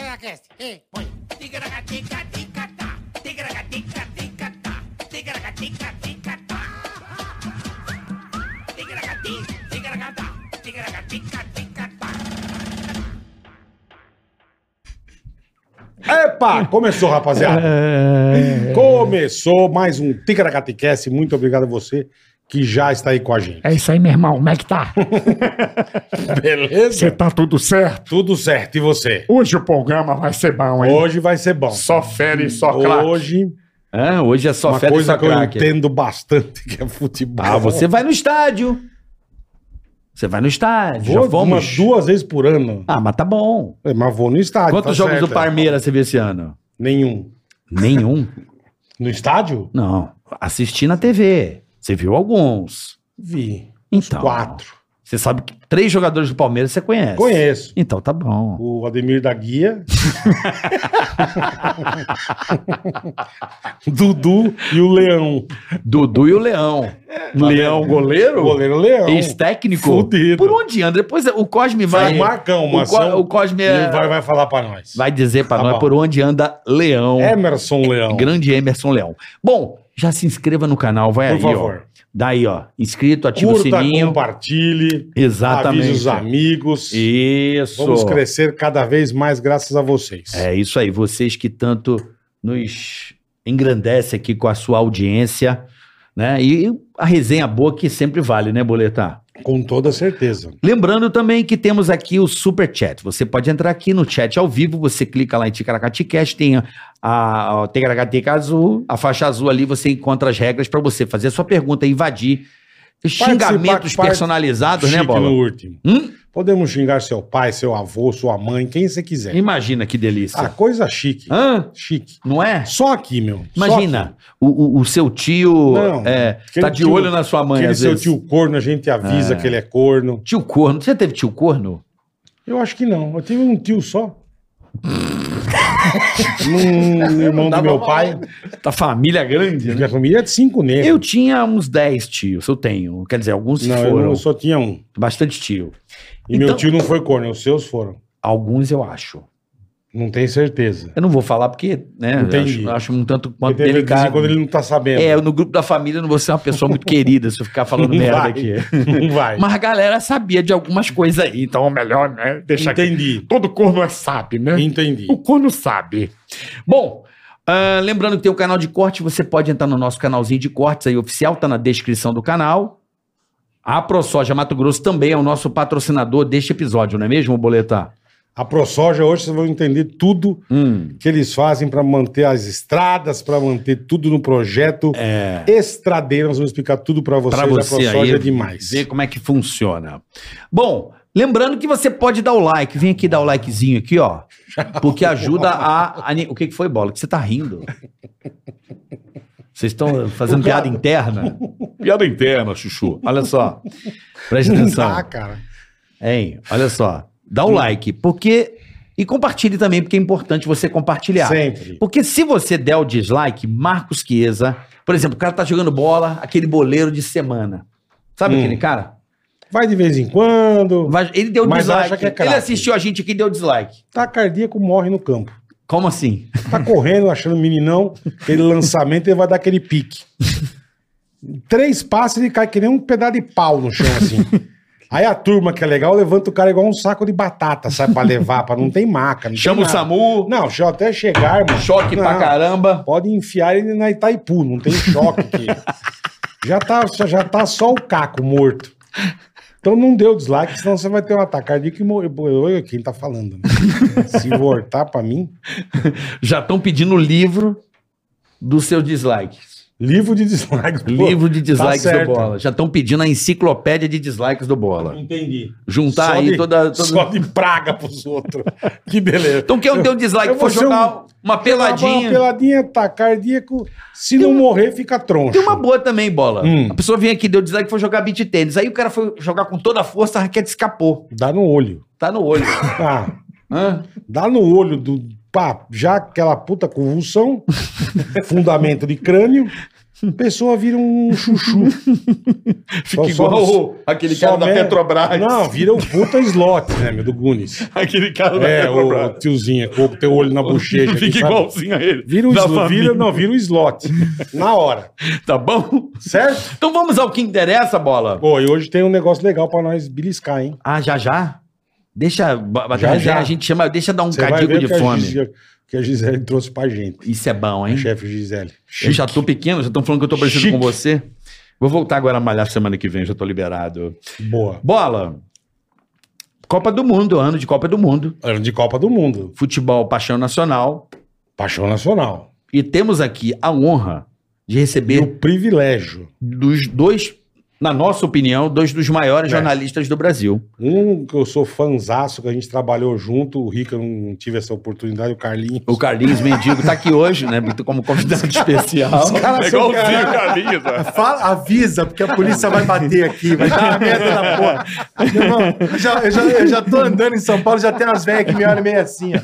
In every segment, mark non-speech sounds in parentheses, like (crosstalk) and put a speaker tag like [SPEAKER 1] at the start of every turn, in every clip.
[SPEAKER 1] Tigracast, ei, põe. Tigracatica, ticatá. Tigracatica, ticatá. Tigracatica, ticatá. Tigracati, tigracatá. Tigracatica, ticatá.
[SPEAKER 2] Epa! Começou, rapaziada.
[SPEAKER 3] É...
[SPEAKER 2] Começou mais um Ticaracatecast. Muito obrigado a você que já está aí com a gente.
[SPEAKER 3] é isso aí, meu irmão. Como é que tá? Você
[SPEAKER 4] É.
[SPEAKER 2] Beleza?
[SPEAKER 3] tá tudo certo?
[SPEAKER 2] Tudo certo. E você?
[SPEAKER 3] Hoje o programa vai ser bom, hein?
[SPEAKER 2] Hoje vai ser bom.
[SPEAKER 3] Só fera e só craque.
[SPEAKER 2] Hoje,
[SPEAKER 4] Ah, hoje é só
[SPEAKER 2] uma
[SPEAKER 4] festa e
[SPEAKER 2] coisa
[SPEAKER 4] só
[SPEAKER 2] que eu
[SPEAKER 4] craque.
[SPEAKER 2] entendo bastante que é futebol.
[SPEAKER 4] Ah, você vai no estádio. Você vai no estádio.
[SPEAKER 2] Vou
[SPEAKER 4] já fomos.
[SPEAKER 2] umas duas vezes por ano.
[SPEAKER 4] Ah, mas tá bom.
[SPEAKER 2] É, Mas vou no estádio.
[SPEAKER 4] Quantos
[SPEAKER 2] tá
[SPEAKER 4] jogos
[SPEAKER 2] certo.
[SPEAKER 4] do Palmeiras você viu esse ano?
[SPEAKER 2] Nenhum.
[SPEAKER 4] Nenhum. (laughs)
[SPEAKER 2] No estádio?
[SPEAKER 4] Não. Assisti na TV. Você viu alguns.
[SPEAKER 2] Vi.
[SPEAKER 4] Então.
[SPEAKER 2] Quatro.
[SPEAKER 4] Você sabe que três jogadores do Palmeiras você conhece.
[SPEAKER 2] Conheço.
[SPEAKER 4] Então tá bom.
[SPEAKER 2] O Ademir da (laughs) Guia. Dudu e o Leão.
[SPEAKER 4] Dudu e
[SPEAKER 2] (laughs)
[SPEAKER 4] o Leão. Leão,
[SPEAKER 2] O
[SPEAKER 4] goleiro?
[SPEAKER 2] Tá goleiro Leão.
[SPEAKER 4] Ex-técnico?
[SPEAKER 2] Fudido.
[SPEAKER 4] Por onde anda? Depois o Cosme vai.
[SPEAKER 2] Vai, Marcão,
[SPEAKER 4] o,
[SPEAKER 2] Maçã.
[SPEAKER 4] Co- o Cosme é-
[SPEAKER 2] Ele vai, vai falar pra nós.
[SPEAKER 4] vai dizer pra
[SPEAKER 2] Tá
[SPEAKER 4] nós
[SPEAKER 2] bom. É
[SPEAKER 4] por onde anda Leão.
[SPEAKER 2] Emerson Leão.
[SPEAKER 4] Grande Emerson Leão. Bom, já se inscreva no canal, vai
[SPEAKER 2] Por
[SPEAKER 4] aí, ó.
[SPEAKER 2] favor.
[SPEAKER 4] Daí, ó, inscrito, ativa
[SPEAKER 2] Curta,
[SPEAKER 4] o sininho.
[SPEAKER 2] compartilhe.
[SPEAKER 4] Exatamente.
[SPEAKER 2] Avise os amigos.
[SPEAKER 4] Isso.
[SPEAKER 2] Vamos crescer cada vez mais graças a vocês.
[SPEAKER 4] É isso aí, vocês que tanto nos engrandecem aqui com a sua audiência, né? E a resenha boa que sempre vale, né, Boletar?
[SPEAKER 2] Com toda certeza.
[SPEAKER 4] Lembrando também que temos aqui o Super Chat. Você pode entrar aqui no chat ao vivo, você clica lá em Ticaracati Cash, tem a, a, a Ticaracatica azul, a faixa azul ali, você encontra as regras para você fazer a sua pergunta, invadir xingamentos
[SPEAKER 2] parte-
[SPEAKER 4] personalizados, né,
[SPEAKER 2] Chique no
[SPEAKER 4] Bola?
[SPEAKER 2] último.
[SPEAKER 4] Hum?
[SPEAKER 2] Podemos xingar seu pai, seu avô, sua mãe, quem você quiser.
[SPEAKER 4] Imagina que delícia.
[SPEAKER 2] A coisa chique.
[SPEAKER 4] Hã?
[SPEAKER 2] Chique.
[SPEAKER 4] Não é?
[SPEAKER 2] Só aqui, meu. Só
[SPEAKER 4] Imagina, o, o- o seu tio
[SPEAKER 2] Não,
[SPEAKER 4] é,
[SPEAKER 2] aquele
[SPEAKER 4] tá de
[SPEAKER 2] tio-
[SPEAKER 4] olho na sua
[SPEAKER 2] aqui.
[SPEAKER 4] mãe,
[SPEAKER 2] Aquele
[SPEAKER 4] às
[SPEAKER 2] seu
[SPEAKER 4] vezes.
[SPEAKER 2] tio corno, a gente avisa que ele é corno.
[SPEAKER 4] Tio corno. Você teve tio corno?
[SPEAKER 2] Eu acho que não. Eu tive um tio
[SPEAKER 4] (laughs)
[SPEAKER 2] só. um irmão do meu pai.
[SPEAKER 4] Da família grande,
[SPEAKER 2] Minha família é de cinco negros.
[SPEAKER 4] Eu tinha uns 10 tios, eu tenho. Quer dizer, alguns
[SPEAKER 2] Não, eu
[SPEAKER 4] foram.
[SPEAKER 2] não- eu só tinha um.
[SPEAKER 4] Bastante tio.
[SPEAKER 2] E meu
[SPEAKER 4] Então-
[SPEAKER 2] tio não foi corno, os seus foram.
[SPEAKER 4] Alguns eu acho.
[SPEAKER 2] Não tenho certeza.
[SPEAKER 4] Eu não vou falar porque, né, eu
[SPEAKER 2] Entendi.
[SPEAKER 4] acho, acho um tanto
[SPEAKER 2] Porque
[SPEAKER 4] quanto
[SPEAKER 2] de vez em
[SPEAKER 4] delicado.
[SPEAKER 2] quando ele não tá sabendo.
[SPEAKER 4] É, eu no grupo da família eu não vou ser uma
[SPEAKER 2] (laughs)
[SPEAKER 4] pessoa muito querida se eu ficar falando
[SPEAKER 2] Não
[SPEAKER 4] merda
[SPEAKER 2] vai.
[SPEAKER 4] aqui.
[SPEAKER 2] Não vai.
[SPEAKER 4] Mas a galera sabia de algumas coisas aí, então é melhor, né, deixar aqui.
[SPEAKER 2] Entendi.
[SPEAKER 3] Todo corno é sabe, né?
[SPEAKER 2] Entendi.
[SPEAKER 3] O corno sabe.
[SPEAKER 4] Bom, ah, lembrando que tem o canal de corte, você pode entrar no nosso canalzinho de cortes aí oficial, tá na descrição do canal. A ProSoja Mato Grosso também é o nosso patrocinador deste episódio, não é mesmo, Boletar?
[SPEAKER 2] A ProSoja hoje vocês vão entender tudo
[SPEAKER 4] Hum.
[SPEAKER 2] que eles fazem para manter as estradas, para manter tudo no projeto.
[SPEAKER 4] É.
[SPEAKER 2] Estradeiro, nós vamos explicar tudo para vocês.
[SPEAKER 4] Pra
[SPEAKER 2] a
[SPEAKER 4] você
[SPEAKER 2] ProSoja
[SPEAKER 4] aí
[SPEAKER 2] é demais.
[SPEAKER 4] ver como é que funciona. Bom, lembrando que você pode dar o like, vem aqui dar o likezinho aqui, ó, porque ajuda a ani- o que que foi bola? Que você tá rindo? Vocês estão fazendo piada interna? Piada interna, chuchu. Olha só. Presta
[SPEAKER 2] Não
[SPEAKER 4] atenção.
[SPEAKER 2] dá, Ah, cara.
[SPEAKER 4] Hein, olha só. Dá o like, porque e compartilhe também, porque é importante você compartilhar.
[SPEAKER 2] Sempre.
[SPEAKER 4] Porque se você der o dislike, Marcos Chiesa, por exemplo, o cara tá jogando bola, aquele boleiro de semana. Sabe
[SPEAKER 2] Hum.
[SPEAKER 4] aquele cara?
[SPEAKER 2] Vai de vez em quando.
[SPEAKER 4] Vai- ele deu
[SPEAKER 2] Mas acha
[SPEAKER 4] dislike.
[SPEAKER 2] que é craque.
[SPEAKER 4] ele assistiu a gente aqui e deu dislike.
[SPEAKER 2] Tá cardíaco, morre no campo.
[SPEAKER 4] Como assim? (laughs)
[SPEAKER 2] Tá correndo, achando meninão, aquele lançamento, ele vai dar aquele pique. Três passos, ele cai que nem um pedaço de pau no chão, assim. Aí a turma que é legal levanta o cara igual um saco de batata, sabe? Pra levar, pra não tem maca. Não
[SPEAKER 4] Chama o
[SPEAKER 2] tem nada.
[SPEAKER 4] SAMU,
[SPEAKER 2] Não, deixa eu até chegar, irmão.
[SPEAKER 4] choque
[SPEAKER 2] Não,
[SPEAKER 4] pra caramba.
[SPEAKER 2] Pode enfiar ele na Itaipu, não tem choque aqui.
[SPEAKER 4] (laughs)
[SPEAKER 2] já, tá, já tá só o caco morto. Então não deu dislike, senão você vai ter um ataque cardíaco e morrer. Olha Quem tá falando,
[SPEAKER 4] (laughs)
[SPEAKER 2] né? Se voltar pra mim.
[SPEAKER 4] Já estão pedindo o livro dos seus dislikes.
[SPEAKER 2] Livro de dislikes. pô.
[SPEAKER 4] livro de dislikes do
[SPEAKER 2] certo.
[SPEAKER 4] Bola. Já estão pedindo a enciclopédia de dislikes do Bola.
[SPEAKER 2] Entendi.
[SPEAKER 4] Juntar
[SPEAKER 2] Só
[SPEAKER 4] tá aí
[SPEAKER 2] de-
[SPEAKER 4] toda. toda-
[SPEAKER 2] Só de praga pros outros. que beleza.
[SPEAKER 4] Então quem deu dislike
[SPEAKER 2] eu vou
[SPEAKER 4] for
[SPEAKER 2] ser
[SPEAKER 4] jogar
[SPEAKER 2] um-
[SPEAKER 4] uma (laughs) peladinha.
[SPEAKER 2] Uma peladinha tá cardíaco. Se não morrer, fica troncho.
[SPEAKER 4] Tem uma boa também, bola.
[SPEAKER 2] Hum.
[SPEAKER 4] A pessoa vem aqui, deu dislike, foi jogar beat tênis. Aí o cara foi jogar com toda a força, a raquete escapou.
[SPEAKER 2] Dá no olho.
[SPEAKER 4] Tá no olho.
[SPEAKER 2] Ah,
[SPEAKER 4] Hã?
[SPEAKER 2] dá no olho
[SPEAKER 4] (laughs)
[SPEAKER 2] do. Pá, já aquela puta convulsão. fundamento de crânio. A pessoa vira um chuchu.
[SPEAKER 4] (laughs) Fica
[SPEAKER 2] Só-
[SPEAKER 4] igual
[SPEAKER 2] Então só-
[SPEAKER 4] o- aquele
[SPEAKER 2] só
[SPEAKER 4] cara da
[SPEAKER 2] me-
[SPEAKER 4] Petrobras.
[SPEAKER 2] Não, vira o puta slot, né, meu? Do Gunis.
[SPEAKER 4] Aquele cara da
[SPEAKER 2] É, o
[SPEAKER 4] Petrobras.
[SPEAKER 2] tiozinho, com o teu olho na bochecha. aqui,
[SPEAKER 4] (laughs) Fica
[SPEAKER 2] sabe?
[SPEAKER 4] igualzinho a ele.
[SPEAKER 2] Vira um
[SPEAKER 4] Da
[SPEAKER 2] slot.
[SPEAKER 4] família.
[SPEAKER 2] Vira, não, vira um
[SPEAKER 4] (laughs)
[SPEAKER 2] slot. Na hora.
[SPEAKER 4] Tá bom?
[SPEAKER 2] Certo?
[SPEAKER 4] Então vamos ao que interessa, bola.
[SPEAKER 2] Pô, e hoje tem um negócio legal pra nós beliscar, hein?
[SPEAKER 4] Ah, já já? Deixa. ba-
[SPEAKER 2] Já,
[SPEAKER 4] resenha,
[SPEAKER 2] já.
[SPEAKER 4] A gente chama. Deixa dar um
[SPEAKER 2] Você vai
[SPEAKER 4] cadigo
[SPEAKER 2] ver
[SPEAKER 4] de
[SPEAKER 2] o que a
[SPEAKER 4] fome.
[SPEAKER 2] Gise- que a Gisele trouxe pra gente.
[SPEAKER 4] Isso é bom, hein?
[SPEAKER 2] Chefe Gisele.
[SPEAKER 4] Eu já tô pequeno, já estão falando que eu tô parecido
[SPEAKER 2] Chique.
[SPEAKER 4] com você. Vou voltar agora a malhar semana que vem, já tô liberado.
[SPEAKER 2] Boa.
[SPEAKER 4] Bola. Copa do Mundo, ano de Copa do Mundo.
[SPEAKER 2] Ano de Copa do Mundo.
[SPEAKER 4] Futebol Paixão Nacional.
[SPEAKER 2] Paixão Nacional.
[SPEAKER 4] E temos aqui a honra de
[SPEAKER 2] E
[SPEAKER 4] receber
[SPEAKER 2] o privilégio.
[SPEAKER 4] dos dois, na nossa opinião, dois dos maiores
[SPEAKER 2] É.
[SPEAKER 4] jornalistas do Brasil.
[SPEAKER 2] Um que eu sou fanzaço, que a gente trabalhou junto. O Rica eu não tive essa oportunidade, o Carlinhos.
[SPEAKER 4] O Carlinhos Mendigo tá aqui hoje, né? Como convidado especial.
[SPEAKER 5] Os caras
[SPEAKER 3] É
[SPEAKER 5] são
[SPEAKER 3] igualzinho o
[SPEAKER 5] caralho.
[SPEAKER 3] Carlinhos, ó.
[SPEAKER 5] Fala, avisa, porque a polícia vai bater aqui,
[SPEAKER 2] (laughs)
[SPEAKER 5] vai dar uma merda na porra. Meu irmão, eu já, eu, já, eu já tô andando em São Paulo, já tem umas velhas que me olham meio assim, ó.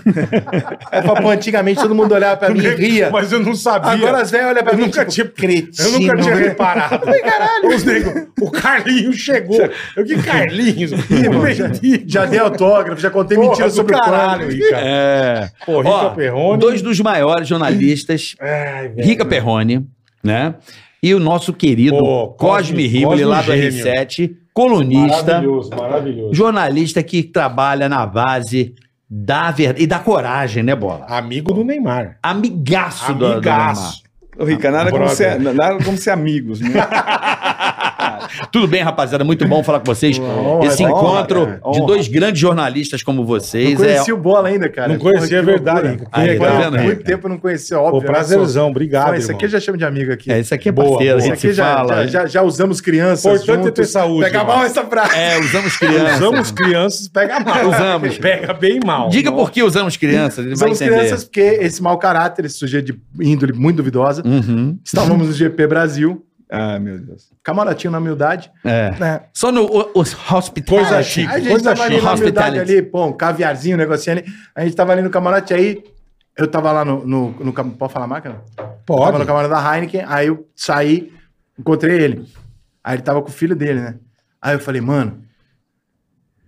[SPEAKER 5] É, pra- pô, antigamente todo mundo olhava pra mim e ria.
[SPEAKER 2] Mas eu não sabia.
[SPEAKER 5] Agora as velhas olham pra
[SPEAKER 2] Eu
[SPEAKER 5] mim
[SPEAKER 2] nunca
[SPEAKER 5] tipo,
[SPEAKER 2] eu nunca
[SPEAKER 5] cretino,
[SPEAKER 2] tinha
[SPEAKER 5] né?
[SPEAKER 2] reparado.
[SPEAKER 5] (laughs)
[SPEAKER 2] Os nego, o Carlinhos chegou. Eu que Carlinhos?
[SPEAKER 5] (laughs) Ih, mano, já, já dei autógrafo, já contei mentira sobre o
[SPEAKER 2] caralho,
[SPEAKER 5] caralho.
[SPEAKER 2] Rica.
[SPEAKER 4] É.
[SPEAKER 2] Pô, Rica
[SPEAKER 4] Ó,
[SPEAKER 2] Perrone. É.
[SPEAKER 4] Dois dos maiores jornalistas,
[SPEAKER 2] Ai, velho.
[SPEAKER 4] Rica Perrone, né? E o nosso querido
[SPEAKER 2] Pô,
[SPEAKER 4] Cosme,
[SPEAKER 2] Cosme-
[SPEAKER 4] Rimoli,
[SPEAKER 2] Cosme
[SPEAKER 4] lá do
[SPEAKER 2] gênio.
[SPEAKER 4] R7, colunista,
[SPEAKER 2] Maravilhoso, maravilhoso.
[SPEAKER 4] jornalista que trabalha na base da verdade e da coragem, né, Bola?
[SPEAKER 2] Amigo do Neymar.
[SPEAKER 4] Amigaço, do- do Neymar.
[SPEAKER 2] Amigaço.
[SPEAKER 6] Ô, Rica, nada como,
[SPEAKER 2] Brother.
[SPEAKER 6] ser, nada como ser amigos, né?
[SPEAKER 4] Tudo bem, rapaziada? Muito bom falar com vocês. Esse
[SPEAKER 2] é
[SPEAKER 5] honra,
[SPEAKER 4] encontro
[SPEAKER 5] cara,
[SPEAKER 4] de
[SPEAKER 5] honra.
[SPEAKER 4] dois grandes jornalistas como
[SPEAKER 5] Não
[SPEAKER 4] vocês é
[SPEAKER 5] conheci o Bola ainda, cara.
[SPEAKER 2] Não conhecia, é
[SPEAKER 5] Porra, que
[SPEAKER 2] verdade, é
[SPEAKER 5] loucura.
[SPEAKER 2] Rica. Que
[SPEAKER 4] Aí,
[SPEAKER 5] Pô,
[SPEAKER 2] legal,
[SPEAKER 4] tá
[SPEAKER 5] há
[SPEAKER 4] vendo,
[SPEAKER 2] cara.
[SPEAKER 5] muito tempo eu não conhecia, óbvio.
[SPEAKER 2] Pô,
[SPEAKER 5] né?
[SPEAKER 2] prazerzão,
[SPEAKER 5] Não,
[SPEAKER 2] obrigado,
[SPEAKER 5] Isso aqui eu já chamo de amigo aqui.
[SPEAKER 4] É, isso aqui é
[SPEAKER 2] Boa, boa.
[SPEAKER 4] parceiro, a gente
[SPEAKER 5] Isso aqui
[SPEAKER 4] se
[SPEAKER 5] já,
[SPEAKER 4] fala. é.
[SPEAKER 5] já, já, já usamos crianças.
[SPEAKER 2] Importante é
[SPEAKER 5] juntos.
[SPEAKER 2] ter saúde,
[SPEAKER 5] Pega
[SPEAKER 2] irmão.
[SPEAKER 5] mal essa frase.
[SPEAKER 4] É, usamos
[SPEAKER 5] (laughs)
[SPEAKER 4] crianças.
[SPEAKER 2] Usamos crianças, pega mal.
[SPEAKER 4] Usamos.
[SPEAKER 2] Pega bem mal.
[SPEAKER 4] Diga por que usamos crianças, ele
[SPEAKER 5] Usamos
[SPEAKER 4] vai entender.
[SPEAKER 5] crianças porque esse mau caráter, esse sujeito de índole muito duvidosa,
[SPEAKER 4] Uhum,
[SPEAKER 5] estávamos no GP Brasil,
[SPEAKER 6] ah, meu Deus.
[SPEAKER 5] camarotinho na humildade.
[SPEAKER 4] é.
[SPEAKER 5] Né?
[SPEAKER 4] Só no o, os Ah, hospitais.
[SPEAKER 2] Coisa chique.
[SPEAKER 5] a gente
[SPEAKER 2] coisa
[SPEAKER 5] tava ali
[SPEAKER 4] chique.
[SPEAKER 5] na humildade
[SPEAKER 4] Hospitality.
[SPEAKER 5] ali, pô, um caviarzinho, um negocinho ali. A gente tava ali no camarote, aí eu tava lá no... no, no cam- pode falar a marca, não? Eu Tava no
[SPEAKER 2] Pode.
[SPEAKER 5] camarote da Heineken, aí eu saí, encontrei ele. Aí ele tava com o filho dele, né? Aí eu falei, mano,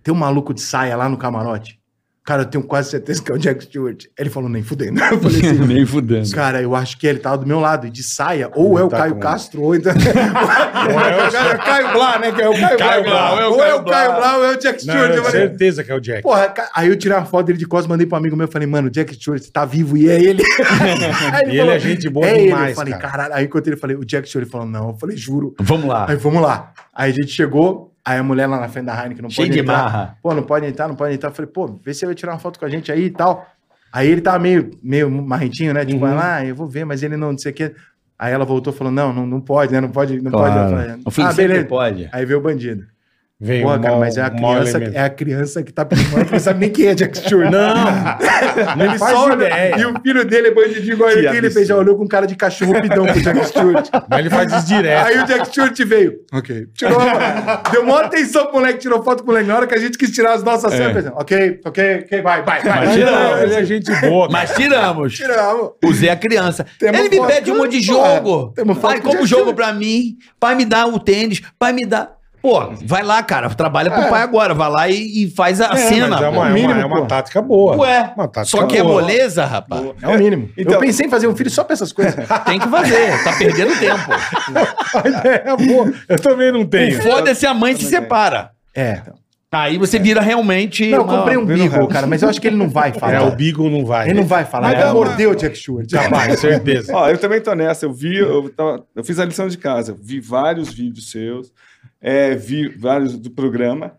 [SPEAKER 5] tem um maluco de saia lá no camarote? Cara, eu tenho quase certeza que é o Jack Stewart. Ele falou, nem fudendo. (laughs) Eu falei assim,
[SPEAKER 4] Nem fudendo.
[SPEAKER 5] cara, eu acho que ele tava do meu lado, e de saia, ou é o
[SPEAKER 2] tá
[SPEAKER 5] Caio
[SPEAKER 2] com-
[SPEAKER 5] Castro,
[SPEAKER 2] (laughs)
[SPEAKER 5] ou então... ou é o Caio- Caio Blá, né? Que é o Caio,
[SPEAKER 4] Caio
[SPEAKER 5] Blá.
[SPEAKER 4] Blá, é o
[SPEAKER 5] Ou é
[SPEAKER 4] Caio
[SPEAKER 5] o Caio
[SPEAKER 4] Blá.
[SPEAKER 5] Blá, ou é o Jack
[SPEAKER 2] Não,
[SPEAKER 5] Stewart.
[SPEAKER 2] eu
[SPEAKER 5] eu
[SPEAKER 2] tenho
[SPEAKER 5] falei,
[SPEAKER 2] certeza que é o Jack.
[SPEAKER 5] Porra, ca- aí eu tirei uma foto dele de costas, mandei pro amigo meu, falei, mano, o Jack Stewart tá vivo e é ele. (laughs) Aí
[SPEAKER 2] E ele é gente boa
[SPEAKER 5] ele.
[SPEAKER 2] demais,
[SPEAKER 5] Eu falei,
[SPEAKER 2] cara.
[SPEAKER 5] caralho. Aí encontrei ele, falei, o Jack Stewart, ele falou, não, eu falei, juro.
[SPEAKER 4] Vamos lá.
[SPEAKER 5] Aí vamos lá. Aí a gente chegou, aí a mulher lá na frente da Heineken não
[SPEAKER 4] Cheio
[SPEAKER 5] pode
[SPEAKER 4] de
[SPEAKER 5] entrar.
[SPEAKER 4] marra.
[SPEAKER 5] Pô, não pode entrar, não pode entrar. Eu falei, pô, vê se ele vai tirar uma foto com a gente aí e tal. Aí ele tava meio, meio marrentinho, né? Tipo,
[SPEAKER 2] Uhum.
[SPEAKER 5] ah, eu vou ver, mas ele não, não sei o quê. Aí ela voltou e falou, não, não, não pode, né? Não pode, não
[SPEAKER 4] Claro.
[SPEAKER 5] pode. Eu falei,
[SPEAKER 4] O filho
[SPEAKER 5] ah,
[SPEAKER 4] sempre
[SPEAKER 5] beleza.
[SPEAKER 4] pode.
[SPEAKER 5] Aí veio o bandido.
[SPEAKER 2] Vem,
[SPEAKER 5] Pô,
[SPEAKER 2] um
[SPEAKER 5] cara,
[SPEAKER 2] mau-
[SPEAKER 5] mas é a
[SPEAKER 2] um mau
[SPEAKER 5] criança,
[SPEAKER 2] elemento.
[SPEAKER 5] é a criança que tá pedindo, que não sabe nem quem é
[SPEAKER 4] (laughs)
[SPEAKER 5] Jack Stewart.
[SPEAKER 2] Não! Não
[SPEAKER 5] Ele
[SPEAKER 2] faz
[SPEAKER 5] só olha-
[SPEAKER 2] ideia.
[SPEAKER 5] E o filho dele é bandidinho igual ele, ele fez, já olhou com cara de cachorro pidão pro Jack Stewart. (laughs)
[SPEAKER 2] Mas ele faz isso direto.
[SPEAKER 5] Aí o Jack Stewart veio. Ok. Tirou, deu maior atenção pro moleque, tirou foto com o moleque. Na hora que a gente quis tirar as nossas cenas, fez, ok, ok, ok, vai, vai, vai.
[SPEAKER 2] Mas
[SPEAKER 4] tira-
[SPEAKER 2] não, ele é gente boa. cara.
[SPEAKER 4] Mas tiramos.
[SPEAKER 5] Tiramos.
[SPEAKER 4] Usei a criança.
[SPEAKER 5] Temos
[SPEAKER 4] ele me
[SPEAKER 5] foto.
[SPEAKER 4] pede um monte de
[SPEAKER 5] Porra,
[SPEAKER 4] jogo.
[SPEAKER 5] temos foto
[SPEAKER 4] Pai,
[SPEAKER 5] que
[SPEAKER 4] compra o
[SPEAKER 5] já
[SPEAKER 4] jogo
[SPEAKER 5] tira.
[SPEAKER 4] pra mim. Pai, me dá o tênis. Pai, me dá. Pô, vai lá, cara. Trabalha
[SPEAKER 5] É.
[SPEAKER 4] pro pai agora. Vai lá e, e faz a
[SPEAKER 2] É,
[SPEAKER 4] cena.
[SPEAKER 2] mas é uma, é
[SPEAKER 4] pô.
[SPEAKER 2] uma-
[SPEAKER 5] mínimo,
[SPEAKER 2] é uma
[SPEAKER 5] pô.
[SPEAKER 2] tática boa.
[SPEAKER 4] Ué,
[SPEAKER 2] Uma tática
[SPEAKER 4] só que
[SPEAKER 2] boa.
[SPEAKER 4] é moleza, rapaz.
[SPEAKER 5] É o (laughs) mínimo.
[SPEAKER 6] Então-
[SPEAKER 5] Eu pensei em fazer um filho só pra essas (laughs) coisas.
[SPEAKER 4] Tem que fazer. Tá perdendo
[SPEAKER 5] (laughs)
[SPEAKER 4] tempo.
[SPEAKER 2] A ideia é boa. Eu também não tenho.
[SPEAKER 4] O foda é se a mãe se separa.
[SPEAKER 5] É.
[SPEAKER 4] Aí você vira realmente.
[SPEAKER 5] Não, eu
[SPEAKER 4] uma-
[SPEAKER 5] comprei um
[SPEAKER 6] Vira
[SPEAKER 5] Beagle,
[SPEAKER 6] um-
[SPEAKER 5] cara, mas eu acho que ele não vai falar.
[SPEAKER 2] É, o Beagle não vai.
[SPEAKER 5] Ele não vai falar.
[SPEAKER 2] Mas
[SPEAKER 5] Ele vai
[SPEAKER 2] dá uma-
[SPEAKER 5] morder o Jack Stewart. (laughs)
[SPEAKER 2] Jamais, certeza.
[SPEAKER 6] Ó, eu também tô nessa. Eu vi, eu, tava- eu fiz a lição de casa, vi vários vídeos seus, é, vi vários do programa.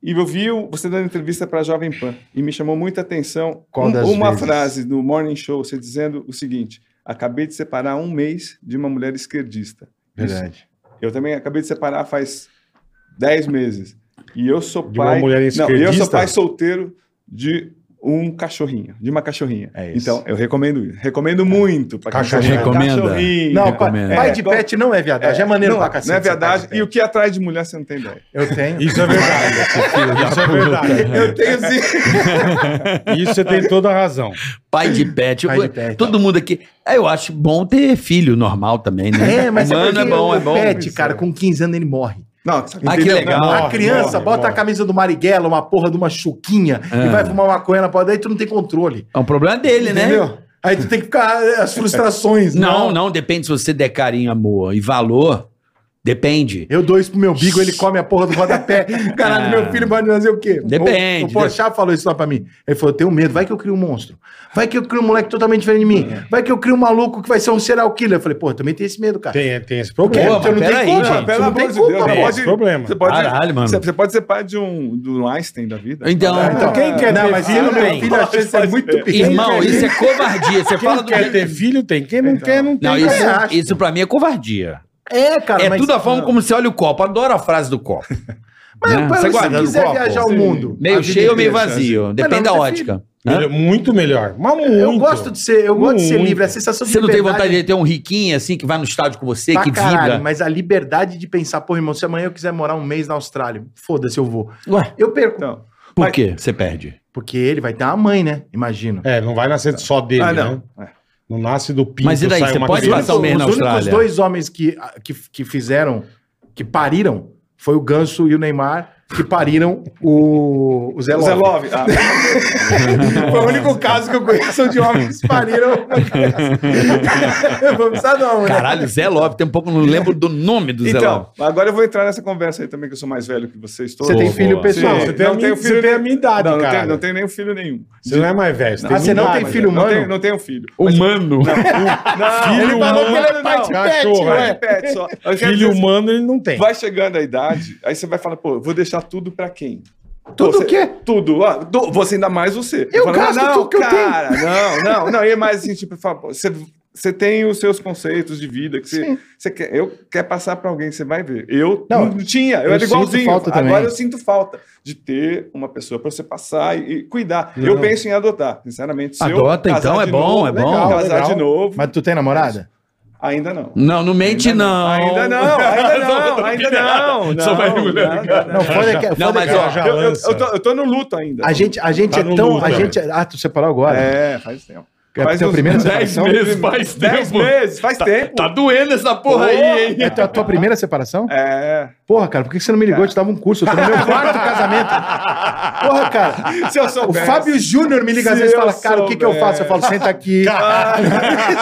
[SPEAKER 6] E eu vi o- você dando entrevista para Jovem Pan e me chamou muita atenção um,
[SPEAKER 5] Qual das
[SPEAKER 6] uma
[SPEAKER 5] vezes?
[SPEAKER 6] frase do Morning Show, você dizendo o seguinte: acabei de separar há um mês de uma mulher esquerdista.
[SPEAKER 5] Verdade.
[SPEAKER 6] Eu também acabei de separar faz 10 meses. E eu sou
[SPEAKER 2] De uma
[SPEAKER 6] pai.
[SPEAKER 2] mulher
[SPEAKER 6] não, e eu sou
[SPEAKER 2] é esquerdista?
[SPEAKER 6] pai solteiro de um cachorrinho, de uma cachorrinha.
[SPEAKER 5] É isso.
[SPEAKER 6] Então, eu recomendo isso. Recomendo muito pra quem
[SPEAKER 2] Cachorrinho.
[SPEAKER 6] tiver
[SPEAKER 4] Recomenda?
[SPEAKER 6] cachorrinho.
[SPEAKER 5] Não, pai,
[SPEAKER 4] recomendo.
[SPEAKER 5] pai
[SPEAKER 6] É,
[SPEAKER 5] de
[SPEAKER 6] igual-
[SPEAKER 5] pet não é viadagem. É, maneiro
[SPEAKER 6] não,
[SPEAKER 5] pra cacete.
[SPEAKER 6] Não é
[SPEAKER 5] ser
[SPEAKER 6] verdade.
[SPEAKER 5] pai de
[SPEAKER 6] E o que atrai de mulher, você não tem ideia.
[SPEAKER 5] pet. Eu tenho.
[SPEAKER 2] Isso é verdade. Isso é verdade.
[SPEAKER 6] Eu tenho sim.
[SPEAKER 2] Isso você tem toda a razão.
[SPEAKER 4] Pai de pet.
[SPEAKER 5] Pai de pet,
[SPEAKER 4] todo mundo aqui. É, Eu acho bom ter filho normal também, né?
[SPEAKER 5] É, mas
[SPEAKER 4] Humano é
[SPEAKER 5] porque
[SPEAKER 4] bom,
[SPEAKER 5] o
[SPEAKER 4] é bom.
[SPEAKER 5] pet, cara, com 15 anos ele morre.
[SPEAKER 6] (laughs) Não,
[SPEAKER 4] Ah, que
[SPEAKER 6] entendeu?
[SPEAKER 4] legal.
[SPEAKER 5] a criança
[SPEAKER 2] morre,
[SPEAKER 5] bota
[SPEAKER 2] morre.
[SPEAKER 5] a camisa do Marighella, uma porra de uma chuquinha,
[SPEAKER 4] Ah.
[SPEAKER 5] e vai fumar maconha na porta, daí tu não tem controle.
[SPEAKER 4] É um problema dele, né?
[SPEAKER 5] Entendeu? Aí tu tem que ficar eh, as frustrações.
[SPEAKER 4] Não, não, depende se você der carinho, amor e valor. Depende.
[SPEAKER 5] Eu dou isso pro meu bigo, ele come a porra do
[SPEAKER 4] (laughs)
[SPEAKER 5] rodapé. Caralho,
[SPEAKER 4] Ah.
[SPEAKER 5] meu filho pode fazer o quê?
[SPEAKER 4] Depende.
[SPEAKER 5] O, o Porchat falou isso lá pra mim. Ele falou, eu tenho medo, vai que eu crio um monstro. Vai que eu crio um moleque totalmente diferente de mim.
[SPEAKER 4] É.
[SPEAKER 5] Vai que eu crio um maluco que vai ser um serial killer. Eu falei, pô, eu também tenho esse medo, cara.
[SPEAKER 2] Tem, tem esse
[SPEAKER 5] Porque
[SPEAKER 2] problema.
[SPEAKER 4] Pô, mas peraí, gente,
[SPEAKER 5] você
[SPEAKER 6] Pelo
[SPEAKER 5] não tem
[SPEAKER 6] amor de
[SPEAKER 5] culpa,
[SPEAKER 6] Deus,
[SPEAKER 5] pô.
[SPEAKER 2] tem esse problema.
[SPEAKER 6] Você pode,
[SPEAKER 4] Caralho, mano.
[SPEAKER 6] Você, você pode ser pai de um do Einstein da vida. Ah,
[SPEAKER 4] Então,
[SPEAKER 5] Então, quem quer
[SPEAKER 2] Não,
[SPEAKER 5] ter
[SPEAKER 2] mas
[SPEAKER 5] filho,
[SPEAKER 2] filho
[SPEAKER 5] meu
[SPEAKER 2] tem.
[SPEAKER 5] filho, a chance é muito pequena.
[SPEAKER 4] irmão, isso é covardia. Você
[SPEAKER 2] Quem
[SPEAKER 4] fala do
[SPEAKER 2] quer
[SPEAKER 4] jeito-
[SPEAKER 2] ter filho tem, quem não quer não tem.
[SPEAKER 4] Então. Não,
[SPEAKER 5] Eu
[SPEAKER 4] isso,
[SPEAKER 5] acho.
[SPEAKER 4] isso pra mim é covardia.
[SPEAKER 5] É, cara,
[SPEAKER 4] é
[SPEAKER 5] mas-
[SPEAKER 4] tudo a forma como você olha o copo. Adoro a frase do copo.
[SPEAKER 5] Mas,
[SPEAKER 4] né?
[SPEAKER 5] mas
[SPEAKER 4] Você
[SPEAKER 5] se você
[SPEAKER 4] guarda no
[SPEAKER 5] quiser
[SPEAKER 4] copo?
[SPEAKER 5] viajar o
[SPEAKER 6] Sim.
[SPEAKER 5] mundo... a
[SPEAKER 4] Meio
[SPEAKER 5] vida
[SPEAKER 4] cheio ou meio
[SPEAKER 5] inteira,
[SPEAKER 4] vazio.
[SPEAKER 5] Mas
[SPEAKER 4] Depende da
[SPEAKER 5] não, mas
[SPEAKER 4] ótica. Hã?
[SPEAKER 2] Melhor- Muito melhor. Mas muito.
[SPEAKER 5] Eu gosto de ser, eu gosto de ser
[SPEAKER 2] Muito.
[SPEAKER 5] livre, a sensação de
[SPEAKER 4] Você não tem
[SPEAKER 5] liberdade
[SPEAKER 4] vontade de ter um riquinho assim que vai no estádio com você,
[SPEAKER 5] né? pra
[SPEAKER 4] que
[SPEAKER 5] caralho,
[SPEAKER 4] vibra?
[SPEAKER 5] mas a liberdade de pensar, pô, irmão, se amanhã eu quiser morar um mês na Austrália, foda-se, eu vou.
[SPEAKER 4] Ué,
[SPEAKER 5] Eu perco.
[SPEAKER 6] Então,
[SPEAKER 4] por
[SPEAKER 6] Mas-
[SPEAKER 4] quê? Você perde.
[SPEAKER 5] Porque ele vai ter uma mãe, né? Imagina.
[SPEAKER 2] É, não vai nascer só dele,
[SPEAKER 6] ah,
[SPEAKER 2] né?
[SPEAKER 6] não. É.
[SPEAKER 2] Não nasce do pinto,
[SPEAKER 4] Mas e daí,
[SPEAKER 2] sai
[SPEAKER 4] você
[SPEAKER 2] uma
[SPEAKER 4] pode
[SPEAKER 2] criança.
[SPEAKER 4] passar um mês na
[SPEAKER 5] os únicos
[SPEAKER 4] Austrália.
[SPEAKER 5] dois homens que, que, que fizeram, que pariram, foi o Ganso e o Neymar, que pariram o, o Zé
[SPEAKER 6] O Zé
[SPEAKER 5] Love.
[SPEAKER 6] Love. Ah,
[SPEAKER 5] (laughs) Foi o único caso que eu conheço de homens que pariram.
[SPEAKER 4] (laughs)
[SPEAKER 5] Vou precisar não, né?
[SPEAKER 4] Caralho, Zé Love. Tem um pouco, não lembro do nome do Zé Love.
[SPEAKER 6] então, agora eu vou entrar nessa conversa aí também, que eu sou mais velho que vocês todos.
[SPEAKER 5] Você tem
[SPEAKER 4] Boa,
[SPEAKER 5] filho
[SPEAKER 4] boa.
[SPEAKER 5] pessoal.
[SPEAKER 2] Não,
[SPEAKER 6] Sim.
[SPEAKER 2] você tem,
[SPEAKER 6] Não
[SPEAKER 2] a minha,
[SPEAKER 6] tenho
[SPEAKER 2] você
[SPEAKER 6] filho-
[SPEAKER 2] tem a minha idade,
[SPEAKER 6] não, não
[SPEAKER 2] cara.
[SPEAKER 6] tenho, não tenho nenhum filho nenhum.
[SPEAKER 2] Você não é mais velho. Você
[SPEAKER 5] Ah, você não tem filho
[SPEAKER 6] Não
[SPEAKER 5] humano?
[SPEAKER 6] tenho, não tenho filho.
[SPEAKER 4] Humano.
[SPEAKER 6] Não,
[SPEAKER 2] um Filho humano,
[SPEAKER 6] não,
[SPEAKER 2] cachorro,
[SPEAKER 6] não é
[SPEAKER 2] é.
[SPEAKER 6] pet só. Eu quero dizer
[SPEAKER 2] Filho
[SPEAKER 6] assim,
[SPEAKER 2] humano ele não tem.
[SPEAKER 6] Vai chegando a idade, aí você vai falar, pô, vou deixar tudo pra quem?
[SPEAKER 5] Tudo
[SPEAKER 6] Pô,
[SPEAKER 5] o quê?
[SPEAKER 6] Tudo. Ah, do- você ainda mais você.
[SPEAKER 5] Eu
[SPEAKER 6] Fala,
[SPEAKER 5] gasto
[SPEAKER 6] não,
[SPEAKER 5] tudo que eu
[SPEAKER 6] cara, Não, não, não. E mais assim, tipo, fala, pô, você, você tem os seus conceitos de vida que você, você quer, eu quer passar pra alguém, você vai ver. Eu
[SPEAKER 5] Não,
[SPEAKER 6] não, tinha, eu,
[SPEAKER 5] eu
[SPEAKER 6] era
[SPEAKER 5] sinto
[SPEAKER 6] igualzinho.
[SPEAKER 5] falta
[SPEAKER 6] Agora
[SPEAKER 5] também.
[SPEAKER 6] eu sinto falta de ter uma pessoa pra você passar e, e cuidar.
[SPEAKER 2] Não.
[SPEAKER 6] Eu penso em adotar, sinceramente. Se eu
[SPEAKER 4] Adota,
[SPEAKER 6] casar
[SPEAKER 4] então, é
[SPEAKER 6] de
[SPEAKER 4] bom,
[SPEAKER 6] novo,
[SPEAKER 4] é bom.
[SPEAKER 6] Casar
[SPEAKER 2] Legal.
[SPEAKER 6] de novo,
[SPEAKER 5] Mas tu tem namorada?
[SPEAKER 6] ainda não.
[SPEAKER 4] Não, não mente, não.
[SPEAKER 6] Ainda não, (laughs) ainda não, ainda não.
[SPEAKER 4] Só vai
[SPEAKER 6] regulando,
[SPEAKER 5] Não, foda é que, foda é
[SPEAKER 4] mas
[SPEAKER 5] que-
[SPEAKER 4] ó,
[SPEAKER 2] já
[SPEAKER 6] Eu, eu-
[SPEAKER 2] lança.
[SPEAKER 6] eu tô, eu tô no luto ainda.
[SPEAKER 5] a gente, a gente
[SPEAKER 2] Tá
[SPEAKER 5] é
[SPEAKER 2] no
[SPEAKER 5] tão.
[SPEAKER 2] luta,
[SPEAKER 5] a gente é- ah, tu separou agora?
[SPEAKER 6] É, faz tempo.
[SPEAKER 5] É teu
[SPEAKER 6] uns
[SPEAKER 5] primeiro
[SPEAKER 6] dez
[SPEAKER 5] separação?
[SPEAKER 6] meses, faz tempo. 10 meses, faz tempo.
[SPEAKER 4] Tá doendo essa porra aí, hein?
[SPEAKER 5] É tu- a tua primeira separação?
[SPEAKER 6] É.
[SPEAKER 5] Porra, cara, por que que você não me ligou? Eu te dava um curso. Eu tô no meu quarto casamento. Porra, cara.
[SPEAKER 6] Se eu
[SPEAKER 5] O
[SPEAKER 6] soubesse.
[SPEAKER 5] Fábio Júnior me liga às
[SPEAKER 6] Se
[SPEAKER 5] vezes e
[SPEAKER 6] eu
[SPEAKER 5] fala, cara, o que, que eu faço? Eu falo, senta aqui. (laughs)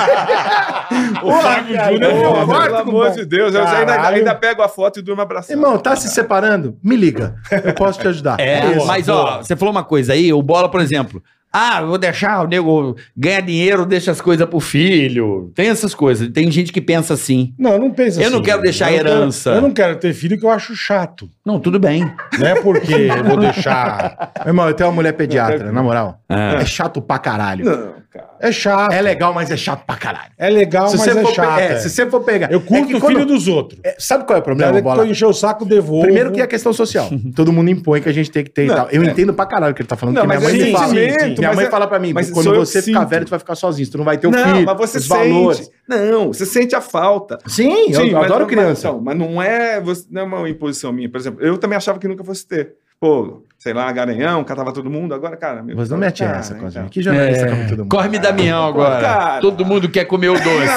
[SPEAKER 6] o Fábio Júnior, é
[SPEAKER 5] Ô,
[SPEAKER 6] pelo
[SPEAKER 5] Marco,
[SPEAKER 6] amor
[SPEAKER 5] bom.
[SPEAKER 6] de Deus, eu ainda,
[SPEAKER 2] Caralho.
[SPEAKER 6] ainda pego a foto e durmo abraçado.
[SPEAKER 5] Irmão, tá se separando? Me liga. Eu posso te ajudar.
[SPEAKER 4] É,
[SPEAKER 5] isso.
[SPEAKER 4] mas
[SPEAKER 2] boa.
[SPEAKER 4] ó, você falou uma coisa aí, o Bola, por exemplo. Ah, vou deixar o nego ganhar dinheiro, deixa as coisas pro filho. Tem essas coisas. Tem gente que pensa assim.
[SPEAKER 2] Não, eu não penso
[SPEAKER 4] Eu
[SPEAKER 2] assim.
[SPEAKER 4] não quero deixar
[SPEAKER 2] Eu
[SPEAKER 4] herança.
[SPEAKER 2] quero- eu não quero ter filho que eu acho chato.
[SPEAKER 4] Não, tudo bem.
[SPEAKER 2] Não é porque eu vou deixar.
[SPEAKER 5] Meu irmão, eu tenho uma mulher pediatra, na moral.
[SPEAKER 4] É.
[SPEAKER 5] É chato pra caralho.
[SPEAKER 6] Não, cara.
[SPEAKER 2] É chato.
[SPEAKER 5] É legal, mas é chato pra caralho.
[SPEAKER 2] É legal,
[SPEAKER 5] Se
[SPEAKER 2] mas
[SPEAKER 5] você,
[SPEAKER 2] é
[SPEAKER 5] for, pe-
[SPEAKER 2] chato.
[SPEAKER 5] é,
[SPEAKER 2] é.
[SPEAKER 5] se você for pegar.
[SPEAKER 2] Eu curto
[SPEAKER 5] é que
[SPEAKER 2] o filho
[SPEAKER 5] quando-
[SPEAKER 2] dos outros.
[SPEAKER 5] é, sabe qual é o
[SPEAKER 2] Não,
[SPEAKER 5] problema,
[SPEAKER 2] é que
[SPEAKER 5] Bola?
[SPEAKER 2] eu encher o saco, devolvo.
[SPEAKER 5] Primeiro que é a questão social. (laughs) Todo mundo impõe que a gente tem que ter e
[SPEAKER 6] Não,
[SPEAKER 5] tal. Eu
[SPEAKER 6] é.
[SPEAKER 5] entendo pra caralho o que ele tá falando.
[SPEAKER 6] Não,
[SPEAKER 5] porque
[SPEAKER 6] mas
[SPEAKER 5] minha mãe
[SPEAKER 2] é
[SPEAKER 5] me fala.
[SPEAKER 2] sentimento,
[SPEAKER 5] Minha
[SPEAKER 6] mas
[SPEAKER 5] mãe
[SPEAKER 6] é-
[SPEAKER 5] fala pra mim,
[SPEAKER 6] mas
[SPEAKER 5] quando
[SPEAKER 6] sou eu
[SPEAKER 5] você
[SPEAKER 6] que
[SPEAKER 5] ficar
[SPEAKER 6] sinto.
[SPEAKER 5] velho, tu vai ficar sozinho, tu não vai ter um
[SPEAKER 6] não,
[SPEAKER 5] filho.
[SPEAKER 6] mas você
[SPEAKER 5] os
[SPEAKER 6] sente.
[SPEAKER 5] valores.
[SPEAKER 6] Não, você sente a falta.
[SPEAKER 5] Sim, eu,
[SPEAKER 6] Sim,
[SPEAKER 5] eu
[SPEAKER 6] mas-
[SPEAKER 5] adoro
[SPEAKER 6] mas-
[SPEAKER 5] criança.
[SPEAKER 6] então, Mas, não, é, você- não é uma imposição minha. Por exemplo, eu também achava que nunca fosse ter. Pô, sei lá, Garanhão, catava todo mundo. Agora, cara... Meu,
[SPEAKER 5] Mas não mete
[SPEAKER 6] cara,
[SPEAKER 5] essa, Cosme.
[SPEAKER 6] então.
[SPEAKER 5] Que jornalista come todo mundo.
[SPEAKER 4] Corre-me Damião agora.
[SPEAKER 6] Cara.
[SPEAKER 4] Todo mundo quer comer o doce.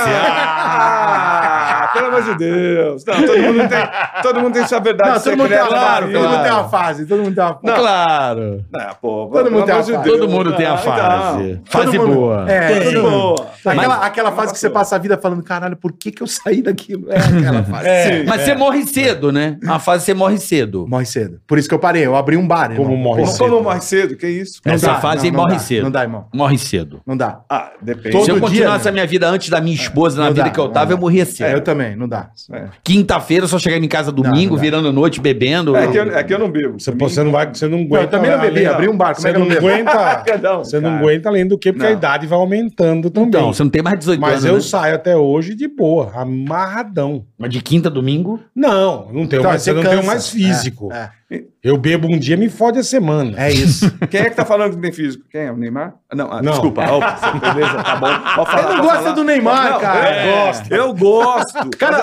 [SPEAKER 6] Ah, pelo amor de Deus. Não, todo mundo tem, todo mundo tem sua verdade
[SPEAKER 5] Não, todo mundo, tem
[SPEAKER 6] secreta.
[SPEAKER 5] uma fase,
[SPEAKER 6] Claro,
[SPEAKER 5] todo mundo tem
[SPEAKER 6] claro.
[SPEAKER 5] uma fase, todo mundo tem uma fase.
[SPEAKER 4] Ah, Claro.
[SPEAKER 6] Não, Ah, pô,
[SPEAKER 5] Todo mundo tem a fase.
[SPEAKER 4] Todo mundo tem a
[SPEAKER 6] então.
[SPEAKER 4] fase. Fase
[SPEAKER 5] Todo mundo-
[SPEAKER 4] boa.
[SPEAKER 5] É,
[SPEAKER 6] Ah, Todo
[SPEAKER 5] todo mundo.
[SPEAKER 6] mundo.
[SPEAKER 5] Aquela, aquela fase que você passa a vida falando, caralho, por que, que eu saí daquilo? É aquela fase.
[SPEAKER 6] É.
[SPEAKER 4] Mas você morre cedo, né? Uma fase você morre cedo.
[SPEAKER 5] Morre cedo. Por isso que eu parei, eu abri um bar.
[SPEAKER 2] Como morre
[SPEAKER 5] Porra,
[SPEAKER 6] Não como morre cedo, que isso?
[SPEAKER 5] não
[SPEAKER 4] Essa
[SPEAKER 5] dá,
[SPEAKER 4] fase
[SPEAKER 5] não, não
[SPEAKER 4] morre
[SPEAKER 5] dá,
[SPEAKER 4] cedo.
[SPEAKER 5] Não dá, irmão.
[SPEAKER 4] Morre cedo.
[SPEAKER 5] Não dá.
[SPEAKER 6] Ah, depende.
[SPEAKER 5] Todo
[SPEAKER 4] Se eu
[SPEAKER 5] dia,
[SPEAKER 4] continuasse
[SPEAKER 5] né?
[SPEAKER 4] a minha vida antes da minha esposa, na
[SPEAKER 5] Não
[SPEAKER 4] vida
[SPEAKER 5] dá,
[SPEAKER 4] que eu
[SPEAKER 5] não
[SPEAKER 4] tava,
[SPEAKER 5] dá.
[SPEAKER 4] eu morria cedo.
[SPEAKER 5] É, eu também, não dá.
[SPEAKER 6] É.
[SPEAKER 4] Quinta-feira eu só chegava em casa domingo,
[SPEAKER 5] dá.
[SPEAKER 4] virando noite, bebendo.
[SPEAKER 6] É que, eu, é que eu não bebo.
[SPEAKER 2] Você, pô, você não vai, você não aguenta.
[SPEAKER 5] eu também não
[SPEAKER 6] então,
[SPEAKER 2] além-
[SPEAKER 5] bebi, abri um bar, como
[SPEAKER 2] Você
[SPEAKER 5] é que eu
[SPEAKER 2] não
[SPEAKER 5] não bebo?
[SPEAKER 2] aguenta.
[SPEAKER 6] Não,
[SPEAKER 2] Você não
[SPEAKER 6] Ah, cara.
[SPEAKER 2] aguenta além do que, porque a
[SPEAKER 6] Não.
[SPEAKER 2] idade vai aumentando também.
[SPEAKER 4] Então, você não tem mais 18
[SPEAKER 2] Mas
[SPEAKER 4] anos.
[SPEAKER 2] eu
[SPEAKER 4] né?
[SPEAKER 2] saio até hoje de boa, amarradão.
[SPEAKER 4] Mas de quinta a domingo.
[SPEAKER 2] Não, não tenho
[SPEAKER 5] Então,
[SPEAKER 2] mais,
[SPEAKER 5] você
[SPEAKER 2] eu não tenho
[SPEAKER 5] cansa.
[SPEAKER 2] mais físico.
[SPEAKER 5] É, é.
[SPEAKER 2] Eu bebo um dia, me fode a semana.
[SPEAKER 5] É
[SPEAKER 6] (laughs)
[SPEAKER 5] isso.
[SPEAKER 6] Quem é que tá falando que tem físico? Quem é? O Neymar? Ah, Não, ah,
[SPEAKER 2] Não.
[SPEAKER 6] desculpa. Ah, beleza, tá bom. Pode falar,
[SPEAKER 5] Ele não
[SPEAKER 6] pode
[SPEAKER 5] gosta
[SPEAKER 6] falar.
[SPEAKER 5] do Neymar,
[SPEAKER 6] Não, é.
[SPEAKER 5] cara.
[SPEAKER 6] Eu gosto. Eu gosto.
[SPEAKER 5] Cara,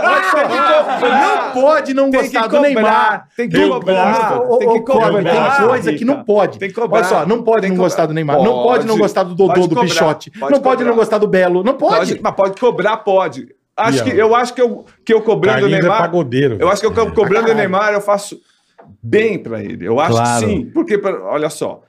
[SPEAKER 5] não pode não
[SPEAKER 6] Ah, Tem que
[SPEAKER 5] gostar do
[SPEAKER 6] cobrar,
[SPEAKER 5] Neymar.
[SPEAKER 6] tem que
[SPEAKER 5] Eu
[SPEAKER 6] cobrar,
[SPEAKER 5] gosto.
[SPEAKER 6] tem que
[SPEAKER 5] Ô, ô, Cláudio,
[SPEAKER 6] cobrar,
[SPEAKER 5] Tem coisa
[SPEAKER 6] Rica.
[SPEAKER 5] que não pode.
[SPEAKER 6] Tem que cobrar.
[SPEAKER 5] Olha só, não pode
[SPEAKER 6] Tem
[SPEAKER 5] não
[SPEAKER 6] que
[SPEAKER 5] gostar
[SPEAKER 6] cobrar.
[SPEAKER 5] do Neymar. Não pode
[SPEAKER 6] Pode.
[SPEAKER 5] não gostar do Dodô,
[SPEAKER 6] Pode
[SPEAKER 5] do
[SPEAKER 6] cobrar,
[SPEAKER 5] Pichote.
[SPEAKER 6] pode
[SPEAKER 5] Não pode
[SPEAKER 6] cobrar.
[SPEAKER 5] não gostar do Belo. Não pode.
[SPEAKER 6] Mas pode cobrar, pode. Acho
[SPEAKER 2] E,
[SPEAKER 6] que,
[SPEAKER 2] ó,
[SPEAKER 6] eu acho que eu, que eu cobrando o
[SPEAKER 2] Carlinhos é
[SPEAKER 6] Neymar.
[SPEAKER 2] pagodeiro.
[SPEAKER 6] Eu acho que eu co- cobrando o Neymar, eu faço bem pra ele. Eu acho
[SPEAKER 3] Claro.
[SPEAKER 6] que sim. Porque, pra- olha só,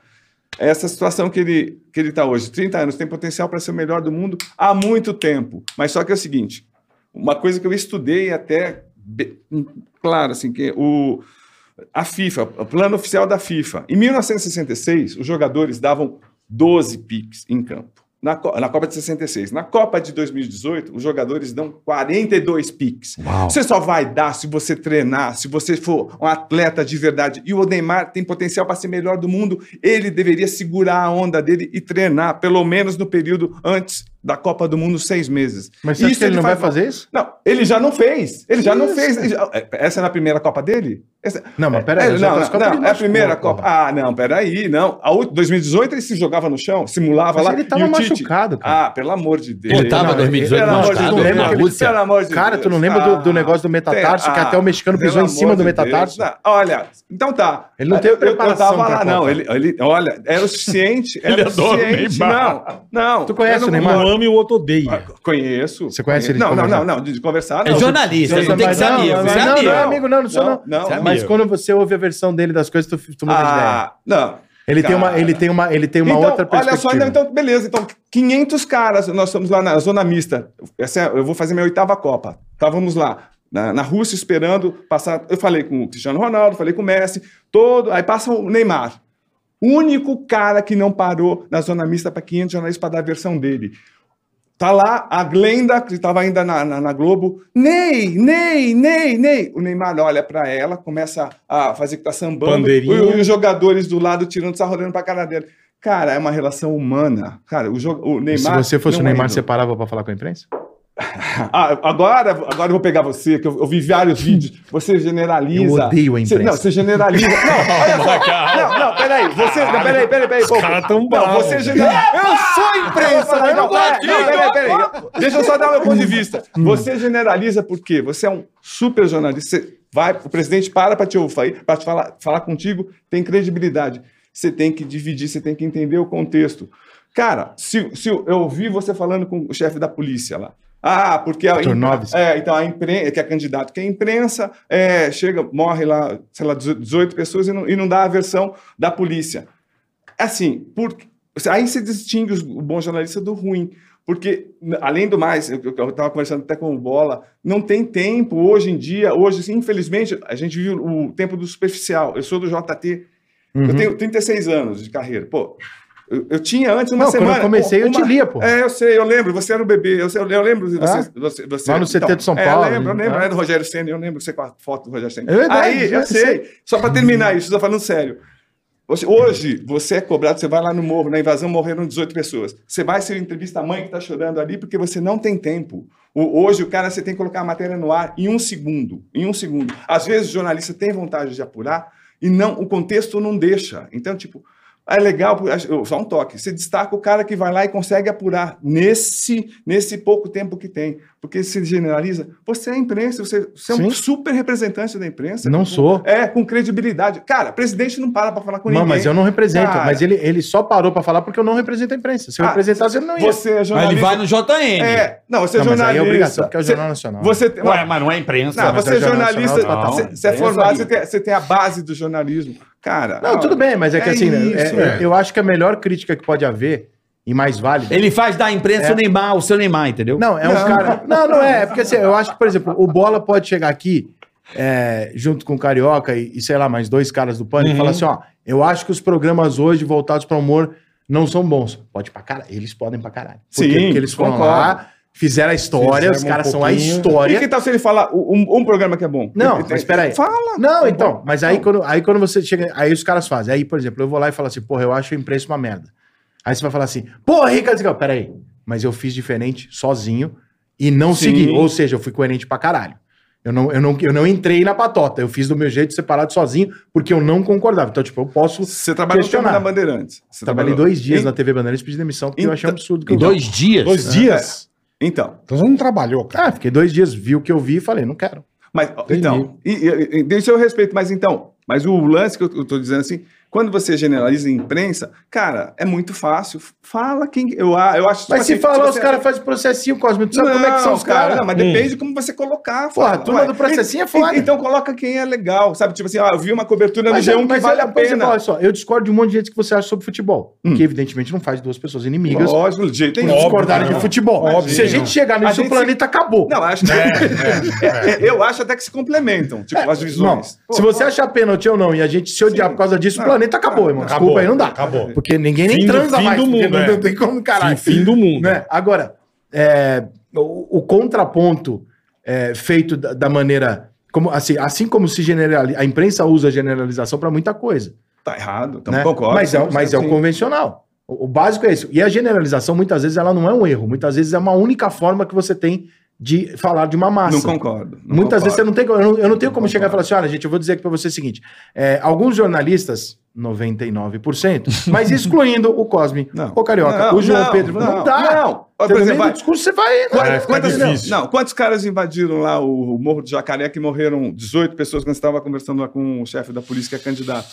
[SPEAKER 6] essa situação que ele, que ele tá hoje, 30 anos, tem potencial para ser o melhor do mundo há muito tempo. Mas só que é o seguinte: uma coisa que eu estudei até. be- Claro, assim, que o, a FIFA, o plano oficial da FIFA. Em 1966, os jogadores davam 12 piques em campo. Na, Co- na Copa de 66. Na Copa de 2018, os jogadores dão 42 piques. Você só vai dar se você treinar, se você for um atleta de verdade. E o Neymar tem potencial para ser melhor do mundo. Ele deveria segurar a onda dele e treinar, pelo menos no período antes da Copa do Mundo, seis meses.
[SPEAKER 5] Mas você acha que ele não vai fazer isso?
[SPEAKER 6] Não, ele já não fez. Ele já não
[SPEAKER 5] Isso.
[SPEAKER 6] fez. Ele já- Essa é na primeira Copa dele? Essa-
[SPEAKER 5] Não, mas peraí,
[SPEAKER 6] É,
[SPEAKER 5] as
[SPEAKER 6] não,
[SPEAKER 5] outras
[SPEAKER 6] não,
[SPEAKER 5] Copas
[SPEAKER 6] não,
[SPEAKER 5] ele
[SPEAKER 6] é a
[SPEAKER 5] machucou,
[SPEAKER 6] primeira
[SPEAKER 5] porra.
[SPEAKER 6] Copa. Ah, não, peraí, não. A outra- 2018 ele se jogava no chão, simulava
[SPEAKER 5] Mas
[SPEAKER 6] lá.
[SPEAKER 5] ele
[SPEAKER 6] e
[SPEAKER 5] tava
[SPEAKER 6] o Tite-
[SPEAKER 5] machucado, cara.
[SPEAKER 6] Ah, pelo amor de Deus.
[SPEAKER 4] Ele tava
[SPEAKER 6] Não,
[SPEAKER 4] 2018
[SPEAKER 6] pelo amor de
[SPEAKER 5] machucado,
[SPEAKER 6] Deus,
[SPEAKER 5] né, na
[SPEAKER 6] pelo
[SPEAKER 4] Rússia?
[SPEAKER 6] amor de
[SPEAKER 5] Cara, tu não
[SPEAKER 6] Deus.
[SPEAKER 5] lembra do-
[SPEAKER 6] Ah,
[SPEAKER 5] do negócio do metatarso,
[SPEAKER 6] tem-
[SPEAKER 5] que até o mexicano
[SPEAKER 6] Ah, pelo
[SPEAKER 5] pisou em cima
[SPEAKER 6] amor
[SPEAKER 5] do
[SPEAKER 6] de Deus.
[SPEAKER 5] metatarso?
[SPEAKER 6] Não, Olha, então tá.
[SPEAKER 5] Ele não teve
[SPEAKER 6] Eu-
[SPEAKER 5] preparação
[SPEAKER 6] Eu tava
[SPEAKER 5] pra
[SPEAKER 6] lá, não.
[SPEAKER 5] Copa.
[SPEAKER 6] Ele, ele- olha, era o
[SPEAKER 4] (laughs)
[SPEAKER 6] suficiente. Era
[SPEAKER 4] Ele
[SPEAKER 6] o
[SPEAKER 4] adora o
[SPEAKER 6] suficiente.
[SPEAKER 4] Neymar.
[SPEAKER 6] Não, não.
[SPEAKER 5] Tu conhece
[SPEAKER 6] Eu não-
[SPEAKER 5] o
[SPEAKER 2] Um
[SPEAKER 5] Neymar?
[SPEAKER 2] ama e o outro odeia.
[SPEAKER 6] Ah, Conheço.
[SPEAKER 5] Você conhece ele de
[SPEAKER 6] Não, não,
[SPEAKER 5] conversar?
[SPEAKER 6] não, não, de de conversar não.
[SPEAKER 4] É jornalista,
[SPEAKER 6] Sim.
[SPEAKER 4] não tem que ser
[SPEAKER 5] Mas
[SPEAKER 4] amigo.
[SPEAKER 5] não,
[SPEAKER 4] Você é
[SPEAKER 5] não,
[SPEAKER 4] amigo.
[SPEAKER 5] não é amigo, não, não sou não.
[SPEAKER 6] Não,
[SPEAKER 4] Você é
[SPEAKER 6] não.
[SPEAKER 4] amigo.
[SPEAKER 5] Mas quando você ouve a versão dele das coisas, tu, f- tu muda de ideia.
[SPEAKER 6] Ah, não.
[SPEAKER 5] Ele tem uma,
[SPEAKER 6] cara.
[SPEAKER 5] ele tem uma, ele tem uma
[SPEAKER 6] então,
[SPEAKER 5] outra
[SPEAKER 6] olha
[SPEAKER 5] perspectiva.
[SPEAKER 6] só, não, então, beleza. Então, 500 caras, nós estamos lá na zona mista. Essa é- eu vou fazer minha oitava Copa. Estávamos lá, na, na Rússia, esperando passar. Eu falei com o Cristiano Ronaldo, falei com o Messi, todo. Aí passa o Neymar. O único cara que não parou na zona mista para 500 jornalistas para dar a versão dele. Tá lá a Glenda, que estava ainda na, na, na Globo. Ney, Ney, Ney, Ney. O Neymar olha para ela, começa a fazer que tá sambando. E,
[SPEAKER 2] Bandeirinha.
[SPEAKER 6] e os jogadores do lado tirando, sarro, olhando pra cara dela. Cara, é uma relação humana. Cara, o, jo- o Neymar...
[SPEAKER 5] Se você fosse o
[SPEAKER 6] não é Tá.
[SPEAKER 5] Neymar,
[SPEAKER 6] ídolo.
[SPEAKER 5] você parava pra falar com a imprensa?
[SPEAKER 6] Ah, agora, agora eu vou pegar você, que eu, eu vi
[SPEAKER 5] (laughs)
[SPEAKER 6] vários vídeos. Você generaliza.
[SPEAKER 5] Eu odeio a
[SPEAKER 6] Você-
[SPEAKER 5] imprensa.
[SPEAKER 6] não, você generaliza. (laughs) Não, olha só. Não, não, peraí. Você, não, peraí, peraí, peraí. Os
[SPEAKER 2] caras tão
[SPEAKER 6] Não,
[SPEAKER 2] bravos.
[SPEAKER 6] você generaliza. Eu sou imprensa, eu Hum. não gosto Não, peraí, peraí. Deixa eu só dar meu ponto de vista. Você generaliza por quê? Você é um super jornalista. Você vai, o presidente para pra te ouvir, pra te falar, falar contigo, tem credibilidade. Você tem que dividir, você tem que entender o contexto. Cara, se, se eu eu ouvi você falando com o chefe da polícia lá. Ah, porque a,
[SPEAKER 5] Dr. Noves.
[SPEAKER 6] é, então a imprensa, que é candidato, que é imprensa, é, chega, morre lá, sei lá, 18 pessoas e não, e não dá a versão da polícia. Assim, por, aí se distingue os- o bom jornalista do ruim. Porque, n- além do mais, eu estava conversando até com o Bola, não tem tempo hoje em dia, hoje, assim, infelizmente, a gente vive o tempo do superficial. Eu sou do JT,
[SPEAKER 5] Uhum.
[SPEAKER 6] eu tenho 36 anos de carreira. Pô, eu, eu tinha antes uma
[SPEAKER 5] Não, quando
[SPEAKER 6] semana.
[SPEAKER 5] eu comecei, eu
[SPEAKER 6] uma-
[SPEAKER 5] te lia, pô.
[SPEAKER 6] é, eu sei, eu lembro. Você era um bebê. Eu, sei, eu lembro de você, você, você.
[SPEAKER 5] Lá no CT de São
[SPEAKER 6] é,
[SPEAKER 5] Paulo,
[SPEAKER 6] eu lembro, eu
[SPEAKER 5] né?
[SPEAKER 6] lembro. Era do Rogério Senna. Eu lembro que você com a foto do Rogério Senna.
[SPEAKER 5] É verdade,
[SPEAKER 6] Aí, eu
[SPEAKER 5] é,
[SPEAKER 6] sei. Só pra terminar isso, eu tô falando sério. Você- hoje, você é cobrado, você vai lá no morro, na invasão morreram 18 pessoas. Você vai ser entrevista a mãe que tá chorando ali porque você não tem tempo. O- hoje, o cara, você tem que colocar a matéria no ar em um segundo. Em um segundo. Às vezes, o jornalista tem vontade de apurar e não o contexto não deixa. Então, tipo, é legal, porque- eu- só um toque. Você destaca o cara que vai lá e consegue apurar nesse, nesse pouco tempo que tem. Porque se generaliza, você é imprensa, você, você é
[SPEAKER 5] Sim.
[SPEAKER 6] um super representante da imprensa.
[SPEAKER 5] Não
[SPEAKER 6] Com-
[SPEAKER 5] sou.
[SPEAKER 6] É, com credibilidade. Cara, presidente não para pra falar com
[SPEAKER 5] Não,
[SPEAKER 6] ninguém.
[SPEAKER 5] mas eu não represento.
[SPEAKER 6] Cara.
[SPEAKER 5] Mas ele, ele só parou pra falar porque eu não represento a imprensa. Se eu
[SPEAKER 6] Ah,
[SPEAKER 5] representasse, ele não ia.
[SPEAKER 6] Você é
[SPEAKER 4] Mas
[SPEAKER 6] jornalista.
[SPEAKER 4] ele vai no JN.
[SPEAKER 6] É, não, você é
[SPEAKER 5] Não, mas
[SPEAKER 6] jornalista.
[SPEAKER 5] aí é obrigação, porque é o
[SPEAKER 6] Você-
[SPEAKER 5] Jornal Nacional.
[SPEAKER 6] Você, tem-
[SPEAKER 3] Ué, mas não é imprensa.
[SPEAKER 4] né?
[SPEAKER 6] não,
[SPEAKER 5] mas
[SPEAKER 6] você é
[SPEAKER 5] é Jornal Nacional,
[SPEAKER 6] jornalista,
[SPEAKER 5] tá, tá.
[SPEAKER 6] você- você é
[SPEAKER 4] Imprensa
[SPEAKER 6] formado,
[SPEAKER 4] ali.
[SPEAKER 6] você tem, você tem a base do jornalismo. Cara.
[SPEAKER 5] Não, tudo bem, mas é que
[SPEAKER 6] é
[SPEAKER 5] assim, né,
[SPEAKER 6] isso,
[SPEAKER 2] é.
[SPEAKER 5] é- eu acho que a melhor crítica que pode haver, e mais válida.
[SPEAKER 3] Ele faz da imprensa
[SPEAKER 5] É.
[SPEAKER 3] o Neymar, o seu Neymar, entendeu?
[SPEAKER 5] Não, é um
[SPEAKER 6] Não.
[SPEAKER 5] cara. (laughs) Não, não é. É porque assim, eu acho que, por exemplo, o Bola pode chegar aqui, é, junto com o Carioca e, e sei lá, mais dois caras do Pânico, e falar assim: ó, eu acho que os programas hoje voltados para humor não são bons. Pode pra caralho. Eles podem pra caralho. Por quê?
[SPEAKER 6] Sim,
[SPEAKER 5] Porque eles foram
[SPEAKER 6] concordo.
[SPEAKER 5] lá, fizeram a história,
[SPEAKER 2] Fizeram
[SPEAKER 5] os caras
[SPEAKER 2] um
[SPEAKER 5] são a
[SPEAKER 2] pouquinho.
[SPEAKER 6] E
[SPEAKER 5] história.
[SPEAKER 6] que tal se ele falar um, um programa que é bom?
[SPEAKER 5] Não,
[SPEAKER 6] Ele-
[SPEAKER 5] mas espera aí.
[SPEAKER 6] Fala.
[SPEAKER 5] Não, então, mas aí quando, aí quando você chega. Aí os caras fazem. Aí, por exemplo, eu vou lá e falo assim, porra, eu acho a imprensa uma merda. Aí você vai falar assim, porra, Ricardo, Não, peraí. Mas eu fiz diferente sozinho e não
[SPEAKER 6] Sim.
[SPEAKER 5] segui. Ou seja, eu fui coerente pra caralho. Eu não, eu, não, eu não entrei na patota. Eu fiz do meu jeito, separado, sozinho, porque eu não concordava. Então, tipo, eu posso...
[SPEAKER 6] Você trabalhou tempo
[SPEAKER 5] Questionar.
[SPEAKER 6] na Bandeirantes. Você
[SPEAKER 5] Trabalhei
[SPEAKER 6] trabalhou.
[SPEAKER 5] dois dias
[SPEAKER 6] Em-
[SPEAKER 5] na TV Bandeirantes e pedi demissão, porque eu achei um
[SPEAKER 6] Então-
[SPEAKER 5] absurdo. Que
[SPEAKER 3] Em
[SPEAKER 5] eu
[SPEAKER 3] dois dias?
[SPEAKER 2] Dois dias?
[SPEAKER 6] Então,
[SPEAKER 2] Então você não trabalhou, cara.
[SPEAKER 5] Ah, fiquei dois dias, vi o que eu vi e falei, não quero.
[SPEAKER 6] mas então, e, e, e, deixa eu respeito, mas então, mas o lance que eu, eu tô dizendo assim, quando você generaliza a imprensa, cara, é muito fácil. Fala quem eu, a- eu acho. tipo
[SPEAKER 5] Mas se
[SPEAKER 6] assim,
[SPEAKER 5] falar,
[SPEAKER 6] tipo
[SPEAKER 5] os
[SPEAKER 6] assim,
[SPEAKER 5] caras fazem processinho, Cosme. Tu sabe
[SPEAKER 6] não,
[SPEAKER 5] como é que são os caras?
[SPEAKER 6] Não, mas depende de como você colocar.
[SPEAKER 5] Porra,
[SPEAKER 6] fala,
[SPEAKER 5] a turma
[SPEAKER 6] ué.
[SPEAKER 5] do processinho é
[SPEAKER 6] E-
[SPEAKER 5] foda. é-
[SPEAKER 6] e- Então coloca quem é legal, sabe? Tipo assim, ó, eu vi uma cobertura no
[SPEAKER 2] é
[SPEAKER 6] G1 que vale
[SPEAKER 5] olha,
[SPEAKER 6] a
[SPEAKER 5] depois você fala,
[SPEAKER 6] pena.
[SPEAKER 5] olha só, eu discordo de um monte de gente que você acha sobre futebol.
[SPEAKER 6] Hum.
[SPEAKER 5] Que evidentemente não faz duas pessoas inimigas
[SPEAKER 6] Lógico, de jeito
[SPEAKER 5] por
[SPEAKER 6] nenhum.
[SPEAKER 5] discordarem
[SPEAKER 2] não.
[SPEAKER 5] de futebol.
[SPEAKER 2] Óbvio.
[SPEAKER 5] Se a gente chegar
[SPEAKER 6] A
[SPEAKER 5] nisso,
[SPEAKER 6] gente
[SPEAKER 5] o planeta acabou.
[SPEAKER 6] Não, acho que. É, é, eu acho até que se complementam, tipo, as visões.
[SPEAKER 5] Não, se você achar pênalti ou não e a gente se odiar
[SPEAKER 6] Sim.
[SPEAKER 5] por causa disso,
[SPEAKER 6] Não,
[SPEAKER 5] o planeta acabou,
[SPEAKER 6] não,
[SPEAKER 5] irmão.
[SPEAKER 2] acabou,
[SPEAKER 5] Desculpa aí, não dá.
[SPEAKER 2] acabou.
[SPEAKER 5] Porque ninguém nem
[SPEAKER 2] Fim do-
[SPEAKER 5] transa
[SPEAKER 2] fim
[SPEAKER 5] mais.
[SPEAKER 2] do
[SPEAKER 5] porque
[SPEAKER 2] mundo,
[SPEAKER 5] não,
[SPEAKER 2] é.
[SPEAKER 5] tem como, caralho.
[SPEAKER 2] Fim- fim do mundo.
[SPEAKER 5] Né? Agora, é, o, o contraponto é, feito da, da maneira... Como, assim, assim como se generaliza... A imprensa usa a generalização para muita coisa.
[SPEAKER 6] Tá errado, então
[SPEAKER 5] né?
[SPEAKER 6] concordo.
[SPEAKER 5] mas é, mas é o
[SPEAKER 6] sim.
[SPEAKER 5] convencional. O, o básico é isso. E a generalização, muitas vezes, ela não é um erro. Muitas vezes é uma única forma que você tem de falar de uma massa.
[SPEAKER 6] Não concordo. não
[SPEAKER 5] Muitas
[SPEAKER 6] concordo.
[SPEAKER 5] vezes você não tem. como- Eu não, eu não tenho como
[SPEAKER 6] Não
[SPEAKER 5] chegar e falar
[SPEAKER 6] concordo.
[SPEAKER 5] assim: olha, gente, eu vou dizer aqui pra você o seguinte: é, alguns jornalistas,
[SPEAKER 6] (laughs)
[SPEAKER 5] 99%, mas excluindo o Cosme,
[SPEAKER 6] Não.
[SPEAKER 5] o Carioca,
[SPEAKER 6] Não,
[SPEAKER 5] o João
[SPEAKER 6] não,
[SPEAKER 5] Pedro. Não,
[SPEAKER 6] não,
[SPEAKER 5] dá.
[SPEAKER 6] não.
[SPEAKER 5] Você,
[SPEAKER 6] Por
[SPEAKER 5] no
[SPEAKER 6] exemplo,
[SPEAKER 5] meio
[SPEAKER 6] vai-
[SPEAKER 5] do discurso você vai.
[SPEAKER 2] É, fica
[SPEAKER 6] Quantas-
[SPEAKER 2] difícil.
[SPEAKER 6] Não, quantos caras invadiram lá o, o Morro do Jacaré que morreram 18 pessoas quando você estava conversando lá com o chefe da polícia que é candidato?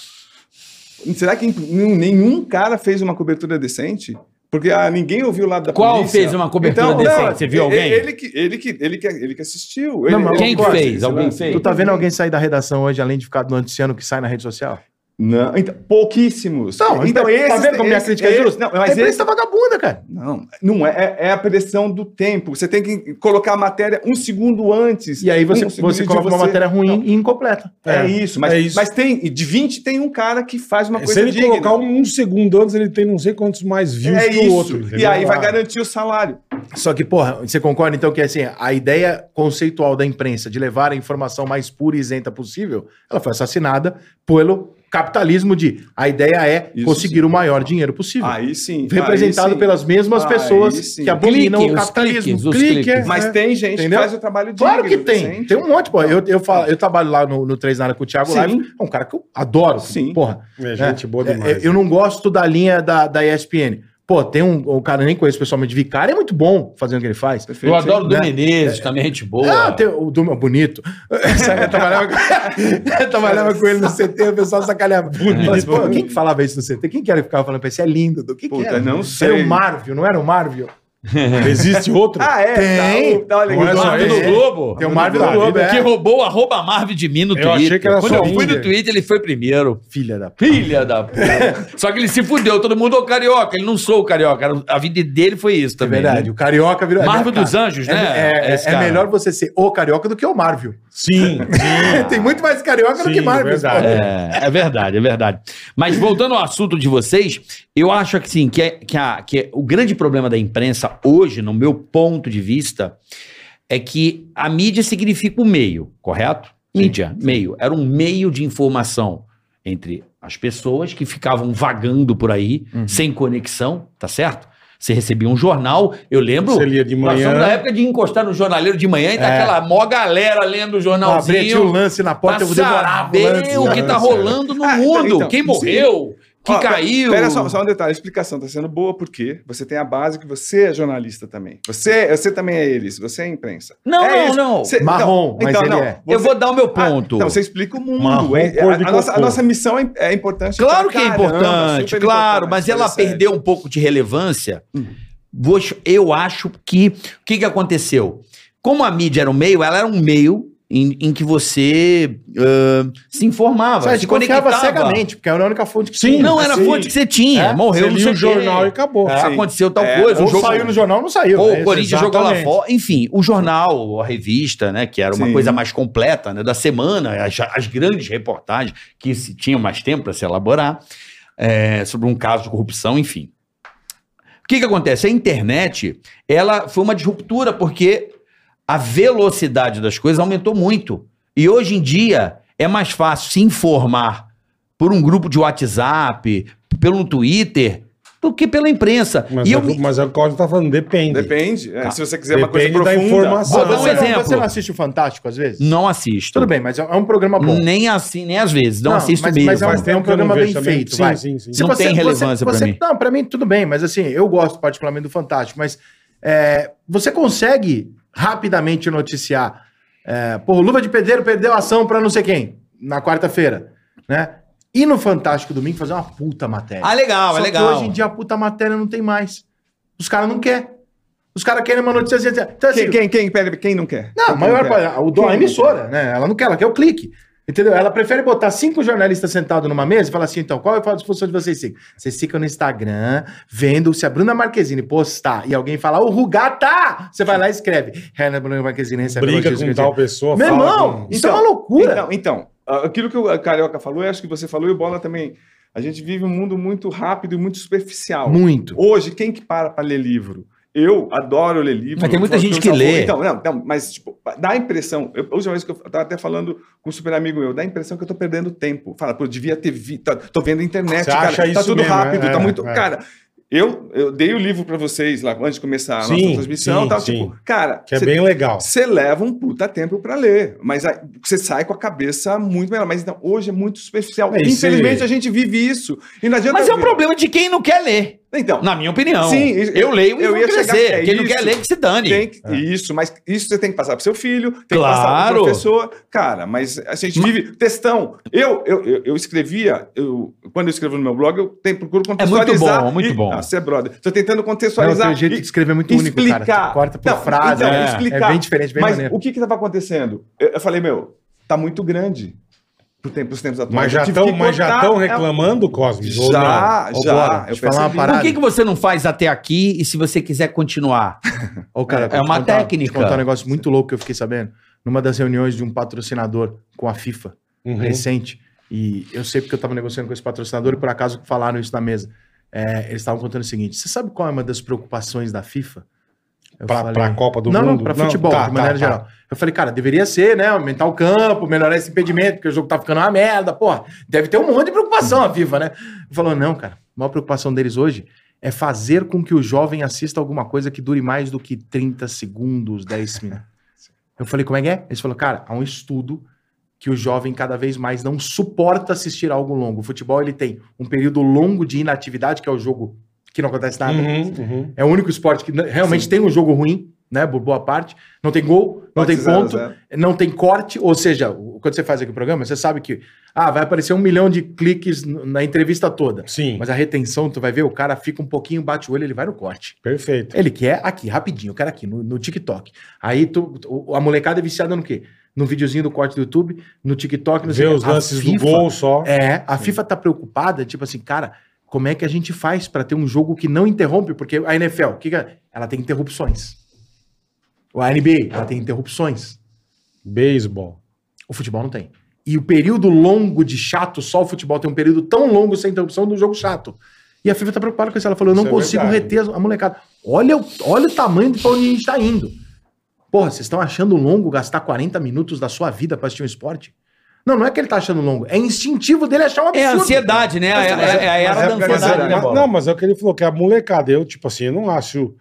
[SPEAKER 6] Será que nenhum nenhum cara fez uma cobertura decente? Porque ah, ninguém ouviu o lado da
[SPEAKER 4] Qual
[SPEAKER 6] polícia.
[SPEAKER 4] fez uma cobertura decente? Você viu
[SPEAKER 6] Então, e-
[SPEAKER 4] alguém?
[SPEAKER 6] Ele que, ele que, ele que, ele que assistiu.
[SPEAKER 5] Não,
[SPEAKER 6] Ele-
[SPEAKER 5] mas
[SPEAKER 6] ele-
[SPEAKER 4] Quem
[SPEAKER 5] eu
[SPEAKER 4] que
[SPEAKER 5] concordo,
[SPEAKER 4] fez?
[SPEAKER 6] sei
[SPEAKER 4] Alguém
[SPEAKER 6] lá.
[SPEAKER 4] fez?
[SPEAKER 5] Tu tá vendo alguém sair da redação hoje, além de ficar noticiando o que sai na rede social?
[SPEAKER 6] Não, então, pouquíssimos. então
[SPEAKER 5] tá
[SPEAKER 6] esses-
[SPEAKER 5] vendo como minha
[SPEAKER 6] esses-
[SPEAKER 5] crítica é
[SPEAKER 6] esses-
[SPEAKER 5] justa?
[SPEAKER 6] Não,
[SPEAKER 5] A
[SPEAKER 6] mas
[SPEAKER 5] imprensa
[SPEAKER 6] esses-
[SPEAKER 5] tá vagabunda, cara.
[SPEAKER 6] Não, não é, é- é a pressão do tempo. Você tem que colocar a matéria um segundo antes.
[SPEAKER 5] E aí você,
[SPEAKER 6] Um segundo
[SPEAKER 5] você
[SPEAKER 6] de
[SPEAKER 5] coloca uma
[SPEAKER 6] você-
[SPEAKER 5] matéria ruim
[SPEAKER 6] Não,
[SPEAKER 5] e incompleta.
[SPEAKER 6] É, isso, mas,
[SPEAKER 2] é isso.
[SPEAKER 6] mas tem, e de 20 tem um cara que faz uma
[SPEAKER 2] É, Se
[SPEAKER 6] coisa
[SPEAKER 2] ele
[SPEAKER 6] digna.
[SPEAKER 2] colocar um, um segundo antes, ele tem não sei quantos mais views
[SPEAKER 6] é
[SPEAKER 2] que
[SPEAKER 6] isso.
[SPEAKER 2] o outro.
[SPEAKER 6] e
[SPEAKER 2] entendeu?
[SPEAKER 6] aí vai
[SPEAKER 2] Ah.
[SPEAKER 6] garantir o salário.
[SPEAKER 5] Só que, porra, você concorda então que assim, a ideia conceitual da imprensa de levar a informação mais pura e isenta possível, ela foi assassinada pelo capitalismo de a ideia é
[SPEAKER 6] Isso
[SPEAKER 5] conseguir o maior dinheiro possível.
[SPEAKER 6] Aí sim.
[SPEAKER 5] representado
[SPEAKER 6] aí sim.
[SPEAKER 5] pelas mesmas
[SPEAKER 6] Aí
[SPEAKER 5] pessoas
[SPEAKER 6] sim.
[SPEAKER 5] que abominam
[SPEAKER 4] Clique,
[SPEAKER 5] o
[SPEAKER 4] os
[SPEAKER 5] capitalismo.
[SPEAKER 4] cliques, os cliques.
[SPEAKER 5] é.
[SPEAKER 6] Mas tem gente
[SPEAKER 5] Entendeu?
[SPEAKER 6] que faz o trabalho digno.
[SPEAKER 5] Claro que tem.
[SPEAKER 6] decente.
[SPEAKER 5] Tem um monte, pô. Eu, eu, falo, eu trabalho lá no, no Três na Área com o Thiago
[SPEAKER 6] Sim.
[SPEAKER 5] Live. É um cara que eu adoro.
[SPEAKER 6] Sim. né?
[SPEAKER 5] Porra.
[SPEAKER 2] É gente boa
[SPEAKER 5] É,
[SPEAKER 2] demais.
[SPEAKER 5] é, eu não gosto da linha da, da ESPN. Pô, tem um, um cara, nem conheço pessoalmente, Vicário é muito bom fazendo o que ele faz.
[SPEAKER 6] Perfeito.
[SPEAKER 4] Eu adoro o do
[SPEAKER 5] né?
[SPEAKER 2] É.
[SPEAKER 4] Menezes, também gente boa.
[SPEAKER 5] Ah, tem o
[SPEAKER 4] (laughs)
[SPEAKER 5] Duma bonito. Eu
[SPEAKER 6] (laughs)
[SPEAKER 5] trabalhava, com, eu trabalhava com ele no CT, o pessoal sacaneava. Mas, pô, quem que falava isso no CT? Quem que era que ficava falando pra esse? É lindo. Do que, que
[SPEAKER 6] Puta,
[SPEAKER 5] era?
[SPEAKER 6] não
[SPEAKER 5] Era
[SPEAKER 6] sei.
[SPEAKER 5] o Marvio, não era o Marvio?
[SPEAKER 2] (laughs) Existe outro?
[SPEAKER 6] Ah, é?
[SPEAKER 5] Tem.
[SPEAKER 6] Tá, o- tá, olha,
[SPEAKER 2] Não é
[SPEAKER 6] o
[SPEAKER 2] só
[SPEAKER 6] Eduardo
[SPEAKER 2] esse.
[SPEAKER 6] do
[SPEAKER 4] um do
[SPEAKER 6] Globo.
[SPEAKER 4] Globo.
[SPEAKER 5] Tem o Marvio da
[SPEAKER 2] Globo,
[SPEAKER 5] Globo,
[SPEAKER 4] Que
[SPEAKER 5] é.
[SPEAKER 4] roubou arroba Marv de mim no
[SPEAKER 2] Eu
[SPEAKER 4] Twitter.
[SPEAKER 2] achei que era
[SPEAKER 4] Quando
[SPEAKER 2] só
[SPEAKER 4] eu fui
[SPEAKER 2] um,
[SPEAKER 4] no
[SPEAKER 2] né?
[SPEAKER 4] Twitter, ele foi primeiro.
[SPEAKER 5] Filha da p.
[SPEAKER 4] Filha da puta. Só que ele se fudeu, todo mundo é o carioca. Ele não sou o carioca. era- A vida dele foi isso
[SPEAKER 5] É
[SPEAKER 4] também.
[SPEAKER 5] verdade,
[SPEAKER 4] né?
[SPEAKER 5] o Carioca virou...
[SPEAKER 4] Marvio
[SPEAKER 5] cara,
[SPEAKER 4] dos Anjos,
[SPEAKER 5] é,
[SPEAKER 4] né?
[SPEAKER 5] É, é-
[SPEAKER 4] Esse
[SPEAKER 5] é
[SPEAKER 4] cara.
[SPEAKER 5] melhor você ser o Carioca do que o Marvio.
[SPEAKER 2] Sim, sim.
[SPEAKER 5] (laughs) Tem muito mais Carioca do
[SPEAKER 2] Sim,
[SPEAKER 5] que Marvio.
[SPEAKER 2] verdade.
[SPEAKER 5] pô.
[SPEAKER 4] É, é verdade, é verdade. Mas voltando ao assunto de vocês, eu acho que sim, que, é, que, a- que é- o grande problema da imprensa hoje, no meu ponto de vista, é que a mídia significa o meio, correto? Mídia, meio. Era um meio de informação entre as pessoas que ficavam vagando por aí,
[SPEAKER 2] Uhum.
[SPEAKER 4] sem conexão, tá certo? Você recebia um jornal, eu lembro.
[SPEAKER 2] Você lia de
[SPEAKER 4] Nós somos da
[SPEAKER 2] manhã. É.
[SPEAKER 4] época de encostar no jornaleiro de manhã e tá aquela mó galera lendo o
[SPEAKER 5] Abria, tinha
[SPEAKER 4] jornalzinho
[SPEAKER 5] o lance na
[SPEAKER 4] pra
[SPEAKER 5] porta, eu devorava o
[SPEAKER 4] saber
[SPEAKER 5] lance. é.
[SPEAKER 4] o que tá rolando no
[SPEAKER 6] né? Ah, então,
[SPEAKER 4] mundo.
[SPEAKER 6] então,
[SPEAKER 4] Quem
[SPEAKER 6] sim.
[SPEAKER 4] morreu, que
[SPEAKER 6] Ó, pe-
[SPEAKER 4] caiu.
[SPEAKER 6] Pera só, só um detalhe, a explicação tá sendo boa porque você tem a base que você é jornalista também. Você, você também é eles, você é a imprensa.
[SPEAKER 4] Não,
[SPEAKER 6] É
[SPEAKER 4] não,
[SPEAKER 6] isso.
[SPEAKER 4] não.
[SPEAKER 6] Você- então,
[SPEAKER 5] Marrom, mas ele é.
[SPEAKER 4] Eu vou dar o meu
[SPEAKER 6] Ah,
[SPEAKER 4] ponto.
[SPEAKER 6] então você explica o mundo.
[SPEAKER 2] Marrom,
[SPEAKER 6] é- é-
[SPEAKER 2] cor
[SPEAKER 6] a,
[SPEAKER 2] de
[SPEAKER 6] a nossa, a
[SPEAKER 2] cocô.
[SPEAKER 6] nossa missão é, é importante.
[SPEAKER 4] Claro
[SPEAKER 6] pra
[SPEAKER 4] que é
[SPEAKER 6] caramba,
[SPEAKER 4] importante,
[SPEAKER 6] super
[SPEAKER 4] claro,
[SPEAKER 6] importante,
[SPEAKER 4] mas ela
[SPEAKER 6] super sério.
[SPEAKER 4] perdeu um pouco de relevância.
[SPEAKER 6] Hum.
[SPEAKER 4] Vos- Eu acho que. O que, que aconteceu? Como a mídia era um meio, ela era um meio em, em que você ãh, se informava,
[SPEAKER 5] Sabe,
[SPEAKER 4] se
[SPEAKER 5] desconfiava
[SPEAKER 4] conectava.
[SPEAKER 5] cegamente, porque era a única fonte que
[SPEAKER 2] Sim,
[SPEAKER 4] Não, era a
[SPEAKER 2] Sim.
[SPEAKER 4] fonte que você tinha. É,
[SPEAKER 5] É,
[SPEAKER 4] Morreu
[SPEAKER 2] Você
[SPEAKER 4] no
[SPEAKER 2] lia o jornal e acabou.
[SPEAKER 6] É. Sim.
[SPEAKER 4] Aconteceu tal
[SPEAKER 6] É,
[SPEAKER 4] coisa.
[SPEAKER 5] Ou
[SPEAKER 4] o jogo-
[SPEAKER 5] saiu no jornal ou não saiu.
[SPEAKER 4] Ou
[SPEAKER 5] né?
[SPEAKER 4] o Corinthians jogou lá
[SPEAKER 5] Exatamente.
[SPEAKER 4] fora. Enfim, o jornal, a revista, né? Que era uma
[SPEAKER 6] Sim.
[SPEAKER 4] coisa mais completa, né? Da semana, as, as grandes reportagens que se tinham mais tempo para se elaborar é, sobre um caso de corrupção, enfim. O que, que acontece? A internet, ela foi uma disruptura, porque a velocidade das coisas aumentou muito. E hoje em dia é mais fácil se informar por um grupo de WhatsApp, pelo Twitter, do do que pela imprensa.
[SPEAKER 2] Mas,
[SPEAKER 4] e eu
[SPEAKER 2] é, mas é o Cosmo tá falando, depende.
[SPEAKER 6] Depende. é, se você quiser uma coisa
[SPEAKER 2] Depende da
[SPEAKER 6] profunda.
[SPEAKER 2] informação.
[SPEAKER 6] Ah,
[SPEAKER 2] Vou dar um
[SPEAKER 5] você, não,
[SPEAKER 4] exemplo.
[SPEAKER 5] você não assiste o Fantástico, às vezes?
[SPEAKER 4] não assisto.
[SPEAKER 5] Tudo bem, mas é é um programa bom.
[SPEAKER 4] Nem assim, nem às vezes. Não,
[SPEAKER 5] Não,
[SPEAKER 4] assisto
[SPEAKER 5] mas-
[SPEAKER 4] mesmo.
[SPEAKER 5] mas é um-
[SPEAKER 2] Faz tempo que eu não
[SPEAKER 5] programa
[SPEAKER 2] vejo
[SPEAKER 5] bem
[SPEAKER 2] também.
[SPEAKER 5] feito,
[SPEAKER 2] Sim,
[SPEAKER 5] vai.
[SPEAKER 2] sim, sim.
[SPEAKER 4] Se- Não tem relevância pra mim.
[SPEAKER 5] Não, pra mim tudo bem, mas assim, eu gosto particularmente do Fantástico, mas é, você consegue rapidamente noticiar. É, pô, o Luva de Pedreiro perdeu a ação pra não sei quem, na quarta-feira, né? E no Fantástico domingo fazer uma puta matéria.
[SPEAKER 4] Ah, legal,
[SPEAKER 5] Só
[SPEAKER 4] é
[SPEAKER 5] que
[SPEAKER 4] legal.
[SPEAKER 5] hoje em dia a puta matéria não tem mais. Os caras não querem. Os caras querem uma notícia. assim, Então, assim,
[SPEAKER 6] Quem, quem, quem, pera, quem não quer?
[SPEAKER 5] não, a
[SPEAKER 6] Quem
[SPEAKER 5] maior
[SPEAKER 6] quer?
[SPEAKER 5] parte. O dono, a
[SPEAKER 6] Quem
[SPEAKER 5] emissora, né? Ela não quer, ela quer o clique. Entendeu? Ela prefere botar cinco jornalistas sentados numa mesa e falar assim: então, qual é a disposição de vocês cinco? Vocês ficam no Instagram vendo se a Bruna Marquezine postar e alguém falar, ô Rugata! Você vai lá e escreve. Renan Bruna Marquezine recebe
[SPEAKER 2] Briga
[SPEAKER 5] notícia
[SPEAKER 2] com
[SPEAKER 5] que-
[SPEAKER 2] tal pessoa.
[SPEAKER 5] Meu
[SPEAKER 2] fala
[SPEAKER 5] irmão,
[SPEAKER 2] com- um,
[SPEAKER 5] isso é uma loucura.
[SPEAKER 6] Então, então, ah, aquilo que o Carioca falou, eu acho que você falou e o Bola também. A gente vive um mundo muito rápido e muito superficial.
[SPEAKER 5] Muito.
[SPEAKER 6] Hoje, quem que para para ler livro? Eu adoro ler livro.
[SPEAKER 4] Mas tem muita
[SPEAKER 6] Eu-
[SPEAKER 4] gente
[SPEAKER 6] eu
[SPEAKER 4] que
[SPEAKER 6] só vou-
[SPEAKER 4] lê.
[SPEAKER 6] Então, não, não, mas tipo, dá a impressão. Eu, a última vez que eu estava até falando com um super amigo meu, dá a impressão que eu tô perdendo tempo. Fala, pô, eu devia ter visto. Tá, tô vendo a internet,
[SPEAKER 2] Você
[SPEAKER 6] cara.
[SPEAKER 2] acha
[SPEAKER 6] tá
[SPEAKER 2] isso
[SPEAKER 6] tudo
[SPEAKER 2] mesmo,
[SPEAKER 6] rápido,
[SPEAKER 2] é,
[SPEAKER 6] tá
[SPEAKER 2] é,
[SPEAKER 6] muito.
[SPEAKER 2] é.
[SPEAKER 6] Cara, eu, eu dei o livro para vocês lá antes de começar a nossa
[SPEAKER 2] Sim,
[SPEAKER 6] transmissão.
[SPEAKER 2] sim,
[SPEAKER 6] tal,
[SPEAKER 2] sim.
[SPEAKER 6] Tipo, cara,
[SPEAKER 2] Que é
[SPEAKER 6] cê-
[SPEAKER 2] bem legal.
[SPEAKER 6] você leva um puta tempo pra ler, mas aí você sai com a cabeça muito melhor. Mas então, hoje é muito superficial.
[SPEAKER 2] É, e
[SPEAKER 6] Infelizmente,
[SPEAKER 2] cê-
[SPEAKER 6] a gente vive isso. E não adianta.
[SPEAKER 4] Mas é um problema de quem não quer ler,
[SPEAKER 6] Então,
[SPEAKER 4] na minha opinião.
[SPEAKER 6] Sim,
[SPEAKER 4] eu leio e
[SPEAKER 6] eu
[SPEAKER 4] vou
[SPEAKER 6] ia chegar
[SPEAKER 4] crescer.
[SPEAKER 6] até
[SPEAKER 4] Quem não
[SPEAKER 6] isso.
[SPEAKER 4] quer ler, que se dane.
[SPEAKER 6] tem
[SPEAKER 5] é.
[SPEAKER 6] que- Isso, mas isso você tem que passar pro seu filho, tem que passar
[SPEAKER 4] Claro.
[SPEAKER 6] pro professor. Cara, mas a gente vive textão. Eu, eu, eu, eu escrevia, eu, quando eu escrevo no meu blog, eu tenho, procuro
[SPEAKER 5] É
[SPEAKER 6] contextualizar.
[SPEAKER 4] bom, muito
[SPEAKER 6] e-
[SPEAKER 4] bom.
[SPEAKER 6] Ah, você é brother. Tô tentando
[SPEAKER 5] Não,
[SPEAKER 6] contextualizar.
[SPEAKER 5] teu jeito de
[SPEAKER 6] e-
[SPEAKER 5] escrever é muito único, cara.
[SPEAKER 6] explicar.
[SPEAKER 5] Tu corta por
[SPEAKER 6] Não,
[SPEAKER 5] frase.
[SPEAKER 6] então,
[SPEAKER 5] é,
[SPEAKER 6] explicar.
[SPEAKER 5] é bem diferente, bem
[SPEAKER 6] Mas
[SPEAKER 5] maneiro.
[SPEAKER 6] o que que estava acontecendo? Eu, eu falei, meu, tá muito grande pro tempo, pros tempos atuais.
[SPEAKER 2] Mas já
[SPEAKER 6] Eu tive que cortar
[SPEAKER 2] estão
[SPEAKER 6] a-
[SPEAKER 2] reclamando, Cosme? ou
[SPEAKER 6] Já,
[SPEAKER 2] não? Ou bora?
[SPEAKER 5] Deixa
[SPEAKER 6] já. eu
[SPEAKER 5] Ah, eu falar uma
[SPEAKER 6] percebi.
[SPEAKER 5] parada.
[SPEAKER 4] Por que, que você não faz até aqui e se você quiser continuar?
[SPEAKER 5] Ô, cara,
[SPEAKER 4] É
[SPEAKER 5] vou te
[SPEAKER 4] uma
[SPEAKER 5] contar-
[SPEAKER 4] técnica.
[SPEAKER 5] Vou te contar um negócio muito louco que eu fiquei sabendo. Numa das reuniões de um patrocinador com a FIFA
[SPEAKER 2] Uhum.
[SPEAKER 5] recente, e eu sei porque eu tava negociando com esse patrocinador e por acaso falaram isso na mesa. É, eles estavam contando o seguinte: você sabe qual é uma das preocupações da FIFA? Eu
[SPEAKER 2] Pra,
[SPEAKER 5] falei,
[SPEAKER 2] pra Copa do
[SPEAKER 5] não,
[SPEAKER 2] Mundo?
[SPEAKER 5] não, pra futebol,
[SPEAKER 2] tá,
[SPEAKER 5] de maneira
[SPEAKER 2] tá,
[SPEAKER 5] geral. Eu falei, cara, deveria ser, né? Aumentar o campo, melhorar esse impedimento, porque o jogo tá ficando uma merda, porra. Deve ter um monte de preocupação a FIFA, né? Falou, não, cara, a maior preocupação deles hoje é fazer com que o jovem assista alguma coisa que dure mais do que 30 segundos, 10 minutos. Eu falei, como é que é? Eles falaram, cara, há um estudo que o jovem cada vez mais não suporta assistir algo longo. O futebol, ele tem um período longo de inatividade, que é o jogo que não acontece
[SPEAKER 2] tá.
[SPEAKER 5] nada.
[SPEAKER 2] Uhum, uhum.
[SPEAKER 5] É o único esporte que realmente tem um jogo ruim, né? Por boa parte. Não tem gol, não
[SPEAKER 6] Bate
[SPEAKER 5] tem
[SPEAKER 6] zero,
[SPEAKER 5] ponto,
[SPEAKER 6] zero.
[SPEAKER 5] não tem corte. Ou seja, o- quando você faz aqui o programa, você sabe que ah, vai aparecer um milhão de cliques n- na entrevista toda.
[SPEAKER 2] Sim,
[SPEAKER 5] Mas a retenção, tu vai ver, o cara fica um pouquinho, bate o olho, ele vai no corte.
[SPEAKER 2] perfeito.
[SPEAKER 5] Ele quer aqui, rapidinho, eu quero aqui, no, no TikTok. Aí tu, o- a molecada é viciada no quê? No videozinho do corte do YouTube, no TikTok, no
[SPEAKER 2] Ver os lances do gol só.
[SPEAKER 5] é, a FIFA tá preocupada, tipo assim, cara, como é que a gente faz pra ter um jogo que não interrompe? Porque a NFL, o que que ela- ela tem interrupções. O NBA, ela tem interrupções.
[SPEAKER 2] Beisebol.
[SPEAKER 5] O futebol não tem. E o período longo de chato, só o futebol tem um período tão longo sem interrupção do jogo chato. E a FIFA tá preocupada com isso. Ela falou, eu não
[SPEAKER 2] Isso é
[SPEAKER 5] consigo
[SPEAKER 2] verdade.
[SPEAKER 5] reter a molecada. Olha, o- olha o tamanho de pra onde a gente tá indo. Porra, vocês estão achando longo gastar 40 minutos da sua vida pra assistir um esporte? Não, não é que ele tá achando longo. É instintivo dele achar um
[SPEAKER 4] É a
[SPEAKER 5] absurdo.
[SPEAKER 4] ansiedade, né? É, é- é a
[SPEAKER 6] mas
[SPEAKER 4] era
[SPEAKER 6] é
[SPEAKER 4] da
[SPEAKER 6] porque-
[SPEAKER 4] ansiedade.
[SPEAKER 6] mas-
[SPEAKER 4] né,
[SPEAKER 2] Mas-
[SPEAKER 4] Bola?
[SPEAKER 2] não, mas é o que ele falou, que a molecada, eu, tipo assim, eu não acho.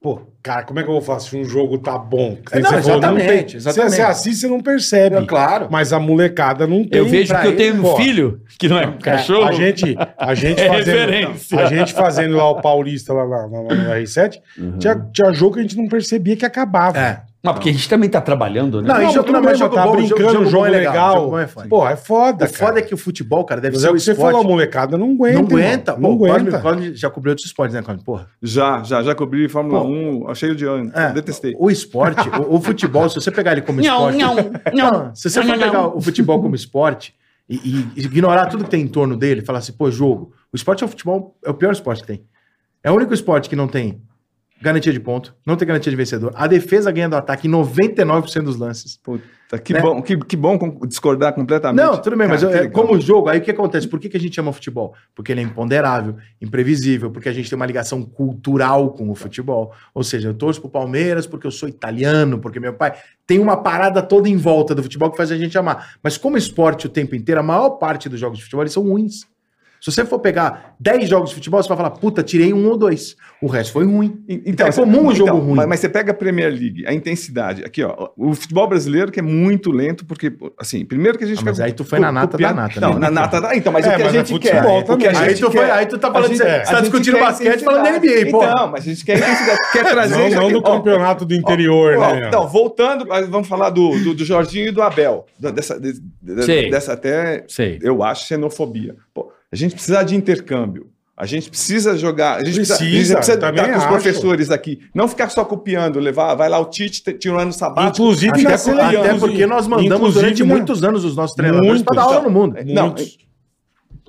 [SPEAKER 2] Pô, cara, como é que eu vou falar se um jogo tá bom? Que nem
[SPEAKER 5] Não,
[SPEAKER 2] você falou,
[SPEAKER 5] exatamente,
[SPEAKER 2] tem- é assim,
[SPEAKER 5] exatamente.
[SPEAKER 2] Você, você assiste, você não percebe.
[SPEAKER 5] É claro.
[SPEAKER 2] Mas a molecada não tem.
[SPEAKER 4] Eu vejo
[SPEAKER 2] pra
[SPEAKER 4] que eu
[SPEAKER 2] ele,
[SPEAKER 4] tenho um
[SPEAKER 2] pô.
[SPEAKER 4] filho, que não é um cachorro.
[SPEAKER 2] A gente, a gente
[SPEAKER 4] (laughs) É
[SPEAKER 2] fazendo,
[SPEAKER 4] referência.
[SPEAKER 2] a gente fazendo lá o Paulista lá, lá- lá- lá no R7, tinha, tinha jogo que a gente não percebia que acabava.
[SPEAKER 5] Uhum. É.
[SPEAKER 4] Mas Uhum. porque a gente também tá trabalhando, né?
[SPEAKER 5] Não, e jogo
[SPEAKER 2] tudo
[SPEAKER 5] não,
[SPEAKER 2] bem,
[SPEAKER 5] mas jogo
[SPEAKER 2] tá
[SPEAKER 5] bom,
[SPEAKER 2] brincando,
[SPEAKER 5] jogo-
[SPEAKER 2] jogo,
[SPEAKER 5] jogo bom é
[SPEAKER 2] legal.
[SPEAKER 5] legal, jogo bom é foda.
[SPEAKER 2] Pô, é foda,
[SPEAKER 5] O foda
[SPEAKER 2] cara.
[SPEAKER 5] é que o futebol, cara, deve
[SPEAKER 2] Mas
[SPEAKER 5] ser
[SPEAKER 2] é o
[SPEAKER 5] o
[SPEAKER 2] que você
[SPEAKER 5] esporte.
[SPEAKER 2] falou, a molecada não aguenta.
[SPEAKER 5] não
[SPEAKER 2] irmão.
[SPEAKER 5] aguenta.
[SPEAKER 2] Não
[SPEAKER 5] Pô,
[SPEAKER 2] aguenta.
[SPEAKER 5] Cosme- Cosme já cobriu outros esportes, né, Cosme? Porra.
[SPEAKER 6] Já, já, já cobri Fórmula
[SPEAKER 5] Pô.
[SPEAKER 6] 1, achei o de ano.
[SPEAKER 5] É,
[SPEAKER 6] Detestei.
[SPEAKER 5] O esporte, o, o futebol, se você pegar ele como
[SPEAKER 4] Não,
[SPEAKER 5] esporte...
[SPEAKER 4] não, não.
[SPEAKER 5] se você
[SPEAKER 4] Não,
[SPEAKER 5] for
[SPEAKER 4] não,
[SPEAKER 5] pegar
[SPEAKER 4] não.
[SPEAKER 5] o futebol como esporte e, e ignorar tudo que tem em torno dele, falar assim, pô, jogo. O esporte é o futebol, é o pior esporte que tem. É o único esporte que não tem garantia de ponto, não tem garantia de vencedor. A defesa ganha do ataque em 99% dos lances.
[SPEAKER 6] Puta, Tá, que,
[SPEAKER 5] né?
[SPEAKER 6] bom, que, que bom con- discordar completamente.
[SPEAKER 5] Não, tudo bem, mas eu-
[SPEAKER 6] Cara, que
[SPEAKER 5] é,
[SPEAKER 6] legal.
[SPEAKER 5] como jogo, aí o que acontece? Por que, que a gente ama futebol? Porque ele é imponderável, imprevisível, porque a gente tem uma ligação cultural com o futebol. Ou seja, eu torço pro Palmeiras porque eu sou italiano, porque meu pai. Tem uma parada toda em volta do futebol que faz a gente amar. Mas como esporte o tempo inteiro, a maior parte dos jogos de futebol eles são ruins. Se você for pegar 10 jogos de futebol, você vai falar, puta, tirei um ou dois. O resto foi ruim.
[SPEAKER 6] E- Então,
[SPEAKER 5] É
[SPEAKER 6] você-
[SPEAKER 5] comum o jogo ruim.
[SPEAKER 6] Mas, mas você pega a Premier League, a intensidade. Aqui, ó. O futebol brasileiro que é muito lento, porque, assim, primeiro que a gente.
[SPEAKER 5] Ah, mas
[SPEAKER 6] fica
[SPEAKER 5] aí tu foi na nata
[SPEAKER 6] copiando-
[SPEAKER 5] da nata,
[SPEAKER 6] Não,
[SPEAKER 5] né?
[SPEAKER 6] na nata da. Então, mas
[SPEAKER 2] É,
[SPEAKER 6] o que a
[SPEAKER 2] mas é
[SPEAKER 6] gente quer.
[SPEAKER 2] futebol
[SPEAKER 6] o que a
[SPEAKER 5] Aí
[SPEAKER 6] gente
[SPEAKER 5] tu, foi,
[SPEAKER 6] quer-
[SPEAKER 5] aí tu tá falando,
[SPEAKER 6] a
[SPEAKER 5] de-
[SPEAKER 6] gente- é.
[SPEAKER 5] você
[SPEAKER 6] a
[SPEAKER 5] tá
[SPEAKER 6] gente
[SPEAKER 5] discutindo
[SPEAKER 6] quer
[SPEAKER 5] basquete falando da NBA,
[SPEAKER 6] intensidade.
[SPEAKER 5] pô.
[SPEAKER 6] Então, mas a gente quer intensidade. Quer trazer
[SPEAKER 2] Não,
[SPEAKER 6] isso
[SPEAKER 2] não
[SPEAKER 6] aqui.
[SPEAKER 2] do
[SPEAKER 6] Ó,
[SPEAKER 2] campeonato do interior,
[SPEAKER 6] Ó,
[SPEAKER 2] né?
[SPEAKER 6] Então, voltando, mas vamos falar do, do, do Jorginho e do Abel. Da- Dessa, de- de-
[SPEAKER 4] Sim.
[SPEAKER 6] dessa até,
[SPEAKER 4] Sei.
[SPEAKER 6] eu acho, xenofobia. Pô, a gente precisa de intercâmbio. A gente precisa jogar. A gente precisa,
[SPEAKER 2] Precisa,
[SPEAKER 6] a gente precisa
[SPEAKER 2] também
[SPEAKER 6] estar com os
[SPEAKER 2] acho.
[SPEAKER 6] professores aqui. Não ficar só copiando, levar, vai lá o Tite te- tirando o sabato.
[SPEAKER 2] Inclusive
[SPEAKER 5] Até,
[SPEAKER 2] na
[SPEAKER 5] por- até
[SPEAKER 2] seleção.
[SPEAKER 5] porque nós mandamos
[SPEAKER 2] Inclusive,
[SPEAKER 5] durante
[SPEAKER 2] né?
[SPEAKER 5] muitos anos os nossos treinadores
[SPEAKER 2] Muitos.
[SPEAKER 5] pra dar aula no mundo.
[SPEAKER 6] Não,
[SPEAKER 2] Muitos.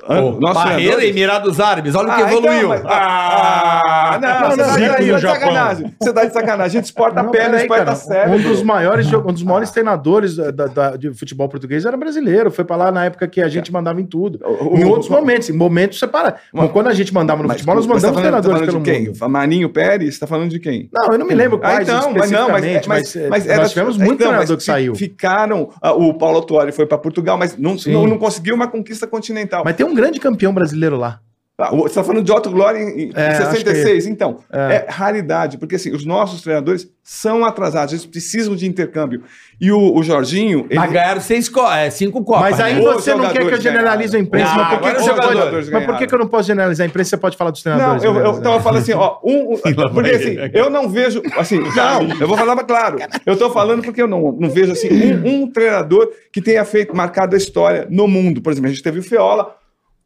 [SPEAKER 6] An- nosso
[SPEAKER 3] Barreira
[SPEAKER 6] treinador-
[SPEAKER 3] e Emirados Árabes, olha o que
[SPEAKER 6] Ah, então,
[SPEAKER 3] evoluiu.
[SPEAKER 6] mas- ah, não,
[SPEAKER 2] não,
[SPEAKER 6] você tá-
[SPEAKER 2] Zico
[SPEAKER 6] tá de
[SPEAKER 2] no Japão.
[SPEAKER 6] sacanagem. Você tá de sacanagem. A gente exporta
[SPEAKER 5] Não,
[SPEAKER 6] pele,
[SPEAKER 5] peraí,
[SPEAKER 6] exporta
[SPEAKER 5] cara.
[SPEAKER 6] cérebro.
[SPEAKER 5] Um dos maiores, jo- um dos maiores treinadores eh, da- da- da- de futebol português era brasileiro. Foi pra lá na época que a gente mandava em tudo.
[SPEAKER 6] O- o-
[SPEAKER 5] em outros momentos, em momentos separados. Bom, quando a gente mandava no
[SPEAKER 6] Mas
[SPEAKER 5] futebol, nós
[SPEAKER 6] você tá
[SPEAKER 5] mandávamos
[SPEAKER 6] falando- tá
[SPEAKER 5] treinadores
[SPEAKER 6] falando
[SPEAKER 5] pelo
[SPEAKER 6] de quem?
[SPEAKER 5] mundo.
[SPEAKER 6] Marinho Pérez? Tá falando de quem?
[SPEAKER 5] Não, eu não me lembro
[SPEAKER 6] Ah,
[SPEAKER 5] quais
[SPEAKER 6] então, mas não, mas, mas,
[SPEAKER 5] especificamente, mas, eh,
[SPEAKER 6] mas era-
[SPEAKER 5] nós tivemos muito
[SPEAKER 6] então,
[SPEAKER 5] treinador
[SPEAKER 6] mas
[SPEAKER 5] que
[SPEAKER 6] fi-
[SPEAKER 5] saiu.
[SPEAKER 6] Ficaram, ah, o Paulo Autuori foi para Portugal, mas não,
[SPEAKER 5] Sim.
[SPEAKER 6] não, não conseguiu uma conquista continental.
[SPEAKER 5] Mas tem um grande campeão brasileiro lá.
[SPEAKER 6] Ah, o- Você está falando de Otto Glória em, em
[SPEAKER 5] É, acho
[SPEAKER 6] 66, então, é. raridade, porque assim, os nossos treinadores são atrasados, eles precisam de intercâmbio. E o, o Jorginho, ele...
[SPEAKER 3] Mas ganharam seis co- é, cinco copas.
[SPEAKER 5] Mas aí
[SPEAKER 3] né?
[SPEAKER 6] Os
[SPEAKER 5] você não quer que eu
[SPEAKER 6] jogadores
[SPEAKER 5] generalize a
[SPEAKER 6] ganharam.
[SPEAKER 5] imprensa.
[SPEAKER 3] Ah,
[SPEAKER 5] mas por que
[SPEAKER 3] agora
[SPEAKER 5] que,
[SPEAKER 3] os
[SPEAKER 5] você pode-
[SPEAKER 6] jogadores
[SPEAKER 5] mas por que, que eu não posso generalizar a imprensa? Você pode falar dos
[SPEAKER 6] Não,
[SPEAKER 5] treinadores. né?
[SPEAKER 6] eu, eu,
[SPEAKER 5] generalizando.
[SPEAKER 6] então eu falo assim, ó, um,
[SPEAKER 5] (laughs)
[SPEAKER 6] um- porque assim, eu não vejo, assim, não, eu vou falar claro, eu tô falando porque eu não, não vejo, assim, um, um treinador que tenha feito, marcado a história no mundo, por exemplo, a gente teve o Feola,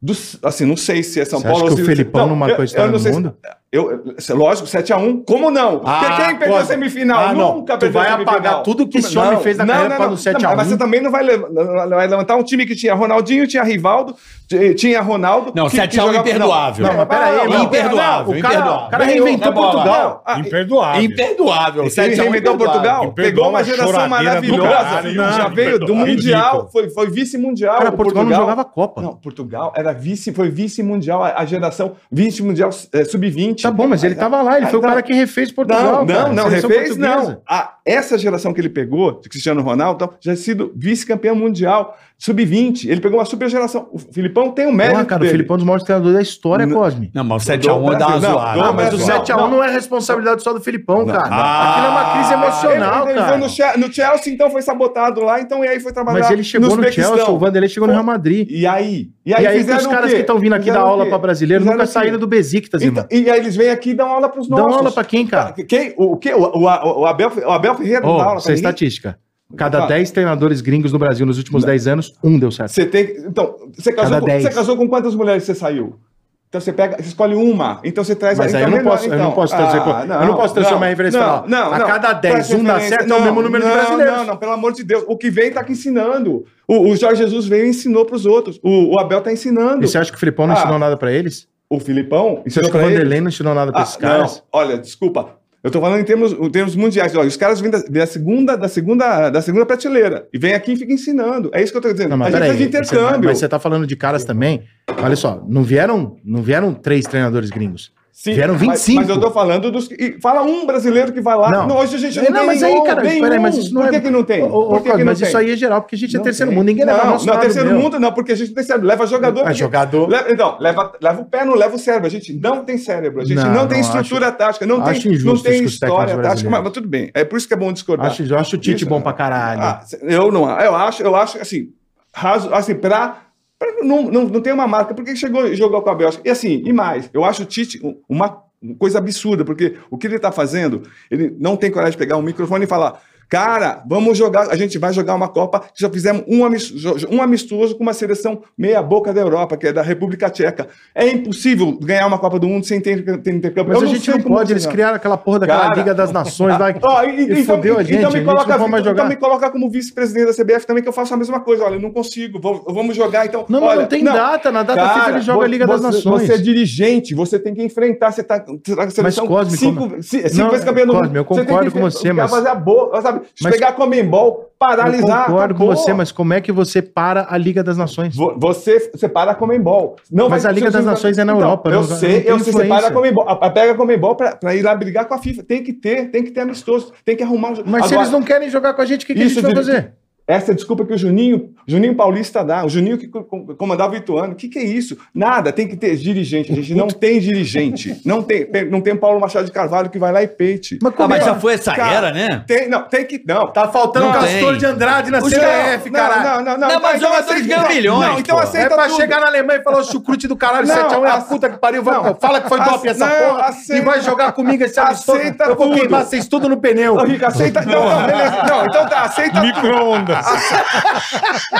[SPEAKER 6] do, assim, não sei se é São
[SPEAKER 5] Você
[SPEAKER 6] Paulo
[SPEAKER 5] acha
[SPEAKER 6] ou
[SPEAKER 5] que
[SPEAKER 6] se...
[SPEAKER 5] o Felipão não marcou a
[SPEAKER 6] eu- eu
[SPEAKER 5] história
[SPEAKER 6] não
[SPEAKER 5] no
[SPEAKER 6] sei se-
[SPEAKER 5] mundo?
[SPEAKER 6] eu, se- lógico, 7x1, como não?
[SPEAKER 3] Ah,
[SPEAKER 6] Porque quem perdeu
[SPEAKER 5] pode.
[SPEAKER 6] semifinal
[SPEAKER 5] Ah, não.
[SPEAKER 6] nunca
[SPEAKER 5] Tu
[SPEAKER 6] perdeu
[SPEAKER 5] vai
[SPEAKER 6] semifinal.
[SPEAKER 5] apagar tudo que esse homem fez na carreira pra no 7 a 1.
[SPEAKER 6] Mas você também não vai, leva- não vai levantar um time que tinha Ronaldinho, tinha Rivaldo, t- tinha Ronaldo...
[SPEAKER 4] Não,
[SPEAKER 6] que-
[SPEAKER 4] 7 a 1
[SPEAKER 6] que jogava- Ah,
[SPEAKER 4] imperdoável.
[SPEAKER 5] Não, mas peraí,
[SPEAKER 6] não,
[SPEAKER 5] irmão.
[SPEAKER 4] imperdoável,
[SPEAKER 5] O cara, o cara
[SPEAKER 4] imperdoável.
[SPEAKER 5] reinventou
[SPEAKER 4] Ganhou,
[SPEAKER 5] Portugal.
[SPEAKER 6] Não, ah,
[SPEAKER 2] Imperdoável.
[SPEAKER 4] Imperdoável.
[SPEAKER 6] Ele
[SPEAKER 4] a um
[SPEAKER 6] reinventou
[SPEAKER 4] imperdoável.
[SPEAKER 6] Portugal, pegou uma geração
[SPEAKER 2] choradeira do
[SPEAKER 6] maravilhosa,
[SPEAKER 2] caralho,
[SPEAKER 6] já
[SPEAKER 2] não,
[SPEAKER 6] veio do
[SPEAKER 2] imperdoável.
[SPEAKER 6] Mundial,
[SPEAKER 2] Ridículo.
[SPEAKER 6] foi, foi vice-mundial.
[SPEAKER 5] Cara,
[SPEAKER 6] o
[SPEAKER 5] Portugal não jogava Copa.
[SPEAKER 6] Não, Portugal era vice, foi vice-mundial, a, a geração vice-mundial eh, sub-20.
[SPEAKER 5] Tá bom, mas ele tava lá, ele foi o cara que refez Portugal.
[SPEAKER 6] Não,
[SPEAKER 5] cara,
[SPEAKER 6] não, não,
[SPEAKER 5] seleção
[SPEAKER 6] refez
[SPEAKER 5] portuguesa.
[SPEAKER 6] não. A- essa geração que ele pegou, de Cristiano Ronaldo, tal, já é sido vice-campeão mundial, sub-20. Ele pegou uma super geração. O Filipão tem um mérito.
[SPEAKER 5] Ah, cara, o
[SPEAKER 6] dele.
[SPEAKER 5] Filipão é um dos maiores treinadores da história,
[SPEAKER 6] Não.
[SPEAKER 5] Cosme.
[SPEAKER 3] Não, mas o 7x1 dá uma
[SPEAKER 6] Brasil, não,
[SPEAKER 3] zoada.
[SPEAKER 6] do
[SPEAKER 5] Ah, mas o
[SPEAKER 6] Não,
[SPEAKER 5] 7x1
[SPEAKER 6] não.
[SPEAKER 5] não. é responsabilidade só do Filipão, cara.
[SPEAKER 3] Ah.
[SPEAKER 5] Aquilo é uma crise emocional,
[SPEAKER 6] ele, ele
[SPEAKER 5] cara.
[SPEAKER 6] foi no, Che- no Chelsea, então foi sabotado lá, então e aí foi trabalhar.
[SPEAKER 5] Mas ele chegou no
[SPEAKER 6] Uzbequistão.
[SPEAKER 5] Chelsea, o Vanderlei chegou no
[SPEAKER 6] Foi-
[SPEAKER 5] Real Madrid.
[SPEAKER 6] E aí?
[SPEAKER 5] E aí, os
[SPEAKER 6] fizeram o
[SPEAKER 5] caras
[SPEAKER 6] quê?
[SPEAKER 5] que estão vindo aqui dar
[SPEAKER 6] Fizeram o
[SPEAKER 5] aula
[SPEAKER 6] quê?
[SPEAKER 5] pra brasileiro
[SPEAKER 6] Fizeram
[SPEAKER 5] nunca
[SPEAKER 6] o quê?
[SPEAKER 5] saíram do Besiktas,
[SPEAKER 6] Então,
[SPEAKER 5] irmão.
[SPEAKER 6] e aí eles vêm aqui e dão aula pros nossos.
[SPEAKER 5] Dão aula pra quem, cara?
[SPEAKER 6] Quem? O, o quê? O, o, o Abel, o Abel Ferreira não
[SPEAKER 5] Ô,
[SPEAKER 6] dá aula
[SPEAKER 5] essa é
[SPEAKER 6] pra ninguém?
[SPEAKER 5] estatística. Cada
[SPEAKER 6] Fala.
[SPEAKER 5] 10 treinadores gringos no Brasil nos últimos 10 anos, um deu certo.
[SPEAKER 6] Você tem que- Então, você casou,
[SPEAKER 5] Cada
[SPEAKER 6] com,
[SPEAKER 5] dez.
[SPEAKER 6] você casou com quantas mulheres você saiu? Então você pega, você escolhe uma, então você traz
[SPEAKER 5] Mas
[SPEAKER 6] então
[SPEAKER 5] aí eu não
[SPEAKER 6] melhor,
[SPEAKER 5] posso, eu
[SPEAKER 6] então.
[SPEAKER 5] não posso transformar,
[SPEAKER 6] Ah,
[SPEAKER 5] eu não posso transformar em referência e
[SPEAKER 6] não,
[SPEAKER 5] falar,
[SPEAKER 6] não,
[SPEAKER 5] a
[SPEAKER 6] não.
[SPEAKER 5] cada 10, um dá
[SPEAKER 6] Referência-
[SPEAKER 5] certo, é o mesmo número de
[SPEAKER 6] não,
[SPEAKER 5] brasileiros.
[SPEAKER 6] Não, não, pelo amor de Deus. O que vem tá aqui ensinando. O, o Jorge Jesus veio e ensinou pros outros. O, o Abel tá ensinando.
[SPEAKER 5] E você acha que o Filipão não
[SPEAKER 6] Ah.
[SPEAKER 5] ensinou nada pra eles?
[SPEAKER 6] O Filipão
[SPEAKER 5] Você acha que o
[SPEAKER 6] pra ele.
[SPEAKER 5] Vanderlei não ensinou nada pra
[SPEAKER 6] Ah,
[SPEAKER 5] esses é caras?
[SPEAKER 6] Não, olha, desculpa. Eu tô falando em termos, em termos mundiais. Olha, os caras vêm da, da segunda, da, segunda, da segunda prateleira e vem aqui e fica ensinando. É isso que eu tô dizendo.
[SPEAKER 5] Não, mas
[SPEAKER 6] a
[SPEAKER 5] peraí,
[SPEAKER 6] gente tá de
[SPEAKER 5] você-
[SPEAKER 6] intercâmbio.
[SPEAKER 5] mas você tá falando de caras também. Olha só, não vieram, não vieram três treinadores gringos.
[SPEAKER 6] Sim,
[SPEAKER 5] vieram
[SPEAKER 6] mas-
[SPEAKER 5] 25.
[SPEAKER 6] Mas, eu tô falando dos. que- e fala um brasileiro que vai lá.
[SPEAKER 5] Não. É,
[SPEAKER 6] Não, hoje a gente não,
[SPEAKER 5] Não,
[SPEAKER 6] tem
[SPEAKER 5] mas
[SPEAKER 6] nenhum,
[SPEAKER 5] aí, cara,
[SPEAKER 6] nenhum.
[SPEAKER 5] peraí, mas isso não
[SPEAKER 6] Por
[SPEAKER 5] é.
[SPEAKER 6] que, que não tem?
[SPEAKER 5] Ô, ô,
[SPEAKER 6] Por que
[SPEAKER 5] Cláudio,
[SPEAKER 6] que não
[SPEAKER 5] mas
[SPEAKER 6] tem?
[SPEAKER 5] isso aí é geral, porque a gente é
[SPEAKER 6] Não
[SPEAKER 5] terceiro
[SPEAKER 6] tem.
[SPEAKER 5] mundo. Ninguém
[SPEAKER 6] não,
[SPEAKER 5] leva nosso
[SPEAKER 6] Não,
[SPEAKER 5] lado,
[SPEAKER 6] terceiro
[SPEAKER 5] meu.
[SPEAKER 6] mundo não, porque a gente não tem cérebro. Leva jogador.
[SPEAKER 5] Ah,
[SPEAKER 6] porque-
[SPEAKER 5] jogador.
[SPEAKER 6] Leva, então, leva, leva o pé, não leva o cérebro. A gente não tem cérebro. A gente
[SPEAKER 5] Não,
[SPEAKER 6] não, tem
[SPEAKER 5] não
[SPEAKER 6] estrutura tática. Não
[SPEAKER 5] acho
[SPEAKER 6] tem, não
[SPEAKER 5] injusto isso
[SPEAKER 6] tem
[SPEAKER 5] com os técnicos
[SPEAKER 6] história tática.
[SPEAKER 5] brasileiros.
[SPEAKER 6] Mas, mas tudo bem. É por isso que é bom discordar.
[SPEAKER 5] Acho, eu acho o Tite
[SPEAKER 6] Isso,
[SPEAKER 5] bom pra caralho.
[SPEAKER 6] Ah, eu não eu acho, eu acho assim, raso, assim, pra. pra- não, não, não tem uma marca. Por que chegou e jogou com a Bélgica? E assim, e mais, eu acho o Tite um- uma coisa absurda, porque o que ele tá fazendo, ele não tem coragem de pegar um microfone e falar. Cara, vamos jogar. A gente vai jogar uma Copa. que Já fizemos um, amis- jo- jo- um amistoso com uma seleção meia-boca da Europa, que é da República Tcheca. É impossível ganhar uma Copa do Mundo sem ter, ter intercâmbio.
[SPEAKER 5] mas
[SPEAKER 6] Eu
[SPEAKER 5] a gente
[SPEAKER 6] sei
[SPEAKER 5] não
[SPEAKER 6] como
[SPEAKER 5] pode, eles
[SPEAKER 6] funciona.
[SPEAKER 5] criaram aquela porra daquela
[SPEAKER 6] Cara.
[SPEAKER 5] Liga
[SPEAKER 6] (laughs)
[SPEAKER 5] das Nações lá.
[SPEAKER 6] Ó,
[SPEAKER 5] e,
[SPEAKER 6] e- então,
[SPEAKER 5] fudeu a
[SPEAKER 6] e-
[SPEAKER 5] gente,
[SPEAKER 6] então me coloca,
[SPEAKER 5] a gente não pode mais
[SPEAKER 6] então
[SPEAKER 5] jogar.
[SPEAKER 6] me coloca como vice-presidente da CBF também, que eu faço a mesma coisa. Olha, eu não consigo, vou- vamos jogar, então.
[SPEAKER 5] Não, mas
[SPEAKER 6] olha,
[SPEAKER 5] não tem data, na data FIFA ele joga a Liga das
[SPEAKER 6] você-
[SPEAKER 5] Nações.
[SPEAKER 6] Você é dirigente, você tem que enfrentar, você tá. Você tá você
[SPEAKER 5] Mas,
[SPEAKER 6] são
[SPEAKER 5] Cosme,
[SPEAKER 6] cinco,
[SPEAKER 5] como-
[SPEAKER 6] ci- cinco
[SPEAKER 5] Não,
[SPEAKER 6] vezes campeão do
[SPEAKER 5] Cosme,
[SPEAKER 6] mundo.
[SPEAKER 5] eu concordo com você, mas-
[SPEAKER 6] Fazer a boa, sabe? Se
[SPEAKER 5] Mas-
[SPEAKER 6] pegar com a Membol,
[SPEAKER 5] Eu
[SPEAKER 6] paralisar.
[SPEAKER 5] concordo com
[SPEAKER 6] acabou.
[SPEAKER 5] você, mas como é que você para a Liga das Nações?
[SPEAKER 6] Vo- Você separa a Comembol. Não
[SPEAKER 5] Mas
[SPEAKER 6] vai-
[SPEAKER 5] a Liga
[SPEAKER 6] seu
[SPEAKER 5] das
[SPEAKER 6] time-
[SPEAKER 5] Nações é na Europa,
[SPEAKER 6] Então, Eu
[SPEAKER 5] não-
[SPEAKER 6] sei,
[SPEAKER 5] não tem
[SPEAKER 6] eu sei, separa
[SPEAKER 5] influência.
[SPEAKER 6] a Comembol. a- a- Pega a Comembol pra, pra ir lá brigar com a FIFA. Tem que ter, tem que ter amistoso, tem que arrumar um jogo.
[SPEAKER 5] Mas se
[SPEAKER 6] Agora,
[SPEAKER 5] eles não querem jogar com a gente, o que, que
[SPEAKER 6] Isso
[SPEAKER 5] eles vão
[SPEAKER 6] de-
[SPEAKER 5] fazer?
[SPEAKER 6] Essa é a desculpa que o Juninho, Juninho Paulista dá, o Juninho que co- co- comandava o Ituano. O que, que é isso? Nada, tem que ter dirigente. A gente não tem dirigente. Não tem, tem- não tem Paulo Machado de Carvalho que vai lá e peite.
[SPEAKER 5] Mas
[SPEAKER 4] Ah, mas já
[SPEAKER 5] já...
[SPEAKER 4] foi essa
[SPEAKER 6] Cara,
[SPEAKER 4] era, né?
[SPEAKER 6] Tem, não, tem que. Não.
[SPEAKER 5] Tá faltando
[SPEAKER 4] Não
[SPEAKER 5] Castor
[SPEAKER 4] tem.
[SPEAKER 5] de Andrade na
[SPEAKER 6] Os
[SPEAKER 5] CBF,
[SPEAKER 6] não,
[SPEAKER 5] caralho.
[SPEAKER 6] Não, não, não. Então
[SPEAKER 4] Não, mas os jogadores
[SPEAKER 6] aceita-
[SPEAKER 4] ganham milhões,
[SPEAKER 6] Não, então
[SPEAKER 4] pô.
[SPEAKER 5] É
[SPEAKER 6] aceita
[SPEAKER 5] pra
[SPEAKER 6] tudo.
[SPEAKER 5] chegar na Alemanha e falar o chucrute do caralho,
[SPEAKER 6] Não,
[SPEAKER 5] 7x1 é a
[SPEAKER 6] ace-
[SPEAKER 5] puta que pariu. Vai,
[SPEAKER 6] Não,
[SPEAKER 5] fala que foi
[SPEAKER 6] ace-
[SPEAKER 5] doping essa
[SPEAKER 6] não,
[SPEAKER 5] porra e
[SPEAKER 6] aceita-
[SPEAKER 5] vai jogar comigo esse amistoso.
[SPEAKER 6] Aceita
[SPEAKER 5] Eu vou
[SPEAKER 6] tudo.
[SPEAKER 5] queimar vocês tudo no pneu.
[SPEAKER 6] Ô, Rica, aceita. Não, não, beleza. Não, então
[SPEAKER 2] (laughs)
[SPEAKER 6] tá, aceita.
[SPEAKER 2] Micro-ondas.
[SPEAKER 5] Ah,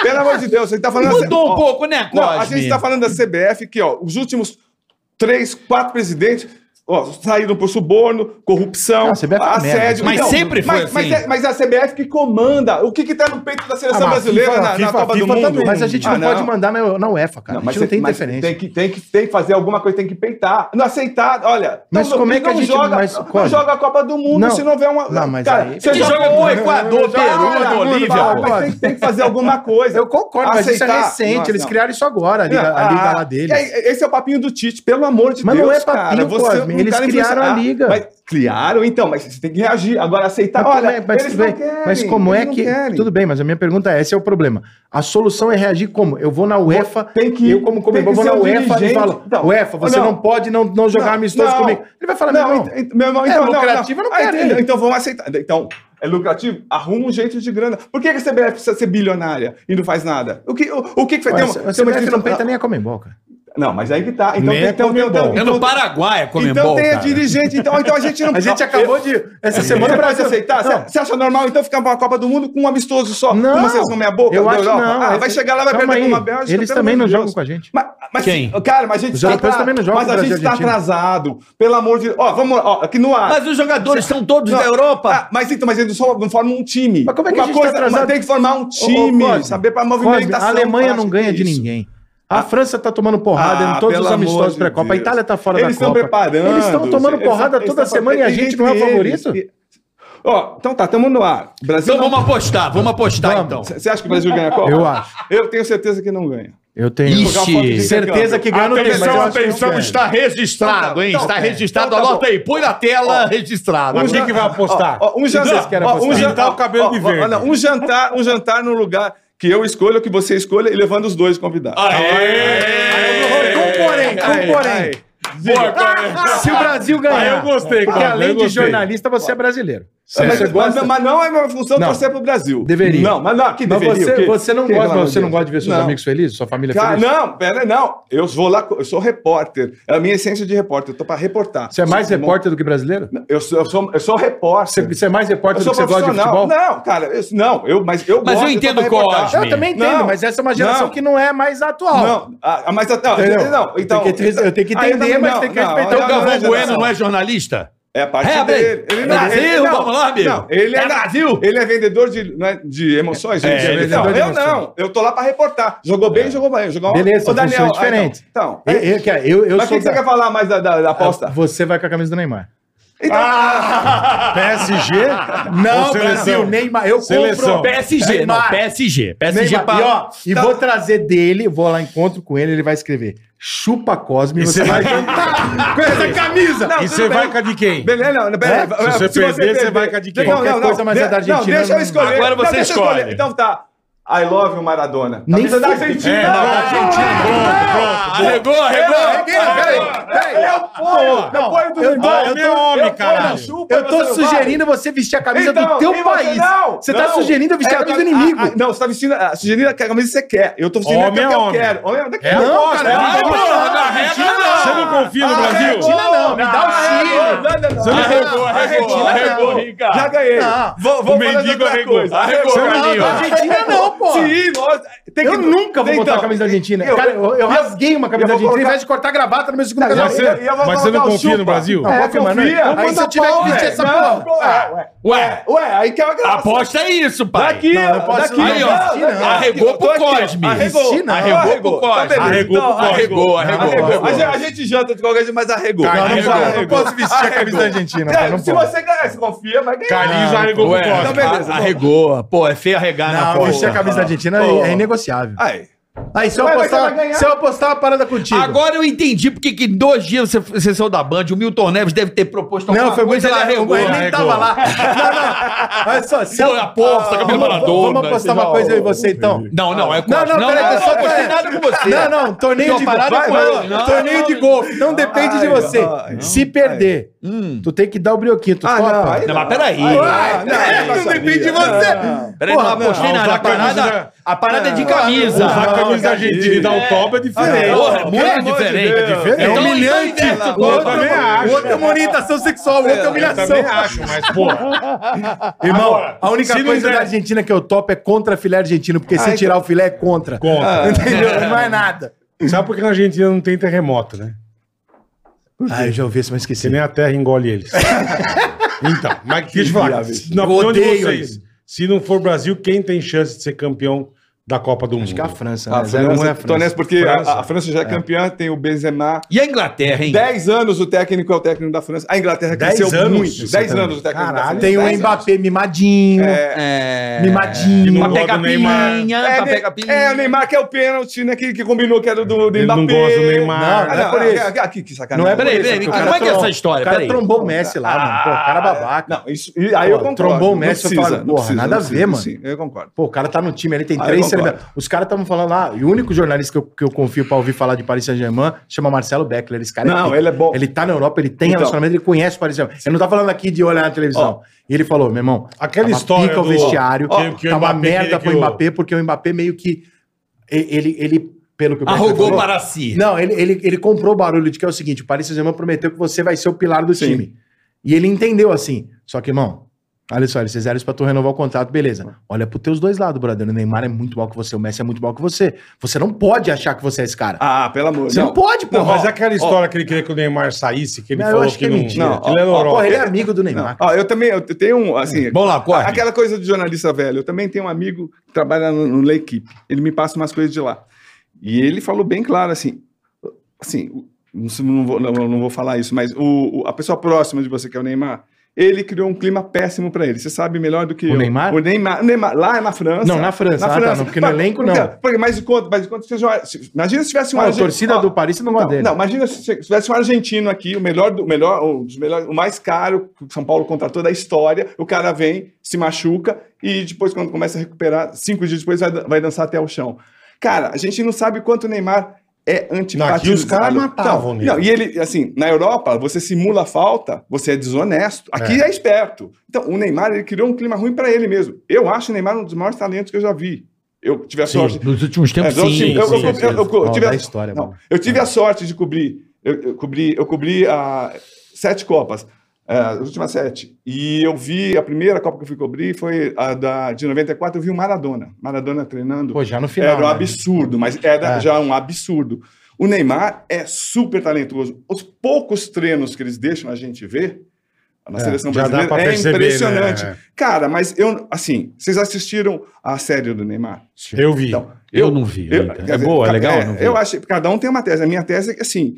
[SPEAKER 6] Pelo amor de Deus, ele tá falando assim-
[SPEAKER 4] Mudou um
[SPEAKER 6] ó,
[SPEAKER 4] pouco, né, Cosme?
[SPEAKER 6] Não, a gente tá está falando da CBF que, ó, os últimos três, quatro presidentes ó, saíram por suborno, corrupção,
[SPEAKER 5] Ah, a CBF é uma merda.
[SPEAKER 6] assédio. Então,
[SPEAKER 4] Mas sempre foi
[SPEAKER 6] mas,
[SPEAKER 4] assim.
[SPEAKER 6] Mas é, mas é a CBF que comanda. O que que tá no peito da
[SPEAKER 2] Ah,
[SPEAKER 6] seleção
[SPEAKER 2] mas a
[SPEAKER 6] brasileira
[SPEAKER 2] FIFA-
[SPEAKER 6] na,
[SPEAKER 2] a
[SPEAKER 6] na
[SPEAKER 2] FIFA
[SPEAKER 6] Copa do
[SPEAKER 2] também.
[SPEAKER 6] Mundo?
[SPEAKER 5] Mas a gente
[SPEAKER 6] Ah,
[SPEAKER 5] não pode mandar na, na UEFA, cara.
[SPEAKER 6] Não,
[SPEAKER 5] a
[SPEAKER 6] mas
[SPEAKER 5] gente não tem
[SPEAKER 6] mas
[SPEAKER 5] interferência.
[SPEAKER 6] Tem que, tem, que, tem que fazer alguma coisa, tem que peitar. Não aceitar, olha. então
[SPEAKER 5] Mas
[SPEAKER 6] não-
[SPEAKER 5] como é que
[SPEAKER 6] não
[SPEAKER 5] a gente-
[SPEAKER 6] joga,
[SPEAKER 5] mas,
[SPEAKER 6] não
[SPEAKER 5] Cosme?
[SPEAKER 6] joga a Copa do Mundo
[SPEAKER 5] Não.
[SPEAKER 6] se não houver uma.
[SPEAKER 5] Não, mas aí-
[SPEAKER 6] você
[SPEAKER 4] Ele joga com o Equador, Peru,
[SPEAKER 6] Olha,
[SPEAKER 4] Bolívia,
[SPEAKER 6] não,
[SPEAKER 4] pô.
[SPEAKER 6] Mas tem, tem que fazer alguma coisa.
[SPEAKER 5] Eu concordo, mas isso é
[SPEAKER 6] Aceitar.
[SPEAKER 5] recente.
[SPEAKER 6] Nossa,
[SPEAKER 5] Eles
[SPEAKER 6] não.
[SPEAKER 5] criaram isso agora, a liga, a liga
[SPEAKER 6] Ah,
[SPEAKER 5] lá deles.
[SPEAKER 6] é- Esse é o papinho do Tite, pelo amor de
[SPEAKER 5] Mas
[SPEAKER 6] Deus.
[SPEAKER 5] não é papinho, Cosme, eles
[SPEAKER 6] influenciar.
[SPEAKER 5] criaram a
[SPEAKER 6] Ah,
[SPEAKER 5] liga.
[SPEAKER 6] Mas, criaram, então, mas você tem que reagir. Agora aceitar.
[SPEAKER 5] Mas como
[SPEAKER 6] Tá, Olha,
[SPEAKER 5] é- mas,
[SPEAKER 6] eles
[SPEAKER 5] tudo bem,
[SPEAKER 6] não querem,
[SPEAKER 5] mas como
[SPEAKER 6] eles
[SPEAKER 5] é
[SPEAKER 6] não
[SPEAKER 5] que.
[SPEAKER 6] querem.
[SPEAKER 5] Tudo bem, mas a minha pergunta é: esse é o problema. A solução é reagir como? Eu vou na UEFA,
[SPEAKER 6] tem que-
[SPEAKER 5] eu, como
[SPEAKER 6] tem
[SPEAKER 5] Comebol,
[SPEAKER 6] que
[SPEAKER 5] vou
[SPEAKER 6] ser
[SPEAKER 5] na
[SPEAKER 6] um
[SPEAKER 5] UEFA e
[SPEAKER 6] dirigente.
[SPEAKER 5] falo:
[SPEAKER 6] Então,
[SPEAKER 5] UEFA, você não,
[SPEAKER 6] não.
[SPEAKER 5] pode não, não jogar
[SPEAKER 6] Não,
[SPEAKER 5] amistoso
[SPEAKER 6] não.
[SPEAKER 5] comigo. Ele vai falar:
[SPEAKER 6] Não,
[SPEAKER 5] não,
[SPEAKER 6] ent- ent- meu irmão, então,
[SPEAKER 5] é
[SPEAKER 6] não,
[SPEAKER 5] lucrativo, eu não quero
[SPEAKER 6] Ah,
[SPEAKER 5] ele.
[SPEAKER 6] ent- Então vamos aceitar. Então, é lucrativo? Arruma um jeito de grana. Por que que a CBF precisa ser bilionária e não faz nada? O que, o, o que, que foi?
[SPEAKER 5] Ué,
[SPEAKER 6] Tem
[SPEAKER 5] você-
[SPEAKER 6] uma-
[SPEAKER 5] você
[SPEAKER 6] tem
[SPEAKER 5] vai que
[SPEAKER 6] uma
[SPEAKER 5] não
[SPEAKER 6] instituição-
[SPEAKER 5] peita nem a Comembol, cara.
[SPEAKER 6] Não, mas aí que tá. Então
[SPEAKER 2] Nem
[SPEAKER 6] tem,
[SPEAKER 2] é
[SPEAKER 6] então, tem,
[SPEAKER 2] Comembol.
[SPEAKER 6] então,
[SPEAKER 4] É no Paraguai, é Comembol,
[SPEAKER 6] então tem a
[SPEAKER 4] cara.
[SPEAKER 6] dirigente. Então, então a gente não
[SPEAKER 5] (laughs) A gente acabou de. Essa semana
[SPEAKER 6] Semana
[SPEAKER 5] o
[SPEAKER 6] pra
[SPEAKER 5] Brasil-
[SPEAKER 6] aceitar?
[SPEAKER 5] É. Não.
[SPEAKER 6] Você acha normal então ficar pra Copa do Mundo com um amistoso só?
[SPEAKER 5] Não.
[SPEAKER 6] Com vocês no meia boca
[SPEAKER 5] Eu
[SPEAKER 6] da
[SPEAKER 5] acho
[SPEAKER 6] Europa?
[SPEAKER 5] não.
[SPEAKER 6] Ah, vai chegar lá, vai
[SPEAKER 5] Calma aí.
[SPEAKER 6] perder com uma Bélgica.
[SPEAKER 5] Eles
[SPEAKER 6] pelo
[SPEAKER 5] também
[SPEAKER 6] amor
[SPEAKER 5] não
[SPEAKER 6] de
[SPEAKER 5] jogam
[SPEAKER 6] Deus.
[SPEAKER 5] com a gente.
[SPEAKER 6] Mas, mas- assim,
[SPEAKER 4] Quem?
[SPEAKER 6] Cara, mas a gente
[SPEAKER 5] Os europeus também não jogam
[SPEAKER 6] Mas
[SPEAKER 5] com
[SPEAKER 6] a
[SPEAKER 5] Brasil e
[SPEAKER 6] gente tá
[SPEAKER 5] Argentina.
[SPEAKER 6] atrasado. Pelo amor de Deus. Ó, vamos lá. Ó, aqui no ar.
[SPEAKER 4] Mas os jogadores são todos
[SPEAKER 6] Não.
[SPEAKER 4] da Europa.
[SPEAKER 6] Ah, mas então, mas eles só não formam um time.
[SPEAKER 5] Mas como é que a
[SPEAKER 6] uma
[SPEAKER 5] gente tá atrasado?
[SPEAKER 6] mas tem que formar um time,
[SPEAKER 5] Ô, ô, Cosme,
[SPEAKER 6] saber pra
[SPEAKER 5] Cosme,
[SPEAKER 6] movimentação.
[SPEAKER 5] a Alemanha não
[SPEAKER 6] tática,
[SPEAKER 5] ganha de
[SPEAKER 6] isso.
[SPEAKER 5] ninguém. A França tá tomando porrada
[SPEAKER 6] Ah,
[SPEAKER 5] em todos os
[SPEAKER 6] pelo amor
[SPEAKER 5] amistosos
[SPEAKER 6] de
[SPEAKER 5] pré-copa. A
[SPEAKER 6] Deus.
[SPEAKER 5] Itália tá fora
[SPEAKER 6] Eles
[SPEAKER 5] da
[SPEAKER 6] estão
[SPEAKER 5] Copa.
[SPEAKER 6] preparando.
[SPEAKER 5] Eles estão tomando
[SPEAKER 6] eles-
[SPEAKER 5] porrada
[SPEAKER 6] eles
[SPEAKER 5] toda
[SPEAKER 6] estão-
[SPEAKER 5] semana e a
[SPEAKER 6] entre
[SPEAKER 5] gente não é o
[SPEAKER 6] eles.
[SPEAKER 5] favorito?
[SPEAKER 6] Ó, então tá, tamo no ar. Brasil
[SPEAKER 4] Então
[SPEAKER 6] não-
[SPEAKER 4] vamos apostar, vamos apostar então.
[SPEAKER 6] Você acha que o Brasil ganha a Copa?
[SPEAKER 5] Eu acho.
[SPEAKER 6] Eu tenho certeza que não ganha.
[SPEAKER 5] Eu tenho
[SPEAKER 4] Ixi.
[SPEAKER 5] certeza que ganha no tempo. mas eu
[SPEAKER 7] Atenção,
[SPEAKER 5] acho que não
[SPEAKER 7] atenção,
[SPEAKER 5] ganha.
[SPEAKER 7] está registrado, hein?
[SPEAKER 6] Então tá,
[SPEAKER 7] Está
[SPEAKER 6] então
[SPEAKER 7] registrado,
[SPEAKER 6] tá bom.
[SPEAKER 7] anota aí, põe na tela, registrado.
[SPEAKER 2] Mas
[SPEAKER 7] Agora,
[SPEAKER 2] quem que vai apostar?
[SPEAKER 6] Ó, ó, um
[SPEAKER 5] Vocês
[SPEAKER 6] jantar,
[SPEAKER 5] querem
[SPEAKER 6] ó, um
[SPEAKER 5] apostar?
[SPEAKER 6] jantar,
[SPEAKER 2] Pintar o cabelo
[SPEAKER 6] ó,
[SPEAKER 2] de
[SPEAKER 6] ó,
[SPEAKER 2] verde.
[SPEAKER 6] não, um jantar, um jantar no lugar que eu escolho, que você escolha e levando os dois convidados.
[SPEAKER 5] Ah, Com porém, com porém. um Se o Brasil ganhar.
[SPEAKER 2] eu gostei,
[SPEAKER 5] Porque
[SPEAKER 2] cara,
[SPEAKER 5] além
[SPEAKER 2] eu
[SPEAKER 5] de
[SPEAKER 2] gostei.
[SPEAKER 5] jornalista, você é brasileiro.
[SPEAKER 6] mas,
[SPEAKER 5] Você
[SPEAKER 6] mas-
[SPEAKER 5] gosta-
[SPEAKER 6] mas não é minha função torcer pro Brasil.
[SPEAKER 5] Deveria.
[SPEAKER 6] Não, mas não, que
[SPEAKER 5] Mas
[SPEAKER 6] deveria. o
[SPEAKER 5] você,
[SPEAKER 6] quê?
[SPEAKER 5] você não
[SPEAKER 6] Que,
[SPEAKER 5] gosta,
[SPEAKER 6] pelo amor
[SPEAKER 5] mas você não
[SPEAKER 6] Deus.
[SPEAKER 5] gosta de ver seus
[SPEAKER 6] Não.
[SPEAKER 5] amigos felizes, sua família
[SPEAKER 6] Cara,
[SPEAKER 5] feliz?
[SPEAKER 6] não, pera, não. Eu vou lá, eu sou repórter. É a minha essência de repórter. Eu tô pra reportar.
[SPEAKER 5] Você é mais repórter do que brasileiro?
[SPEAKER 6] Eu sou, eu sou, eu sou
[SPEAKER 5] Você,
[SPEAKER 6] repórter.
[SPEAKER 5] você é mais
[SPEAKER 6] eu
[SPEAKER 5] repórter do
[SPEAKER 6] sou
[SPEAKER 5] que você gosta de
[SPEAKER 6] profissional.
[SPEAKER 5] futebol?
[SPEAKER 6] Não, cara, eu, não, eu, mas eu
[SPEAKER 4] Mas eu
[SPEAKER 6] gosto, tô
[SPEAKER 4] entendo
[SPEAKER 6] pra
[SPEAKER 5] é
[SPEAKER 6] reportar.
[SPEAKER 4] Cosme.
[SPEAKER 5] Eu também entendo,
[SPEAKER 6] Não.
[SPEAKER 5] mas essa é uma geração
[SPEAKER 6] Não.
[SPEAKER 5] que não é mais atual.
[SPEAKER 6] Não, ah, mas não,
[SPEAKER 5] Entendeu?
[SPEAKER 6] não, então.
[SPEAKER 5] Eu tenho que- eu tenho que
[SPEAKER 6] Ah,
[SPEAKER 5] entender,
[SPEAKER 6] também
[SPEAKER 5] mas tem que respeitar
[SPEAKER 6] eu
[SPEAKER 5] o
[SPEAKER 6] não
[SPEAKER 5] Galvão
[SPEAKER 6] vejo,
[SPEAKER 4] Bueno
[SPEAKER 6] não.
[SPEAKER 4] não é jornalista?
[SPEAKER 6] É a parte
[SPEAKER 4] É,
[SPEAKER 6] dele.
[SPEAKER 4] é Brasil, vamos lá, amigo.
[SPEAKER 6] ele é,
[SPEAKER 4] É Brasil.
[SPEAKER 6] Ele é vendedor de, não é, de emoções. gente.
[SPEAKER 5] ele é
[SPEAKER 6] Não,
[SPEAKER 5] vendedor de
[SPEAKER 6] eu
[SPEAKER 5] emoções.
[SPEAKER 6] não. Eu tô lá pra reportar. Jogou bem, jogou bem. Jogou
[SPEAKER 5] Beleza,
[SPEAKER 6] Ô, Daniel,
[SPEAKER 5] funções
[SPEAKER 6] ah, então,
[SPEAKER 5] diferentes.
[SPEAKER 6] Então,
[SPEAKER 5] Eu, eu, cara, É, eu, eu
[SPEAKER 6] mas o
[SPEAKER 5] sou
[SPEAKER 6] que, que você
[SPEAKER 5] da-
[SPEAKER 6] quer falar mais da, da- da aposta?
[SPEAKER 5] Você vai com a camisa do Neymar.
[SPEAKER 6] Então,
[SPEAKER 5] Ah.
[SPEAKER 2] PSG?
[SPEAKER 5] Não,
[SPEAKER 2] Ou seleção?
[SPEAKER 5] Brasil, Neymar. Eu
[SPEAKER 2] Seleção.
[SPEAKER 5] compro.
[SPEAKER 4] PSG, não,
[SPEAKER 5] Neymar.
[SPEAKER 4] PSG. PSG
[SPEAKER 5] Neymar.
[SPEAKER 4] pra...
[SPEAKER 5] E, ó, e
[SPEAKER 6] Tá.
[SPEAKER 5] vou trazer dele, vou lá, encontro com ele, ele vai escrever. Chupa Cosme,
[SPEAKER 6] é
[SPEAKER 5] você vai (laughs) com essa camisa.
[SPEAKER 6] não,
[SPEAKER 2] E
[SPEAKER 6] tudo
[SPEAKER 2] você
[SPEAKER 6] bem.
[SPEAKER 2] vai com a de quem?
[SPEAKER 6] Beleza, não,
[SPEAKER 5] É?
[SPEAKER 6] pera,
[SPEAKER 2] Se você perder, você vai com a de quem?
[SPEAKER 6] Não,
[SPEAKER 5] Qualquer
[SPEAKER 6] não, não.
[SPEAKER 5] coisa, mas
[SPEAKER 6] de-
[SPEAKER 5] é da Argentina,
[SPEAKER 6] Não, deixa eu
[SPEAKER 5] não-
[SPEAKER 6] escolher.
[SPEAKER 4] Agora você
[SPEAKER 6] não, deixa eu
[SPEAKER 4] escolhe.
[SPEAKER 6] escolher. Então tá. I love you, Maradona.
[SPEAKER 5] Nem
[SPEAKER 6] Camisa da
[SPEAKER 5] fudeu.
[SPEAKER 6] Argentina.
[SPEAKER 2] É, não, Argentina. Pronto, pronto.
[SPEAKER 4] Arregou, arregou.
[SPEAKER 5] é Peraí,
[SPEAKER 6] É o povo. É o povo do
[SPEAKER 5] eu tô-
[SPEAKER 6] Neymar.
[SPEAKER 5] eu tô-
[SPEAKER 2] meu homem, caralho.
[SPEAKER 6] chupa,
[SPEAKER 5] Eu tô
[SPEAKER 6] você não vai.
[SPEAKER 5] sugerindo você vestir a camisa
[SPEAKER 6] Então,
[SPEAKER 5] do teu
[SPEAKER 6] e você
[SPEAKER 5] país.
[SPEAKER 6] não?
[SPEAKER 5] você tá
[SPEAKER 6] Não.
[SPEAKER 5] sugerindo eu vestir
[SPEAKER 6] É,
[SPEAKER 5] a camisa do
[SPEAKER 6] eu-
[SPEAKER 5] inimigo.
[SPEAKER 6] ah, ah, não, você tá vestindo, ah, sugerindo a camisa que você quer. Eu tô vestindo a
[SPEAKER 2] Homem
[SPEAKER 6] que
[SPEAKER 2] é
[SPEAKER 6] eu
[SPEAKER 2] homem.
[SPEAKER 6] quero. Homem é homem.
[SPEAKER 2] É
[SPEAKER 6] Não,
[SPEAKER 2] aposta,
[SPEAKER 6] cara,
[SPEAKER 2] é
[SPEAKER 6] não,
[SPEAKER 2] aposta.
[SPEAKER 6] não, não, não.
[SPEAKER 2] Você não confia
[SPEAKER 5] Ah,
[SPEAKER 2] no Brasil?
[SPEAKER 5] Argentina não, me dá um o
[SPEAKER 2] Ah, é,
[SPEAKER 5] Chile.
[SPEAKER 6] Você não
[SPEAKER 7] Arregou, arregou,
[SPEAKER 5] Argentina
[SPEAKER 7] arregou,
[SPEAKER 5] não.
[SPEAKER 7] Rica.
[SPEAKER 6] Já ganhei.
[SPEAKER 5] Não.
[SPEAKER 6] Vou, vou
[SPEAKER 2] O
[SPEAKER 6] falar de
[SPEAKER 2] mendigo
[SPEAKER 6] outra
[SPEAKER 2] arregou.
[SPEAKER 6] coisa.
[SPEAKER 2] Arregou,
[SPEAKER 6] Você
[SPEAKER 5] Não,
[SPEAKER 2] Carlinhos.
[SPEAKER 5] da Argentina não, pô.
[SPEAKER 6] Sim, nossa. Tem
[SPEAKER 5] Eu
[SPEAKER 6] que-
[SPEAKER 5] nunca vou botar
[SPEAKER 6] Então,
[SPEAKER 5] a camisa da Argentina.
[SPEAKER 6] eu-
[SPEAKER 5] Cara, eu, eu rasguei uma camisa da Argentina
[SPEAKER 6] eu vou
[SPEAKER 5] ao
[SPEAKER 6] colocar-
[SPEAKER 5] invés de cortar a gravata no meu segundo casamento.
[SPEAKER 2] você- mas você não confia no Brasil?
[SPEAKER 5] Não,
[SPEAKER 6] É,
[SPEAKER 5] confia, mas não é.
[SPEAKER 6] confia.
[SPEAKER 5] Aí
[SPEAKER 6] Vamos
[SPEAKER 5] se eu
[SPEAKER 6] dar
[SPEAKER 5] tiver que
[SPEAKER 6] pau,
[SPEAKER 5] vestir
[SPEAKER 6] ué.
[SPEAKER 5] essa
[SPEAKER 6] Não,
[SPEAKER 5] porra.
[SPEAKER 6] ué, Ué, ué, aí que é uma graça.
[SPEAKER 4] Aposta é isso, pai.
[SPEAKER 6] Daqui,
[SPEAKER 5] Não, eu posso- Então,
[SPEAKER 6] daqui.
[SPEAKER 4] Aí, ó,
[SPEAKER 6] Não, daqui,
[SPEAKER 4] arregou
[SPEAKER 6] ó,
[SPEAKER 4] pro
[SPEAKER 6] tô aqui, ó.
[SPEAKER 4] Cosme.
[SPEAKER 6] Arregou.
[SPEAKER 5] Sim, não.
[SPEAKER 4] Arregou pro
[SPEAKER 6] Tá
[SPEAKER 4] Cosme.
[SPEAKER 6] beleza,
[SPEAKER 2] Arregou
[SPEAKER 6] então,
[SPEAKER 2] pro Cosme.
[SPEAKER 4] Arregou, arregou,
[SPEAKER 6] Arregou.
[SPEAKER 5] é
[SPEAKER 6] A gente-
[SPEAKER 4] arregou.
[SPEAKER 6] A gente janta de qualquer jeito, mas arregou.
[SPEAKER 2] Não, não
[SPEAKER 6] Arregou,
[SPEAKER 2] posso, não
[SPEAKER 6] arregou.
[SPEAKER 5] posso vestir a camisa da Argentina,
[SPEAKER 6] É,
[SPEAKER 5] cara, não
[SPEAKER 6] Se
[SPEAKER 5] posso.
[SPEAKER 6] você ganhar, você confia, vai ganhar.
[SPEAKER 2] Carlinhos arregou com o
[SPEAKER 4] Ué,
[SPEAKER 2] Costa.
[SPEAKER 6] beleza,
[SPEAKER 4] arregou. Pô, é feio arregar na
[SPEAKER 5] Tá Não, vestir a
[SPEAKER 4] aposta.
[SPEAKER 5] camisa da Argentina é- é inegociável.
[SPEAKER 6] Aí.
[SPEAKER 5] Aí, se eu,
[SPEAKER 2] Ué, mas
[SPEAKER 5] apostar,
[SPEAKER 2] você vai ganhar.
[SPEAKER 5] se eu apostar uma parada contigo.
[SPEAKER 4] Agora eu entendi porque que em dois dias você, você saiu da Band. O Milton Neves deve ter proposto
[SPEAKER 5] Não, foi muito
[SPEAKER 4] coisa, ele
[SPEAKER 5] legal.
[SPEAKER 4] arregou.
[SPEAKER 5] Ele nem tava lá. Não, não. Olha só. Se
[SPEAKER 4] Pô, aposta,
[SPEAKER 5] Ah,
[SPEAKER 4] cabelo
[SPEAKER 5] vamos-
[SPEAKER 4] maradona,
[SPEAKER 5] Vamos apostar uma
[SPEAKER 4] seja
[SPEAKER 5] coisa eu e
[SPEAKER 4] o-
[SPEAKER 5] você, então.
[SPEAKER 4] Não, não, é
[SPEAKER 5] Não, não,
[SPEAKER 4] não,
[SPEAKER 5] peraí,
[SPEAKER 4] eu não
[SPEAKER 5] só
[SPEAKER 4] apostei
[SPEAKER 5] peraí.
[SPEAKER 4] nada com você.
[SPEAKER 5] Não, não, um torneio
[SPEAKER 4] Tua
[SPEAKER 5] de golfe.
[SPEAKER 4] parada
[SPEAKER 5] Vai,
[SPEAKER 4] foi-
[SPEAKER 5] vai,
[SPEAKER 4] não,
[SPEAKER 5] torneio de golfe. Não depende de você.
[SPEAKER 6] ai,
[SPEAKER 5] Se perder, tu tem que dar o brioquinho. Tu topa?
[SPEAKER 6] não, aí
[SPEAKER 4] Não, mas peraí.
[SPEAKER 5] Ué,
[SPEAKER 6] não,
[SPEAKER 5] não,
[SPEAKER 6] não
[SPEAKER 5] depende de você.
[SPEAKER 6] Não.
[SPEAKER 4] Peraí, não
[SPEAKER 5] Porra,
[SPEAKER 4] apostei
[SPEAKER 2] não,
[SPEAKER 4] nada.
[SPEAKER 2] usar
[SPEAKER 4] A parada,
[SPEAKER 2] camisa-
[SPEAKER 4] a parada é de camisa.
[SPEAKER 2] Usar a camisa
[SPEAKER 6] cara,
[SPEAKER 2] argentina e dar o top é diferente.
[SPEAKER 4] Porra, é
[SPEAKER 6] Pelo
[SPEAKER 4] muito
[SPEAKER 6] amor de
[SPEAKER 4] diferente.
[SPEAKER 6] Deus.
[SPEAKER 2] diferente.
[SPEAKER 4] Então,
[SPEAKER 2] É
[SPEAKER 4] humilhante.
[SPEAKER 5] O outro,
[SPEAKER 2] também acho.
[SPEAKER 5] o outro é uma orientação sexual, o outro é humilhação.
[SPEAKER 2] também acho, mas, porra.
[SPEAKER 5] Irmão,
[SPEAKER 2] Agora,
[SPEAKER 5] a única
[SPEAKER 2] se não
[SPEAKER 5] coisa
[SPEAKER 2] der-
[SPEAKER 5] da Argentina que eu topo é contra filé argentino, porque se
[SPEAKER 6] Ai,
[SPEAKER 5] tirar o filé é contra.
[SPEAKER 2] Conta.
[SPEAKER 5] Entendeu? Não é nada.
[SPEAKER 2] Sabe por que na Argentina não tem terremoto, né?
[SPEAKER 5] Ah, eu já ouvi isso, mas esqueci.
[SPEAKER 2] Que nem a terra engole
[SPEAKER 5] (laughs)
[SPEAKER 2] eles. então, mas deixa eu falar.
[SPEAKER 6] Viáveis.
[SPEAKER 2] Na
[SPEAKER 5] Eu
[SPEAKER 2] opinião de
[SPEAKER 5] odeio
[SPEAKER 2] vocês, se não for Brasil, quem tem chance de ser campeão da Copa do
[SPEAKER 5] Acho que é
[SPEAKER 2] Mundo?
[SPEAKER 5] a França, né?
[SPEAKER 6] A
[SPEAKER 5] 0 a 1 é
[SPEAKER 6] Ah, França,
[SPEAKER 5] a
[SPEAKER 6] tô nessa
[SPEAKER 5] França.
[SPEAKER 6] porque
[SPEAKER 2] França.
[SPEAKER 6] A, a França já é campeã, tem o Benzema.
[SPEAKER 4] E a Inglaterra, hein?
[SPEAKER 6] 10 anos o técnico é o técnico da França. A Inglaterra
[SPEAKER 2] 10
[SPEAKER 6] cresceu
[SPEAKER 2] anos?
[SPEAKER 6] muito. 10 anos o técnico da
[SPEAKER 2] Caralho.
[SPEAKER 6] França.
[SPEAKER 5] Tem o
[SPEAKER 6] 10 anos.
[SPEAKER 5] Mbappé mimadinho,
[SPEAKER 4] É...
[SPEAKER 2] Que não
[SPEAKER 5] mimadinho.
[SPEAKER 4] Pra
[SPEAKER 2] gosta
[SPEAKER 4] pegar
[SPEAKER 2] do Neymar.
[SPEAKER 4] pinha,
[SPEAKER 6] É,
[SPEAKER 4] pra
[SPEAKER 6] ne-
[SPEAKER 4] pegar pinha.
[SPEAKER 6] é, o Neymar que é o pênalti, né? Que, que combinou que era do, do
[SPEAKER 2] Ele não
[SPEAKER 6] Mbappé.
[SPEAKER 2] gosta do Neymar.
[SPEAKER 6] Ah,
[SPEAKER 5] Não é
[SPEAKER 6] não,
[SPEAKER 5] por
[SPEAKER 6] não,
[SPEAKER 5] isso.
[SPEAKER 6] ah, que, que sacanagem.
[SPEAKER 5] Não é
[SPEAKER 4] Peraí,
[SPEAKER 5] por isso,
[SPEAKER 4] peraí,
[SPEAKER 5] o
[SPEAKER 4] como
[SPEAKER 5] cara
[SPEAKER 4] é que é
[SPEAKER 5] trom-
[SPEAKER 4] essa história?
[SPEAKER 5] O cara
[SPEAKER 4] Peraí.
[SPEAKER 5] trombou o Messi lá, mano. Pô, cara é babaca.
[SPEAKER 6] Não, isso, e aí eu
[SPEAKER 5] Pô,
[SPEAKER 6] concordo.
[SPEAKER 5] trombou o
[SPEAKER 6] não
[SPEAKER 5] Messi, eu
[SPEAKER 6] precisa,
[SPEAKER 5] falo,
[SPEAKER 6] não
[SPEAKER 5] porra,
[SPEAKER 6] precisa,
[SPEAKER 5] nada
[SPEAKER 6] não
[SPEAKER 5] a
[SPEAKER 6] precisa,
[SPEAKER 5] ver,
[SPEAKER 6] não
[SPEAKER 5] mano.
[SPEAKER 6] precisa, eu concordo.
[SPEAKER 5] Pô, o cara tá no time, ele tem
[SPEAKER 6] Ah, eu
[SPEAKER 5] três
[SPEAKER 6] concordo.
[SPEAKER 5] cerebrais. Os caras estavam falando lá, e o único jornalista que eu, que eu confio pra ouvir falar de Paris Saint-Germain chama Marcelo Beckler. Esse cara
[SPEAKER 6] Não,
[SPEAKER 5] pica.
[SPEAKER 6] ele é bom.
[SPEAKER 5] Ele tá na Europa, ele tem
[SPEAKER 6] Então.
[SPEAKER 5] relacionamento, ele conhece o Paris Saint-Germain. Ele não tá falando aqui de olhar na televisão. E ele falou, meu irmão,
[SPEAKER 2] Aquela
[SPEAKER 5] tava
[SPEAKER 2] história
[SPEAKER 5] pica o
[SPEAKER 2] do-
[SPEAKER 5] vestiário,
[SPEAKER 2] que- que o
[SPEAKER 5] tá uma
[SPEAKER 2] Mbappé
[SPEAKER 5] merda
[SPEAKER 2] queria que
[SPEAKER 5] pro
[SPEAKER 2] o-
[SPEAKER 5] Mbappé, porque o Mbappé meio que... e- Ele, ele pelo que o Beckler
[SPEAKER 4] Arrogou
[SPEAKER 5] falou-
[SPEAKER 4] para si.
[SPEAKER 5] Não, ele, ele, ele comprou o barulho de que é o seguinte, o Paris Saint-Germain prometeu que você vai ser o pilar do
[SPEAKER 6] Sim.
[SPEAKER 5] time. E ele entendeu assim. Só que, irmão, olha só, eles fizeram isso pra tu renovar o contrato, beleza. Olha pro teus dois lados, brother. O Neymar é muito mal que você, o Messi é muito mal que você. Você não pode achar que você é esse cara.
[SPEAKER 6] Ah, pelo amor de
[SPEAKER 5] você é um não, pode, pô.
[SPEAKER 2] Não, mas aquela
[SPEAKER 6] ó.
[SPEAKER 2] história que ele queria que o Neymar saísse, que ele
[SPEAKER 5] Não, eu
[SPEAKER 2] falou
[SPEAKER 5] acho
[SPEAKER 2] que,
[SPEAKER 5] que é
[SPEAKER 2] não.
[SPEAKER 5] mentira.
[SPEAKER 2] Não,
[SPEAKER 6] Não,
[SPEAKER 2] aquilo é
[SPEAKER 6] ó, ó,
[SPEAKER 2] loró.
[SPEAKER 5] Porra, ele é amigo do Neymar.
[SPEAKER 6] Não. Ó, eu também, eu tenho um, assim...
[SPEAKER 4] Vamos lá, corre.
[SPEAKER 6] Aquela coisa de jornalista velho. Eu também tenho um amigo que trabalha no, no L'Equipe. Ele me passa umas coisas de lá. E ele falou bem claro, assim... Assim, o- não, sei- não vou, não, não vou falar isso, mas o, o- a pessoa próxima de você, que é o Neymar, ele criou um clima péssimo pra ele. Você sabe melhor do que
[SPEAKER 5] O
[SPEAKER 6] eu.
[SPEAKER 5] Neymar?
[SPEAKER 6] O Neymar. o Neymar. Lá na França.
[SPEAKER 5] Não, na França. Ah, tá, não, porque no
[SPEAKER 6] Mas-
[SPEAKER 5] elenco, não.
[SPEAKER 6] então, Porque, mas de quanto? Mas de quanto? seja um- se- Imagina se tivesse um...
[SPEAKER 5] Não, a
[SPEAKER 6] argen-
[SPEAKER 5] torcida
[SPEAKER 6] ó,
[SPEAKER 5] do Paris você não gosta
[SPEAKER 6] não,
[SPEAKER 5] dele.
[SPEAKER 6] Então, não, imagina se se tivesse um argentino aqui, o melhor, do, o melhor, o, dos melhores- o mais caro que o São Paulo contratou da história. O cara vem, se machuca e depois, quando começa a recuperar, cinco dias depois vai, dan- vai dançar até o chão. Cara, a gente não sabe quanto o Neymar é antipático.
[SPEAKER 2] Aqui os caras matavam o
[SPEAKER 6] não,
[SPEAKER 2] Neymar.
[SPEAKER 6] não, e ele, assim, na Europa, você simula a falta, você é desonesto. Aqui é, esperto. Então, o Neymar, ele criou um clima ruim pra ele mesmo. Eu acho o Neymar um dos maiores talentos que eu já vi. Eu tive a
[SPEAKER 2] Sim.
[SPEAKER 6] sorte.
[SPEAKER 4] Nos últimos tempos,
[SPEAKER 6] É, eu-
[SPEAKER 4] sim.
[SPEAKER 6] eu-
[SPEAKER 4] sim,
[SPEAKER 6] eu-
[SPEAKER 4] sim.
[SPEAKER 6] eu- eu- eu
[SPEAKER 5] Ó,
[SPEAKER 6] tive
[SPEAKER 5] da
[SPEAKER 6] a-
[SPEAKER 5] história,
[SPEAKER 2] Tá
[SPEAKER 6] não,
[SPEAKER 5] mano.
[SPEAKER 6] eu tive a sorte de cobrir. Eu, eu cobri, eu cobri a sete copas, é, as últimas sete. E eu vi a primeira Copa que eu fui cobrir foi a da de 94. Eu vi o Maradona, Maradona treinando.
[SPEAKER 5] Pô, já no final.
[SPEAKER 6] era um
[SPEAKER 5] né?
[SPEAKER 6] absurdo, mas era
[SPEAKER 5] É.
[SPEAKER 6] já um absurdo. O Neymar é super talentoso. Os poucos treinos que eles deixam a gente ver na
[SPEAKER 2] É,
[SPEAKER 6] seleção
[SPEAKER 2] já dá
[SPEAKER 6] brasileira
[SPEAKER 2] pra
[SPEAKER 6] é
[SPEAKER 2] perceber,
[SPEAKER 6] impressionante.
[SPEAKER 2] né?
[SPEAKER 6] Cara, mas eu assim, vocês assistiram a série do Neymar?
[SPEAKER 2] Eu vi.
[SPEAKER 6] Então,
[SPEAKER 4] Eu não vi.
[SPEAKER 6] eu-
[SPEAKER 4] ainda.
[SPEAKER 6] quer
[SPEAKER 4] é
[SPEAKER 6] dizer,
[SPEAKER 4] boa, é
[SPEAKER 6] ca-
[SPEAKER 4] legal? não vi.
[SPEAKER 6] eu acho cada um tem uma tese. A minha tese é que, assim,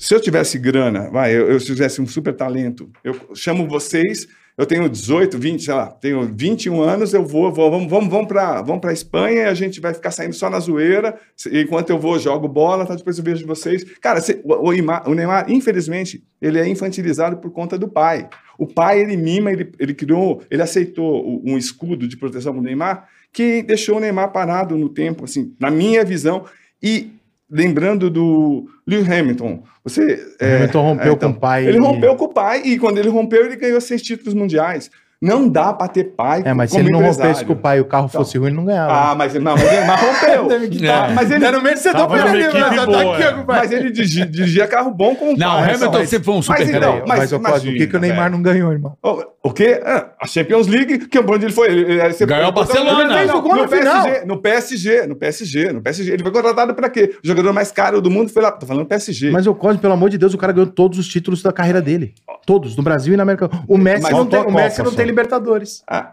[SPEAKER 6] se eu tivesse grana, vai, eu, eu se tivesse um super talento, eu chamo vocês, eu tenho 18, 20, sei lá, tenho 21 anos, eu vou, vou vamos, vamos, vamos para vamos pra Espanha e a gente vai ficar saindo só na zoeira, se- enquanto eu vou, jogo bola, tá, depois eu vejo vocês. Cara, se- o, o Ima- o Neymar, infelizmente, ele é infantilizado por conta do pai. O pai, ele mima, ele, ele criou, ele aceitou o- um escudo de proteção para o Neymar, que deixou o Neymar parado no tempo, assim, na minha visão. E lembrando do Lewis Hamilton, você.
[SPEAKER 5] O Hamilton rompeu
[SPEAKER 6] então,
[SPEAKER 5] com o pai.
[SPEAKER 6] Ele
[SPEAKER 5] e-
[SPEAKER 6] rompeu com o pai e quando ele rompeu, ele ganhou seis títulos mundiais. Não dá pra ter pai.
[SPEAKER 5] É, mas se
[SPEAKER 6] como
[SPEAKER 5] ele não
[SPEAKER 6] empresário.
[SPEAKER 5] rompesse com o pai e o carro fosse ruim, ele não ganhava.
[SPEAKER 6] Ah, mas ele não, mas ele mas
[SPEAKER 5] (laughs)
[SPEAKER 6] rompeu.
[SPEAKER 5] Teve que
[SPEAKER 4] É.
[SPEAKER 5] dar-
[SPEAKER 6] Mas ele-
[SPEAKER 5] Tá no Mercedes,
[SPEAKER 2] Tava numa
[SPEAKER 5] peraí,
[SPEAKER 2] equipe
[SPEAKER 5] mas tá
[SPEAKER 2] boa,
[SPEAKER 5] aqui,
[SPEAKER 2] é.
[SPEAKER 5] ó, com o pai.
[SPEAKER 6] Mas ele digi- dirigia carro bom com o
[SPEAKER 4] Não,
[SPEAKER 6] pai.
[SPEAKER 4] Hamilton
[SPEAKER 6] mas-
[SPEAKER 4] sempre foi um super
[SPEAKER 6] mas,
[SPEAKER 4] herói.
[SPEAKER 6] então, mas,
[SPEAKER 5] mas, ô, Cosmo,
[SPEAKER 6] imagina,
[SPEAKER 5] por que, que o Neymar
[SPEAKER 6] velho.
[SPEAKER 5] não ganhou, irmão?
[SPEAKER 6] O, o quê? Ah, a Champions League, que é onde ele foi. Ele, ele, ele-
[SPEAKER 4] Ganhou o Barcelona.
[SPEAKER 6] Ele fez o gol
[SPEAKER 5] No
[SPEAKER 6] no, PSG,
[SPEAKER 5] final.
[SPEAKER 6] no PSG, no PSG, no PSG. Ele foi contratado pra quê? O jogador mais caro do mundo foi lá. Tô falando PSG.
[SPEAKER 5] Mas o Cosme, pelo amor de Deus, o cara ganhou todos os títulos da carreira dele. Todos, no Brasil e na América. O Messi,
[SPEAKER 6] Mas
[SPEAKER 5] não tem,
[SPEAKER 6] faltou a
[SPEAKER 5] o Messi
[SPEAKER 2] Copa,
[SPEAKER 5] não tem
[SPEAKER 2] só.
[SPEAKER 6] (laughs)
[SPEAKER 5] Libertadores.
[SPEAKER 6] Ah.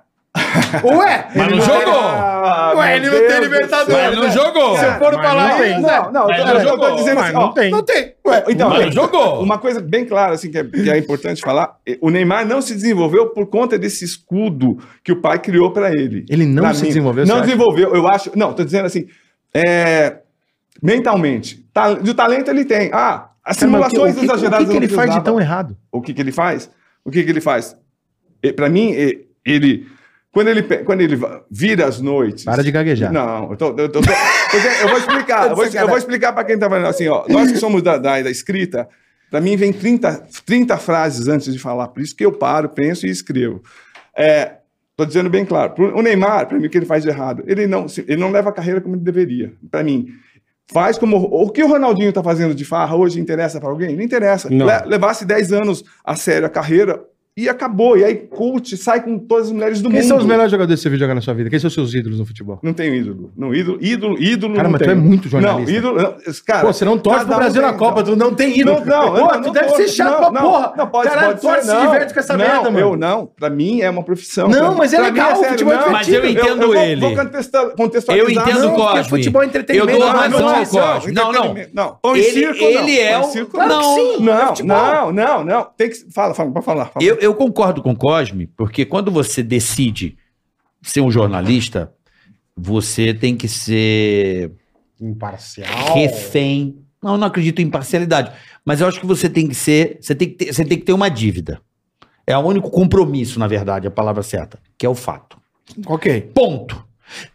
[SPEAKER 5] Ué!
[SPEAKER 4] Mas
[SPEAKER 5] ele
[SPEAKER 4] não
[SPEAKER 5] tem-
[SPEAKER 4] jogou.
[SPEAKER 6] Ah,
[SPEAKER 5] Ué, ele
[SPEAKER 6] meu
[SPEAKER 5] não tem
[SPEAKER 6] Deus
[SPEAKER 5] Libertadores.
[SPEAKER 4] Mas não
[SPEAKER 5] né?
[SPEAKER 4] jogou.
[SPEAKER 5] Se eu for
[SPEAKER 2] Mas não
[SPEAKER 5] falar
[SPEAKER 2] tem.
[SPEAKER 5] aí,
[SPEAKER 6] Não, não,
[SPEAKER 4] Mas
[SPEAKER 6] eu tô-
[SPEAKER 4] não
[SPEAKER 6] eu tô
[SPEAKER 4] jogou,
[SPEAKER 6] dizendo
[SPEAKER 2] mas
[SPEAKER 6] assim,
[SPEAKER 2] não
[SPEAKER 6] ó,
[SPEAKER 2] tem.
[SPEAKER 5] Não tem.
[SPEAKER 6] Ué, então,
[SPEAKER 4] Mas
[SPEAKER 6] é,
[SPEAKER 4] jogou.
[SPEAKER 6] Uma coisa bem clara, assim, que é, que é importante falar: eh, o Neymar não se desenvolveu por conta desse escudo que o pai criou para ele.
[SPEAKER 5] Ele não
[SPEAKER 6] Pra
[SPEAKER 5] se
[SPEAKER 6] mim.
[SPEAKER 5] desenvolveu, você
[SPEAKER 6] Não
[SPEAKER 5] acha?
[SPEAKER 6] desenvolveu, eu acho. Não, tô dizendo assim. é, mentalmente. Ta- De talento ele tem. Ah, as simulações exageradas
[SPEAKER 5] O que, que
[SPEAKER 6] eu
[SPEAKER 5] ele
[SPEAKER 6] não
[SPEAKER 5] faz de
[SPEAKER 6] precisava.
[SPEAKER 5] tão errado?
[SPEAKER 6] O que, que ele faz? O que, que ele faz? Para mim, e- ele. Quando ele, pe- quando ele va- vira as noites.
[SPEAKER 5] Para de gaguejar.
[SPEAKER 6] Não, eu, tô, eu, tô- eu tô- porque eu vou explicar. eu, vou, eu vou explicar para quem tá vendo assim, ó. Nós que somos da, da, da escrita, para mim vem 30, 30 frases antes de falar. Por isso que eu paro, penso e escrevo. É, tô dizendo bem claro. Pro- O Neymar, para mim, o que ele faz de errado? Ele não, se- ele não leva a carreira como ele deveria, para mim. Faz como. O que o Ronaldinho tá fazendo de farra hoje interessa para alguém? Não interessa.
[SPEAKER 2] Não.
[SPEAKER 6] Le- levasse 10 anos a sério a carreira e acabou. E aí curte, sai com todas as mulheres do
[SPEAKER 5] Quem
[SPEAKER 6] mundo.
[SPEAKER 5] são os melhores jogadores que você viu jogar na sua vida? Quem são os seus ídolos no futebol?
[SPEAKER 6] Não tenho ídolo. Não, ídolo, ídolo, ídolo.
[SPEAKER 5] Cara,
[SPEAKER 6] não
[SPEAKER 5] mas tu
[SPEAKER 6] tenho.
[SPEAKER 5] é muito jornalista.
[SPEAKER 6] Não, ídolo. não, Cara,
[SPEAKER 5] Pô, você não torce
[SPEAKER 6] cada
[SPEAKER 5] pro
[SPEAKER 6] um
[SPEAKER 5] Brasil
[SPEAKER 6] tem-
[SPEAKER 5] na Copa, tu não tem
[SPEAKER 6] Não,
[SPEAKER 5] ídolo.
[SPEAKER 6] não,
[SPEAKER 5] Pô,
[SPEAKER 6] não,
[SPEAKER 5] tu
[SPEAKER 6] não
[SPEAKER 5] deve
[SPEAKER 6] torço,
[SPEAKER 5] ser chato
[SPEAKER 6] não,
[SPEAKER 5] pra
[SPEAKER 6] não,
[SPEAKER 5] porra.
[SPEAKER 6] Não, pode,
[SPEAKER 5] Caralho,
[SPEAKER 6] pode
[SPEAKER 5] torce
[SPEAKER 6] ser,
[SPEAKER 5] se
[SPEAKER 6] não.
[SPEAKER 5] diverte com essa
[SPEAKER 6] Não,
[SPEAKER 5] merda, mano.
[SPEAKER 6] Eu não, pra mim é uma profissão.
[SPEAKER 5] Não,
[SPEAKER 6] Pra mim-
[SPEAKER 5] mas é
[SPEAKER 6] pra mim
[SPEAKER 5] legal, o
[SPEAKER 6] sério,
[SPEAKER 5] futebol é
[SPEAKER 6] não.
[SPEAKER 4] Mas eu
[SPEAKER 6] Eu-
[SPEAKER 4] entendo
[SPEAKER 6] eu vou-
[SPEAKER 4] ele.
[SPEAKER 6] Vou contexta- contextualizar.
[SPEAKER 4] Eu entendo
[SPEAKER 6] Não,
[SPEAKER 4] o
[SPEAKER 5] porque
[SPEAKER 4] Cosme.
[SPEAKER 5] futebol é entretenimento,
[SPEAKER 4] Eu dou
[SPEAKER 5] não é
[SPEAKER 4] razão ao
[SPEAKER 5] competição,
[SPEAKER 4] Cosme. Não, não.
[SPEAKER 6] Não, pão e
[SPEAKER 4] Ele-
[SPEAKER 6] circo,
[SPEAKER 4] ele é
[SPEAKER 6] Pão e
[SPEAKER 4] o-
[SPEAKER 6] circo,
[SPEAKER 4] Claro que
[SPEAKER 6] não.
[SPEAKER 4] sim, É
[SPEAKER 6] Não, não, não, não. Tem que fala, fala, pode falar. fala.
[SPEAKER 4] Eu, eu concordo com o Cosme, porque quando você decide ser um jornalista, você tem que ser
[SPEAKER 2] Imparcial.
[SPEAKER 4] refém. Não, eu não acredito em parcialidade, mas eu acho que você tem que ser, você tem que ter, você tem que ter uma dívida. É o único compromisso, na verdade, a palavra certa, que é o fato.
[SPEAKER 5] Ok.
[SPEAKER 4] Ponto.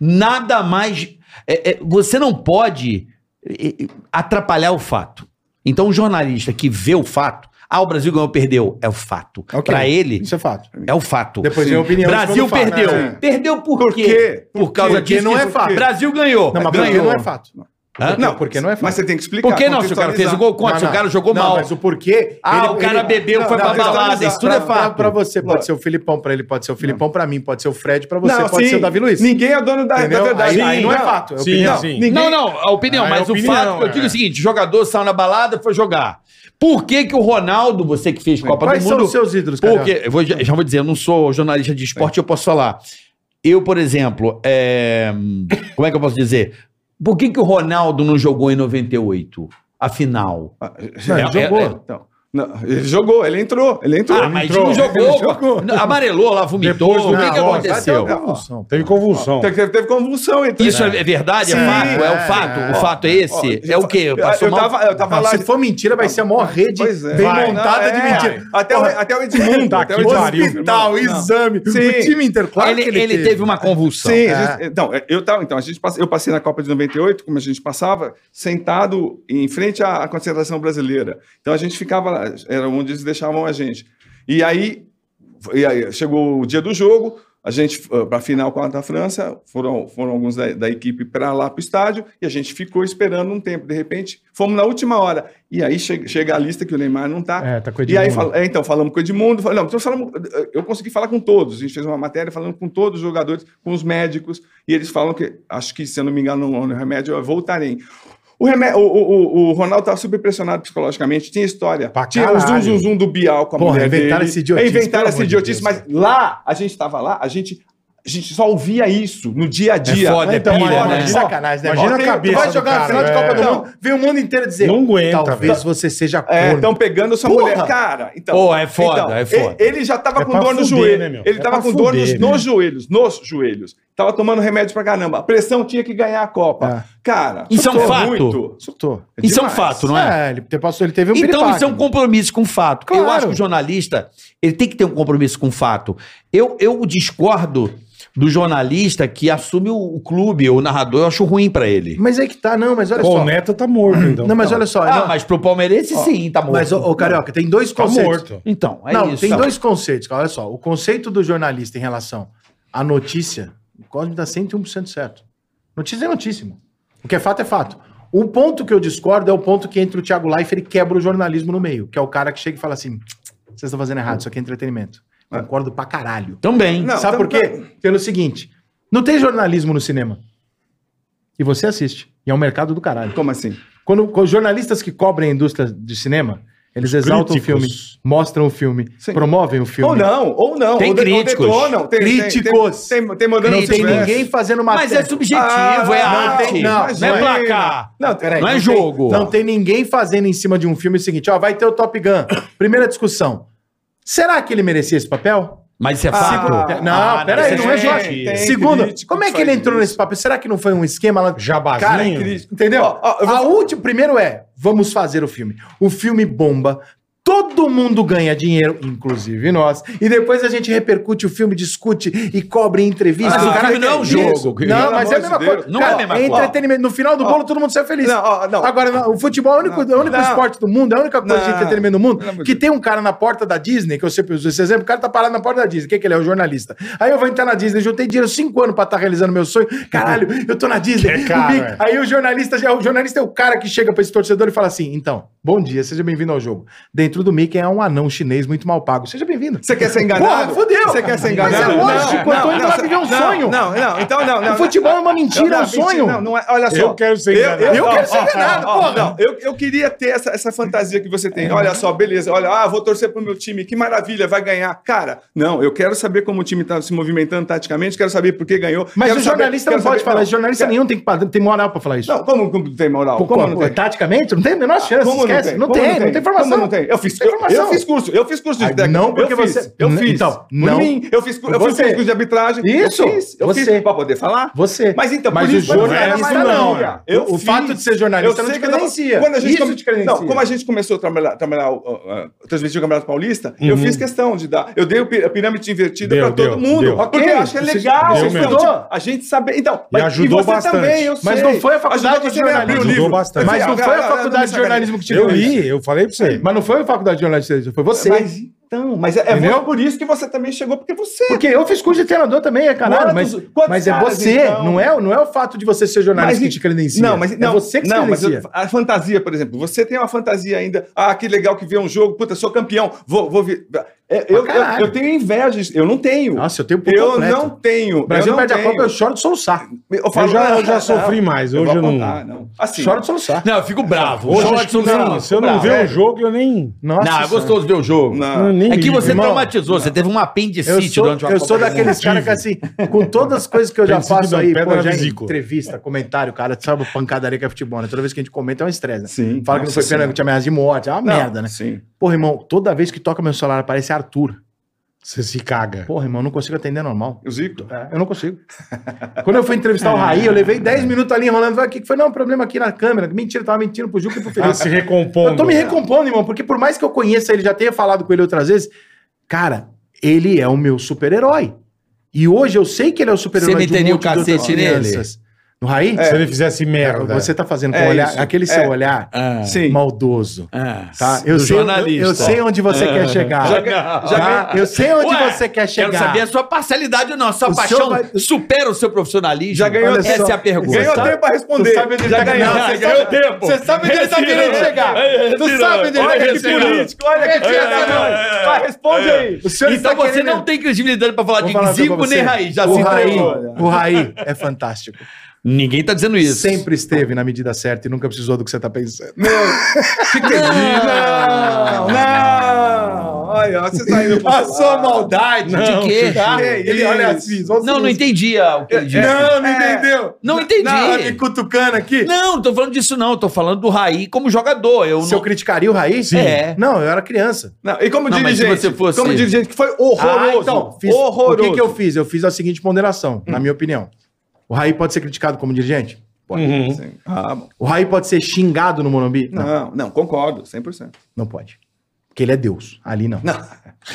[SPEAKER 4] Nada mais. é, é, você não pode é, é, atrapalhar o fato. Então, o jornalista que vê o fato, ah, o Brasil ganhou, perdeu, é o fato.
[SPEAKER 5] Ok.
[SPEAKER 4] Pra ele,
[SPEAKER 5] Isso é fato.
[SPEAKER 4] é o fato.
[SPEAKER 5] Depois vem a opinião. de
[SPEAKER 4] Brasil
[SPEAKER 5] quando fala,
[SPEAKER 4] perdeu.
[SPEAKER 5] né?
[SPEAKER 4] Perdeu por,
[SPEAKER 6] Por
[SPEAKER 4] quê?
[SPEAKER 6] quê?
[SPEAKER 4] Por, causa
[SPEAKER 5] Porque
[SPEAKER 4] disso.
[SPEAKER 5] não
[SPEAKER 4] que-
[SPEAKER 5] é fato.
[SPEAKER 4] Brasil ganhou.
[SPEAKER 5] Não, mas por que
[SPEAKER 4] ganhou.
[SPEAKER 5] não é fato.
[SPEAKER 4] Hã?
[SPEAKER 5] Não, porque não é fato.
[SPEAKER 6] Mas você tem que explicar.
[SPEAKER 4] Por que não? Se o cara fez o gol contra,
[SPEAKER 5] Não,
[SPEAKER 4] se o
[SPEAKER 5] não.
[SPEAKER 4] cara jogou
[SPEAKER 5] Não,
[SPEAKER 4] mal.
[SPEAKER 5] Mas o porquê.
[SPEAKER 4] Ah, o cara bebeu, foi pra balada. Isso tudo é
[SPEAKER 5] Pra-
[SPEAKER 4] fato.
[SPEAKER 5] Pra você pode ser o Filipão, pra ele pode ser o Filipão, pra mim pode ser o Fred, pra você
[SPEAKER 6] Não,
[SPEAKER 5] pode
[SPEAKER 6] sim,
[SPEAKER 5] ser o Davi Luiz.
[SPEAKER 6] Ninguém é dono da, da
[SPEAKER 5] Entendeu?
[SPEAKER 6] verdade.
[SPEAKER 5] Aí- aí não é fato, é
[SPEAKER 6] Sim,
[SPEAKER 5] opinião.
[SPEAKER 6] não,
[SPEAKER 2] Sim.
[SPEAKER 6] ninguém-
[SPEAKER 4] Não, não, a opinião,
[SPEAKER 5] Ah, é
[SPEAKER 4] mas o
[SPEAKER 5] opinião,
[SPEAKER 4] fato que eu digo é
[SPEAKER 5] é.
[SPEAKER 4] o seguinte: jogador saiu na balada, foi jogar. Por que, que o Ronaldo, você que fez Copa
[SPEAKER 5] Quais
[SPEAKER 4] do
[SPEAKER 5] são
[SPEAKER 4] Mundo.
[SPEAKER 5] os seus ídolos, cara?
[SPEAKER 4] Porque, eu vou- já já vou dizer, eu não sou jornalista de esporte, eu posso falar. Eu, por exemplo, é, como é que eu posso dizer? Por que, que o Ronaldo não jogou em 98? Afinal.
[SPEAKER 6] Ah,
[SPEAKER 5] Não, ele
[SPEAKER 4] É-
[SPEAKER 5] jogou.
[SPEAKER 4] é-
[SPEAKER 6] Então, não, ele jogou, ele entrou, ele entrou.
[SPEAKER 4] Ah, mas não
[SPEAKER 6] (laughs)
[SPEAKER 4] jogou. Amarelou lá, vomitou.
[SPEAKER 2] Depois do
[SPEAKER 4] o que, que
[SPEAKER 2] Carroça,
[SPEAKER 4] aconteceu?
[SPEAKER 5] Vai ter uma convulsão.
[SPEAKER 2] Teve convulsão.
[SPEAKER 6] Teve, teve convulsão, então.
[SPEAKER 4] Isso é verdade? É
[SPEAKER 5] Sim,
[SPEAKER 4] fato? É o
[SPEAKER 5] é,
[SPEAKER 4] fato?
[SPEAKER 5] é.
[SPEAKER 4] O fato é esse?
[SPEAKER 6] Ó,
[SPEAKER 4] é o quê? Passou
[SPEAKER 6] eu
[SPEAKER 4] mal?
[SPEAKER 6] tava, eu tava
[SPEAKER 5] Não,
[SPEAKER 6] lá.
[SPEAKER 5] Ah, se for mentira, vai ser a maior rede
[SPEAKER 6] Pois é.
[SPEAKER 5] bem
[SPEAKER 6] Vai.
[SPEAKER 5] montada
[SPEAKER 6] Não,
[SPEAKER 5] de
[SPEAKER 6] é.
[SPEAKER 5] mentira.
[SPEAKER 6] Até, o, até o Edmundo.
[SPEAKER 2] Tá
[SPEAKER 6] até
[SPEAKER 2] que
[SPEAKER 6] o
[SPEAKER 2] pariu,
[SPEAKER 5] Hospital, exame,
[SPEAKER 6] Sim.
[SPEAKER 5] o time inteiro. Claro
[SPEAKER 4] ele,
[SPEAKER 5] que
[SPEAKER 4] ele teve. uma convulsão.
[SPEAKER 6] Sim,
[SPEAKER 5] É.
[SPEAKER 6] a gente- então, eu tava, então, a gente passa- eu passei na Copa de 98, como a gente passava, sentado em frente à, à concentração brasileira. Então a gente ficava lá, era onde eles deixavam a gente. E aí, e aí chegou o dia do jogo, a gente, para a final contra a França, foram, foram alguns da, da equipe para lá para o estádio, e a gente ficou esperando um tempo. De repente, fomos na última hora. E aí chega, chega a lista que o Neymar não está.
[SPEAKER 5] É, tá com o
[SPEAKER 6] E aí,
[SPEAKER 5] Edmundo.
[SPEAKER 6] fala- é, então, falamos com o Edmundo. fal- Não, então falamos, eu consegui falar com todos. A gente fez uma matéria falando com todos os jogadores, com os médicos, e eles falam que, acho que, se eu não me engano, no remédio é Voltaren. O, remé- o, o, o- o Ronaldo estava super pressionado psicologicamente, tinha história.
[SPEAKER 2] Pra
[SPEAKER 6] tinha um o zoom,
[SPEAKER 2] caralho.
[SPEAKER 6] zoom, zoom do Bial com a
[SPEAKER 5] Porra,
[SPEAKER 6] mulher
[SPEAKER 5] inventaram
[SPEAKER 6] dele.
[SPEAKER 5] essa idiotice,
[SPEAKER 6] Inventaram
[SPEAKER 5] pelo
[SPEAKER 6] essa
[SPEAKER 5] amor de
[SPEAKER 6] idiotice,
[SPEAKER 5] Deus,
[SPEAKER 6] mas lá, a gente estava lá, a gente, a gente só ouvia isso no dia a dia. Então,
[SPEAKER 4] foda, é pilha,
[SPEAKER 6] olha,
[SPEAKER 4] né?
[SPEAKER 6] ó,
[SPEAKER 5] Então, Sacanagem, né?
[SPEAKER 2] Imagina
[SPEAKER 5] Tem-
[SPEAKER 2] a cabeça
[SPEAKER 5] Tu vai
[SPEAKER 2] do
[SPEAKER 5] jogar a
[SPEAKER 2] cara,
[SPEAKER 5] final de Copa
[SPEAKER 2] é.
[SPEAKER 5] do Mundo, vem o mundo inteiro dizer.
[SPEAKER 2] Não aguenta,
[SPEAKER 5] Talvez você seja
[SPEAKER 6] É,
[SPEAKER 5] corno.
[SPEAKER 4] então,
[SPEAKER 6] estão pegando sua
[SPEAKER 5] Porra!
[SPEAKER 6] mulher. Cara, então.
[SPEAKER 4] Pô, é foda, é foda.
[SPEAKER 6] Ele, ele já tava
[SPEAKER 2] É
[SPEAKER 6] com
[SPEAKER 2] pra
[SPEAKER 6] dor no
[SPEAKER 2] fuder,
[SPEAKER 6] joelho.
[SPEAKER 2] né, meu?
[SPEAKER 6] ele
[SPEAKER 2] É
[SPEAKER 6] tava
[SPEAKER 2] pra
[SPEAKER 6] com dor
[SPEAKER 2] fuder,
[SPEAKER 6] nos,
[SPEAKER 2] né?
[SPEAKER 6] nos joelhos, nos joelhos. Tava tomando remédio pra caramba. A pressão tinha que ganhar a Copa. Cara,
[SPEAKER 4] Isso é um
[SPEAKER 6] surtou
[SPEAKER 4] fato?
[SPEAKER 5] Surtou.
[SPEAKER 6] É
[SPEAKER 4] Isso é um
[SPEAKER 6] demais.
[SPEAKER 4] fato, não é?
[SPEAKER 5] É, ele te- passou, ele teve um
[SPEAKER 4] Então
[SPEAKER 5] piripaque.
[SPEAKER 4] isso é um compromisso com o fato. Eu
[SPEAKER 5] Claro.
[SPEAKER 4] acho que o jornalista ele tem que ter um compromisso com o fato. Eu, eu discordo do jornalista que assume o, o clube, o narrador, eu acho ruim pra ele.
[SPEAKER 5] Mas é que tá, não, mas olha
[SPEAKER 2] Pô,
[SPEAKER 5] só.
[SPEAKER 2] o Neto tá morto, então.
[SPEAKER 5] Não, mas olha só.
[SPEAKER 4] Ah,
[SPEAKER 5] não,
[SPEAKER 4] mas pro palmeirense sim, tá morto.
[SPEAKER 5] Mas, ô, ô, Carioca, tem dois
[SPEAKER 2] Tá
[SPEAKER 5] conceitos.
[SPEAKER 2] morto.
[SPEAKER 4] Então, é
[SPEAKER 5] não,
[SPEAKER 4] isso.
[SPEAKER 5] tem dois conceitos. cara. Olha só, o conceito do jornalista em relação à notícia, o Cosme tá está 101% certo. Notícia é notícia. mano. O que é fato é fato. O ponto que eu discordo é o ponto que entra o Thiago Leifert e quebra o jornalismo no meio, que é o cara que chega e fala assim: vocês estão fazendo errado, isso aqui é entretenimento. Concordo pra caralho.
[SPEAKER 4] Também.
[SPEAKER 6] Não,
[SPEAKER 5] Sabe
[SPEAKER 6] tam-
[SPEAKER 5] por quê? Pelo seguinte: não tem jornalismo no cinema. E você assiste. E é um mercado do caralho.
[SPEAKER 6] Como assim?
[SPEAKER 5] Quando, quando jornalistas que cobrem a indústria de cinema, eles exaltam o filme,
[SPEAKER 2] Críticos.
[SPEAKER 5] mostram o filme,
[SPEAKER 6] Sim.
[SPEAKER 5] promovem o filme.
[SPEAKER 6] Ou não, ou não.
[SPEAKER 4] Tem
[SPEAKER 6] ou de- ou
[SPEAKER 4] críticos.
[SPEAKER 6] detonam, tem- tem-
[SPEAKER 5] Críticos.
[SPEAKER 6] Tem, tem, tem modelo
[SPEAKER 5] Não tem
[SPEAKER 6] diverso.
[SPEAKER 5] ninguém fazendo uma
[SPEAKER 4] Mas é subjetivo,
[SPEAKER 6] Ah,
[SPEAKER 4] é
[SPEAKER 6] não,
[SPEAKER 4] arte.
[SPEAKER 5] tem-
[SPEAKER 4] não,
[SPEAKER 5] não,
[SPEAKER 4] é
[SPEAKER 5] não é-
[SPEAKER 4] placar.
[SPEAKER 6] Não, peraí.
[SPEAKER 4] não é
[SPEAKER 5] tem-
[SPEAKER 4] jogo.
[SPEAKER 5] Não tem ninguém fazendo em cima de um filme o seguinte, ó, vai ter o Top Gun. Primeira discussão. Será que ele merecia esse papel?
[SPEAKER 8] Mas isso é fato.
[SPEAKER 6] Ah,
[SPEAKER 5] Não, peraí, não é só.
[SPEAKER 6] tem- tem
[SPEAKER 5] Segundo,
[SPEAKER 6] crítico
[SPEAKER 5] como é que ele
[SPEAKER 6] faz
[SPEAKER 5] entrou
[SPEAKER 6] isso.
[SPEAKER 5] nesse papo? Será que não foi um esquema lá?
[SPEAKER 2] Jabazinho?
[SPEAKER 6] é
[SPEAKER 5] Cara, entendeu?
[SPEAKER 4] Ah,
[SPEAKER 5] A última, primeiro é, vamos fazer o filme. O filme bomba. Todo mundo ganha dinheiro, inclusive nós. E depois a gente repercute o filme, discute e cobre entrevistas.
[SPEAKER 4] Mas
[SPEAKER 5] O
[SPEAKER 4] o
[SPEAKER 5] cara
[SPEAKER 4] filme não é um
[SPEAKER 5] quer-
[SPEAKER 4] jogo.
[SPEAKER 5] Não,
[SPEAKER 6] Pelo
[SPEAKER 5] mas é a
[SPEAKER 6] amor
[SPEAKER 5] mesma
[SPEAKER 6] de
[SPEAKER 5] coisa.
[SPEAKER 6] Deus.
[SPEAKER 4] Não
[SPEAKER 5] Cara,
[SPEAKER 4] é a mesma
[SPEAKER 5] é
[SPEAKER 4] coisa.
[SPEAKER 5] entretenimento. No final do bolo, todo mundo sai feliz.
[SPEAKER 6] Não, ó, não.
[SPEAKER 5] Agora, o futebol é o único, é o único
[SPEAKER 6] Não.
[SPEAKER 5] esporte do mundo, é a única coisa de
[SPEAKER 6] Não.
[SPEAKER 5] entretenimento do mundo,
[SPEAKER 6] Pelo amor de
[SPEAKER 5] que tem um cara na porta da Disney, que eu sempre uso esse exemplo, o cara tá parado na porta da Disney, o que, que ele é? O jornalista. Aí eu vou entrar na Disney, juntei dinheiro cinco anos pra estar realizando meu sonho. Caralho, eu tô na Disney.
[SPEAKER 2] Que cara,
[SPEAKER 5] o Big-
[SPEAKER 2] é.
[SPEAKER 5] Aí o jornalista, já- o jornalista é o cara que chega pra esse torcedor e fala assim: então, bom dia, seja bem-vindo ao jogo. Dentro do Mickey é um anão chinês muito mal pago. Seja bem-vindo.
[SPEAKER 6] Você quer ser
[SPEAKER 5] Porra,
[SPEAKER 6] enganado?
[SPEAKER 5] fodeu.
[SPEAKER 6] Você quer ser
[SPEAKER 5] Mas é
[SPEAKER 6] enganado?
[SPEAKER 5] lógico,
[SPEAKER 4] então
[SPEAKER 6] Não,
[SPEAKER 5] eu tô
[SPEAKER 6] não,
[SPEAKER 5] indo lá viver um
[SPEAKER 6] não,
[SPEAKER 5] sonho.
[SPEAKER 6] Não, não, então não, não.
[SPEAKER 5] o futebol é uma mentira, é um sonho.
[SPEAKER 6] Não, não é, olha só.
[SPEAKER 2] Eu quero ser enganado.
[SPEAKER 5] Eu quero
[SPEAKER 2] (laughs)
[SPEAKER 5] ser enganado, porra.
[SPEAKER 6] Não, eu, eu queria ter essa, essa fantasia que você tem. Olha só, beleza. Olha, ah, vou torcer pro meu time. Que maravilha, vai ganhar. Cara, não, eu quero saber como o time tá se movimentando taticamente, quero saber por que ganhou.
[SPEAKER 5] Mas
[SPEAKER 6] quero
[SPEAKER 5] o jornalista
[SPEAKER 6] saber-
[SPEAKER 5] não
[SPEAKER 6] quero
[SPEAKER 5] pode
[SPEAKER 6] saber-
[SPEAKER 5] falar,
[SPEAKER 6] não,
[SPEAKER 5] jornalista
[SPEAKER 6] quero-
[SPEAKER 5] nenhum tem, que- tem moral pra falar isso.
[SPEAKER 6] Não, como não tem moral?
[SPEAKER 5] Pô,
[SPEAKER 6] Como
[SPEAKER 5] como, pô, Taticamente? Não tem a menor chance.
[SPEAKER 6] Como não
[SPEAKER 5] esquece.
[SPEAKER 6] tem? Como
[SPEAKER 5] não, tem, não tem informação.
[SPEAKER 6] Como não tem? Eu fiz,
[SPEAKER 5] Tem
[SPEAKER 6] eu,
[SPEAKER 5] informação.
[SPEAKER 6] eu fiz curso, eu fiz curso de
[SPEAKER 5] Ah,
[SPEAKER 6] técnico.
[SPEAKER 5] não, porque
[SPEAKER 6] eu fiz,
[SPEAKER 5] você-
[SPEAKER 6] Eu
[SPEAKER 5] N-
[SPEAKER 6] fiz.
[SPEAKER 5] então,
[SPEAKER 6] Por
[SPEAKER 5] não.
[SPEAKER 6] mim, eu fiz, cu- eu
[SPEAKER 5] Você.
[SPEAKER 6] fiz curso de arbitragem.
[SPEAKER 5] Isso,
[SPEAKER 6] Eu fiz, eu
[SPEAKER 5] você.
[SPEAKER 6] fiz pra poder falar.
[SPEAKER 5] Você.
[SPEAKER 6] Mas então,
[SPEAKER 5] Mas
[SPEAKER 6] por
[SPEAKER 5] o
[SPEAKER 6] isso, quando eu era
[SPEAKER 5] jornalista
[SPEAKER 6] mais
[SPEAKER 5] não.
[SPEAKER 6] novo,
[SPEAKER 5] O- o fato de ser jornalista
[SPEAKER 6] eu
[SPEAKER 5] não
[SPEAKER 6] sei
[SPEAKER 5] te
[SPEAKER 6] que eu tava-
[SPEAKER 5] credencia.
[SPEAKER 6] Quando a gente
[SPEAKER 5] Isso
[SPEAKER 6] come-
[SPEAKER 5] te credencia.
[SPEAKER 6] Não, como a gente começou a trabalhar, trabalhar o- o- o- transmitir o Campeonato Paulista, eu fiz questão de dar. Eu dei o pi- a pirâmide invertida
[SPEAKER 2] Deu,
[SPEAKER 6] pra todo
[SPEAKER 2] deu,
[SPEAKER 6] mundo.
[SPEAKER 2] deu.
[SPEAKER 6] Porque
[SPEAKER 5] Ok,
[SPEAKER 6] eu acho que é
[SPEAKER 5] você-
[SPEAKER 6] legal.
[SPEAKER 2] deu
[SPEAKER 6] isso,
[SPEAKER 2] mesmo.
[SPEAKER 6] tipo, A gente saber. Então,
[SPEAKER 2] E ajudou
[SPEAKER 6] você
[SPEAKER 2] bastante.
[SPEAKER 6] também, eu
[SPEAKER 5] Mas
[SPEAKER 6] sei.
[SPEAKER 5] não foi a faculdade
[SPEAKER 6] Ajudou
[SPEAKER 5] de
[SPEAKER 6] você a abrir
[SPEAKER 5] jornalismo.
[SPEAKER 6] o livro.
[SPEAKER 2] Ajudou bastante.
[SPEAKER 5] Mas não foi a
[SPEAKER 6] não me
[SPEAKER 5] faculdade de
[SPEAKER 6] sacaneia.
[SPEAKER 5] jornalismo que te
[SPEAKER 2] Eu
[SPEAKER 5] deu isso.
[SPEAKER 2] li, eu falei pra você.
[SPEAKER 5] Mas não foi a faculdade de jornalismo que te deu isso, foi você.
[SPEAKER 6] Mas então, mas é, é
[SPEAKER 5] Entendeu?
[SPEAKER 6] por isso que você também chegou, porque você.
[SPEAKER 5] Porque eu fiz curso de treinador também, é caralho.
[SPEAKER 6] Quantos-
[SPEAKER 5] Mas,
[SPEAKER 6] quantos
[SPEAKER 5] mas é
[SPEAKER 6] caras,
[SPEAKER 5] você,
[SPEAKER 6] então?
[SPEAKER 5] não, é, não é o fato de você ser jornalista que te credencia.
[SPEAKER 6] Não, mas não,
[SPEAKER 5] é você que se
[SPEAKER 6] não, mas
[SPEAKER 5] credencia.
[SPEAKER 6] a fantasia, por exemplo, você tem uma fantasia ainda. Ah, que legal que vê um jogo, puta, sou campeão. Vou, vou vir. É, eu, eu,
[SPEAKER 5] caralho.
[SPEAKER 6] eu tenho inveja, disso, eu não tenho.
[SPEAKER 5] Nossa, eu tenho por
[SPEAKER 6] eu
[SPEAKER 5] completo.
[SPEAKER 6] não tenho.
[SPEAKER 5] O Brasil
[SPEAKER 6] eu não
[SPEAKER 5] perde a
[SPEAKER 6] tenho.
[SPEAKER 5] Copa, eu choro de um soluçar.
[SPEAKER 6] eu
[SPEAKER 2] Eu já, eu já
[SPEAKER 6] ah,
[SPEAKER 2] sofri
[SPEAKER 6] não,
[SPEAKER 2] mais,
[SPEAKER 6] eu
[SPEAKER 2] hoje
[SPEAKER 6] vou
[SPEAKER 2] eu não.
[SPEAKER 6] apontar, não. Assim,
[SPEAKER 5] Choro de soluçar.
[SPEAKER 4] Não, eu fico bravo.
[SPEAKER 2] Hoje eu
[SPEAKER 4] Jorge
[SPEAKER 2] acho que
[SPEAKER 4] Souza
[SPEAKER 2] não,
[SPEAKER 4] não.
[SPEAKER 2] se eu não
[SPEAKER 4] Bravo.
[SPEAKER 2] ver o jogo, eu nem.
[SPEAKER 5] Nossa,
[SPEAKER 4] Não, é gostoso ver o jogo.
[SPEAKER 6] não.
[SPEAKER 2] nem
[SPEAKER 4] É que
[SPEAKER 2] ligo.
[SPEAKER 4] você
[SPEAKER 2] Irmão,
[SPEAKER 4] traumatizou, você teve um
[SPEAKER 5] Eu
[SPEAKER 4] apendicite
[SPEAKER 5] sou,
[SPEAKER 4] durante uma
[SPEAKER 5] eu
[SPEAKER 4] Copa
[SPEAKER 5] sou
[SPEAKER 4] do Mundo.
[SPEAKER 5] daqueles caras que, assim, com todas as coisas que eu já
[SPEAKER 2] Princípio
[SPEAKER 5] faço
[SPEAKER 2] da
[SPEAKER 5] aí, pô,
[SPEAKER 2] pedra
[SPEAKER 5] já em
[SPEAKER 2] vesícula.
[SPEAKER 5] entrevista, comentário, cara, sabe, pancadaria que é futebol, né? Toda vez que a gente comenta é um estresse, né?
[SPEAKER 6] Sim,
[SPEAKER 5] Fala que não
[SPEAKER 6] nossa
[SPEAKER 5] foi pena,
[SPEAKER 6] senhora.
[SPEAKER 5] que tinha ameaça de morte, é uma
[SPEAKER 6] Não,
[SPEAKER 5] merda, né?
[SPEAKER 6] Sim.
[SPEAKER 5] Porra, irmão, toda vez que toca meu celular aparece Arthur.
[SPEAKER 2] Você se caga.
[SPEAKER 5] Porra, irmão, eu não consigo atender normal.
[SPEAKER 6] O Zico.
[SPEAKER 5] Eu não consigo. (laughs) Quando eu fui entrevistar o Raí, eu levei 10 minutos ali enrolando. Falei, o que que foi? Não, problema aqui na câmera. Mentira, eu tava mentindo pro Juca e pro
[SPEAKER 2] Tá
[SPEAKER 5] Felipe.
[SPEAKER 2] se recompondo.
[SPEAKER 5] Eu
[SPEAKER 4] é.
[SPEAKER 5] tô me recompondo, irmão, porque por mais que eu conheça ele, já tenha falado com ele outras vezes, cara, ele é o meu super-herói. E hoje eu sei que ele é o super-herói
[SPEAKER 4] Você meteria o
[SPEAKER 5] outras
[SPEAKER 4] cacete nele?
[SPEAKER 5] No
[SPEAKER 4] É.
[SPEAKER 5] Raí?
[SPEAKER 2] Se ele fizesse merda.
[SPEAKER 5] Você tá fazendo com
[SPEAKER 6] É
[SPEAKER 5] o olhar,
[SPEAKER 6] isso.
[SPEAKER 5] aquele seu olhar
[SPEAKER 4] Ah,
[SPEAKER 6] Sim.
[SPEAKER 5] maldoso.
[SPEAKER 4] ah.
[SPEAKER 5] Tá? Eu,
[SPEAKER 4] Do
[SPEAKER 5] sei, eu,
[SPEAKER 4] jornalista. É.
[SPEAKER 5] eu sei onde você quer chegar.
[SPEAKER 6] Já-
[SPEAKER 5] tá? Eu sei onde
[SPEAKER 4] Ué,
[SPEAKER 5] você quer chegar.
[SPEAKER 4] Quero saber a sua parcialidade ou não. A sua
[SPEAKER 5] O
[SPEAKER 4] paixão
[SPEAKER 5] seu vai-
[SPEAKER 4] supera o seu profissionalismo?
[SPEAKER 6] Já ganhou
[SPEAKER 5] Olha
[SPEAKER 4] Essa
[SPEAKER 5] só.
[SPEAKER 4] é a pergunta.
[SPEAKER 6] Ganhou
[SPEAKER 5] sabe-
[SPEAKER 6] tempo pra responder.
[SPEAKER 5] tu sabe onde ele
[SPEAKER 6] Já
[SPEAKER 5] tá
[SPEAKER 6] ganhou.
[SPEAKER 5] ganhando.
[SPEAKER 6] você
[SPEAKER 4] Ah,
[SPEAKER 6] ganhou
[SPEAKER 4] ganhou tempo.
[SPEAKER 5] Você sabe onde ele tá
[SPEAKER 4] Retira.
[SPEAKER 5] querendo chegar.
[SPEAKER 4] É,
[SPEAKER 5] Tu
[SPEAKER 4] retira.
[SPEAKER 5] sabe onde ele tá
[SPEAKER 4] Olha,
[SPEAKER 5] querendo
[SPEAKER 4] retira.
[SPEAKER 5] chegar.
[SPEAKER 6] político, olha que
[SPEAKER 5] Retira. é.
[SPEAKER 6] essa Vai, responde aí.
[SPEAKER 5] O senhor
[SPEAKER 4] Então
[SPEAKER 5] está
[SPEAKER 4] você
[SPEAKER 5] tá querendo-
[SPEAKER 4] não tem credibilidade pra falar
[SPEAKER 5] Vou
[SPEAKER 4] de
[SPEAKER 5] falar uma coisa
[SPEAKER 4] Zico
[SPEAKER 5] pra você.
[SPEAKER 4] nem Raí. Já
[SPEAKER 5] o
[SPEAKER 4] se
[SPEAKER 5] né, Raí,
[SPEAKER 4] entregou.
[SPEAKER 5] O Raí é fantástico.
[SPEAKER 4] Ninguém tá dizendo isso.
[SPEAKER 5] Sempre esteve na medida certa e nunca precisou do que você tá pensando. é
[SPEAKER 6] Não, não. Olha, você tá indo pro
[SPEAKER 5] A
[SPEAKER 6] lado.
[SPEAKER 5] sua maldade.
[SPEAKER 4] De quê?
[SPEAKER 5] Tá?
[SPEAKER 6] Que
[SPEAKER 5] Ele
[SPEAKER 6] isso.
[SPEAKER 5] olha assim. só
[SPEAKER 4] Não,
[SPEAKER 5] assim.
[SPEAKER 4] não entendi ah, o que ele disse.
[SPEAKER 5] Não, não
[SPEAKER 6] É.
[SPEAKER 5] entendeu.
[SPEAKER 4] Não entendi.
[SPEAKER 5] Não, me cutucando aqui.
[SPEAKER 4] Não, tô falando disso não. Tô falando do Raí como jogador. Eu
[SPEAKER 5] Se eu
[SPEAKER 4] não...
[SPEAKER 5] criticaria o Raí?
[SPEAKER 4] Sim. É.
[SPEAKER 5] Não, eu era criança.
[SPEAKER 6] Não, e como
[SPEAKER 4] Não, mas se
[SPEAKER 6] dirigente?
[SPEAKER 4] você fosse-
[SPEAKER 6] Como dirigente que foi horroroso.
[SPEAKER 5] Ah, então, fiz-
[SPEAKER 6] horroroso.
[SPEAKER 5] O que, que eu fiz? Eu fiz a seguinte ponderação, na minha opinião. O Raí pode ser criticado como dirigente? Pode.
[SPEAKER 2] Uhum.
[SPEAKER 6] Sim. Ah, bom.
[SPEAKER 5] O Raí pode ser xingado no Morumbi?
[SPEAKER 6] não, não, concordo, 100%.
[SPEAKER 5] Não pode. Porque ele é Deus. Ali não.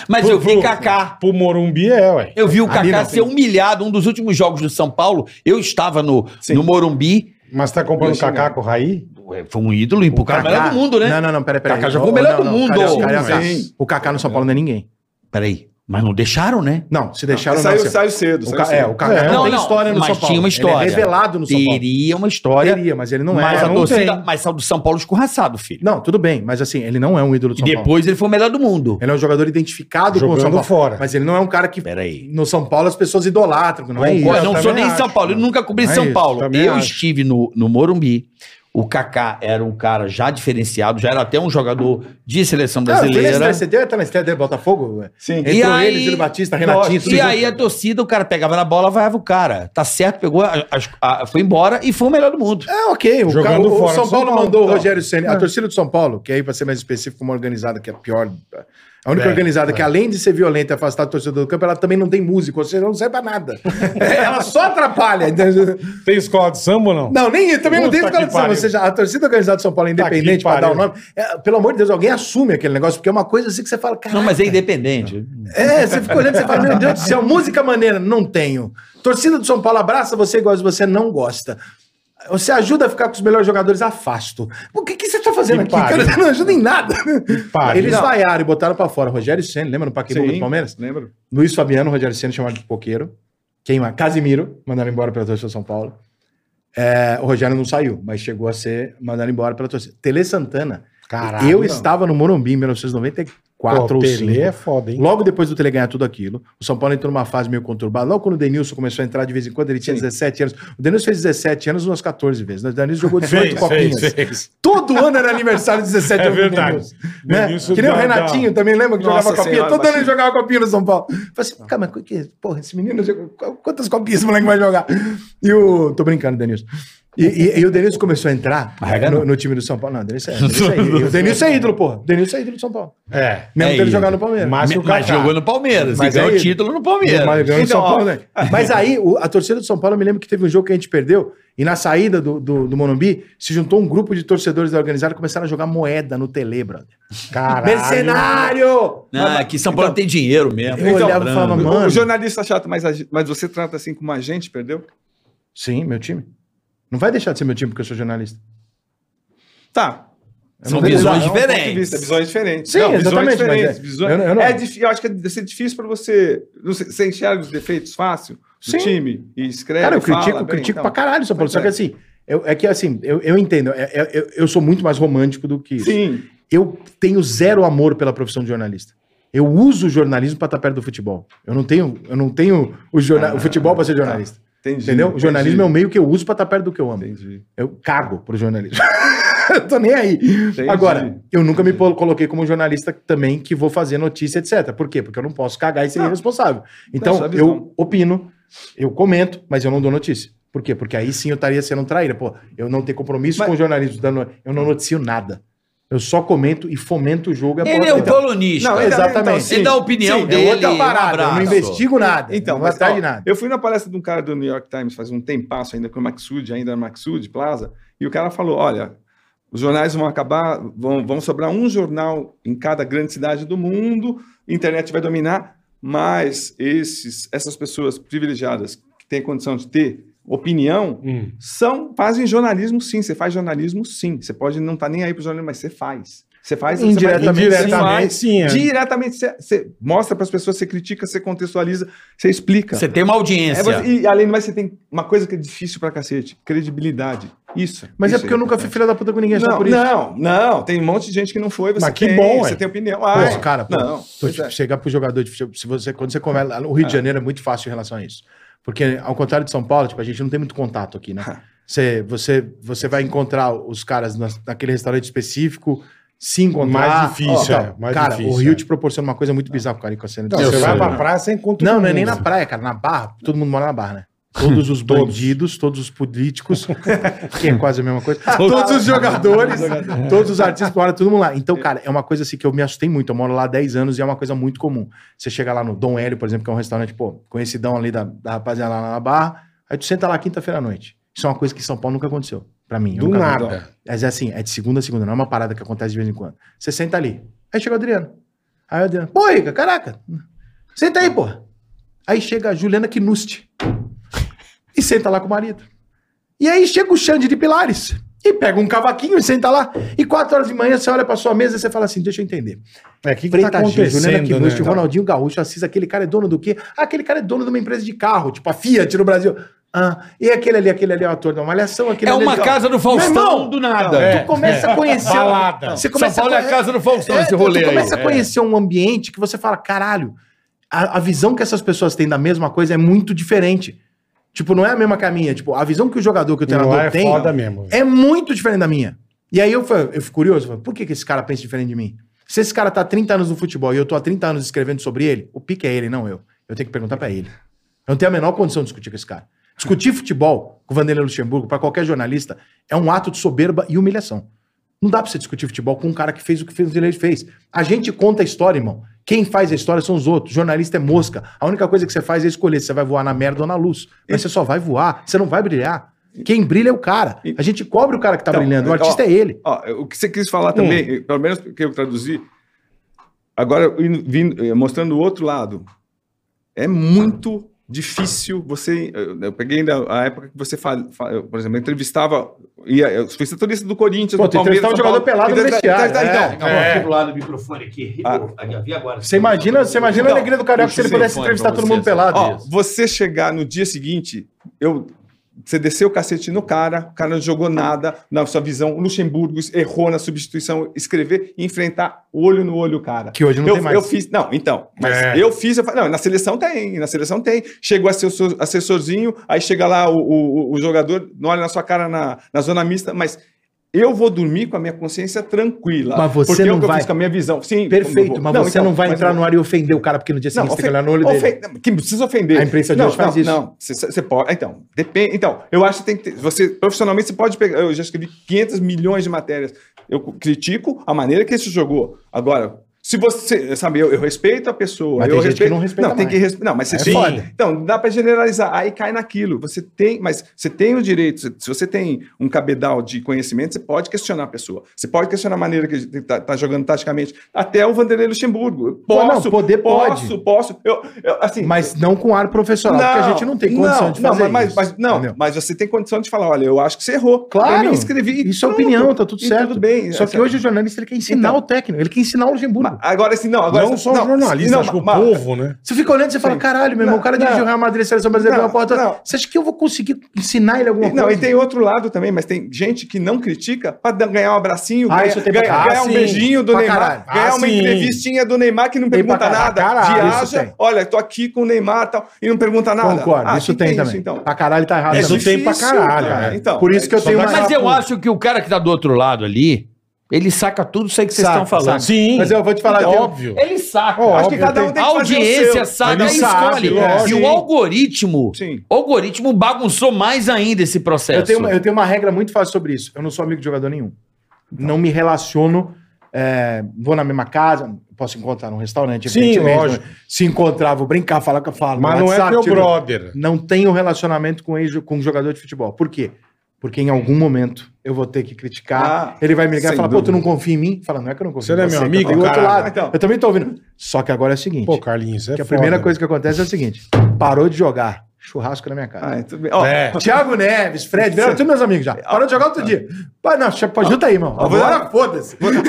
[SPEAKER 4] Mas eu vi Kaká.
[SPEAKER 2] Pro Morumbi é, ué.
[SPEAKER 4] Eu vi o
[SPEAKER 5] Ali
[SPEAKER 4] Kaká
[SPEAKER 5] não
[SPEAKER 4] ser
[SPEAKER 5] tem.
[SPEAKER 4] humilhado. Um dos últimos jogos do São Paulo, eu estava no,
[SPEAKER 6] Sim.
[SPEAKER 4] no Morumbi.
[SPEAKER 2] Mas tá comprando
[SPEAKER 6] Imagina.
[SPEAKER 2] cacá com o Raí?
[SPEAKER 4] Ué, Foi um ídolo, hein? O cara
[SPEAKER 5] Kaká-
[SPEAKER 4] melhor do mundo, né?
[SPEAKER 5] Não, não, não, peraí, peraí.
[SPEAKER 4] Kaká já
[SPEAKER 5] Ô,
[SPEAKER 4] foi o melhor
[SPEAKER 5] não,
[SPEAKER 4] do
[SPEAKER 5] não,
[SPEAKER 4] mundo.
[SPEAKER 5] Carioca, Carioca,
[SPEAKER 6] Sim.
[SPEAKER 5] O Kaká no São Paulo não é ninguém.
[SPEAKER 4] Peraí. Mas não deixaram, né?
[SPEAKER 5] Não, se deixaram
[SPEAKER 6] saiu,
[SPEAKER 5] não.
[SPEAKER 6] saiu cedo.
[SPEAKER 5] o
[SPEAKER 6] saiu
[SPEAKER 5] Ca-
[SPEAKER 6] cedo.
[SPEAKER 5] É, o Kaká
[SPEAKER 2] É.
[SPEAKER 5] não,
[SPEAKER 4] Não,
[SPEAKER 5] tem
[SPEAKER 4] não,
[SPEAKER 5] história no
[SPEAKER 4] mas
[SPEAKER 5] São Paulo.
[SPEAKER 4] tinha uma história.
[SPEAKER 5] Ele é revelado no São Paulo.
[SPEAKER 4] Teria uma história.
[SPEAKER 5] Teria, mas ele não
[SPEAKER 4] mas
[SPEAKER 5] é.
[SPEAKER 4] a
[SPEAKER 5] não
[SPEAKER 4] torcida.
[SPEAKER 5] tem.
[SPEAKER 4] Mas saiu do São Paulo escorraçado, filho.
[SPEAKER 5] Não, tudo bem, mas assim, ele não é um ídolo do
[SPEAKER 4] E
[SPEAKER 5] São Paulo.
[SPEAKER 4] depois ele foi o melhor do mundo.
[SPEAKER 5] Ele é um jogador identificado com o
[SPEAKER 2] Jogando
[SPEAKER 5] São Paulo.
[SPEAKER 2] fora.
[SPEAKER 5] Mas ele não é um cara que
[SPEAKER 4] Peraí.
[SPEAKER 5] no São Paulo as pessoas idolatram. Não é
[SPEAKER 2] Concordo,
[SPEAKER 5] isso.
[SPEAKER 4] Pô, eu não
[SPEAKER 2] também
[SPEAKER 4] sou nem
[SPEAKER 2] acho,
[SPEAKER 4] São Paulo, eu nunca cobri
[SPEAKER 5] Não é
[SPEAKER 4] São
[SPEAKER 5] isso,
[SPEAKER 4] Paulo.
[SPEAKER 2] também
[SPEAKER 4] Eu
[SPEAKER 2] acho.
[SPEAKER 4] estive no, no Morumbi, o Kaká era um cara já diferenciado, já era até um jogador de seleção
[SPEAKER 5] Não, ele é
[SPEAKER 4] brasileira.
[SPEAKER 5] STSD, ele tá na estreia dele, Botafogo? ué.
[SPEAKER 6] Sim.
[SPEAKER 5] Entrou
[SPEAKER 4] né? E aí-
[SPEAKER 5] ele, tá Júlio Batista, Renatinho,
[SPEAKER 4] e
[SPEAKER 5] junto.
[SPEAKER 4] aí a torcida, o cara pegava na bola, vaiava o cara. Tá certo, pegou, a- a- a- foi embora e foi o melhor do mundo.
[SPEAKER 5] É, ok. O,
[SPEAKER 2] Jogando
[SPEAKER 5] cara- o- o
[SPEAKER 2] fora do
[SPEAKER 5] São
[SPEAKER 2] São
[SPEAKER 5] Paulo
[SPEAKER 2] Paulo,
[SPEAKER 5] mandou o
[SPEAKER 2] então.
[SPEAKER 5] Rogério Senna. A torcida do São Paulo, que aí, pra ser mais específico, uma organizada que é pior. A única
[SPEAKER 2] É,
[SPEAKER 5] organizada que, além de ser violenta e afastar o torcedor do campo, ela também não tem músico, ou seja, ela não serve pra nada.
[SPEAKER 2] (laughs)
[SPEAKER 5] É, ela só atrapalha. entendeu?
[SPEAKER 2] Tem escola de samba ou não?
[SPEAKER 5] Não, nem também não tem
[SPEAKER 2] Puta que
[SPEAKER 5] escola de samba. Ou
[SPEAKER 2] pariu.
[SPEAKER 5] seja, a torcida organizada de São Paulo é
[SPEAKER 2] Tá que
[SPEAKER 5] independente, pra dar o
[SPEAKER 2] pariu.
[SPEAKER 5] nome. É, pelo amor de Deus, alguém assume aquele negócio, porque é uma coisa assim que você fala, cara.
[SPEAKER 3] Não, mas é independente.
[SPEAKER 5] É, você fica olhando e você fala, meu Deus do céu, música maneira, não tenho. Torcida do São Paulo abraça você igual você não gosta. Você ajuda a ficar com os melhores jogadores, afasto. O que, que você está fazendo
[SPEAKER 2] Que
[SPEAKER 5] aqui,
[SPEAKER 2] pariu.
[SPEAKER 5] cara? Você não ajuda em nada.
[SPEAKER 2] pariu.
[SPEAKER 5] Eles
[SPEAKER 2] Não.
[SPEAKER 5] vaiaram e botaram pra fora. Rogério Senna, lembra no Paquembu do Palmeiras?
[SPEAKER 6] Lembro.
[SPEAKER 5] Luiz Fabiano, Rogério Senna, chamado de Poqueiro. Quem mais? Casimiro, mandaram embora pela torcida do São Paulo. É, o Rogério não saiu, mas chegou a ser mandado embora pela torcida. Tele Santana.
[SPEAKER 2] Caralho,
[SPEAKER 5] eu
[SPEAKER 2] não.
[SPEAKER 5] estava no Morumbi em 1994
[SPEAKER 2] Pô,
[SPEAKER 5] ou
[SPEAKER 2] Pelé
[SPEAKER 5] 5.
[SPEAKER 2] é foda, hein?
[SPEAKER 5] Logo depois do Tele ganhar tudo aquilo, o São Paulo entrou numa fase meio conturbada. Logo quando o Denilson começou a entrar de vez em quando, ele tinha 17 anos. O Denilson fez 17 anos umas 14 vezes. né? O Denilson jogou 18 copinhas.
[SPEAKER 2] fez.
[SPEAKER 5] Todo ano era aniversário de 17
[SPEAKER 2] É
[SPEAKER 5] anos do
[SPEAKER 2] verdade.
[SPEAKER 5] Denilson, né?
[SPEAKER 2] Denilson
[SPEAKER 5] Que nem o
[SPEAKER 2] dá-
[SPEAKER 5] Renatinho também, lembra que
[SPEAKER 6] Nossa
[SPEAKER 5] jogava copinha?
[SPEAKER 6] Senhora,
[SPEAKER 5] Todo ano ele
[SPEAKER 6] baixinho.
[SPEAKER 5] jogava copinha no São Paulo. Eu Falei assim, cara, mas que- que, porra, esse menino, qu- quantas copinhas esse moleque vai jogar? E o... Tô brincando, Denilson. E, e- e o Denilson começou a entrar no, no time do São Paulo. Não, o Denilson
[SPEAKER 2] (laughs)
[SPEAKER 5] é, o Denilson é ídolo. O Denilson é ídolo, porra. O Denilson é ídolo do São Paulo.
[SPEAKER 2] É.
[SPEAKER 5] Mesmo
[SPEAKER 3] É
[SPEAKER 5] dele
[SPEAKER 3] ídolo.
[SPEAKER 5] jogar no Palmeiras.
[SPEAKER 2] Mas
[SPEAKER 3] Mas é
[SPEAKER 2] o Kaká.
[SPEAKER 3] jogou no Palmeiras.
[SPEAKER 5] Mas
[SPEAKER 3] e ganhou
[SPEAKER 5] aí-
[SPEAKER 3] título no
[SPEAKER 5] Mas,
[SPEAKER 3] Palmeiras.
[SPEAKER 5] ganhou do
[SPEAKER 6] Então,
[SPEAKER 5] São
[SPEAKER 6] ó.
[SPEAKER 5] Paulo, né? Mas aí, o- a torcida do São Paulo, eu me lembro que teve um jogo que a gente perdeu, e na saída do, do, do Monumbi, se juntou um grupo de torcedores da organizada e começaram a jogar moeda no Tele, brother.
[SPEAKER 2] Caralho.
[SPEAKER 5] Mercenário!
[SPEAKER 3] Ah, que São Paulo tem dinheiro
[SPEAKER 6] é
[SPEAKER 3] mesmo.
[SPEAKER 5] Eu olhava e falava,
[SPEAKER 3] Cobrando.
[SPEAKER 5] mano.
[SPEAKER 6] O jornalista é chato, mas, a gente- mas você trata assim como a gente, perdeu?
[SPEAKER 5] Sim, meu time. Não vai deixar de ser meu time porque eu sou jornalista.
[SPEAKER 6] Tá.
[SPEAKER 5] Eu
[SPEAKER 3] São
[SPEAKER 5] não vou-
[SPEAKER 3] visões
[SPEAKER 6] É um ponto de vista,
[SPEAKER 3] diferentes.
[SPEAKER 6] Visões diferentes.
[SPEAKER 5] Sim, exatamente, mas
[SPEAKER 6] Diferentes,
[SPEAKER 5] é-
[SPEAKER 6] visões-
[SPEAKER 5] eu não- eu não-
[SPEAKER 6] É dif- eu acho que deve ser difícil para você. não sei, Você enxerga os defeitos fácil do
[SPEAKER 5] Sim.
[SPEAKER 6] time e escreve.
[SPEAKER 5] Cara, eu
[SPEAKER 6] fala
[SPEAKER 5] critico,
[SPEAKER 6] bem,
[SPEAKER 5] critico
[SPEAKER 6] então.
[SPEAKER 5] pra caralho São Paulo.
[SPEAKER 6] Pois
[SPEAKER 5] Só que
[SPEAKER 6] é.
[SPEAKER 5] assim, eu- é que assim, eu, eu entendo. é- é- Eu, eu sou muito mais romântico do que isso.
[SPEAKER 6] Sim.
[SPEAKER 5] eu tenho zero amor pela profissão de jornalista. Eu uso o jornalismo para estar perto do futebol. Eu não tenho, eu não tenho o, jorna- o futebol para ser jornalista.
[SPEAKER 6] Entendi.
[SPEAKER 5] Entendeu? O
[SPEAKER 6] Ah, tá. entendi,
[SPEAKER 5] jornalismo é o meio que eu uso para estar perto do que eu amo.
[SPEAKER 6] Entendi.
[SPEAKER 5] Eu cago pro jornalismo. (laughs) eu tô nem aí. (laughs) Agora, eu nunca me pol- coloquei como jornalista também que vou fazer notícia, etc. Por quê? Porque eu não posso cagar e ser
[SPEAKER 6] Não.
[SPEAKER 5] irresponsável.
[SPEAKER 6] Não,
[SPEAKER 5] Então,
[SPEAKER 6] sua visão.
[SPEAKER 5] eu opino, eu comento, mas eu não dou notícia. Por quê? Porque aí sim eu estaria sendo um traíra. Pô, eu não ter compromisso
[SPEAKER 6] Mas-
[SPEAKER 5] com o jornalismo. dando- Eu não noticio nada. Eu só comento e fomento o jogo. e a
[SPEAKER 3] Ele
[SPEAKER 5] bola
[SPEAKER 3] é um
[SPEAKER 5] dentro.
[SPEAKER 3] colunista.
[SPEAKER 5] Então, Não,
[SPEAKER 3] ele,
[SPEAKER 5] exatamente.
[SPEAKER 6] Ele
[SPEAKER 3] dá a opinião
[SPEAKER 5] Sim,
[SPEAKER 3] dele.
[SPEAKER 5] é outra
[SPEAKER 3] um
[SPEAKER 5] parada. eu não
[SPEAKER 3] abraço.
[SPEAKER 5] investigo nada.
[SPEAKER 6] Então,
[SPEAKER 5] não vou
[SPEAKER 6] mas,
[SPEAKER 5] atrás
[SPEAKER 6] ó,
[SPEAKER 5] de nada.
[SPEAKER 6] Eu fui na palestra de um cara do New York Times faz um tempasso ainda, com o Maxud, ainda era Maxud Plaza, e o cara falou: olha, os jornais vão acabar, vão, vão sobrar um jornal em cada grande cidade do mundo, a internet vai dominar, mas esses, essas pessoas privilegiadas que têm condição de ter opinião
[SPEAKER 2] Hum.
[SPEAKER 6] são fazem jornalismo sim, você faz jornalismo sim. Você pode não estar nem aí para jornalismo, mas você faz. Você faz você vai-
[SPEAKER 5] Indiretamente,
[SPEAKER 6] você
[SPEAKER 2] Indiretamente, sim. é.
[SPEAKER 6] faz- Diretamente, você, você mostra para as pessoas, você critica, você contextualiza, você explica.
[SPEAKER 3] Você tem uma audiência.
[SPEAKER 6] É, você- e além do mais, você tem uma coisa que é difícil pra cacete: credibilidade. Isso.
[SPEAKER 5] Mas é
[SPEAKER 6] isso
[SPEAKER 5] porque eu
[SPEAKER 6] aí.
[SPEAKER 5] nunca fui filha da puta com ninguém, só
[SPEAKER 6] Não,
[SPEAKER 5] por isso.
[SPEAKER 6] não, não. Tem um monte de gente que não foi. Você
[SPEAKER 2] Mas que
[SPEAKER 6] tem,
[SPEAKER 2] bom,
[SPEAKER 6] Você
[SPEAKER 2] ué.
[SPEAKER 6] tem opinião. Ah,
[SPEAKER 5] Porra,
[SPEAKER 6] é.
[SPEAKER 5] cara, pô,
[SPEAKER 6] Não.
[SPEAKER 5] Então,
[SPEAKER 6] pois
[SPEAKER 5] tipo,
[SPEAKER 6] é.
[SPEAKER 5] chegar pro jogador de futebol, se você, quando você conversa, o Rio de Janeiro é muito fácil em relação a isso. Porque, ao contrário de São Paulo, tipo, a gente não tem muito contato aqui, né?
[SPEAKER 6] Ah.
[SPEAKER 2] É.
[SPEAKER 5] Você, você, você vai encontrar os caras na- naquele restaurante específico, se encontrar.
[SPEAKER 2] Mais difícil,
[SPEAKER 5] ó,
[SPEAKER 2] é, mais
[SPEAKER 5] cara,
[SPEAKER 2] difícil,
[SPEAKER 5] o Rio
[SPEAKER 2] é.
[SPEAKER 5] te proporciona uma coisa muito bizarra, cara, com a cena de
[SPEAKER 2] Não,
[SPEAKER 5] São
[SPEAKER 2] você vai
[SPEAKER 5] Paulo.
[SPEAKER 2] pra praia, você encontra
[SPEAKER 5] Não,
[SPEAKER 2] todo
[SPEAKER 5] não é nem na
[SPEAKER 2] mundo.
[SPEAKER 5] praia, cara. Na Barra, todo mundo mora na Barra, né? (laughs) Todos os bandidos, todos os (laughs) políticos, que é quase a mesma coisa. todos os jogadores, todos os artistas moram todo mundo lá. Então, cara, é uma coisa assim que eu me assustei muito. Eu moro lá há 10 anos e é uma coisa muito comum. Você chega lá no Dom Hélio, por exemplo, que é um restaurante, pô, conhecidão ali da, da rapaziada lá na Barra. Aí tu senta lá quinta-feira à noite. Isso é uma coisa que em São Paulo nunca aconteceu. Pra mim. eu
[SPEAKER 2] Do
[SPEAKER 5] nunca vi.
[SPEAKER 2] nada.
[SPEAKER 5] Mas é assim, é de segunda a segunda, não é uma parada que acontece de vez em quando. Você senta ali. Aí chega o Adriano. Aí o Adriano, pô, Ica, caraca, senta aí, porra. Aí chega a Juliana Knust (laughs) e senta lá com o marido. E aí chega o Xande de Pilares e pega um cavaquinho e senta lá. E quatro horas de manhã você olha pra sua mesa e você fala assim, deixa eu entender.
[SPEAKER 2] É, o que, que tá
[SPEAKER 5] Preta Gil, Juliana
[SPEAKER 2] acontecendo,
[SPEAKER 5] Knust,
[SPEAKER 2] né?
[SPEAKER 5] Ronaldinho Gaúcho, Assis, aquele cara é dono do quê? Ah, aquele cara é dono de uma empresa de carro, tipo a Fiat no Brasil. Ah, e aquele ali, aquele ali é o ator da Malhação, aquele
[SPEAKER 3] É
[SPEAKER 5] ali
[SPEAKER 3] uma
[SPEAKER 5] tal.
[SPEAKER 3] casa do Faustão
[SPEAKER 5] Meu irmão,
[SPEAKER 3] do nada.
[SPEAKER 5] Tu começa a conhecer. um-
[SPEAKER 2] Balada.
[SPEAKER 5] Você
[SPEAKER 3] É, São
[SPEAKER 5] começa
[SPEAKER 3] Paulo é
[SPEAKER 5] a
[SPEAKER 3] a
[SPEAKER 5] conhecer.
[SPEAKER 3] casa do Faustão, esse
[SPEAKER 5] tu
[SPEAKER 3] rolê aí.
[SPEAKER 5] começa
[SPEAKER 3] É.
[SPEAKER 5] a conhecer um ambiente que você fala, caralho, a, a visão que essas pessoas têm da mesma coisa é muito diferente. Tipo, não é a mesma caminha. Tipo, a visão que o jogador, que o treinador
[SPEAKER 2] Lá é
[SPEAKER 5] tem,
[SPEAKER 2] foda mesmo. velho.
[SPEAKER 5] é muito diferente da minha. E aí eu, fa- eu fico curioso, eu falo, por que, que esse cara pensa diferente de mim? Se esse cara tá há 30 anos no futebol e eu tô há 30 anos escrevendo sobre ele, o pique é ele, não eu. Eu tenho que perguntar pra ele. Eu não tenho a menor condição de discutir com esse cara. Discutir futebol com o Vanderlei Luxemburgo, pra qualquer jornalista, é um ato de soberba e humilhação. Não dá pra você discutir futebol com um cara que fez o que fez, ele fez. A gente conta a história, irmão. Quem faz a história são os outros. Jornalista é mosca. A única coisa que você faz é escolher se você vai voar na merda ou na luz. Mas você só vai voar, você não vai brilhar. Quem brilha é o cara. A gente cobre o cara que tá
[SPEAKER 6] Então,
[SPEAKER 5] brilhando. O artista
[SPEAKER 6] ó,
[SPEAKER 5] é ele.
[SPEAKER 6] Ó, o que você quis falar
[SPEAKER 5] Hum.
[SPEAKER 6] também, pelo menos que eu traduzi, agora indo- vindo- eh, mostrando o outro lado. É muito difícil você. Eu eu peguei ainda a época que você, fa- fa- eu, por exemplo, entrevistava. Ia, eu fui setorista do Corinthians,
[SPEAKER 5] Pô,
[SPEAKER 6] do
[SPEAKER 5] tu entrevistava
[SPEAKER 6] São
[SPEAKER 5] um jogador
[SPEAKER 6] Paulo.
[SPEAKER 5] pelado no
[SPEAKER 6] Entrevista-
[SPEAKER 5] vestiário,
[SPEAKER 6] entrevista-
[SPEAKER 5] é.
[SPEAKER 6] então,
[SPEAKER 3] Calma, aqui do lado do microfone aqui. Aqui, ó, vi agora.
[SPEAKER 5] Ah, Você imagina, você imagina a
[SPEAKER 6] Então,
[SPEAKER 5] alegria do carioca se ele
[SPEAKER 6] puxa o
[SPEAKER 5] pudesse
[SPEAKER 3] telefone
[SPEAKER 5] entrevistar
[SPEAKER 3] pra
[SPEAKER 5] todo mundo
[SPEAKER 3] você,
[SPEAKER 5] pelado.
[SPEAKER 6] Ó, você chegar no dia seguinte, eu, você desceu o cacete no cara, o cara não jogou nada na sua visão, o Luxemburgo errou na substituição, escrever e enfrentar olho no olho o cara.
[SPEAKER 5] Que hoje não
[SPEAKER 6] eu,
[SPEAKER 5] tem mais.
[SPEAKER 6] Eu fiz, não, então, mas
[SPEAKER 2] É.
[SPEAKER 6] eu fiz, eu falei, não, na seleção tem, na seleção tem. Chega o assessor- assessorzinho, aí chega lá o, o- o jogador, não olha na sua cara na, na zona mista, mas... Eu vou dormir com a minha consciência tranquila.
[SPEAKER 5] Mas você
[SPEAKER 6] porque é o
[SPEAKER 5] não
[SPEAKER 6] que eu
[SPEAKER 5] vai-
[SPEAKER 6] fiz com a minha visão. Sim,
[SPEAKER 5] Perfeito,
[SPEAKER 6] como-
[SPEAKER 5] mas
[SPEAKER 6] Não,
[SPEAKER 5] você
[SPEAKER 6] então,
[SPEAKER 5] não vai
[SPEAKER 6] mas-
[SPEAKER 5] entrar no ar e ofender o cara, porque no dia seguinte você tem assim, que olhar no olho dele.
[SPEAKER 6] ofen- Que não precisa ofender.
[SPEAKER 5] A imprensa de
[SPEAKER 6] não,
[SPEAKER 5] hoje faz
[SPEAKER 6] não,
[SPEAKER 5] isso.
[SPEAKER 6] Não, você- você pode. Então, depende. Então, eu acho que tem que ter. Você, profissionalmente, você pode pegar. Eu já escrevi 500 milhões de matérias. Eu critico a maneira que esse jogou. Agora. Se você, sabe, eu, eu respeito a pessoa.
[SPEAKER 5] Mas
[SPEAKER 6] eu
[SPEAKER 5] tem gente que
[SPEAKER 6] respeito-
[SPEAKER 5] não respeita
[SPEAKER 6] Não, tem que
[SPEAKER 5] mais.
[SPEAKER 6] respe- Não, mas você
[SPEAKER 5] É
[SPEAKER 6] tem.
[SPEAKER 5] foda.
[SPEAKER 6] Então, dá para generalizar. Aí cai naquilo. Você tem, mas você tem o direito. Se se você tem um cabedal de conhecimento, você pode questionar a pessoa. Você pode questionar a maneira que está jogando taticamente. Até o Vanderlei Luxemburgo. Eu
[SPEAKER 5] Pô, não,
[SPEAKER 6] Posso,
[SPEAKER 5] poder pode.
[SPEAKER 6] posso, posso. Eu, eu, assim,
[SPEAKER 5] Mas não com ar profissional, porque a gente não tem condição de fazer
[SPEAKER 6] não, mas,
[SPEAKER 5] isso.
[SPEAKER 6] mas- não,
[SPEAKER 5] entendeu?
[SPEAKER 6] mas você tem condição de falar, olha, eu acho que você errou.
[SPEAKER 5] Claro,
[SPEAKER 6] Eu nem escrevi. e
[SPEAKER 5] isso é
[SPEAKER 6] pronto.
[SPEAKER 5] opinião, tá tudo
[SPEAKER 6] E
[SPEAKER 5] certo.
[SPEAKER 6] Tudo bem.
[SPEAKER 5] Só que
[SPEAKER 6] Essa-
[SPEAKER 5] hoje o jornalista ele quer ensinar
[SPEAKER 6] Então.
[SPEAKER 5] o técnico, ele quer ensinar o Luxemburgo.
[SPEAKER 6] Agora assim, não, agora
[SPEAKER 2] não só o jornalista, acho que o
[SPEAKER 6] mas-
[SPEAKER 2] povo, né?
[SPEAKER 5] Você fica olhando e você fala,
[SPEAKER 6] Sim.
[SPEAKER 5] caralho, meu irmão,
[SPEAKER 6] Não,
[SPEAKER 5] o cara dirigiu o
[SPEAKER 6] não.
[SPEAKER 5] Real Madrid, Seleção Brasileira,
[SPEAKER 6] Não,
[SPEAKER 5] pela porta.
[SPEAKER 6] não.
[SPEAKER 5] Você acha que eu vou conseguir ensinar ele alguma
[SPEAKER 6] E, não,
[SPEAKER 5] coisa?
[SPEAKER 6] e tem outro lado também, mas tem gente que não critica pra dar- ganhar um abracinho,
[SPEAKER 5] Ah,
[SPEAKER 6] ganha-
[SPEAKER 5] isso tem pra
[SPEAKER 6] ganha-
[SPEAKER 5] caralho.
[SPEAKER 6] ganhar
[SPEAKER 5] Ah,
[SPEAKER 6] um
[SPEAKER 5] sim.
[SPEAKER 6] beijinho do
[SPEAKER 5] Pra
[SPEAKER 6] Neymar,
[SPEAKER 5] caralho.
[SPEAKER 6] ganhar
[SPEAKER 2] Ah,
[SPEAKER 6] uma
[SPEAKER 2] sim.
[SPEAKER 6] entrevistinha do Neymar que não
[SPEAKER 5] Tem
[SPEAKER 6] pergunta
[SPEAKER 5] pra
[SPEAKER 6] nada,
[SPEAKER 5] caralho. Caralho, isso
[SPEAKER 6] viaja,
[SPEAKER 5] tem.
[SPEAKER 6] olha, tô aqui com o Neymar e tal, e não pergunta nada.
[SPEAKER 5] Concordo,
[SPEAKER 6] Ah,
[SPEAKER 5] isso
[SPEAKER 6] que
[SPEAKER 5] tem, também.
[SPEAKER 6] isso, então?
[SPEAKER 5] Pra caralho tá errado
[SPEAKER 2] Isso
[SPEAKER 5] também.
[SPEAKER 2] tem pra caralho,
[SPEAKER 6] cara.
[SPEAKER 2] é.
[SPEAKER 6] Então,
[SPEAKER 5] Por isso que eu
[SPEAKER 2] só
[SPEAKER 5] tenho
[SPEAKER 2] vai
[SPEAKER 5] uma-
[SPEAKER 3] Mas eu acho que o cara que tá do outro lado ali, ele saca tudo isso aí que vocês
[SPEAKER 5] Saca,
[SPEAKER 3] estão falando.
[SPEAKER 2] Sim.
[SPEAKER 5] Mas eu vou te falar,
[SPEAKER 2] é
[SPEAKER 5] tem-
[SPEAKER 2] óbvio.
[SPEAKER 3] Ele saca.
[SPEAKER 2] Ó,
[SPEAKER 6] Acho que cada um tem
[SPEAKER 3] a
[SPEAKER 6] que fazer o
[SPEAKER 3] audiência
[SPEAKER 6] seu.
[SPEAKER 3] saca
[SPEAKER 2] Ele
[SPEAKER 3] e
[SPEAKER 2] sabe,
[SPEAKER 3] escolhe.
[SPEAKER 2] lógico.
[SPEAKER 3] E o algoritmo,
[SPEAKER 6] Sim.
[SPEAKER 3] o algoritmo bagunçou mais ainda esse processo.
[SPEAKER 5] Eu tenho, uma, eu tenho uma regra muito fácil sobre isso. Eu não sou amigo de jogador nenhum. Não me relaciono. é, vou na mesma casa, posso encontrar num restaurante.
[SPEAKER 2] Sim,
[SPEAKER 5] evidentemente,
[SPEAKER 2] lógico.
[SPEAKER 5] né? Se encontrar, vou brincar, falar que eu falo.
[SPEAKER 2] Mas
[SPEAKER 5] no
[SPEAKER 2] não é
[SPEAKER 5] WhatsApp,
[SPEAKER 2] teu
[SPEAKER 5] tiro-
[SPEAKER 2] brother.
[SPEAKER 5] Não tenho relacionamento com, ex, com jogador de futebol. Por quê? Porque em algum momento eu vou ter que criticar.
[SPEAKER 6] Ah,
[SPEAKER 5] ele vai me ligar e
[SPEAKER 6] sem
[SPEAKER 5] falar, pô, tu
[SPEAKER 6] dúvida.
[SPEAKER 5] não confia em mim? Fala, não é que eu não confio
[SPEAKER 2] Você
[SPEAKER 5] em
[SPEAKER 2] não é meu
[SPEAKER 5] que eu
[SPEAKER 2] amigo,
[SPEAKER 5] tô do outro
[SPEAKER 2] caralho?
[SPEAKER 5] lado.
[SPEAKER 6] Então.
[SPEAKER 5] Eu também tô ouvindo. Só que agora é o seguinte.
[SPEAKER 2] Pô, Carlinhos, isso é
[SPEAKER 5] que a primeira
[SPEAKER 2] foda.
[SPEAKER 5] coisa que acontece é o seguinte. Parou de jogar. Churrasco na minha casa.
[SPEAKER 6] Ah, tudo bem. Ó,
[SPEAKER 2] É.
[SPEAKER 5] Tiago Neves, Fred, viraram todos meus amigos já. Parou de jogar outro dia. Pai, não, chefe, pode juntar aí, irmão.
[SPEAKER 6] vou dar-
[SPEAKER 5] Agora foda-se.
[SPEAKER 6] vou dar-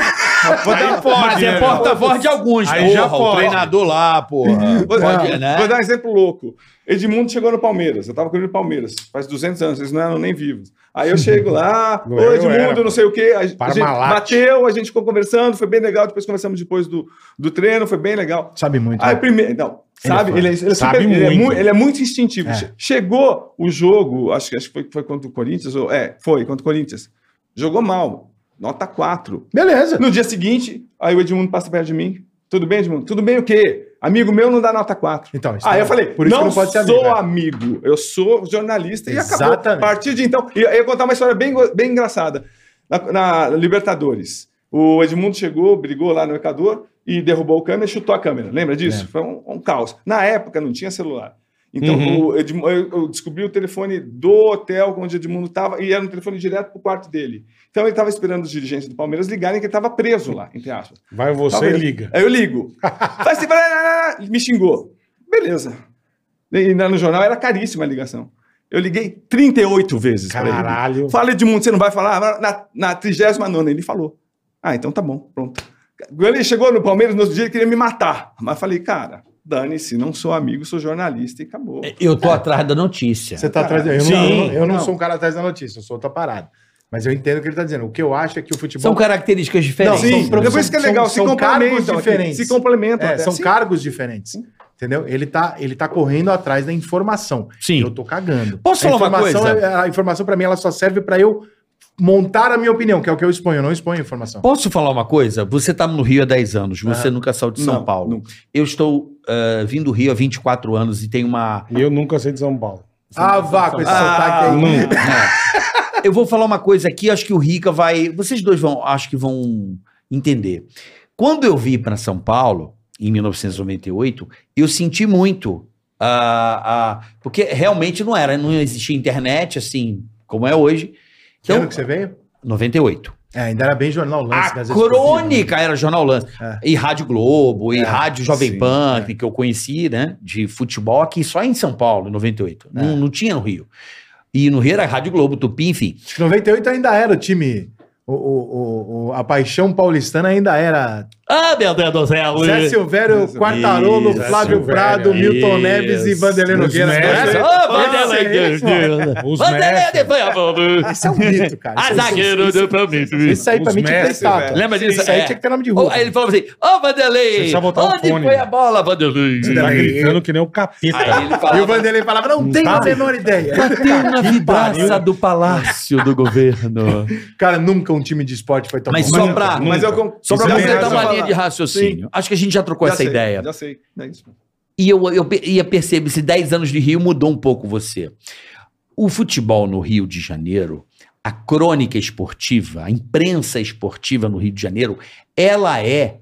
[SPEAKER 3] Mas é porta-voz de alguns,
[SPEAKER 2] né? Aí
[SPEAKER 3] porra,
[SPEAKER 2] já
[SPEAKER 3] o
[SPEAKER 2] pode.
[SPEAKER 3] treinador lá, porra.
[SPEAKER 6] Vou,
[SPEAKER 3] Pode, né?
[SPEAKER 6] vou dar um exemplo louco. Edmundo chegou no Palmeiras. Eu tava cobrindo o Palmeiras. Faz 200 anos, eles não eram nem vivos. Aí eu
[SPEAKER 2] (laughs)
[SPEAKER 6] chego lá,
[SPEAKER 2] Eu
[SPEAKER 6] ô Edmundo,
[SPEAKER 2] era,
[SPEAKER 6] não sei o quê. A, a gente
[SPEAKER 2] Parmalat.
[SPEAKER 6] bateu, a gente ficou conversando, foi bem legal. Depois conversamos depois do, do treino, foi bem legal.
[SPEAKER 5] Sabe muito.
[SPEAKER 6] Aí
[SPEAKER 5] né?
[SPEAKER 6] primeiro. Não,
[SPEAKER 5] Ele
[SPEAKER 6] sabe?
[SPEAKER 5] foi.
[SPEAKER 6] Ele, é- ele é
[SPEAKER 2] Sabe
[SPEAKER 6] super- ele é
[SPEAKER 2] muito.
[SPEAKER 6] mu- ele é muito instintivo.
[SPEAKER 5] É.
[SPEAKER 6] Che- Chegou o jogo, acho, que- acho que foi, foi contra o Corinthians, ou, é, foi contra o Corinthians. Jogou mal. Nota 4.
[SPEAKER 5] Beleza.
[SPEAKER 6] No dia seguinte, aí o Edmundo passa perto de mim. Tudo bem, Edmundo? Tudo bem o quê? Amigo meu não dá nota 4.
[SPEAKER 5] Então, isso
[SPEAKER 6] aí
[SPEAKER 5] não-
[SPEAKER 6] Ah, eu falei,
[SPEAKER 5] por isso
[SPEAKER 6] não,
[SPEAKER 5] que não pode ser amigo,
[SPEAKER 6] sou
[SPEAKER 5] é.
[SPEAKER 6] amigo, eu sou jornalista e acabou. A
[SPEAKER 5] Exatamente.
[SPEAKER 6] partir de então, e eu ia contar uma história bem, go- bem engraçada. Na, na Libertadores, o Edmundo chegou, brigou lá no Equador e derrubou a câmera e chutou a câmera. Lembra disso?
[SPEAKER 5] É.
[SPEAKER 6] Foi um, um caos. Na época não tinha celular. Então
[SPEAKER 5] Uhum.
[SPEAKER 6] o Edmu- eu, eu descobri o telefone do hotel onde o Edmundo estava e era um telefone direto pro quarto dele. Então ele estava esperando os dirigentes do Palmeiras ligarem que ele estava preso lá, entre aspas.
[SPEAKER 2] Vai você e
[SPEAKER 6] Talvez.
[SPEAKER 2] liga.
[SPEAKER 6] Aí eu ligo. Fala assim, blá, blá, blá, me xingou. Beleza. E na- no jornal era caríssima a ligação. Eu liguei 38 vezes pra ele.
[SPEAKER 2] Caralho.
[SPEAKER 6] Fala Edmundo, você não vai falar? Na, na 39 ele falou. Ah, então tá bom, pronto. Quando ele chegou no Palmeiras no outro dia, ele queria me matar. Mas eu falei, cara, dane-se, não sou amigo, sou jornalista e acabou.
[SPEAKER 5] É,
[SPEAKER 3] Eu tô atrás da notícia.
[SPEAKER 5] Você tá atrás. Eu,
[SPEAKER 2] Sim.
[SPEAKER 5] não, eu não- eu não
[SPEAKER 6] Não.
[SPEAKER 5] sou um cara atrás da notícia, eu sou outra parada. Mas eu entendo o que ele tá dizendo. O que eu acho é que o futebol.
[SPEAKER 3] São características diferentes.
[SPEAKER 5] Não,
[SPEAKER 6] Sim,
[SPEAKER 5] são-
[SPEAKER 6] é por isso que é
[SPEAKER 5] são-
[SPEAKER 6] legal,
[SPEAKER 5] são
[SPEAKER 6] se
[SPEAKER 5] cargos
[SPEAKER 6] complementam. aqui,
[SPEAKER 5] diferentes.
[SPEAKER 6] Se complementam.
[SPEAKER 5] É,
[SPEAKER 6] até.
[SPEAKER 5] são
[SPEAKER 6] Sim.
[SPEAKER 5] cargos diferentes. Entendeu? Ele tá, ele tá correndo atrás da informação.
[SPEAKER 3] Sim.
[SPEAKER 5] Eu tô cagando.
[SPEAKER 3] Posso
[SPEAKER 5] a
[SPEAKER 3] falar uma
[SPEAKER 5] informação
[SPEAKER 3] coisa?
[SPEAKER 5] é- a informação, pra mim, ela só serve pra eu montar a minha opinião, que é o que eu exponho. Eu não exponho informação.
[SPEAKER 3] Posso falar uma coisa? Você tá no Rio há 10 anos, você nunca saiu de São
[SPEAKER 6] Não,
[SPEAKER 3] Paulo.
[SPEAKER 6] nunca.
[SPEAKER 3] Eu estou ah, vindo do Rio há 24 anos e tem uma.
[SPEAKER 2] E eu nunca sei de São Paulo.
[SPEAKER 5] Ah, vá com esse
[SPEAKER 6] Ah,
[SPEAKER 5] sotaque aí.
[SPEAKER 2] Nunca.
[SPEAKER 3] É.
[SPEAKER 4] tá (laughs) eu vou falar uma coisa aqui, acho que o Rica vai. Vocês dois vão, acho que vão entender. Quando eu vim para São Paulo, em 1998, eu senti muito. ah, ah, porque realmente não era, não existia internet assim como é hoje.
[SPEAKER 5] Que
[SPEAKER 4] Então,
[SPEAKER 5] ano que você veio?
[SPEAKER 4] 98.
[SPEAKER 5] É, ainda era bem jornal lance.
[SPEAKER 4] A
[SPEAKER 5] Gazeta Esportiva, né?
[SPEAKER 4] crônica era Jornal Lance.
[SPEAKER 5] É.
[SPEAKER 4] E Rádio Globo, e
[SPEAKER 5] É,
[SPEAKER 4] Rádio Jovem
[SPEAKER 6] sim,
[SPEAKER 4] Pan, que eu conheci, né? De futebol aqui só em São Paulo, em 98.
[SPEAKER 5] É.
[SPEAKER 4] Não, não tinha no Rio. E no Rio era Rádio Globo, Tupi, enfim.
[SPEAKER 5] assim, Acho que 98 ainda era o time. O, o- o- o- a paixão paulistana ainda era.
[SPEAKER 4] Ah, meu Deus do céu!
[SPEAKER 5] Zé Silvério,
[SPEAKER 6] Isso.
[SPEAKER 5] Quartarolo,
[SPEAKER 2] Isso.
[SPEAKER 5] Flávio
[SPEAKER 2] Silvério.
[SPEAKER 5] Prado, Milton
[SPEAKER 4] Isso.
[SPEAKER 5] Neves e Vanderlei Nogueira.
[SPEAKER 2] Os
[SPEAKER 5] Nossa,
[SPEAKER 2] mestres.
[SPEAKER 5] é-
[SPEAKER 4] Ah, Vanderlei, Deus, Deus.
[SPEAKER 2] Os
[SPEAKER 4] Vanderlei,
[SPEAKER 2] mestres.
[SPEAKER 4] Deus.
[SPEAKER 5] Isso é um mito,
[SPEAKER 4] (laughs)
[SPEAKER 5] cara.
[SPEAKER 4] Ah,
[SPEAKER 5] Isso-
[SPEAKER 4] zagueiro
[SPEAKER 5] isso-
[SPEAKER 4] do Flamengo.
[SPEAKER 5] Isso aí pra
[SPEAKER 2] Os
[SPEAKER 5] mim tinha que ter
[SPEAKER 2] mestres,
[SPEAKER 5] estátua.
[SPEAKER 6] velho.
[SPEAKER 4] Lembra disso?
[SPEAKER 5] Isso aí
[SPEAKER 4] É.
[SPEAKER 5] tinha que ter um nome de
[SPEAKER 4] Oh,
[SPEAKER 5] rua.
[SPEAKER 4] aí ele falou assim: Ô, Vanderlei!
[SPEAKER 2] Precisa botar um
[SPEAKER 4] onde
[SPEAKER 2] fone,
[SPEAKER 4] foi
[SPEAKER 2] né?
[SPEAKER 4] a bola, Vanderlei?
[SPEAKER 2] Você tá gritando que nem o capeta.
[SPEAKER 4] Aí ele
[SPEAKER 5] E o
[SPEAKER 4] falava,
[SPEAKER 5] Vanderlei falava: não,
[SPEAKER 2] Não
[SPEAKER 5] tenho
[SPEAKER 2] tá,
[SPEAKER 5] a menor ideia.
[SPEAKER 4] bateu na vidraça do palácio do governo.
[SPEAKER 5] Cara, nunca um time de esporte foi tão
[SPEAKER 4] Mas
[SPEAKER 5] bom.
[SPEAKER 4] só pra,
[SPEAKER 6] Mas eu con-
[SPEAKER 4] só pra
[SPEAKER 6] Isso é
[SPEAKER 4] completar
[SPEAKER 6] verdade.
[SPEAKER 4] uma linha de raciocínio. Acho que a gente já trocou
[SPEAKER 6] Já
[SPEAKER 4] essa
[SPEAKER 6] sei,
[SPEAKER 4] ideia.
[SPEAKER 6] Já sei. É isso.
[SPEAKER 4] E eu, eu pe- ia perceber se 10 anos de Rio mudou um pouco você. O futebol no Rio de Janeiro, a crônica esportiva, a imprensa esportiva no Rio de Janeiro, ela é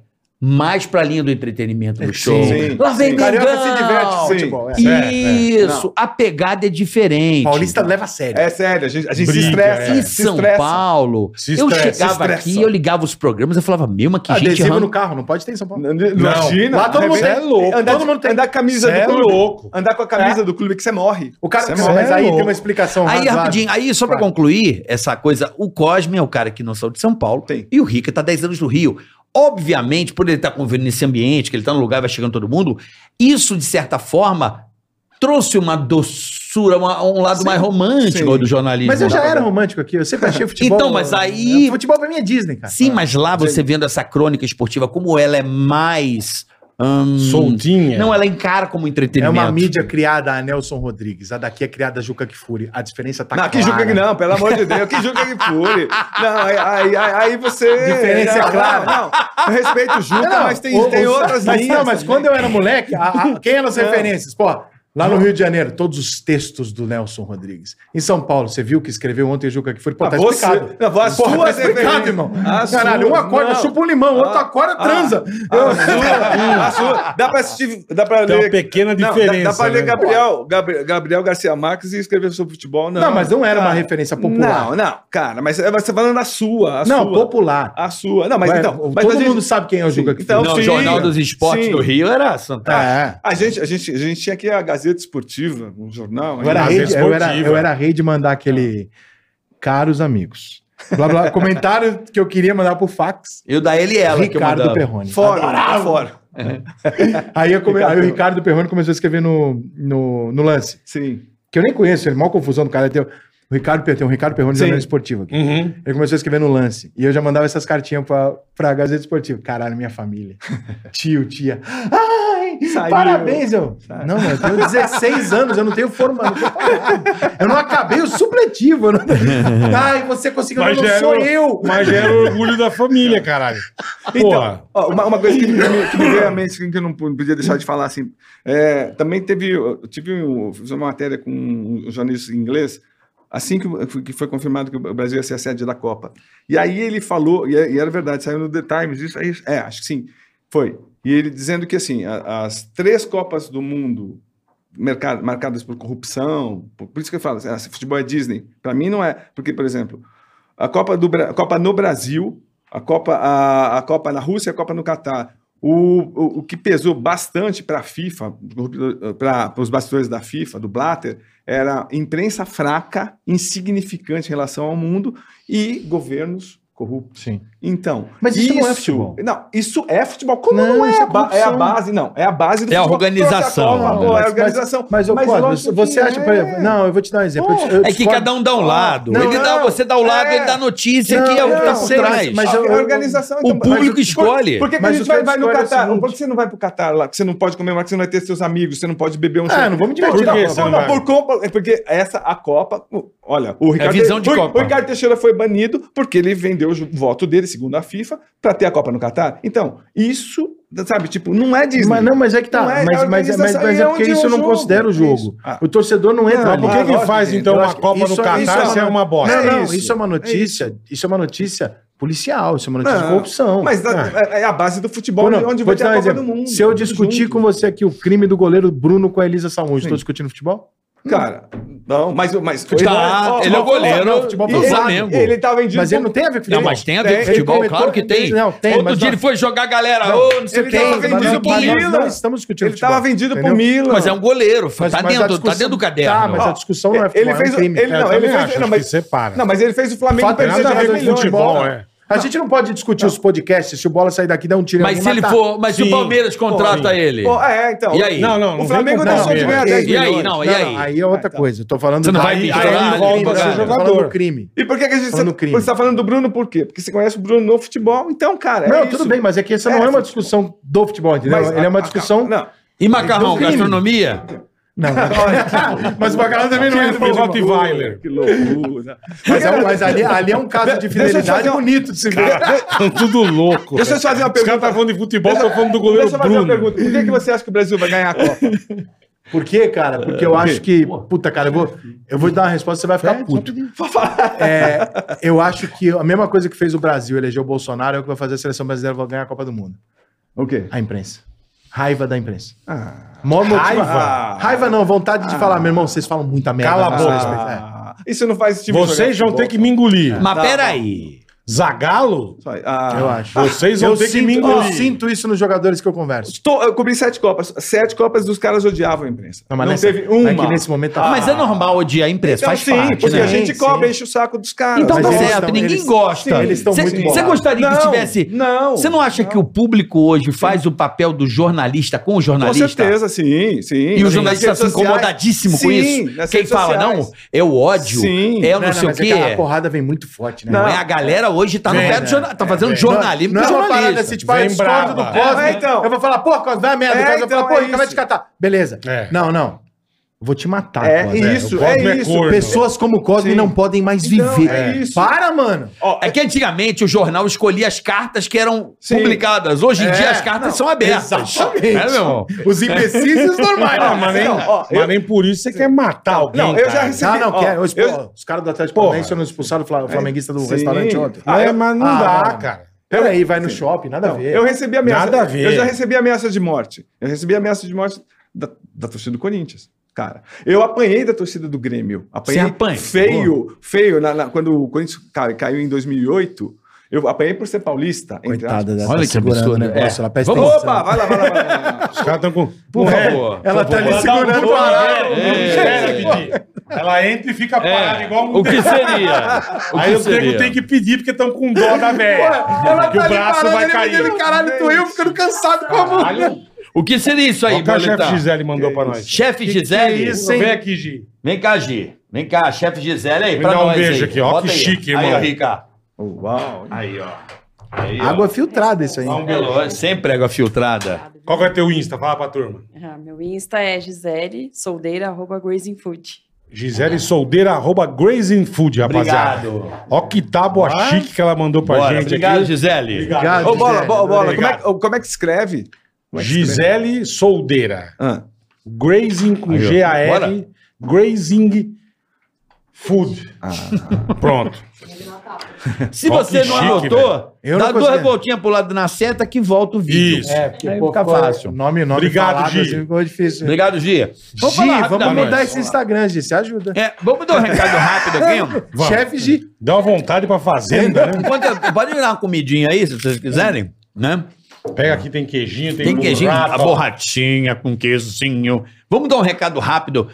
[SPEAKER 4] mais pra linha do entretenimento do show.
[SPEAKER 6] É, sim,
[SPEAKER 4] Lá vem
[SPEAKER 6] sim.
[SPEAKER 5] Carioca se diverte com
[SPEAKER 4] Mengão.
[SPEAKER 6] sim.
[SPEAKER 5] futebol. é.
[SPEAKER 4] Isso, a pegada é diferente.
[SPEAKER 5] Paulista leva a sério.
[SPEAKER 6] É sério, a gente, a gente se
[SPEAKER 2] Briga, é.
[SPEAKER 6] estressa.
[SPEAKER 4] Em
[SPEAKER 6] é. se
[SPEAKER 4] São
[SPEAKER 6] estressa.
[SPEAKER 4] Paulo,
[SPEAKER 2] Se
[SPEAKER 4] eu
[SPEAKER 2] estressa,
[SPEAKER 6] se
[SPEAKER 4] chegava
[SPEAKER 6] estressa.
[SPEAKER 4] aqui, eu ligava os programas, eu falava, meu, mas que gente
[SPEAKER 5] Ah, Adesivo
[SPEAKER 4] ran-
[SPEAKER 5] no carro, não pode ter em São Paulo.
[SPEAKER 6] Na- na- Imagina.
[SPEAKER 5] Lá todo mundo
[SPEAKER 6] Você
[SPEAKER 5] tem-
[SPEAKER 6] é louco.
[SPEAKER 5] andar
[SPEAKER 6] Andar,
[SPEAKER 5] todo mundo tem- É.
[SPEAKER 6] andar com a camisa
[SPEAKER 2] Você é
[SPEAKER 6] do clube.
[SPEAKER 2] louco.
[SPEAKER 6] Andar com a camisa do clube que você morre.
[SPEAKER 5] O cara,
[SPEAKER 6] Você
[SPEAKER 5] não,
[SPEAKER 6] morre.
[SPEAKER 5] mas aí
[SPEAKER 2] louco.
[SPEAKER 5] tem uma explicação.
[SPEAKER 4] Aí,
[SPEAKER 5] razoável.
[SPEAKER 4] rapidinho, aí só pra
[SPEAKER 5] Vai.
[SPEAKER 4] concluir essa coisa, o Cosme é o cara que não saiu de São Paulo
[SPEAKER 6] Sim.
[SPEAKER 4] e o Rica tá 10 anos no Rio. Obviamente, por ele estar convivendo nesse ambiente, que ele tá no lugar e vai chegando todo mundo, isso, de certa forma, trouxe uma doçura, uma- um lado mais romântico
[SPEAKER 6] sim.
[SPEAKER 4] do jornalismo. né?
[SPEAKER 5] Mas eu já
[SPEAKER 4] Dá pra
[SPEAKER 5] era
[SPEAKER 4] ver.
[SPEAKER 5] romântico aqui, eu sempre
[SPEAKER 6] (laughs)
[SPEAKER 5] achei futebol.
[SPEAKER 4] Então, mas aí-
[SPEAKER 5] Futebol pra mim é Disney, cara.
[SPEAKER 4] Sim, mas lá você vendo essa crônica esportiva, como ela é mais. hum,
[SPEAKER 2] Soltinha.
[SPEAKER 4] Não, ela encara como
[SPEAKER 5] É
[SPEAKER 4] entretenimento.
[SPEAKER 5] uma mídia criada a Nelson Rodrigues, a daqui é criada a Juca Kfouri. A diferença tá
[SPEAKER 6] Não, que Juca que não, pelo amor de Deus, que Juca que fure. Não, aí, aí, aí- aí você.
[SPEAKER 5] Diferença é
[SPEAKER 6] não,
[SPEAKER 5] clara.
[SPEAKER 6] Não, não, eu respeito o
[SPEAKER 5] Ah,
[SPEAKER 6] Juca, mas tem,
[SPEAKER 5] o-
[SPEAKER 6] tem
[SPEAKER 5] o-
[SPEAKER 6] outras né? É.
[SPEAKER 5] mas
[SPEAKER 6] linhas.
[SPEAKER 5] Não, mas quando eu era moleque, a-
[SPEAKER 6] (laughs)
[SPEAKER 5] a- quem eram as referências? Pô, lá no Rio de Janeiro, todos os textos do Nelson Rodrigues. Em São Paulo, você viu o que escreveu ontem o Juca Kfouri? Pô,
[SPEAKER 6] Ah,
[SPEAKER 5] tá
[SPEAKER 6] você-
[SPEAKER 5] explicado.
[SPEAKER 6] não, as
[SPEAKER 5] Porra,
[SPEAKER 6] suas
[SPEAKER 5] tá explicado,
[SPEAKER 6] referências.
[SPEAKER 5] irmão.
[SPEAKER 6] As
[SPEAKER 5] Caralho, um
[SPEAKER 6] suas,
[SPEAKER 5] acorda,
[SPEAKER 6] não.
[SPEAKER 5] chupa um limão, outro
[SPEAKER 6] Ah,
[SPEAKER 5] acorda,
[SPEAKER 6] ah,
[SPEAKER 5] transa.
[SPEAKER 6] A sua, a sua- dá pra assistir. Dá pra
[SPEAKER 2] Tem
[SPEAKER 6] ler.
[SPEAKER 2] uma pequena
[SPEAKER 6] não, dá-
[SPEAKER 2] diferença.
[SPEAKER 6] Dá, pra ler
[SPEAKER 2] né?
[SPEAKER 6] Gabriel, Gabriel, Gabriel Garcia Marques e escrever sobre futebol, não.
[SPEAKER 5] Não, mas não era uma
[SPEAKER 6] Cara,
[SPEAKER 5] referência popular.
[SPEAKER 6] ah, Não, não, cara, mas é- você falando a sua. A
[SPEAKER 5] não,
[SPEAKER 6] sua,
[SPEAKER 5] popular.
[SPEAKER 6] A sua. Não, mas
[SPEAKER 5] Ué,
[SPEAKER 6] então. Mas a
[SPEAKER 5] todo
[SPEAKER 6] gente-
[SPEAKER 5] mundo sabe quem é o
[SPEAKER 6] Sim,
[SPEAKER 5] Juca Kfouri.
[SPEAKER 6] então, tá.
[SPEAKER 4] Não, o
[SPEAKER 6] Sim.
[SPEAKER 4] Jornal dos Esportes
[SPEAKER 6] Sim.
[SPEAKER 4] do Rio era Santa.
[SPEAKER 5] É.
[SPEAKER 6] A gente, a, gente, a gente tinha aqui a Gazeta Esportiva, um jornal.
[SPEAKER 5] Eu era,
[SPEAKER 2] Gazeta
[SPEAKER 5] rei de, eu, era,
[SPEAKER 2] Esportiva.
[SPEAKER 5] eu era rei de mandar aquele. Caros amigos. Blá, blá, comentário que eu queria mandar pro fax.
[SPEAKER 4] Eu da ele e ela que eu
[SPEAKER 5] Ricardo
[SPEAKER 4] mandava.
[SPEAKER 5] Perrone.
[SPEAKER 6] Fora,
[SPEAKER 5] é
[SPEAKER 6] fora.
[SPEAKER 5] Aí, eu come-
[SPEAKER 6] Ricardo
[SPEAKER 5] aí o Ricardo Perrone começou a escrever no, no, no lance.
[SPEAKER 6] Sim.
[SPEAKER 5] Que eu nem conheço, ele mal confusão do cara. Tem o o Ricardo, Per- tem um Ricardo Perrone
[SPEAKER 6] Sim.
[SPEAKER 5] jornalista esportivo aqui.
[SPEAKER 2] Uhum.
[SPEAKER 5] Ele começou a escrever no lance. E eu já mandava essas cartinhas pra, pra Gazeta Esportiva. Caralho, minha (laughs) família. Tio, tia. Ai,
[SPEAKER 6] Saiu.
[SPEAKER 5] parabéns, eu. Não, mano, eu tenho (laughs) 16 anos, eu não tenho formando. Eu não acabei o supletivo. eu não- (laughs) Ai, você conseguiu,
[SPEAKER 2] Mas
[SPEAKER 5] mas não
[SPEAKER 2] já
[SPEAKER 5] sou
[SPEAKER 2] era-
[SPEAKER 5] eu.
[SPEAKER 2] Mas era o orgulho da família, caralho. Então, Porra.
[SPEAKER 6] Ó, uma, uma coisa que me, que me veio à mente que eu não podia deixar de falar assim. é, também teve. Eu tive um, fiz uma matéria com um jornalista inglês. Assim que, o- que foi confirmado que o Brasil ia ser a sede da Copa. E aí ele falou, e, é- e era verdade, saiu no The Times, isso aí, é, acho que sim, foi. E ele dizendo que, assim, a- as três Copas do Mundo merca- marcadas por corrupção, por, por isso que eu falo, assim, ah, futebol é Disney. Para mim não é, porque, por exemplo, a Copa, do, Bra- a Copa no Brasil, a Copa, a, a Copa na Rússia e a Copa no Catar. O, o, o que pesou bastante para a FIFA, para os bastidores da FIFA, do Blatter, era imprensa fraca, insignificante em relação ao mundo e governos corruptos.
[SPEAKER 5] Sim.
[SPEAKER 6] Então,
[SPEAKER 5] Mas isso não é futebol.
[SPEAKER 6] Não, isso é futebol. Como
[SPEAKER 5] Não,
[SPEAKER 6] não, é?
[SPEAKER 5] isso é
[SPEAKER 6] a ba- é a
[SPEAKER 5] corrupção.
[SPEAKER 6] base, não. É a base do
[SPEAKER 4] É a
[SPEAKER 6] futebol.
[SPEAKER 4] organização,
[SPEAKER 6] Troca a Copa,
[SPEAKER 4] Não,
[SPEAKER 6] pô,
[SPEAKER 5] mas-
[SPEAKER 6] é a organização.
[SPEAKER 5] Mas, eu
[SPEAKER 6] lógico
[SPEAKER 5] posso,
[SPEAKER 6] que
[SPEAKER 5] você acha.
[SPEAKER 6] é.
[SPEAKER 5] por exemplo, Não, eu vou te dar um exemplo. Eu te- eu
[SPEAKER 4] É que
[SPEAKER 5] discordo.
[SPEAKER 4] cada um dá um lado.
[SPEAKER 5] Não,
[SPEAKER 4] ele
[SPEAKER 5] não,
[SPEAKER 4] dá, você dá o lado,
[SPEAKER 6] é.
[SPEAKER 4] ele dá a notícia
[SPEAKER 5] Não,
[SPEAKER 4] que é o que
[SPEAKER 5] não,
[SPEAKER 4] tá
[SPEAKER 5] eu
[SPEAKER 4] por
[SPEAKER 5] sei,
[SPEAKER 4] trás.
[SPEAKER 5] mas
[SPEAKER 6] Ah, A
[SPEAKER 5] eu-
[SPEAKER 6] organização, então,
[SPEAKER 4] o público
[SPEAKER 6] mas-
[SPEAKER 4] escolhe.
[SPEAKER 6] Por que, que
[SPEAKER 5] Mas
[SPEAKER 6] a
[SPEAKER 5] o
[SPEAKER 6] gente
[SPEAKER 5] que
[SPEAKER 6] vai,
[SPEAKER 5] eu
[SPEAKER 6] vai no
[SPEAKER 5] discordo é o
[SPEAKER 6] Catar?
[SPEAKER 5] seguinte.
[SPEAKER 6] Por que você não vai pro Catar lá? Que você não pode comemorar, que você não vai ter seus amigos, você não pode beber um
[SPEAKER 5] Ah, não vou me
[SPEAKER 6] Por
[SPEAKER 5] divertir.
[SPEAKER 2] Por
[SPEAKER 5] na
[SPEAKER 2] quê?
[SPEAKER 5] Copa.
[SPEAKER 2] Você não
[SPEAKER 6] Não,
[SPEAKER 2] vai.
[SPEAKER 6] por Copa, é porque essa, a Copa, olha, o Ricardo,
[SPEAKER 4] É visão de
[SPEAKER 6] o-
[SPEAKER 4] Copa.
[SPEAKER 6] o Ricardo Teixeira foi banido porque ele vendeu o voto dele, segundo a FIFA, para ter a Copa no Catar. Então, isso Sabe, tipo, não
[SPEAKER 4] um
[SPEAKER 6] é Disney.
[SPEAKER 4] né?
[SPEAKER 5] Mas não, mas é que tá.
[SPEAKER 6] Não
[SPEAKER 5] mas,
[SPEAKER 6] é, é
[SPEAKER 5] mas, mas,
[SPEAKER 6] organização,
[SPEAKER 5] mas é
[SPEAKER 6] e
[SPEAKER 5] porque
[SPEAKER 6] onde é
[SPEAKER 5] isso
[SPEAKER 6] o
[SPEAKER 5] eu não
[SPEAKER 6] jogo?
[SPEAKER 5] considero o jogo.
[SPEAKER 6] Isso. Ah.
[SPEAKER 5] O torcedor não entra
[SPEAKER 2] Mas por
[SPEAKER 5] lá.
[SPEAKER 2] que, que
[SPEAKER 6] lógico,
[SPEAKER 2] faz,
[SPEAKER 6] gente,
[SPEAKER 2] então,
[SPEAKER 5] eu
[SPEAKER 2] uma
[SPEAKER 5] acho que
[SPEAKER 2] Copa
[SPEAKER 5] isso-
[SPEAKER 2] no Catar
[SPEAKER 5] isso é
[SPEAKER 2] se é
[SPEAKER 5] uma-
[SPEAKER 2] uma bosta?
[SPEAKER 5] Não, não,
[SPEAKER 6] isso.
[SPEAKER 5] isso, é uma notícia. isso. é uma notícia policial, isso é uma notícia
[SPEAKER 6] Não,
[SPEAKER 5] de corrupção.
[SPEAKER 6] Mas da- é é a base do futebol
[SPEAKER 5] Quando-
[SPEAKER 6] onde
[SPEAKER 5] vou
[SPEAKER 6] vai
[SPEAKER 5] te
[SPEAKER 6] ter
[SPEAKER 5] dar um
[SPEAKER 6] a Copa
[SPEAKER 5] exemplo.
[SPEAKER 6] do Mundo.
[SPEAKER 5] Se eu
[SPEAKER 6] tudo
[SPEAKER 5] discutir
[SPEAKER 6] junto.
[SPEAKER 5] com você aqui o crime do goleiro Bruno com a Elisa Salmonte,
[SPEAKER 6] Sim.
[SPEAKER 5] estou discutindo futebol?
[SPEAKER 6] Cara, não, mas. mas
[SPEAKER 4] Tá, ele é o goleiro
[SPEAKER 5] futebol
[SPEAKER 4] do
[SPEAKER 5] pesado.
[SPEAKER 4] Flamengo.
[SPEAKER 6] Ele tava vendido.
[SPEAKER 5] Mas ele
[SPEAKER 6] como-
[SPEAKER 5] não tem a ver com
[SPEAKER 4] Não,
[SPEAKER 5] futebol.
[SPEAKER 4] mas tem a ver
[SPEAKER 5] Ele
[SPEAKER 4] com futebol,
[SPEAKER 5] comentou-
[SPEAKER 4] claro que tem.
[SPEAKER 5] Não, tem.
[SPEAKER 4] Outro
[SPEAKER 5] mas
[SPEAKER 4] dia
[SPEAKER 5] não-
[SPEAKER 4] ele foi jogar a galera, ô, não sei o
[SPEAKER 6] ele
[SPEAKER 4] quê.
[SPEAKER 6] tava
[SPEAKER 5] tem,
[SPEAKER 6] vendido
[SPEAKER 5] mas não-
[SPEAKER 6] pro
[SPEAKER 5] mas nós
[SPEAKER 6] Milan.
[SPEAKER 5] não estamos discutindo
[SPEAKER 6] Ele tava
[SPEAKER 5] futebol,
[SPEAKER 6] vendido pro
[SPEAKER 5] entendeu?
[SPEAKER 6] Milan.
[SPEAKER 4] Mas é um goleiro,
[SPEAKER 5] Mas-
[SPEAKER 4] tá,
[SPEAKER 5] mas a
[SPEAKER 4] dentro, tá
[SPEAKER 5] discussão-
[SPEAKER 4] dentro do caderno.
[SPEAKER 5] Tá, mas a discussão não é
[SPEAKER 6] Ele
[SPEAKER 5] futebol, é
[SPEAKER 6] fez
[SPEAKER 5] um
[SPEAKER 6] o-
[SPEAKER 5] crime.
[SPEAKER 6] ele
[SPEAKER 2] Eu
[SPEAKER 6] não, ele
[SPEAKER 2] também
[SPEAKER 6] fez,
[SPEAKER 2] acho,
[SPEAKER 6] não,
[SPEAKER 2] acho
[SPEAKER 6] mas-
[SPEAKER 2] que separa.
[SPEAKER 6] Não, mas ele fez o Flamengo
[SPEAKER 5] Fato,
[SPEAKER 6] perder
[SPEAKER 5] nada a
[SPEAKER 2] é
[SPEAKER 5] ver
[SPEAKER 6] 10
[SPEAKER 5] com
[SPEAKER 6] milhões.
[SPEAKER 2] futebol,
[SPEAKER 6] Bola.
[SPEAKER 2] é.
[SPEAKER 5] A gente não pode discutir os podcasts, se o bola sair daqui dá um tiro em
[SPEAKER 4] Mas se
[SPEAKER 5] alguém,
[SPEAKER 4] ele
[SPEAKER 5] tá.
[SPEAKER 4] for. Mas se o
[SPEAKER 2] Sim.
[SPEAKER 4] Palmeiras contrata ele.
[SPEAKER 6] Pô, é, então.
[SPEAKER 4] E aí?
[SPEAKER 2] Não, não, é não
[SPEAKER 6] O
[SPEAKER 2] vem
[SPEAKER 6] Flamengo
[SPEAKER 2] com
[SPEAKER 6] deixou
[SPEAKER 2] Palmeiras.
[SPEAKER 6] de ganhar 10
[SPEAKER 4] E aí?
[SPEAKER 6] milhões.
[SPEAKER 4] Não,
[SPEAKER 5] Não,
[SPEAKER 4] e aí?
[SPEAKER 5] aí é outra coisa. Eu tô falando
[SPEAKER 4] Você não
[SPEAKER 5] do-
[SPEAKER 4] vai
[SPEAKER 5] aí-
[SPEAKER 4] misturar
[SPEAKER 5] aí
[SPEAKER 4] ele
[SPEAKER 5] volta
[SPEAKER 4] com o
[SPEAKER 5] a ser
[SPEAKER 4] cara.
[SPEAKER 5] jogador. Falando do crime.
[SPEAKER 6] E por que, que a gente
[SPEAKER 5] Falando
[SPEAKER 6] você,
[SPEAKER 5] crime.
[SPEAKER 6] você tá falando do Bruno por quê? Porque você conhece o Bruno no futebol, então, cara. é
[SPEAKER 5] não,
[SPEAKER 6] isso.
[SPEAKER 5] tudo bem, mas é que essa
[SPEAKER 6] É,
[SPEAKER 5] não é uma
[SPEAKER 6] futebol.
[SPEAKER 5] discussão do futebol, entendeu?
[SPEAKER 6] Mas
[SPEAKER 5] ele é uma
[SPEAKER 6] a- a-
[SPEAKER 5] discussão.
[SPEAKER 6] Não.
[SPEAKER 4] E macarrão,
[SPEAKER 5] Do crime.
[SPEAKER 4] gastronomia?
[SPEAKER 5] Não, (laughs) mas o Macarrão também não é
[SPEAKER 2] Ele
[SPEAKER 5] do
[SPEAKER 2] foi o
[SPEAKER 5] futebol.
[SPEAKER 2] Rottweiler.
[SPEAKER 6] Que loucura.
[SPEAKER 5] Mas, é um- mas ali, ali é um caso de
[SPEAKER 6] Deixa eu te
[SPEAKER 5] fidelidade
[SPEAKER 6] fazer uma-
[SPEAKER 5] bonito de se ver.
[SPEAKER 2] São tudo louco.
[SPEAKER 6] Deixa eu
[SPEAKER 2] velho.
[SPEAKER 6] te fazer uma
[SPEAKER 2] Os caras
[SPEAKER 6] pergunta.
[SPEAKER 2] estão falando de futebol, estão falando do goleiro
[SPEAKER 6] Deixa eu fazer uma
[SPEAKER 2] Bruno.
[SPEAKER 6] pergunta. Por que, que você acha que o Brasil vai ganhar a Copa?
[SPEAKER 5] Por quê, cara? Porque eu acho que. Puta, cara, eu vou, eu vou te dar uma resposta você vai ficar puto. (laughs) É, eu acho que a mesma coisa que fez o Brasil eleger o Bolsonaro é o que vai fazer a seleção brasileira ganhar a Copa do Mundo.
[SPEAKER 6] O quê?
[SPEAKER 5] A imprensa. Raiva da imprensa.
[SPEAKER 6] Ah,
[SPEAKER 5] Mó motiva-
[SPEAKER 6] Raiva?
[SPEAKER 5] Raiva Ah. não, vontade de falar, meu irmão, vocês falam muita merda.
[SPEAKER 2] Cala a
[SPEAKER 5] não
[SPEAKER 2] boca.
[SPEAKER 5] sei respeitar. É.
[SPEAKER 6] ah, isso não faz time
[SPEAKER 2] Vocês
[SPEAKER 6] jogar
[SPEAKER 2] vão ter que
[SPEAKER 6] futebol.
[SPEAKER 2] me engolir.
[SPEAKER 4] Mas
[SPEAKER 6] Tá,
[SPEAKER 4] peraí.
[SPEAKER 2] Zagalo?
[SPEAKER 6] Só- ah,
[SPEAKER 5] É, Eu acho.
[SPEAKER 2] Vocês vão
[SPEAKER 5] Eu
[SPEAKER 2] ter que me
[SPEAKER 5] sinto, eu
[SPEAKER 2] engolir.
[SPEAKER 5] sinto isso nos jogadores que eu converso.
[SPEAKER 6] Estou- eu cobri sete copas. Sete copas dos caras odiavam a imprensa. Não,
[SPEAKER 5] mas nessa-
[SPEAKER 6] teve uma.
[SPEAKER 5] É que nesse momento tá-
[SPEAKER 4] Mas é normal odiar a imprensa,
[SPEAKER 6] Então,
[SPEAKER 4] faz
[SPEAKER 6] sim,
[SPEAKER 4] parte,
[SPEAKER 6] porque
[SPEAKER 4] né?
[SPEAKER 6] a gente
[SPEAKER 5] Sim,
[SPEAKER 6] cobra,
[SPEAKER 5] sim.
[SPEAKER 6] enche o saco dos caras.
[SPEAKER 4] Então
[SPEAKER 5] Mas
[SPEAKER 4] tá
[SPEAKER 5] eles
[SPEAKER 4] certo,
[SPEAKER 5] estão-
[SPEAKER 4] ninguém
[SPEAKER 5] eles-
[SPEAKER 4] gosta.
[SPEAKER 5] sim, eles estão
[SPEAKER 4] Cê-
[SPEAKER 5] muito
[SPEAKER 4] Você
[SPEAKER 5] bolados.
[SPEAKER 4] gostaria que
[SPEAKER 6] Não,
[SPEAKER 4] tivesse.
[SPEAKER 6] Não. é
[SPEAKER 4] Você não acha que o público hoje faz o papel do jornalista com o
[SPEAKER 6] Com
[SPEAKER 4] jornalista?
[SPEAKER 6] certeza, sim, sim.
[SPEAKER 4] E o
[SPEAKER 6] Nas
[SPEAKER 4] jornalista
[SPEAKER 6] redes
[SPEAKER 4] está
[SPEAKER 6] sociais.
[SPEAKER 4] incomodadíssimo com
[SPEAKER 6] Sim,
[SPEAKER 4] isso.
[SPEAKER 6] nas
[SPEAKER 4] Quem
[SPEAKER 6] redes
[SPEAKER 4] fala,
[SPEAKER 6] sociais.
[SPEAKER 4] não, é o ódio,
[SPEAKER 6] Sim.
[SPEAKER 4] é o não, sei o
[SPEAKER 5] mas é
[SPEAKER 4] quê.
[SPEAKER 5] que a porrada vem muito forte, né?
[SPEAKER 6] Não,
[SPEAKER 4] Não, é a galera hoje tá no
[SPEAKER 5] Vem,
[SPEAKER 4] pé do
[SPEAKER 5] né?
[SPEAKER 4] jornal, tá fazendo jornalismo
[SPEAKER 5] Não,
[SPEAKER 4] pro
[SPEAKER 5] é uma parada
[SPEAKER 4] jornalista.
[SPEAKER 5] assim, tipo, ah,
[SPEAKER 2] Vem
[SPEAKER 5] eu discordo do
[SPEAKER 2] braba.
[SPEAKER 5] Cosme.
[SPEAKER 6] É, então.
[SPEAKER 5] Eu vou falar, pô, Cosme, vai a merda.
[SPEAKER 6] É,
[SPEAKER 5] o Cosme
[SPEAKER 6] então,
[SPEAKER 5] vai falar, pô,
[SPEAKER 6] é
[SPEAKER 5] ele acabei
[SPEAKER 6] isso.
[SPEAKER 5] de catar. Beleza.
[SPEAKER 2] É.
[SPEAKER 5] Não, não. Vou te matar,
[SPEAKER 6] É
[SPEAKER 5] Cosme.
[SPEAKER 6] isso,
[SPEAKER 2] o Cosme é
[SPEAKER 6] é isso.
[SPEAKER 2] corno.
[SPEAKER 5] Pessoas como Cosme
[SPEAKER 6] Sim.
[SPEAKER 5] não podem mais
[SPEAKER 6] Então,
[SPEAKER 5] viver.
[SPEAKER 6] é isso.
[SPEAKER 5] Para, mano.
[SPEAKER 6] Ó,
[SPEAKER 4] É que antigamente o jornal escolhia as cartas que eram
[SPEAKER 6] Sim.
[SPEAKER 4] publicadas. Hoje em
[SPEAKER 5] É,
[SPEAKER 4] dia as cartas são abertas.
[SPEAKER 5] exatamente.
[SPEAKER 4] É, meu irmão?
[SPEAKER 5] Os imbecis e os normais.
[SPEAKER 2] Ah, mas nem,
[SPEAKER 6] Não, ó,
[SPEAKER 2] mas
[SPEAKER 6] eu-
[SPEAKER 2] nem por isso você quer matar alguém.
[SPEAKER 6] Não, eu já
[SPEAKER 2] cara.
[SPEAKER 6] recebi-
[SPEAKER 5] Não, não,
[SPEAKER 6] Ó,
[SPEAKER 5] quero. Os,
[SPEAKER 6] eu-
[SPEAKER 5] pô, os caras do Atlético
[SPEAKER 2] Porra.
[SPEAKER 5] Paranaense não expulsaram o fla- flamenguista do
[SPEAKER 6] Sim.
[SPEAKER 5] restaurante ontem.
[SPEAKER 6] Ah,
[SPEAKER 2] É,
[SPEAKER 6] eu-
[SPEAKER 2] mas não
[SPEAKER 5] Ah,
[SPEAKER 2] dá,
[SPEAKER 5] mano.
[SPEAKER 2] cara.
[SPEAKER 5] Peraí, vai no shopping, nada a
[SPEAKER 6] Não,
[SPEAKER 5] ver.
[SPEAKER 6] eu recebi ameaça.
[SPEAKER 2] Nada a ver.
[SPEAKER 6] Eu já recebi ameaça de morte. Eu recebi ameaça de morte da, da torcida do Corinthians. Cara, eu apanhei da torcida do Grêmio. Apanhei
[SPEAKER 4] Você apanha?
[SPEAKER 6] feio, feio. na- na- quando o Corinthians cai- caiu em 2008, eu apanhei por ser paulista. entre aspas.
[SPEAKER 5] da
[SPEAKER 4] Olha que absurdo, né?
[SPEAKER 5] negócio, ela presta
[SPEAKER 4] Vamos-
[SPEAKER 5] atenção.
[SPEAKER 6] Opa, vai lá, vai lá, vai lá.
[SPEAKER 2] Os caras estão com.
[SPEAKER 4] Por
[SPEAKER 2] É,
[SPEAKER 4] favor.
[SPEAKER 5] Ela tá ali
[SPEAKER 2] um
[SPEAKER 5] segurando o
[SPEAKER 4] É,
[SPEAKER 5] parado.
[SPEAKER 2] Ela entra e fica parada igual um.
[SPEAKER 4] O que seria? O
[SPEAKER 2] Aí o
[SPEAKER 4] que
[SPEAKER 2] nego
[SPEAKER 4] seria?
[SPEAKER 2] tem que pedir porque estão com dó da velha. Que
[SPEAKER 5] tá
[SPEAKER 2] o braço vai
[SPEAKER 5] é
[SPEAKER 2] cair.
[SPEAKER 5] Caralho, tô eu ficando cansado com a mão.
[SPEAKER 4] O que seria isso
[SPEAKER 2] Olha
[SPEAKER 4] aí,
[SPEAKER 2] o que é a chefe
[SPEAKER 4] Boletar?
[SPEAKER 2] Gisele mandou pra nós.
[SPEAKER 4] Chefe Gisele?
[SPEAKER 2] Vem aqui, Gi.
[SPEAKER 4] Vem cá, Gi. Vem cá, chefe Gisele aí,
[SPEAKER 2] Me
[SPEAKER 4] pra
[SPEAKER 2] dá um
[SPEAKER 4] nós
[SPEAKER 2] beijo
[SPEAKER 4] aí.
[SPEAKER 2] aqui, ó,
[SPEAKER 4] Bota
[SPEAKER 2] que
[SPEAKER 4] aí.
[SPEAKER 2] chique,
[SPEAKER 4] Aí,
[SPEAKER 2] irmão.
[SPEAKER 4] ó, Rica.
[SPEAKER 6] Uau.
[SPEAKER 4] Aí, ó. Aí, ó.
[SPEAKER 5] Água filtrada isso aí.
[SPEAKER 2] Dá um
[SPEAKER 4] É
[SPEAKER 2] belo.
[SPEAKER 4] lógico, Sempre água filtrada.
[SPEAKER 2] Qual que é teu Insta? Fala pra turma.
[SPEAKER 9] Ah, meu Insta é Gisele Soldeira, arroba grazingfood.
[SPEAKER 2] Gisele Soldeira, arroba Grazing Food, rapaziada.
[SPEAKER 4] Obrigado.
[SPEAKER 2] Ó que tábua chique que ela mandou pra
[SPEAKER 4] Bora,
[SPEAKER 2] gente
[SPEAKER 4] obrigado,
[SPEAKER 2] aqui.
[SPEAKER 4] Gisele.
[SPEAKER 5] Obrigado.
[SPEAKER 6] Ô, bola,
[SPEAKER 5] Gisele,
[SPEAKER 6] bola, bola. Como é,
[SPEAKER 2] obrigado.
[SPEAKER 6] que- como é que escreve?
[SPEAKER 2] Gisele Soldeira.
[SPEAKER 6] Ah,
[SPEAKER 2] Grazing com
[SPEAKER 4] Aí, ó.
[SPEAKER 2] G-A-R. Grazing Food. Pronto.
[SPEAKER 4] Se
[SPEAKER 2] Ó,
[SPEAKER 4] você
[SPEAKER 2] que
[SPEAKER 4] não
[SPEAKER 2] chique,
[SPEAKER 4] anotou,
[SPEAKER 5] velho. Eu
[SPEAKER 4] dá
[SPEAKER 5] não
[SPEAKER 4] duas
[SPEAKER 5] consigo.
[SPEAKER 4] voltinhas pro lado na seta que volta o vídeo.
[SPEAKER 2] Isso.
[SPEAKER 5] É, porque
[SPEAKER 4] Aí
[SPEAKER 5] pô,
[SPEAKER 4] fica
[SPEAKER 5] ficou-
[SPEAKER 4] fácil.
[SPEAKER 5] Nome, nome
[SPEAKER 2] Obrigado,
[SPEAKER 5] falado,
[SPEAKER 2] Gi.
[SPEAKER 5] assim, ficou difícil.
[SPEAKER 4] Obrigado, Gia.
[SPEAKER 5] Vamos, Gi, vamos
[SPEAKER 4] rapidamente.
[SPEAKER 5] mudar esse Instagram, Gi. Você ajuda.
[SPEAKER 4] É, vamos dar um recado rápido aqui.
[SPEAKER 2] Vamos.
[SPEAKER 5] Chefe Gi.
[SPEAKER 2] Dá uma vontade pra fazenda, né?
[SPEAKER 4] Enquanto eu- pode virar uma comidinha aí, se vocês quiserem, né?
[SPEAKER 2] Pega aqui, tem queijinho, tem, um
[SPEAKER 4] Tem queijinho, a
[SPEAKER 2] burrata, ó.
[SPEAKER 4] borratinha com queijozinho. Vamos dar um recado rápido.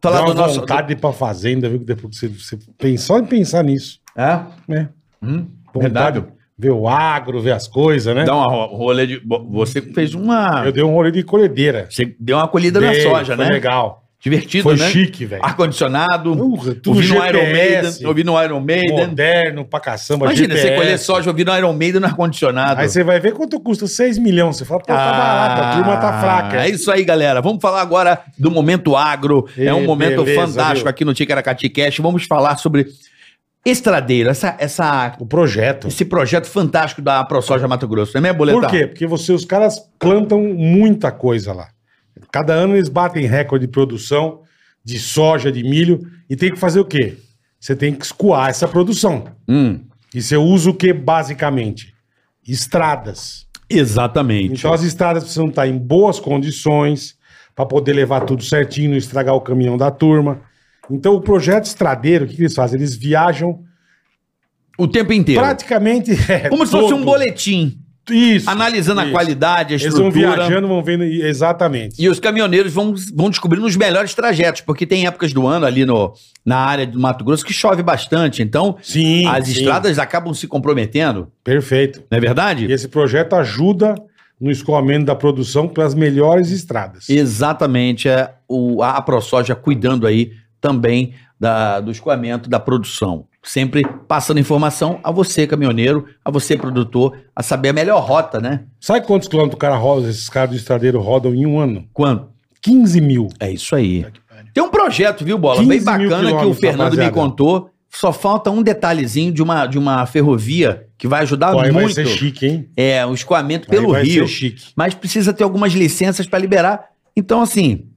[SPEAKER 4] Falar
[SPEAKER 2] Dá uma
[SPEAKER 4] do nosso.
[SPEAKER 2] vontade pra fazenda, viu? que Depois que você, você pensa, só em pensar nisso.
[SPEAKER 4] É?
[SPEAKER 2] né?
[SPEAKER 4] Hum,
[SPEAKER 2] Vontade
[SPEAKER 4] verdade.
[SPEAKER 2] Ver o agro, ver as coisas, né?
[SPEAKER 4] Dá uma ro- rolê de. bo- Você fez uma.
[SPEAKER 2] Eu dei um rolê de colhedeira.
[SPEAKER 4] Você deu uma colhida na
[SPEAKER 2] Dei,
[SPEAKER 4] soja,
[SPEAKER 2] foi
[SPEAKER 4] né?
[SPEAKER 2] legal.
[SPEAKER 4] Divertido,
[SPEAKER 2] Foi
[SPEAKER 4] né?
[SPEAKER 2] chique, velho.
[SPEAKER 4] Ar-condicionado.
[SPEAKER 2] Urra, tudo
[SPEAKER 4] Ouvi no Iron
[SPEAKER 2] GPS.
[SPEAKER 4] Maiden. Ouvi no Iron Maiden.
[SPEAKER 2] Moderno pra caçamba,
[SPEAKER 4] Imagina, você
[SPEAKER 2] GPS.
[SPEAKER 4] colher soja ouvindo Iron Maiden no ar-condicionado.
[SPEAKER 2] Aí você vai ver quanto custa 6 milhões. Você fala, pô, tá barato, a turma tá fraca.
[SPEAKER 4] É isso Ah, aí, galera. Vamos falar agora do momento agro. é um
[SPEAKER 2] Ê,
[SPEAKER 4] momento
[SPEAKER 2] beleza,
[SPEAKER 4] fantástico
[SPEAKER 2] viu?
[SPEAKER 4] aqui no Ticaracati Cash. Vamos falar sobre Estradeiro, essa, essa,
[SPEAKER 2] O projeto.
[SPEAKER 4] esse projeto fantástico da ProSoja Mato Grosso, não é mesmo, Boletar?
[SPEAKER 2] Por quê? Porque você, os caras plantam muita coisa lá. Cada ano eles batem recorde de produção de soja, de milho, e tem que fazer o quê? Você tem que escoar essa produção.
[SPEAKER 4] Hum,
[SPEAKER 2] E você usa o que basicamente? Estradas.
[SPEAKER 4] exatamente.
[SPEAKER 2] Então as estradas precisam estar em boas condições para poder levar tudo certinho, não estragar o caminhão da turma. Então o projeto estradeiro, o que, que eles fazem? Eles viajam
[SPEAKER 4] o tempo inteiro.
[SPEAKER 2] praticamente. (laughs) é,
[SPEAKER 4] Como se fosse um
[SPEAKER 2] todo.
[SPEAKER 4] boletim,
[SPEAKER 2] Isso.
[SPEAKER 4] analisando a
[SPEAKER 2] isso.
[SPEAKER 4] qualidade, a
[SPEAKER 2] Eles vão
[SPEAKER 4] estrutura.
[SPEAKER 2] viajando, vão vendo. e- Exatamente.
[SPEAKER 4] E os caminhoneiros vão, vão descobrindo os melhores trajetos, porque tem épocas do ano ali no, na área do Mato Grosso que chove bastante. Então,
[SPEAKER 2] Sim.
[SPEAKER 4] as
[SPEAKER 2] sim,
[SPEAKER 4] estradas acabam se comprometendo,
[SPEAKER 2] Perfeito.
[SPEAKER 4] não é
[SPEAKER 2] E
[SPEAKER 4] verdade?
[SPEAKER 2] esse projeto ajuda no escoamento da produção pelas melhores estradas.
[SPEAKER 4] Exatamente. É o, a ProSoja cuidando aí também da, do escoamento da produção. Sempre passando informação a você, caminhoneiro, a você, produtor, a saber a melhor rota, né?
[SPEAKER 2] Sabe quantos quilômetros o cara roda, esses caras do estradeiro rodam em um ano?
[SPEAKER 4] Quando?
[SPEAKER 2] 15 mil.
[SPEAKER 4] É isso aí. Tem um projeto, viu, Bola?
[SPEAKER 2] 15
[SPEAKER 4] Bem
[SPEAKER 2] mil
[SPEAKER 4] bacana que o
[SPEAKER 2] quilômetros,
[SPEAKER 4] Fernando me
[SPEAKER 2] rapaziada.
[SPEAKER 4] contou. Só falta um detalhezinho de uma, de uma ferrovia que vai ajudar
[SPEAKER 2] Pô, aí vai
[SPEAKER 4] Ah, muito
[SPEAKER 2] ser chique, hein?
[SPEAKER 4] é, o escoamento
[SPEAKER 2] Aí
[SPEAKER 4] pelo
[SPEAKER 2] vai
[SPEAKER 4] rio.
[SPEAKER 2] ser chique.
[SPEAKER 4] Mas precisa ter algumas licenças para liberar. Então, assim,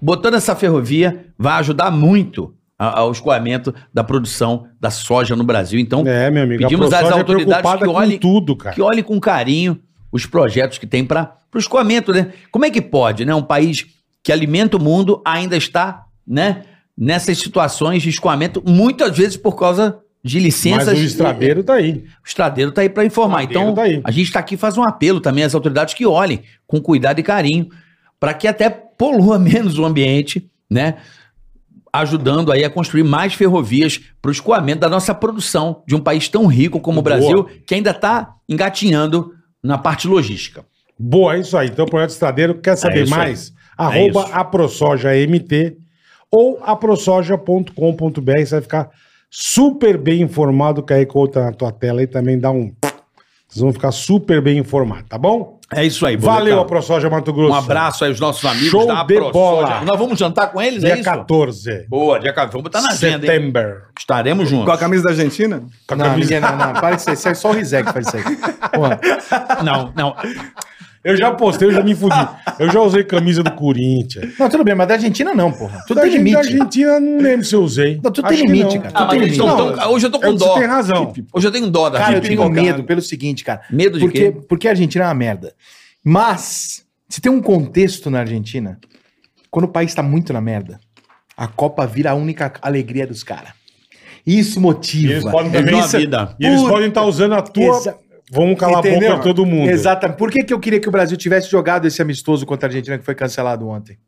[SPEAKER 4] botando essa ferrovia vai ajudar muito a- ao escoamento da produção da soja no Brasil. Então,
[SPEAKER 2] É, meu amigo.
[SPEAKER 4] Pedimos às
[SPEAKER 2] ProSoja é
[SPEAKER 4] autoridades
[SPEAKER 2] preocupada
[SPEAKER 4] que olhem-
[SPEAKER 2] com tudo, cara.
[SPEAKER 4] que olhe com carinho os projetos que tem para o escoamento, né? Como é que pode, né? Um país que alimenta o mundo ainda está, né? Nessas situações de escoamento, muitas vezes por causa de
[SPEAKER 2] Mas
[SPEAKER 4] licenças.
[SPEAKER 2] o estradeiro tá aí.
[SPEAKER 4] O estradeiro tá aí para informar.
[SPEAKER 2] Estradeiro
[SPEAKER 4] então,
[SPEAKER 2] tá aí.
[SPEAKER 4] a gente está aqui faz um apelo também às autoridades que olhem com cuidado e carinho para que até polua (laughs) menos o ambiente, né? Ajudando aí a construir mais ferrovias para o escoamento da nossa produção de um país tão rico como
[SPEAKER 2] Boa.
[SPEAKER 4] o Brasil, que ainda está engatinhando na parte logística.
[SPEAKER 2] Boa, é isso aí. Então, o projeto estradeiro, quer saber
[SPEAKER 4] É isso aí.
[SPEAKER 2] mais? Arroba
[SPEAKER 4] isso.
[SPEAKER 2] aprosojamt ou aprosoja.com.br. Você vai ficar super bem informado. O QR Code tá na tua tela e também dá um. Vocês vão ficar super bem informados, tá bom?
[SPEAKER 4] É isso aí,
[SPEAKER 2] Valeu,
[SPEAKER 4] Boletar.
[SPEAKER 2] AproSoja Mato Grosso.
[SPEAKER 4] Um abraço aí aos nossos amigos
[SPEAKER 2] Show
[SPEAKER 4] da
[SPEAKER 2] de
[SPEAKER 4] AproSoja.
[SPEAKER 2] bola.
[SPEAKER 4] Nós vamos jantar com eles, é
[SPEAKER 2] Dia
[SPEAKER 4] isso?
[SPEAKER 2] 14.
[SPEAKER 4] Boa, dia 14. Vamos botar na agenda, hein?
[SPEAKER 2] Setembro.
[SPEAKER 4] Estaremos
[SPEAKER 6] Com a
[SPEAKER 4] juntos.
[SPEAKER 6] camisa da Argentina?
[SPEAKER 2] Com a
[SPEAKER 5] Não,
[SPEAKER 2] camisa-
[SPEAKER 5] ninguém não, não. Para de ser sério, é só o Rizek faz (laughs) isso aí. Porra,
[SPEAKER 4] Não, não.
[SPEAKER 2] Eu já postei, eu já me fudi. Eu já usei camisa do Corinthians.
[SPEAKER 5] Não, tudo bem, mas da Argentina não, porra. Tudo tem
[SPEAKER 2] Da
[SPEAKER 5] limite.
[SPEAKER 2] Argentina, não lembro se eu usei.
[SPEAKER 5] Não, tudo
[SPEAKER 2] Acho
[SPEAKER 5] tem
[SPEAKER 2] que
[SPEAKER 5] limite,
[SPEAKER 2] não.
[SPEAKER 5] cara.
[SPEAKER 4] Ah,
[SPEAKER 5] Tudo
[SPEAKER 4] mas
[SPEAKER 5] tem
[SPEAKER 4] eles
[SPEAKER 5] limite.
[SPEAKER 4] estão
[SPEAKER 5] Não,
[SPEAKER 4] tão... Hoje eu tô com
[SPEAKER 2] Eu-
[SPEAKER 4] dó.
[SPEAKER 2] Você tem razão.
[SPEAKER 4] Hoje eu tenho dó da
[SPEAKER 5] Cara, eu
[SPEAKER 4] Argentina.
[SPEAKER 5] tenho medo pelo seguinte, cara.
[SPEAKER 4] Medo de
[SPEAKER 5] porque,
[SPEAKER 4] quê?
[SPEAKER 5] porque a Argentina é uma merda. Mas, se tem um contexto na Argentina, quando o país tá muito na merda, a Copa vira a única alegria dos caras. Isso
[SPEAKER 2] E
[SPEAKER 5] motiva.
[SPEAKER 2] eles podem
[SPEAKER 4] É
[SPEAKER 2] também
[SPEAKER 4] uma
[SPEAKER 2] ser-
[SPEAKER 4] vida.
[SPEAKER 2] E eles
[SPEAKER 5] Puta.
[SPEAKER 2] podem estar usando a tua.
[SPEAKER 5] Exa-
[SPEAKER 2] Vamos calar a boca pra todo mundo.
[SPEAKER 5] Exatamente. Por que, que eu queria que o Brasil tivesse jogado esse amistoso contra a Argentina que foi cancelado ontem?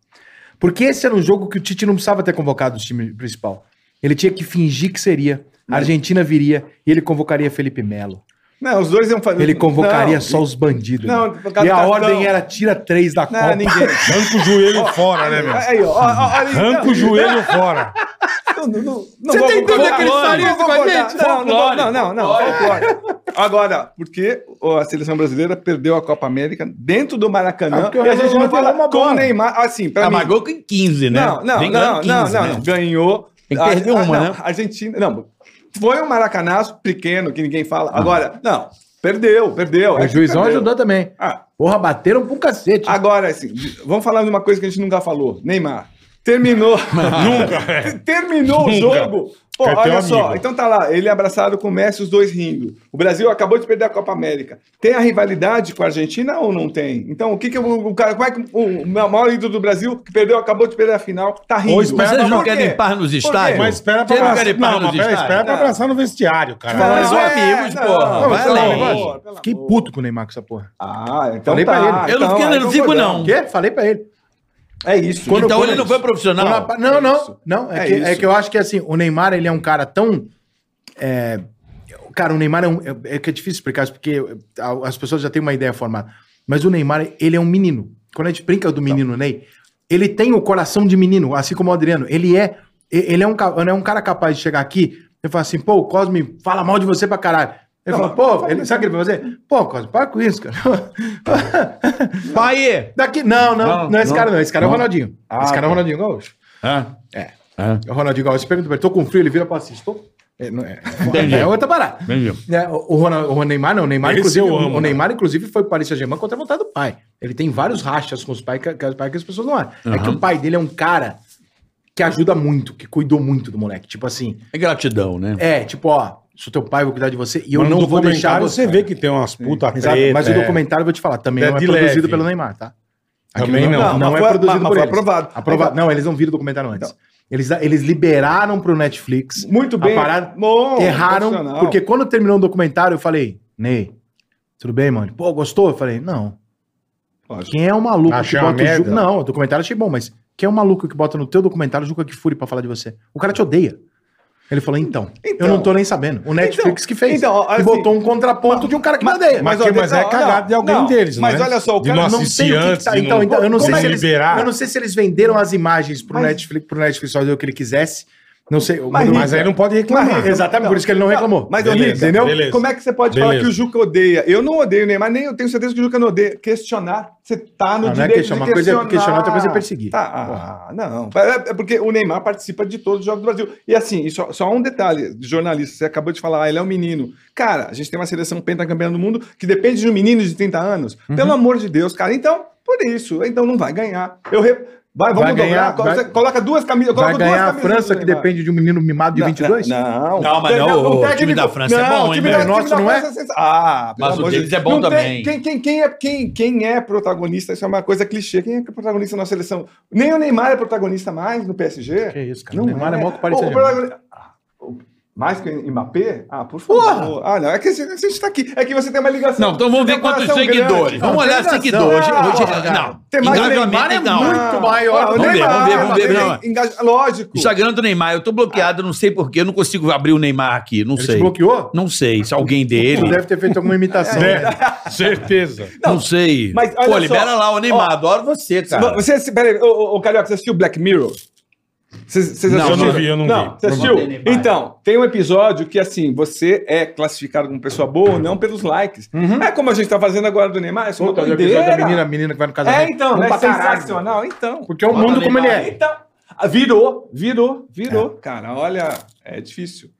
[SPEAKER 5] Porque esse era um jogo que o Tite não precisava ter convocado o time principal. Ele tinha que fingir que seria. A Argentina viria e ele convocaria Felipe Melo.
[SPEAKER 6] Não, os dois iam fazer.
[SPEAKER 5] Ele convocaria
[SPEAKER 6] Não,
[SPEAKER 5] só os bandidos.
[SPEAKER 6] Não,
[SPEAKER 5] né?
[SPEAKER 6] por causa
[SPEAKER 5] E a
[SPEAKER 6] do cartão.
[SPEAKER 5] ordem era tira três da
[SPEAKER 6] Não,
[SPEAKER 5] Copa. (laughs)
[SPEAKER 6] ninguém. né,
[SPEAKER 2] Arranca o joelho fora, né, meu?
[SPEAKER 6] Aí, ó, ó, ó, olha aí,
[SPEAKER 2] Arranca
[SPEAKER 6] não,
[SPEAKER 3] (laughs)
[SPEAKER 2] o joelho fora.
[SPEAKER 6] não, não, não, não
[SPEAKER 5] Você
[SPEAKER 6] vou
[SPEAKER 5] tem
[SPEAKER 6] concordar.
[SPEAKER 5] dúvida que eles fariam
[SPEAKER 6] Não
[SPEAKER 5] isso com
[SPEAKER 6] vou
[SPEAKER 5] a
[SPEAKER 6] concordar.
[SPEAKER 5] gente?
[SPEAKER 6] Não, não, vou- não, não, não, folclore. Agora, porque a seleção brasileira perdeu a Copa América dentro do
[SPEAKER 5] Ah,
[SPEAKER 6] Maracanã
[SPEAKER 5] porque o
[SPEAKER 6] e a gente não
[SPEAKER 5] Renato
[SPEAKER 6] fala
[SPEAKER 5] jogou uma
[SPEAKER 6] com
[SPEAKER 5] bola.
[SPEAKER 6] o Neymar, assim, pra
[SPEAKER 4] Ah,
[SPEAKER 6] mim...
[SPEAKER 4] mas gol com 15, né?
[SPEAKER 6] Não, não,
[SPEAKER 4] Vem
[SPEAKER 6] não,
[SPEAKER 4] ganhando 15,
[SPEAKER 6] não, não,
[SPEAKER 4] né?
[SPEAKER 6] não. Ganhou.
[SPEAKER 4] Tem que perder
[SPEAKER 6] Ah,
[SPEAKER 4] uma,
[SPEAKER 6] não,
[SPEAKER 4] né?
[SPEAKER 6] Argentina. Não, foi um maracanaço pequeno que ninguém fala. Agora, não, perdeu,
[SPEAKER 3] né?
[SPEAKER 6] perdeu.
[SPEAKER 5] O juizão
[SPEAKER 6] Perdeu.
[SPEAKER 5] ajudou também.
[SPEAKER 6] Ah,
[SPEAKER 5] Porra, bateram pro cacete.
[SPEAKER 6] Agora, assim, vamos falar de uma coisa que a gente nunca falou. Neymar. Terminou. Nunca. (laughs) Terminou
[SPEAKER 2] Nunca.
[SPEAKER 6] o jogo. Pô,
[SPEAKER 2] Quero ter um
[SPEAKER 6] olha só.
[SPEAKER 2] amigo.
[SPEAKER 6] Então tá lá, ele abraçado com o Messi, os dois rindo. O Brasil acabou de perder a Copa América. Tem a rivalidade com a Argentina ou não tem? Então, o que que o, o cara, como é que o, o maior ídolo do Brasil que perdeu, acabou de perder a final, tá rindo?
[SPEAKER 2] Ou espera
[SPEAKER 4] Mas eles não
[SPEAKER 6] Por quê?
[SPEAKER 4] querem paz nos
[SPEAKER 6] Por quê?
[SPEAKER 4] estádios?
[SPEAKER 2] Mas espera pra
[SPEAKER 4] Vocês não
[SPEAKER 2] abraçar.
[SPEAKER 4] querem
[SPEAKER 2] Não,
[SPEAKER 4] parar
[SPEAKER 2] mas
[SPEAKER 4] nos
[SPEAKER 2] pera, espera pra
[SPEAKER 6] estádios.
[SPEAKER 2] abraçar no vestiário, cara.
[SPEAKER 6] Não,
[SPEAKER 4] Mas são
[SPEAKER 6] é,
[SPEAKER 4] amigos,
[SPEAKER 6] não.
[SPEAKER 5] Ah,
[SPEAKER 4] porra.
[SPEAKER 6] Não,
[SPEAKER 4] vai
[SPEAKER 6] pelo
[SPEAKER 4] além.
[SPEAKER 6] amor, pelo
[SPEAKER 5] Fiquei
[SPEAKER 6] amor.
[SPEAKER 5] puto com o Neymar com essa porra.
[SPEAKER 6] Ah, então
[SPEAKER 5] Falei
[SPEAKER 6] tá.
[SPEAKER 5] pra ele.
[SPEAKER 4] Eu não
[SPEAKER 6] então,
[SPEAKER 4] fiquei-
[SPEAKER 6] aí
[SPEAKER 4] eu não fico,
[SPEAKER 6] concordamos.
[SPEAKER 5] O quê? Falei pra ele.
[SPEAKER 6] É isso.
[SPEAKER 5] Quando-
[SPEAKER 4] então
[SPEAKER 5] quando
[SPEAKER 4] ele não foi profissional.
[SPEAKER 5] Quando a- Não,
[SPEAKER 6] É
[SPEAKER 5] não.
[SPEAKER 6] isso.
[SPEAKER 5] Não, é,
[SPEAKER 6] É
[SPEAKER 5] que,
[SPEAKER 6] isso.
[SPEAKER 5] é que eu acho que assim, o Neymar, ele é um cara tão. é, cara, o Neymar é um. É, é que é difícil explicar isso, porque a- as pessoas já têm uma ideia formada. Mas o Neymar, ele é um menino. Quando a gente brinca
[SPEAKER 6] Então.
[SPEAKER 5] do menino Ney, ele tem o coração de menino, assim como o Adriano. Ele é. e- Ele é um, ca- ele é um cara capaz de chegar aqui e falar assim, pô, o Cosme fala mal de você pra caralho. Ele fala, pô, ele, sabe o que ele vai fazer? Pô, Cosme, para com isso, cara.
[SPEAKER 4] (laughs) Pai!
[SPEAKER 5] Daqui, não, não,
[SPEAKER 4] Não,
[SPEAKER 5] não, é esse
[SPEAKER 4] não.
[SPEAKER 5] cara não, esse cara é o
[SPEAKER 4] Não. Ah, tá.
[SPEAKER 5] Ronaldinho. esse cara é o Ronaldinho Gaúcho.
[SPEAKER 4] Hã?
[SPEAKER 5] É.
[SPEAKER 4] Hã?
[SPEAKER 5] O Ronaldinho Gaúcho pergunta pra ele, tô com frio, ele vira pra assistir. Tô,
[SPEAKER 6] É, não é.
[SPEAKER 5] É outra parada. Né, o, o Ronald- o Neymar não, o Neymar,
[SPEAKER 2] Esse
[SPEAKER 5] inclusive,
[SPEAKER 2] eu amo,
[SPEAKER 5] o Neymar, inclusive, foi para o Paris Saint-Germain contra a vontade do pai. Ele tem vários rachas com os pais que, que- que as pessoas não acham. É que o pai dele é um cara que ajuda muito, que cuidou muito do moleque. Tipo assim,
[SPEAKER 3] É gratidão, né?
[SPEAKER 5] é, tipo, ó, sou teu pai, vou cuidar de você e eu
[SPEAKER 2] Mas no
[SPEAKER 5] não vou deixar
[SPEAKER 2] um documentário Você
[SPEAKER 5] você.
[SPEAKER 2] vê que tem umas puta
[SPEAKER 5] Exato,
[SPEAKER 2] treta,
[SPEAKER 5] mas
[SPEAKER 2] é.
[SPEAKER 5] o documentário, eu vou te falar, também
[SPEAKER 2] É
[SPEAKER 5] não é
[SPEAKER 2] de
[SPEAKER 5] produzido
[SPEAKER 2] leve.
[SPEAKER 5] pelo Neymar, tá? Aquilo
[SPEAKER 2] Também não.
[SPEAKER 5] Não,
[SPEAKER 6] Mas
[SPEAKER 5] é
[SPEAKER 6] foi-
[SPEAKER 5] produzido por
[SPEAKER 6] mas foi
[SPEAKER 5] eles.
[SPEAKER 6] aprovado.
[SPEAKER 5] Aprovado. Não, eles não viram o documentário antes.
[SPEAKER 2] Então.
[SPEAKER 5] Eles, eles liberaram pro Netflix.
[SPEAKER 6] Muito bem.
[SPEAKER 5] A parada-
[SPEAKER 6] Bom,
[SPEAKER 5] Erraram,
[SPEAKER 6] profissional.
[SPEAKER 5] porque quando terminou o documentário, eu falei, Ney, tudo bem, mano? Pô, gostou? Eu falei, não.
[SPEAKER 6] Lógico.
[SPEAKER 5] Quem é o maluco
[SPEAKER 2] Achei
[SPEAKER 5] que
[SPEAKER 2] uma
[SPEAKER 5] bota o Juca...
[SPEAKER 2] merda.
[SPEAKER 5] Não, o documentário achei bom, mas quem é o maluco que bota no teu documentário o Juca Kifuri pra falar de você? O cara te odeia. Ele falou, então,
[SPEAKER 6] Então.
[SPEAKER 5] eu não tô nem sabendo. O Netflix que fez.
[SPEAKER 6] então,
[SPEAKER 5] e
[SPEAKER 6] assim,
[SPEAKER 5] botou um contraponto de um cara que me odeia.
[SPEAKER 2] Mas,
[SPEAKER 6] ó,
[SPEAKER 2] que- mas
[SPEAKER 6] não,
[SPEAKER 2] é
[SPEAKER 6] não,
[SPEAKER 2] cagada de alguém
[SPEAKER 6] não,
[SPEAKER 2] deles,
[SPEAKER 6] mas
[SPEAKER 2] né?
[SPEAKER 6] olha só, o
[SPEAKER 2] De
[SPEAKER 6] cara
[SPEAKER 2] não
[SPEAKER 6] não
[SPEAKER 2] assistir
[SPEAKER 5] o que que
[SPEAKER 2] antes,
[SPEAKER 5] tá-
[SPEAKER 2] de
[SPEAKER 5] Então, então, eu não
[SPEAKER 2] como
[SPEAKER 5] sei se eles,
[SPEAKER 2] liberar.
[SPEAKER 5] eu não sei se eles venderam as imagens pro
[SPEAKER 6] Mas-
[SPEAKER 5] Netflix, pro Netflix fazer o que ele quisesse. Não sei. eu-
[SPEAKER 6] Mas-
[SPEAKER 2] Mas aí não pode reclamar.
[SPEAKER 5] Mas- Exatamente, por isso que ele não reclamou.
[SPEAKER 6] Mas,
[SPEAKER 2] Beleza,
[SPEAKER 6] Beleza, entendeu?
[SPEAKER 2] beleza.
[SPEAKER 6] Como é que você pode falar
[SPEAKER 2] Beleza.
[SPEAKER 6] que o Juca odeia? Eu não odeio o Neymar, nem eu tenho certeza que o Juca não odeia. Questionar, você tá no
[SPEAKER 5] Não, não é
[SPEAKER 6] direito
[SPEAKER 5] questionar,
[SPEAKER 6] de
[SPEAKER 5] uma coisa é
[SPEAKER 6] questionar.
[SPEAKER 5] questionar, outra coisa é perseguir.
[SPEAKER 6] Tá, ah, não. É é porque o Neymar participa de todos os jogos do Brasil. E assim, e só, só um detalhe de jornalista, você acabou de falar, ah, ele é um menino. Cara, a gente tem uma seleção pentacampeã do mundo que depende de um menino de 30 anos.
[SPEAKER 5] Uhum.
[SPEAKER 6] Pelo amor de Deus, cara. Então, por isso, então não vai ganhar. Eu re- Vai, vamos
[SPEAKER 5] Vai ganhar,
[SPEAKER 6] dobrar. co-
[SPEAKER 5] vai-
[SPEAKER 6] você coloca duas camisas. eu
[SPEAKER 5] Vai
[SPEAKER 6] coloco duas
[SPEAKER 5] ganhar a
[SPEAKER 6] camisas
[SPEAKER 5] França,
[SPEAKER 6] do
[SPEAKER 5] que
[SPEAKER 6] Neymar.
[SPEAKER 5] depende de um menino mimado de
[SPEAKER 6] Não,
[SPEAKER 5] 22?
[SPEAKER 6] Não,
[SPEAKER 3] Não, mas não, o time
[SPEAKER 6] técnico-
[SPEAKER 3] da França é
[SPEAKER 6] não,
[SPEAKER 3] bom,
[SPEAKER 6] o
[SPEAKER 3] hein,
[SPEAKER 6] time
[SPEAKER 3] velho?
[SPEAKER 6] da- o time
[SPEAKER 5] Nosso
[SPEAKER 6] da
[SPEAKER 5] não é?
[SPEAKER 6] França sensa- Ah, pelo
[SPEAKER 3] Mas o
[SPEAKER 6] amor de
[SPEAKER 3] deles
[SPEAKER 6] Deus.
[SPEAKER 3] é bom
[SPEAKER 6] Não tem-
[SPEAKER 3] também.
[SPEAKER 6] Quem, quem, quem, é, quem, quem é protagonista, isso é uma coisa clichê. Quem é protagonista na seleção? Nem o Neymar é protagonista mais no PSG.
[SPEAKER 5] Que isso, cara.
[SPEAKER 6] Não
[SPEAKER 5] o Neymar é, mó que o Paris
[SPEAKER 6] O- o
[SPEAKER 5] Saint-Germain.
[SPEAKER 6] protagonista- Ah, o- Mais que o Mbappé? Ah, por favor. Ah, não. É que a gente a gente tá aqui. É que você tem uma ligação.
[SPEAKER 3] Não, então vamos ver
[SPEAKER 6] Tem um
[SPEAKER 3] quantos
[SPEAKER 6] coração
[SPEAKER 3] seguidores.
[SPEAKER 6] grande.
[SPEAKER 3] Vamos olhar
[SPEAKER 5] tem
[SPEAKER 3] seguidores.
[SPEAKER 6] razão.
[SPEAKER 3] Hoje,
[SPEAKER 5] Ah,
[SPEAKER 3] hoje, não. Então
[SPEAKER 6] Tem mais
[SPEAKER 3] Engajamento,
[SPEAKER 5] Neymar é
[SPEAKER 3] não.
[SPEAKER 5] muito- maior.
[SPEAKER 6] Ah, o
[SPEAKER 3] Vamos ver,
[SPEAKER 6] Neymar,
[SPEAKER 3] vamos ver, vamos ver,
[SPEAKER 6] tem
[SPEAKER 3] vamos
[SPEAKER 6] engaja- Lógico.
[SPEAKER 3] Instagram do Neymar, eu tô bloqueado, não sei porquê, eu não consigo abrir o Neymar aqui, não
[SPEAKER 5] Ele te
[SPEAKER 3] sei.
[SPEAKER 5] bloqueou?
[SPEAKER 3] Não sei, se alguém
[SPEAKER 5] Ele
[SPEAKER 3] dele,
[SPEAKER 5] deve ter feito alguma imitação.
[SPEAKER 2] É, certeza.
[SPEAKER 3] não, sei.
[SPEAKER 6] mas olha
[SPEAKER 3] Pô,
[SPEAKER 6] só,
[SPEAKER 3] libera lá o Neymar,
[SPEAKER 6] ó,
[SPEAKER 3] adoro você,
[SPEAKER 6] Mano,
[SPEAKER 3] cara.
[SPEAKER 6] Você, assi- peraí, ô, ô, ô, Carioca, você assistiu Black Mirror? Vocês vocês
[SPEAKER 3] Não,
[SPEAKER 6] assistiram?
[SPEAKER 3] eu não
[SPEAKER 2] vi, eu não vi.
[SPEAKER 6] Você assistiu?
[SPEAKER 3] mandei nem mais.
[SPEAKER 6] Então, tem um episódio que, assim, você é classificado como pessoa boa ou não pelos likes. É como a gente tá fazendo agora do Neymar, é só uma
[SPEAKER 5] Puta, olha o episódio da
[SPEAKER 6] doideira.
[SPEAKER 5] menina, a menina que vai no
[SPEAKER 6] É,
[SPEAKER 5] casamento.
[SPEAKER 6] então,
[SPEAKER 5] Bom
[SPEAKER 6] é
[SPEAKER 5] pra caralho.
[SPEAKER 6] sensacional. Então,
[SPEAKER 5] Porque é o mundo como ele é.
[SPEAKER 6] então, ah, virou, virou, virou. Cara, olha, é difícil.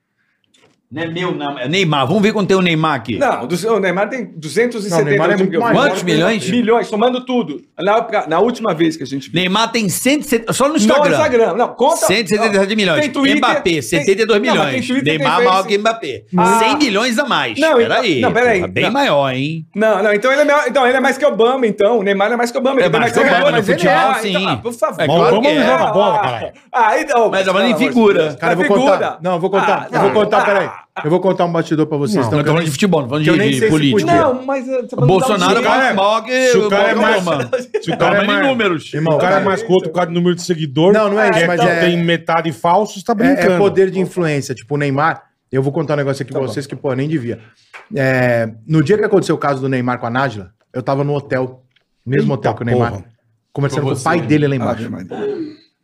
[SPEAKER 3] Não é meu, não. É Neymar, vamos ver quanto tem o Neymar aqui.
[SPEAKER 6] Não, do- o Neymar tem 270
[SPEAKER 5] Não, o Neymar é
[SPEAKER 6] último que eu
[SPEAKER 5] muito
[SPEAKER 6] vi.
[SPEAKER 5] maior.
[SPEAKER 3] Quantos milhões?
[SPEAKER 6] um Milhões, somando tudo. Na, na última vez que a gente viu.
[SPEAKER 3] Neymar tem 170, só no
[SPEAKER 6] No
[SPEAKER 3] Instagram.
[SPEAKER 6] Instagram. Não, conta.
[SPEAKER 3] 177 milhões.
[SPEAKER 6] Tem Twitter,
[SPEAKER 3] Mbappé,
[SPEAKER 6] tem-
[SPEAKER 3] 72
[SPEAKER 6] Não, mas tem
[SPEAKER 3] milhões.
[SPEAKER 6] Twitter, tem
[SPEAKER 3] Neymar maior
[SPEAKER 6] Face.
[SPEAKER 3] que Mbappé.
[SPEAKER 6] Ah.
[SPEAKER 3] 100 milhões a mais.
[SPEAKER 6] Não, então-
[SPEAKER 3] peraí.
[SPEAKER 6] não, peraí.
[SPEAKER 3] porra, Bem
[SPEAKER 6] Não.
[SPEAKER 3] maior, hein?
[SPEAKER 6] Não, não, então ele, é maior- então ele é mais que Obama, então. O Neymar é mais que Obama.
[SPEAKER 3] É
[SPEAKER 6] ele tem
[SPEAKER 3] mais que
[SPEAKER 6] jogadores,
[SPEAKER 3] Obama, no
[SPEAKER 6] mas ele
[SPEAKER 3] futebol,
[SPEAKER 6] ah, então,
[SPEAKER 3] sim.
[SPEAKER 6] ah, por favor.
[SPEAKER 3] É claro que
[SPEAKER 2] vamos
[SPEAKER 3] é.
[SPEAKER 2] jogar a bola,
[SPEAKER 6] Ah,
[SPEAKER 2] caralho.
[SPEAKER 6] Ah, então,
[SPEAKER 3] Mas, mas
[SPEAKER 6] pelo
[SPEAKER 3] em
[SPEAKER 6] amor de
[SPEAKER 3] figura.
[SPEAKER 6] Deus.
[SPEAKER 5] Cara, eu vou
[SPEAKER 6] Na É figura.
[SPEAKER 5] contar. Não, eu vou contar.
[SPEAKER 6] Ah,
[SPEAKER 5] Eu vou contar,
[SPEAKER 6] ah,
[SPEAKER 5] peraí. Eu vou contar um bastidor pra vocês.
[SPEAKER 3] Não
[SPEAKER 5] então, que eu
[SPEAKER 3] estamos falando de futebol, não
[SPEAKER 5] que eu
[SPEAKER 3] falando
[SPEAKER 5] nem
[SPEAKER 3] de, de
[SPEAKER 5] sei se
[SPEAKER 3] política.
[SPEAKER 5] podia.
[SPEAKER 6] Não, mas... eh, você vai
[SPEAKER 3] Bolsonaro
[SPEAKER 6] mudar
[SPEAKER 3] é
[SPEAKER 6] o
[SPEAKER 2] cara
[SPEAKER 3] mais
[SPEAKER 2] é-
[SPEAKER 3] maior que
[SPEAKER 2] se o cara é mais-
[SPEAKER 3] Obama.
[SPEAKER 2] Se o
[SPEAKER 3] Pelo
[SPEAKER 2] cara é
[SPEAKER 3] menos em
[SPEAKER 2] mais,
[SPEAKER 3] números.
[SPEAKER 5] Irmão,
[SPEAKER 2] o cara é mais curto por causa do número de seguidores.
[SPEAKER 5] Não, não é isso,
[SPEAKER 2] quer-
[SPEAKER 5] mas é-
[SPEAKER 2] Tem metade falsos, tá brincando.
[SPEAKER 5] É, é poder de influência. Tipo, o Neymar. Eu vou contar um negócio aqui pra vocês que, pô, nem devia. É, no dia que aconteceu o caso do Neymar com a Nájila, eu tava no hotel. Mesmo
[SPEAKER 2] Eita
[SPEAKER 5] hotel que o Neymar.
[SPEAKER 2] porra.
[SPEAKER 5] Conversando
[SPEAKER 3] Com
[SPEAKER 5] com o
[SPEAKER 3] você,
[SPEAKER 5] pai
[SPEAKER 3] né?
[SPEAKER 5] dele lá
[SPEAKER 6] Ah,
[SPEAKER 5] embaixo.
[SPEAKER 6] Ave Maria.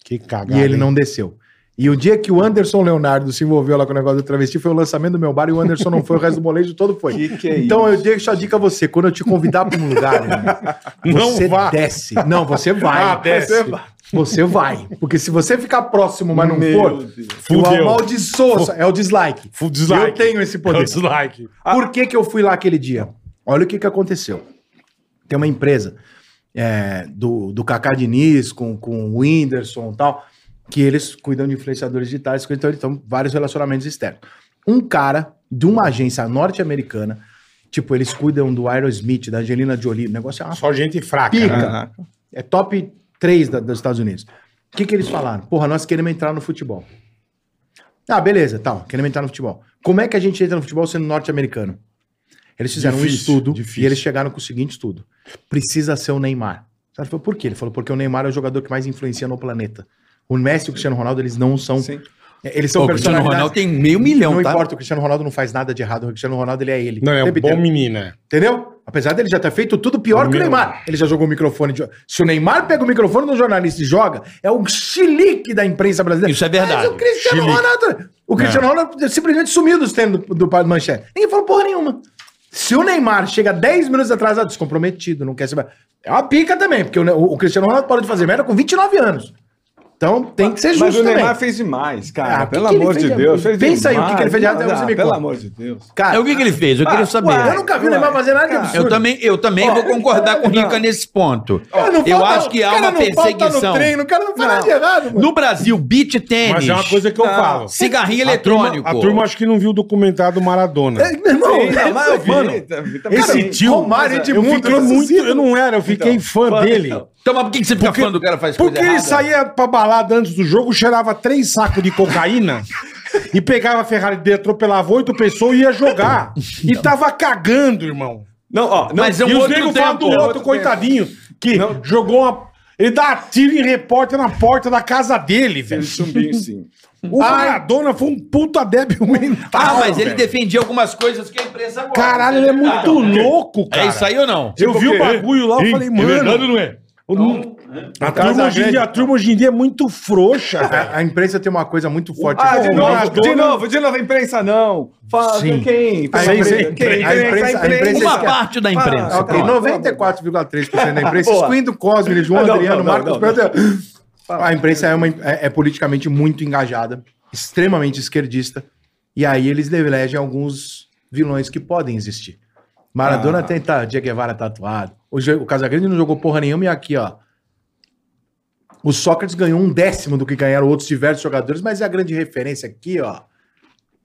[SPEAKER 2] Que cagada.
[SPEAKER 5] e ele
[SPEAKER 2] hein?
[SPEAKER 5] não desceu. E o dia que o Anderson Leonardo se envolveu lá com o negócio do travesti foi o lançamento do meu bar e o Anderson não foi, o resto do molejo todo foi.
[SPEAKER 6] Que que é
[SPEAKER 5] então eu deixo a dica a você, quando eu te convidar pra um lugar, irmão,
[SPEAKER 2] (laughs) Não
[SPEAKER 5] você
[SPEAKER 2] vá.
[SPEAKER 5] desce.
[SPEAKER 2] (laughs)
[SPEAKER 5] Não, você vai.
[SPEAKER 2] Ah, desce.
[SPEAKER 5] Você vai. Você vai. Porque se você ficar próximo, mas não
[SPEAKER 6] Meu
[SPEAKER 5] for,
[SPEAKER 6] Deus.
[SPEAKER 5] eu
[SPEAKER 2] Fudeu.
[SPEAKER 5] amaldiçoa. É o dislike.
[SPEAKER 2] Full dislike.
[SPEAKER 5] Eu tenho esse
[SPEAKER 2] É o
[SPEAKER 5] poder.
[SPEAKER 2] dislike.
[SPEAKER 5] Por que, que eu fui lá aquele dia? Olha o que, que aconteceu. Tem uma empresa é, do, do Cacá Diniz com, com o Whindersson e tal, que eles cuidam de influenciadores digitais, então eles têm vários relacionamentos externos. Um cara de uma agência norte-americana, tipo, eles cuidam do Aerosmith, da Angelina Jolie, o negócio é uma
[SPEAKER 2] Só gente fraca.
[SPEAKER 5] Pica.
[SPEAKER 2] né?
[SPEAKER 6] Caraca.
[SPEAKER 5] é top 3 da- dos Estados Unidos. O que, que eles falaram? Porra, nós queremos entrar no futebol. Ah, beleza, tal, queremos entrar no futebol. Como é que a gente entra no futebol sendo norte-americano? Eles fizeram um
[SPEAKER 2] Difícil,
[SPEAKER 5] estudo
[SPEAKER 2] difícil.
[SPEAKER 5] e eles chegaram com o seguinte estudo: precisa ser o Neymar. Ele falou, por quê? Ele falou, porque o Neymar é o jogador que mais influencia no planeta. O Messi e o Cristiano Ronaldo, eles não são. É,
[SPEAKER 6] Sim.
[SPEAKER 5] Eles são
[SPEAKER 3] Pô, O Cristiano
[SPEAKER 5] personalidades-
[SPEAKER 3] Ronaldo tem meio
[SPEAKER 4] um
[SPEAKER 3] milhão,
[SPEAKER 5] Não
[SPEAKER 3] tá?
[SPEAKER 5] importa, o Cristiano Ronaldo não faz nada de errado. O Cristiano Ronaldo, ele é ele.
[SPEAKER 2] Não, é
[SPEAKER 5] O
[SPEAKER 2] um
[SPEAKER 5] tempo
[SPEAKER 2] bom
[SPEAKER 5] inteiro.
[SPEAKER 2] menino, né?
[SPEAKER 5] Entendeu? Apesar dele já ter feito tudo pior que o
[SPEAKER 2] Meu.
[SPEAKER 5] Neymar. Ele já jogou o microfone. de- Se o Neymar pega o microfone do jornalista e joga, é um chilique da imprensa brasileira.
[SPEAKER 3] Isso é verdade.
[SPEAKER 5] Mas o Cristiano
[SPEAKER 2] Chilique.
[SPEAKER 5] Ronaldo. O Cristiano Ronaldo é simplesmente sumiu dos tênis do, do, do manchete. Ninguém falou porra nenhuma. Se o Neymar chega 10 minutos atrasado, descomprometido, não quer saber. É uma pica também, porque o, o Cristiano Ronaldo parou de fazer merda com 29 anos. Então tem que ser justo
[SPEAKER 6] Mas o
[SPEAKER 5] também.
[SPEAKER 6] Neymar fez demais, cara.
[SPEAKER 5] Ah,
[SPEAKER 6] pelo
[SPEAKER 5] que que ele
[SPEAKER 6] amor
[SPEAKER 5] fez
[SPEAKER 6] de
[SPEAKER 5] de-
[SPEAKER 6] Deus. Fez
[SPEAKER 5] Pensa aí, o que que ele fez de errado,
[SPEAKER 6] Ah,
[SPEAKER 5] você me
[SPEAKER 6] Pelo
[SPEAKER 5] conta.
[SPEAKER 6] amor de Deus.
[SPEAKER 5] Cara,
[SPEAKER 4] o que, que ele fez? Eu
[SPEAKER 6] Ah,
[SPEAKER 4] queria saber.
[SPEAKER 5] eu nunca vi o Neymar fazer nada de
[SPEAKER 6] Cara,
[SPEAKER 5] absurdo.
[SPEAKER 4] Eu também, eu também vou concordar com o Rica nesse ponto.
[SPEAKER 5] Cara, não
[SPEAKER 4] eu
[SPEAKER 5] falta-
[SPEAKER 4] acho que
[SPEAKER 5] o
[SPEAKER 4] há
[SPEAKER 5] cara
[SPEAKER 4] uma
[SPEAKER 5] não Falta
[SPEAKER 4] perseguição.
[SPEAKER 5] no treino, o cara não faz nada de errado, mano.
[SPEAKER 4] No Brasil, beat tênis.
[SPEAKER 2] Mas é uma coisa que eu falo.
[SPEAKER 4] Cigarrinho
[SPEAKER 2] A turma-
[SPEAKER 4] eletrônico.
[SPEAKER 2] A turma acho que não viu o documentário do Maradona.
[SPEAKER 5] É, meu irmão,
[SPEAKER 6] Sim, não, mas eu
[SPEAKER 5] (laughs)
[SPEAKER 6] vi,
[SPEAKER 5] mano,
[SPEAKER 6] vi também.
[SPEAKER 2] Esse
[SPEAKER 6] Cara,
[SPEAKER 2] tio,
[SPEAKER 5] Romário,
[SPEAKER 2] eu
[SPEAKER 5] Edmundo,
[SPEAKER 4] tá
[SPEAKER 2] fiquei
[SPEAKER 5] esses
[SPEAKER 2] muito,
[SPEAKER 5] ídolos.
[SPEAKER 2] eu não era, eu fiquei fã, dele.
[SPEAKER 4] Então, mas por que que você fica falando que o cara faz coisa
[SPEAKER 2] Porque ele
[SPEAKER 4] errada?
[SPEAKER 2] saía pra balada antes do jogo, cheirava três sacos de
[SPEAKER 4] (laughs)
[SPEAKER 2] cocaína e pegava a Ferrari dele, atropelava oito pessoas e ia jogar. E tava cagando, irmão.
[SPEAKER 6] Não, ó, não,
[SPEAKER 4] Então. Mas é um
[SPEAKER 2] e os
[SPEAKER 4] outro
[SPEAKER 2] negros falam do
[SPEAKER 4] tempo.
[SPEAKER 2] outro,
[SPEAKER 6] Outro
[SPEAKER 2] coitadinho, que jogou uma. Ele dá tiro em repórter na porta da casa dele,
[SPEAKER 6] ele
[SPEAKER 2] velho.
[SPEAKER 6] subiu sim.
[SPEAKER 2] O Maradona foi um puta débil mental.
[SPEAKER 4] é? Ah, mas ele
[SPEAKER 2] velho.
[SPEAKER 4] defendia algumas coisas que a imprensa gosta.
[SPEAKER 2] Caralho, ele é muito louco,
[SPEAKER 4] É
[SPEAKER 2] cara.
[SPEAKER 4] isso aí ou não?
[SPEAKER 2] Eu vi o
[SPEAKER 6] Tipo o quê?
[SPEAKER 2] bagulho lá, eu falei, mano.
[SPEAKER 6] não é?
[SPEAKER 2] o- a, turma hoje em dia, a turma hoje em dia é muito frouxa, velho.
[SPEAKER 5] A imprensa tem uma coisa muito forte.
[SPEAKER 6] Ah,
[SPEAKER 5] aqui.
[SPEAKER 6] de
[SPEAKER 2] Pô,
[SPEAKER 6] novo,
[SPEAKER 2] Maradona-
[SPEAKER 6] de novo, de novo, a imprensa não. Fala,
[SPEAKER 5] Sim.
[SPEAKER 6] quem?
[SPEAKER 5] A
[SPEAKER 6] Quem?
[SPEAKER 5] imprensa-
[SPEAKER 6] Quem? Quem?
[SPEAKER 5] a imprensa- a imprensa-
[SPEAKER 4] Uma
[SPEAKER 5] esquece.
[SPEAKER 4] parte da imprensa.
[SPEAKER 5] Ah, ok,
[SPEAKER 4] pronto.
[SPEAKER 5] 94,3% da imprensa,
[SPEAKER 6] Boa.
[SPEAKER 5] excluindo Cosme, João
[SPEAKER 6] Ah, (laughs) não,
[SPEAKER 5] Adriano,
[SPEAKER 6] não, não,
[SPEAKER 5] Marcos
[SPEAKER 6] não,
[SPEAKER 5] Pedro. (laughs) A imprensa é, uma, é, é politicamente muito engajada, extremamente esquerdista, e aí eles elegem alguns vilões que podem existir. Maradona
[SPEAKER 6] Ah.
[SPEAKER 5] tem tá, Che Guevara tatuado. O, Jo- o Casagrande não jogou porra nenhuma e aqui, ó. O Sócrates ganhou um décimo do que ganharam outros diversos jogadores, mas é a grande referência aqui, ó.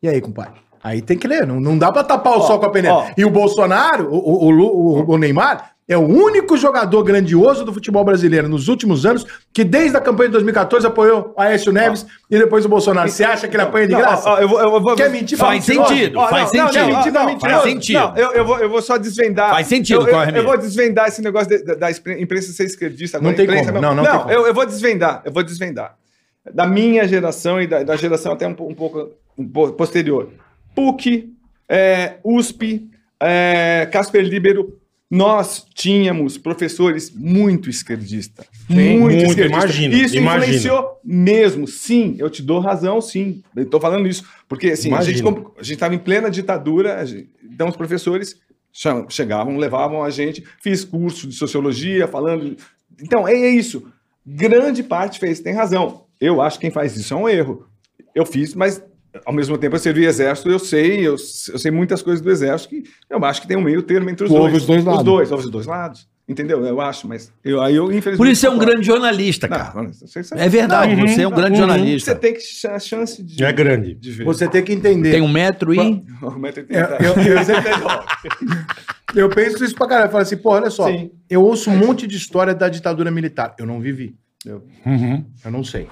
[SPEAKER 5] E aí, compadre? Aí tem que ler, não, não dá pra tapar o
[SPEAKER 6] Ó,
[SPEAKER 5] sol com a peneira.
[SPEAKER 6] ó.
[SPEAKER 5] E o Bolsonaro, o, o- o Lu- o- o Neymar, é o único jogador grandioso do futebol brasileiro nos últimos anos que desde a campanha de 2014 apoiou Aécio Neves e depois o Bolsonaro. Você acha que ele apanha de
[SPEAKER 6] Não,
[SPEAKER 5] graça?
[SPEAKER 6] ó, ó, eu vou- eu vou-
[SPEAKER 5] Quer mentir?
[SPEAKER 4] Faz
[SPEAKER 5] pra mentiroso?
[SPEAKER 4] sentido,
[SPEAKER 6] Ó,
[SPEAKER 4] faz
[SPEAKER 6] não, não,
[SPEAKER 4] sentido.
[SPEAKER 6] não,
[SPEAKER 5] mentira,
[SPEAKER 6] não,
[SPEAKER 5] mentira.
[SPEAKER 4] Faz
[SPEAKER 6] não,
[SPEAKER 4] sentido.
[SPEAKER 6] não, eu, eu vou, eu vou só desvendar.
[SPEAKER 4] Faz sentido,
[SPEAKER 6] eu, eu,
[SPEAKER 4] Corre
[SPEAKER 6] eu vou
[SPEAKER 4] Miro.
[SPEAKER 6] desvendar esse negócio de- da, da impre- imprensa ser esquerdista. agora,
[SPEAKER 5] Não tem
[SPEAKER 6] imprensa
[SPEAKER 5] como,
[SPEAKER 6] mesmo.
[SPEAKER 5] não, não tem como.
[SPEAKER 6] eu, eu vou desvendar, eu vou desvendar. Da minha geração e da, da geração até um, po- um pouco um po- posterior. PUC, é, USP, é, Casper Libero, nós tínhamos professores muito esquerdistas. Muito,
[SPEAKER 2] muito,
[SPEAKER 6] esquerdista.
[SPEAKER 2] imagino,
[SPEAKER 6] Isso
[SPEAKER 2] imagino.
[SPEAKER 6] influenciou mesmo. Sim, eu te dou razão, sim. Eu tô falando isso. Porque assim, a gente,
[SPEAKER 2] Imagino.
[SPEAKER 6] comp- a gente tava em plena ditadura, a gente- então os professores cha- chegavam, levavam a gente, fiz curso de sociologia, falando. Então, é, é isso. Grande parte fez, tem razão. Eu acho que quem faz isso é um erro. Eu fiz, mas ao mesmo tempo eu servi exército, eu sei, eu, eu sei muitas coisas do exército que eu acho que tem um meio termo entre os
[SPEAKER 2] Houve
[SPEAKER 6] dois.
[SPEAKER 2] os dois lados.
[SPEAKER 6] Os dois, houve os dois lados. Entendeu? Eu acho, mas eu, aí eu infelizmente.
[SPEAKER 4] Por isso é um
[SPEAKER 6] concordo.
[SPEAKER 4] grande jornalista, cara.
[SPEAKER 6] Não, você sabe.
[SPEAKER 4] É verdade,
[SPEAKER 2] Não,
[SPEAKER 4] você é um
[SPEAKER 6] uhum,
[SPEAKER 4] grande
[SPEAKER 2] uhum.
[SPEAKER 6] Você
[SPEAKER 4] jornalista.
[SPEAKER 6] tem que ch- a chance de,
[SPEAKER 2] É grande.
[SPEAKER 6] de ver.
[SPEAKER 5] Você tem que entender.
[SPEAKER 4] Tem um metro e...
[SPEAKER 6] (laughs) Um metro e
[SPEAKER 5] É, Eu,
[SPEAKER 6] oitenta.
[SPEAKER 5] eu- eu- eu penso isso pra caralho. Eu falo assim, pô, olha só,
[SPEAKER 6] Sim.
[SPEAKER 5] eu ouço um monte de história da ditadura militar. Eu não vivi. Eu não sei.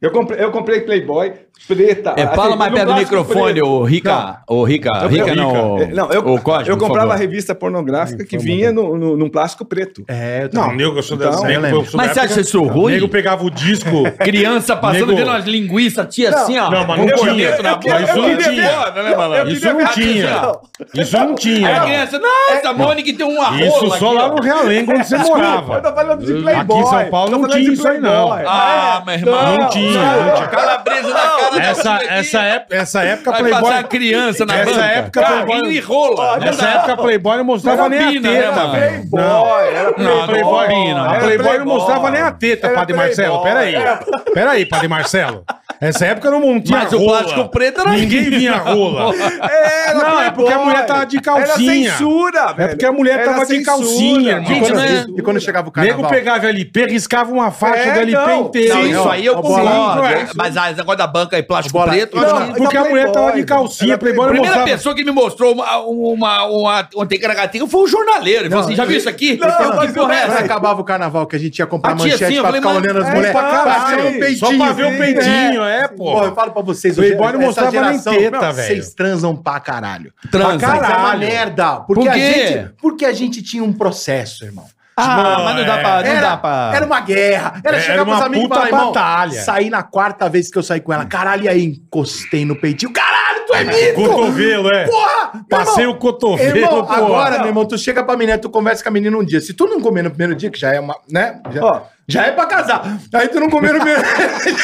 [SPEAKER 6] Eu comprei, eu comprei Playboy preta.
[SPEAKER 4] É,
[SPEAKER 6] assim,
[SPEAKER 4] fala mais
[SPEAKER 6] no
[SPEAKER 4] perto do
[SPEAKER 6] plástico
[SPEAKER 4] microfone,
[SPEAKER 6] preto.
[SPEAKER 4] ô Rica. Ô Rica,
[SPEAKER 6] Eu-
[SPEAKER 4] Rica
[SPEAKER 6] eu-
[SPEAKER 4] não.
[SPEAKER 6] É, Não, eu,
[SPEAKER 4] ô Cosme,
[SPEAKER 6] eu
[SPEAKER 4] por
[SPEAKER 6] comprava
[SPEAKER 4] favor. Hum,
[SPEAKER 6] revista pornográfica que vinha no, no, num plástico preto.
[SPEAKER 5] É, eu
[SPEAKER 2] Não, nego, eu sou da
[SPEAKER 6] Então,
[SPEAKER 2] nego,
[SPEAKER 5] eu lembro.
[SPEAKER 2] eu sou da
[SPEAKER 4] Mas você acha
[SPEAKER 2] época-
[SPEAKER 4] isso
[SPEAKER 2] O
[SPEAKER 4] ruim?
[SPEAKER 2] é nego pegava o disco.
[SPEAKER 4] Criança passando
[SPEAKER 2] Nego-
[SPEAKER 4] vendo as linguiças, tia assim, ó.
[SPEAKER 2] Não, mas não
[SPEAKER 4] com
[SPEAKER 2] tinha.
[SPEAKER 4] palito na
[SPEAKER 2] Eu-
[SPEAKER 4] boca.
[SPEAKER 2] eu- eu
[SPEAKER 4] Isso não
[SPEAKER 2] queria
[SPEAKER 4] tinha.
[SPEAKER 2] ver.
[SPEAKER 4] né, malandro?
[SPEAKER 2] Isso não tinha. Isso não
[SPEAKER 4] Aí a
[SPEAKER 2] tinha.
[SPEAKER 4] criança, nossa, Mônica tem um arroz.
[SPEAKER 2] "Ah, é, Isso só lá no Realengo onde você
[SPEAKER 6] Eu
[SPEAKER 2] morava.
[SPEAKER 6] tô falando de Playboy.
[SPEAKER 2] Aqui em São Paulo
[SPEAKER 6] Tô
[SPEAKER 2] não
[SPEAKER 6] falando
[SPEAKER 2] tinha
[SPEAKER 6] de
[SPEAKER 2] isso aí,
[SPEAKER 6] Playboy.
[SPEAKER 2] não.
[SPEAKER 4] Ah, meu irmão.
[SPEAKER 2] Não tinha, não tinha.
[SPEAKER 4] Calabresa na cara da
[SPEAKER 2] Essa,
[SPEAKER 4] tia aqui.
[SPEAKER 2] essa, época, essa época
[SPEAKER 4] Vai
[SPEAKER 2] Playboy.
[SPEAKER 4] passar a criança na
[SPEAKER 2] Essa
[SPEAKER 4] banca.
[SPEAKER 2] época,
[SPEAKER 4] Carrinho
[SPEAKER 2] Playboy-
[SPEAKER 4] e rola.
[SPEAKER 2] Nessa época Playboy não mostrava
[SPEAKER 4] Era
[SPEAKER 2] nem a
[SPEAKER 4] pina, né,
[SPEAKER 2] teta,
[SPEAKER 4] mano?
[SPEAKER 2] velho.
[SPEAKER 6] Playboy, era
[SPEAKER 4] Não,
[SPEAKER 2] Playboy,
[SPEAKER 4] combina,
[SPEAKER 2] a
[SPEAKER 4] era
[SPEAKER 2] Playboy não
[SPEAKER 6] Playboy.
[SPEAKER 2] mostrava nem a teta,
[SPEAKER 6] Era
[SPEAKER 2] Padre
[SPEAKER 6] Playboy,
[SPEAKER 2] Marcelo. Peraí.
[SPEAKER 6] era-
[SPEAKER 2] Peraí, Padre Marcelo. Essa época não montinha
[SPEAKER 4] Mas o plástico preto era
[SPEAKER 2] Ninguém vinha rola.
[SPEAKER 6] Era
[SPEAKER 2] Não, é porque a mulher tava de calcinha. É
[SPEAKER 6] Era censura, velho.
[SPEAKER 2] porque a mulher
[SPEAKER 6] Era
[SPEAKER 2] tava de
[SPEAKER 6] censura.
[SPEAKER 2] calcinha, irmão.
[SPEAKER 5] E
[SPEAKER 4] Gente,
[SPEAKER 5] quando,
[SPEAKER 4] não é-
[SPEAKER 5] e quando chegava o
[SPEAKER 2] O nego
[SPEAKER 5] carnaval...
[SPEAKER 2] pegava LP, riscava uma faixa
[SPEAKER 6] É,
[SPEAKER 2] do LP
[SPEAKER 6] não.
[SPEAKER 2] inteiro.
[SPEAKER 4] Não, isso aí eu
[SPEAKER 5] Ô, Bola,
[SPEAKER 4] concordo.
[SPEAKER 2] não é isso.
[SPEAKER 4] Mas a negócio da banca e plástico
[SPEAKER 5] Bola,
[SPEAKER 4] preto.
[SPEAKER 5] não,
[SPEAKER 4] tinha.
[SPEAKER 5] não,
[SPEAKER 2] Porque a
[SPEAKER 6] Era
[SPEAKER 2] mulher tava de
[SPEAKER 6] Playboy,
[SPEAKER 2] calcinha,
[SPEAKER 6] era
[SPEAKER 2] Playboy não
[SPEAKER 4] primeira
[SPEAKER 2] mostrava.
[SPEAKER 4] pessoa que me mostrou uma, uma, uma, uma tecaragatinga foi um jornaleiro. Ele falou assim: já viu isso aqui?
[SPEAKER 6] Não,
[SPEAKER 4] Eu, que
[SPEAKER 6] mas
[SPEAKER 4] porra é
[SPEAKER 5] Quando
[SPEAKER 4] essa?
[SPEAKER 5] acabava o carnaval que a gente ia comprar
[SPEAKER 4] A tia,
[SPEAKER 5] manchete
[SPEAKER 4] assim, eu
[SPEAKER 5] pra
[SPEAKER 4] falei,
[SPEAKER 5] ficar
[SPEAKER 4] mas-
[SPEAKER 5] olhando as
[SPEAKER 6] é,
[SPEAKER 5] mulheres.
[SPEAKER 6] pra caralho.
[SPEAKER 5] Pra ver o
[SPEAKER 2] Só pra ver o
[SPEAKER 5] peitinho.
[SPEAKER 2] peitinho, é, pô.
[SPEAKER 5] Pô, eu falo pra vocês,
[SPEAKER 2] O Playboy não
[SPEAKER 5] essa
[SPEAKER 2] mostrava nem
[SPEAKER 5] geração-
[SPEAKER 2] teta,
[SPEAKER 5] Não,
[SPEAKER 2] velho.
[SPEAKER 5] Vocês transam pra caralho.
[SPEAKER 4] Transa.
[SPEAKER 5] Pra caralho. É uma
[SPEAKER 2] Caralho.
[SPEAKER 5] merda. Porque,
[SPEAKER 4] Por
[SPEAKER 5] a
[SPEAKER 4] quê?
[SPEAKER 5] gente, porque a gente tinha um processo, irmão.
[SPEAKER 4] Ah, mas não dá pra. Não
[SPEAKER 5] Era,
[SPEAKER 4] dá pra...
[SPEAKER 5] era uma guerra. Era,
[SPEAKER 2] Era
[SPEAKER 5] chegar pros
[SPEAKER 2] uma
[SPEAKER 5] amigos e
[SPEAKER 2] puta
[SPEAKER 5] falar, irmão,
[SPEAKER 2] batalha.
[SPEAKER 5] saí na quarta vez que eu saí com ela. Caralho, e aí encostei no peitinho. Caralho, tu é mico!
[SPEAKER 2] Cotovelo, é.
[SPEAKER 5] Porra! meu
[SPEAKER 2] Passei
[SPEAKER 5] irmão.
[SPEAKER 2] o cotovelo,
[SPEAKER 5] Irmão,
[SPEAKER 2] porra.
[SPEAKER 5] agora, né? meu irmão, tu chega pra menina, tu conversa com a menina um dia. Se tu não comer no primeiro dia, que já é uma, né? Já,
[SPEAKER 6] Ó.
[SPEAKER 5] já é pra casar. Aí tu não comer no primeiro (laughs)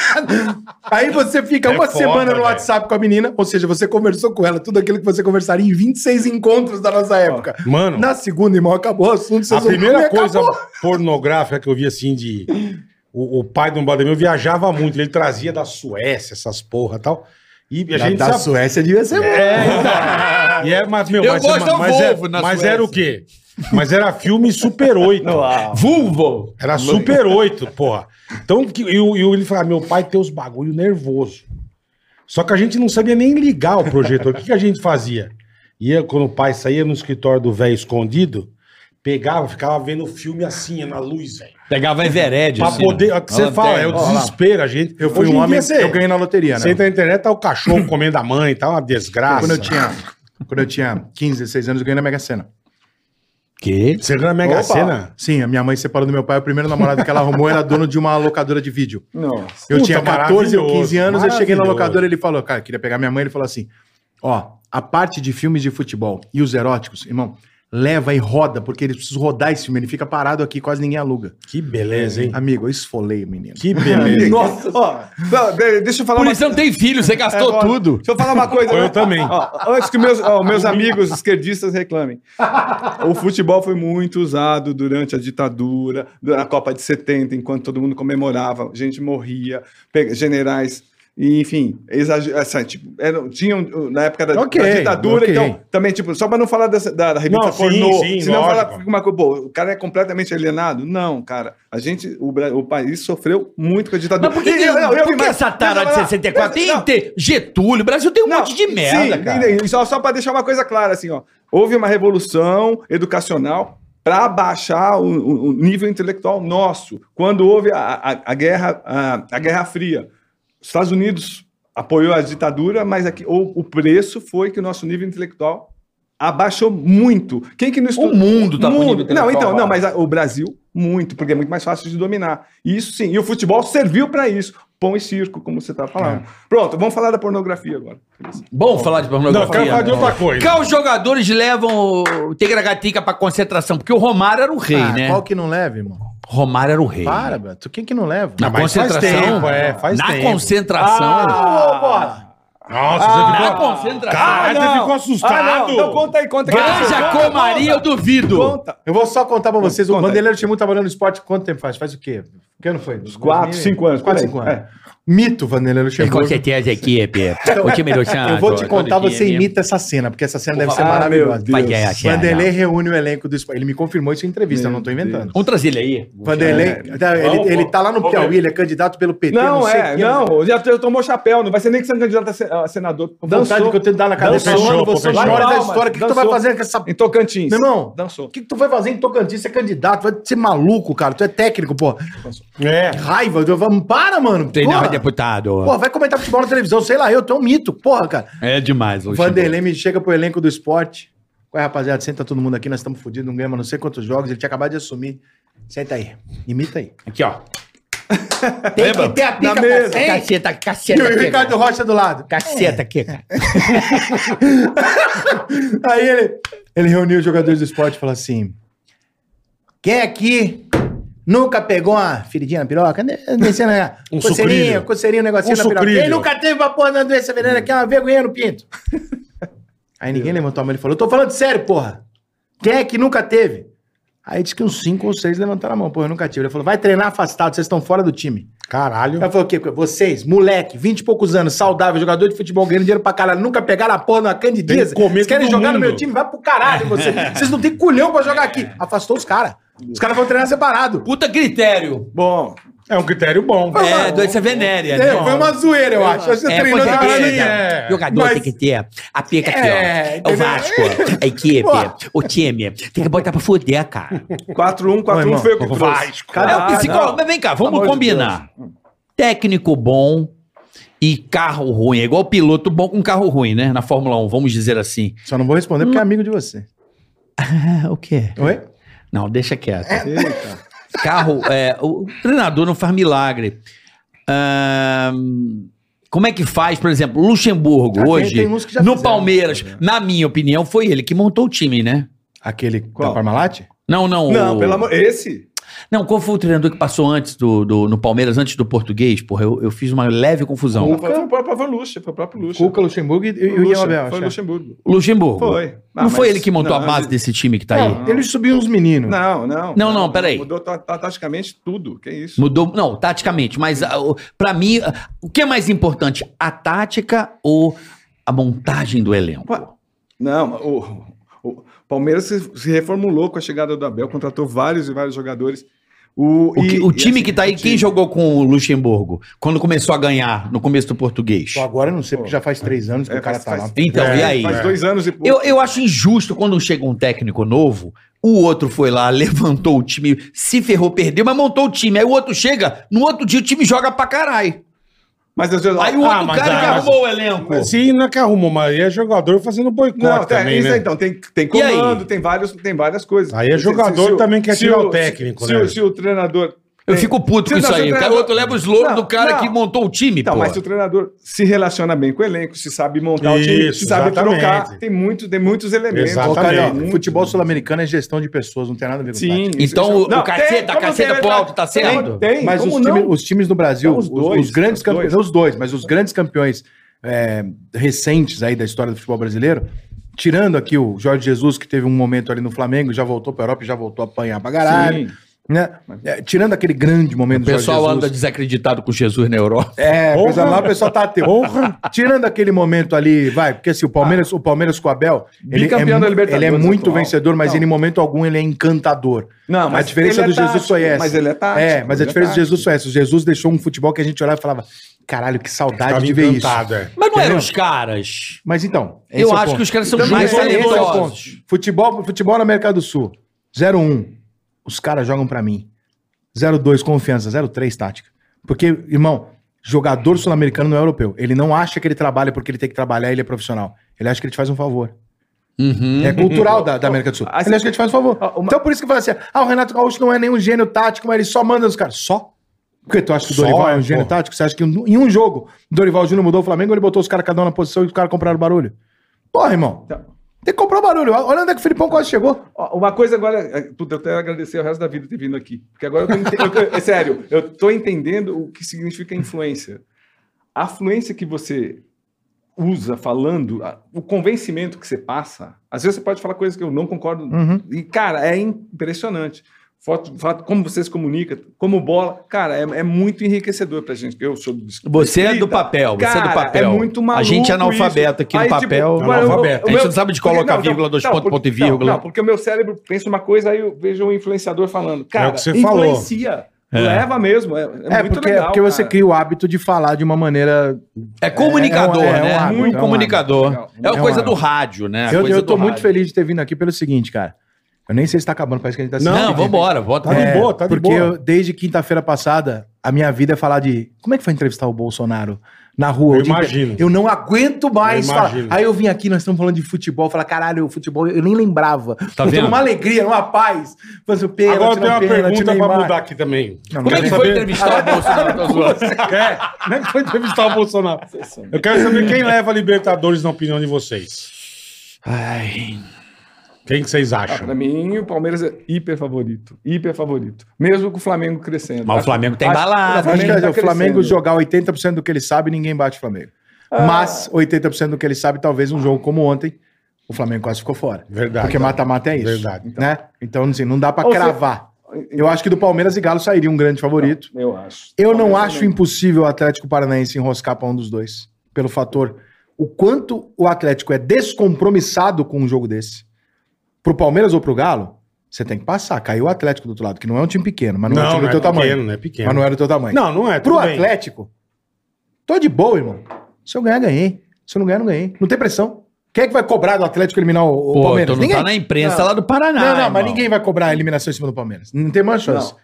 [SPEAKER 5] Aí você fica
[SPEAKER 2] É
[SPEAKER 5] uma
[SPEAKER 2] foda,
[SPEAKER 5] semana no
[SPEAKER 2] velho.
[SPEAKER 5] WhatsApp com a menina, ou seja, você conversou com ela, tudo aquilo que você conversaria em 26 encontros da nossa época.
[SPEAKER 2] Mano.
[SPEAKER 5] Na segunda, irmão, acabou o assunto. vocês
[SPEAKER 2] A
[SPEAKER 5] vão
[SPEAKER 2] primeira
[SPEAKER 5] comer,
[SPEAKER 2] coisa
[SPEAKER 5] acabou.
[SPEAKER 2] pornográfica que eu vi assim de o, o pai de um brother meu viajava muito, ele trazia da Suécia essas porra e tal. E a
[SPEAKER 5] Da,
[SPEAKER 2] gente
[SPEAKER 5] da
[SPEAKER 2] sabe.
[SPEAKER 5] Suécia devia ser né? bom.
[SPEAKER 2] E é, mas, meu,
[SPEAKER 4] Eu
[SPEAKER 2] mas,
[SPEAKER 4] gosto da
[SPEAKER 2] mas, é-
[SPEAKER 4] Volvo na
[SPEAKER 2] mas
[SPEAKER 4] Suécia.
[SPEAKER 2] era o quê? Mas era filme Super 8.
[SPEAKER 5] ah.
[SPEAKER 4] Vulvo!
[SPEAKER 2] Era Super 8, porra. Então, que- e, o- e o- ele falava, meu pai tem os bagulho nervoso. Só que a gente não sabia nem ligar o projetor. O que, que a gente fazia? Ia, quando o pai saía no escritório do velho escondido, pegava, ficava vendo o filme assim, na luz, velho.
[SPEAKER 4] Pegava assim. Evered.
[SPEAKER 2] Pra poder. É o que você fala, é o
[SPEAKER 5] Ó lá.
[SPEAKER 2] desespero, a gente.
[SPEAKER 5] Eu fui
[SPEAKER 2] Hoje
[SPEAKER 5] um
[SPEAKER 2] em
[SPEAKER 5] homem,
[SPEAKER 2] dia Você,
[SPEAKER 5] eu ganhei na loteria,
[SPEAKER 2] você
[SPEAKER 5] né?
[SPEAKER 2] entra na internet, tá o cachorro comendo a mãe, tá uma desgraça.
[SPEAKER 5] Quando eu tinha, quando eu tinha 15, 16 anos, eu ganhei na Mega Sena.
[SPEAKER 4] Que?
[SPEAKER 2] Você ganha a Mega Sena.
[SPEAKER 5] Sim, a minha mãe separou do meu pai. O primeiro namorado que ela arrumou era dono de uma locadora de vídeo.
[SPEAKER 6] Nossa.
[SPEAKER 5] Eu
[SPEAKER 2] Puta,
[SPEAKER 5] tinha 14 ou 15 anos, eu cheguei na
[SPEAKER 2] maravilhoso.
[SPEAKER 5] locadora ele falou, cara, eu queria pegar minha mãe. Ele falou assim: ó, a parte de filmes de futebol e os eróticos, irmão, leva e roda, porque eles precisam rodar esse filme. Ele fica parado aqui, quase ninguém aluga.
[SPEAKER 2] Que beleza, hein?
[SPEAKER 5] Amigo, eu esfolei o menino.
[SPEAKER 2] Que beleza.
[SPEAKER 6] Nossa. Ó, não, de- deixa eu falar
[SPEAKER 4] Por
[SPEAKER 6] uma
[SPEAKER 4] isso você não tem filho, você gastou
[SPEAKER 6] Agora,
[SPEAKER 4] tudo.
[SPEAKER 6] Deixa eu falar uma coisa.
[SPEAKER 2] Eu
[SPEAKER 6] né?
[SPEAKER 2] também.
[SPEAKER 6] Ó, antes que meus, ó, meus amigos esquerdistas reclamem. O futebol foi muito usado durante a ditadura, na Copa de 70, enquanto todo mundo comemorava, gente morria, pe- generais. e, Enfim, exager... assim, tipo, eram- tinham na época da,
[SPEAKER 5] Ok,
[SPEAKER 6] da ditadura,
[SPEAKER 5] ok.
[SPEAKER 6] então também, tipo, só para não falar dessa, da, da revista
[SPEAKER 2] Não, sim,
[SPEAKER 6] pornô,
[SPEAKER 2] sim,
[SPEAKER 6] senão fala,
[SPEAKER 2] lógico.
[SPEAKER 6] fica uma coisa, pô, o cara é completamente alienado? Não, cara, a gente, o, Bra- o país sofreu muito com a ditadura.
[SPEAKER 4] Mas por que,
[SPEAKER 6] E- eu- eu- eu-
[SPEAKER 4] por que
[SPEAKER 6] mas-
[SPEAKER 4] essa tara
[SPEAKER 6] deixa eu
[SPEAKER 4] de
[SPEAKER 6] falar.
[SPEAKER 4] 64?
[SPEAKER 6] Não,
[SPEAKER 4] Tem, tem Getúlio, o Brasil tem um
[SPEAKER 6] não,
[SPEAKER 4] monte de merda,
[SPEAKER 6] sim,
[SPEAKER 4] cara.
[SPEAKER 6] e- e Só, só para deixar uma coisa clara, assim, ó. Houve uma revolução educacional para baixar o, o- o nível intelectual nosso. Quando houve a, a- a guerra, a, a Guerra Fria, os Estados Unidos apoiou a ditadura, mas aqui, o, o preço foi que o nosso nível intelectual abaixou muito. Quem que não estudou?
[SPEAKER 4] O mundo tá com nível
[SPEAKER 6] mundo. Não,
[SPEAKER 4] intelectual
[SPEAKER 6] então, não,
[SPEAKER 4] baixo.
[SPEAKER 6] mas a- o Brasil, muito, porque é muito mais fácil de dominar. Isso sim. E o futebol serviu para isso. Pão e circo, como você tá falando.
[SPEAKER 4] É.
[SPEAKER 6] Pronto, vamos falar da pornografia agora.
[SPEAKER 4] Bom falar
[SPEAKER 2] (laughs)
[SPEAKER 4] de
[SPEAKER 2] Não, eu quero falar de
[SPEAKER 4] pornografia.
[SPEAKER 2] outra coisa.
[SPEAKER 4] Qual os jogadores levam o Tegragatica pra concentração? Porque o Romário era o rei,
[SPEAKER 5] Ah,
[SPEAKER 4] né?
[SPEAKER 5] Qual que não leva, irmão?
[SPEAKER 4] Romário era o rei.
[SPEAKER 5] Para, Beto. Quem que não leva?
[SPEAKER 4] Na
[SPEAKER 2] Ah, mas faz
[SPEAKER 4] concentração.
[SPEAKER 2] tempo, é, faz
[SPEAKER 4] na
[SPEAKER 2] tempo.
[SPEAKER 4] concentração.
[SPEAKER 5] Ah,
[SPEAKER 6] Ah,
[SPEAKER 3] Tá
[SPEAKER 2] Nossa, você
[SPEAKER 4] na
[SPEAKER 2] ficou.
[SPEAKER 6] Ah,
[SPEAKER 4] concentração.
[SPEAKER 2] Caralho, você ficou assustado.
[SPEAKER 6] Então conta aí, conta aí.
[SPEAKER 4] Veja
[SPEAKER 6] Conta,
[SPEAKER 4] como Maria, eu duvido.
[SPEAKER 6] Conta.
[SPEAKER 5] Eu vou só contar pra vocês. o
[SPEAKER 6] Conta aí.
[SPEAKER 5] Bandeileiro Timur trabalhando no esporte quanto tempo faz? Faz o quê? Que ano foi? Uns
[SPEAKER 6] 4, 5 anos.
[SPEAKER 5] 4, 5
[SPEAKER 6] por
[SPEAKER 5] anos.
[SPEAKER 6] aí.
[SPEAKER 2] é.
[SPEAKER 5] Mito, Vanderlei
[SPEAKER 4] E com
[SPEAKER 5] Luxemburgo.
[SPEAKER 4] certeza a equipe. o time do Santos.
[SPEAKER 5] Então, Eu vou te contar,
[SPEAKER 4] todo
[SPEAKER 5] você
[SPEAKER 4] time. é
[SPEAKER 5] imita essa cena, porque essa cena deve ser
[SPEAKER 6] Ah,
[SPEAKER 5] maravilhosa.
[SPEAKER 6] meu Deus.
[SPEAKER 4] Vai, é, é,
[SPEAKER 5] Vanderlei reúne o elenco do esporte. Ele me confirmou isso em entrevista,
[SPEAKER 6] Meu
[SPEAKER 5] eu não tô inventando.
[SPEAKER 4] Vamos trazer ele aí.
[SPEAKER 5] Vanderlei, tá, ele,
[SPEAKER 2] É, Vamos,
[SPEAKER 5] ele
[SPEAKER 2] vamos,
[SPEAKER 5] tá lá no
[SPEAKER 2] vamos
[SPEAKER 5] Piauí, ele é candidato pelo PT,
[SPEAKER 6] Não,
[SPEAKER 5] sei
[SPEAKER 6] é,
[SPEAKER 5] quem.
[SPEAKER 6] não. Já, já tomou chapéu, não vai ser nem que você é um candidato a se- a senador.
[SPEAKER 5] Vontade que eu tenho de dar na cabeça.
[SPEAKER 2] Dançou,
[SPEAKER 5] Mano,
[SPEAKER 2] pô,
[SPEAKER 5] você
[SPEAKER 2] fechou.
[SPEAKER 5] chora da
[SPEAKER 6] Palmas,
[SPEAKER 5] história. O que, que tu
[SPEAKER 6] dançou.
[SPEAKER 5] vai fazer com essa...
[SPEAKER 6] Em Tocantins.
[SPEAKER 5] Meu irmão,
[SPEAKER 6] Dançou.
[SPEAKER 5] o que, que tu vai fazer em Tocantins? Você é candidato, vai ser maluco, cara. Tu é técnico, pô.
[SPEAKER 2] É.
[SPEAKER 5] Raiva, eu vou- para, mano.
[SPEAKER 4] Treinava
[SPEAKER 5] porra.
[SPEAKER 4] deputado.
[SPEAKER 5] Pô, vai comentar futebol na televisão, sei lá, eu, tu é um mito, porra, cara.
[SPEAKER 4] É demais, Luxemburgo.
[SPEAKER 5] Vanderlei me chega pro elenco do esporte. Ué, rapaziada, senta todo mundo aqui, nós estamos fodidos, não ganhamos não sei quantos jogos, ele tinha acabado de assumir. Senta aí, imita aí.
[SPEAKER 4] Aqui, ó.
[SPEAKER 5] Tem que ter a pica pra
[SPEAKER 4] Caceta,
[SPEAKER 5] frente.
[SPEAKER 4] caceta,
[SPEAKER 5] E
[SPEAKER 4] caceta.
[SPEAKER 5] o
[SPEAKER 4] aqui,
[SPEAKER 5] Ricardo Rocha do lado.
[SPEAKER 4] Caceta aqui, cara.
[SPEAKER 5] Aí ele, ele reuniu os jogadores do esporte e falou assim: Quem aqui nunca pegou uma feridinha na piroca? Né, Descendo né?
[SPEAKER 2] Um
[SPEAKER 5] coceirinha,
[SPEAKER 2] sucrilho.
[SPEAKER 5] coceirinha, um negocinho
[SPEAKER 2] Um
[SPEAKER 5] na piroca.
[SPEAKER 2] sucrilho.
[SPEAKER 5] Quem nunca teve uma porra da doença veneno aqui, uma vergonha no pinto? (laughs) Aí ninguém levantou a mão, ele falou: Eu tô falando sério, porra. Quem é que nunca teve? Aí disse que uns cinco ou seis levantaram a mão, porra, eu nunca tive. Ele falou: Vai treinar afastado, vocês estão fora do time.
[SPEAKER 2] Caralho.
[SPEAKER 5] Ela falou o quê? Vocês, moleque, 20 e poucos anos, saudável, jogador de futebol, ganhando dinheiro pra caralho, nunca pegaram a porra numa
[SPEAKER 2] Tem que
[SPEAKER 5] candidíase.
[SPEAKER 2] comer
[SPEAKER 5] Vocês querem
[SPEAKER 2] todo
[SPEAKER 5] jogar no
[SPEAKER 2] mundo.
[SPEAKER 5] meu time? Vai pro
[SPEAKER 6] (laughs)
[SPEAKER 5] caralho vocês. Vocês não têm culhão pra jogar aqui. Afastou os caras. Os caras vão treinar separado.
[SPEAKER 4] Puta critério.
[SPEAKER 6] Bom,
[SPEAKER 2] É um critério bom.
[SPEAKER 4] É, doença venérea,
[SPEAKER 5] É, foi
[SPEAKER 4] né?
[SPEAKER 5] uma zoeira, eu acho. Acho que você
[SPEAKER 4] É,
[SPEAKER 5] treinou
[SPEAKER 4] pode
[SPEAKER 5] caralho,
[SPEAKER 4] ter,
[SPEAKER 5] né?
[SPEAKER 4] né? Jogador
[SPEAKER 5] Mas-
[SPEAKER 4] tem que ter a pica aqui,
[SPEAKER 5] É,
[SPEAKER 4] ó. É o
[SPEAKER 5] entendeu?
[SPEAKER 4] Vasco, a equipe,
[SPEAKER 5] Pô.
[SPEAKER 4] o time. Tem que botar pra foder, cara.
[SPEAKER 6] 4-1, 4-1
[SPEAKER 5] irmão,
[SPEAKER 6] foi o que trouxe.
[SPEAKER 2] Vasco.
[SPEAKER 5] Tá
[SPEAKER 4] é
[SPEAKER 6] Ah,
[SPEAKER 4] o psicólogo. Mas vem cá, vamos
[SPEAKER 6] Pelo amor de
[SPEAKER 4] combinar. Técnico bom e carro ruim. É igual piloto bom com carro ruim, né? Na Fórmula 1, vamos dizer assim.
[SPEAKER 5] Só não vou responder porque é amigo de você. É,
[SPEAKER 4] Ah, o quê?
[SPEAKER 5] Oi?
[SPEAKER 4] Não, deixa quieto.
[SPEAKER 6] Eita.
[SPEAKER 4] Carro, é, o treinador não faz milagre. Ahn, como é que faz, por exemplo, Luxemburgo
[SPEAKER 5] Ah, tem-
[SPEAKER 4] hoje,
[SPEAKER 5] tem uns que já
[SPEAKER 4] no
[SPEAKER 5] fizeram.
[SPEAKER 4] Palmeiras, na minha opinião, foi ele que montou o time, né?
[SPEAKER 5] Aquele
[SPEAKER 6] Qual?
[SPEAKER 5] da Parmalat?
[SPEAKER 4] Não, não.
[SPEAKER 6] Não,
[SPEAKER 4] o-
[SPEAKER 6] pelo amor. Esse?
[SPEAKER 4] Não, qual foi o treinador que passou antes do, do- no Palmeiras, antes do português? Porra, eu, eu fiz uma leve confusão.
[SPEAKER 6] Foi, foi o próprio foi o Lucha, foi o próprio Lucha.
[SPEAKER 5] Cuca, Luxemburgo e, e
[SPEAKER 6] Foi o
[SPEAKER 5] o
[SPEAKER 6] Lucha,
[SPEAKER 5] Ian Abel.
[SPEAKER 6] Foi o
[SPEAKER 5] acho. é.
[SPEAKER 6] Luxemburgo.
[SPEAKER 4] Luxemburgo.
[SPEAKER 6] é. Foi.
[SPEAKER 4] não
[SPEAKER 6] Ah,
[SPEAKER 4] foi
[SPEAKER 6] mas-
[SPEAKER 4] ele que montou
[SPEAKER 6] não,
[SPEAKER 4] a base
[SPEAKER 6] ele-
[SPEAKER 4] desse time que tá aí?
[SPEAKER 5] Não, ele subiu uns meninos.
[SPEAKER 6] Não, não.
[SPEAKER 4] Não, não, peraí.
[SPEAKER 6] Mudou ta- ta- taticamente tudo, que isso.
[SPEAKER 4] Mudou, não, taticamente, mas ah, o- pra mim, ah, o que é mais importante, a tática ou a montagem do elenco?
[SPEAKER 6] Ué. Não, o, o Palmeiras se, se reformulou com a chegada do Abel, contratou vários e vários jogadores. O,
[SPEAKER 4] O, que-
[SPEAKER 6] e-
[SPEAKER 4] o
[SPEAKER 6] e,
[SPEAKER 4] time
[SPEAKER 6] assim,
[SPEAKER 4] que tá aí,
[SPEAKER 6] o
[SPEAKER 4] quem
[SPEAKER 6] time-
[SPEAKER 4] jogou com o Luxemburgo? Quando começou a ganhar, no começo do português?
[SPEAKER 5] Pô, agora eu não sei, porque já faz três anos que
[SPEAKER 6] É,
[SPEAKER 5] o cara
[SPEAKER 6] faz-
[SPEAKER 5] tá
[SPEAKER 6] faz-
[SPEAKER 5] lá.
[SPEAKER 4] Então,
[SPEAKER 2] É,
[SPEAKER 4] e aí?
[SPEAKER 6] Faz dois anos e pouco.
[SPEAKER 4] Eu, eu acho injusto quando chega um técnico novo, o outro foi lá, (laughs) levantou o time, se ferrou, perdeu, mas montou o time. Aí o outro chega, no outro dia o time joga pra caralho.
[SPEAKER 6] Mas às vezes-
[SPEAKER 4] Aí o outro
[SPEAKER 2] mas
[SPEAKER 4] cara
[SPEAKER 2] aí-
[SPEAKER 4] que arrumou o elenco.
[SPEAKER 2] Sim, não é que arrumou, mas é jogador fazendo boicote
[SPEAKER 6] Não, tem,
[SPEAKER 2] também,
[SPEAKER 6] isso
[SPEAKER 2] né?
[SPEAKER 6] aí, então, tem, tem
[SPEAKER 4] E aí?
[SPEAKER 6] comando, tem, vários, tem várias coisas.
[SPEAKER 2] Aí é jogador também quer tirar o técnico,
[SPEAKER 6] se,
[SPEAKER 2] né?
[SPEAKER 6] o- Se o treinador...
[SPEAKER 4] Eu
[SPEAKER 6] tem-
[SPEAKER 4] fico puto com
[SPEAKER 6] Você
[SPEAKER 4] isso
[SPEAKER 6] tá-
[SPEAKER 4] aí. O cara-
[SPEAKER 6] você
[SPEAKER 4] o
[SPEAKER 6] treinador-
[SPEAKER 4] é outro leva os louros
[SPEAKER 6] Não,
[SPEAKER 4] do cara
[SPEAKER 6] não.
[SPEAKER 4] que montou o time,
[SPEAKER 6] Então,
[SPEAKER 4] pô.
[SPEAKER 6] mas se o treinador se relaciona bem com o elenco, se sabe montar o time,
[SPEAKER 2] Isso,
[SPEAKER 6] se sabe
[SPEAKER 2] exatamente.
[SPEAKER 6] trocar, tem, muito, tem muitos elementos.
[SPEAKER 2] Exatamente.
[SPEAKER 5] Ô, Carioca,
[SPEAKER 6] Muito.
[SPEAKER 5] futebol sul-americano é gestão de pessoas, não tem nada a ver com
[SPEAKER 6] Sim.
[SPEAKER 5] tática.
[SPEAKER 4] Então,
[SPEAKER 6] isso-
[SPEAKER 4] o- o
[SPEAKER 6] não,
[SPEAKER 4] caceta-
[SPEAKER 6] tem,
[SPEAKER 4] a
[SPEAKER 6] como
[SPEAKER 4] caceta
[SPEAKER 6] tem,
[SPEAKER 4] pro
[SPEAKER 6] é
[SPEAKER 4] alto tá
[SPEAKER 6] verdade.
[SPEAKER 4] certo?
[SPEAKER 6] Tem, tem,
[SPEAKER 5] Mas os,
[SPEAKER 6] como
[SPEAKER 5] time-
[SPEAKER 6] não?
[SPEAKER 5] os times do Brasil,
[SPEAKER 6] Então, os
[SPEAKER 5] os,
[SPEAKER 6] dois,
[SPEAKER 5] os grandes
[SPEAKER 6] os
[SPEAKER 5] campeões,
[SPEAKER 6] dois.
[SPEAKER 5] não os dois, mas os grandes campeões é, recentes aí da história do futebol brasileiro, tirando aqui o Jorge Jesus, que teve um momento ali no Flamengo, já voltou pra Europa e já voltou a apanhar pra caralho.
[SPEAKER 6] Sim.
[SPEAKER 5] Né? É, tirando aquele grande momento
[SPEAKER 4] O pessoal
[SPEAKER 5] Jorge
[SPEAKER 4] anda desacreditado com Jesus na Europa.
[SPEAKER 5] É,
[SPEAKER 2] Porra!
[SPEAKER 5] coisa lá, o pessoal tá ateu. Tirando aquele momento ali, vai, porque assim, o Palmeiras, o Palmeiras com o Abel, ele é,
[SPEAKER 6] Bicampeão da
[SPEAKER 5] mu-
[SPEAKER 6] Libertadores
[SPEAKER 5] ele é muito
[SPEAKER 6] atual.
[SPEAKER 5] vencedor, mas
[SPEAKER 6] Não.
[SPEAKER 5] ele, em momento algum ele é encantador.
[SPEAKER 6] Não,
[SPEAKER 5] a diferença
[SPEAKER 6] ele é
[SPEAKER 5] do Jesus
[SPEAKER 6] tático,
[SPEAKER 5] foi essa.
[SPEAKER 6] Mas ele é tático.
[SPEAKER 5] é, mas a
[SPEAKER 6] ele
[SPEAKER 5] diferença do
[SPEAKER 6] tático.
[SPEAKER 5] Jesus foi essa. O Jesus deixou um futebol que a gente olhava e falava, caralho, que
[SPEAKER 2] Tava
[SPEAKER 5] saudade de ver isso.
[SPEAKER 2] encantado, é.
[SPEAKER 4] (laughs) Mas não
[SPEAKER 5] Entendeu?
[SPEAKER 4] eram os caras.
[SPEAKER 5] Mas então,
[SPEAKER 4] Eu acho que os caras são mais
[SPEAKER 5] mais
[SPEAKER 4] talentosos.
[SPEAKER 5] é Futebol, futebol na América do Sul, 0-1, os caras jogam pra mim. 0-2, confiança, 0-3, tática. Porque, irmão, jogador sul-americano não é europeu. Ele não acha que ele trabalha porque ele tem que trabalhar ele é profissional. Ele acha que ele te faz um favor.
[SPEAKER 4] Uhum.
[SPEAKER 5] É cultural da, da América do Sul. Ele acha que ele te faz um favor. Então por isso que fala assim, ah, o Renato Gaúcho não é nenhum gênio tático, mas ele só manda os caras. Só? Porque tu acha que o
[SPEAKER 2] Só,
[SPEAKER 5] Dorival é um
[SPEAKER 2] é,
[SPEAKER 5] gênio
[SPEAKER 2] pô.
[SPEAKER 5] tático? Você acha que em um jogo o Dorival Júnior mudou o Flamengo, ele botou os caras cada um na posição e os caras compraram barulho? Porra, irmão.
[SPEAKER 6] Tá.
[SPEAKER 5] Tem que comprar o barulho. Olha onde é que o Filipão quase chegou.
[SPEAKER 6] Ó, Uma coisa agora, é, puta, eu até agradecer o resto da vida ter vindo aqui. Porque agora eu tô ente- eu tô- é sério, eu tô entendendo o que significa influência. A fluência que você usa falando, a- o convencimento que você passa, às vezes você pode falar coisas que eu não concordo. E, cara, é impressionante. Foto, fato, como você se comunica, como bola, cara, é, é muito enriquecedor pra gente. Eu sou do-
[SPEAKER 4] Você é do
[SPEAKER 6] Escrita.
[SPEAKER 4] papel, você é do
[SPEAKER 6] Cara,
[SPEAKER 4] papel.
[SPEAKER 6] é muito maluco
[SPEAKER 4] A gente é analfabeto
[SPEAKER 6] isso.
[SPEAKER 4] aqui
[SPEAKER 6] Aí,
[SPEAKER 4] no
[SPEAKER 6] tipo,
[SPEAKER 4] papel.
[SPEAKER 6] eu- eu-
[SPEAKER 4] analfabeto.
[SPEAKER 6] eu-
[SPEAKER 4] a gente não sabe de
[SPEAKER 6] porque-
[SPEAKER 4] colocar
[SPEAKER 6] não,
[SPEAKER 4] vírgula, dois
[SPEAKER 6] não,
[SPEAKER 4] pontos, ponto e
[SPEAKER 6] porque- não,
[SPEAKER 4] vírgula.
[SPEAKER 6] Não, porque o meu cérebro pensa uma coisa, aí eu vejo um influenciador falando. Cara,
[SPEAKER 2] É o que você
[SPEAKER 6] influencia. Leva mesmo. É, é
[SPEAKER 5] É,
[SPEAKER 6] muito
[SPEAKER 5] porque,
[SPEAKER 6] legal.
[SPEAKER 5] porque você
[SPEAKER 6] cara.
[SPEAKER 5] cria o hábito de falar de uma maneira.
[SPEAKER 4] É comunicador,
[SPEAKER 5] É, é um- é um
[SPEAKER 4] né?
[SPEAKER 5] hábito,
[SPEAKER 4] muito
[SPEAKER 5] é um
[SPEAKER 4] comunicador.
[SPEAKER 6] hábito.
[SPEAKER 4] É uma
[SPEAKER 5] É um
[SPEAKER 4] coisa
[SPEAKER 5] hábito.
[SPEAKER 4] do rádio, né?
[SPEAKER 5] eu,
[SPEAKER 4] coisa
[SPEAKER 5] eu tô
[SPEAKER 4] do
[SPEAKER 5] muito
[SPEAKER 4] rádio.
[SPEAKER 5] feliz de ter vindo aqui pelo seguinte, cara. Eu nem sei se tá acabando, parece que a gente tá se
[SPEAKER 4] Não,
[SPEAKER 5] despedindo.
[SPEAKER 4] vambora, volta.
[SPEAKER 2] Tá de
[SPEAKER 5] É,
[SPEAKER 2] boa, tá de
[SPEAKER 5] porque
[SPEAKER 2] boa.
[SPEAKER 5] eu, desde quinta-feira passada, a minha vida é falar de. Como é que foi entrevistar o Bolsonaro na rua?
[SPEAKER 2] Eu
[SPEAKER 5] O dia inteiro?
[SPEAKER 2] imagino.
[SPEAKER 5] Eu não aguento mais
[SPEAKER 2] Eu
[SPEAKER 5] falar.
[SPEAKER 2] imagino.
[SPEAKER 5] Aí eu vim aqui, nós estamos falando de futebol, falar, caralho, o futebol, eu nem lembrava. eu tô
[SPEAKER 4] Tá vendo?
[SPEAKER 5] numa alegria, numa paz. Falando, pênalti,
[SPEAKER 2] Tá Agora tem
[SPEAKER 5] não
[SPEAKER 2] uma
[SPEAKER 5] pênalti,
[SPEAKER 2] pergunta pra
[SPEAKER 5] Neymar.
[SPEAKER 2] mudar aqui também.
[SPEAKER 5] Não, não
[SPEAKER 4] Como é
[SPEAKER 5] quero
[SPEAKER 4] que
[SPEAKER 5] nem
[SPEAKER 4] foi
[SPEAKER 5] saber.
[SPEAKER 4] entrevistar o Bolsonaro? Tô zoando.
[SPEAKER 2] Quer? Não é que foi entrevistar o Bolsonaro.
[SPEAKER 6] é assim.
[SPEAKER 2] Eu quero saber quem leva a Libertadores na opinião de vocês. Quem que vocês
[SPEAKER 6] Ah, pra
[SPEAKER 2] acham?
[SPEAKER 6] mim, o Palmeiras é hiper favorito. Hiper favorito. Mesmo com o Flamengo crescendo.
[SPEAKER 4] Mas o Flamengo tem balada,
[SPEAKER 5] Acho que é
[SPEAKER 6] tá
[SPEAKER 5] o Flamengo
[SPEAKER 6] crescendo. Ah.
[SPEAKER 5] jogar 80% do que ele sabe, ninguém bate o Flamengo. Mas 80% do que ele sabe, talvez um jogo como ontem, o Flamengo quase ficou fora.
[SPEAKER 2] Verdade.
[SPEAKER 5] Porque mata-mata é isso.
[SPEAKER 2] Verdade.
[SPEAKER 5] Né? Então, assim, não dá pra
[SPEAKER 6] Ou se-
[SPEAKER 5] cravar. Eu acho que do Palmeiras e Galo sairia um grande favorito.
[SPEAKER 6] Eu acho.
[SPEAKER 5] Eu não
[SPEAKER 6] Tá. Palmeiras é
[SPEAKER 5] acho
[SPEAKER 6] também.
[SPEAKER 5] impossível o Atlético Paranaense enroscar pra um dos dois. Pelo fator. O quanto o Atlético é descompromissado com um jogo desse. Pro Palmeiras ou pro Galo, você tem que passar. Caiu o Atlético do outro lado, que não é um time pequeno, mas não, é um
[SPEAKER 2] Não,
[SPEAKER 5] time
[SPEAKER 2] não
[SPEAKER 5] do
[SPEAKER 2] é
[SPEAKER 5] teu tamanho.
[SPEAKER 2] pequeno, não é pequeno.
[SPEAKER 5] Mas não é do teu tamanho.
[SPEAKER 2] Não,
[SPEAKER 4] Tá
[SPEAKER 2] não é.
[SPEAKER 5] Pro
[SPEAKER 2] tudo bem.
[SPEAKER 5] Atlético, tô de boa, irmão. Se eu ganhar, ganhei. Se eu não ganhar, não ganhei. Não tem pressão. Quem é que vai cobrar do Atlético eliminar o, o
[SPEAKER 4] Pô,
[SPEAKER 5] Palmeiras?
[SPEAKER 4] então não tá na imprensa
[SPEAKER 5] Não.
[SPEAKER 4] lá do Paraná.
[SPEAKER 5] não, não,
[SPEAKER 4] irmão.
[SPEAKER 5] mas ninguém vai cobrar a eliminação em cima do Palmeiras. Não tem mais chance.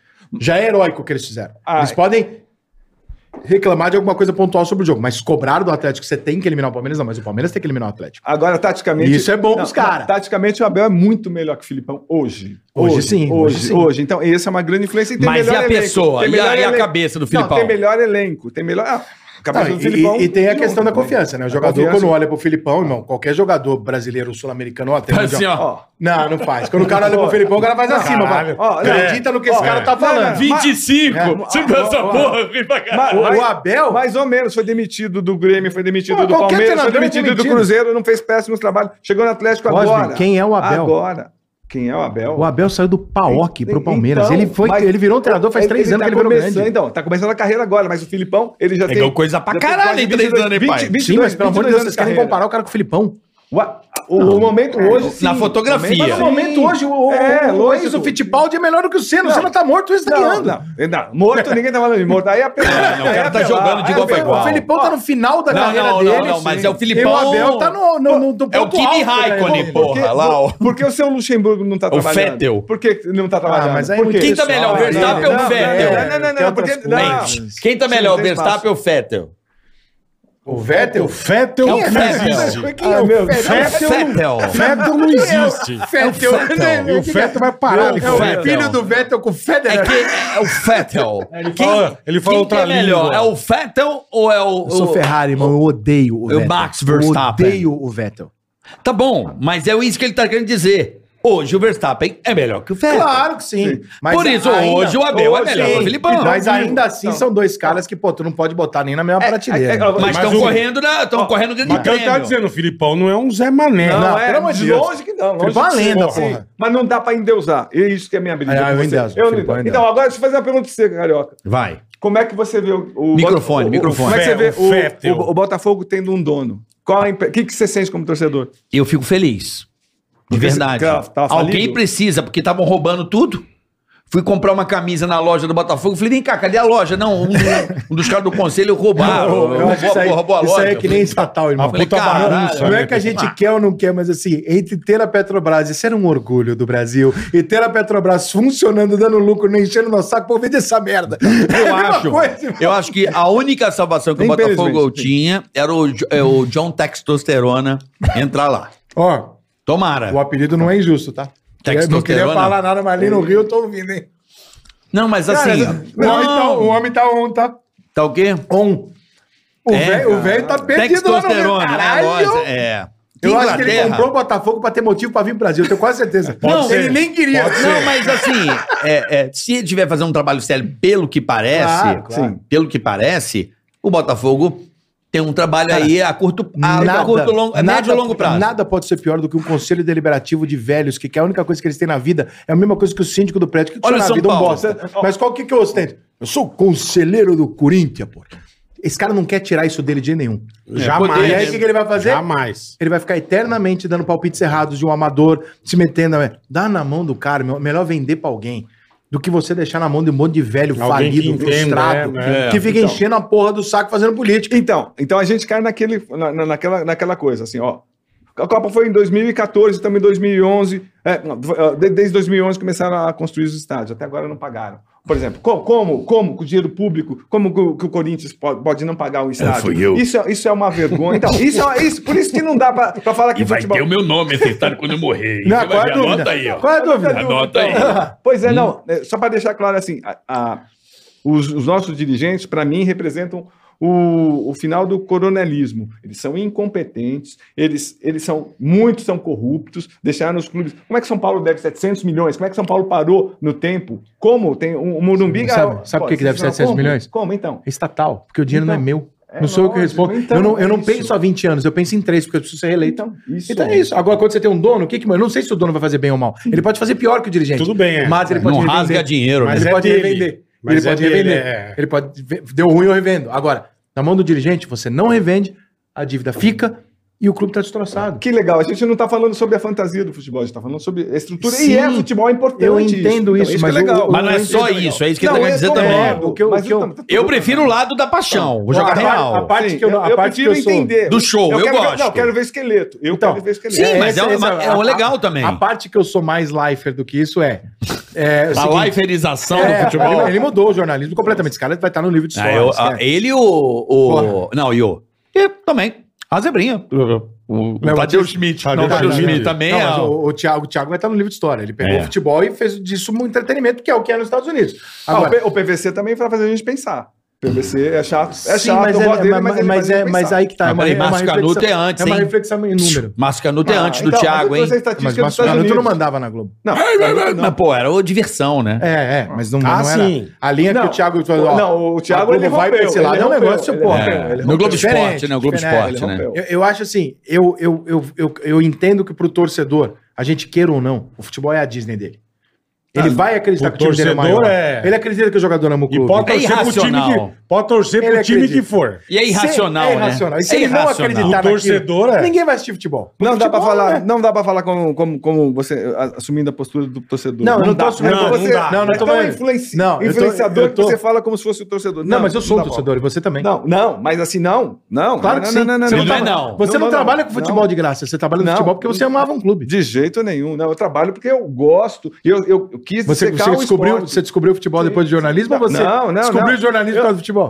[SPEAKER 5] Já é heróico o que eles fizeram.
[SPEAKER 6] Ah,
[SPEAKER 5] eles
[SPEAKER 6] é.
[SPEAKER 5] podem reclamar de alguma coisa pontual sobre o jogo, mas cobrar do Atlético você tem que eliminar o Palmeiras, não, mas o Palmeiras tem que eliminar o Atlético.
[SPEAKER 6] Agora, taticamente.
[SPEAKER 5] Isso é bom
[SPEAKER 6] Não,
[SPEAKER 5] pros cara.
[SPEAKER 6] não, Taticamente, o Abel é muito melhor que o Filipão hoje.
[SPEAKER 5] Hoje sim,
[SPEAKER 6] Hoje,
[SPEAKER 5] hoje
[SPEAKER 6] hoje,
[SPEAKER 5] sim.
[SPEAKER 6] Então, essa é uma grande influência. E tem
[SPEAKER 4] Mas e
[SPEAKER 6] melhor
[SPEAKER 4] a
[SPEAKER 6] elenco,
[SPEAKER 4] pessoa?
[SPEAKER 6] tem
[SPEAKER 4] E a,
[SPEAKER 6] melhor
[SPEAKER 4] e a
[SPEAKER 6] elenco.
[SPEAKER 4] cabeça do
[SPEAKER 6] Não,
[SPEAKER 4] Filipão?
[SPEAKER 6] tem melhor elenco. Tem melhor. Ah, Cabeça
[SPEAKER 5] Não,
[SPEAKER 6] do
[SPEAKER 5] e-
[SPEAKER 6] Filipão.
[SPEAKER 5] e, e tem a questão da
[SPEAKER 6] Não, É
[SPEAKER 5] confiança, né? O jogador,
[SPEAKER 6] confiança-
[SPEAKER 5] quando olha pro Filipão, irmão, qualquer jogador brasileiro, sul-americano um ou até.
[SPEAKER 4] (laughs) Faz
[SPEAKER 5] mundial-
[SPEAKER 4] assim, ó.
[SPEAKER 6] Ó,
[SPEAKER 5] Não, não faz. Quando o cara olha pro Filipão, o cara faz assim, mano.
[SPEAKER 6] ó,
[SPEAKER 5] Acredita no que esse cara tá falando.
[SPEAKER 4] 25!
[SPEAKER 5] É.
[SPEAKER 4] Você não essa porra, eu vim pra cá.
[SPEAKER 6] mas-
[SPEAKER 5] O, o
[SPEAKER 6] mas-
[SPEAKER 5] Abel.
[SPEAKER 6] mais ou menos, foi demitido do Grêmio, foi demitido
[SPEAKER 5] Pô,
[SPEAKER 6] do
[SPEAKER 5] qualquer
[SPEAKER 6] Palmeiras, foi
[SPEAKER 5] treinador é
[SPEAKER 6] demitido, do
[SPEAKER 5] demitido.
[SPEAKER 6] Cruzeiro, não fez péssimos trabalhos. Chegou no Atlético
[SPEAKER 10] Cosme,
[SPEAKER 6] agora.
[SPEAKER 10] quem é o Abel?
[SPEAKER 6] Agora. Quem é o Abel?
[SPEAKER 10] O Abel saiu do Paok
[SPEAKER 6] Então,
[SPEAKER 10] pro Palmeiras. ele, foi,
[SPEAKER 6] mas-
[SPEAKER 10] ele virou um treinador faz
[SPEAKER 6] Ele-
[SPEAKER 10] três
[SPEAKER 6] ele
[SPEAKER 10] anos
[SPEAKER 6] tá
[SPEAKER 10] que ele virou
[SPEAKER 6] começando,
[SPEAKER 10] grande.
[SPEAKER 6] Então, tá começando a carreira agora, mas o Filipão, ele já
[SPEAKER 4] Pegou
[SPEAKER 6] tem...
[SPEAKER 4] coisa pra
[SPEAKER 6] já tem
[SPEAKER 4] caralho
[SPEAKER 6] quase
[SPEAKER 4] em três
[SPEAKER 6] 22,
[SPEAKER 4] anos, hein, pai?
[SPEAKER 6] 22,
[SPEAKER 10] Sim, mas pelo amor de
[SPEAKER 6] 22
[SPEAKER 10] Deus,
[SPEAKER 6] anos
[SPEAKER 10] vocês querem
[SPEAKER 6] carreira.
[SPEAKER 10] comparar o cara com o Filipão?
[SPEAKER 6] Ua- O, o momento hoje, sim.
[SPEAKER 4] Na fotografia.
[SPEAKER 6] Mas
[SPEAKER 5] Mas
[SPEAKER 6] o
[SPEAKER 5] no momento hoje, o,
[SPEAKER 6] É,
[SPEAKER 5] o, o
[SPEAKER 6] lógico.
[SPEAKER 5] Enzo Fittipaldi é melhor do que o Senna. O Senna tá morto, o Enzo tá
[SPEAKER 6] Não,
[SPEAKER 5] ganhando.
[SPEAKER 6] não, não. Morto, ninguém tá falando de morto. Aí é apelado.
[SPEAKER 4] Não, o cara
[SPEAKER 6] Aí é
[SPEAKER 4] tá
[SPEAKER 6] apelado,
[SPEAKER 4] jogando de
[SPEAKER 6] aí é
[SPEAKER 4] igual pra
[SPEAKER 6] apelado.
[SPEAKER 4] igual.
[SPEAKER 5] O Felipão tá no final da
[SPEAKER 4] Não,
[SPEAKER 5] carreira
[SPEAKER 4] não, não,
[SPEAKER 5] dele.
[SPEAKER 4] não, mas é o
[SPEAKER 5] E
[SPEAKER 4] Filipão-
[SPEAKER 5] O Abel tá no, no, no, no
[SPEAKER 4] É o Kimi
[SPEAKER 5] alto, né?
[SPEAKER 4] Raikkonen, porra, lá, ó.
[SPEAKER 6] Porque o seu Luxemburgo não tá trabalhando.
[SPEAKER 4] Fettel.
[SPEAKER 6] Por que não tá trabalhando?
[SPEAKER 5] Ah, mas aí
[SPEAKER 6] Por
[SPEAKER 5] é
[SPEAKER 6] quê?
[SPEAKER 5] muito
[SPEAKER 4] Quem tá melhor, o
[SPEAKER 5] pessoal, né?
[SPEAKER 4] Verstappen ou o
[SPEAKER 5] Não,
[SPEAKER 4] Vettel?
[SPEAKER 5] é,
[SPEAKER 6] Não, não, não,
[SPEAKER 5] tem
[SPEAKER 6] não,
[SPEAKER 5] outras
[SPEAKER 6] porque- não.
[SPEAKER 5] coisas.
[SPEAKER 4] Mente. Quem tá melhor, o
[SPEAKER 6] Não tem
[SPEAKER 4] Verstappen
[SPEAKER 6] espaço.
[SPEAKER 4] ou o Fettel?
[SPEAKER 5] O Vettel?
[SPEAKER 2] O Fettel
[SPEAKER 4] É o
[SPEAKER 2] não
[SPEAKER 4] Fettel.
[SPEAKER 2] existe.
[SPEAKER 5] Quem é o Vettel?
[SPEAKER 4] Fettel.
[SPEAKER 2] Fettel não existe.
[SPEAKER 5] Vettel. (laughs)
[SPEAKER 6] É
[SPEAKER 2] E o Fettel vai parar.
[SPEAKER 4] É
[SPEAKER 5] É
[SPEAKER 2] né?
[SPEAKER 5] o filho do Vettel com o
[SPEAKER 4] É,
[SPEAKER 5] Federer.
[SPEAKER 4] que, é o Fettel.
[SPEAKER 2] Ele fala, ele fala
[SPEAKER 4] Quem que
[SPEAKER 2] outra
[SPEAKER 4] é melhor?
[SPEAKER 2] língua.
[SPEAKER 4] É o Fettel ou é o.
[SPEAKER 10] Eu sou
[SPEAKER 4] o-
[SPEAKER 10] Ferrari, irmão. Eu odeio o
[SPEAKER 4] Eu
[SPEAKER 10] Vettel.
[SPEAKER 4] Max Verstappen.
[SPEAKER 10] Eu odeio o Vettel.
[SPEAKER 4] Tá bom, mas é isso que ele tá querendo dizer. Hoje o Verstappen é melhor que o Fettel.
[SPEAKER 5] Claro que sim. Mas
[SPEAKER 4] Por isso,
[SPEAKER 5] ainda-
[SPEAKER 4] hoje o Abel é melhor que o
[SPEAKER 5] Sim.
[SPEAKER 4] Filipão.
[SPEAKER 5] Mas ainda assim
[SPEAKER 6] Então.
[SPEAKER 5] são dois caras que, pô, tu não pode botar nem na mesma prateleira.
[SPEAKER 6] é, é,
[SPEAKER 4] Mas
[SPEAKER 2] Mas
[SPEAKER 4] estão
[SPEAKER 2] o-
[SPEAKER 4] correndo, na, tão correndo grande
[SPEAKER 2] Mas eu
[SPEAKER 4] prêmio.
[SPEAKER 2] tava dizendo, o Filipão não é um Zé Mané.
[SPEAKER 6] Não,
[SPEAKER 5] Não,
[SPEAKER 6] é,
[SPEAKER 5] pelo amor de Deus.
[SPEAKER 6] longe que não. Longe
[SPEAKER 5] Filipão é
[SPEAKER 6] que
[SPEAKER 5] uma
[SPEAKER 6] sim,
[SPEAKER 5] lenda,
[SPEAKER 6] sim.
[SPEAKER 5] porra.
[SPEAKER 6] Mas não dá pra endeusar. É isso que é a minha briga.
[SPEAKER 5] Ah,
[SPEAKER 6] com
[SPEAKER 5] eu
[SPEAKER 6] você.
[SPEAKER 5] endeuso,
[SPEAKER 6] Eu não
[SPEAKER 5] Filipão,
[SPEAKER 6] endeuso.
[SPEAKER 5] eu
[SPEAKER 6] Então, agora deixa eu fazer uma pergunta pra você, Carioca.
[SPEAKER 4] Vai.
[SPEAKER 6] Como é que você vê o... o
[SPEAKER 4] Microfone,
[SPEAKER 6] o-
[SPEAKER 4] microfone.
[SPEAKER 6] Como é que você
[SPEAKER 2] Fé- o
[SPEAKER 6] vê o,
[SPEAKER 2] Fettel.
[SPEAKER 6] o, o Botafogo tendo um dono? Qual a imp- O que, que você sente como torcedor?
[SPEAKER 4] Eu fico feliz. De
[SPEAKER 6] Porque
[SPEAKER 4] verdade.
[SPEAKER 6] você tava- tava
[SPEAKER 4] Alguém
[SPEAKER 6] falido?
[SPEAKER 4] precisa, porque estavam roubando tudo. Fui comprar uma camisa na loja do Botafogo. Falei, vem cá, cadê a loja? Não, um, um dos caras do conselho roubaram.
[SPEAKER 5] Eu acho
[SPEAKER 4] ah, roubou,
[SPEAKER 5] que isso aí,
[SPEAKER 4] roubou a
[SPEAKER 5] isso
[SPEAKER 4] loja. "Tá
[SPEAKER 5] aí é que nem estatal, irmão.
[SPEAKER 2] Uma puta
[SPEAKER 4] Falei,
[SPEAKER 2] bagunça.
[SPEAKER 5] Não
[SPEAKER 2] né,
[SPEAKER 5] é que a
[SPEAKER 2] Filipão?
[SPEAKER 5] gente quer ou não quer, mas assim, entre ter a Petrobras e ser um orgulho do Brasil, e ter a Petrobras funcionando, dando lucro, não enchendo nosso saco, por vender essa merda. (laughs) É
[SPEAKER 4] Eu
[SPEAKER 5] a mesma
[SPEAKER 4] acho,
[SPEAKER 5] coisa, irmão.
[SPEAKER 4] eu acho que a única salvação que o
[SPEAKER 6] Infelizmente,
[SPEAKER 4] Botafogo
[SPEAKER 6] sim.
[SPEAKER 4] tinha era o, Jo- é, o John Textosterona entrar lá.
[SPEAKER 5] Ó,
[SPEAKER 4] Tomara.
[SPEAKER 5] o apelido não é injusto, tá? Eu não queria
[SPEAKER 4] Textosterona.
[SPEAKER 5] falar nada, mas ali no Rio eu tô ouvindo, hein?
[SPEAKER 4] Não, mas
[SPEAKER 5] Cara,
[SPEAKER 4] assim.
[SPEAKER 5] o, homem tá,
[SPEAKER 4] não.
[SPEAKER 5] o homem tá on, tá?
[SPEAKER 4] Tá o quê?
[SPEAKER 5] On. O
[SPEAKER 4] É,
[SPEAKER 5] velho o velho tá perdido lá no Rio.
[SPEAKER 4] Textosterona. né,
[SPEAKER 5] Caralho!
[SPEAKER 4] lógico, É.
[SPEAKER 5] Eu acho que ele
[SPEAKER 4] Inglaterra.
[SPEAKER 5] comprou o Botafogo pra ter motivo pra vir pro Brasil, eu tenho quase certeza.
[SPEAKER 4] Pode ser.
[SPEAKER 5] ele nem queria.
[SPEAKER 4] Não, mas assim, é, é, se ele tiver fazendo um trabalho sério, pelo que parece,
[SPEAKER 5] Claro, Ah, claro.
[SPEAKER 4] sim, pelo que parece, o Botafogo tem um trabalho aí a curto, a
[SPEAKER 5] Nada,
[SPEAKER 4] é curto longo, a
[SPEAKER 5] nada-
[SPEAKER 4] médio e longo prazo.
[SPEAKER 5] Nada pode ser pior do que um conselho deliberativo de velhos, que, que a única coisa que eles têm na vida é a mesma coisa que o síndico do prédio. O que, que
[SPEAKER 4] Olha
[SPEAKER 5] isso é
[SPEAKER 4] São
[SPEAKER 5] na vida?
[SPEAKER 4] Paulo.
[SPEAKER 5] Um bosta. Mas qual que, que eu ostento? Eu sou o conselheiro do Corinthians, pô. Esse cara não quer tirar isso dele de jeito nenhum.
[SPEAKER 4] É,
[SPEAKER 2] Jamais.
[SPEAKER 5] E aí, o que, que ele vai fazer?
[SPEAKER 2] Jamais.
[SPEAKER 5] Ele vai ficar eternamente dando palpites errados de um amador, se metendo. né? Dá na mão do cara, meu- melhor vender pra alguém do que você deixar na mão de um monte de velho
[SPEAKER 2] Alguém que
[SPEAKER 5] falido,
[SPEAKER 2] entenda,
[SPEAKER 5] frustrado,
[SPEAKER 2] é, né?
[SPEAKER 5] que fica
[SPEAKER 6] Então.
[SPEAKER 5] enchendo a porra do saco fazendo política.
[SPEAKER 6] Então, então a gente cai naquele, na, na- naquela, naquela coisa, assim, ó. A Copa foi em 2014, estamos em 2011. é, não, foi, ó, de- desde 2011 começaram a construir os estádios, até agora não pagaram. Por exemplo, co- como, como com o dinheiro público, como que o, que o Corinthians pode, pode não pagar o estádio?
[SPEAKER 3] fui eu.
[SPEAKER 6] Isso, é- isso é uma vergonha. Então, isso, é- isso, por isso que não dá pra, pra falar que futebol...
[SPEAKER 3] meu nome acertado quando eu morrer.
[SPEAKER 5] Não, qual é a dúvida? Qual é a dúvida?
[SPEAKER 3] Anota aí.
[SPEAKER 6] Pois é, não. é, Só para deixar claro assim, a- a- os, os nossos dirigentes, para mim, representam o, o final do coronelismo. Eles são incompetentes, eles, eles são muitos são corruptos, deixaram os clubes. Como é que São Paulo deve 700 milhões? Como é que São Paulo parou no tempo? Como tem um, um Morumbi?
[SPEAKER 5] Sabe- sabe por que que deve 700
[SPEAKER 6] como?
[SPEAKER 5] milhões?
[SPEAKER 6] é Como então?
[SPEAKER 5] É estatal, porque o dinheiro não é
[SPEAKER 6] Então,
[SPEAKER 5] meu.
[SPEAKER 6] é
[SPEAKER 5] não sou eu que
[SPEAKER 6] lógico,
[SPEAKER 5] respondo.
[SPEAKER 6] então,
[SPEAKER 5] eu não, eu não
[SPEAKER 6] é isso.
[SPEAKER 5] penso há 20 anos, eu penso em três, porque eu preciso ser eleito.
[SPEAKER 6] Então, isso.
[SPEAKER 5] Então é isso. Agora, quando você tem um dono, o que que. Eu não sei se o dono vai fazer bem ou mal. Ele pode fazer pior que o dirigente.
[SPEAKER 2] Tudo bem, é.
[SPEAKER 5] Mas ele pode
[SPEAKER 4] Não
[SPEAKER 5] revender.
[SPEAKER 4] rasga dinheiro,
[SPEAKER 5] Mas
[SPEAKER 4] né?
[SPEAKER 2] Mas
[SPEAKER 5] ele
[SPEAKER 2] é
[SPEAKER 5] pode
[SPEAKER 2] dele.
[SPEAKER 5] revender.
[SPEAKER 2] Mas
[SPEAKER 5] ele
[SPEAKER 2] é
[SPEAKER 5] pode
[SPEAKER 2] dele,
[SPEAKER 5] revender.
[SPEAKER 2] é.
[SPEAKER 5] Ele pode. ve- Deu ruim, eu revendo. Agora, na mão do dirigente, você não revende, a dívida fica e o clube está destroçado.
[SPEAKER 6] Que legal, a gente não está falando sobre a fantasia do futebol, a gente está falando sobre a estrutura.
[SPEAKER 5] Sim,
[SPEAKER 6] e é futebol é importante.
[SPEAKER 5] eu entendo isso,
[SPEAKER 6] que
[SPEAKER 5] mas
[SPEAKER 6] é
[SPEAKER 5] o-
[SPEAKER 6] legal.
[SPEAKER 5] o-
[SPEAKER 4] Mas não é só isso, é isso que ele tá querendo dizer também.
[SPEAKER 5] concordo. O que eu-
[SPEAKER 6] Mas
[SPEAKER 5] o que eu-
[SPEAKER 6] então, tá tudo
[SPEAKER 4] Eu
[SPEAKER 6] bem.
[SPEAKER 4] prefiro o lado da paixão. Vou jogar
[SPEAKER 5] a, par-
[SPEAKER 4] real.
[SPEAKER 5] a parte
[SPEAKER 6] Sim,
[SPEAKER 5] que eu, não- a parte que eu sou-
[SPEAKER 4] Do show, eu
[SPEAKER 6] quero ver-
[SPEAKER 4] gosto.
[SPEAKER 6] não, eu quero ver esqueleto. Eu
[SPEAKER 5] Então,
[SPEAKER 6] quero ver esqueleto.
[SPEAKER 4] Sim, mas
[SPEAKER 5] essa-
[SPEAKER 4] é, uma,
[SPEAKER 5] essa-
[SPEAKER 4] é um
[SPEAKER 5] a-
[SPEAKER 4] legal também.
[SPEAKER 5] A parte que eu sou mais lifer do que isso é. é o
[SPEAKER 4] A
[SPEAKER 5] seguinte,
[SPEAKER 4] liferização
[SPEAKER 5] é,
[SPEAKER 4] Tá do futebol.
[SPEAKER 5] ele- Ele mudou o jornalismo completamente. Esse cara vai estar no livro de
[SPEAKER 4] Ah,
[SPEAKER 5] história.
[SPEAKER 4] eu-
[SPEAKER 5] esquece.
[SPEAKER 4] ah, ele e o. o- não, e o. E também. A zebrinha. O, o Tadeu Schmidt. Não, o Tadeu Schmidt também
[SPEAKER 5] Não,
[SPEAKER 4] é.
[SPEAKER 5] mas o, o Thiago, o Thiago vai estar no livro de história. Ele pegou
[SPEAKER 4] É.
[SPEAKER 5] o futebol e fez disso um entretenimento, que é o que é nos Estados Unidos.
[SPEAKER 6] Ah, o
[SPEAKER 5] Agora,
[SPEAKER 6] P- o PVC também vai fazer a gente pensar. PVC é chato. É
[SPEAKER 5] Sim,
[SPEAKER 6] chato,
[SPEAKER 5] mas
[SPEAKER 6] eu
[SPEAKER 5] é-
[SPEAKER 6] gosto dele,
[SPEAKER 5] mas-
[SPEAKER 6] ele
[SPEAKER 5] mas
[SPEAKER 6] faz
[SPEAKER 5] é-
[SPEAKER 6] eu
[SPEAKER 5] mas
[SPEAKER 6] pensar.
[SPEAKER 5] aí que tá.
[SPEAKER 4] Ah,
[SPEAKER 5] é uma-
[SPEAKER 4] peraí,
[SPEAKER 5] é uma
[SPEAKER 4] Márcio Canuto
[SPEAKER 5] reflexão-
[SPEAKER 4] é antes,
[SPEAKER 5] É uma
[SPEAKER 4] hein?
[SPEAKER 5] reflexão em número.
[SPEAKER 4] Márcio Canuto é
[SPEAKER 6] Ah,
[SPEAKER 4] antes do
[SPEAKER 6] então,
[SPEAKER 4] Thiago,
[SPEAKER 6] mas eu
[SPEAKER 4] hein?
[SPEAKER 6] trouxe a
[SPEAKER 11] Mas
[SPEAKER 6] estatística dos
[SPEAKER 11] Márcio
[SPEAKER 6] Estados
[SPEAKER 11] Canuto não
[SPEAKER 6] Unidos.
[SPEAKER 11] mandava na Globo.
[SPEAKER 5] Ah,
[SPEAKER 6] Não, Canuto não.
[SPEAKER 4] Mas, pô, era o diversão, né?
[SPEAKER 5] É, é, mas não,
[SPEAKER 2] Ah,
[SPEAKER 5] não era.
[SPEAKER 2] sim.
[SPEAKER 5] A linha
[SPEAKER 6] Não,
[SPEAKER 5] que o Thiago
[SPEAKER 6] o- não, o Thiago,
[SPEAKER 5] a
[SPEAKER 6] ele
[SPEAKER 5] Globo vai pra
[SPEAKER 6] rompeu,
[SPEAKER 5] esse lado,
[SPEAKER 6] ele
[SPEAKER 5] é um
[SPEAKER 6] rompeu,
[SPEAKER 5] negócio,
[SPEAKER 6] ele
[SPEAKER 5] pô.
[SPEAKER 6] rompeu,
[SPEAKER 4] É.
[SPEAKER 6] ele
[SPEAKER 4] No Globo
[SPEAKER 5] Diferente,
[SPEAKER 4] Esporte, né? O Globo
[SPEAKER 5] diferente,
[SPEAKER 4] Esporte,
[SPEAKER 6] ele
[SPEAKER 4] né?
[SPEAKER 6] rompeu.
[SPEAKER 5] Eu, eu acho assim, eu, eu, eu, eu, eu entendo que pro torcedor, a gente queira ou não, o futebol é a Disney dele. Ele vai acreditar
[SPEAKER 2] pro
[SPEAKER 5] que Tá, o time dele é
[SPEAKER 2] torcedor
[SPEAKER 5] maior.
[SPEAKER 2] é-
[SPEAKER 5] Ele acredita que o jogador ama o
[SPEAKER 2] E
[SPEAKER 5] clube.
[SPEAKER 2] pode
[SPEAKER 4] É
[SPEAKER 2] torcer pro time
[SPEAKER 4] irracional.
[SPEAKER 2] que, pode torcer pro
[SPEAKER 5] Ele
[SPEAKER 2] time
[SPEAKER 5] acredita.
[SPEAKER 2] que for.
[SPEAKER 4] E é irracional,
[SPEAKER 5] Se- é
[SPEAKER 4] né?
[SPEAKER 5] irracional. E se
[SPEAKER 4] É
[SPEAKER 5] ele não
[SPEAKER 4] irracional.
[SPEAKER 5] acreditar
[SPEAKER 2] O
[SPEAKER 5] naquilo,
[SPEAKER 2] torcedor é-
[SPEAKER 5] ninguém vai assistir futebol.
[SPEAKER 6] Não dá pra
[SPEAKER 5] Futebol,
[SPEAKER 6] falar,
[SPEAKER 5] né?
[SPEAKER 6] não dá pra falar como, como, como você a- assumindo a postura do torcedor.
[SPEAKER 5] Não, eu não tô
[SPEAKER 6] dá. É
[SPEAKER 5] assumindo
[SPEAKER 2] a
[SPEAKER 6] você,
[SPEAKER 2] postura.
[SPEAKER 6] Não, não tô
[SPEAKER 5] falando.
[SPEAKER 6] influenci...
[SPEAKER 5] Não, eu tô-
[SPEAKER 6] influenciador
[SPEAKER 5] eu tô-
[SPEAKER 6] que você fala como se fosse o torcedor.
[SPEAKER 5] Não, mas eu sou
[SPEAKER 6] não
[SPEAKER 5] um
[SPEAKER 6] dá pra-
[SPEAKER 5] torcedor e você também.
[SPEAKER 6] Não, não, mas assim não, não.
[SPEAKER 5] Claro
[SPEAKER 6] não,
[SPEAKER 5] que
[SPEAKER 6] não,
[SPEAKER 5] sim.
[SPEAKER 6] não, não,
[SPEAKER 5] Você
[SPEAKER 6] não,
[SPEAKER 5] não tá
[SPEAKER 6] não,
[SPEAKER 4] é
[SPEAKER 5] trabalha-
[SPEAKER 4] não.
[SPEAKER 5] Você
[SPEAKER 6] Não,
[SPEAKER 5] não
[SPEAKER 6] não,
[SPEAKER 5] trabalha
[SPEAKER 6] não.
[SPEAKER 5] com futebol de graça, você trabalha no
[SPEAKER 6] Não.
[SPEAKER 5] futebol porque você amava um clube.
[SPEAKER 6] De jeito nenhum, não. Eu trabalho porque eu gosto. Eu, eu, eu quis
[SPEAKER 5] Você,
[SPEAKER 6] dissecar
[SPEAKER 5] você
[SPEAKER 6] o
[SPEAKER 5] descobriu,
[SPEAKER 6] esporte.
[SPEAKER 5] você descobriu o futebol
[SPEAKER 6] Sim.
[SPEAKER 5] depois de jornalismo ou
[SPEAKER 6] Não,
[SPEAKER 5] você
[SPEAKER 6] não, não,
[SPEAKER 5] descobriu
[SPEAKER 6] não.
[SPEAKER 5] o jornalismo
[SPEAKER 6] Eu-
[SPEAKER 5] por causa do futebol?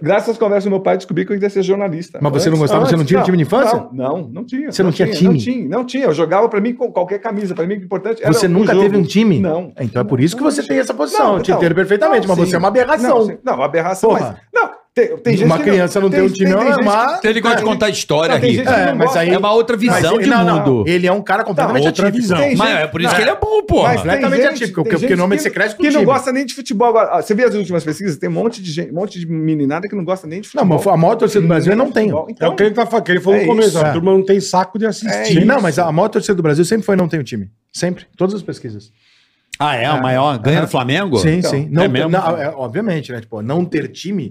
[SPEAKER 6] Graças às conversas do meu pai, eu descobri que eu ia ser jornalista.
[SPEAKER 5] Mas você não gostava? Você não tinha time de infância?
[SPEAKER 6] Não, não, não tinha.
[SPEAKER 5] Você não tinha
[SPEAKER 6] Não
[SPEAKER 5] time?
[SPEAKER 6] tinha, não tinha. Eu jogava pra mim com qualquer camisa. Pra mim, o importante era
[SPEAKER 5] Você
[SPEAKER 6] É, o
[SPEAKER 5] nunca
[SPEAKER 6] jogo.
[SPEAKER 5] teve um time?
[SPEAKER 6] Não.
[SPEAKER 5] Então é por isso que você tem essa posição.
[SPEAKER 6] Não,
[SPEAKER 5] eu te entendo
[SPEAKER 6] então.
[SPEAKER 5] perfeitamente,
[SPEAKER 6] Não,
[SPEAKER 5] mas
[SPEAKER 6] sim.
[SPEAKER 5] você é uma
[SPEAKER 6] Não,
[SPEAKER 5] aberração.
[SPEAKER 6] sim. não aberração,
[SPEAKER 5] Porra.
[SPEAKER 6] mas... Não, tem, tem gente
[SPEAKER 5] uma
[SPEAKER 6] que
[SPEAKER 5] criança não, tem um time,
[SPEAKER 6] tem
[SPEAKER 5] é
[SPEAKER 6] gente que-
[SPEAKER 5] uma...
[SPEAKER 4] Então Ele gosta de contar história
[SPEAKER 6] Não, tem
[SPEAKER 4] aqui.
[SPEAKER 6] gente que
[SPEAKER 5] É,
[SPEAKER 6] não
[SPEAKER 5] mas
[SPEAKER 6] gosta.
[SPEAKER 5] aí-
[SPEAKER 4] É uma outra visão
[SPEAKER 5] Mas ele-
[SPEAKER 4] de
[SPEAKER 5] não, não.
[SPEAKER 4] mundo.
[SPEAKER 5] Ele é um cara completamente
[SPEAKER 2] Não, outra
[SPEAKER 5] atípico.
[SPEAKER 2] visão.
[SPEAKER 6] Tem
[SPEAKER 4] Mas
[SPEAKER 6] gente-
[SPEAKER 4] é por isso
[SPEAKER 6] não,
[SPEAKER 4] que ele é bom, pô.
[SPEAKER 6] Mas tem
[SPEAKER 5] completamente
[SPEAKER 6] gente-
[SPEAKER 5] atípico,
[SPEAKER 6] tem
[SPEAKER 5] porque
[SPEAKER 6] gente
[SPEAKER 5] normalmente
[SPEAKER 6] que-
[SPEAKER 5] você cresce com
[SPEAKER 6] Que
[SPEAKER 5] o
[SPEAKER 6] não
[SPEAKER 5] time.
[SPEAKER 6] gosta nem de futebol. Ah, Você vê as últimas pesquisas? Tem um monte de gente, um monte de meninada que não gosta nem de
[SPEAKER 5] Não,
[SPEAKER 6] futebol. Então,
[SPEAKER 5] mas a maior torcida do Brasil eu não tenho.
[SPEAKER 6] Futebol,
[SPEAKER 2] é o que ele, tá, fa- que ele falou
[SPEAKER 6] É
[SPEAKER 2] no começo,
[SPEAKER 5] isso,
[SPEAKER 2] a
[SPEAKER 5] é.
[SPEAKER 2] turma não tem saco de assistir.
[SPEAKER 5] não, mas a maior torcida do Brasil sempre foi não tenho time. Sempre. Todas as pesquisas.
[SPEAKER 4] Ah, é? O maior ganha do Flamengo?
[SPEAKER 5] Sim,
[SPEAKER 6] então,
[SPEAKER 5] sim. Não,
[SPEAKER 4] é mesmo?
[SPEAKER 5] não, é, obviamente, né? Tipo, não ter time,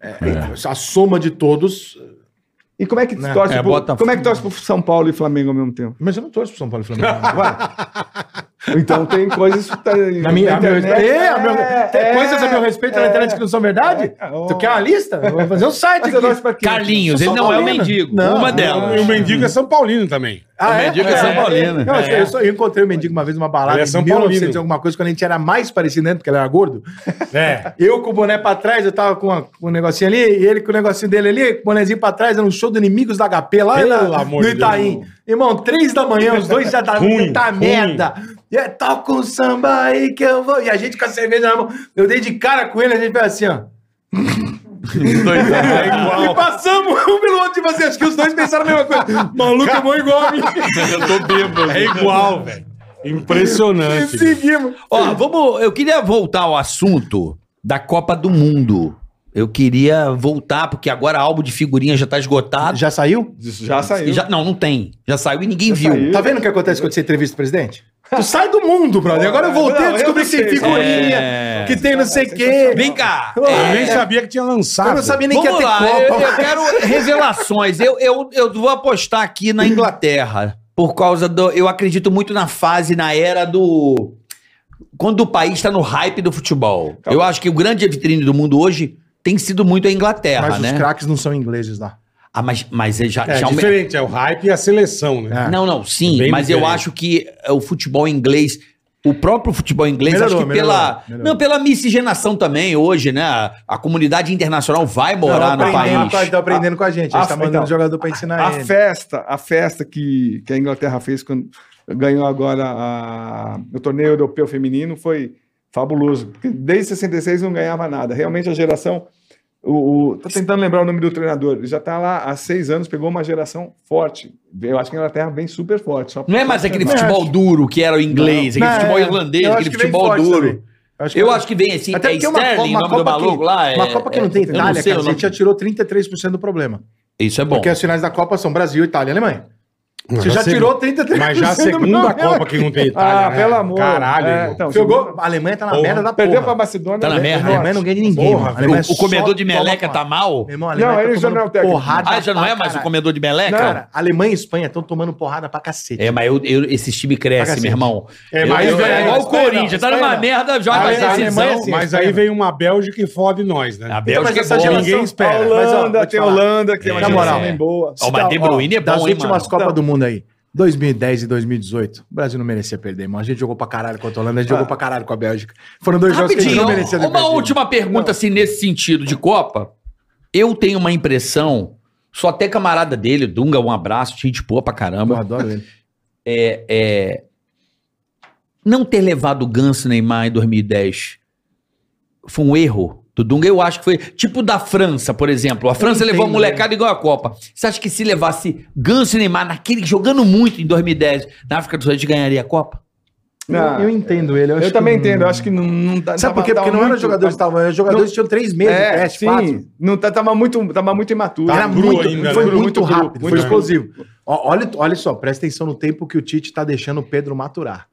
[SPEAKER 5] é, a soma de todos...
[SPEAKER 6] E como é que
[SPEAKER 5] Né?
[SPEAKER 6] torce
[SPEAKER 4] É,
[SPEAKER 6] pro,
[SPEAKER 4] bota-
[SPEAKER 6] como é que torce pro São Paulo e Flamengo ao mesmo tempo?
[SPEAKER 5] Mas eu não torço pro São Paulo e Flamengo.
[SPEAKER 6] Então tem coisas que tá aí
[SPEAKER 5] (laughs) Na minha, a meu respeito. É, a meu- tem
[SPEAKER 6] é,
[SPEAKER 5] coisas a meu respeito na
[SPEAKER 6] é.
[SPEAKER 5] internet que não são verdade?
[SPEAKER 6] É, ó.
[SPEAKER 5] Tu quer uma lista? Eu vou fazer um site
[SPEAKER 6] Mas eu
[SPEAKER 5] aqui.
[SPEAKER 6] torço pra quem?
[SPEAKER 4] Carlinhos,
[SPEAKER 5] Eu
[SPEAKER 4] ele
[SPEAKER 5] sou
[SPEAKER 4] não é um
[SPEAKER 5] paulino.
[SPEAKER 4] mendigo.
[SPEAKER 5] Não,
[SPEAKER 4] uma
[SPEAKER 5] não,
[SPEAKER 4] delas.
[SPEAKER 2] E o mendigo é São Paulino também.
[SPEAKER 5] Ah,
[SPEAKER 4] O mendigo é São Paulino.
[SPEAKER 5] Não, eu sou- eu, sou- eu encontrei o mendigo uma vez numa balada
[SPEAKER 2] Ele é
[SPEAKER 5] em
[SPEAKER 2] São
[SPEAKER 5] 1900
[SPEAKER 2] Paulino.
[SPEAKER 5] alguma coisa, quando a gente era mais parecido, né? Porque ele era gordo.
[SPEAKER 2] É.
[SPEAKER 5] Eu com o boné pra trás, eu tava com, a- com um negocinho ali, e ele com o negocinho dele ali, com o bonézinho pra trás, era um show do Inimigos da HP lá
[SPEAKER 2] Pelo
[SPEAKER 5] na-
[SPEAKER 2] amor
[SPEAKER 5] no
[SPEAKER 2] de Deus.
[SPEAKER 5] Itaim. Irmão, três da manhã, os dois já estavam
[SPEAKER 2] Ruim,
[SPEAKER 5] tá
[SPEAKER 2] ruim.
[SPEAKER 5] merda. E é, toca um samba aí que eu vou. E a gente com a cerveja na mão. Eu dei de cara com ele, a gente foi assim, ó. E passamos um pelo outro, tipo assim, acho que os dois pensaram a mesma coisa. Maluco é bom igual a mim.
[SPEAKER 2] (laughs) Eu tô bêbado. É igual, velho.
[SPEAKER 5] E
[SPEAKER 2] Impressionante.
[SPEAKER 5] seguimos.
[SPEAKER 4] Ó, vamos. Eu queria voltar ao assunto da Copa do Mundo. Eu queria voltar, porque agora álbum de figurinha já tá esgotado.
[SPEAKER 5] Já saiu?
[SPEAKER 6] Já
[SPEAKER 4] E
[SPEAKER 6] saiu.
[SPEAKER 4] já- não, não tem. Já saiu e ninguém viu.
[SPEAKER 6] saiu.
[SPEAKER 5] Tá vendo o que acontece quando você entrevista o presidente? Tu sai do mundo, brother. Agora eu voltei
[SPEAKER 6] Não,
[SPEAKER 5] a
[SPEAKER 6] eu
[SPEAKER 5] descobrir que tem
[SPEAKER 6] não sei.
[SPEAKER 5] figurinha,
[SPEAKER 4] É.
[SPEAKER 5] que tem não sei o quê.
[SPEAKER 4] Vem cá.
[SPEAKER 5] Eu
[SPEAKER 2] Eu
[SPEAKER 4] É,
[SPEAKER 2] nem sabia que tinha lançado.
[SPEAKER 5] Eu não sabia nem que ia
[SPEAKER 4] Vamos
[SPEAKER 5] ter
[SPEAKER 4] lá, é. eu,
[SPEAKER 5] Copa.
[SPEAKER 4] eu quero revelações. Eu, eu, eu vou apostar aqui na Inglaterra. Por causa do. Eu acredito muito na fase, na era do. Quando o país está no hype do futebol. Eu acho que o grande vitrine do mundo hoje tem sido muito a Inglaterra,
[SPEAKER 5] Mas
[SPEAKER 4] né?
[SPEAKER 5] os craques não são ingleses lá.
[SPEAKER 4] Ah, mas, mas ele já,
[SPEAKER 2] É
[SPEAKER 4] já aume-
[SPEAKER 2] diferente, é o hype e a seleção, né?
[SPEAKER 5] É.
[SPEAKER 4] Não, não, sim,
[SPEAKER 2] Bem
[SPEAKER 4] mas eu
[SPEAKER 2] diferente.
[SPEAKER 4] acho que é, o futebol inglês, o próprio futebol inglês,
[SPEAKER 5] Melhorou,
[SPEAKER 4] acho que
[SPEAKER 5] melhorou,
[SPEAKER 4] pela.
[SPEAKER 5] melhorou.
[SPEAKER 4] Não, pela miscigenação também hoje, né? A, a comunidade internacional vai morar no
[SPEAKER 5] aprendendo
[SPEAKER 4] país.
[SPEAKER 5] com a- Tá aprendendo com a gente. A gente
[SPEAKER 6] Ah,
[SPEAKER 5] tá mandando
[SPEAKER 6] então.
[SPEAKER 5] jogador pra ensinar
[SPEAKER 6] A
[SPEAKER 5] ele.
[SPEAKER 6] festa, a festa que, que a Inglaterra fez quando ganhou agora a- o torneio europeu feminino foi fabuloso. Porque desde 66 não ganhava nada. Realmente a geração. O, o- tô tentando lembrar o nome do treinador. Ele já está lá há seis anos, pegou uma geração forte. Eu acho que a Inglaterra vem super forte. só- Ah,
[SPEAKER 4] Não é mais aquele
[SPEAKER 6] Não,
[SPEAKER 4] futebol duro que era o inglês, aquele
[SPEAKER 5] Não,
[SPEAKER 4] futebol
[SPEAKER 5] é.
[SPEAKER 4] irlandês,
[SPEAKER 5] Eu acho
[SPEAKER 4] aquele
[SPEAKER 5] que vem
[SPEAKER 4] futebol
[SPEAKER 5] forte
[SPEAKER 4] duro.
[SPEAKER 5] também. Eu acho que,
[SPEAKER 4] Eu acho que vem assim,
[SPEAKER 5] Até
[SPEAKER 4] é
[SPEAKER 5] porque uma
[SPEAKER 4] Sterling,
[SPEAKER 5] Copa-
[SPEAKER 4] o nome do
[SPEAKER 5] uma Copa
[SPEAKER 4] maluco
[SPEAKER 5] que-
[SPEAKER 4] lá. é-
[SPEAKER 5] uma Copa que não tem
[SPEAKER 4] eu não
[SPEAKER 5] Itália,
[SPEAKER 4] sei
[SPEAKER 5] cara,
[SPEAKER 4] o
[SPEAKER 5] a gente já
[SPEAKER 4] nome.
[SPEAKER 5] tirou 33% do problema.
[SPEAKER 4] Isso é bom.
[SPEAKER 5] Porque assim, as finais da Copa são Brasil, Itália e Alemanha.
[SPEAKER 2] Mas
[SPEAKER 5] Você já
[SPEAKER 2] a seg-
[SPEAKER 5] tirou 33%.
[SPEAKER 2] Mas já a
[SPEAKER 5] do
[SPEAKER 2] segunda
[SPEAKER 5] problema.
[SPEAKER 2] Copa que não tem Itália.
[SPEAKER 6] Ah,
[SPEAKER 2] né?
[SPEAKER 6] pelo amor.
[SPEAKER 2] Caralho,
[SPEAKER 6] É,
[SPEAKER 2] irmão.
[SPEAKER 6] então,
[SPEAKER 5] Jogou. A Alemanha tá na
[SPEAKER 2] Porra.
[SPEAKER 5] merda da porra.
[SPEAKER 6] Perdeu para Macedônia.
[SPEAKER 4] Tá na
[SPEAKER 6] né?
[SPEAKER 4] merda.
[SPEAKER 5] A Alemanha não ganha de ninguém,
[SPEAKER 2] Porra,
[SPEAKER 5] mano. A Alemanha
[SPEAKER 4] o, o
[SPEAKER 5] né, só
[SPEAKER 4] comedor de
[SPEAKER 5] toma
[SPEAKER 4] meleca
[SPEAKER 5] porrada.
[SPEAKER 4] tá mal?
[SPEAKER 5] Meu tá, irmão, a Alemanha
[SPEAKER 6] Não,
[SPEAKER 5] tá
[SPEAKER 6] ele já
[SPEAKER 5] tomando
[SPEAKER 6] não é o técnico.
[SPEAKER 5] Porrada
[SPEAKER 4] Ah, já não
[SPEAKER 5] pra
[SPEAKER 4] é mais o
[SPEAKER 5] caralho.
[SPEAKER 4] comedor de meleca?
[SPEAKER 5] Cara, Alemanha e Espanha estão tomando porrada pra cacete.
[SPEAKER 4] É, mas eu, eu- esse time cresce,
[SPEAKER 5] Pra
[SPEAKER 4] meu irmão.
[SPEAKER 2] É,
[SPEAKER 4] Eu-
[SPEAKER 2] mas
[SPEAKER 4] eu-
[SPEAKER 2] ganha-
[SPEAKER 4] é igual o
[SPEAKER 5] Espanha não,
[SPEAKER 4] Corinthians, tá
[SPEAKER 5] Espanha
[SPEAKER 4] numa
[SPEAKER 5] não.
[SPEAKER 4] merda, joga
[SPEAKER 5] Ale-
[SPEAKER 4] a
[SPEAKER 5] Alemanha
[SPEAKER 4] é decisão.
[SPEAKER 5] sim.
[SPEAKER 2] Mas aí veio uma Bélgica e fode nós, né?
[SPEAKER 4] A Bélgica
[SPEAKER 5] essa
[SPEAKER 4] é boa.
[SPEAKER 5] geração-
[SPEAKER 2] Ninguém
[SPEAKER 6] A
[SPEAKER 2] espera.
[SPEAKER 5] Mas, ó,
[SPEAKER 6] Holanda,
[SPEAKER 5] vou te
[SPEAKER 6] tem a
[SPEAKER 5] falar.
[SPEAKER 6] Holanda, que é uma
[SPEAKER 5] Na
[SPEAKER 6] geração
[SPEAKER 5] moral.
[SPEAKER 6] bem boa.
[SPEAKER 4] Ó, mas De Bruyne é bom,
[SPEAKER 5] Das
[SPEAKER 4] hein,
[SPEAKER 5] últimas
[SPEAKER 4] mano?
[SPEAKER 5] Copas
[SPEAKER 6] Então.
[SPEAKER 5] do Mundo aí. 2010 e 2018, o Brasil não merecia perder, irmão. A gente jogou pra caralho contra a Holanda, a gente jogou pra caralho com a Bélgica. Foram dois jogos que a gente
[SPEAKER 4] Rapidinho,
[SPEAKER 5] não merecia ter
[SPEAKER 4] uma
[SPEAKER 5] perdido.
[SPEAKER 4] última pergunta, assim, nesse sentido de Copa. Eu tenho uma impressão, sou até camarada dele, Dunga, um abraço, gente boa pra
[SPEAKER 5] Eu
[SPEAKER 4] caramba. É,
[SPEAKER 5] adoro ele.
[SPEAKER 4] Não ter levado o Ganso Neymar em 2010 foi um erro. Do Dunga, eu acho que foi tipo da França, por exemplo. A França levou a
[SPEAKER 5] né?
[SPEAKER 4] molecada igual a Copa. Você acha que se levasse Ganso e Neymar naquele jogando muito em 2010 na África do Sul, a gente ganharia a
[SPEAKER 5] (laughs)
[SPEAKER 4] Copa?
[SPEAKER 6] Não,
[SPEAKER 10] Eu entendo ele.
[SPEAKER 6] eu
[SPEAKER 10] acho
[SPEAKER 6] também
[SPEAKER 10] que-
[SPEAKER 6] entendo, eu acho que não, não dá.
[SPEAKER 5] Sabe
[SPEAKER 6] dava-
[SPEAKER 5] por quê?
[SPEAKER 6] dava
[SPEAKER 5] Porque não eram
[SPEAKER 6] muito-
[SPEAKER 5] jogadores que estavam, eram jogadores que tinham três meses,
[SPEAKER 6] É,
[SPEAKER 5] teste,
[SPEAKER 6] sim.
[SPEAKER 5] quatro.
[SPEAKER 6] Não tá- tava muito, tava muito imaturo.
[SPEAKER 5] Era
[SPEAKER 2] cru
[SPEAKER 5] muito,
[SPEAKER 2] ainda,
[SPEAKER 5] foi
[SPEAKER 2] né?
[SPEAKER 5] muito,
[SPEAKER 6] Muito Tá cru,
[SPEAKER 5] rápido,
[SPEAKER 6] muito
[SPEAKER 5] foi
[SPEAKER 6] cru.
[SPEAKER 5] explosivo. Ó, olha, olha só, presta atenção no tempo que o Tite tá deixando o Pedro maturar.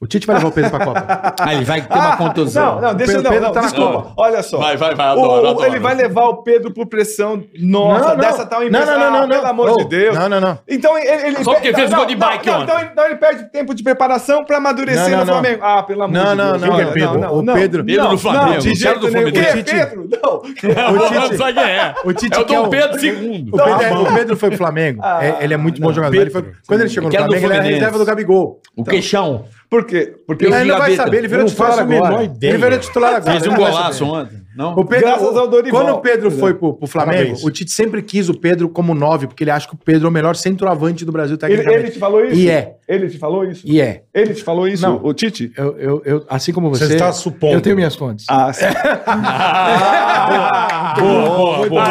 [SPEAKER 5] O Tite vai levar o Pedro pra Copa.
[SPEAKER 4] Ah, ele vai ter uma contusão.
[SPEAKER 6] Não, não, deixa
[SPEAKER 5] Pedro-
[SPEAKER 6] não,
[SPEAKER 5] Pedro
[SPEAKER 6] não,
[SPEAKER 5] tá na
[SPEAKER 6] desculpa.
[SPEAKER 5] Copa.
[SPEAKER 6] Olha só.
[SPEAKER 7] Vai, vai, vai,
[SPEAKER 6] O-
[SPEAKER 7] adoro,
[SPEAKER 6] o-
[SPEAKER 7] adoro.
[SPEAKER 6] Ele vai levar o Pedro por pressão nossa,
[SPEAKER 5] Não, não.
[SPEAKER 6] dessa tal
[SPEAKER 5] Não, não,
[SPEAKER 6] impressão.
[SPEAKER 5] não, não, não.
[SPEAKER 6] Pelo amor de
[SPEAKER 5] Oh,
[SPEAKER 6] Deus.
[SPEAKER 5] não, não, não.
[SPEAKER 6] Então ele. ele
[SPEAKER 7] Só porque
[SPEAKER 6] não,
[SPEAKER 7] fez
[SPEAKER 6] não,
[SPEAKER 7] gol de
[SPEAKER 6] não,
[SPEAKER 7] bike
[SPEAKER 6] não,
[SPEAKER 7] ontem.
[SPEAKER 6] Então ele, então ele perde tempo de preparação pra amadurecer
[SPEAKER 5] Não, não,
[SPEAKER 6] no
[SPEAKER 5] não.
[SPEAKER 6] Flamengo. Ah, pelo amor
[SPEAKER 5] Não,
[SPEAKER 6] de
[SPEAKER 5] não,
[SPEAKER 6] Deus.
[SPEAKER 5] não,
[SPEAKER 6] Fica-
[SPEAKER 5] é Pedro. O
[SPEAKER 6] não.
[SPEAKER 5] Pedro-
[SPEAKER 7] Pedro do
[SPEAKER 6] Não,
[SPEAKER 7] Flamengo,
[SPEAKER 6] de
[SPEAKER 7] Pedro
[SPEAKER 6] jeito
[SPEAKER 7] do
[SPEAKER 6] nenhum.
[SPEAKER 7] Fluminense.
[SPEAKER 6] O quê, Pedro? Não.
[SPEAKER 7] É, o
[SPEAKER 5] Tite-
[SPEAKER 7] Tite, sabe quem é.
[SPEAKER 5] O Tite
[SPEAKER 7] é o
[SPEAKER 5] quer
[SPEAKER 7] Dom
[SPEAKER 5] o-
[SPEAKER 7] Pedro II.
[SPEAKER 5] O Pedro, é- o Pedro foi pro Flamengo. É, ele é muito bom jogador. Ele foi- quando ele chegou no
[SPEAKER 4] Que era do
[SPEAKER 5] Flamengo, ele era
[SPEAKER 4] Fluminense.
[SPEAKER 5] reserva do Gabigol.
[SPEAKER 4] O queixão.
[SPEAKER 6] Por quê? Porque
[SPEAKER 5] então, Ele
[SPEAKER 4] o
[SPEAKER 5] não vai
[SPEAKER 4] Gaveta.
[SPEAKER 5] saber, ele virou
[SPEAKER 2] Não
[SPEAKER 5] titular
[SPEAKER 2] faço a menor
[SPEAKER 5] agora.
[SPEAKER 2] ideia.
[SPEAKER 5] Ele virou titular agora.
[SPEAKER 4] Fez um
[SPEAKER 5] ele não vai
[SPEAKER 4] golaço
[SPEAKER 5] saber.
[SPEAKER 4] ontem. Não?
[SPEAKER 5] O Pedro,
[SPEAKER 6] Graças ao Dorival.
[SPEAKER 5] Quando o Pedro foi pro, pro Flamengo,
[SPEAKER 2] Parabéns.
[SPEAKER 5] o Tite sempre quis o Pedro como nove, porque ele acha que o Pedro é o melhor centroavante do Brasil
[SPEAKER 6] Ele,
[SPEAKER 5] tecnicamente.
[SPEAKER 6] ele te falou isso?
[SPEAKER 5] E é.
[SPEAKER 6] Ele te falou isso?
[SPEAKER 5] E é.
[SPEAKER 6] Ele te falou isso,
[SPEAKER 5] Não.
[SPEAKER 6] o Tite?
[SPEAKER 5] Eu, eu, eu- assim como você,
[SPEAKER 2] Você está supondo.
[SPEAKER 5] eu
[SPEAKER 3] (laughs)
[SPEAKER 5] tenho minhas fontes.
[SPEAKER 6] Ah, sim.
[SPEAKER 3] Ah,
[SPEAKER 2] Boa, boa, boa.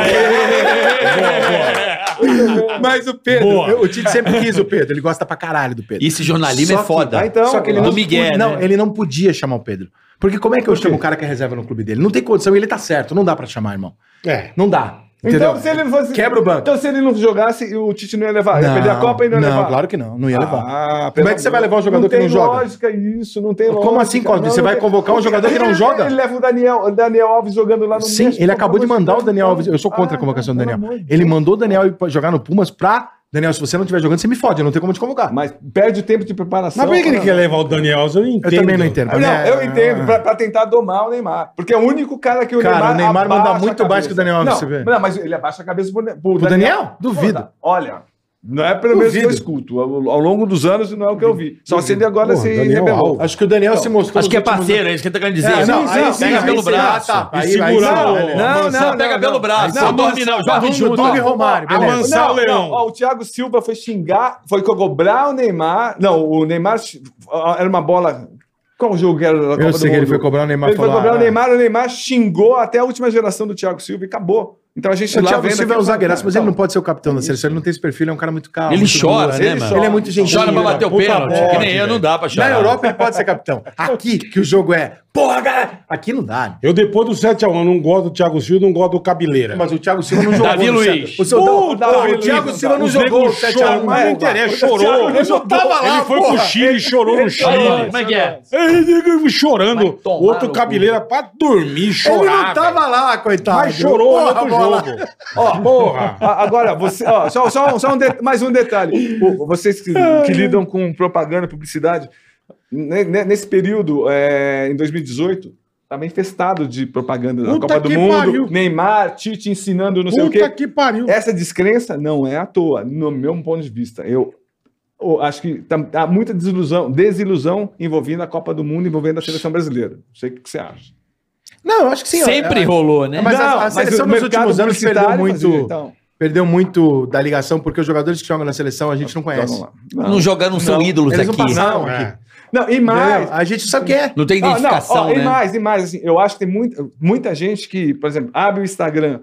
[SPEAKER 5] Mas o Pedro,
[SPEAKER 2] Boa.
[SPEAKER 5] eu- o Tite sempre quis o Pedro, ele gosta pra caralho do Pedro.
[SPEAKER 4] Esse jornalismo
[SPEAKER 5] Só
[SPEAKER 4] é
[SPEAKER 5] que-
[SPEAKER 4] foda.
[SPEAKER 6] Ah, então,
[SPEAKER 5] Só que ele
[SPEAKER 4] do
[SPEAKER 5] não,
[SPEAKER 4] Miguel,
[SPEAKER 5] podia, não,
[SPEAKER 4] né?
[SPEAKER 5] ele não podia chamar o Pedro. Porque como é que eu
[SPEAKER 6] quê?
[SPEAKER 5] chamo um cara que é reserva no clube dele? Não tem condição, ele tá certo, não dá pra chamar, irmão.
[SPEAKER 2] É.
[SPEAKER 5] Não dá.
[SPEAKER 6] Então,
[SPEAKER 5] entendeu?
[SPEAKER 6] se ele não fosse.
[SPEAKER 5] Quebra o banco.
[SPEAKER 6] Então, se ele não jogasse, o Tite não ia levar. Ia perder a Copa e não ia levar.
[SPEAKER 5] claro que não, não ia levar.
[SPEAKER 6] Ah,
[SPEAKER 5] Como é que você vai levar um jogador que não joga?
[SPEAKER 6] Não tem lógica isso, não tem lógica.
[SPEAKER 5] Como assim, Cosme? Você
[SPEAKER 6] não
[SPEAKER 5] vai
[SPEAKER 6] tem-
[SPEAKER 5] convocar um jogador que não
[SPEAKER 6] Ele- é
[SPEAKER 5] joga?
[SPEAKER 6] Ele leva o Daniel, o Daniel Alves jogando lá no
[SPEAKER 5] Sim,
[SPEAKER 6] México,
[SPEAKER 5] ele acabou de
[SPEAKER 6] pelo amor
[SPEAKER 5] mandar o Daniel
[SPEAKER 6] Deus.
[SPEAKER 5] Alves. Eu sou contra a
[SPEAKER 6] Ah,
[SPEAKER 5] convocação do
[SPEAKER 6] pelo
[SPEAKER 5] Daniel.
[SPEAKER 6] amor de
[SPEAKER 5] Ele
[SPEAKER 6] Deus.
[SPEAKER 5] mandou o Daniel ir pra- jogar no Pumas pra. Daniel, se você não estiver jogando, você me fode, eu não tenho como te convocar.
[SPEAKER 6] Mas perde o tempo de preparação.
[SPEAKER 2] Mas por que ele
[SPEAKER 6] Ah,
[SPEAKER 2] quer levar o Daniel Alves? Eu não entendo.
[SPEAKER 5] eu também não entendo.
[SPEAKER 6] não,
[SPEAKER 5] né?
[SPEAKER 6] eu entendo, pra, pra tentar domar o Neymar. Porque é o único cara que o
[SPEAKER 5] Cara,
[SPEAKER 6] Neymar.
[SPEAKER 5] o Neymar
[SPEAKER 6] abaixa
[SPEAKER 5] manda
[SPEAKER 6] a
[SPEAKER 5] muito
[SPEAKER 6] cabeça.
[SPEAKER 5] baixo que o Daniel Alves,
[SPEAKER 6] não,
[SPEAKER 5] você vê.
[SPEAKER 6] Não, mas ele abaixa a cabeça pro,
[SPEAKER 5] Pro
[SPEAKER 6] pro
[SPEAKER 5] Daniel? Duvido.
[SPEAKER 6] Pô, dá- Olha, não é pelo menos que eu escuto. Ao, ao longo dos anos não é o que eu vi. Só se ele agora
[SPEAKER 2] Porra,
[SPEAKER 6] se
[SPEAKER 2] Daniel
[SPEAKER 6] rebelou.
[SPEAKER 2] Alves.
[SPEAKER 5] assim, Acho que o Daniel se mostrou.
[SPEAKER 4] Acho que é
[SPEAKER 5] nos últimos-
[SPEAKER 4] parceiro, é isso que ele tá querendo dizer.
[SPEAKER 5] É, não,
[SPEAKER 2] sim,
[SPEAKER 5] aí
[SPEAKER 2] sim,
[SPEAKER 5] pega
[SPEAKER 2] sim,
[SPEAKER 5] pelo
[SPEAKER 2] sim,
[SPEAKER 5] braço.
[SPEAKER 2] tá, tá.
[SPEAKER 5] Ah, Aí-
[SPEAKER 2] E
[SPEAKER 5] aí-
[SPEAKER 2] segura
[SPEAKER 5] não,
[SPEAKER 2] o-
[SPEAKER 5] não,
[SPEAKER 6] Não,
[SPEAKER 4] Não,
[SPEAKER 6] não,
[SPEAKER 4] pega
[SPEAKER 6] não,
[SPEAKER 4] pelo
[SPEAKER 6] não.
[SPEAKER 4] braço.
[SPEAKER 5] Não,
[SPEAKER 4] Não, dorme não, já vamos junto. tá?
[SPEAKER 5] Dunga e Romário, beleza.
[SPEAKER 2] Avança.
[SPEAKER 6] Não,
[SPEAKER 2] Sal, Leão.
[SPEAKER 6] não, ó, o Thiago Silva foi xingar, foi cobrar o Neymar. Não, o Neymar x- ó, era uma bola. Qual jogo que era da Copa
[SPEAKER 5] Eu
[SPEAKER 6] do
[SPEAKER 5] sei que ele
[SPEAKER 6] Mundo?
[SPEAKER 5] foi cobrar o Neymar.
[SPEAKER 6] Ele foi
[SPEAKER 5] falou,
[SPEAKER 6] cobrar
[SPEAKER 5] ah,
[SPEAKER 6] o Neymar, o Neymar xingou até a última geração do Thiago Silva e acabou. Então a gente
[SPEAKER 5] O
[SPEAKER 6] lá
[SPEAKER 5] Thiago
[SPEAKER 6] vendo
[SPEAKER 5] Silva é um
[SPEAKER 6] aqui,
[SPEAKER 5] zagueiraço, mas
[SPEAKER 6] cara,
[SPEAKER 5] ele não pode ser o capitão da seleção. Ele não tem esse perfil, ele é um cara muito calmo.
[SPEAKER 4] Ele
[SPEAKER 5] muito
[SPEAKER 4] chora,
[SPEAKER 5] boa,
[SPEAKER 4] né,
[SPEAKER 5] ele
[SPEAKER 4] mano?
[SPEAKER 5] Ele é muito gentil.
[SPEAKER 4] Chora pra bater o
[SPEAKER 2] Puta
[SPEAKER 4] pênalti.
[SPEAKER 2] bola,
[SPEAKER 4] que nem eu,
[SPEAKER 2] velho.
[SPEAKER 4] não dá pra chorar.
[SPEAKER 5] Na Europa ele pode ser capitão. Aqui, que o jogo é. Porra, galera! Aqui não dá. né?
[SPEAKER 2] Eu depois do 7x1 não gosto do Thiago Silva, não gosto do Cabeleira.
[SPEAKER 5] Mas o Thiago Silva não jogou.
[SPEAKER 4] Davi
[SPEAKER 5] no
[SPEAKER 4] Luiz.
[SPEAKER 5] Celta. O, seu,
[SPEAKER 6] Puta,
[SPEAKER 5] o
[SPEAKER 6] Davi
[SPEAKER 5] Thiago
[SPEAKER 6] Luiz,
[SPEAKER 5] Silva não
[SPEAKER 2] Os
[SPEAKER 5] jogou
[SPEAKER 2] nego
[SPEAKER 5] 7 a 1
[SPEAKER 2] choram, mas não interessa, chorou.
[SPEAKER 6] Ele não tava lá,
[SPEAKER 2] Ele foi pro Chile e chorou no Chile.
[SPEAKER 4] Como é que é?
[SPEAKER 2] Ele nego
[SPEAKER 4] Vai
[SPEAKER 2] chorando.
[SPEAKER 4] tomar
[SPEAKER 2] O outro
[SPEAKER 4] no
[SPEAKER 2] cabeleira pra dormir, chorar.
[SPEAKER 5] Ele não
[SPEAKER 2] velho.
[SPEAKER 5] tava lá, coitado.
[SPEAKER 2] Mas chorou no outro jogo.
[SPEAKER 6] Ó,
[SPEAKER 2] Porra.
[SPEAKER 6] a- Agora, você, ó, só, só um- só um de- mais um detalhe. O- vocês que, que lidam com propaganda, publicidade, ne- ne- nesse período, é, em 2018, estava infestado tá de propaganda da
[SPEAKER 2] Puta
[SPEAKER 6] Copa do
[SPEAKER 2] que
[SPEAKER 6] Mundo,
[SPEAKER 2] pariu.
[SPEAKER 6] Neymar, Tite ensinando não sei o
[SPEAKER 2] Puta
[SPEAKER 6] quê.
[SPEAKER 2] que pariu.
[SPEAKER 6] Essa descrença não é à toa, no meu ponto de vista. Eu, eu acho que tá- há muita desilusão, desilusão envolvendo a Copa do Mundo, envolvendo a seleção brasileira. Não sei o que que você acha.
[SPEAKER 5] Não, eu acho que sim. ó. é.
[SPEAKER 4] Sempre rolou, né?
[SPEAKER 5] Mas a- a seleção
[SPEAKER 6] o
[SPEAKER 5] nos
[SPEAKER 6] mercado
[SPEAKER 5] últimos anos perdeu
[SPEAKER 6] publicitário
[SPEAKER 5] muito-
[SPEAKER 6] fazia, então.
[SPEAKER 5] Perdeu muito da ligação, porque os jogadores que jogam na seleção a gente não conhece.
[SPEAKER 6] Então, vamos lá.
[SPEAKER 4] Não jogaram, não são ídolos
[SPEAKER 5] Eles não
[SPEAKER 4] aqui.
[SPEAKER 5] passaram
[SPEAKER 2] É.
[SPEAKER 5] aqui.
[SPEAKER 6] Não, e
[SPEAKER 5] Entendeu?
[SPEAKER 6] mais,
[SPEAKER 5] A gente sabe quem é.
[SPEAKER 4] Não tem
[SPEAKER 6] Ah, não,
[SPEAKER 4] identificação,
[SPEAKER 6] ó,
[SPEAKER 4] né?
[SPEAKER 6] E mais, e mais, assim, eu acho que tem muita, muita gente que, por exemplo, abre o Instagram.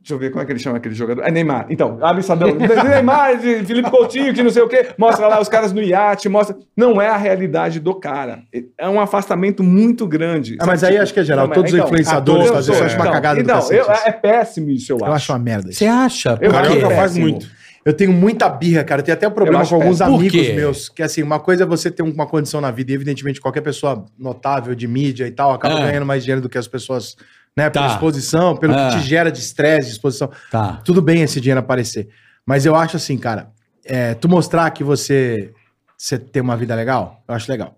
[SPEAKER 6] Deixa eu ver como é que ele chama aquele jogador. É Neymar. Então,
[SPEAKER 5] (laughs)
[SPEAKER 6] abre o Instagram. Neymar, de Felipe Coutinho, que não sei o quê. Mostra lá os caras no iate, mostra. Não é a realidade do cara. É um afastamento muito grande.
[SPEAKER 5] Ah, mas aí acho que é geral.
[SPEAKER 6] Não, mas-
[SPEAKER 5] Todos os
[SPEAKER 6] então,
[SPEAKER 5] influenciadores,
[SPEAKER 6] eu
[SPEAKER 5] às vezes, eu
[SPEAKER 6] sou,
[SPEAKER 5] acho uma
[SPEAKER 6] então,
[SPEAKER 5] cagada do
[SPEAKER 6] então,
[SPEAKER 5] cacete.
[SPEAKER 6] eu-
[SPEAKER 5] isso.
[SPEAKER 6] É péssimo isso, eu acho.
[SPEAKER 5] Eu acho uma merda isso.
[SPEAKER 4] Você acha?
[SPEAKER 6] Eu
[SPEAKER 2] O cara
[SPEAKER 6] acho
[SPEAKER 2] já faz
[SPEAKER 6] péssimo.
[SPEAKER 2] muito.
[SPEAKER 5] Eu tenho muita birra, cara. Eu tenho até um
[SPEAKER 6] Eu
[SPEAKER 5] problema
[SPEAKER 6] acho
[SPEAKER 5] com alguns
[SPEAKER 4] péssimo. Por
[SPEAKER 5] amigos
[SPEAKER 4] quê?
[SPEAKER 5] meus. Que assim, uma coisa é você ter uma condição na vida, e evidentemente qualquer pessoa notável de mídia e tal acaba
[SPEAKER 4] Ah.
[SPEAKER 5] ganhando mais dinheiro do que as pessoas, né? Pela
[SPEAKER 4] Tá.
[SPEAKER 5] exposição, pelo
[SPEAKER 4] Ah.
[SPEAKER 5] que te gera de estresse, de exposição.
[SPEAKER 4] Tá.
[SPEAKER 5] Tudo bem esse dinheiro aparecer. Mas eu acho assim, cara, é, tu mostrar que você, você tem uma vida legal, eu acho legal.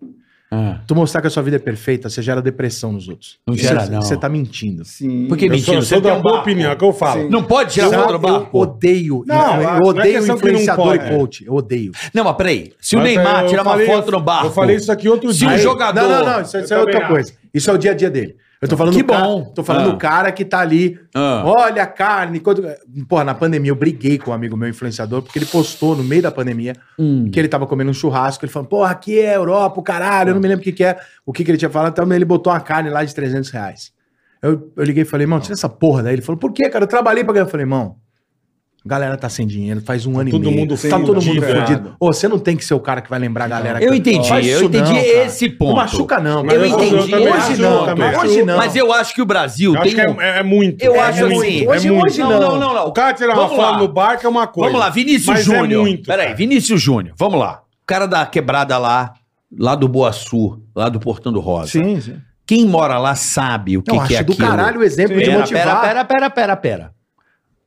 [SPEAKER 4] Ah,
[SPEAKER 5] Tu mostrar que a sua vida é perfeita, você gera depressão nos outros.
[SPEAKER 4] Não gera,
[SPEAKER 5] você,
[SPEAKER 4] não.
[SPEAKER 5] Você tá mentindo.
[SPEAKER 6] Sim.
[SPEAKER 4] Por que
[SPEAKER 2] Eu sou,
[SPEAKER 4] mentira?
[SPEAKER 2] eu
[SPEAKER 4] Você
[SPEAKER 2] sou
[SPEAKER 4] tem
[SPEAKER 2] da
[SPEAKER 4] um
[SPEAKER 2] boa
[SPEAKER 4] barco.
[SPEAKER 2] opinião, é o que eu falo.
[SPEAKER 4] Não pode
[SPEAKER 5] Eu,
[SPEAKER 4] gerar contra o
[SPEAKER 5] eu
[SPEAKER 4] barco?
[SPEAKER 5] odeio,
[SPEAKER 2] Não,
[SPEAKER 5] influ-
[SPEAKER 2] não é
[SPEAKER 5] eu odeio
[SPEAKER 2] questão que não
[SPEAKER 5] influenciador
[SPEAKER 2] pode.
[SPEAKER 5] e coach. Eu odeio.
[SPEAKER 4] Não, mas peraí. Se o
[SPEAKER 2] Mas,
[SPEAKER 4] Neymar
[SPEAKER 2] eu
[SPEAKER 4] tirar uma
[SPEAKER 2] falei-
[SPEAKER 4] foto no barco.
[SPEAKER 2] Eu falei isso aqui outro
[SPEAKER 4] Se
[SPEAKER 2] dia.
[SPEAKER 4] o
[SPEAKER 5] Aí-
[SPEAKER 4] jogador-
[SPEAKER 5] Não, não, não. Isso, isso é
[SPEAKER 2] Eu
[SPEAKER 5] outra
[SPEAKER 2] também
[SPEAKER 5] coisa. Isso é o dia a dia dele. Eu tô falando
[SPEAKER 4] Que
[SPEAKER 5] do cara-
[SPEAKER 4] bom.
[SPEAKER 5] tô falando
[SPEAKER 4] Ah.
[SPEAKER 5] do cara que tá ali.
[SPEAKER 4] Ah.
[SPEAKER 5] Olha a carne. Quando... Porra, na pandemia eu briguei com um amigo meu influenciador, porque ele postou no meio da pandemia
[SPEAKER 4] Hum.
[SPEAKER 5] que ele tava comendo um churrasco. Ele falou, porra, aqui é Europa, o caralho. Eu não me lembro o que, que é, o que, que ele tinha falado. Então ele botou uma carne lá de 300 reais. Eu Eu, eu liguei e falei, irmão, tira essa porra daí. Ele falou, por quê, cara? Eu trabalhei pra ganhar. Eu falei, irmão, a galera tá sem dinheiro, faz um ano
[SPEAKER 2] todo
[SPEAKER 5] e meio.
[SPEAKER 2] mundo
[SPEAKER 5] tá
[SPEAKER 2] sem
[SPEAKER 5] todo mundo
[SPEAKER 2] dívida.
[SPEAKER 5] fudido. Ô, você não tem que ser o cara que vai lembrar a galera.
[SPEAKER 4] é. Eu
[SPEAKER 5] que- tá-
[SPEAKER 4] entendi,
[SPEAKER 5] Faz
[SPEAKER 4] eu
[SPEAKER 5] isso
[SPEAKER 4] entendi
[SPEAKER 5] não, cara.
[SPEAKER 4] esse ponto.
[SPEAKER 5] Não machuca não.
[SPEAKER 4] Eu
[SPEAKER 5] cara.
[SPEAKER 4] entendi, eu
[SPEAKER 5] Hoje
[SPEAKER 4] acho
[SPEAKER 5] não,
[SPEAKER 4] não,
[SPEAKER 5] cara.
[SPEAKER 2] também.
[SPEAKER 5] Hoje não.
[SPEAKER 4] Mas eu acho que o Brasil
[SPEAKER 2] Eu acho
[SPEAKER 4] tem
[SPEAKER 2] que é,
[SPEAKER 4] um...
[SPEAKER 2] é- é muito.
[SPEAKER 4] Eu
[SPEAKER 2] é
[SPEAKER 4] acho
[SPEAKER 2] muito,
[SPEAKER 4] assim,
[SPEAKER 2] é
[SPEAKER 5] hoje-
[SPEAKER 2] muito.
[SPEAKER 5] hoje
[SPEAKER 4] Não, não, não, não.
[SPEAKER 2] O cara tirar uma
[SPEAKER 4] Vamos lá.
[SPEAKER 2] foto no barco é uma coisa.
[SPEAKER 4] Vamos lá, Vinícius
[SPEAKER 2] Mas é
[SPEAKER 4] Júnior.
[SPEAKER 2] muito,
[SPEAKER 4] Peraí,
[SPEAKER 2] cara.
[SPEAKER 4] Vinícius Júnior, vamos lá. O cara da quebrada lá, lá do Boaçu, lá do Portão do Rosa.
[SPEAKER 5] Sim, sim.
[SPEAKER 4] Quem mora lá sabe o que,
[SPEAKER 5] Não,
[SPEAKER 4] que é
[SPEAKER 5] acho do
[SPEAKER 4] aquilo.
[SPEAKER 5] caralho o exemplo de
[SPEAKER 4] Pera,
[SPEAKER 5] motivar.
[SPEAKER 4] pera, pera, pera, pera, pera.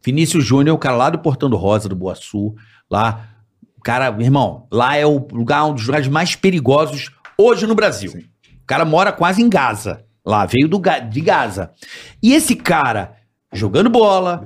[SPEAKER 4] Vinícius Júnior, é o cara lá do Portão do Rosa, do Boaçu, lá. O cara, meu irmão, lá é o lugar, um dos lugares mais perigosos hoje no Brasil. O cara mora quase em Gaza. Lá, veio do, Ga- de Gaza. E esse cara, jogando bola,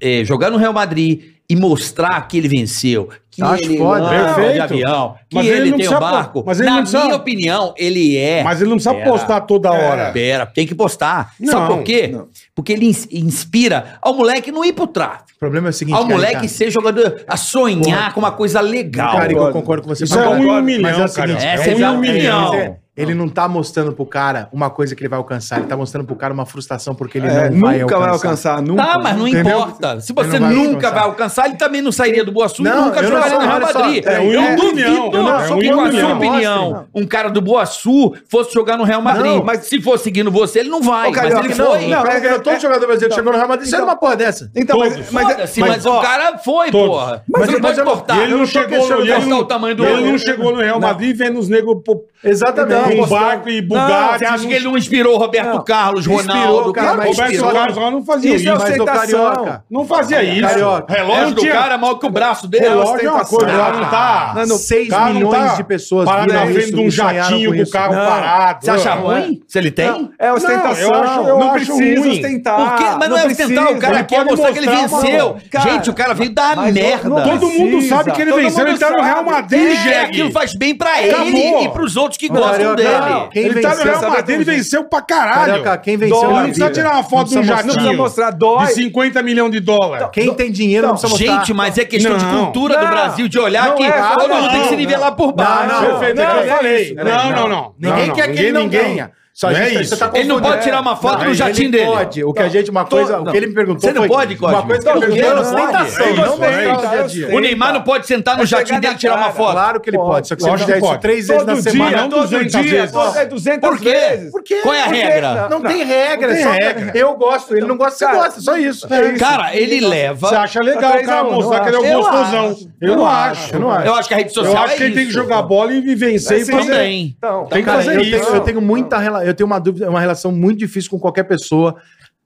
[SPEAKER 4] eh, jogar no Real Madrid e mostrar que ele venceu, que
[SPEAKER 5] Acho
[SPEAKER 4] ele
[SPEAKER 5] foda,
[SPEAKER 4] anda de
[SPEAKER 2] perfeito.
[SPEAKER 4] avião, que
[SPEAKER 2] Mas ele
[SPEAKER 4] ele,
[SPEAKER 2] não
[SPEAKER 4] tem
[SPEAKER 2] precisa
[SPEAKER 4] um
[SPEAKER 2] pô-
[SPEAKER 4] barco.
[SPEAKER 2] mas ele
[SPEAKER 4] Na
[SPEAKER 2] não
[SPEAKER 4] minha
[SPEAKER 2] precisa-
[SPEAKER 4] opinião, ele é.
[SPEAKER 2] Mas ele não precisa
[SPEAKER 4] Pera.
[SPEAKER 2] postar toda hora.
[SPEAKER 4] Pera, tem que postar. Sabe
[SPEAKER 2] Não,
[SPEAKER 4] por quê? Porque ele ins- inspira ao moleque não ir pro tráfico.
[SPEAKER 5] O problema é o seguinte,
[SPEAKER 4] ao
[SPEAKER 5] cara,
[SPEAKER 4] moleque
[SPEAKER 2] tá.
[SPEAKER 5] cara,
[SPEAKER 4] ser jogador, a sonhar com uma coisa legal.
[SPEAKER 5] Cara, eu
[SPEAKER 6] Concordo.
[SPEAKER 5] concordo com você.
[SPEAKER 2] Isso
[SPEAKER 5] mas
[SPEAKER 2] é um
[SPEAKER 5] eu
[SPEAKER 2] em um
[SPEAKER 5] concordo,
[SPEAKER 2] milhão,
[SPEAKER 5] mas é o
[SPEAKER 2] cara.
[SPEAKER 5] seguinte,
[SPEAKER 4] Essa
[SPEAKER 5] é um em
[SPEAKER 4] é a
[SPEAKER 5] um milhão.
[SPEAKER 4] opinião.
[SPEAKER 5] Ele não tá mostrando pro cara uma coisa que ele vai alcançar. Ele tá mostrando pro cara uma frustração porque ele
[SPEAKER 6] É,
[SPEAKER 5] não vai
[SPEAKER 6] nunca vai
[SPEAKER 5] alcançar.
[SPEAKER 6] alcançar, nunca.
[SPEAKER 4] Tá, mas não
[SPEAKER 6] Entendeu?
[SPEAKER 4] importa. Se
[SPEAKER 5] Ele
[SPEAKER 4] você
[SPEAKER 5] não vai
[SPEAKER 4] nunca
[SPEAKER 5] alcançar.
[SPEAKER 4] vai alcançar, ele também não sairia do Boa Sul e
[SPEAKER 5] Não,
[SPEAKER 4] nunca
[SPEAKER 5] eu não
[SPEAKER 4] jogaria no
[SPEAKER 5] sou-
[SPEAKER 4] Real
[SPEAKER 5] olha só,
[SPEAKER 4] Madrid.
[SPEAKER 5] é,
[SPEAKER 2] um
[SPEAKER 4] eu
[SPEAKER 2] em um
[SPEAKER 4] duvido
[SPEAKER 2] milhão, eu não- é um
[SPEAKER 4] que
[SPEAKER 2] em um
[SPEAKER 4] com a sua
[SPEAKER 2] milhão.
[SPEAKER 4] opinião, um cara do Boa Sul fosse jogar no Real Madrid.
[SPEAKER 5] Não.
[SPEAKER 4] Mas se for seguindo você, ele não vai.
[SPEAKER 6] Ô, Carioca,
[SPEAKER 4] mas ele
[SPEAKER 6] não,
[SPEAKER 4] foi.
[SPEAKER 5] Não, é, é, todo jogador brasileiro que chegou no Real Madrid, então,
[SPEAKER 6] Então-
[SPEAKER 5] uma porra dessa.
[SPEAKER 6] Então, mas, mas,
[SPEAKER 4] Foda-se, mas, o cara foi,
[SPEAKER 2] Todos.
[SPEAKER 4] porra.
[SPEAKER 5] Mas
[SPEAKER 4] Você
[SPEAKER 5] ele-
[SPEAKER 4] Tá, não pode
[SPEAKER 5] mas eu não-
[SPEAKER 4] cortar.
[SPEAKER 2] E ele não,
[SPEAKER 5] eu não tô
[SPEAKER 2] chegou no,
[SPEAKER 5] questionando
[SPEAKER 2] e ele não-
[SPEAKER 4] tá é o tamanho do
[SPEAKER 2] e ele
[SPEAKER 4] homem.
[SPEAKER 2] não chegou no Real Madrid vendo os negros pô,
[SPEAKER 5] Exatamente.
[SPEAKER 2] com então, um barco e
[SPEAKER 4] Não,
[SPEAKER 2] Bugatti.
[SPEAKER 4] você acha
[SPEAKER 2] não-
[SPEAKER 4] que ele não inspirou o Roberto Carlos,
[SPEAKER 5] Inspirou,
[SPEAKER 4] Ronaldo?
[SPEAKER 5] cara, mas
[SPEAKER 2] Roberto
[SPEAKER 5] inspirou.
[SPEAKER 2] Carlos lá não fazia
[SPEAKER 5] Isso
[SPEAKER 2] isso.
[SPEAKER 5] é
[SPEAKER 2] mas
[SPEAKER 5] aceitação.
[SPEAKER 2] Carioca. Não fazia isso.
[SPEAKER 5] Carioca.
[SPEAKER 2] Relógio
[SPEAKER 4] Relógio do
[SPEAKER 2] tinha-
[SPEAKER 4] cara é maior que o braço dele.
[SPEAKER 2] Relógio é uma coisa, lá não tá...
[SPEAKER 5] Mano, Ah, seis
[SPEAKER 2] cara não
[SPEAKER 5] milhões
[SPEAKER 2] tá
[SPEAKER 5] de pessoas
[SPEAKER 2] Parado
[SPEAKER 5] viram
[SPEAKER 2] na frente
[SPEAKER 5] isso
[SPEAKER 2] de um
[SPEAKER 5] e sonharam
[SPEAKER 2] jatinho
[SPEAKER 5] com
[SPEAKER 2] com o
[SPEAKER 5] isso.
[SPEAKER 2] carro
[SPEAKER 5] Não.
[SPEAKER 2] parado.
[SPEAKER 4] Você acha
[SPEAKER 2] Não,
[SPEAKER 4] ruim? Se ele tem?
[SPEAKER 6] É ostentação.
[SPEAKER 2] Não, eu acho- eu
[SPEAKER 6] não
[SPEAKER 2] acho
[SPEAKER 6] precisa
[SPEAKER 2] ruim.
[SPEAKER 6] ostentar.
[SPEAKER 4] Porque, mas não, é ostentar, o cara
[SPEAKER 2] ele
[SPEAKER 4] quer
[SPEAKER 2] pode
[SPEAKER 4] mostrar que ele
[SPEAKER 2] mostrar uma
[SPEAKER 4] venceu.
[SPEAKER 2] mão.
[SPEAKER 4] Gente, o cara veio da
[SPEAKER 6] mas não-
[SPEAKER 4] merda.
[SPEAKER 6] não-
[SPEAKER 2] Todo mundo
[SPEAKER 6] Precisa.
[SPEAKER 2] sabe que ele
[SPEAKER 6] Todo
[SPEAKER 2] venceu, ele
[SPEAKER 6] mundo
[SPEAKER 2] tá no Real
[SPEAKER 6] sabe.
[SPEAKER 2] Madrid,
[SPEAKER 4] é,
[SPEAKER 2] Jegue.
[SPEAKER 4] aquilo faz bem pra
[SPEAKER 2] Acabou.
[SPEAKER 4] ele e pros outros que gostam
[SPEAKER 5] Carioca,
[SPEAKER 4] dele.
[SPEAKER 5] não. Quem
[SPEAKER 2] Ele tá no
[SPEAKER 5] venceu,
[SPEAKER 2] Real
[SPEAKER 5] sabe
[SPEAKER 2] Madrid, ele
[SPEAKER 5] tudo.
[SPEAKER 2] venceu pra caralho.
[SPEAKER 5] Carioca, quem venceu
[SPEAKER 2] Não
[SPEAKER 5] na
[SPEAKER 2] precisa
[SPEAKER 5] vida?
[SPEAKER 2] tirar uma foto de
[SPEAKER 5] Não
[SPEAKER 2] um
[SPEAKER 5] precisa
[SPEAKER 6] Não precisa
[SPEAKER 2] jatinho
[SPEAKER 6] mostrar, dói.
[SPEAKER 2] de 50 milhões de dólar.
[SPEAKER 5] Quem tem dinheiro não, precisa mostrar.
[SPEAKER 4] Gente, mas é questão de
[SPEAKER 2] Não.
[SPEAKER 4] cultura do
[SPEAKER 6] Não.
[SPEAKER 4] Brasil, de olhar
[SPEAKER 6] Não
[SPEAKER 4] que
[SPEAKER 6] é,
[SPEAKER 4] todo
[SPEAKER 6] não,
[SPEAKER 4] mundo tem que se
[SPEAKER 2] não.
[SPEAKER 4] nivelar por baixo.
[SPEAKER 5] Não, não.
[SPEAKER 2] Perfeito, é o que eu falei. Não, não, não.
[SPEAKER 5] Ninguém
[SPEAKER 2] Não,
[SPEAKER 5] quer que ele não
[SPEAKER 2] ninguém-
[SPEAKER 5] ganha. Só
[SPEAKER 2] Não
[SPEAKER 5] a
[SPEAKER 2] é
[SPEAKER 5] gente, tá-
[SPEAKER 2] isso.
[SPEAKER 5] Você tá
[SPEAKER 4] Ele não
[SPEAKER 5] confundindo.
[SPEAKER 4] pode tirar uma foto
[SPEAKER 5] Não,
[SPEAKER 4] do
[SPEAKER 5] ele
[SPEAKER 4] jatinho dele.
[SPEAKER 5] pode. O que a gente, uma
[SPEAKER 4] Tô-
[SPEAKER 5] coisa,
[SPEAKER 4] não.
[SPEAKER 5] o que ele me perguntou
[SPEAKER 4] Você não
[SPEAKER 5] foi-
[SPEAKER 4] pode, Cosme.
[SPEAKER 5] Uma coisa que eu
[SPEAKER 6] Não,
[SPEAKER 5] perguntei
[SPEAKER 6] eu
[SPEAKER 5] era
[SPEAKER 6] não pode.
[SPEAKER 5] ostentação,
[SPEAKER 6] Eu
[SPEAKER 5] não
[SPEAKER 6] sei,
[SPEAKER 5] mostrar o dia
[SPEAKER 6] cara,
[SPEAKER 5] a
[SPEAKER 6] eu
[SPEAKER 5] dia.
[SPEAKER 6] sei.
[SPEAKER 4] O Neymar não pode sentar no
[SPEAKER 6] É
[SPEAKER 4] jatinho
[SPEAKER 6] chegar
[SPEAKER 4] dele e
[SPEAKER 6] na
[SPEAKER 4] tirar uma
[SPEAKER 6] cara.
[SPEAKER 4] foto.
[SPEAKER 5] Claro que ele pode, só que você
[SPEAKER 2] Lógico
[SPEAKER 5] fizer
[SPEAKER 2] que
[SPEAKER 5] isso
[SPEAKER 2] pode.
[SPEAKER 5] três vezes na semana.
[SPEAKER 2] dia, todo dia, todo-
[SPEAKER 6] é 200
[SPEAKER 4] Por quê?
[SPEAKER 6] vezes.
[SPEAKER 4] Qual é a regra?
[SPEAKER 5] Não tem regra,
[SPEAKER 2] tem
[SPEAKER 5] só
[SPEAKER 2] regra.
[SPEAKER 5] eu gosto, ele não gosta, você gosta, só É isso.
[SPEAKER 4] Cara, ele
[SPEAKER 2] Você
[SPEAKER 4] leva.
[SPEAKER 2] acha legal o
[SPEAKER 6] Três a
[SPEAKER 2] cara
[SPEAKER 6] um,
[SPEAKER 2] mostrar
[SPEAKER 6] eu
[SPEAKER 2] que ele é um
[SPEAKER 4] acho.
[SPEAKER 2] gostosão. Eu não acho.
[SPEAKER 5] Eu não acho.
[SPEAKER 4] Eu acho que a rede social
[SPEAKER 2] Eu acho
[SPEAKER 4] é
[SPEAKER 2] que ele tem que
[SPEAKER 4] isso.
[SPEAKER 2] jogar bola e vencer e
[SPEAKER 3] assim, né?
[SPEAKER 6] Sim.
[SPEAKER 2] fazer.
[SPEAKER 4] Também.
[SPEAKER 6] Então,
[SPEAKER 2] Tem que
[SPEAKER 5] Cara,
[SPEAKER 2] fazer
[SPEAKER 5] eu tenho,
[SPEAKER 2] isso.
[SPEAKER 5] eu tenho muita rela- eu tenho uma dúvida, uma relação muito difícil com qualquer pessoa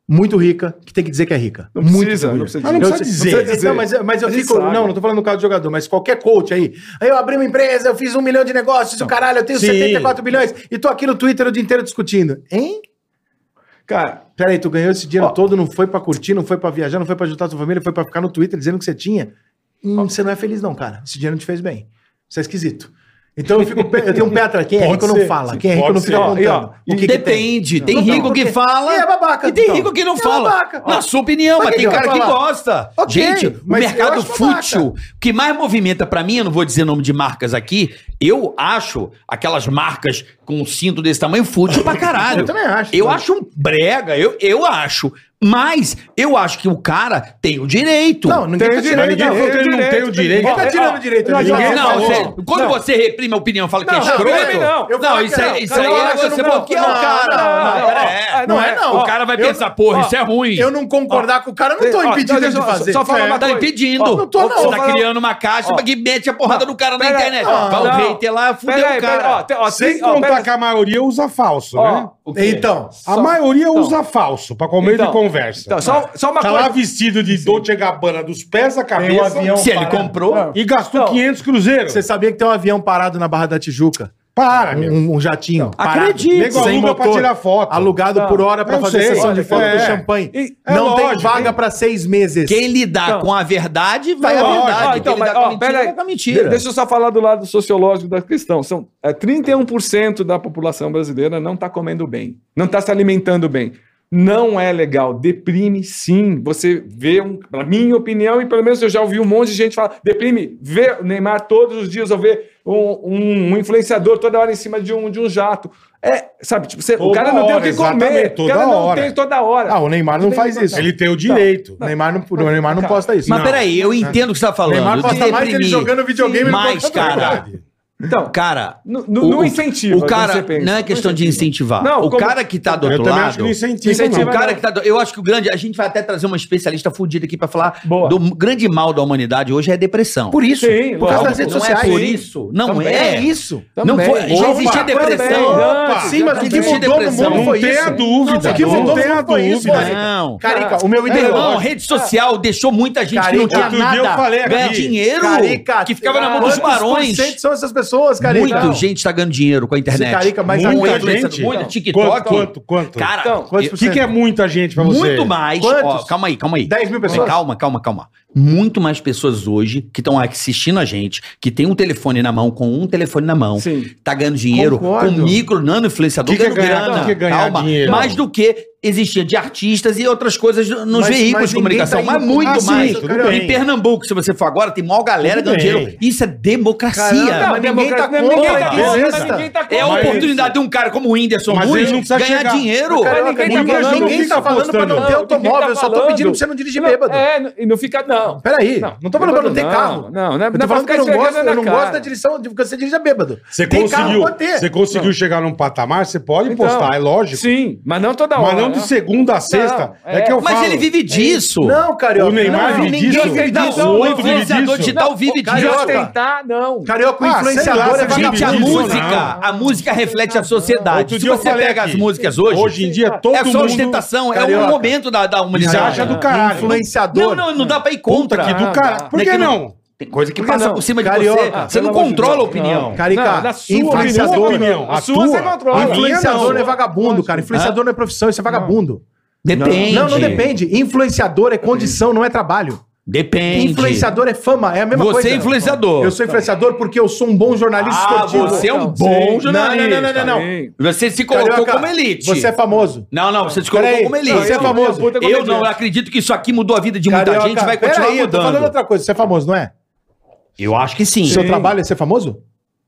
[SPEAKER 5] muito rica que tem que dizer que é rica.
[SPEAKER 6] não
[SPEAKER 5] muito
[SPEAKER 6] precisa, não
[SPEAKER 5] difícil.
[SPEAKER 6] precisa
[SPEAKER 2] Mas Ah, não
[SPEAKER 5] Eu-
[SPEAKER 2] precisa dizer.
[SPEAKER 5] não precisa Não, mas, mas eu
[SPEAKER 6] Mas ele
[SPEAKER 5] fico.
[SPEAKER 6] sabe.
[SPEAKER 5] Não, não tô falando no caso do jogador, mas qualquer coach aí. Aí eu abri uma empresa, eu fiz um milhão de negócios, o caralho, eu tenho
[SPEAKER 2] Sim.
[SPEAKER 5] 74 bilhões e tô aqui no Twitter o dia inteiro discutindo. Hein?
[SPEAKER 6] Cara,
[SPEAKER 5] Peraí, tu ganhou esse dinheiro todo, não foi pra curtir, não foi pra viajar, não foi pra ajudar a sua família, foi pra ficar no Twitter dizendo que você tinha. Hum, você não é feliz, não, cara. Esse dinheiro não te fez bem. Você é esquisito. Então eu, fico, pe- eu tenho um pé atrás. Quem é
[SPEAKER 2] Pode
[SPEAKER 5] rico não
[SPEAKER 2] ser.
[SPEAKER 5] fala.
[SPEAKER 2] Sim,
[SPEAKER 5] Quem é rico
[SPEAKER 2] pode
[SPEAKER 5] não
[SPEAKER 2] ser.
[SPEAKER 5] fica
[SPEAKER 2] Ó,
[SPEAKER 6] e ó,
[SPEAKER 5] contando. O que que tem?
[SPEAKER 4] Depende. Tem
[SPEAKER 5] Não, não,
[SPEAKER 4] rico que
[SPEAKER 5] porque-
[SPEAKER 4] fala.
[SPEAKER 5] E é babaca,
[SPEAKER 4] E tem
[SPEAKER 5] então.
[SPEAKER 4] rico que não
[SPEAKER 5] É
[SPEAKER 4] fala.
[SPEAKER 5] babaca, ó.
[SPEAKER 4] Na sua opinião,
[SPEAKER 5] Mas
[SPEAKER 4] mas tem
[SPEAKER 5] quem
[SPEAKER 4] cara
[SPEAKER 5] vai
[SPEAKER 4] que
[SPEAKER 5] falar?
[SPEAKER 4] gosta.
[SPEAKER 5] Ok,
[SPEAKER 4] Gente, o
[SPEAKER 5] mas eu
[SPEAKER 4] mercado
[SPEAKER 5] acho babaca.
[SPEAKER 4] fútil, o que mais movimenta pra mim, eu não vou dizer nome de marcas aqui, eu acho aquelas marcas com um cinto desse tamanho fútil pra caralho.
[SPEAKER 5] Eu também acho.
[SPEAKER 4] Eu
[SPEAKER 5] Né?
[SPEAKER 4] acho um brega, eu, eu acho. Mas eu acho que o cara tem o direito.
[SPEAKER 5] Não, ninguém tá
[SPEAKER 2] Mas
[SPEAKER 5] tirando
[SPEAKER 2] ninguém falou que ele não tem o direito.
[SPEAKER 5] Ninguém tá tirando direito.
[SPEAKER 2] Não,
[SPEAKER 5] Ninguém
[SPEAKER 2] ninguém
[SPEAKER 4] Não,
[SPEAKER 5] falou.
[SPEAKER 4] você- quando você reprime a opinião e fala que é
[SPEAKER 5] Não, não,
[SPEAKER 4] escroto,
[SPEAKER 5] não.
[SPEAKER 4] não,
[SPEAKER 5] Eu falo
[SPEAKER 4] isso,
[SPEAKER 5] que
[SPEAKER 4] é,
[SPEAKER 5] não.
[SPEAKER 4] isso
[SPEAKER 5] Não,
[SPEAKER 4] aí
[SPEAKER 5] eu
[SPEAKER 4] é
[SPEAKER 5] acho
[SPEAKER 4] você
[SPEAKER 5] não,
[SPEAKER 4] falou que é
[SPEAKER 5] não,
[SPEAKER 4] o cara.
[SPEAKER 5] não, não,
[SPEAKER 4] Pera-
[SPEAKER 5] é, não é, não.
[SPEAKER 4] O cara vai
[SPEAKER 5] Eu
[SPEAKER 4] pensar, porra, isso é ruim.
[SPEAKER 5] Eu não concordar com o cara, eu não tô
[SPEAKER 6] Ó,
[SPEAKER 5] impedindo
[SPEAKER 6] deixa
[SPEAKER 5] ele de
[SPEAKER 6] eu só-
[SPEAKER 5] fazer.
[SPEAKER 6] só falar
[SPEAKER 5] É.
[SPEAKER 6] uma
[SPEAKER 4] Tá
[SPEAKER 6] coisa.
[SPEAKER 4] impedindo.
[SPEAKER 5] Ó, não tô, não.
[SPEAKER 4] Você tá
[SPEAKER 5] Ó,
[SPEAKER 4] criando uma caixa pra que mete a porrada do cara na
[SPEAKER 6] Pera-
[SPEAKER 4] internet.
[SPEAKER 6] ó,
[SPEAKER 4] Vai o
[SPEAKER 6] não.
[SPEAKER 4] hater lá, fudeu
[SPEAKER 6] Peraí,
[SPEAKER 4] o
[SPEAKER 6] peraí, ó,
[SPEAKER 4] cara.
[SPEAKER 6] te- ó,
[SPEAKER 2] Sem
[SPEAKER 6] tem- ó,
[SPEAKER 2] contar
[SPEAKER 6] pera-
[SPEAKER 2] que a maioria usa falso, né?
[SPEAKER 6] ó, o quê?
[SPEAKER 5] Então,
[SPEAKER 2] A
[SPEAKER 6] Só-
[SPEAKER 2] maioria
[SPEAKER 6] então,
[SPEAKER 2] usa falso pra comer de
[SPEAKER 6] então,
[SPEAKER 2] conversa.
[SPEAKER 6] Então, só, só uma
[SPEAKER 2] tá lá
[SPEAKER 6] coisa.
[SPEAKER 2] vestido de Dolce Gabbana dos pés à
[SPEAKER 4] um
[SPEAKER 2] cabeça
[SPEAKER 4] Se ele comprou,
[SPEAKER 2] e gastou
[SPEAKER 6] Não.
[SPEAKER 2] 500 cruzeiros.
[SPEAKER 5] você sabia que tem um avião parado na Barra da Tijuca?
[SPEAKER 2] Para, meu.
[SPEAKER 5] Um, um jatinho. parado.
[SPEAKER 4] acredito.
[SPEAKER 2] Nego
[SPEAKER 5] Sem
[SPEAKER 2] aluga
[SPEAKER 5] motor.
[SPEAKER 2] pra tirar foto.
[SPEAKER 5] Alugado por hora pra
[SPEAKER 2] Eu
[SPEAKER 5] fazer
[SPEAKER 2] sei,
[SPEAKER 5] sessão de
[SPEAKER 2] olha,
[SPEAKER 5] foto
[SPEAKER 2] é.
[SPEAKER 5] do champanhe.
[SPEAKER 6] E-
[SPEAKER 2] é
[SPEAKER 5] não tem
[SPEAKER 2] lógico,
[SPEAKER 5] vaga
[SPEAKER 2] hein?
[SPEAKER 5] pra seis meses.
[SPEAKER 4] Quem lidar
[SPEAKER 6] Então.
[SPEAKER 4] com a verdade, vai à
[SPEAKER 2] Não, lógico.
[SPEAKER 4] verdade.
[SPEAKER 6] Ó,
[SPEAKER 4] Quem
[SPEAKER 6] então,
[SPEAKER 4] lidar
[SPEAKER 6] mas,
[SPEAKER 4] com a
[SPEAKER 6] ó,
[SPEAKER 4] mentira,
[SPEAKER 6] peraí.
[SPEAKER 4] vai com a mentira.
[SPEAKER 6] De- Deixa eu só falar do lado sociológico da questão. São, um tá é, 31% da população brasileira não está comendo bem, não está se tá alimentando bem. Não é legal, deprime sim. Você vê, um, na minha opinião, e pelo menos eu já ouvi um monte de gente falar, deprime, vê o Neymar todos os dias, eu ver um, um- um influenciador toda hora em cima de um, de um jato. É, sabe, tipo, você- o
[SPEAKER 2] Toda
[SPEAKER 6] cara não tem o
[SPEAKER 2] hora,
[SPEAKER 6] que comer,
[SPEAKER 2] exatamente,
[SPEAKER 6] o
[SPEAKER 2] toda
[SPEAKER 6] cara não
[SPEAKER 2] hora.
[SPEAKER 6] tem toda hora.
[SPEAKER 5] Ah, o Neymar não faz isso.
[SPEAKER 2] Ele tem o direito.
[SPEAKER 5] O Neymar não, o Neymar não
[SPEAKER 6] Cara,
[SPEAKER 5] posta isso.
[SPEAKER 4] Mas
[SPEAKER 5] Não.
[SPEAKER 4] peraí, eu entendo o que você tá falando.
[SPEAKER 5] Neymar posta mais
[SPEAKER 4] Deprimir.
[SPEAKER 5] ele jogando videogame no
[SPEAKER 4] Mas,
[SPEAKER 5] computador.
[SPEAKER 4] cara,
[SPEAKER 6] Então,
[SPEAKER 4] cara,
[SPEAKER 6] no, no,
[SPEAKER 4] o-
[SPEAKER 6] no
[SPEAKER 4] o-
[SPEAKER 6] incentivo.
[SPEAKER 4] o cara
[SPEAKER 6] você pensa.
[SPEAKER 4] não é questão de incentivar.
[SPEAKER 6] Não,
[SPEAKER 4] o
[SPEAKER 6] como-
[SPEAKER 4] cara que tá do
[SPEAKER 2] Eu
[SPEAKER 4] outro
[SPEAKER 2] também acho que
[SPEAKER 4] lado.
[SPEAKER 2] não incentiva,
[SPEAKER 6] Incentiva.
[SPEAKER 2] não.
[SPEAKER 4] O cara que tá do- eu acho que o grande, a gente vai até trazer uma especialista fudida aqui pra falar
[SPEAKER 6] Boa.
[SPEAKER 4] do grande mal da humanidade hoje é a depressão.
[SPEAKER 5] Por isso.
[SPEAKER 6] Sim,
[SPEAKER 5] por causa
[SPEAKER 6] lógico.
[SPEAKER 5] das redes
[SPEAKER 4] não
[SPEAKER 5] sociais.
[SPEAKER 4] é por isso, não
[SPEAKER 5] Também.
[SPEAKER 4] é. Então,
[SPEAKER 5] É isso.
[SPEAKER 4] Não
[SPEAKER 5] Também.
[SPEAKER 4] foi, já
[SPEAKER 5] Opa,
[SPEAKER 4] existia depressão.
[SPEAKER 6] também.
[SPEAKER 5] Sim, mas o que
[SPEAKER 4] Também.
[SPEAKER 5] mudou no mundo
[SPEAKER 4] Não
[SPEAKER 5] foi
[SPEAKER 2] tem
[SPEAKER 5] isso.
[SPEAKER 2] a dúvida.
[SPEAKER 5] O que
[SPEAKER 2] Não
[SPEAKER 5] mudou
[SPEAKER 2] tem
[SPEAKER 5] no
[SPEAKER 2] a
[SPEAKER 5] mundo foi isso,
[SPEAKER 2] dúvida.
[SPEAKER 5] Mônica.
[SPEAKER 4] Não.
[SPEAKER 5] Carica, o meu é
[SPEAKER 4] Meu irmão,
[SPEAKER 5] ideológico.
[SPEAKER 4] rede social deixou muita gente que não
[SPEAKER 5] Carica,
[SPEAKER 4] tinha
[SPEAKER 2] Outro dia eu
[SPEAKER 4] nada.
[SPEAKER 2] falei
[SPEAKER 4] Ganhar
[SPEAKER 2] aqui.
[SPEAKER 4] dinheiro,
[SPEAKER 5] Carica,
[SPEAKER 4] que ficava na mão dos
[SPEAKER 5] quantos
[SPEAKER 4] barões.
[SPEAKER 5] por cento são essas pessoas, Carica?
[SPEAKER 4] Muita
[SPEAKER 5] Não.
[SPEAKER 4] gente tá ganhando dinheiro com a
[SPEAKER 5] Esse
[SPEAKER 4] internet.
[SPEAKER 5] Carica, mas
[SPEAKER 2] Muita
[SPEAKER 5] Carica,
[SPEAKER 2] gente.
[SPEAKER 4] Muito
[SPEAKER 2] Quanto,
[SPEAKER 4] TikTok.
[SPEAKER 2] quanto, quanto?
[SPEAKER 4] Cara,
[SPEAKER 6] Então,
[SPEAKER 5] quantos
[SPEAKER 2] o
[SPEAKER 5] por
[SPEAKER 2] que,
[SPEAKER 5] cento?
[SPEAKER 2] que é muita gente pra você?
[SPEAKER 4] Muito mais.
[SPEAKER 5] Quantos?
[SPEAKER 4] Ó, calma aí, calma aí.
[SPEAKER 5] 10 mil pessoas?
[SPEAKER 4] Calma, calma, calma. Muito mais pessoas hoje que estão assistindo a gente, que tem um telefone na mão, com um telefone na mão,
[SPEAKER 6] Sim.
[SPEAKER 4] tá ganhando dinheiro
[SPEAKER 5] Concordo.
[SPEAKER 4] com micro, nano influenciador,
[SPEAKER 2] Que que é
[SPEAKER 4] ganhando
[SPEAKER 2] ganhar-
[SPEAKER 4] grana.
[SPEAKER 2] que é ganhar
[SPEAKER 4] calma.
[SPEAKER 2] dinheiro?
[SPEAKER 4] Mais do que existia de artistas e outras coisas nos veículos
[SPEAKER 5] Mas- mas
[SPEAKER 4] de
[SPEAKER 5] ninguém
[SPEAKER 4] comunicação.
[SPEAKER 5] tá indo-
[SPEAKER 4] mas muito
[SPEAKER 2] Ah, sim,
[SPEAKER 4] mais.
[SPEAKER 2] tudo
[SPEAKER 4] Em
[SPEAKER 2] bem.
[SPEAKER 4] Pernambuco, se você for agora, tem maior galera
[SPEAKER 2] Tudo
[SPEAKER 4] ganhando
[SPEAKER 2] bem.
[SPEAKER 4] dinheiro. Isso é democracia.
[SPEAKER 5] Caraca, mas ninguém tá contra.
[SPEAKER 6] democracia- ninguém tá
[SPEAKER 5] Ninguém
[SPEAKER 6] contra,
[SPEAKER 5] beleza.
[SPEAKER 6] ninguém tá contra.
[SPEAKER 4] É a
[SPEAKER 2] Mas-
[SPEAKER 4] oportunidade de um cara como o Whindersson
[SPEAKER 2] Mas
[SPEAKER 4] Nunes
[SPEAKER 2] ele não precisa
[SPEAKER 4] ganhar
[SPEAKER 2] chegar-
[SPEAKER 4] dinheiro.
[SPEAKER 5] Caraca,
[SPEAKER 6] Ninguém tá
[SPEAKER 5] ninguém, ninguém,
[SPEAKER 6] falando,
[SPEAKER 5] tá
[SPEAKER 2] fica
[SPEAKER 5] falando pra não
[SPEAKER 2] postando.
[SPEAKER 5] ter
[SPEAKER 6] Ninguém
[SPEAKER 5] automóvel,
[SPEAKER 6] tá
[SPEAKER 5] eu só tô
[SPEAKER 6] falando.
[SPEAKER 5] pedindo pra você não dirigir
[SPEAKER 6] Não,
[SPEAKER 5] bêbado.
[SPEAKER 6] É, e não fica. Não.
[SPEAKER 5] Peraí,
[SPEAKER 6] Não,
[SPEAKER 5] não, tô falando pra não ter
[SPEAKER 6] não,
[SPEAKER 5] carro.
[SPEAKER 6] não, não é-
[SPEAKER 5] eu tô
[SPEAKER 6] não é pra
[SPEAKER 5] falando que eu não
[SPEAKER 6] ficar
[SPEAKER 5] gosto,
[SPEAKER 6] esfregando
[SPEAKER 5] eu não
[SPEAKER 6] na cara.
[SPEAKER 5] gosta da direção de que você dirija bêbado.
[SPEAKER 2] Você
[SPEAKER 5] Tem carro,
[SPEAKER 2] conseguiu,
[SPEAKER 5] pode ter.
[SPEAKER 2] você conseguiu chegar num patamar, você pode
[SPEAKER 6] Então,
[SPEAKER 2] postar, é lógico.
[SPEAKER 6] Sim, mas não toda hora.
[SPEAKER 2] Mas não de
[SPEAKER 6] né?
[SPEAKER 2] segunda a sexta. é,
[SPEAKER 6] é.
[SPEAKER 2] que eu
[SPEAKER 4] Mas
[SPEAKER 2] falo.
[SPEAKER 4] ele vive disso.
[SPEAKER 5] Não, Carioca.
[SPEAKER 2] O Neymar
[SPEAKER 5] não,
[SPEAKER 2] vive
[SPEAKER 5] ninguém
[SPEAKER 2] disso.
[SPEAKER 5] vive
[SPEAKER 6] Não,
[SPEAKER 5] disso.
[SPEAKER 6] não,
[SPEAKER 2] o
[SPEAKER 6] não,
[SPEAKER 2] outro
[SPEAKER 4] O
[SPEAKER 2] vive
[SPEAKER 4] um influenciador
[SPEAKER 2] distentar.
[SPEAKER 4] digital vive
[SPEAKER 6] De
[SPEAKER 4] disso.
[SPEAKER 5] Carioca.
[SPEAKER 6] ostentar, não.
[SPEAKER 5] Carioca, o
[SPEAKER 2] Ah, sei
[SPEAKER 5] influenciador
[SPEAKER 2] lá,
[SPEAKER 5] é
[SPEAKER 2] você
[SPEAKER 5] vagabundo.
[SPEAKER 4] Gente, a
[SPEAKER 2] Não,
[SPEAKER 4] música,
[SPEAKER 2] não.
[SPEAKER 4] a música reflete a sociedade.
[SPEAKER 2] né? Outro
[SPEAKER 4] Se
[SPEAKER 2] dia eu
[SPEAKER 4] você
[SPEAKER 2] falei
[SPEAKER 4] pega
[SPEAKER 2] aqui.
[SPEAKER 4] as músicas hoje,
[SPEAKER 2] Hoje em dia, todo
[SPEAKER 4] é
[SPEAKER 2] mundo...
[SPEAKER 4] só ostentação, é um
[SPEAKER 5] Carioca.
[SPEAKER 4] momento da, da
[SPEAKER 2] Você
[SPEAKER 4] humanidade.
[SPEAKER 2] acha do caralho.
[SPEAKER 4] Não,
[SPEAKER 5] Influenciador.
[SPEAKER 4] não, não dá pra ir
[SPEAKER 2] Puta
[SPEAKER 4] contra. Né,
[SPEAKER 2] que do caralho. Por
[SPEAKER 4] é
[SPEAKER 2] que não?
[SPEAKER 4] Tem coisa que
[SPEAKER 6] Por que
[SPEAKER 4] passa
[SPEAKER 6] não?
[SPEAKER 4] por cima de
[SPEAKER 5] Carioca,
[SPEAKER 4] você. Você não
[SPEAKER 6] pelo amor de
[SPEAKER 4] controla a
[SPEAKER 6] Deus.
[SPEAKER 4] opinião.
[SPEAKER 6] Não.
[SPEAKER 5] Carica,
[SPEAKER 6] Não, na sua
[SPEAKER 5] influenciador.
[SPEAKER 2] opinião,
[SPEAKER 6] A
[SPEAKER 2] a
[SPEAKER 6] sua você
[SPEAKER 2] tua.
[SPEAKER 6] controla.
[SPEAKER 2] A minha
[SPEAKER 5] Influenciador
[SPEAKER 2] não.
[SPEAKER 5] é vagabundo, cara. Influenciador não é profissão, isso é vagabundo.
[SPEAKER 4] Depende.
[SPEAKER 5] Não, não depende. Influenciador é condição, não é trabalho.
[SPEAKER 4] Depende.
[SPEAKER 5] Influenciador é fama, é a mesma
[SPEAKER 4] Você
[SPEAKER 5] coisa.
[SPEAKER 4] é influenciador.
[SPEAKER 5] Eu sou influenciador porque eu sou um bom jornalista
[SPEAKER 4] Ah,
[SPEAKER 5] esportivo.
[SPEAKER 4] você é um
[SPEAKER 6] Não,
[SPEAKER 4] bom
[SPEAKER 5] sim.
[SPEAKER 4] jornalista.
[SPEAKER 5] Não, não, não, não, não.
[SPEAKER 6] Sim.
[SPEAKER 4] Você se colocou
[SPEAKER 5] Carioca,
[SPEAKER 4] como elite.
[SPEAKER 5] Você é famoso.
[SPEAKER 4] Não, não, você se colocou
[SPEAKER 5] Peraí,
[SPEAKER 4] como elite.
[SPEAKER 5] não, você é famoso.
[SPEAKER 4] Eu
[SPEAKER 6] comediante.
[SPEAKER 4] não acredito que isso aqui mudou a vida de muita
[SPEAKER 5] Carioca,
[SPEAKER 4] gente, vai
[SPEAKER 5] peraí,
[SPEAKER 4] continuar
[SPEAKER 5] eu tô falando
[SPEAKER 4] mudando.
[SPEAKER 5] outra coisa. Você é famoso, não é?
[SPEAKER 4] Eu acho que sim.
[SPEAKER 5] Seu trabalho é ser famoso?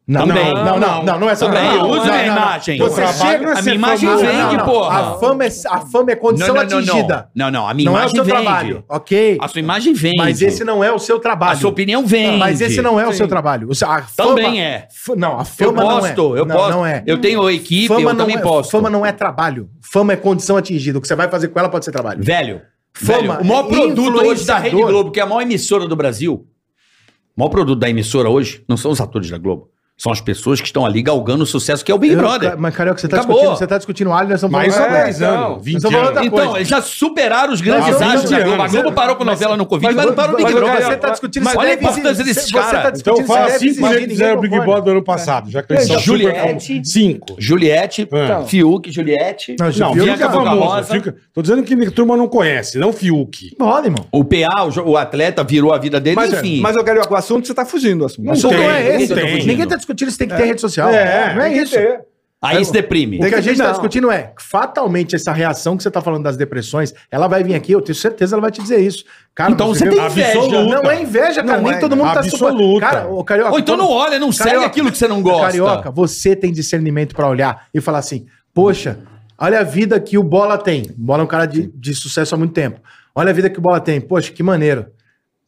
[SPEAKER 5] Não,
[SPEAKER 4] Também.
[SPEAKER 5] não, não, não, não, não é seu
[SPEAKER 4] Também.
[SPEAKER 5] trabalho.
[SPEAKER 4] Usa
[SPEAKER 5] Não,
[SPEAKER 4] minha
[SPEAKER 5] não, não.
[SPEAKER 4] imagem.
[SPEAKER 5] Você
[SPEAKER 2] Meu trabalho
[SPEAKER 5] chega,
[SPEAKER 2] não é
[SPEAKER 4] a
[SPEAKER 2] ser
[SPEAKER 4] minha imagem
[SPEAKER 2] famoso.
[SPEAKER 5] Não,
[SPEAKER 4] vende,
[SPEAKER 5] não, não.
[SPEAKER 4] porra.
[SPEAKER 5] A fama é, a fama é condição atingida.
[SPEAKER 4] Não, não, a minha
[SPEAKER 5] Não, é o
[SPEAKER 4] imagem
[SPEAKER 5] seu
[SPEAKER 4] vende.
[SPEAKER 5] trabalho, ok?
[SPEAKER 4] A sua imagem vende.
[SPEAKER 5] Mas esse não é o seu
[SPEAKER 4] A
[SPEAKER 5] trabalho.
[SPEAKER 4] sua opinião vende.
[SPEAKER 5] Mas esse não é o seu trabalho. O seu- a fama-
[SPEAKER 4] Também é.
[SPEAKER 5] F- Não, a
[SPEAKER 4] Eu
[SPEAKER 5] fama não é.
[SPEAKER 4] posto, eu
[SPEAKER 5] não,
[SPEAKER 4] posto.
[SPEAKER 5] Não é.
[SPEAKER 4] Eu tenho equipe,
[SPEAKER 5] fama
[SPEAKER 4] eu
[SPEAKER 5] não
[SPEAKER 4] também
[SPEAKER 5] é,
[SPEAKER 4] posto.
[SPEAKER 5] Fama não é trabalho. Fama é condição atingida. O que você vai fazer com ela pode ser trabalho.
[SPEAKER 4] Velho,
[SPEAKER 5] é. Fama,
[SPEAKER 4] velho, o maior
[SPEAKER 5] é
[SPEAKER 4] produto hoje da Rede
[SPEAKER 5] influenciador.
[SPEAKER 4] Globo, que é a maior emissora do Brasil, o maior produto da emissora hoje não são os atores da Globo. São as pessoas que estão ali galgando o sucesso que é o Big
[SPEAKER 5] Eu-
[SPEAKER 4] Brother.
[SPEAKER 5] ca- Mas, Carioca, você tá
[SPEAKER 4] Acabou.
[SPEAKER 5] discutindo, você tá discutindo alho, nós estamos
[SPEAKER 2] Mais ou
[SPEAKER 5] falando-
[SPEAKER 6] é,
[SPEAKER 2] 10
[SPEAKER 6] então.
[SPEAKER 2] anos, 20
[SPEAKER 5] Nós estamos falando
[SPEAKER 2] anos.
[SPEAKER 5] outra
[SPEAKER 4] Então,
[SPEAKER 5] coisa.
[SPEAKER 4] eles já superaram os grandes
[SPEAKER 5] Mas,
[SPEAKER 4] astros
[SPEAKER 5] mas,
[SPEAKER 4] da Globo. A
[SPEAKER 2] mas,
[SPEAKER 4] Globo parou com a novela no Covid, mas, não parou o Big
[SPEAKER 6] mas,
[SPEAKER 4] Brother.
[SPEAKER 6] mas,
[SPEAKER 5] Você tá discutindo
[SPEAKER 4] Mas
[SPEAKER 5] você
[SPEAKER 4] olha a
[SPEAKER 5] deve exigir-
[SPEAKER 4] importância desse
[SPEAKER 5] você-
[SPEAKER 4] cara.
[SPEAKER 5] Você tá
[SPEAKER 2] Então
[SPEAKER 5] discutindo
[SPEAKER 2] eu falo
[SPEAKER 5] você
[SPEAKER 2] as
[SPEAKER 5] deve
[SPEAKER 2] 5
[SPEAKER 5] exigir,
[SPEAKER 2] coisas que
[SPEAKER 5] ninguém
[SPEAKER 2] fizeram o Big
[SPEAKER 5] concorda.
[SPEAKER 2] Brother do ano passado, já que eles são super
[SPEAKER 4] Juliette.
[SPEAKER 2] famosos. Cinco.
[SPEAKER 4] Juliette,
[SPEAKER 2] Então.
[SPEAKER 4] Fiuk, Juliette,
[SPEAKER 5] Não,
[SPEAKER 2] Não,
[SPEAKER 5] Fiuk
[SPEAKER 2] Fiuk é
[SPEAKER 4] Bianca
[SPEAKER 2] famoso.
[SPEAKER 4] Barbosa.
[SPEAKER 2] Fiuk- Tô dizendo que a turma não conhece, não Fiuk.
[SPEAKER 5] Rola, irmão.
[SPEAKER 4] o PA, o, jo- o atleta, virou a vida dele,
[SPEAKER 6] Mas,
[SPEAKER 5] é,
[SPEAKER 4] enfim.
[SPEAKER 6] mas eu quero o assunto, você tá fugindo do assunto.
[SPEAKER 2] Não
[SPEAKER 5] Não, não é
[SPEAKER 2] tem,
[SPEAKER 5] esse.
[SPEAKER 2] não tem.
[SPEAKER 5] Ninguém tá discutindo se tem que ter rede social.
[SPEAKER 2] É,
[SPEAKER 5] não é
[SPEAKER 6] tem que
[SPEAKER 5] isso.
[SPEAKER 6] ter.
[SPEAKER 4] aí se deprime.
[SPEAKER 5] é, O que a gente está
[SPEAKER 6] não.
[SPEAKER 5] discutindo é, fatalmente, essa reação que você está falando das depressões, ela vai vir aqui, eu tenho certeza, ela vai te dizer isso. Cara,
[SPEAKER 4] Então você tem inveja.
[SPEAKER 2] Absoluta.
[SPEAKER 5] Não é inveja, cara.
[SPEAKER 2] Não
[SPEAKER 5] nem
[SPEAKER 2] é,
[SPEAKER 5] todo mundo está
[SPEAKER 2] absoluta.
[SPEAKER 5] Cara, o Carioca...
[SPEAKER 4] Ou então não olha, não segue
[SPEAKER 5] Carioca.
[SPEAKER 4] aquilo que você não gosta.
[SPEAKER 5] Carioca, você tem discernimento para olhar e falar assim, poxa, olha a vida que o Bola tem. O Bola é um cara de, de sucesso há muito tempo. Olha a vida que o Bola tem. Poxa, que maneiro.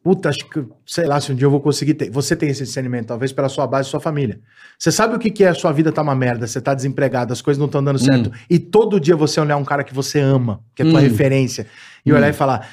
[SPEAKER 5] Puta, acho que, sei lá, se um dia eu vou conseguir ter. Você tem esse discernimento, talvez pela sua base, sua família. Você sabe o que, que é a sua vida tá uma merda, você tá desempregado, as coisas não estão dando certo. E todo dia você olhar um cara que você ama, que é tua
[SPEAKER 4] Hum.
[SPEAKER 5] referência, e olhar e falar,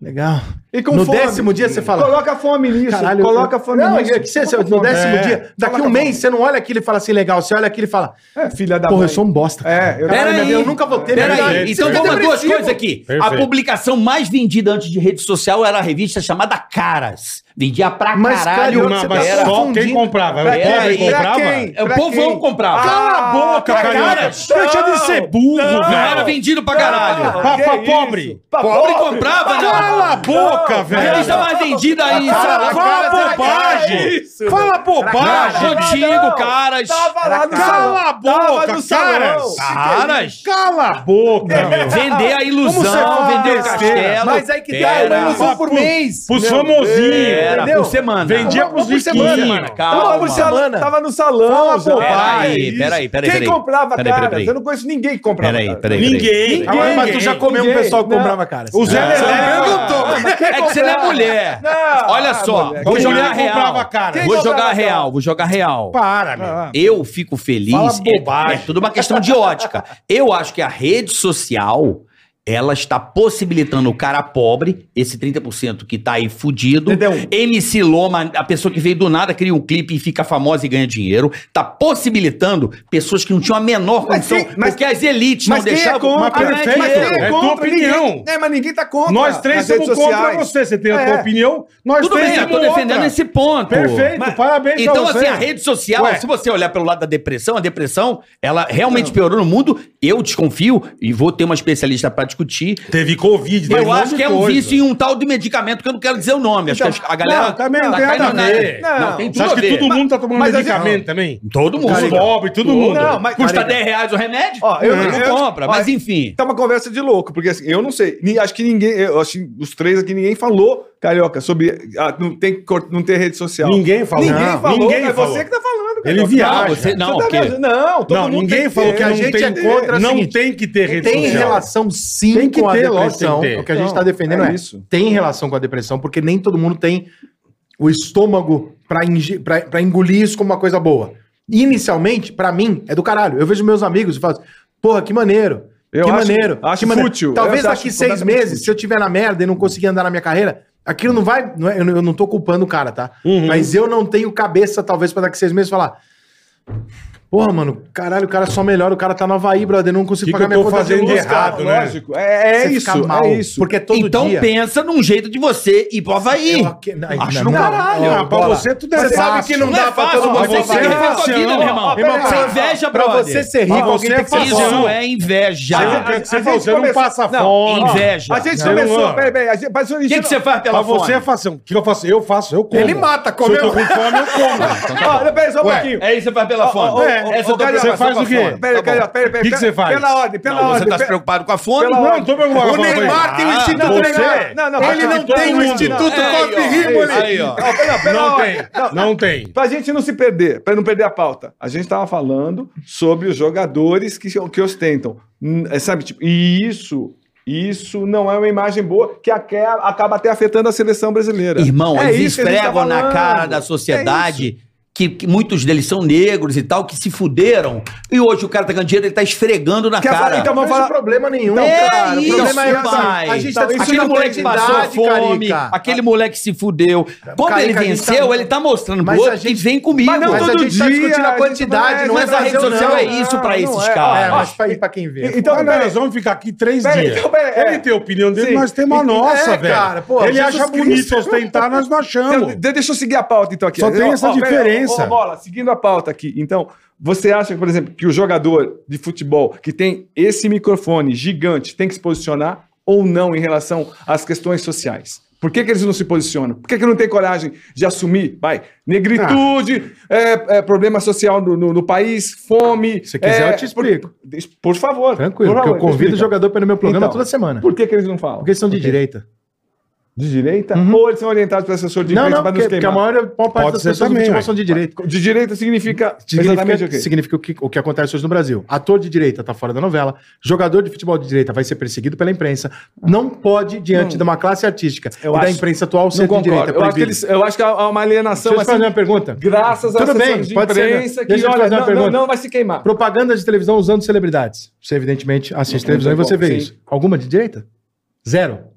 [SPEAKER 5] legal.
[SPEAKER 6] E com
[SPEAKER 5] no
[SPEAKER 6] fome.
[SPEAKER 5] décimo dia você fala,
[SPEAKER 6] Coloca fome nisso.
[SPEAKER 5] Caralho,
[SPEAKER 6] coloca
[SPEAKER 5] eu-
[SPEAKER 6] fome
[SPEAKER 5] não,
[SPEAKER 6] nisso.
[SPEAKER 5] é que você, você-
[SPEAKER 6] Coloca
[SPEAKER 5] no
[SPEAKER 6] fome.
[SPEAKER 5] décimo
[SPEAKER 2] É.
[SPEAKER 5] dia, daqui
[SPEAKER 6] Coloca
[SPEAKER 5] um
[SPEAKER 6] fome.
[SPEAKER 5] mês, você não olha aquilo e fala assim, legal. Você olha aquilo e fala,
[SPEAKER 6] É, filha da
[SPEAKER 5] porra,
[SPEAKER 6] mãe.
[SPEAKER 5] eu sou um bosta.
[SPEAKER 6] É, eu
[SPEAKER 4] Pera
[SPEAKER 5] Caralho,
[SPEAKER 4] aí.
[SPEAKER 5] eu nunca vou ter
[SPEAKER 4] Peraí,
[SPEAKER 5] verdade.
[SPEAKER 4] então
[SPEAKER 5] Isso é
[SPEAKER 4] vamos a duas
[SPEAKER 5] depressivo.
[SPEAKER 4] coisas aqui. A
[SPEAKER 2] Perfeito.
[SPEAKER 4] publicação mais vendida antes de rede social era a revista chamada Caras. Vendia pra
[SPEAKER 5] Mas,
[SPEAKER 4] caralho.
[SPEAKER 5] Carioca,
[SPEAKER 2] Não,
[SPEAKER 5] você
[SPEAKER 2] mas só
[SPEAKER 5] tá confundindo.
[SPEAKER 2] quem comprava.
[SPEAKER 3] É,
[SPEAKER 2] O
[SPEAKER 4] Pera
[SPEAKER 2] pobre
[SPEAKER 4] aí, pra É
[SPEAKER 2] comprava.
[SPEAKER 6] quem?
[SPEAKER 4] o
[SPEAKER 6] pra
[SPEAKER 4] povão
[SPEAKER 6] quem?
[SPEAKER 4] comprava.
[SPEAKER 2] Cala a boca,
[SPEAKER 4] pra
[SPEAKER 2] cara.
[SPEAKER 4] caralho.
[SPEAKER 2] Deixa de ser É burro,
[SPEAKER 4] não era
[SPEAKER 2] velho.
[SPEAKER 4] vendido pra caralho.
[SPEAKER 2] Pra, pra
[SPEAKER 6] Que
[SPEAKER 2] pobre.
[SPEAKER 6] isso?
[SPEAKER 4] Pobre comprava, não.
[SPEAKER 2] Cala a boca,
[SPEAKER 4] A
[SPEAKER 2] velho.
[SPEAKER 4] revista mais vendida aí,
[SPEAKER 2] Fala,
[SPEAKER 4] sabe?
[SPEAKER 2] fala bobagem. Fala bobagem.
[SPEAKER 4] Contigo, caras.
[SPEAKER 6] Tava lá no
[SPEAKER 2] Cala a boca, caras.
[SPEAKER 4] Caras.
[SPEAKER 2] Cala a boca, meu.
[SPEAKER 4] Vender
[SPEAKER 2] Como
[SPEAKER 4] a
[SPEAKER 2] você
[SPEAKER 4] ilusão,
[SPEAKER 2] fala
[SPEAKER 4] vender o
[SPEAKER 2] besteira?
[SPEAKER 4] castelo.
[SPEAKER 6] Mas aí que
[SPEAKER 4] Pera.
[SPEAKER 6] tá, mas um
[SPEAKER 2] Papo-
[SPEAKER 6] por mês.
[SPEAKER 2] Pros famosinhos.
[SPEAKER 4] Era
[SPEAKER 6] Entendeu?
[SPEAKER 4] por semana.
[SPEAKER 2] Vendia pros
[SPEAKER 6] Por semana,
[SPEAKER 2] riquinhos.
[SPEAKER 4] Calma.
[SPEAKER 6] Tava, por salão, tava no salão.
[SPEAKER 2] Fala
[SPEAKER 6] já.
[SPEAKER 2] bobagem.
[SPEAKER 4] Peraí, peraí, peraí.
[SPEAKER 6] Quem
[SPEAKER 4] peraí.
[SPEAKER 6] comprava,
[SPEAKER 4] Peraí, peraí,
[SPEAKER 6] cara?
[SPEAKER 4] peraí.
[SPEAKER 6] Eu não conheço ninguém que comprava.
[SPEAKER 4] Peraí,
[SPEAKER 6] cara.
[SPEAKER 4] peraí. peraí.
[SPEAKER 2] Ninguém.
[SPEAKER 5] Agora, mas tu já comeu um
[SPEAKER 6] Ninguém.
[SPEAKER 5] pessoal que
[SPEAKER 6] Não.
[SPEAKER 5] comprava cara.
[SPEAKER 2] O Zé
[SPEAKER 6] Você
[SPEAKER 2] Lelé.
[SPEAKER 6] perguntou, mas quem
[SPEAKER 4] É que você não é
[SPEAKER 6] comprava?
[SPEAKER 4] mulher.
[SPEAKER 6] Não,
[SPEAKER 4] Olha
[SPEAKER 6] ah,
[SPEAKER 4] só,
[SPEAKER 6] moleque.
[SPEAKER 4] vou
[SPEAKER 2] Quem
[SPEAKER 4] jogar
[SPEAKER 2] mulher comprava
[SPEAKER 4] real.
[SPEAKER 2] cara?
[SPEAKER 4] Vou jogar
[SPEAKER 6] comprava,
[SPEAKER 4] real, vou jogar real. Ah.
[SPEAKER 2] Para, meu.
[SPEAKER 4] Eu fico feliz.
[SPEAKER 2] Fala
[SPEAKER 4] é- É,
[SPEAKER 2] bobagem.
[SPEAKER 4] tudo uma questão de ótica. Eu acho que a rede social ela está possibilitando o cara pobre, esse 30% que tá aí fudido.
[SPEAKER 6] Entendeu?
[SPEAKER 4] MC Loma, a pessoa que veio do nada, cria um clipe e fica famosa e ganha dinheiro. Tá possibilitando pessoas que não tinham a menor
[SPEAKER 6] Mas
[SPEAKER 4] condição.
[SPEAKER 6] quem- mas-
[SPEAKER 4] porque as elites
[SPEAKER 6] mas
[SPEAKER 4] não
[SPEAKER 6] quem é
[SPEAKER 4] deixavam.
[SPEAKER 6] contra?
[SPEAKER 4] Mas como é que
[SPEAKER 2] Perfeito.
[SPEAKER 4] é?
[SPEAKER 2] É tua
[SPEAKER 6] contra,
[SPEAKER 2] opinião.
[SPEAKER 6] Ninguém, é, mas ninguém tá contra.
[SPEAKER 2] Nós três
[SPEAKER 6] nas redes
[SPEAKER 2] somos contra
[SPEAKER 6] sociais.
[SPEAKER 2] você. Você tem a
[SPEAKER 6] É.
[SPEAKER 2] tua opinião. Nós
[SPEAKER 4] Tudo
[SPEAKER 2] três
[SPEAKER 4] bem, eu
[SPEAKER 2] temos
[SPEAKER 4] tô defendendo
[SPEAKER 2] outra.
[SPEAKER 4] esse ponto.
[SPEAKER 2] Perfeito, parabéns pra
[SPEAKER 4] Então,
[SPEAKER 2] você.
[SPEAKER 4] assim, a rede social,
[SPEAKER 2] Ué.
[SPEAKER 4] se você olhar pelo lado da depressão, a depressão, ela realmente piorou no mundo. Eu desconfio, e vou ter uma especialista pra discutir.
[SPEAKER 2] Teve Covid. teve
[SPEAKER 4] eu
[SPEAKER 2] um monte
[SPEAKER 4] acho
[SPEAKER 2] de
[SPEAKER 4] que é um
[SPEAKER 2] coisa.
[SPEAKER 4] vício em um tal de medicamento, que eu não quero dizer o nome. Acho
[SPEAKER 6] Então,
[SPEAKER 4] que a galera. tá
[SPEAKER 2] não, também não tem
[SPEAKER 4] caindo
[SPEAKER 2] nada a
[SPEAKER 4] na-
[SPEAKER 2] ver.
[SPEAKER 4] Não,
[SPEAKER 6] Não,
[SPEAKER 4] tem
[SPEAKER 2] Você
[SPEAKER 4] tudo
[SPEAKER 2] acha
[SPEAKER 4] a
[SPEAKER 2] que
[SPEAKER 4] ver.
[SPEAKER 2] todo mundo tá tomando
[SPEAKER 6] mas assim,
[SPEAKER 2] medicamento também?
[SPEAKER 4] Todo
[SPEAKER 5] Tá
[SPEAKER 4] mundo.
[SPEAKER 2] Os pobres, todo mundo.
[SPEAKER 6] Não, mas
[SPEAKER 4] Custa
[SPEAKER 6] Cara,
[SPEAKER 4] 10 reais o remédio?
[SPEAKER 6] Ó, eu-
[SPEAKER 4] não
[SPEAKER 6] eu-
[SPEAKER 4] compra,
[SPEAKER 6] ó,
[SPEAKER 4] mas enfim.
[SPEAKER 6] Tá uma conversa de louco, porque assim, eu não sei. ni- Acho que ninguém, eu acho que os três aqui, ninguém falou, carioca, sobre ah, não, tem, cor- não ter rede social.
[SPEAKER 2] Ninguém falou.
[SPEAKER 6] Ninguém
[SPEAKER 2] Não,
[SPEAKER 6] falou,
[SPEAKER 2] ninguém
[SPEAKER 6] é
[SPEAKER 2] falou.
[SPEAKER 6] você que tá falando,
[SPEAKER 2] Ele viaja.
[SPEAKER 4] Ah, você- não,
[SPEAKER 6] Você tá
[SPEAKER 4] porque-
[SPEAKER 6] viajando. não, todo
[SPEAKER 2] não,
[SPEAKER 6] mundo
[SPEAKER 2] ninguém
[SPEAKER 6] tem
[SPEAKER 2] falou
[SPEAKER 6] ter.
[SPEAKER 2] que
[SPEAKER 6] A
[SPEAKER 2] não
[SPEAKER 6] gente
[SPEAKER 2] tem
[SPEAKER 6] é-
[SPEAKER 2] contra.
[SPEAKER 5] é o
[SPEAKER 2] Não
[SPEAKER 5] seguinte,
[SPEAKER 2] tem que ter rede
[SPEAKER 5] Tem
[SPEAKER 2] social.
[SPEAKER 5] relação sim
[SPEAKER 2] Tem que
[SPEAKER 5] com a
[SPEAKER 2] ter, lógico,
[SPEAKER 5] depressão.
[SPEAKER 2] tem que ter.
[SPEAKER 5] O que a gente
[SPEAKER 6] Não,
[SPEAKER 5] tá defendendo
[SPEAKER 6] é
[SPEAKER 5] é,
[SPEAKER 6] isso.
[SPEAKER 5] tem relação com a depressão, porque nem todo mundo tem o estômago pra inge- pra pra engolir isso como uma coisa boa. Inicialmente, pra mim, é do caralho. Eu vejo meus amigos e falo assim, porra, que maneiro.
[SPEAKER 12] Eu
[SPEAKER 5] que
[SPEAKER 12] acho-
[SPEAKER 5] maneiro.
[SPEAKER 12] acho
[SPEAKER 5] que maneiro.
[SPEAKER 12] fútil.
[SPEAKER 5] Talvez
[SPEAKER 12] Eu
[SPEAKER 5] daqui
[SPEAKER 12] acho
[SPEAKER 5] seis
[SPEAKER 12] completamente
[SPEAKER 5] meses, se eu tiver na merda e não conseguir andar na minha carreira, aquilo não vai. não é- eu, não, eu não tô culpando o cara, tá? Mas eu não tenho cabeça, talvez, pra daqui seis meses falar. Porra, mano, caralho, o cara só melhora, o cara tá no Havaí, brother, eu não consigo
[SPEAKER 2] Que que eu
[SPEAKER 5] pagar minha
[SPEAKER 2] tô
[SPEAKER 5] conta de
[SPEAKER 2] fazendo
[SPEAKER 5] luz,
[SPEAKER 2] de errado?
[SPEAKER 5] cara.
[SPEAKER 2] né?
[SPEAKER 12] Lógico, é, é
[SPEAKER 5] Você
[SPEAKER 12] isso,
[SPEAKER 5] fica mal,
[SPEAKER 12] é isso.
[SPEAKER 5] Porque todo
[SPEAKER 4] então
[SPEAKER 5] dia...
[SPEAKER 4] pensa num jeito de você ir pro Havaí.
[SPEAKER 5] Eu aqui- não,
[SPEAKER 4] Acho
[SPEAKER 5] não,
[SPEAKER 4] do
[SPEAKER 5] não,
[SPEAKER 4] caralho.
[SPEAKER 5] não,
[SPEAKER 2] Ah, pra
[SPEAKER 5] bola.
[SPEAKER 2] você tudo é
[SPEAKER 5] Você sabe
[SPEAKER 2] fácil.
[SPEAKER 5] que não,
[SPEAKER 4] Não
[SPEAKER 5] dá
[SPEAKER 4] é
[SPEAKER 5] pra
[SPEAKER 4] fácil
[SPEAKER 5] todo mundo
[SPEAKER 4] você
[SPEAKER 5] fazer.
[SPEAKER 4] ferrar com a vida, meu irmão.
[SPEAKER 5] Ó, pera aí,
[SPEAKER 4] Isso é
[SPEAKER 5] ó,
[SPEAKER 4] inveja,
[SPEAKER 5] pra
[SPEAKER 4] brother.
[SPEAKER 5] você ser rico,
[SPEAKER 2] Ó,
[SPEAKER 5] alguém
[SPEAKER 2] você
[SPEAKER 5] tem que
[SPEAKER 2] é
[SPEAKER 5] ser
[SPEAKER 2] fácil.
[SPEAKER 5] bom.
[SPEAKER 4] Isso é inveja.
[SPEAKER 2] Você não quer que
[SPEAKER 6] A
[SPEAKER 2] você
[SPEAKER 6] gente
[SPEAKER 2] fala, você não
[SPEAKER 6] começa-
[SPEAKER 2] passa
[SPEAKER 6] Não,
[SPEAKER 2] fome.
[SPEAKER 4] inveja.
[SPEAKER 6] A gente
[SPEAKER 2] Não,
[SPEAKER 6] começou,
[SPEAKER 2] não.
[SPEAKER 6] peraí, peraí. A gente, mas
[SPEAKER 4] O que, que você
[SPEAKER 2] Pra
[SPEAKER 4] faz pela fome?
[SPEAKER 2] você é fácil. O que eu faço? Eu faço, eu como.
[SPEAKER 5] Ele
[SPEAKER 2] Se
[SPEAKER 5] mata,
[SPEAKER 2] eu
[SPEAKER 5] comeu.
[SPEAKER 2] tô com fome, eu como.
[SPEAKER 6] Olha, peraí, só um pouquinho.
[SPEAKER 4] É isso que você faz pela fome.
[SPEAKER 2] ó, é,
[SPEAKER 4] Essa eu tô
[SPEAKER 2] cara,
[SPEAKER 4] preocupação
[SPEAKER 2] você faz
[SPEAKER 4] com a
[SPEAKER 2] o quê?
[SPEAKER 4] fome.
[SPEAKER 6] Peraí,
[SPEAKER 2] Tá bom.
[SPEAKER 6] peraí, peraí, peraí.
[SPEAKER 2] Que que você faz?
[SPEAKER 6] Pela ordem, pela
[SPEAKER 4] Não, você
[SPEAKER 6] ordem.
[SPEAKER 4] tá se
[SPEAKER 6] pera-
[SPEAKER 4] preocupado com a fome?
[SPEAKER 6] Pela-
[SPEAKER 2] Não, não tô preocupado
[SPEAKER 5] O
[SPEAKER 2] com a
[SPEAKER 5] Neymar
[SPEAKER 2] fome.
[SPEAKER 6] um
[SPEAKER 5] tem o
[SPEAKER 2] Ah,
[SPEAKER 5] Instituto
[SPEAKER 2] você?
[SPEAKER 5] Neymar.
[SPEAKER 6] Não, um não,
[SPEAKER 5] Ele não
[SPEAKER 2] todo
[SPEAKER 5] tem o
[SPEAKER 2] mundo.
[SPEAKER 5] Instituto
[SPEAKER 4] Aí, É, ó,
[SPEAKER 5] Coffee
[SPEAKER 4] aí,
[SPEAKER 5] Riboli.
[SPEAKER 4] Aí, ó.
[SPEAKER 6] Não, pera- pera-
[SPEAKER 2] Não
[SPEAKER 6] pera-
[SPEAKER 2] tem,
[SPEAKER 6] não,
[SPEAKER 2] não tem.
[SPEAKER 6] Pra gente não se perder, pra não perder a pauta, a gente tava falando sobre os jogadores que, que ostentam. Hum, é, Sabe, tipo, e isso, isso não é uma imagem boa que aque- acaba até afetando a seleção brasileira.
[SPEAKER 4] Irmão,
[SPEAKER 6] É
[SPEAKER 4] eles
[SPEAKER 6] isso que a gente tá
[SPEAKER 4] esfregam na
[SPEAKER 6] falando.
[SPEAKER 4] cara da sociedade que, que muitos deles são negros e tal, que se fuderam. E hoje o cara tá ganhando dinheiro, ele tá esfregando na
[SPEAKER 6] Quer falar-
[SPEAKER 4] cara.
[SPEAKER 6] então
[SPEAKER 5] Não
[SPEAKER 6] vamos
[SPEAKER 5] vejo
[SPEAKER 6] falar.
[SPEAKER 5] problema nenhum,
[SPEAKER 4] É
[SPEAKER 5] cara.
[SPEAKER 4] isso,
[SPEAKER 5] o problema é assim,
[SPEAKER 4] pai.
[SPEAKER 5] a gente
[SPEAKER 4] Então,
[SPEAKER 5] tá discutindo
[SPEAKER 4] aquele
[SPEAKER 5] a
[SPEAKER 4] moleque que passou
[SPEAKER 5] modernidade,
[SPEAKER 4] fome,
[SPEAKER 5] Carica.
[SPEAKER 4] aquele moleque que se fudeu. Quando
[SPEAKER 5] Carica,
[SPEAKER 4] ele
[SPEAKER 5] a gente
[SPEAKER 4] venceu,
[SPEAKER 5] tá-
[SPEAKER 4] ele tá mostrando pro
[SPEAKER 5] Mas a
[SPEAKER 4] outro que
[SPEAKER 5] gente-
[SPEAKER 4] vem comigo.
[SPEAKER 6] Mas não
[SPEAKER 5] Mas
[SPEAKER 6] todo
[SPEAKER 5] a gente tá
[SPEAKER 6] dia,
[SPEAKER 5] discutindo a
[SPEAKER 6] a gente-
[SPEAKER 5] quantidade, não é
[SPEAKER 4] Mas a rede
[SPEAKER 5] Brasil,
[SPEAKER 4] social
[SPEAKER 5] não.
[SPEAKER 4] é isso pra
[SPEAKER 6] Não
[SPEAKER 4] esses
[SPEAKER 6] é.
[SPEAKER 5] É,
[SPEAKER 4] caras.
[SPEAKER 5] mas pra, ir pra quem vê.
[SPEAKER 6] Então,
[SPEAKER 2] Mas
[SPEAKER 6] peraí.
[SPEAKER 2] nós vamos ficar aqui três
[SPEAKER 6] Peraí,
[SPEAKER 2] dias.
[SPEAKER 6] então, peraí, é.
[SPEAKER 2] Ele tem a opinião dele,
[SPEAKER 6] Sim.
[SPEAKER 2] nós temos a
[SPEAKER 6] E-
[SPEAKER 2] nossa,
[SPEAKER 5] é,
[SPEAKER 2] velho.
[SPEAKER 5] cara, pô,
[SPEAKER 2] Ele
[SPEAKER 5] Jesus
[SPEAKER 2] acha
[SPEAKER 5] Cristo.
[SPEAKER 2] bonito ostentar, nós não achamos.
[SPEAKER 6] Então, de- deixa eu seguir a pauta, então, aqui.
[SPEAKER 2] Só tem
[SPEAKER 6] Ó,
[SPEAKER 2] essa
[SPEAKER 6] ó, pera-
[SPEAKER 2] diferença.
[SPEAKER 6] ó, bola, seguindo a pauta aqui. Então, você acha, por exemplo, que o jogador de futebol que tem esse microfone gigante tem que se posicionar ou não em relação às questões sociais? Por que, que eles não se posicionam? Por que, que não tem coragem de assumir? Vai, negritude,
[SPEAKER 5] Ah.
[SPEAKER 6] é, é, problema social no, no- no país, fome.
[SPEAKER 5] Se quiser,
[SPEAKER 6] é,
[SPEAKER 5] eu te explico.
[SPEAKER 6] Por, por favor.
[SPEAKER 5] Tranquilo,
[SPEAKER 6] por
[SPEAKER 5] porque eu
[SPEAKER 6] favor,
[SPEAKER 5] convido o
[SPEAKER 6] explica.
[SPEAKER 5] jogador pelo meu programa
[SPEAKER 6] Então,
[SPEAKER 5] toda semana.
[SPEAKER 6] Por que, que eles não falam?
[SPEAKER 5] Porque eles são de direita.
[SPEAKER 6] De direita? Ou eles são orientados pelo assessor de
[SPEAKER 5] Não,
[SPEAKER 6] imprensa
[SPEAKER 5] não,
[SPEAKER 6] pra
[SPEAKER 5] porque, porque a
[SPEAKER 6] queimar?
[SPEAKER 5] maior, a maior parte
[SPEAKER 2] Pode
[SPEAKER 5] das
[SPEAKER 2] ser
[SPEAKER 5] pessoas do
[SPEAKER 2] também,
[SPEAKER 5] futebol
[SPEAKER 2] ué.
[SPEAKER 5] são de direita.
[SPEAKER 6] De direita significa exatamente o
[SPEAKER 5] Significa,
[SPEAKER 6] quê?
[SPEAKER 5] significa o, que, o que acontece hoje no Brasil. Ator de direita tá fora da novela, jogador de futebol de direita vai ser perseguido pela imprensa. Não pode, diante de uma classe artística
[SPEAKER 6] Eu
[SPEAKER 5] e da
[SPEAKER 6] acho-
[SPEAKER 5] imprensa atual,
[SPEAKER 6] Não
[SPEAKER 5] ser de
[SPEAKER 6] concordo.
[SPEAKER 5] direita.
[SPEAKER 6] eu, acho que
[SPEAKER 5] proibido.
[SPEAKER 6] eles, eu acho que há uma
[SPEAKER 5] Deixa
[SPEAKER 6] alienação
[SPEAKER 5] eu te
[SPEAKER 6] assim,
[SPEAKER 5] fazer uma pergunta.
[SPEAKER 6] graças às
[SPEAKER 5] Tudo bem,
[SPEAKER 6] assessores de
[SPEAKER 5] pode ser, né?
[SPEAKER 6] imprensa que,
[SPEAKER 5] Deixa eu te
[SPEAKER 6] olha,
[SPEAKER 5] fazer uma
[SPEAKER 6] não, não,
[SPEAKER 5] pergunta.
[SPEAKER 6] não vai se queimar.
[SPEAKER 5] Propaganda de televisão usando celebridades. Você, evidentemente, assiste
[SPEAKER 6] Não,
[SPEAKER 5] televisão e
[SPEAKER 6] não tem
[SPEAKER 5] você vê
[SPEAKER 6] como, sim.
[SPEAKER 5] isso. Alguma de direita? Zero.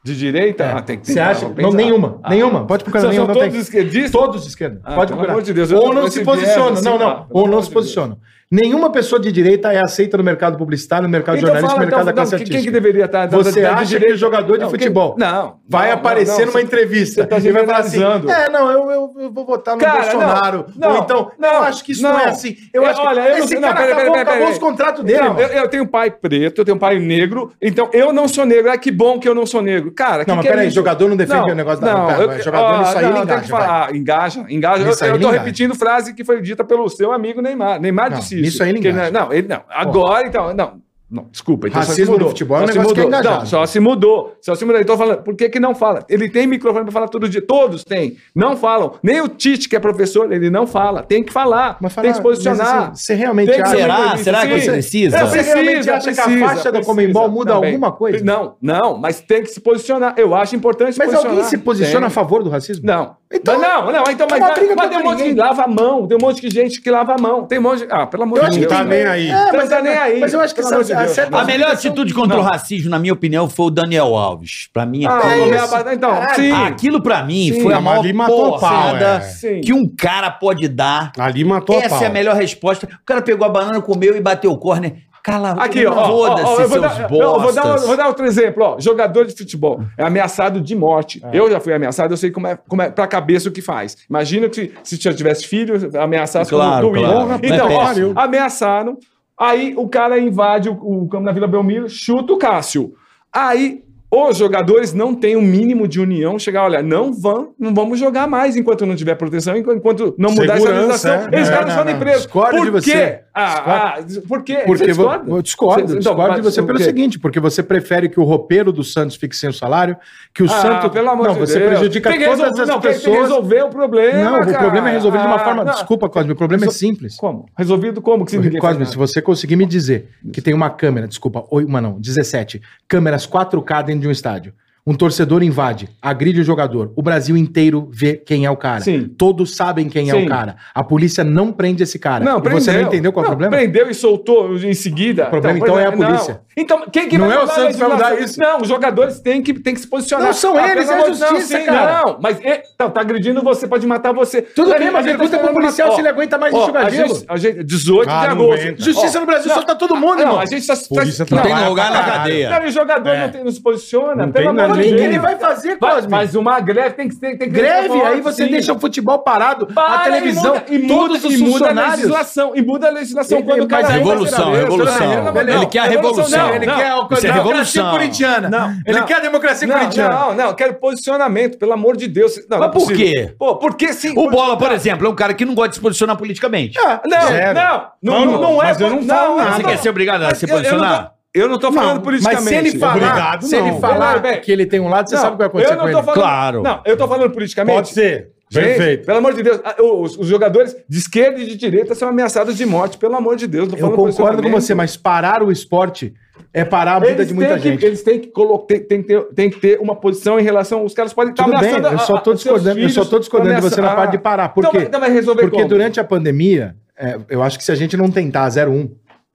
[SPEAKER 6] De direita?
[SPEAKER 5] É.
[SPEAKER 6] Ah, tem que
[SPEAKER 5] Você
[SPEAKER 6] tentar,
[SPEAKER 5] acha?
[SPEAKER 6] vamos
[SPEAKER 5] Não,
[SPEAKER 6] pensar.
[SPEAKER 5] nenhuma.
[SPEAKER 6] Ah.
[SPEAKER 5] Nenhuma. Pode procurar
[SPEAKER 6] São, são
[SPEAKER 5] nenhuma.
[SPEAKER 6] todos
[SPEAKER 5] não tem.
[SPEAKER 6] esquerdistas?
[SPEAKER 5] Todos de esquerda.
[SPEAKER 6] Ah,
[SPEAKER 5] Pode
[SPEAKER 6] pelo
[SPEAKER 5] procurar.
[SPEAKER 6] amor de Deus, eu
[SPEAKER 5] ou
[SPEAKER 6] não
[SPEAKER 5] não
[SPEAKER 6] conheço
[SPEAKER 5] se
[SPEAKER 6] esse viés,
[SPEAKER 5] posicionam.
[SPEAKER 6] assim,
[SPEAKER 5] Não,
[SPEAKER 6] cara.
[SPEAKER 5] não.
[SPEAKER 6] Pelo
[SPEAKER 5] Ou não
[SPEAKER 6] amor
[SPEAKER 5] se
[SPEAKER 6] de Deus.
[SPEAKER 5] posicionam. Nenhuma pessoa de direita é aceita no mercado publicitário, no mercado
[SPEAKER 6] Então
[SPEAKER 5] jornalístico,
[SPEAKER 6] fala,
[SPEAKER 5] no mercado
[SPEAKER 6] então,
[SPEAKER 5] da classe
[SPEAKER 6] não, quem,
[SPEAKER 5] artística.
[SPEAKER 6] quem que deveria tá estar...
[SPEAKER 5] Você acha que é jogador de
[SPEAKER 6] Não, quem-
[SPEAKER 5] futebol
[SPEAKER 6] Não.
[SPEAKER 5] vai
[SPEAKER 6] não,
[SPEAKER 5] aparecer
[SPEAKER 6] não, não,
[SPEAKER 5] numa entrevista
[SPEAKER 6] você tá
[SPEAKER 5] e vai falar assim:
[SPEAKER 6] generalizando.
[SPEAKER 5] é, não, eu, eu, eu vou votar no
[SPEAKER 6] Cara,
[SPEAKER 5] Bolsonaro.
[SPEAKER 6] não,
[SPEAKER 5] Ou então,
[SPEAKER 6] não,
[SPEAKER 5] eu acho que isso não,
[SPEAKER 6] não.
[SPEAKER 5] é assim. Eu
[SPEAKER 6] É,
[SPEAKER 5] acho que
[SPEAKER 6] olha, eu não
[SPEAKER 5] esse
[SPEAKER 6] sei- não,
[SPEAKER 5] cara
[SPEAKER 6] pera,
[SPEAKER 5] acabou,
[SPEAKER 6] pera, pera,
[SPEAKER 5] acabou os
[SPEAKER 6] pera.
[SPEAKER 5] contratos dele,
[SPEAKER 6] Não,
[SPEAKER 5] mano.
[SPEAKER 6] eu, eu tenho um pai preto, eu tenho um pai negro, então eu não sou negro. Ah, que bom que eu não sou negro. Cara, que
[SPEAKER 5] Não, mas
[SPEAKER 6] que é
[SPEAKER 5] peraí,
[SPEAKER 6] isso?
[SPEAKER 5] jogador não defende o negócio da-
[SPEAKER 6] não,
[SPEAKER 5] Pera,
[SPEAKER 6] eu, Ah,
[SPEAKER 5] mas jogador nisso aí ele
[SPEAKER 6] não, eu tenho
[SPEAKER 5] engaja,
[SPEAKER 6] que falar. Engaja, engaja. Eu,
[SPEAKER 5] Nisso aí
[SPEAKER 6] eu
[SPEAKER 5] ele
[SPEAKER 6] tô
[SPEAKER 5] engaja.
[SPEAKER 6] repetindo frase que foi dita pelo seu amigo Neymar. Neymar
[SPEAKER 5] Não,
[SPEAKER 6] disse isso.
[SPEAKER 5] nisso aí ele
[SPEAKER 6] Que
[SPEAKER 5] engaja.
[SPEAKER 6] não, ele não. Agora, então, não. Não, desculpa. Então só se
[SPEAKER 5] Racismo no
[SPEAKER 6] mudou.
[SPEAKER 5] futebol é um
[SPEAKER 6] Só se
[SPEAKER 5] negócio que é
[SPEAKER 6] mudou.
[SPEAKER 5] engajado.
[SPEAKER 6] Não, só se mudou. Só se mudou. Então falando, por que que não fala? Ele tem microfone pra falar todo dia. Todos têm. Não falam. Nem o Tite, que é professor, ele não fala. Tem que falar.
[SPEAKER 5] Mas falar-
[SPEAKER 6] tem que se posicionar. É,
[SPEAKER 5] mas assim, Você realmente
[SPEAKER 6] Tem que
[SPEAKER 5] acha?
[SPEAKER 6] ser
[SPEAKER 4] Será? Será que
[SPEAKER 6] Sim.
[SPEAKER 4] você precisa?
[SPEAKER 6] Não,
[SPEAKER 5] Você realmente acha que a faixa da Comembol muda alguma coisa?
[SPEAKER 6] Não, não, mas tem que se posicionar. Eu acho importante
[SPEAKER 5] Mas
[SPEAKER 6] posicionar.
[SPEAKER 5] alguém se posiciona
[SPEAKER 6] Tem.
[SPEAKER 5] a favor do racismo?
[SPEAKER 6] Não.
[SPEAKER 5] Então-
[SPEAKER 6] Então, não, não, então, mas,
[SPEAKER 5] É uma briga
[SPEAKER 6] mas
[SPEAKER 5] contra
[SPEAKER 6] tem um monte de
[SPEAKER 5] ninguém.
[SPEAKER 6] que lava a mão, tem um monte de gente que lava a mão, tem um monte de... Ah, pelo amor de
[SPEAKER 2] Não
[SPEAKER 6] Deus.
[SPEAKER 2] tá nem aí.
[SPEAKER 5] É,
[SPEAKER 6] Não tá nem aí.
[SPEAKER 5] Mas eu acho que
[SPEAKER 6] Pelo amor de Deus.
[SPEAKER 5] certa-
[SPEAKER 4] A melhor atitude contra o
[SPEAKER 6] Não.
[SPEAKER 4] racismo, na minha opinião, foi o Daniel Alves. Pra mim, é
[SPEAKER 5] É
[SPEAKER 6] Ah,
[SPEAKER 4] aquilo,
[SPEAKER 6] comer a ba- Então, sim.
[SPEAKER 4] aquilo pra mim
[SPEAKER 6] Sim.
[SPEAKER 4] foi a
[SPEAKER 2] Não, mas
[SPEAKER 4] maior
[SPEAKER 2] ali matou o pau,
[SPEAKER 4] porrada
[SPEAKER 2] é.
[SPEAKER 6] Sim.
[SPEAKER 4] que um cara pode dar.
[SPEAKER 2] Ali matou a
[SPEAKER 4] Essa
[SPEAKER 2] pau.
[SPEAKER 4] é a melhor resposta. O cara pegou a banana, comeu e bateu o córner. Cala
[SPEAKER 6] Aqui, ó, ó, ó, ó,
[SPEAKER 4] foda-se,
[SPEAKER 6] eu
[SPEAKER 4] seus
[SPEAKER 6] vou dar,
[SPEAKER 4] bostas.
[SPEAKER 6] não, eu vou, dar, vou dar outro exemplo, ó, jogador de futebol é ameaçado de morte. Eu já fui ameaçado, eu sei como é, como é pra cabeça o que faz. Imagina que se eu tivesse filho, ameaçasse
[SPEAKER 4] Claro,
[SPEAKER 6] com o
[SPEAKER 4] claro.
[SPEAKER 6] Twitter. Então,
[SPEAKER 4] É
[SPEAKER 6] ó,
[SPEAKER 4] péssimo.
[SPEAKER 6] ameaçaram, aí o cara invade o, o campo da Vila Belmiro, chuta o Cássio. Aí os jogadores não têm o mínimo de união, chegar, olha, não vão, não vamos jogar mais enquanto não tiver proteção, enquanto- enquanto não mudar essa
[SPEAKER 2] Segurança,
[SPEAKER 6] legislação.
[SPEAKER 2] é.
[SPEAKER 6] Eles
[SPEAKER 2] Não,
[SPEAKER 6] ficaram só
[SPEAKER 5] não,
[SPEAKER 6] na
[SPEAKER 5] não.
[SPEAKER 6] empresa.
[SPEAKER 5] Discordo
[SPEAKER 6] Por
[SPEAKER 5] de você.
[SPEAKER 6] quê? Ah, ah, por quê?
[SPEAKER 5] Porque
[SPEAKER 6] Você
[SPEAKER 5] vo-
[SPEAKER 6] discorda?
[SPEAKER 5] eu discordo,
[SPEAKER 6] Você-
[SPEAKER 5] eu
[SPEAKER 6] então,
[SPEAKER 5] discordo de
[SPEAKER 6] mas
[SPEAKER 5] você
[SPEAKER 6] por
[SPEAKER 5] pelo
[SPEAKER 6] quê?
[SPEAKER 5] seguinte, porque você prefere que o roupeiro do Santos fique sem o salário, que o
[SPEAKER 6] Ah,
[SPEAKER 5] Santos,
[SPEAKER 6] pelo amor
[SPEAKER 5] não,
[SPEAKER 6] de
[SPEAKER 5] você
[SPEAKER 6] Deus.
[SPEAKER 5] prejudica
[SPEAKER 6] Tem que
[SPEAKER 5] todas
[SPEAKER 6] resolver-
[SPEAKER 5] as
[SPEAKER 6] não, tem que
[SPEAKER 5] pessoas.
[SPEAKER 6] resolver o problema,
[SPEAKER 5] Não, o
[SPEAKER 6] cara.
[SPEAKER 5] problema é resolvido de uma
[SPEAKER 6] Ah,
[SPEAKER 5] forma,
[SPEAKER 6] não.
[SPEAKER 5] desculpa, Cosme, o problema é simples.
[SPEAKER 6] Como? Resolvido como que se ninguém
[SPEAKER 5] Cosme,
[SPEAKER 6] faz
[SPEAKER 5] se
[SPEAKER 6] nada?
[SPEAKER 5] você conseguir me dizer que tem uma câmera, desculpa, oi, uma não, 17, câmeras 4K dentro de um estádio. Um torcedor invade, agride o jogador. O Brasil inteiro vê quem é o cara.
[SPEAKER 6] Sim.
[SPEAKER 5] Todos sabem quem é
[SPEAKER 6] Sim.
[SPEAKER 5] o cara. A polícia não prende esse cara.
[SPEAKER 6] Não,
[SPEAKER 5] E
[SPEAKER 6] prendeu.
[SPEAKER 5] Você não entendeu qual é o
[SPEAKER 6] Não,
[SPEAKER 5] problema?
[SPEAKER 6] Prendeu e soltou em seguida.
[SPEAKER 5] O problema, então,
[SPEAKER 6] pois
[SPEAKER 5] é a polícia.
[SPEAKER 6] Não. Então, quem que
[SPEAKER 5] Não é o
[SPEAKER 6] mudar a
[SPEAKER 5] Santos que vai mudar
[SPEAKER 6] legislação?
[SPEAKER 5] isso.
[SPEAKER 6] Não, os jogadores têm que, têm que se posicionar. Ah,
[SPEAKER 5] Não são eles, é
[SPEAKER 6] pelo
[SPEAKER 5] a
[SPEAKER 6] amor de Deus,
[SPEAKER 5] justiça, cara.
[SPEAKER 6] Não, mas é, então, tá agredindo você, pode matar você.
[SPEAKER 5] Tudo
[SPEAKER 6] Mas
[SPEAKER 5] bem,
[SPEAKER 6] a
[SPEAKER 5] mas
[SPEAKER 6] gente
[SPEAKER 5] pergunta
[SPEAKER 6] tá
[SPEAKER 5] pro
[SPEAKER 6] esperando
[SPEAKER 5] policial
[SPEAKER 6] matar-
[SPEAKER 5] se ele é aguenta mais
[SPEAKER 6] Ó,
[SPEAKER 5] enxogadinho.
[SPEAKER 6] a gente- a gente- 18
[SPEAKER 2] Ah,
[SPEAKER 6] de
[SPEAKER 2] não
[SPEAKER 6] aguenta.
[SPEAKER 2] aguenta.
[SPEAKER 5] Justiça
[SPEAKER 6] Ó,
[SPEAKER 5] no Brasil solta todo mundo,
[SPEAKER 6] não,
[SPEAKER 5] irmão.
[SPEAKER 6] a gente tá, tá
[SPEAKER 2] Polícia
[SPEAKER 6] não,
[SPEAKER 2] trabalha
[SPEAKER 4] tem lugar
[SPEAKER 2] pra
[SPEAKER 4] na
[SPEAKER 2] caralho.
[SPEAKER 4] cadeia.
[SPEAKER 6] Cara, o jogador
[SPEAKER 2] É.
[SPEAKER 6] não, tem- não se posiciona,
[SPEAKER 2] Não
[SPEAKER 6] pelo
[SPEAKER 2] tem
[SPEAKER 6] amor
[SPEAKER 2] nada,
[SPEAKER 5] Mas o
[SPEAKER 6] de
[SPEAKER 5] que
[SPEAKER 2] ninguém.
[SPEAKER 5] que
[SPEAKER 6] Deus.
[SPEAKER 5] ele vai fazer,
[SPEAKER 6] Vai,
[SPEAKER 5] Cosme?
[SPEAKER 6] mas uma greve tem que ser. Tem que ter
[SPEAKER 5] Greve,
[SPEAKER 6] essa
[SPEAKER 5] aí
[SPEAKER 6] voz,
[SPEAKER 5] você
[SPEAKER 6] Tá sim.
[SPEAKER 5] deixa o futebol parado,
[SPEAKER 6] Para
[SPEAKER 5] a televisão,
[SPEAKER 6] e muda, e muda,
[SPEAKER 5] todos os
[SPEAKER 6] e muda a
[SPEAKER 5] funcionários.
[SPEAKER 6] legislação. E muda a legislação
[SPEAKER 5] Ele-
[SPEAKER 6] quando o
[SPEAKER 5] mas
[SPEAKER 6] cara.
[SPEAKER 4] revolução,
[SPEAKER 6] vai ser
[SPEAKER 4] revolução.
[SPEAKER 6] brasileiro,
[SPEAKER 5] Ele
[SPEAKER 6] não,
[SPEAKER 4] quer a
[SPEAKER 6] Não,
[SPEAKER 4] revolução.
[SPEAKER 5] Ele
[SPEAKER 6] não.
[SPEAKER 5] quer a
[SPEAKER 4] Isso é
[SPEAKER 5] democracia
[SPEAKER 4] revolução.
[SPEAKER 5] corintiana. ele
[SPEAKER 6] não.
[SPEAKER 5] quer a democracia
[SPEAKER 6] Não,
[SPEAKER 5] corintiana.
[SPEAKER 6] não, não, quero posicionamento, pelo amor de Deus. Não,
[SPEAKER 4] Mas
[SPEAKER 6] não é
[SPEAKER 4] por
[SPEAKER 6] possível.
[SPEAKER 4] quê?
[SPEAKER 6] Pô, porque sim.
[SPEAKER 4] O Bola, por exemplo, é um cara que não gosta de se posicionar politicamente.
[SPEAKER 6] Ah, Não,
[SPEAKER 2] Zero.
[SPEAKER 6] não, não,
[SPEAKER 2] Não,
[SPEAKER 6] não, não é.
[SPEAKER 2] mas eu não falo nada.
[SPEAKER 4] Você
[SPEAKER 6] não.
[SPEAKER 4] quer ser obrigado a
[SPEAKER 6] Mas
[SPEAKER 4] se
[SPEAKER 6] eu- eu não tô-
[SPEAKER 4] posicionar?
[SPEAKER 6] Eu não tô tá falando politicamente. tá
[SPEAKER 5] Mas se ele falar,
[SPEAKER 2] Obrigado,
[SPEAKER 5] se ele
[SPEAKER 2] não.
[SPEAKER 5] falar
[SPEAKER 6] Bem, bem.
[SPEAKER 5] que ele tem um lado, você
[SPEAKER 6] Não,
[SPEAKER 5] sabe o que vai acontecer
[SPEAKER 6] eu não
[SPEAKER 5] com
[SPEAKER 6] tô
[SPEAKER 5] ele.
[SPEAKER 6] falando-
[SPEAKER 4] Claro.
[SPEAKER 6] Não, eu tô falando politicamente.
[SPEAKER 2] Pode ser.
[SPEAKER 6] Gente,
[SPEAKER 2] Perfeito.
[SPEAKER 6] Pelo amor de Deus, ah, os, os jogadores de esquerda e de direita são ameaçados de morte, pelo amor de Deus. tô
[SPEAKER 5] Eu
[SPEAKER 6] falando
[SPEAKER 5] concordo com
[SPEAKER 6] posicionamento.
[SPEAKER 5] você, mas parar o esporte é parar a vida
[SPEAKER 6] Eles
[SPEAKER 5] de
[SPEAKER 6] têm,
[SPEAKER 5] muita
[SPEAKER 6] que,
[SPEAKER 5] gente.
[SPEAKER 6] eles têm que colocar, tem, tem que ter, tem que ter uma posição em relação. Os caras podem estar
[SPEAKER 5] Tudo bem,
[SPEAKER 6] ameaçando
[SPEAKER 5] eu
[SPEAKER 6] a-
[SPEAKER 5] só
[SPEAKER 6] a-
[SPEAKER 5] tô
[SPEAKER 6] seus
[SPEAKER 5] discordando, eu
[SPEAKER 6] filhos,
[SPEAKER 5] só tô discordando de você na
[SPEAKER 6] ameaça-
[SPEAKER 5] parte de parar. Por
[SPEAKER 6] Então,
[SPEAKER 5] quê?
[SPEAKER 6] mas- então vai resolver
[SPEAKER 5] Porque
[SPEAKER 6] como?
[SPEAKER 5] durante a pandemia, é, eu acho que se a gente não tentar 01,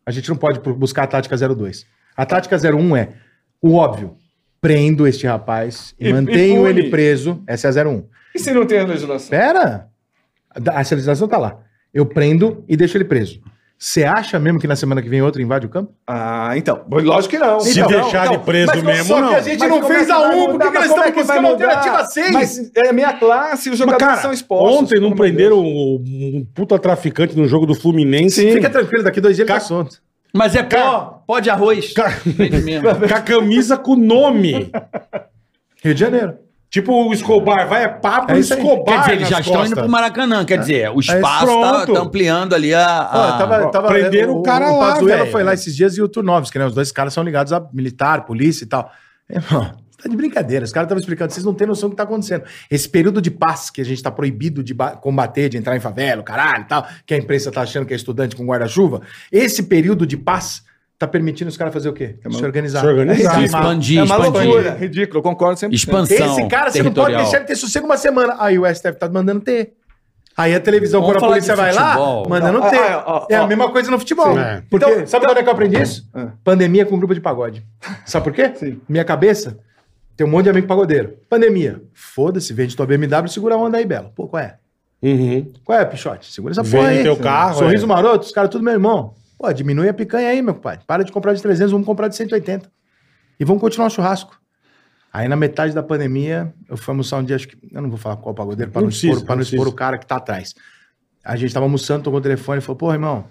[SPEAKER 5] a gente não pode pro- buscar a tática 02. A tática 01 é o óbvio. Prendo este rapaz e,
[SPEAKER 6] E- e
[SPEAKER 5] mantenho
[SPEAKER 6] pune.
[SPEAKER 5] ele preso. Essa é a 01.
[SPEAKER 6] E se não tem a legislação?
[SPEAKER 5] Pera! A a sinalização tá lá. Eu prendo e deixo ele preso. Você acha mesmo que na semana que vem outro invade o campo?
[SPEAKER 6] Ah, então. Lógico que não.
[SPEAKER 2] Se
[SPEAKER 6] Então,
[SPEAKER 2] deixar de preso
[SPEAKER 5] mas
[SPEAKER 2] mesmo,
[SPEAKER 5] só
[SPEAKER 2] não.
[SPEAKER 5] que a gente
[SPEAKER 6] Mas
[SPEAKER 5] não
[SPEAKER 6] como
[SPEAKER 5] fez
[SPEAKER 6] é que
[SPEAKER 5] a
[SPEAKER 6] vai
[SPEAKER 5] 1, por
[SPEAKER 6] mudar?
[SPEAKER 5] que que
[SPEAKER 6] Mas
[SPEAKER 5] nós estamos
[SPEAKER 6] como é que vai
[SPEAKER 5] buscando a
[SPEAKER 6] mudar?
[SPEAKER 5] alternativa 6?
[SPEAKER 6] Mas é a minha classe, os
[SPEAKER 2] Mas,
[SPEAKER 6] jogadores
[SPEAKER 2] cara,
[SPEAKER 6] são expostos.
[SPEAKER 2] ontem não
[SPEAKER 6] pelo amor de
[SPEAKER 2] prenderam
[SPEAKER 6] Deus.
[SPEAKER 2] um, um puta traficante no jogo do Fluminense.
[SPEAKER 5] Fica tranquilo, daqui dois dias ele tá solto.
[SPEAKER 4] Mas é pó, pó de arroz. (laughs) Ele mesmo.
[SPEAKER 2] Com a camisa com o nome.
[SPEAKER 5] Rio de Janeiro.
[SPEAKER 2] Tipo o Escobar, vai, é Pablo
[SPEAKER 5] É isso aí.
[SPEAKER 2] Escobar.
[SPEAKER 4] Quer dizer, eles já
[SPEAKER 2] nas
[SPEAKER 4] estão
[SPEAKER 2] costas.
[SPEAKER 4] indo pro Maracanã. Quer dizer, o
[SPEAKER 2] É,
[SPEAKER 4] espaço tá,
[SPEAKER 2] pronto.
[SPEAKER 4] tá ampliando ali a. a-
[SPEAKER 5] Ó, tava, Tá, tava
[SPEAKER 2] prenderam o cara lá,
[SPEAKER 5] Pazuello
[SPEAKER 2] velho.
[SPEAKER 5] foi lá esses dias e o Turnovski, né? Os dois caras são ligados a militar, polícia e tal. Irmão, tá de brincadeira. Os caras estavam explicando, vocês não têm noção do que tá acontecendo. Esse período de paz que a gente tá proibido de ba- combater, de entrar em favela, o caralho e tal, que a imprensa tá achando que é estudante com guarda-chuva, esse período de paz tá permitindo os caras fazer o quê? se organizar.
[SPEAKER 2] Tá se organizar.
[SPEAKER 5] É armar.
[SPEAKER 4] Expandir,
[SPEAKER 6] É uma loucura,
[SPEAKER 4] expandir.
[SPEAKER 6] ridículo, eu concordo sempre.
[SPEAKER 4] Expansão.
[SPEAKER 5] Esse cara, você não pode
[SPEAKER 4] territorial.
[SPEAKER 5] deixar ele ter sossego uma semana. Aí o STF tá mandando ter. Aí a televisão,
[SPEAKER 4] Vamos
[SPEAKER 5] quando a
[SPEAKER 4] falar
[SPEAKER 5] polícia
[SPEAKER 4] de
[SPEAKER 5] vai
[SPEAKER 4] futebol.
[SPEAKER 5] lá, mandando
[SPEAKER 6] Ah,
[SPEAKER 5] ter.
[SPEAKER 6] ah, ah,
[SPEAKER 5] é
[SPEAKER 6] ah.
[SPEAKER 5] a mesma coisa no futebol.
[SPEAKER 2] Sim. É.
[SPEAKER 5] Porque, sabe quando é que eu aprendi isso? Pandemia com grupo de pagode. Sabe por quê? Minha cabeça tem um monte de amigo pagodeiro. Pandemia. Foda-se, vende tua BMW, segura a onda aí, Belo. Pô, qual é?
[SPEAKER 2] Uhum.
[SPEAKER 5] Qual é, Pichote? Segura essa
[SPEAKER 2] Vende
[SPEAKER 5] porra aí.
[SPEAKER 2] teu carro,
[SPEAKER 5] Sorriso
[SPEAKER 2] é.
[SPEAKER 5] maroto, os caras tudo meu irmão. Pô, diminui a picanha aí, meu compadre. Para de comprar de 300, vamos comprar de 180. E vamos continuar o churrasco. Aí na metade da pandemia, eu fui almoçar um dia, acho que... Eu não vou falar qual pagodeiro, pra
[SPEAKER 2] Não
[SPEAKER 5] não,
[SPEAKER 2] precisa,
[SPEAKER 5] expor, pra
[SPEAKER 2] não
[SPEAKER 5] não expor
[SPEAKER 2] precisa.
[SPEAKER 5] o cara que tá atrás. A gente tava almoçando, tocou o telefone e falou, pô, irmão...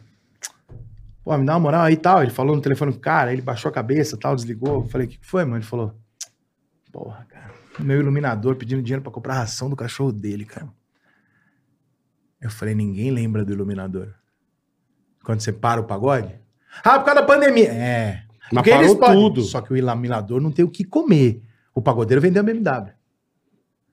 [SPEAKER 5] Pô, me dá uma moral aí e tal. Ele falou no telefone com o cara, ele baixou a cabeça e tal, desligou. Eu falei, o que que foi, mano? Ele falou, porra, cara. Meu iluminador pedindo dinheiro pra comprar a ração do cachorro dele, cara. Eu falei, ninguém lembra do iluminador. Quando você para o pagode? Ah, por causa da pandemia. É.
[SPEAKER 2] Mas
[SPEAKER 5] Porque eles
[SPEAKER 2] parou
[SPEAKER 5] podem.
[SPEAKER 2] tudo.
[SPEAKER 5] Só que o iluminador não tem o que comer. O pagodeiro vendeu a BMW.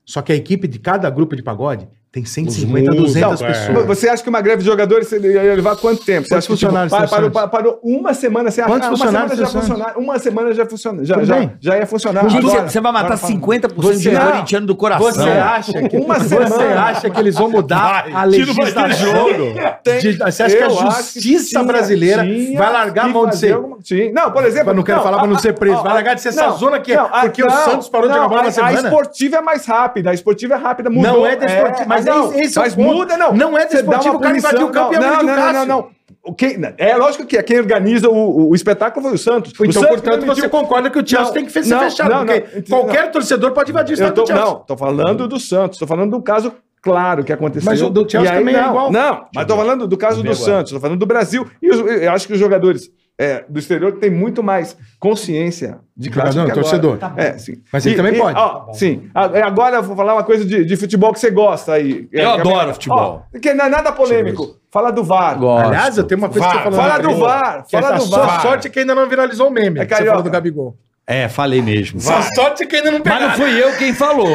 [SPEAKER 5] Só que a equipe de cada grupo de pagode tem 150,
[SPEAKER 2] músicos,
[SPEAKER 5] 200
[SPEAKER 2] é.
[SPEAKER 5] pessoas.
[SPEAKER 6] Você acha que uma greve de jogadores ia levar quanto tempo?
[SPEAKER 5] Quantos
[SPEAKER 6] Você acha que tipo,
[SPEAKER 5] funcionários
[SPEAKER 6] pa-
[SPEAKER 5] são
[SPEAKER 6] parou,
[SPEAKER 5] Santos?
[SPEAKER 6] pa- parou uma semana, você acha
[SPEAKER 5] Quantos
[SPEAKER 6] ah, uma
[SPEAKER 5] funcionários
[SPEAKER 6] semana já
[SPEAKER 5] são Santos?
[SPEAKER 6] funcionava. Uma semana já funciona, já,
[SPEAKER 5] Tudo
[SPEAKER 6] já,
[SPEAKER 5] bem.
[SPEAKER 6] já ia funcionar.
[SPEAKER 3] Gente,
[SPEAKER 6] Agora-
[SPEAKER 3] você vai matar
[SPEAKER 6] agora fala.
[SPEAKER 3] 50%
[SPEAKER 5] Você
[SPEAKER 3] de
[SPEAKER 5] acha-
[SPEAKER 3] corintiano do coração.
[SPEAKER 5] Você é acha que
[SPEAKER 6] Uma
[SPEAKER 5] (laughs) você
[SPEAKER 6] semana.
[SPEAKER 5] acha que eles vão mudar a
[SPEAKER 2] Tira o vai ter
[SPEAKER 5] legislação? De- Você acha que a
[SPEAKER 6] Eu acho
[SPEAKER 5] justiça
[SPEAKER 6] tinha-
[SPEAKER 5] brasileira
[SPEAKER 6] tinha
[SPEAKER 5] vai largar a mão
[SPEAKER 6] que
[SPEAKER 5] de
[SPEAKER 6] fazer
[SPEAKER 5] ser?
[SPEAKER 6] alguma- Tinha. Não, por exemplo.
[SPEAKER 5] Eu não quero falar pra não ser preso. Vai largar de ser essa zona aqui, porque o Santos parou de acabar
[SPEAKER 6] a,
[SPEAKER 5] uma
[SPEAKER 6] A
[SPEAKER 5] semana.
[SPEAKER 6] esportiva é mais rápida. A esportiva é rápida, mudou.
[SPEAKER 5] Não é da esportiva, mas
[SPEAKER 6] não,
[SPEAKER 5] esse- esse é o
[SPEAKER 6] mas
[SPEAKER 5] ponto.
[SPEAKER 6] muda, não.
[SPEAKER 5] Não é da
[SPEAKER 6] Você dá
[SPEAKER 5] esportiva,
[SPEAKER 6] uma
[SPEAKER 5] o cara
[SPEAKER 6] punição,
[SPEAKER 5] invadiu o campo e
[SPEAKER 6] não,
[SPEAKER 5] agrediu
[SPEAKER 6] não,
[SPEAKER 5] o
[SPEAKER 6] não, não,
[SPEAKER 5] Cássio.
[SPEAKER 6] não. O Quem, é lógico que é quem organiza o, o- o espetáculo foi o Santos. o
[SPEAKER 5] Então,
[SPEAKER 6] Santos
[SPEAKER 5] portanto,
[SPEAKER 6] permitiu-
[SPEAKER 5] você concorda que o Chelsea
[SPEAKER 6] Não,
[SPEAKER 5] tem que ser
[SPEAKER 6] não,
[SPEAKER 5] fechado,
[SPEAKER 6] não,
[SPEAKER 5] porque
[SPEAKER 6] não.
[SPEAKER 5] qualquer torcedor pode invadir o
[SPEAKER 6] Eu
[SPEAKER 5] estado
[SPEAKER 6] tô,
[SPEAKER 5] do Chelsea.
[SPEAKER 6] não, tô falando do Santos, tô falando do caso claro que aconteceu.
[SPEAKER 5] Mas o do Chelsea
[SPEAKER 6] E aí,
[SPEAKER 5] também é
[SPEAKER 6] não,
[SPEAKER 5] igual.
[SPEAKER 6] Não, mas tô falando do caso do
[SPEAKER 5] Deixa eu ver agora.
[SPEAKER 6] Santos, tô falando do Brasil. E os- eu acho que os jogadores é, do exterior têm muito mais consciência de classe.
[SPEAKER 5] Jogador,
[SPEAKER 6] do que agora.
[SPEAKER 5] torcedor.
[SPEAKER 6] É, sim.
[SPEAKER 5] Mas ele também pode.
[SPEAKER 6] ó, sim. A- é, Agora eu vou falar uma coisa de, de futebol que você gosta aí.
[SPEAKER 4] Eu
[SPEAKER 6] É,
[SPEAKER 4] adoro
[SPEAKER 6] ó,
[SPEAKER 4] futebol.
[SPEAKER 6] que não é nada polêmico. Fala do VAR.
[SPEAKER 5] Aliás, eu tenho uma coisa que
[SPEAKER 2] Vá,
[SPEAKER 5] eu
[SPEAKER 6] Fala
[SPEAKER 5] falando.
[SPEAKER 6] do VAR.
[SPEAKER 5] Que
[SPEAKER 6] Fala
[SPEAKER 5] a
[SPEAKER 6] do
[SPEAKER 5] sua
[SPEAKER 6] VAR.
[SPEAKER 5] sorte é que ainda não viralizou o meme.
[SPEAKER 6] É
[SPEAKER 5] que você
[SPEAKER 6] carioca.
[SPEAKER 5] falou do Gabigol.
[SPEAKER 4] É, falei mesmo.
[SPEAKER 5] Sua sorte é que ainda não
[SPEAKER 4] Mas não fui eu quem falou.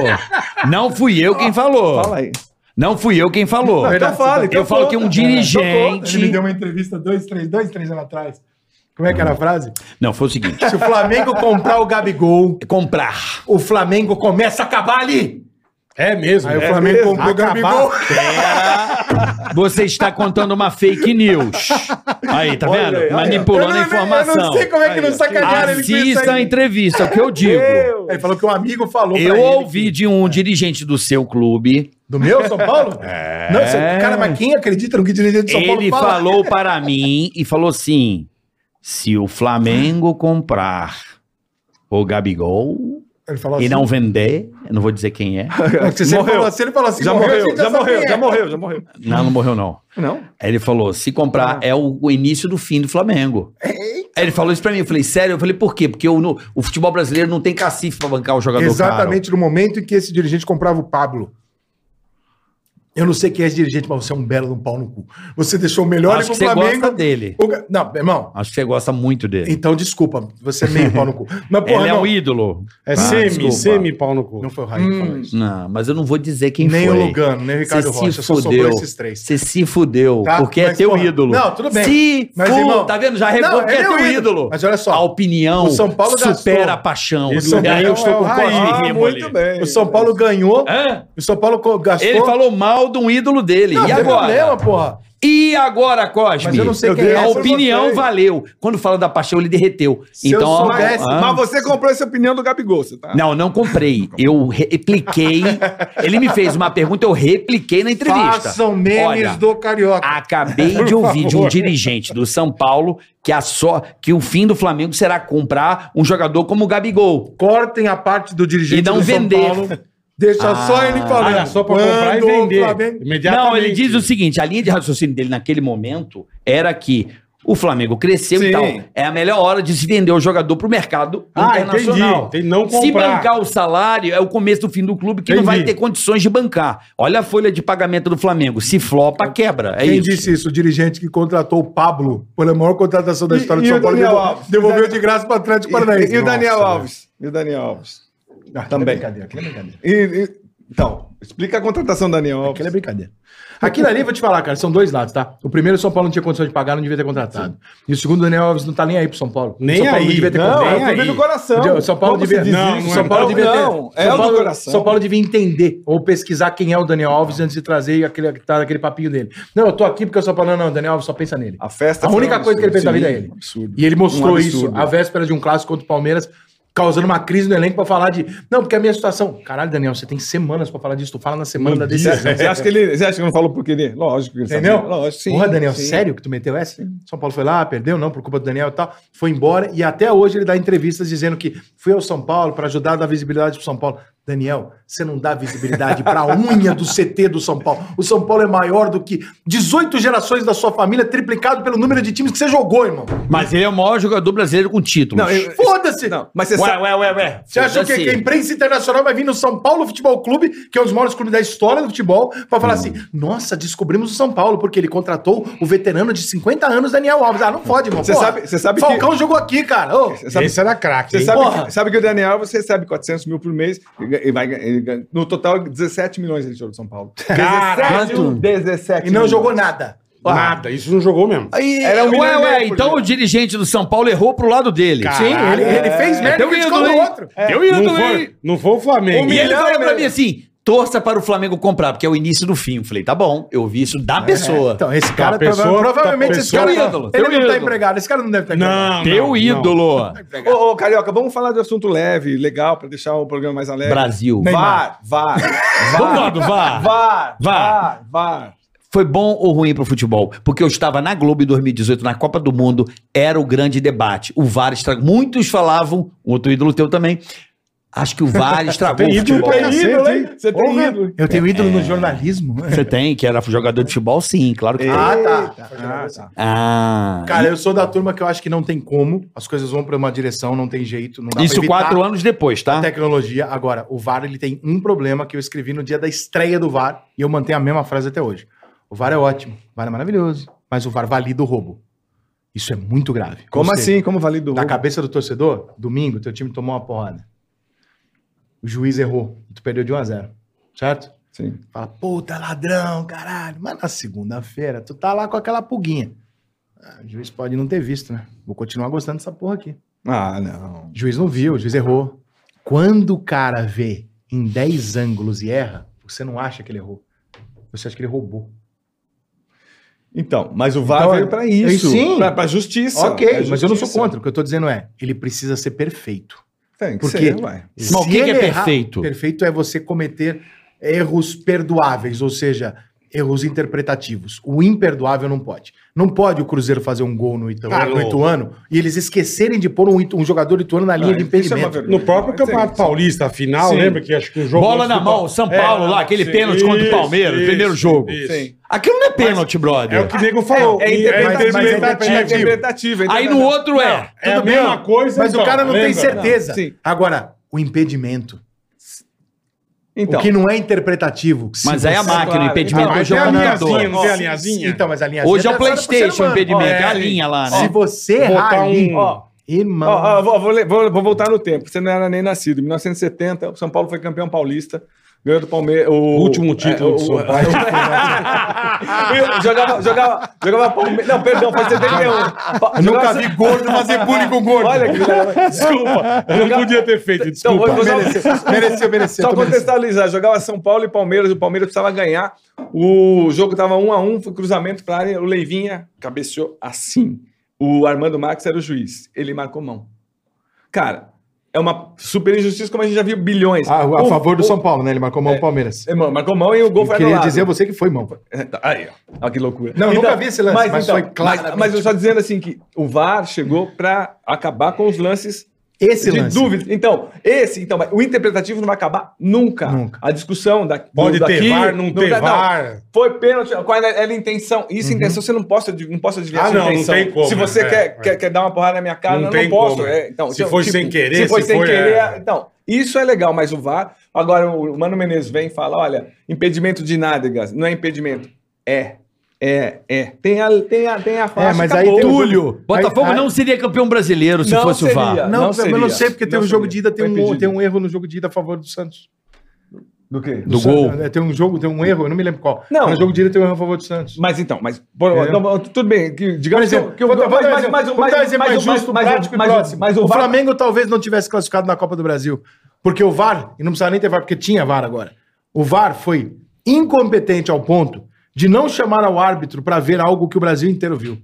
[SPEAKER 4] Não fui eu quem falou.
[SPEAKER 6] Fala aí.
[SPEAKER 4] Não fui eu quem falou.
[SPEAKER 6] Então fala. então
[SPEAKER 4] Eu falo que um
[SPEAKER 6] conta.
[SPEAKER 4] dirigente.
[SPEAKER 5] Ele me deu uma entrevista dois, três, dois, três anos atrás. Como é que era a frase?
[SPEAKER 4] Não, foi o seguinte:
[SPEAKER 5] Se o Flamengo comprar o Gabigol,
[SPEAKER 4] comprar.
[SPEAKER 5] o Flamengo começa a acabar ali.
[SPEAKER 2] É mesmo.
[SPEAKER 5] Aí o
[SPEAKER 2] É
[SPEAKER 5] Flamengo
[SPEAKER 2] mesmo.
[SPEAKER 5] comprou o
[SPEAKER 2] Acabar.
[SPEAKER 5] Gabigol.
[SPEAKER 4] Você está contando uma fake news. Aí, tá
[SPEAKER 6] Olha
[SPEAKER 4] vendo?
[SPEAKER 6] aí, olha aí.
[SPEAKER 5] Eu
[SPEAKER 4] Manipulando
[SPEAKER 5] não-
[SPEAKER 4] a informação.
[SPEAKER 5] Eu não sei como é que não sacanearam ele com isso
[SPEAKER 4] Assista a
[SPEAKER 5] aí.
[SPEAKER 4] entrevista, é o que eu digo.
[SPEAKER 6] Meu.
[SPEAKER 5] Ele falou que um amigo falou pra
[SPEAKER 4] Eu
[SPEAKER 5] ele
[SPEAKER 4] ouvi de
[SPEAKER 5] É.
[SPEAKER 4] um dirigente do seu clube.
[SPEAKER 5] que- Do meu
[SPEAKER 4] (laughs)
[SPEAKER 5] São Paulo? É. Não, você- cara, mas quem acredita no que dirigente de São Paulo
[SPEAKER 4] Ele
[SPEAKER 5] fala?
[SPEAKER 4] falou para mim e falou assim: se o Flamengo comprar o Gabigol
[SPEAKER 5] Ele falou
[SPEAKER 4] e não vender, eu não vou dizer quem
[SPEAKER 5] (laughs)
[SPEAKER 4] é.
[SPEAKER 5] Porque se ele
[SPEAKER 6] Morreu.
[SPEAKER 5] falou assim, ele falou assim,
[SPEAKER 6] Já
[SPEAKER 5] a
[SPEAKER 6] morreu,
[SPEAKER 5] gente
[SPEAKER 6] já
[SPEAKER 5] sabia.
[SPEAKER 6] morreu, já morreu, já morreu.
[SPEAKER 4] Não, não morreu, não.
[SPEAKER 6] Não?
[SPEAKER 4] Aí ele falou: se
[SPEAKER 5] Ah.
[SPEAKER 4] comprar é o, o início do fim do Flamengo. Aí ele falou isso pra mim. Eu falei, sério? Eu falei, por quê? Porque o, no- o futebol brasileiro não tem cacife pra bancar o jogador
[SPEAKER 5] Exatamente no momento em que esse dirigente comprava o Pablo. Eu não sei quem é esse dirigente, mas você é um belo de um pau no cu. Você deixou o melhor
[SPEAKER 4] caro.
[SPEAKER 5] ir
[SPEAKER 4] Acho
[SPEAKER 5] pro
[SPEAKER 4] que você
[SPEAKER 5] Flamengo.
[SPEAKER 4] gosta dele.
[SPEAKER 5] O Ga- Não, meu irmão.
[SPEAKER 4] Acho que você gosta muito dele.
[SPEAKER 5] Então, desculpa, você é meio pau no cu.
[SPEAKER 4] (laughs)
[SPEAKER 5] Mas, porra,
[SPEAKER 4] ele é
[SPEAKER 5] Então, não.
[SPEAKER 4] um ídolo.
[SPEAKER 2] É
[SPEAKER 4] Ah,
[SPEAKER 2] semi,
[SPEAKER 4] desculpa.
[SPEAKER 2] semi pau no cu.
[SPEAKER 5] Não foi o Raí que falou isso.
[SPEAKER 4] Não, mas eu não vou dizer Hum. quem
[SPEAKER 5] nem
[SPEAKER 4] foi.
[SPEAKER 5] o Lugano, nem o Ricardo
[SPEAKER 4] Você
[SPEAKER 5] Rocha.
[SPEAKER 4] se
[SPEAKER 5] Só sobrou
[SPEAKER 4] fudeu.
[SPEAKER 5] esses três.
[SPEAKER 4] Você se fudeu,
[SPEAKER 5] Tá?
[SPEAKER 4] porque é
[SPEAKER 5] Mas,
[SPEAKER 4] teu
[SPEAKER 5] porra,
[SPEAKER 4] ídolo.
[SPEAKER 5] não, tudo bem.
[SPEAKER 4] Se
[SPEAKER 5] Mas,
[SPEAKER 4] fu-
[SPEAKER 5] irmão-
[SPEAKER 4] tá vendo? Já
[SPEAKER 5] Não,
[SPEAKER 4] regou porque é
[SPEAKER 5] ele é o
[SPEAKER 4] teu ídolo.
[SPEAKER 5] ídolo. Mas olha só,
[SPEAKER 4] A opinião
[SPEAKER 5] o São Paulo
[SPEAKER 4] supera
[SPEAKER 5] gastou.
[SPEAKER 4] a paixão.
[SPEAKER 2] O São
[SPEAKER 4] E
[SPEAKER 2] Paulo-
[SPEAKER 4] aí eu estou com
[SPEAKER 2] Ah,
[SPEAKER 4] o Cosme
[SPEAKER 2] ah,
[SPEAKER 4] Rimo
[SPEAKER 6] muito
[SPEAKER 4] ali.
[SPEAKER 6] bem.
[SPEAKER 5] O São Paulo ganhou,
[SPEAKER 4] Hã?
[SPEAKER 5] o São Paulo co- gastou.
[SPEAKER 4] Ele falou mal de um ídolo dele.
[SPEAKER 5] Não,
[SPEAKER 4] e
[SPEAKER 5] tem
[SPEAKER 4] agora?
[SPEAKER 5] problema, porra.
[SPEAKER 4] E agora, Cosme?
[SPEAKER 5] Mas eu não sei quem é,
[SPEAKER 4] A
[SPEAKER 5] eu
[SPEAKER 4] opinião
[SPEAKER 5] gostei.
[SPEAKER 4] valeu. Quando fala da paixão, ele derreteu.
[SPEAKER 5] Se eu
[SPEAKER 4] então, ó,
[SPEAKER 5] soubesse,
[SPEAKER 4] ó,
[SPEAKER 6] Mas você comprou essa opinião do Gabigol, você tá?
[SPEAKER 4] Não, não comprei. Eu repliquei.
[SPEAKER 5] (laughs)
[SPEAKER 4] Ele me fez uma pergunta, eu repliquei na entrevista.
[SPEAKER 5] Façam memes
[SPEAKER 4] Olha, Ah.
[SPEAKER 5] do Carioca.
[SPEAKER 2] (laughs)
[SPEAKER 4] Acabei de ouvir de um dirigente do São Paulo que, a só, que o fim do Flamengo será comprar um jogador como o Gabigol.
[SPEAKER 5] Cortem a parte do dirigente
[SPEAKER 4] E não
[SPEAKER 5] do
[SPEAKER 4] vender.
[SPEAKER 5] São Paulo. Deixa só ele
[SPEAKER 2] Ah,
[SPEAKER 5] falando.
[SPEAKER 2] era só pra comprar e
[SPEAKER 5] Quando o
[SPEAKER 2] vender.
[SPEAKER 5] Flamengo-
[SPEAKER 2] Imediatamente.
[SPEAKER 4] Não, ele diz o seguinte: a linha de raciocínio dele naquele momento era que o Flamengo cresceu
[SPEAKER 6] Sim.
[SPEAKER 4] e tal. É a melhor hora de se vender o jogador para o mercado
[SPEAKER 2] Ah,
[SPEAKER 4] internacional.
[SPEAKER 2] entendi. Tem não
[SPEAKER 4] Se
[SPEAKER 2] comprar.
[SPEAKER 4] bancar o salário, é o começo do fim do clube que não
[SPEAKER 2] Entendi.
[SPEAKER 4] vai ter condições de bancar. Olha a folha de pagamento do Flamengo. Se flopa, quebra. É
[SPEAKER 5] Quem
[SPEAKER 4] isso.
[SPEAKER 5] disse isso? O dirigente que contratou o Pablo foi a maior contratação da
[SPEAKER 6] E-
[SPEAKER 5] história
[SPEAKER 6] e
[SPEAKER 5] de
[SPEAKER 6] o
[SPEAKER 5] São Paulo.
[SPEAKER 6] Daniel
[SPEAKER 5] devol-
[SPEAKER 6] Alves?
[SPEAKER 5] Devolveu de graça para o Atlético Paranaense.
[SPEAKER 6] E, e o Daniel
[SPEAKER 5] Nossa,
[SPEAKER 6] Alves? E o Daniel Alves?
[SPEAKER 5] velho. Ah, aquilo
[SPEAKER 6] Também.
[SPEAKER 5] É brincadeira, aquilo é brincadeira.
[SPEAKER 6] E- e- então, explica a contratação do Daniel Alves.
[SPEAKER 5] Aquilo é brincadeira. Aquilo ali, vou te falar, cara, são dois lados, tá? O primeiro, o São Paulo não tinha condição de pagar, não devia ter contratado. E o segundo, o Daniel Alves não tá nem aí pro São Paulo.
[SPEAKER 2] Nem
[SPEAKER 5] São Paulo
[SPEAKER 2] aí,
[SPEAKER 5] devia ter
[SPEAKER 2] não,
[SPEAKER 5] comprado.
[SPEAKER 2] é o
[SPEAKER 5] Nem
[SPEAKER 2] clube
[SPEAKER 5] aí.
[SPEAKER 2] do
[SPEAKER 6] coração.
[SPEAKER 5] Entendeu? São Paulo
[SPEAKER 6] Como
[SPEAKER 5] devia
[SPEAKER 6] se diz
[SPEAKER 2] Não,
[SPEAKER 5] isso?
[SPEAKER 2] não é
[SPEAKER 5] São Paulo
[SPEAKER 6] não.
[SPEAKER 5] devia ter.
[SPEAKER 6] Não, é o
[SPEAKER 5] São
[SPEAKER 6] do
[SPEAKER 5] Paulo,
[SPEAKER 6] coração.
[SPEAKER 5] São Paulo devia entender ou pesquisar quem é o Daniel Alves antes de trazer aquele que tá naquele papinho dele. Não, eu tô aqui porque eu sou Paulo. Não, não, o Daniel Alves só pensa nele.
[SPEAKER 6] A festa
[SPEAKER 5] A
[SPEAKER 6] foi
[SPEAKER 5] única
[SPEAKER 6] um
[SPEAKER 5] coisa que ele fez na
[SPEAKER 6] absurdo.
[SPEAKER 5] vida é ele.
[SPEAKER 6] Sim, um Absurdo.
[SPEAKER 5] E ele mostrou
[SPEAKER 6] Um absurdo.
[SPEAKER 5] isso à véspera de um clássico contra o Palmeiras. causando uma crise no elenco pra falar de. Não, porque a minha situação. Caralho, Daniel, você tem semanas pra falar disso. Tu fala na semana da decisão.
[SPEAKER 6] Você acha que ele você acha que não falou por querer? Lógico que ele
[SPEAKER 5] Entendeu?
[SPEAKER 6] sabia. Lógico, sim.
[SPEAKER 5] Porra, Daniel,
[SPEAKER 6] sim.
[SPEAKER 5] sério que tu meteu essa? São Paulo foi lá, perdeu, não, por culpa do Daniel e tal. Foi embora e até hoje ele dá entrevistas dizendo que fui ao São Paulo pra ajudar a dar visibilidade pro São Paulo. Daniel, você não dá visibilidade
[SPEAKER 6] (laughs)
[SPEAKER 5] pra unha do CT do São Paulo. O São Paulo é maior do que 18 gerações da sua família, triplicado pelo número de times que você jogou, irmão.
[SPEAKER 3] Mas ele é o maior jogador brasileiro com títulos.
[SPEAKER 6] Não, eu-
[SPEAKER 5] Foda-se!
[SPEAKER 6] não, mas você
[SPEAKER 3] Ué,
[SPEAKER 6] sabe.
[SPEAKER 3] ué, ué, ué.
[SPEAKER 5] Você acha
[SPEAKER 4] assim.
[SPEAKER 5] o quê?
[SPEAKER 3] Foda-se.
[SPEAKER 5] que a imprensa internacional vai vir no São Paulo Futebol Clube, que é um dos maiores clubes da história do futebol, pra falar assim: nossa, descobrimos o São Paulo, porque ele contratou o veterano de 50 anos, Daniel Alves. Ah, não pode, irmão.
[SPEAKER 6] Você
[SPEAKER 5] Porra,
[SPEAKER 6] sabe- você sabe que-
[SPEAKER 5] Falcão jogou aqui, cara. Ô,
[SPEAKER 6] Você sabe,
[SPEAKER 2] é Esse era craque,
[SPEAKER 6] você
[SPEAKER 2] hein?
[SPEAKER 6] sabe,
[SPEAKER 5] Porra.
[SPEAKER 6] que, sabe que o Daniel você recebe 400 mil por mês. E vai, ele ganha- no total, 17 milhões ele tirou do São Paulo. 17,
[SPEAKER 3] Quanto?
[SPEAKER 6] 17
[SPEAKER 5] e não
[SPEAKER 6] milhões.
[SPEAKER 5] jogou nada.
[SPEAKER 2] Nada, isso não jogou mesmo.
[SPEAKER 3] Aí,
[SPEAKER 6] Era um milhão
[SPEAKER 3] ué,
[SPEAKER 6] e
[SPEAKER 3] ué,
[SPEAKER 6] meio por
[SPEAKER 3] então
[SPEAKER 6] dia.
[SPEAKER 3] o dirigente do São Paulo errou pro lado dele.
[SPEAKER 2] Cara, é,
[SPEAKER 5] Sim, ele, ele
[SPEAKER 4] É,
[SPEAKER 5] fez merda.
[SPEAKER 3] Deu
[SPEAKER 5] criticou
[SPEAKER 3] ídolo,
[SPEAKER 5] o
[SPEAKER 3] hein?
[SPEAKER 5] outro.
[SPEAKER 3] Deu
[SPEAKER 2] não,
[SPEAKER 3] ídolo, hein?
[SPEAKER 2] foi, não foi o Flamengo.
[SPEAKER 3] E ele
[SPEAKER 6] Milhão
[SPEAKER 3] falou
[SPEAKER 6] e
[SPEAKER 3] pra
[SPEAKER 6] meio.
[SPEAKER 3] mim assim: torça para o Flamengo comprar, porque é o início do fim. Eu falei, tá bom, eu ouvi isso
[SPEAKER 2] É,
[SPEAKER 3] da pessoa.
[SPEAKER 5] Então, esse cara,
[SPEAKER 2] Tá, pessoa-
[SPEAKER 5] prova- provavelmente,
[SPEAKER 2] tá,
[SPEAKER 5] esse cara,
[SPEAKER 3] pessoa- ídolo,
[SPEAKER 5] ele
[SPEAKER 3] teu
[SPEAKER 5] não tá
[SPEAKER 3] ídolo.
[SPEAKER 5] empregado. Esse cara não
[SPEAKER 6] né,
[SPEAKER 5] deve estar empregado.
[SPEAKER 2] Não,
[SPEAKER 3] Teu
[SPEAKER 2] não, não.
[SPEAKER 3] ídolo,
[SPEAKER 6] Ô, ô, Carioca, vamos falar de assunto leve, legal, pra deixar o programa mais
[SPEAKER 2] É.
[SPEAKER 6] alegre.
[SPEAKER 3] Brasil.
[SPEAKER 6] VAR, VAR.
[SPEAKER 3] Vamos lá do VAR.
[SPEAKER 5] (laughs)
[SPEAKER 6] VAR,
[SPEAKER 3] VAR.
[SPEAKER 6] VAR, VAR.
[SPEAKER 3] Foi bom ou ruim pro futebol? Porque eu estava na Globo em 2018, na Copa do Mundo, era o grande debate. O VAR estragou. Muitos falavam, um outro ídolo teu também. Acho que o VAR estragou o
[SPEAKER 2] Tem ídolo
[SPEAKER 3] futebol.
[SPEAKER 2] pra ídolo, hein?
[SPEAKER 6] Você tem
[SPEAKER 5] é Porra,
[SPEAKER 6] ídolo.
[SPEAKER 5] Eu tenho ídolo no jornalismo. é.
[SPEAKER 3] Você tem, que era jogador de futebol? Sim, claro que tem.
[SPEAKER 5] Ah, tá.
[SPEAKER 6] Ah, tá.
[SPEAKER 3] Ah.
[SPEAKER 5] Cara, eu sou da turma que eu acho que não tem como. As coisas vão pra uma direção, não tem jeito. Não dá pra
[SPEAKER 3] Isso
[SPEAKER 5] evitar.
[SPEAKER 3] quatro anos depois,
[SPEAKER 5] a
[SPEAKER 3] tá?
[SPEAKER 5] tecnologia. Agora, o VAR ele tem um problema que eu escrevi no dia da estreia do VAR e eu mantenho a mesma frase até hoje. O VAR é ótimo, o VAR é maravilhoso, mas o VAR valida o roubo. Isso é muito grave.
[SPEAKER 6] Como
[SPEAKER 5] Ou seja,
[SPEAKER 6] assim? Como valido o
[SPEAKER 5] Na
[SPEAKER 6] roubo?
[SPEAKER 5] cabeça do torcedor, domingo, teu time tomou uma porrada. O juiz errou, tu perdeu de 1 a 0 certo?
[SPEAKER 6] Sim.
[SPEAKER 5] Fala, puta ladrão, caralho. Mas na segunda-feira, tu tá lá com aquela pulguinha. Ah, o juiz pode não ter visto, né? Vou continuar gostando dessa porra aqui.
[SPEAKER 6] Ah, não.
[SPEAKER 5] O juiz não viu, o juiz errou. Quando o cara vê em 10 ângulos e erra, você não acha que ele errou. Você acha que ele roubou.
[SPEAKER 6] Então, mas o VAR
[SPEAKER 5] Então,
[SPEAKER 6] veio pra isso.
[SPEAKER 5] e sim.
[SPEAKER 6] Pra, pra justiça.
[SPEAKER 5] ok,
[SPEAKER 6] É
[SPEAKER 5] mas eu não sou
[SPEAKER 6] justiça.
[SPEAKER 5] contra. O que eu tô dizendo é, ele precisa ser perfeito.
[SPEAKER 6] Tem que
[SPEAKER 5] Por quê?
[SPEAKER 6] ser, ué.
[SPEAKER 3] Mas o que que é
[SPEAKER 5] ele errar-
[SPEAKER 3] perfeito?
[SPEAKER 5] perfeito é você cometer erros perdoáveis, ou seja, erros interpretativos. O imperdoável não pode. Não pode o Cruzeiro fazer um gol no, Ita-
[SPEAKER 2] Tá
[SPEAKER 5] no
[SPEAKER 2] louco.
[SPEAKER 5] Ituano e eles esquecerem de pôr um, Itu- um jogador ituano na linha
[SPEAKER 6] Ah,
[SPEAKER 5] de
[SPEAKER 6] isso é uma
[SPEAKER 5] impedimento.
[SPEAKER 6] vergonha.
[SPEAKER 2] No próprio
[SPEAKER 6] Sim,
[SPEAKER 2] Campeonato
[SPEAKER 6] sim.
[SPEAKER 2] Paulista, final,
[SPEAKER 6] Sim.
[SPEAKER 2] lembra que acho que o jogo.
[SPEAKER 3] Bola na mão, São Paulo, lá, aquele
[SPEAKER 2] sim.
[SPEAKER 3] pênalti contra o
[SPEAKER 2] Isso,
[SPEAKER 3] Palmeiras,
[SPEAKER 2] isso,
[SPEAKER 3] primeiro jogo.
[SPEAKER 2] isso.
[SPEAKER 6] Sim.
[SPEAKER 3] Aquilo não é pênalti, brother.
[SPEAKER 2] É o que o Diego falou.
[SPEAKER 6] É
[SPEAKER 5] mas- mas é
[SPEAKER 6] interpretativo. É
[SPEAKER 5] interpretativo.
[SPEAKER 6] interpretativo. é
[SPEAKER 3] Aí no
[SPEAKER 6] interpretativo.
[SPEAKER 3] outro é.
[SPEAKER 2] É a
[SPEAKER 5] Tudo bem,
[SPEAKER 2] mesma coisa,
[SPEAKER 5] mas
[SPEAKER 2] então,
[SPEAKER 5] o cara não tem
[SPEAKER 2] lembra?
[SPEAKER 5] certeza.
[SPEAKER 6] Não, sim.
[SPEAKER 5] Agora, o impedimento.
[SPEAKER 6] Então,
[SPEAKER 5] o que não é interpretativo. se
[SPEAKER 3] Mas aí a
[SPEAKER 5] você-
[SPEAKER 3] máquina, o
[SPEAKER 6] claro.
[SPEAKER 3] impedimento
[SPEAKER 4] é
[SPEAKER 6] Ah,
[SPEAKER 3] do
[SPEAKER 2] Mas tem a
[SPEAKER 3] jogador.
[SPEAKER 2] linhazinha, não tem a linhazinha?
[SPEAKER 5] Então, mas a linha
[SPEAKER 3] Hoje é
[SPEAKER 5] zero
[SPEAKER 3] o
[SPEAKER 5] traçada pro ser
[SPEAKER 3] Playstation, o
[SPEAKER 5] humano.
[SPEAKER 3] impedimento,
[SPEAKER 5] Ó,
[SPEAKER 3] é a
[SPEAKER 5] é.
[SPEAKER 3] linha lá,
[SPEAKER 5] Se
[SPEAKER 3] né?
[SPEAKER 5] você errar
[SPEAKER 2] Botar
[SPEAKER 5] ali,
[SPEAKER 2] um-
[SPEAKER 5] ó, irmão...
[SPEAKER 6] Ó, ó, vou, vou le- vou- vou voltar no tempo. Você não era nem nascido. Em 1970, o São Paulo foi campeão paulista. Ganhou do Palmeiras. O é,
[SPEAKER 2] Último título do
[SPEAKER 6] (laughs)
[SPEAKER 2] São Paulo.
[SPEAKER 6] Eu jogava, jogava, jogava Palmeiras. Não, perdão, foi 71. Pa-
[SPEAKER 5] nunca
[SPEAKER 6] um. jogava-
[SPEAKER 5] vi gordo
[SPEAKER 2] é
[SPEAKER 5] fazer bullying com gordo.
[SPEAKER 6] Olha que
[SPEAKER 2] Desculpa, eu não podia ter feito,
[SPEAKER 6] Então,
[SPEAKER 2] desculpa.
[SPEAKER 6] vou- vou-
[SPEAKER 5] mereceu, mereceu.
[SPEAKER 6] Só
[SPEAKER 5] tô merecendo.
[SPEAKER 6] contextualizar, jogava São Paulo e Palmeiras, o Palmeiras precisava ganhar. O jogo tava um a um, foi cruzamento para área, o Leivinha cabeceou assim. O Armando Max era o juiz, ele marcou mão. Cara, é uma super injustiça como a gente já viu bilhões.
[SPEAKER 5] Ah, a
[SPEAKER 6] O-
[SPEAKER 5] favor do
[SPEAKER 6] o-
[SPEAKER 5] São Paulo, né? Ele marcou mão o Palmeiras.
[SPEAKER 6] É, mano, marcou mão e o gol
[SPEAKER 5] Eu
[SPEAKER 6] foi
[SPEAKER 5] queria
[SPEAKER 6] anulado. É, tá,
[SPEAKER 5] dizer a você que foi mão.
[SPEAKER 6] Aí, ó, olha que loucura. Então,
[SPEAKER 5] Não, eu nunca vi esse lance, mas foi claramente-
[SPEAKER 6] mas, mas eu só dizendo assim que o VAR chegou para acabar com os lances
[SPEAKER 5] Esse
[SPEAKER 6] de
[SPEAKER 5] lance.
[SPEAKER 6] dúvida. Então, esse, então, mas o interpretativo não vai acabar nunca.
[SPEAKER 5] Nunca.
[SPEAKER 6] A discussão da, do-
[SPEAKER 2] Pode ter
[SPEAKER 6] daqui,
[SPEAKER 2] VAR, não ter
[SPEAKER 6] dá-
[SPEAKER 2] VAR.
[SPEAKER 6] Foi pênalti, qual era era a intenção? Isso,
[SPEAKER 5] Uhum.
[SPEAKER 6] a intenção, você não possa não posso adivinhar
[SPEAKER 2] Ah,
[SPEAKER 6] sua
[SPEAKER 2] não, não
[SPEAKER 6] intenção.
[SPEAKER 2] tem como,
[SPEAKER 6] Se você
[SPEAKER 2] é,
[SPEAKER 6] quer,
[SPEAKER 2] é.
[SPEAKER 6] Quer, quer dar uma porrada na minha cara,
[SPEAKER 2] Não
[SPEAKER 6] eu não,
[SPEAKER 2] tem
[SPEAKER 6] posso.
[SPEAKER 2] como.
[SPEAKER 6] é, então,
[SPEAKER 2] Se foi sem querer,
[SPEAKER 6] se foi
[SPEAKER 2] se
[SPEAKER 6] sem
[SPEAKER 2] foi,
[SPEAKER 6] querer.
[SPEAKER 2] é.
[SPEAKER 6] Então, isso é legal, mas o VAR. Agora, o Mano Menezes vem e fala: olha, impedimento de nádegas, não é impedimento. É. É, é. Tem a, tem a, tem a faixa.
[SPEAKER 5] É, mas aí tem o
[SPEAKER 6] acabou.
[SPEAKER 5] Túlio.
[SPEAKER 3] Botafogo
[SPEAKER 5] Aí-
[SPEAKER 3] não seria campeão brasileiro se
[SPEAKER 6] Não
[SPEAKER 3] fosse o
[SPEAKER 6] seria.
[SPEAKER 3] VAR.
[SPEAKER 5] Não,
[SPEAKER 6] Não
[SPEAKER 5] eu
[SPEAKER 6] seria.
[SPEAKER 5] não sei, porque tem
[SPEAKER 6] Não
[SPEAKER 5] um jogo de
[SPEAKER 6] seria.
[SPEAKER 5] ida, tem
[SPEAKER 6] Foi
[SPEAKER 5] um,
[SPEAKER 6] impedido.
[SPEAKER 5] tem um erro no jogo de ida a favor do Santos.
[SPEAKER 6] Do quê?
[SPEAKER 3] Do gol.
[SPEAKER 5] Santos, é, Tem um jogo, tem um erro, eu não me lembro qual.
[SPEAKER 6] Não.
[SPEAKER 5] Mas no jogo de ida tem um erro a favor do Santos.
[SPEAKER 6] Mas então, mas. pô,
[SPEAKER 5] É.
[SPEAKER 6] não, tudo bem, que,
[SPEAKER 5] Por
[SPEAKER 6] digamos
[SPEAKER 5] exemplo,
[SPEAKER 6] que eu.
[SPEAKER 5] vou dar- vou dar um
[SPEAKER 6] mais,
[SPEAKER 5] exemplo.
[SPEAKER 6] mais, mais,
[SPEAKER 5] Vou dar um
[SPEAKER 6] mais,
[SPEAKER 5] exemplo
[SPEAKER 6] mais,
[SPEAKER 5] mais justo,
[SPEAKER 6] mais, um,
[SPEAKER 5] prático e
[SPEAKER 6] mais,
[SPEAKER 5] próximo.
[SPEAKER 6] mas o
[SPEAKER 5] O
[SPEAKER 6] VAR-
[SPEAKER 5] Flamengo talvez não tivesse classificado na Copa do Brasil, porque o VAR, e não precisava nem ter VAR, porque tinha VAR agora. O VAR foi incompetente ao ponto de não chamar ao árbitro para ver algo que o Brasil inteiro viu.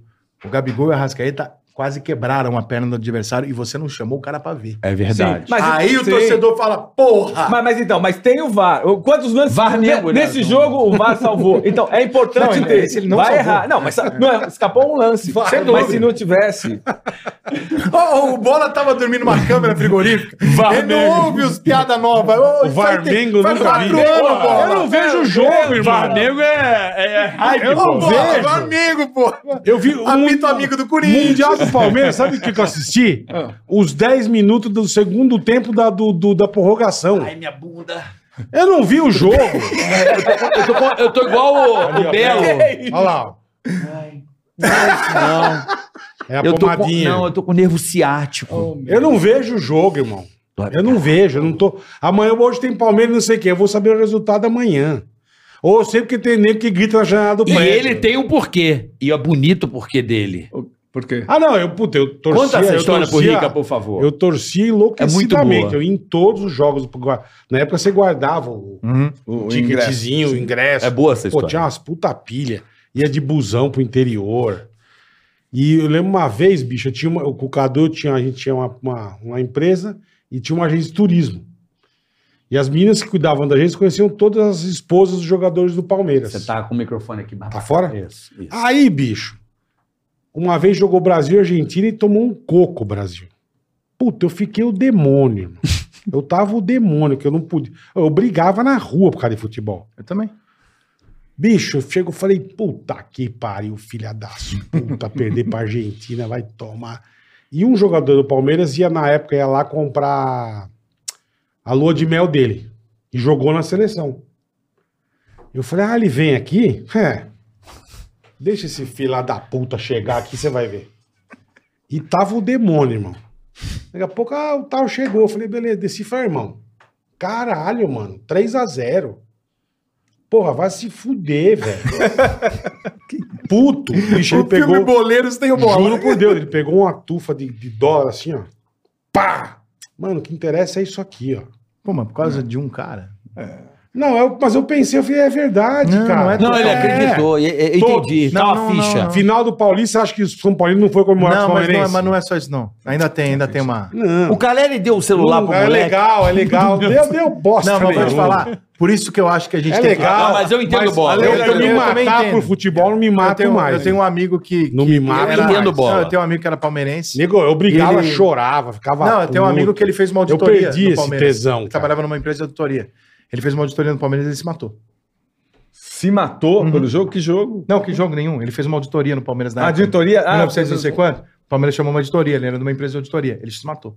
[SPEAKER 5] O Gabigol e a Rascaeta quase quebraram a perna do adversário e você não chamou o cara pra ver.
[SPEAKER 3] É verdade.
[SPEAKER 6] Mas então,
[SPEAKER 5] Aí o
[SPEAKER 6] sim.
[SPEAKER 5] torcedor fala, porra!
[SPEAKER 6] Mas, mas então, mas tem o VAR. O- Quantos lances
[SPEAKER 3] VAR
[SPEAKER 6] ne-
[SPEAKER 3] nego, né?
[SPEAKER 6] nesse jogo o VAR (laughs) salvou? Então, é importante
[SPEAKER 5] Não,
[SPEAKER 6] ter.
[SPEAKER 5] esse ele não
[SPEAKER 6] Vai
[SPEAKER 5] salvou.
[SPEAKER 6] errar. Não, mas sa- não é- escapou um lance.
[SPEAKER 5] VAR,
[SPEAKER 6] mas
[SPEAKER 5] dúvida.
[SPEAKER 6] se não tivesse.
[SPEAKER 5] (laughs) Ó, o Bola tava dormindo numa
[SPEAKER 2] (laughs)
[SPEAKER 5] câmera frigorífica. Ele não ouve os piada nova. Ô,
[SPEAKER 2] O
[SPEAKER 5] isso aí tem-
[SPEAKER 2] Varmengo
[SPEAKER 5] faz
[SPEAKER 2] nunca vi. né?
[SPEAKER 5] quatro anos, Bola.
[SPEAKER 2] Eu não vejo o jogo, irmão.
[SPEAKER 3] Flamengo é, é hype,
[SPEAKER 2] Eu
[SPEAKER 5] Ô,
[SPEAKER 2] não
[SPEAKER 5] Bola,
[SPEAKER 2] vejo.
[SPEAKER 5] Varmengo, porra.
[SPEAKER 2] Eu vi um
[SPEAKER 5] Apito amigo do Corinthians.
[SPEAKER 2] Mundial do Palmeiras, sabe o que que eu assisti? Os 10 minutos do segundo tempo da, do, do- da prorrogação. Ai, minha bunda. Eu não vi o jogo.
[SPEAKER 3] Eu tô, com- eu tô igual o, o Belo.
[SPEAKER 2] Olha lá. ó. É a
[SPEAKER 3] Eu tô com,
[SPEAKER 2] pomadinha.
[SPEAKER 3] não, eu tô com nervo ciático.
[SPEAKER 2] Eu não vejo o jogo, irmão. Eu não vejo, eu não tô. Amanhã hoje tem Palmeiras, não sei o quê. Eu vou saber o resultado amanhã. Ou eu sei porque tem nego que grita na janela do
[SPEAKER 3] e
[SPEAKER 2] prédio.
[SPEAKER 3] ele tem um porquê. E é bonito o porquê dele.
[SPEAKER 6] Por quê?
[SPEAKER 2] Ah, não, eu, puta, eu torcia.
[SPEAKER 3] Conta essa
[SPEAKER 2] eu
[SPEAKER 3] história pro
[SPEAKER 2] torcia-
[SPEAKER 3] Rica, por favor.
[SPEAKER 2] Eu torcia
[SPEAKER 3] É muito
[SPEAKER 2] enlouquecidamente.
[SPEAKER 3] boa.
[SPEAKER 2] eu ia em todos os jogos. do Guar- Na época você guardava o
[SPEAKER 6] O ingresso.
[SPEAKER 2] ticketzinho, o ingresso.
[SPEAKER 3] Uhum. É boa essa
[SPEAKER 2] Pô,
[SPEAKER 3] história.
[SPEAKER 2] tinha umas puta pilha. Ia de busão pro interior. E eu lembro uma vez, bicho, eu tinha uma, o Cadu tinha, a gente tinha uma, uma, uma empresa e tinha uma agência de turismo. E as meninas que cuidavam da agência conheciam todas as esposas dos jogadores do Palmeiras.
[SPEAKER 3] Você tá com o microfone aqui embaixo.
[SPEAKER 2] Tá fora?
[SPEAKER 3] Isso, isso.
[SPEAKER 2] Aí, bicho, uma vez jogou Brasil e Argentina e tomou um coco, Brasil. Puta, eu fiquei o demônio. irmão. Eu tava o demônio, que eu não podia. Eu brigava na rua por causa de futebol.
[SPEAKER 5] Eu também.
[SPEAKER 2] Bicho, eu chego e falei, puta que pariu, filha da puta, perder pra Argentina, vai tomar. E um jogador do Palmeiras ia, na época, ia lá comprar a lua de mel dele. E jogou na seleção. Eu falei, ah, ele vem aqui? É. Deixa esse filha da puta chegar aqui, você vai ver. E tava o demônio, irmão. Daqui a pouco ah, o tal chegou. Eu falei, beleza, desci e falei, irmão. Caralho, mano, 3 a 0 Porra, vai se fuder, velho. Que Puto. O bicho ele pegou.
[SPEAKER 5] Boleiros tem o
[SPEAKER 2] Juro por Deus, ele pegou uma tufa de, de dólar assim, ó. Pá! Mano, o que interessa é isso aqui, ó.
[SPEAKER 5] Pô, mas por causa de um cara.
[SPEAKER 2] Não, eu- mas eu pensei, eu falei, é verdade,
[SPEAKER 5] Não,
[SPEAKER 2] cara.
[SPEAKER 5] não é
[SPEAKER 3] Não, ele
[SPEAKER 2] É.
[SPEAKER 3] acreditou. e- e- Eu
[SPEAKER 2] Todos.
[SPEAKER 3] entendi. Tá
[SPEAKER 5] Não,
[SPEAKER 3] uma
[SPEAKER 5] não, não,
[SPEAKER 3] ficha.
[SPEAKER 5] não.
[SPEAKER 2] Final do Paulista, acho que o São Paulino não foi comemorado
[SPEAKER 5] Não
[SPEAKER 2] com o
[SPEAKER 5] mas, não, é-
[SPEAKER 2] Palmeirense.
[SPEAKER 5] mas não é só isso, não. Ainda tem, ainda tem uma.
[SPEAKER 2] Não.
[SPEAKER 3] O Caleri deu o celular pro
[SPEAKER 2] é
[SPEAKER 3] moleque.
[SPEAKER 2] legal, é
[SPEAKER 5] (laughs)
[SPEAKER 2] legal. Deu, deu bosta.
[SPEAKER 5] Não, mas vou te
[SPEAKER 2] mesmo.
[SPEAKER 5] falar. Por isso que eu acho que a gente
[SPEAKER 2] É
[SPEAKER 5] tem
[SPEAKER 2] legal.
[SPEAKER 4] Ah,
[SPEAKER 3] Não, mas eu entendo
[SPEAKER 5] Mas-
[SPEAKER 3] bola.
[SPEAKER 2] Eu,
[SPEAKER 5] Eu-
[SPEAKER 2] eu,
[SPEAKER 5] eu
[SPEAKER 2] me
[SPEAKER 5] também
[SPEAKER 2] matar
[SPEAKER 5] entendo.
[SPEAKER 2] por futebol, não me
[SPEAKER 5] que. Eu
[SPEAKER 2] mato
[SPEAKER 5] tenho,
[SPEAKER 2] mais.
[SPEAKER 5] eu tenho um amigo que.
[SPEAKER 2] Não me mata
[SPEAKER 5] Era-
[SPEAKER 3] entendo bola.
[SPEAKER 5] Não, eu tenho um amigo que era palmeirense.
[SPEAKER 2] Nego, eu brigava,
[SPEAKER 5] Ele-
[SPEAKER 2] chorava, ficava.
[SPEAKER 5] Não, eu tenho um
[SPEAKER 2] puto.
[SPEAKER 5] amigo que ele fez uma auditoria.
[SPEAKER 2] Eu perdi
[SPEAKER 5] no
[SPEAKER 2] esse
[SPEAKER 5] Palmeiras.
[SPEAKER 2] tesão,
[SPEAKER 5] Ele
[SPEAKER 2] cara.
[SPEAKER 5] trabalhava numa empresa de auditoria. Ele fez uma auditoria no Palmeiras e ele se matou.
[SPEAKER 6] Se matou pelo jogo? Que jogo?
[SPEAKER 5] Não, que jogo nenhum. Ele fez uma auditoria no Palmeiras Uhum. na
[SPEAKER 6] A
[SPEAKER 5] época.
[SPEAKER 6] auditoria. Ah,
[SPEAKER 5] 1900 não sei quanto. O Palmeiras chamou uma auditoria, ele era de uma empresa de auditoria. Ele se matou.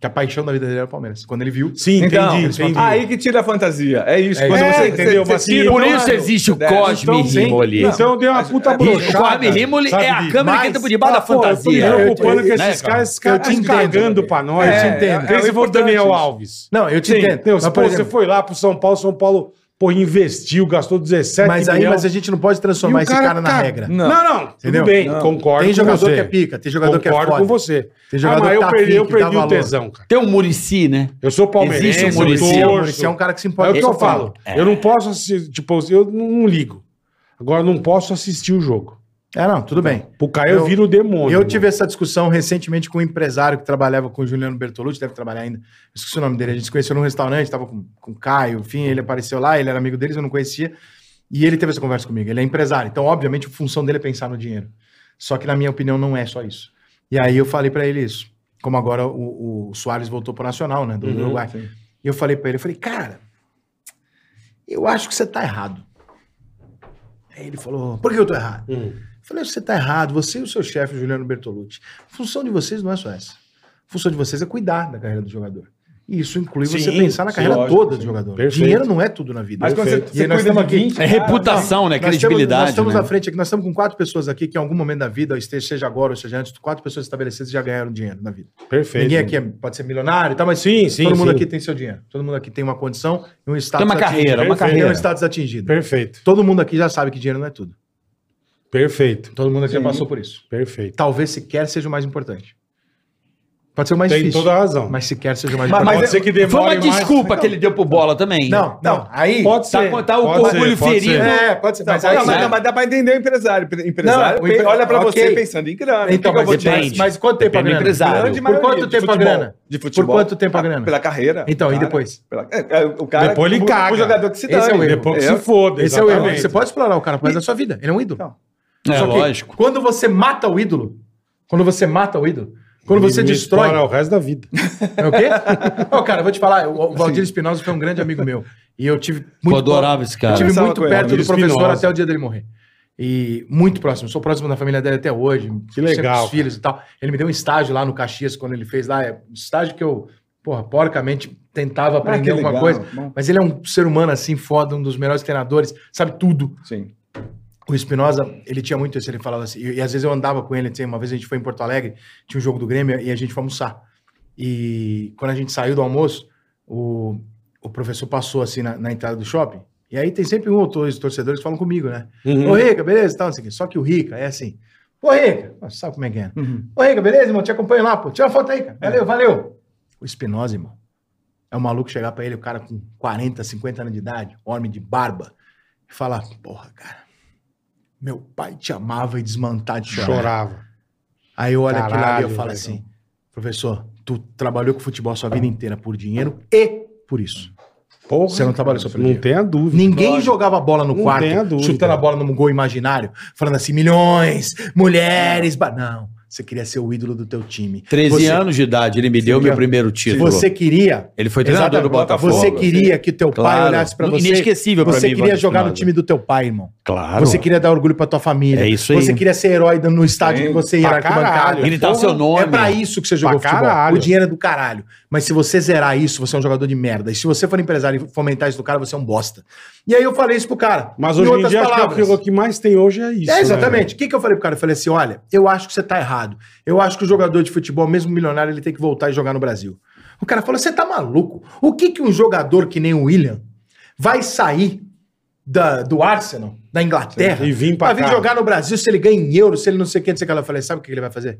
[SPEAKER 5] Que a paixão da vida dele era o Palmeiras. Quando ele viu.
[SPEAKER 2] Sim,
[SPEAKER 6] Então,
[SPEAKER 2] entendi, entendi.
[SPEAKER 6] aí que tira a fantasia. É isso.
[SPEAKER 5] É
[SPEAKER 6] Quando
[SPEAKER 2] isso.
[SPEAKER 6] você,
[SPEAKER 2] É, entendeu?
[SPEAKER 6] você-
[SPEAKER 2] Mas
[SPEAKER 6] você tira
[SPEAKER 3] Por
[SPEAKER 6] o- né?
[SPEAKER 3] isso existe o Cosme
[SPEAKER 2] Então, sim.
[SPEAKER 3] Rimoli.
[SPEAKER 2] Então deu uma puta
[SPEAKER 3] O
[SPEAKER 2] brochada.
[SPEAKER 3] Cosme Rimoli
[SPEAKER 2] sabe
[SPEAKER 3] é a
[SPEAKER 2] de-
[SPEAKER 3] câmera que
[SPEAKER 5] mas-
[SPEAKER 3] entra por debaixo da
[SPEAKER 2] Pô,
[SPEAKER 3] fantasia.
[SPEAKER 2] Eu tô me preocupando que
[SPEAKER 3] Né,
[SPEAKER 2] esses
[SPEAKER 3] cara?
[SPEAKER 2] caras esses caras
[SPEAKER 5] Eu te
[SPEAKER 2] estão
[SPEAKER 5] entendo,
[SPEAKER 2] cagando
[SPEAKER 5] Gabriel.
[SPEAKER 2] pra nós.
[SPEAKER 5] É,
[SPEAKER 2] Eu te entendo.
[SPEAKER 6] é,
[SPEAKER 2] Pensa se
[SPEAKER 6] é
[SPEAKER 2] for
[SPEAKER 6] importante
[SPEAKER 2] Daniel
[SPEAKER 6] isso.
[SPEAKER 2] Alves.
[SPEAKER 5] Não, eu te entendo.
[SPEAKER 2] Deus,
[SPEAKER 5] mas,
[SPEAKER 2] pô,
[SPEAKER 5] por
[SPEAKER 2] você
[SPEAKER 5] exemplo,
[SPEAKER 2] foi lá pro São Paulo, São Paulo, porra, investiu, gastou 17
[SPEAKER 5] mas aí
[SPEAKER 2] milhões.
[SPEAKER 5] mas a gente não pode
[SPEAKER 2] é E o tá
[SPEAKER 5] transformar esse cara na
[SPEAKER 2] caga.
[SPEAKER 5] regra.
[SPEAKER 2] Não, não,
[SPEAKER 5] Entendeu?
[SPEAKER 2] tudo bem,
[SPEAKER 6] Não.
[SPEAKER 2] concordo
[SPEAKER 5] Tem
[SPEAKER 2] com
[SPEAKER 5] jogador
[SPEAKER 2] você.
[SPEAKER 5] que é pica, tem jogador que é
[SPEAKER 2] Concordo
[SPEAKER 5] foda.
[SPEAKER 2] com você.
[SPEAKER 5] Tem jogador
[SPEAKER 2] ah, mas
[SPEAKER 5] que
[SPEAKER 2] eu
[SPEAKER 5] tá
[SPEAKER 2] perdi, eu
[SPEAKER 5] pique, dá
[SPEAKER 2] perdi o
[SPEAKER 5] valor.
[SPEAKER 2] tesão, cara.
[SPEAKER 3] Tem um Murici, né?
[SPEAKER 2] Eu sou palmeirense,
[SPEAKER 3] Existe um
[SPEAKER 2] eu
[SPEAKER 3] Muricy,
[SPEAKER 2] torço.
[SPEAKER 5] Sim, o Muricy é um cara que se
[SPEAKER 2] É
[SPEAKER 5] importa.
[SPEAKER 2] o que eu
[SPEAKER 5] Esse cara.
[SPEAKER 2] falo. Eu não posso assistir, tipo, eu não não ligo. Agora eu não posso assistir o jogo.
[SPEAKER 5] É, não, tudo bem.
[SPEAKER 2] Pro Caio eu
[SPEAKER 5] Eu-
[SPEAKER 2] viro o demônio. né?
[SPEAKER 5] Eu
[SPEAKER 2] mano.
[SPEAKER 5] tive essa discussão recentemente com um empresário que trabalhava com o Juliano Bertolucci, deve trabalhar ainda. Esqueci o nome dele. A gente se conheceu num restaurante, estava com, com o Caio, enfim, ele apareceu lá, ele era amigo deles, eu não conhecia. E ele teve essa conversa comigo. Ele é empresário, então, obviamente, a função dele é pensar no dinheiro. Só que, na minha opinião, não é só isso. E aí eu falei para ele isso. Como agora o, o Soares voltou pro Nacional, né, do Uruguai. E eu falei para ele, eu falei, cara, eu acho que você tá errado. Aí ele falou, por que eu tô errado?
[SPEAKER 2] Hum.
[SPEAKER 5] Eu Falei, você está errado, você e o seu chefe, Juliano Bertolucci. A função de vocês não é só essa. A função de vocês é cuidar da carreira do jogador. E isso inclui você
[SPEAKER 2] Sim,
[SPEAKER 5] pensar na
[SPEAKER 2] sim,
[SPEAKER 5] carreira
[SPEAKER 6] lógico,
[SPEAKER 5] toda do
[SPEAKER 6] sim.
[SPEAKER 5] jogador.
[SPEAKER 2] Perfeito.
[SPEAKER 5] Dinheiro não é tudo na vida.
[SPEAKER 6] Mas quando você,
[SPEAKER 5] Perfeito. E
[SPEAKER 6] você
[SPEAKER 5] aí nós
[SPEAKER 6] cuida
[SPEAKER 5] estamos
[SPEAKER 6] de
[SPEAKER 5] aqui.
[SPEAKER 6] 20
[SPEAKER 3] É
[SPEAKER 6] caras,
[SPEAKER 3] reputação, né?
[SPEAKER 5] Ah, Nós temos, nós
[SPEAKER 3] Credibilidade.
[SPEAKER 5] estamos
[SPEAKER 3] né?
[SPEAKER 5] à frente aqui, nós estamos com quatro pessoas aqui que em algum momento da vida, este- seja agora ou seja antes, quatro pessoas estabelecidas já ganharam dinheiro na vida.
[SPEAKER 2] Perfeito.
[SPEAKER 5] Ninguém aqui é- pode ser milionário e tal, mas
[SPEAKER 2] Sim, sim,
[SPEAKER 5] todo mundo
[SPEAKER 2] sim.
[SPEAKER 5] aqui tem seu dinheiro. Todo mundo aqui tem uma condição e um status
[SPEAKER 3] Tem uma carreira, uma
[SPEAKER 5] atingido. Tem um
[SPEAKER 3] carreira.
[SPEAKER 5] status atingido.
[SPEAKER 2] Perfeito.
[SPEAKER 5] Todo mundo aqui já sabe que dinheiro não é tudo.
[SPEAKER 2] Perfeito.
[SPEAKER 5] Todo mundo aqui já passou por isso.
[SPEAKER 2] Perfeito.
[SPEAKER 5] talvez sequer seja o mais importante. Pode ser o mais
[SPEAKER 2] Tem
[SPEAKER 5] difícil.
[SPEAKER 2] toda a razão.
[SPEAKER 5] Mas sequer seja o mais
[SPEAKER 4] Mas-
[SPEAKER 5] importante.
[SPEAKER 2] pode
[SPEAKER 4] mas
[SPEAKER 2] ser que demore
[SPEAKER 4] Foi uma
[SPEAKER 2] mais-
[SPEAKER 4] desculpa que ele deu pro bola também.
[SPEAKER 5] Não, não. Aí.
[SPEAKER 2] Pode
[SPEAKER 4] Tá-
[SPEAKER 2] ser.
[SPEAKER 4] tá o
[SPEAKER 2] pode
[SPEAKER 4] orgulho
[SPEAKER 2] pode
[SPEAKER 4] ferido.
[SPEAKER 5] É, pode ser. Mas
[SPEAKER 6] Não,
[SPEAKER 5] aí.
[SPEAKER 6] mas, dá- mas dá pra entender o empresário. Empre- Empresário
[SPEAKER 5] o empre-
[SPEAKER 6] olha pra
[SPEAKER 5] ok.
[SPEAKER 6] você pensando em grana.
[SPEAKER 5] Então,
[SPEAKER 6] o que que eu
[SPEAKER 5] mas,
[SPEAKER 6] vou te
[SPEAKER 5] depende.
[SPEAKER 6] dar?
[SPEAKER 5] mas quanto tempo
[SPEAKER 4] Depende
[SPEAKER 5] a
[SPEAKER 4] do
[SPEAKER 5] grana?
[SPEAKER 4] empresário.
[SPEAKER 6] Grande
[SPEAKER 5] Por
[SPEAKER 6] maioria
[SPEAKER 5] quanto
[SPEAKER 6] de
[SPEAKER 5] tempo a
[SPEAKER 6] futebol.
[SPEAKER 5] grana?
[SPEAKER 6] De futebol. Ah,
[SPEAKER 5] Por quanto tempo a grana?
[SPEAKER 6] Pela carreira.
[SPEAKER 5] Então, e
[SPEAKER 6] Cara,
[SPEAKER 5] depois?
[SPEAKER 6] pela- é, é, o cara,
[SPEAKER 2] Depois ele
[SPEAKER 6] o,
[SPEAKER 2] caga.
[SPEAKER 6] O jogador que se dane.
[SPEAKER 5] Esse é o erro.
[SPEAKER 2] Depois que
[SPEAKER 6] É.
[SPEAKER 2] se foda,
[SPEAKER 5] Esse é o erro.
[SPEAKER 2] exatamente.
[SPEAKER 5] Você pode explorar o cara por causa da sua vida. Ele é um ídolo.
[SPEAKER 4] É
[SPEAKER 5] Só que
[SPEAKER 4] lógico.
[SPEAKER 5] Quando você mata o ídolo, quando você mata o ídolo, quando você
[SPEAKER 2] Me- me
[SPEAKER 5] destrói.
[SPEAKER 2] estoura o resto da vida.
[SPEAKER 5] É o quê? Ô, cara, eu vou te falar, o o Valdir Espinosa foi um grande amigo meu. E eu tive
[SPEAKER 4] Pô,
[SPEAKER 5] muito.
[SPEAKER 4] adorava esse
[SPEAKER 5] Eu
[SPEAKER 4] cara.
[SPEAKER 5] tive
[SPEAKER 6] Conversava
[SPEAKER 5] muito
[SPEAKER 6] com ele.
[SPEAKER 5] perto do
[SPEAKER 2] Valdir
[SPEAKER 5] professor
[SPEAKER 2] Espinosa.
[SPEAKER 5] até o dia dele morrer. E muito próximo. Sou próximo da família dele até hoje. sempre
[SPEAKER 2] legal,
[SPEAKER 5] Os filhos e tal. Ele me deu um estágio lá no Caxias, quando ele fez lá. É um estágio que eu, porra, porcamente tentava aprender
[SPEAKER 6] Ah, que
[SPEAKER 5] alguma
[SPEAKER 6] legal.
[SPEAKER 5] coisa.
[SPEAKER 6] Bom.
[SPEAKER 5] Mas ele é um ser humano assim, foda, um dos melhores treinadores, sabe tudo.
[SPEAKER 6] Sim.
[SPEAKER 5] O Espinosa, ele tinha muito isso, ele falava assim, e, e às vezes eu andava com ele, assim, uma vez a gente foi em Porto Alegre, tinha um jogo do Grêmio e a gente foi almoçar. E quando a gente saiu do almoço, o, o professor passou assim na, na entrada do shopping, e aí tem sempre um ou dois torcedores que falam comigo, né? Ô Rica, beleza? Tal, não sei o quê. Só que o Rica é assim, ô Rica, Nossa, sabe como é que é? né? Ô Rica, beleza, irmão? Te acompanho lá, pô. Tira uma foto aí, cara. Valeu, valeu. O Espinosa, irmão, é um maluco chegar pra ele, o cara com 40, 50 anos de idade, homem de barba, e falar, porra, cara, meu pai te amava e desmantar de chorar.
[SPEAKER 2] Chorava.
[SPEAKER 5] Aí eu olho aquilo ali e
[SPEAKER 2] Caralho,
[SPEAKER 5] eu falo
[SPEAKER 2] velho.
[SPEAKER 5] assim, professor, tu trabalhou com futebol sua vida inteira por dinheiro e por isso.
[SPEAKER 2] Porra,
[SPEAKER 5] Você não trabalhou só pelo
[SPEAKER 2] Não
[SPEAKER 5] dinheiro.
[SPEAKER 2] tenha dúvida.
[SPEAKER 5] Ninguém jogava bola no
[SPEAKER 2] Não
[SPEAKER 5] quarto,
[SPEAKER 2] tenha dúvida.
[SPEAKER 5] chutando a bola num gol imaginário, falando assim, milhões, mulheres, ba- não. Você queria ser o ídolo do teu time.
[SPEAKER 4] 13
[SPEAKER 5] Você-
[SPEAKER 4] anos de idade, ele me deu
[SPEAKER 5] Sim,
[SPEAKER 4] meu
[SPEAKER 5] ó.
[SPEAKER 4] primeiro título.
[SPEAKER 5] Você queria...
[SPEAKER 4] Ele foi treinador
[SPEAKER 5] Exatamente.
[SPEAKER 4] do Botafogo.
[SPEAKER 5] Você queria que teu pai
[SPEAKER 4] Claro.
[SPEAKER 5] olhasse pra você.
[SPEAKER 4] Inesquecível pra
[SPEAKER 5] Você
[SPEAKER 4] mim,
[SPEAKER 5] queria
[SPEAKER 4] Valdir
[SPEAKER 5] jogar no
[SPEAKER 4] Espinosa.
[SPEAKER 5] time do teu pai, irmão.
[SPEAKER 4] Claro.
[SPEAKER 5] Você queria dar orgulho pra tua família.
[SPEAKER 4] É isso aí.
[SPEAKER 5] Você queria ser herói no estádio
[SPEAKER 6] Sim.
[SPEAKER 5] que você ia na
[SPEAKER 2] Pra
[SPEAKER 5] arquibancada.
[SPEAKER 2] caralho.
[SPEAKER 4] Gritar o seu nome.
[SPEAKER 5] É pra isso que você jogou
[SPEAKER 2] Pra
[SPEAKER 5] futebol.
[SPEAKER 2] caralho.
[SPEAKER 5] O dinheiro é do caralho. Mas se você zerar isso, você é um jogador de merda. E se você for empresário e fomentar isso do cara, você é um bosta. E aí eu falei isso pro cara.
[SPEAKER 2] Mas hoje em dia, acho que é o que- o que mais tem hoje é isso.
[SPEAKER 5] É,
[SPEAKER 2] né,
[SPEAKER 5] exatamente. O que, que eu falei pro cara? Eu falei assim: olha, eu acho que você tá errado. Eu acho que o jogador de futebol, mesmo milionário, ele tem que voltar e jogar no Brasil. O cara falou: você tá maluco? O que, que um jogador que nem o William vai sair da- do Arsenal, da Inglaterra,
[SPEAKER 2] E vir pra
[SPEAKER 5] pra vir
[SPEAKER 2] cá.
[SPEAKER 5] jogar no Brasil se ele ganha em euro, se ele não sei o que, não sei o que lá? Eu falei: sabe o que ele vai fazer?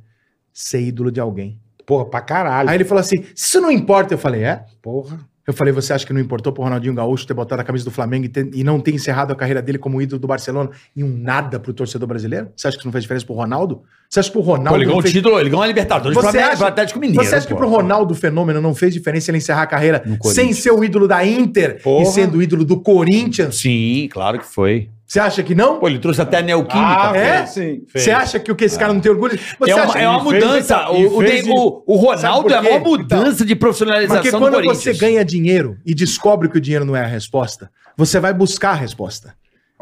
[SPEAKER 5] Ser ídolo de alguém.
[SPEAKER 2] velho? Porra, pra caralho.
[SPEAKER 5] Aí ele falou assim: isso não importa. Eu falei: é?
[SPEAKER 2] Porra.
[SPEAKER 5] Eu falei, você acha que não importou pro Ronaldinho Gaúcho ter botado a camisa do Flamengo e, ter- e não ter encerrado a carreira dele como ídolo do Barcelona e um nada pro torcedor brasileiro? Você acha que isso não fez diferença pro Ronaldo? Você acha que pro Ronaldo.
[SPEAKER 4] Pô, ele ganhou
[SPEAKER 5] não
[SPEAKER 4] um
[SPEAKER 5] fez...
[SPEAKER 4] título, ele ganhou a Libertadores
[SPEAKER 5] Você
[SPEAKER 4] pra-
[SPEAKER 5] acha-
[SPEAKER 4] pro Atlético Mineiro.
[SPEAKER 5] Você acha que
[SPEAKER 4] pô.
[SPEAKER 5] pro Ronaldo Fenômeno não fez diferença ele encerrar a carreira sem
[SPEAKER 4] Corinthians.
[SPEAKER 5] ser o ídolo da Inter
[SPEAKER 2] Porra.
[SPEAKER 5] e sendo o ídolo do Corinthians?
[SPEAKER 4] Sim, claro que foi.
[SPEAKER 5] Você acha que não?
[SPEAKER 4] Pô, ele trouxe até a Neoquímica.
[SPEAKER 2] Ah,
[SPEAKER 4] pô.
[SPEAKER 5] é?
[SPEAKER 6] Sim.
[SPEAKER 5] Você acha que o que esse cara não tem orgulho? Você
[SPEAKER 4] É uma,
[SPEAKER 5] acha
[SPEAKER 4] é uma
[SPEAKER 2] ele fez
[SPEAKER 4] mudança.
[SPEAKER 2] isso- ele
[SPEAKER 4] o, o,
[SPEAKER 2] fez
[SPEAKER 4] tem- o- o Ronaldo
[SPEAKER 5] Sabe
[SPEAKER 4] é
[SPEAKER 5] por quê?
[SPEAKER 4] uma mudança de profissionalização
[SPEAKER 5] Porque
[SPEAKER 4] do
[SPEAKER 5] quando
[SPEAKER 4] Corinthians.
[SPEAKER 5] você ganha dinheiro e descobre que o dinheiro não é a resposta, você vai buscar a resposta.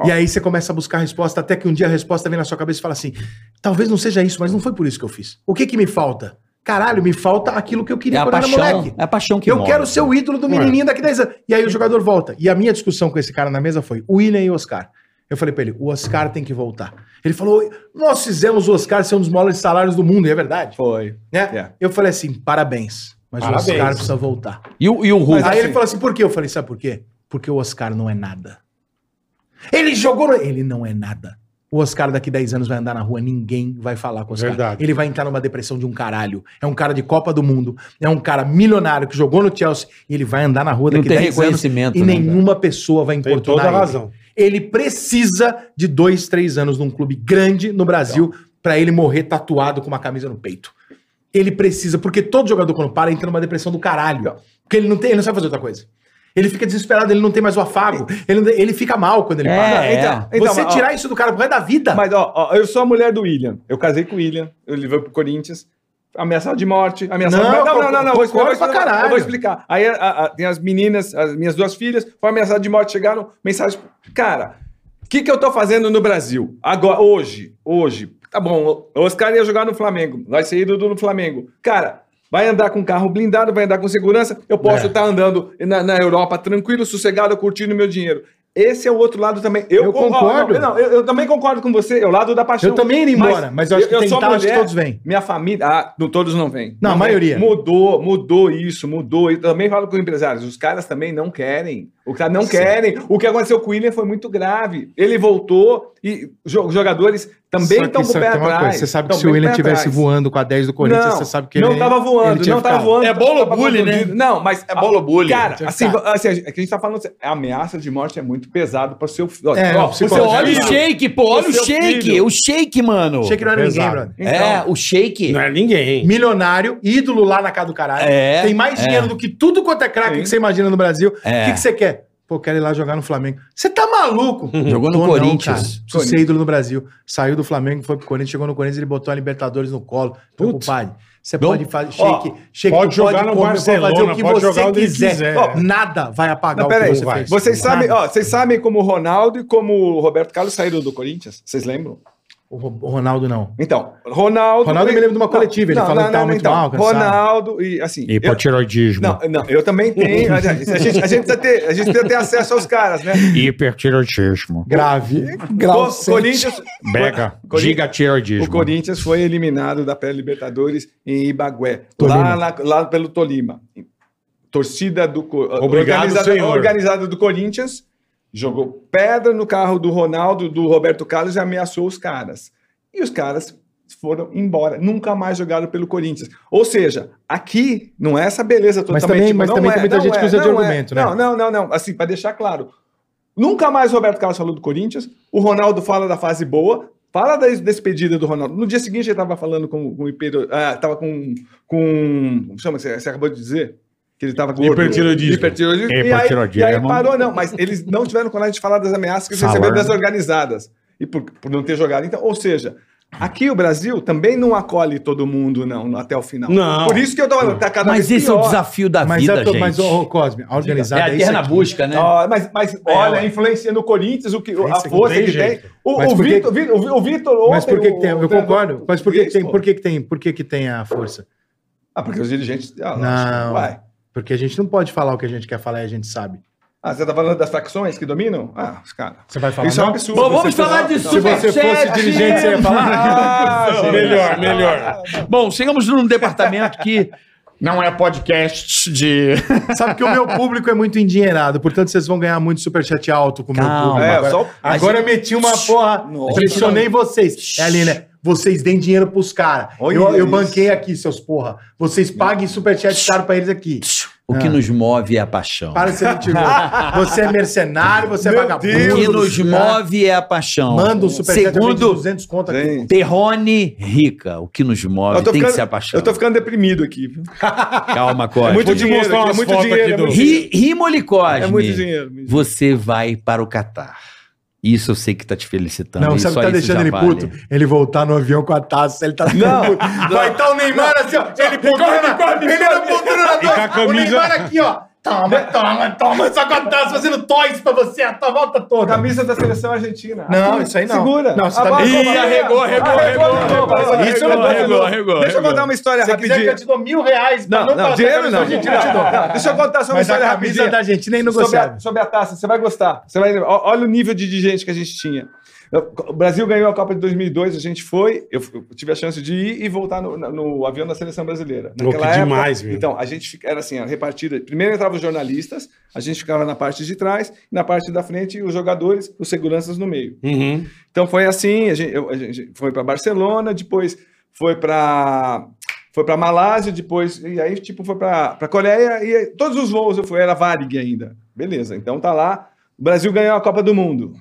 [SPEAKER 5] E aí você começa a buscar a resposta até que um dia a resposta vem na sua cabeça e fala assim: talvez não seja isso, mas não foi por isso que eu fiz. O que que me falta? Caralho, me falta aquilo que eu
[SPEAKER 4] é
[SPEAKER 5] queria
[SPEAKER 4] a
[SPEAKER 5] quando eu era
[SPEAKER 4] paixão.
[SPEAKER 5] moleque.
[SPEAKER 4] É a paixão que
[SPEAKER 5] Eu
[SPEAKER 4] move.
[SPEAKER 5] quero ser o ídolo do menininho daqui 10 anos. E aí o jogador volta. E a minha discussão com esse cara na mesa foi: o William e o Oscar. Eu falei pra ele: o Oscar tem que voltar. Ele falou: nós fizemos o Oscar ser um dos maiores salários do mundo, e é verdade.
[SPEAKER 6] Foi.
[SPEAKER 5] Né?
[SPEAKER 6] É.
[SPEAKER 5] Eu falei assim: parabéns, mas
[SPEAKER 2] Parabéns.
[SPEAKER 5] o Oscar precisa voltar.
[SPEAKER 4] E o, e o Hulk?
[SPEAKER 5] Mas aí ele falou assim, por quê? Eu falei, sabe por quê? Porque o Oscar não é nada. Ele jogou... no- Ele não é nada. O Oscar daqui 10 anos vai andar na rua, ninguém vai falar com o Oscar.
[SPEAKER 2] Verdade.
[SPEAKER 5] Ele vai entrar numa depressão de um caralho. É um cara de Copa do Mundo, é um cara milionário que jogou no Chelsea e ele vai andar na rua
[SPEAKER 4] Não
[SPEAKER 5] daqui
[SPEAKER 4] tem
[SPEAKER 5] 10 anos
[SPEAKER 4] reconhecimento,
[SPEAKER 5] e
[SPEAKER 4] né,
[SPEAKER 5] nenhuma pessoa vai
[SPEAKER 2] Tem
[SPEAKER 5] importunar
[SPEAKER 2] toda a
[SPEAKER 5] ele.
[SPEAKER 2] razão.
[SPEAKER 5] Ele precisa de dois, três anos num clube grande no Brasil pra ele morrer tatuado com uma camisa no peito. Ele precisa, porque todo jogador quando para entra numa depressão do caralho. Porque ele não tem, ele não sabe fazer outra coisa. Ele fica desesperado, ele não tem mais o afago. Ele, não- ele fica mal quando ele
[SPEAKER 4] É,
[SPEAKER 5] para.
[SPEAKER 4] é.
[SPEAKER 6] Então,
[SPEAKER 5] você
[SPEAKER 6] ó,
[SPEAKER 5] tirar isso do cara pro resto da vida.
[SPEAKER 6] Mas, ó, ó, eu sou a mulher do William. Eu casei com o William. Eu levei pro Corinthians. Ameaçado de morte, ameaçado
[SPEAKER 5] Não,
[SPEAKER 6] de morte. Não, não, não, não.
[SPEAKER 5] concordo
[SPEAKER 6] vou
[SPEAKER 5] pra
[SPEAKER 6] explicar, vou explicar,
[SPEAKER 5] caralho.
[SPEAKER 6] Eu vou explicar. Aí a- a- tem as meninas, as minhas duas filhas, foram ameaçadas de morte, chegaram, mensagem. tipo, Cara, o que, que eu tô fazendo no Brasil? Agora, hoje, hoje. Tá bom, o Oscar ia jogar no Flamengo. Vai ser ídolo no Flamengo. Cara. Vai andar com carro blindado, vai andar com segurança. Eu posso
[SPEAKER 5] É.
[SPEAKER 6] estar andando na, na Europa tranquilo, sossegado, curtindo meu dinheiro. Esse é o outro lado também. Eu,
[SPEAKER 5] Eu
[SPEAKER 6] ó, ó,
[SPEAKER 5] concordo.
[SPEAKER 6] não, eu, eu também concordo com você, é o lado da paixão.
[SPEAKER 5] Eu também iria embora, mas eu acho que tem
[SPEAKER 6] sou
[SPEAKER 5] tal, acho que
[SPEAKER 6] mulher,
[SPEAKER 5] todos vêm.
[SPEAKER 6] Minha família, ah, não, todos não vêm.
[SPEAKER 5] Não, a
[SPEAKER 6] vem.
[SPEAKER 5] maioria.
[SPEAKER 6] Mudou, mudou isso, mudou. Eu também falo com empresários, os caras também não querem. O cara não querem. O que aconteceu com o William foi muito grave. Ele voltou e jo- os jogadores também
[SPEAKER 5] Só que
[SPEAKER 6] estão com o
[SPEAKER 5] sabe-
[SPEAKER 6] pé
[SPEAKER 5] tem uma
[SPEAKER 6] atrás.
[SPEAKER 5] coisa, Você sabe que
[SPEAKER 6] Tão
[SPEAKER 5] se o
[SPEAKER 6] bem
[SPEAKER 5] William
[SPEAKER 6] pé
[SPEAKER 5] tivesse
[SPEAKER 6] atrás.
[SPEAKER 5] voando com a 10 do Corinthians,
[SPEAKER 6] Não,
[SPEAKER 5] você sabe que
[SPEAKER 6] não
[SPEAKER 5] ele
[SPEAKER 6] tava voando,
[SPEAKER 5] ele tinha
[SPEAKER 6] não tava
[SPEAKER 5] ficado.
[SPEAKER 6] voando.
[SPEAKER 4] É bolo
[SPEAKER 6] tava
[SPEAKER 4] bully, né?
[SPEAKER 6] contundido. Não, mas.
[SPEAKER 4] É bolo bully.
[SPEAKER 6] Cara,
[SPEAKER 5] Tinha
[SPEAKER 6] assim,
[SPEAKER 5] ficado.
[SPEAKER 6] assim, é que a gente tá falando. A ameaça de morte é muito pesado para o seu. Ó,
[SPEAKER 5] É,
[SPEAKER 6] ó,
[SPEAKER 5] não,
[SPEAKER 6] o seu
[SPEAKER 5] psicológico.
[SPEAKER 4] Olha
[SPEAKER 6] filho-
[SPEAKER 4] o shake, pô. Olha o
[SPEAKER 6] seu
[SPEAKER 4] shake.
[SPEAKER 6] filho.
[SPEAKER 4] O shake, mano.
[SPEAKER 5] Achei que não era ninguém,
[SPEAKER 2] Pesado.
[SPEAKER 5] brother.
[SPEAKER 6] Então,
[SPEAKER 4] É, o shake.
[SPEAKER 2] Não é ninguém.
[SPEAKER 5] Milionário, ídolo lá na casa do caralho.
[SPEAKER 4] É,
[SPEAKER 5] Tem mais
[SPEAKER 4] é.
[SPEAKER 5] dinheiro do que tudo quanto é craque
[SPEAKER 6] Sim.
[SPEAKER 5] que você imagina no Brasil. O
[SPEAKER 4] É.
[SPEAKER 5] que, que você quer? Pô, quero ir lá jogar no Flamengo. Você tá maluco?
[SPEAKER 4] Jogou no
[SPEAKER 5] Tô não, cara.
[SPEAKER 4] Corinthians.
[SPEAKER 5] Preciso ser ídolo no Brasil. Saiu do Flamengo, foi pro Corinthians, chegou no Corinthians, ele botou a Libertadores no colo. Tô
[SPEAKER 2] Putz.
[SPEAKER 5] compadre. Você
[SPEAKER 4] Não.
[SPEAKER 5] pode fazer shake, shake,
[SPEAKER 2] pode jogar no
[SPEAKER 5] comer,
[SPEAKER 2] Barcelona, pode jogar onde ele quiser.
[SPEAKER 5] Ó, nada vai apagar
[SPEAKER 6] Não,
[SPEAKER 5] o que
[SPEAKER 6] peraí,
[SPEAKER 5] você
[SPEAKER 2] vai.
[SPEAKER 5] fez.
[SPEAKER 6] Vocês
[SPEAKER 5] Nada.
[SPEAKER 6] sabem, ó, vocês sabem como o Ronaldo e como o Roberto Carlos saíram do Corinthians? Vocês lembram?
[SPEAKER 5] O Ro- o Ronaldo não.
[SPEAKER 6] Então, Ronaldo.
[SPEAKER 5] Ronaldo, eu me lembro de uma coletiva, ele falou que tava muito mal, cansado.
[SPEAKER 6] então, Ronaldo e assim. eu-
[SPEAKER 3] Hipotiroidismo.
[SPEAKER 6] não, não, eu
[SPEAKER 5] (laughs)
[SPEAKER 6] também tenho. A gente, a gente precisa ter, a gente precisa ter acesso aos caras, né?
[SPEAKER 3] Hipertiroidismo.
[SPEAKER 5] Grave.
[SPEAKER 6] Co-
[SPEAKER 5] Grau sete.
[SPEAKER 6] Corinthians,
[SPEAKER 3] Bega.
[SPEAKER 6] Cori-
[SPEAKER 3] Gigatiroidismo.
[SPEAKER 6] o Corinthians foi eliminado da pré-libertadores em Ibagué, lá, na- lá pelo Tolima. Torcida do Co-
[SPEAKER 2] Obrigado,
[SPEAKER 6] organizada,
[SPEAKER 2] senhor.
[SPEAKER 6] organizada do Corinthians jogou pedra no carro do Ronaldo, do Roberto Carlos e ameaçou os caras. E os caras foram embora, nunca mais jogaram pelo Corinthians. Ou seja, aqui não é essa beleza
[SPEAKER 5] Mas
[SPEAKER 6] totalmente.
[SPEAKER 5] também-
[SPEAKER 6] tipo,
[SPEAKER 5] mas
[SPEAKER 6] não
[SPEAKER 5] também
[SPEAKER 6] é,
[SPEAKER 5] tem muita
[SPEAKER 6] não
[SPEAKER 5] gente que
[SPEAKER 6] é,
[SPEAKER 5] usa de
[SPEAKER 6] não é.
[SPEAKER 5] argumento, né?
[SPEAKER 6] Não, não, não, não. Assim, para deixar claro, Nunca mais o Roberto Carlos falou do Corinthians. O Ronaldo fala da fase boa. Fala da despedida do Ronaldo. No dia seguinte ele estava falando com, com o Império. Ah, tava com. com como chama, você, você acabou de dizer? Que ele estava gordo.
[SPEAKER 2] Hipertiroidismo.
[SPEAKER 6] Hipertiroidismo. E aí, e aí
[SPEAKER 3] Hipertiroidismo.
[SPEAKER 6] parou, não. Mas eles não tiveram coragem de falar das ameaças que eles
[SPEAKER 3] Falar.
[SPEAKER 6] receberam das organizadas. E por, por não ter jogado. Então, ou seja, aqui o Brasil também não acolhe todo mundo, não, até o final.
[SPEAKER 2] Não.
[SPEAKER 6] Por isso que eu tava falando, tá cada
[SPEAKER 4] Mas
[SPEAKER 6] vez
[SPEAKER 4] esse é o
[SPEAKER 6] pior.
[SPEAKER 4] desafio da
[SPEAKER 5] Mas,
[SPEAKER 4] vida,
[SPEAKER 5] é, to-
[SPEAKER 4] gente.
[SPEAKER 5] mas ô, ô, Cosme, a
[SPEAKER 4] É
[SPEAKER 5] organizada
[SPEAKER 4] a
[SPEAKER 5] é, isso
[SPEAKER 4] eterna
[SPEAKER 5] aqui.
[SPEAKER 4] busca, né?
[SPEAKER 6] Ó, mas, mas olha,
[SPEAKER 5] ué.
[SPEAKER 6] a influência no Corinthians, o que, a
[SPEAKER 5] Influência que
[SPEAKER 6] força
[SPEAKER 2] não tem
[SPEAKER 6] que tem.
[SPEAKER 2] jeito.
[SPEAKER 6] O,
[SPEAKER 5] Mas
[SPEAKER 6] o
[SPEAKER 5] por que-
[SPEAKER 6] Vitor, Vi- o, o Vitor ontem,
[SPEAKER 5] Mas por que, que tem?
[SPEAKER 6] o-
[SPEAKER 5] Eu
[SPEAKER 6] o treinador-
[SPEAKER 5] concordo. Mas por que, que tem?
[SPEAKER 6] Pô.
[SPEAKER 5] Por que, que tem? Por que, que tem a força?
[SPEAKER 6] Ah, porque os dirigentes. Ah,
[SPEAKER 5] Não.
[SPEAKER 6] Uai.
[SPEAKER 5] Porque a gente não pode falar o que a gente quer falar e a gente sabe.
[SPEAKER 6] Ah, você tá falando das facções que dominam? Ah, os caras.
[SPEAKER 5] Você vai falar.
[SPEAKER 6] Isso é um
[SPEAKER 5] Não?
[SPEAKER 6] absurdo.
[SPEAKER 4] Bom, vamos
[SPEAKER 6] Você
[SPEAKER 4] falar
[SPEAKER 6] tá-
[SPEAKER 4] de
[SPEAKER 6] tá-
[SPEAKER 5] Se você fosse
[SPEAKER 4] Superchat.
[SPEAKER 5] dirigente, você ia falar.
[SPEAKER 6] (laughs) Ah, gente.
[SPEAKER 2] Melhor, melhor.
[SPEAKER 4] Bom, chegamos num departamento que não é podcast de.
[SPEAKER 5] Sabe que o meu público é muito endinheirado, portanto vocês vão ganhar muito superchat alto com o meu
[SPEAKER 4] Calma.
[SPEAKER 5] público.
[SPEAKER 6] É,
[SPEAKER 5] Agora,
[SPEAKER 6] só-
[SPEAKER 5] agora eu meti uma porra,
[SPEAKER 6] Nossa.
[SPEAKER 5] pressionei vocês. É ali, né? Vocês deem dinheiro pros caras.
[SPEAKER 6] Olha
[SPEAKER 5] Eu, eu
[SPEAKER 6] isso.
[SPEAKER 5] banquei aqui, seus porra. Vocês paguem superchat caro pra eles aqui.
[SPEAKER 4] O que nos move é a paixão.
[SPEAKER 5] Para de ser
[SPEAKER 6] (laughs)
[SPEAKER 5] mentiroso. Você é mercenário, você é vagabundo.
[SPEAKER 4] O que nos
[SPEAKER 5] tá?
[SPEAKER 4] move é a paixão.
[SPEAKER 5] Manda um superchat também de
[SPEAKER 4] Segundo-
[SPEAKER 5] 200 conto aqui.
[SPEAKER 6] Gente,
[SPEAKER 4] Terrone rica. O que nos move
[SPEAKER 6] eu tô
[SPEAKER 4] tem que
[SPEAKER 6] ficando-
[SPEAKER 4] ser a paixão.
[SPEAKER 6] Eu tô ficando deprimido aqui. viu?
[SPEAKER 5] (laughs)
[SPEAKER 4] Calma, Costa.
[SPEAKER 6] É muito
[SPEAKER 2] Vou te
[SPEAKER 6] dinheiro,
[SPEAKER 2] mostrar
[SPEAKER 6] aqui, é
[SPEAKER 2] umas
[SPEAKER 6] muito
[SPEAKER 2] fotos
[SPEAKER 6] dinheiro.
[SPEAKER 2] aqui
[SPEAKER 6] é
[SPEAKER 2] do-
[SPEAKER 6] muito dinheiro.
[SPEAKER 4] Ri, Rimoli Cosme,
[SPEAKER 6] É muito dinheiro.
[SPEAKER 4] Você vai para o Catar. Isso eu sei que tá te felicitando.
[SPEAKER 6] Então,
[SPEAKER 5] Não,
[SPEAKER 4] e
[SPEAKER 5] sabe o
[SPEAKER 4] só
[SPEAKER 5] que tá
[SPEAKER 4] isso
[SPEAKER 5] deixando
[SPEAKER 4] já
[SPEAKER 5] ele
[SPEAKER 4] vale.
[SPEAKER 5] puto? Ele voltar no avião com a taça, ele tá
[SPEAKER 6] Não.
[SPEAKER 5] puto. Vai estar o Neymar assim, ó. Ele pontando na Ele na pontando na
[SPEAKER 2] com a
[SPEAKER 5] dois. O
[SPEAKER 2] camisa-
[SPEAKER 5] Neymar aqui, ó. Toma, toma, toma. Só com a taça fazendo toys pra você a tua volta toda.
[SPEAKER 6] Camisa da seleção argentina.
[SPEAKER 5] Não, isso aí não.
[SPEAKER 6] Segura.
[SPEAKER 5] Não, você tá
[SPEAKER 6] Abaixa,
[SPEAKER 5] brincando.
[SPEAKER 6] abaixa.
[SPEAKER 5] Ih, arregou, arregou,
[SPEAKER 6] Ah, Arregou,
[SPEAKER 5] arregou,
[SPEAKER 6] arregou,
[SPEAKER 5] Isso
[SPEAKER 6] arregou,
[SPEAKER 5] não é pode,
[SPEAKER 6] arregou.
[SPEAKER 5] não.
[SPEAKER 6] Deixa eu contar uma história
[SPEAKER 5] Se quiser que
[SPEAKER 6] rapidinho.
[SPEAKER 5] eu te dou mil reais pra
[SPEAKER 6] Não, não,
[SPEAKER 5] falar
[SPEAKER 6] dinheiro
[SPEAKER 5] da
[SPEAKER 6] não.
[SPEAKER 5] Argentina, eu te dou.
[SPEAKER 6] Não, Deixa eu contar só
[SPEAKER 5] Mas
[SPEAKER 6] uma
[SPEAKER 5] a
[SPEAKER 6] história
[SPEAKER 5] camisa
[SPEAKER 6] rapidinha.
[SPEAKER 5] da Argentina é
[SPEAKER 6] sobre
[SPEAKER 5] inegociável.
[SPEAKER 6] a, sobre a taça, você vai gostar. Você vai, ó- olha o nível de gente que a gente tinha. O Brasil ganhou a Copa de 2002, a gente foi, eu, f- eu tive a chance de ir e voltar no, na- no avião da seleção brasileira.
[SPEAKER 2] Louco demais, meu.
[SPEAKER 6] Então, a gente fica- era assim, ó, repartida. Primeiro entravam os jornalistas, a gente ficava na parte de trás, na parte da frente os jogadores, os seguranças no meio.
[SPEAKER 2] Uhum.
[SPEAKER 6] Então foi assim, a gente, eu- a gente foi para Barcelona, depois foi para foi para Malásia, depois e aí tipo foi para Coreia e aí, todos os voos eu fui era Varig ainda. Beleza. Então tá lá, o Brasil ganhou a Copa do Mundo.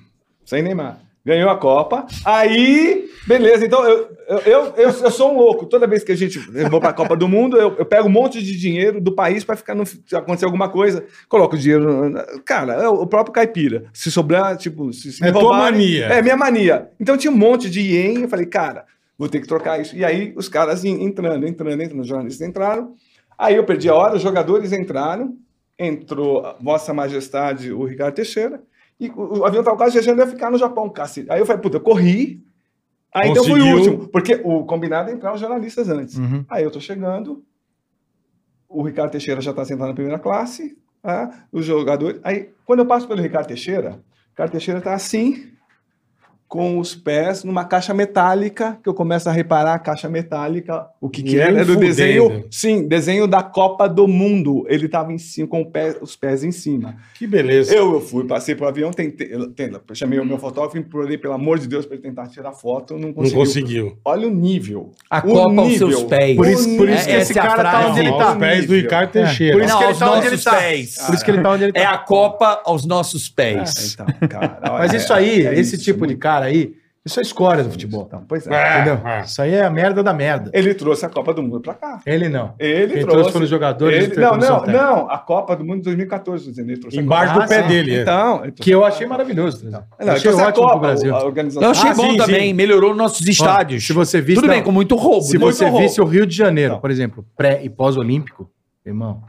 [SPEAKER 6] Sem Neymar. Ganhou a Copa. Aí, beleza. Então, eu, eu, eu, eu, eu sou um louco. Toda vez que a gente eu vou pra Copa do Mundo, eu, eu pego um monte de dinheiro do país pra ficar. no- se acontecer alguma coisa, coloco o dinheiro. na- Cara, é o próprio caipira. Se sobrar, tipo. Se, se me
[SPEAKER 2] É tua
[SPEAKER 6] roubarem-
[SPEAKER 2] mania.
[SPEAKER 6] É minha mania. Então, tinha um monte de ien. Eu falei, cara, vou ter que trocar isso. E aí, os caras en- entrando, entrando, entrando. Os jornalistas entraram. Aí, eu perdi a hora, os jogadores entraram. Entrou a Vossa Majestade, o Ricardo Teixeira. E o, o avião tava quase viajando, eu ia ficar no Japão, cacete. Aí eu falei, puta, eu corri. Aí então fui o
[SPEAKER 2] Conseguiu. Uhum.
[SPEAKER 6] último. Porque o combinado é entrar os jornalistas antes. Aí eu tô chegando, o Ricardo Teixeira já tá sentado na primeira classe, Ah, tá? o jogador. Aí, quando eu passo pelo Ricardo Teixeira, o Ricardo Teixeira tá assim, com os pés numa caixa metálica, que eu começo a reparar a caixa metálica, o que que era,
[SPEAKER 2] Nem
[SPEAKER 6] era do
[SPEAKER 2] fudendo.
[SPEAKER 6] desenho, sim, desenho da Copa do Mundo, ele tava em cima, com o pé- os pés em cima.
[SPEAKER 2] Que beleza.
[SPEAKER 6] Eu, eu fui, passei pro avião, tentei, eu tentei- eu chamei o meu fotógrafo e implorei, pelo amor de Deus, para ele tentar tirar foto, não
[SPEAKER 2] não
[SPEAKER 6] conseguiu.
[SPEAKER 2] conseguiu.
[SPEAKER 6] Olha o nível.
[SPEAKER 4] A
[SPEAKER 6] O
[SPEAKER 4] Copa aos
[SPEAKER 6] nível.
[SPEAKER 4] seus pés.
[SPEAKER 5] Por isso, por isso
[SPEAKER 4] É-
[SPEAKER 5] que esse
[SPEAKER 4] essa é a
[SPEAKER 5] cara tá
[SPEAKER 4] frase.
[SPEAKER 5] onde ele
[SPEAKER 2] Aos
[SPEAKER 5] tá.
[SPEAKER 2] pés do Ricardo
[SPEAKER 5] Por
[SPEAKER 2] Teixeira.
[SPEAKER 5] isso
[SPEAKER 4] Não,
[SPEAKER 5] que ele
[SPEAKER 4] aos
[SPEAKER 5] tá onde ele
[SPEAKER 4] nossos
[SPEAKER 5] tá.
[SPEAKER 4] pés.
[SPEAKER 5] Por isso que ele tá onde ele tá. Ah,
[SPEAKER 4] É a Copa aos nossos pés.
[SPEAKER 6] Então,
[SPEAKER 5] (laughs)
[SPEAKER 6] cara, olha,
[SPEAKER 5] Mas isso aí,
[SPEAKER 6] é
[SPEAKER 5] esse
[SPEAKER 6] isso,
[SPEAKER 5] tipo
[SPEAKER 6] muito
[SPEAKER 5] de cara aí, isso é escória do futebol.
[SPEAKER 6] Então, pois é.
[SPEAKER 5] Entendeu?
[SPEAKER 2] é.
[SPEAKER 5] Isso aí é a merda da merda.
[SPEAKER 6] Ele trouxe a Copa do Mundo pra cá.
[SPEAKER 5] Ele não.
[SPEAKER 6] Ele
[SPEAKER 5] Quem
[SPEAKER 6] trouxe.
[SPEAKER 5] trouxe foram os jogadores
[SPEAKER 6] ele-
[SPEAKER 5] e foi a
[SPEAKER 6] Não,
[SPEAKER 5] comissão
[SPEAKER 6] não,
[SPEAKER 5] técnica.
[SPEAKER 6] não. A Copa do Mundo de 2014, tô dizendo, ele trouxe a
[SPEAKER 2] Embaixo
[SPEAKER 5] Ah,
[SPEAKER 2] do pé
[SPEAKER 5] sim.
[SPEAKER 2] dele. é.
[SPEAKER 6] Então, ele trouxe-
[SPEAKER 5] Que eu achei maravilhoso. Não,
[SPEAKER 6] Não, ele
[SPEAKER 5] achei
[SPEAKER 6] trouxe a
[SPEAKER 5] ótimo pro
[SPEAKER 6] Copa,
[SPEAKER 5] Brasil.
[SPEAKER 6] a organização.
[SPEAKER 4] Eu achei
[SPEAKER 2] Ah,
[SPEAKER 4] bom
[SPEAKER 2] sim,
[SPEAKER 4] também,
[SPEAKER 2] sim.
[SPEAKER 4] melhorou nossos estádios.
[SPEAKER 5] Se você visse,
[SPEAKER 4] Tudo
[SPEAKER 5] não,
[SPEAKER 4] bem, com muito roubo. né?
[SPEAKER 5] se
[SPEAKER 4] muito
[SPEAKER 5] você
[SPEAKER 4] roubo.
[SPEAKER 5] visse o Rio de Janeiro,
[SPEAKER 6] Não.
[SPEAKER 5] por exemplo, pré e pós-olímpico, irmão.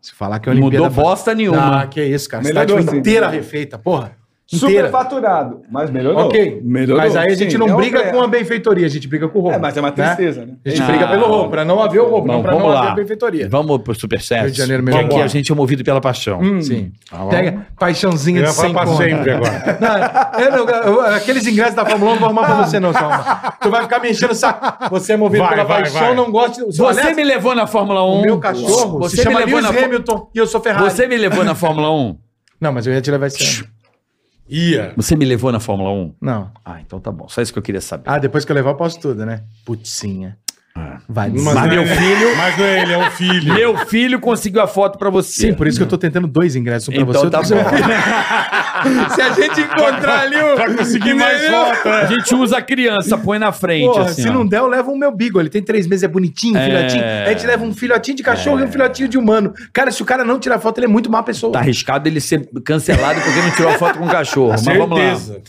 [SPEAKER 5] Se falar que é Olimpíada.
[SPEAKER 4] Mudou bosta nenhuma.
[SPEAKER 5] Ah, que isso, cara. A
[SPEAKER 6] Melhorou,
[SPEAKER 5] cidade foi
[SPEAKER 6] sim.
[SPEAKER 5] inteira refeita, porra.
[SPEAKER 6] Super
[SPEAKER 5] Inteira.
[SPEAKER 6] faturado, mas melhorou.
[SPEAKER 5] Ok.
[SPEAKER 6] Melhorou.
[SPEAKER 5] Mas aí a gente
[SPEAKER 6] Sim,
[SPEAKER 5] não
[SPEAKER 6] é
[SPEAKER 5] briga
[SPEAKER 6] outra-
[SPEAKER 5] com a benfeitoria, a gente briga com o roubo.
[SPEAKER 6] É, mas é uma
[SPEAKER 5] né?
[SPEAKER 6] tristeza, né?
[SPEAKER 5] A gente
[SPEAKER 4] Não.
[SPEAKER 5] briga pelo roubo, pra não haver o roubo, não,
[SPEAKER 4] Não,
[SPEAKER 5] pra não
[SPEAKER 4] vamos lá.
[SPEAKER 5] haver a benfeitoria.
[SPEAKER 4] Vamos pro Super Sets.
[SPEAKER 5] Rio de Janeiro,
[SPEAKER 4] que
[SPEAKER 5] melhor. Hum,
[SPEAKER 4] aqui a gente é movido pela paixão.
[SPEAKER 5] Sim.
[SPEAKER 6] Tá
[SPEAKER 5] Pega paixãozinha
[SPEAKER 2] Eu
[SPEAKER 5] de
[SPEAKER 2] ia
[SPEAKER 5] 100
[SPEAKER 2] falar pra
[SPEAKER 5] conto.
[SPEAKER 2] sempre agora.
[SPEAKER 5] Não, eu não- eu- aqueles ingressos da Fórmula 1 não vou arrumar pra você, não, Salma. Tu vai ficar me enchendo o saco. Você é movido
[SPEAKER 2] Vai,
[SPEAKER 5] pela
[SPEAKER 2] vai,
[SPEAKER 5] paixão,
[SPEAKER 2] vai.
[SPEAKER 5] não gosta. Você,
[SPEAKER 4] Você me levou na Fórmula 1.
[SPEAKER 5] O meu cachorro
[SPEAKER 4] Você
[SPEAKER 5] se chama
[SPEAKER 4] me levou
[SPEAKER 5] Lewis
[SPEAKER 4] na
[SPEAKER 5] Hamilton e eu sou Ferrari.
[SPEAKER 4] Você me levou na Fórmula 1?
[SPEAKER 5] Não, mas eu ia te levar esse ano. (laughs)
[SPEAKER 2] Ia.
[SPEAKER 4] Você me levou na Fórmula 1?
[SPEAKER 5] Não.
[SPEAKER 4] Ah, então tá bom. Só isso que eu queria saber.
[SPEAKER 5] Ah, depois que eu levar, eu posso tudo, né? Putzinha. Vai.
[SPEAKER 2] Mas, não é
[SPEAKER 4] meu
[SPEAKER 2] ele. Mas não é ele, é o filho.
[SPEAKER 4] Meu filho conseguiu a foto pra você.
[SPEAKER 5] Sim, por isso que eu tô tentando dois ingressos um pra
[SPEAKER 4] Então
[SPEAKER 5] você.
[SPEAKER 4] tá
[SPEAKER 5] outro pra
[SPEAKER 4] bom.
[SPEAKER 5] (laughs) Se a gente encontrar ali o...
[SPEAKER 2] Pra conseguir mais
[SPEAKER 5] Entendeu?
[SPEAKER 2] foto.
[SPEAKER 4] A
[SPEAKER 2] é.
[SPEAKER 4] gente usa a criança, põe na frente.
[SPEAKER 5] Porra,
[SPEAKER 4] assim,
[SPEAKER 5] se
[SPEAKER 4] ó.
[SPEAKER 5] não der, eu levo o meu Beagle. Ele tem três meses, é bonitinho,
[SPEAKER 4] É.
[SPEAKER 5] filhotinho. A gente leva um filhotinho de cachorro e um filhotinho de humano. Cara, se o cara não tirar foto, ele é muito má pessoa.
[SPEAKER 4] Tá arriscado ele ser cancelado porque não tirou a foto com o cachorro. Mas vamos lá.
[SPEAKER 2] Certeza.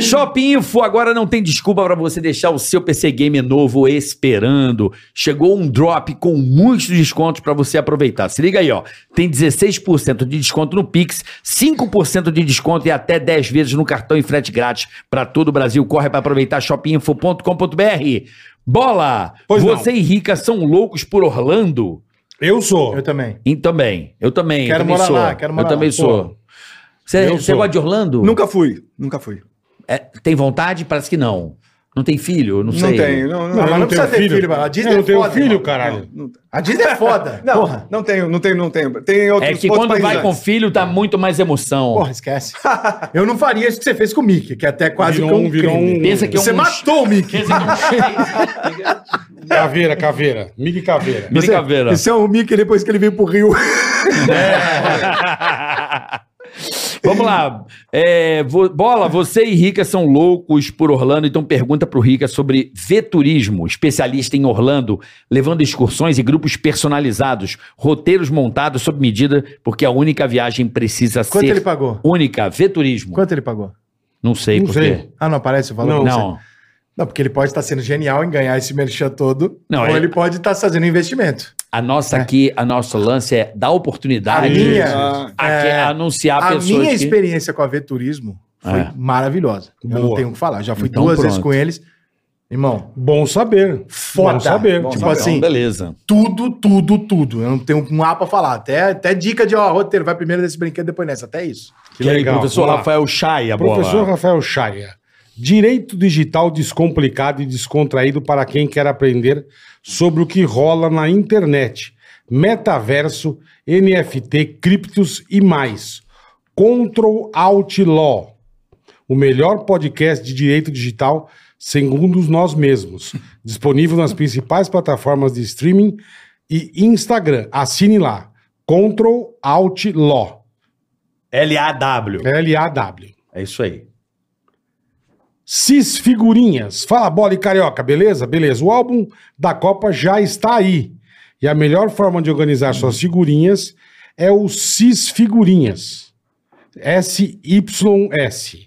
[SPEAKER 4] Shopping Info agora não tem desculpa para você deixar o seu PC Game novo esperando. Chegou um drop com muitos descontos para você aproveitar. Se liga aí, ó. Tem 16% de desconto no Pix, 5% de desconto e até 10 vezes no cartão e frete grátis para todo o Brasil. Corre para aproveitar shopinfo.com.br. Bola!
[SPEAKER 2] Pois não.
[SPEAKER 4] você e Rica são loucos por Orlando?
[SPEAKER 2] Eu sou.
[SPEAKER 5] Eu também.
[SPEAKER 4] E também. Eu também. eu
[SPEAKER 5] Quero
[SPEAKER 4] também
[SPEAKER 5] morar
[SPEAKER 4] sou.
[SPEAKER 5] lá, quero morar
[SPEAKER 4] Eu também
[SPEAKER 5] lá,
[SPEAKER 4] sou. Você
[SPEAKER 2] Eu
[SPEAKER 4] você
[SPEAKER 2] sou.
[SPEAKER 4] gosta de Orlando?
[SPEAKER 6] Nunca fui, nunca fui.
[SPEAKER 4] É, tem vontade? Parece que não. Não tem filho? Não
[SPEAKER 6] Não
[SPEAKER 4] sei. É
[SPEAKER 6] tenho, não, não.
[SPEAKER 5] mas não precisa ter filho, mano. A Disney
[SPEAKER 2] eu não
[SPEAKER 5] é
[SPEAKER 2] tenho
[SPEAKER 5] foda,
[SPEAKER 2] filho,
[SPEAKER 5] mano.
[SPEAKER 2] caralho.
[SPEAKER 5] A Disney é foda.
[SPEAKER 6] Não,
[SPEAKER 5] Porra.
[SPEAKER 6] não tenho, não tenho, não tenho. Tem outros
[SPEAKER 4] É que
[SPEAKER 6] outros
[SPEAKER 4] quando vai
[SPEAKER 6] países né?
[SPEAKER 4] com
[SPEAKER 6] antes.
[SPEAKER 4] filho, dá muito mais emoção.
[SPEAKER 5] Porra, esquece. (laughs) Eu não faria isso que você fez com o Mickey, que é até quase
[SPEAKER 2] Virou
[SPEAKER 5] que
[SPEAKER 2] um- virou
[SPEAKER 5] crime.
[SPEAKER 2] um-
[SPEAKER 4] Pensa que é
[SPEAKER 5] Você
[SPEAKER 4] um-
[SPEAKER 5] matou o Mickey.
[SPEAKER 2] Caveira, caveira. Migue caveira.
[SPEAKER 4] Mini caveira.
[SPEAKER 5] Esse é o Mickey depois que ele veio pro Rio.
[SPEAKER 4] (laughs) Vamos lá. É, vo- Bola, você e Rica são loucos por Orlando, então pergunta pro Rica sobre Veturismo, especialista em Orlando, levando excursões e grupos personalizados, roteiros montados sob medida, porque a única viagem precisa
[SPEAKER 5] Quanto
[SPEAKER 4] ser
[SPEAKER 5] ele pagou?
[SPEAKER 4] única. Veturismo.
[SPEAKER 5] Quanto ele pagou?
[SPEAKER 4] Não sei
[SPEAKER 2] Não
[SPEAKER 4] por
[SPEAKER 2] sei.
[SPEAKER 4] quê.
[SPEAKER 5] Ah, não aparece o valor?
[SPEAKER 2] Não.
[SPEAKER 5] pra você?
[SPEAKER 4] Não.
[SPEAKER 5] Não, porque ele pode estar sendo genial em ganhar esse merchan todo,
[SPEAKER 4] Não, é.
[SPEAKER 5] ou
[SPEAKER 4] ele-
[SPEAKER 5] ele, pode estar fazendo um investimento.
[SPEAKER 4] A nossa aqui, a nosso lance é dar oportunidade
[SPEAKER 5] É. A minha-
[SPEAKER 6] Ah,
[SPEAKER 4] a que-
[SPEAKER 5] é,
[SPEAKER 4] anunciar
[SPEAKER 5] A,
[SPEAKER 4] pessoas
[SPEAKER 5] minha
[SPEAKER 4] que-
[SPEAKER 5] experiência com a Veturismo foi
[SPEAKER 4] É.
[SPEAKER 5] maravilhosa. Eu não
[SPEAKER 2] Boa.
[SPEAKER 5] tenho o que falar. Já fui
[SPEAKER 4] Então
[SPEAKER 5] duas vezes
[SPEAKER 4] pronto.
[SPEAKER 5] com eles. Irmão,
[SPEAKER 2] Bom saber.
[SPEAKER 5] foda.
[SPEAKER 2] Bom saber.
[SPEAKER 5] tipo
[SPEAKER 6] saber.
[SPEAKER 5] assim,
[SPEAKER 4] Beleza.
[SPEAKER 5] tudo, tudo, tudo. Eu não tenho um A pra falar. Até, até dica de, ó, roteiro, vai primeiro desse brinquedo, depois nessa. Até isso.
[SPEAKER 2] Que legal.
[SPEAKER 4] Professor
[SPEAKER 2] Vamos lá.
[SPEAKER 4] Rafael Chay, a bola.
[SPEAKER 2] Professor Rafael Chaia. Direito digital descomplicado e descontraído para quem quer aprender sobre o que rola na internet, metaverso, NFT, criptos e mais. Control Alt Law, o melhor podcast de direito digital segundo nós mesmos, disponível nas principais plataformas de streaming e Instagram. Assine lá. Control Alt Law,
[SPEAKER 4] L-A-W.
[SPEAKER 2] L-A-W.
[SPEAKER 4] É isso aí.
[SPEAKER 2] Cis Figurinhas. Fala bola e carioca, beleza? Beleza. O álbum da Copa já está aí. E a melhor forma de organizar suas figurinhas é o Cis Figurinhas. S-Y-S.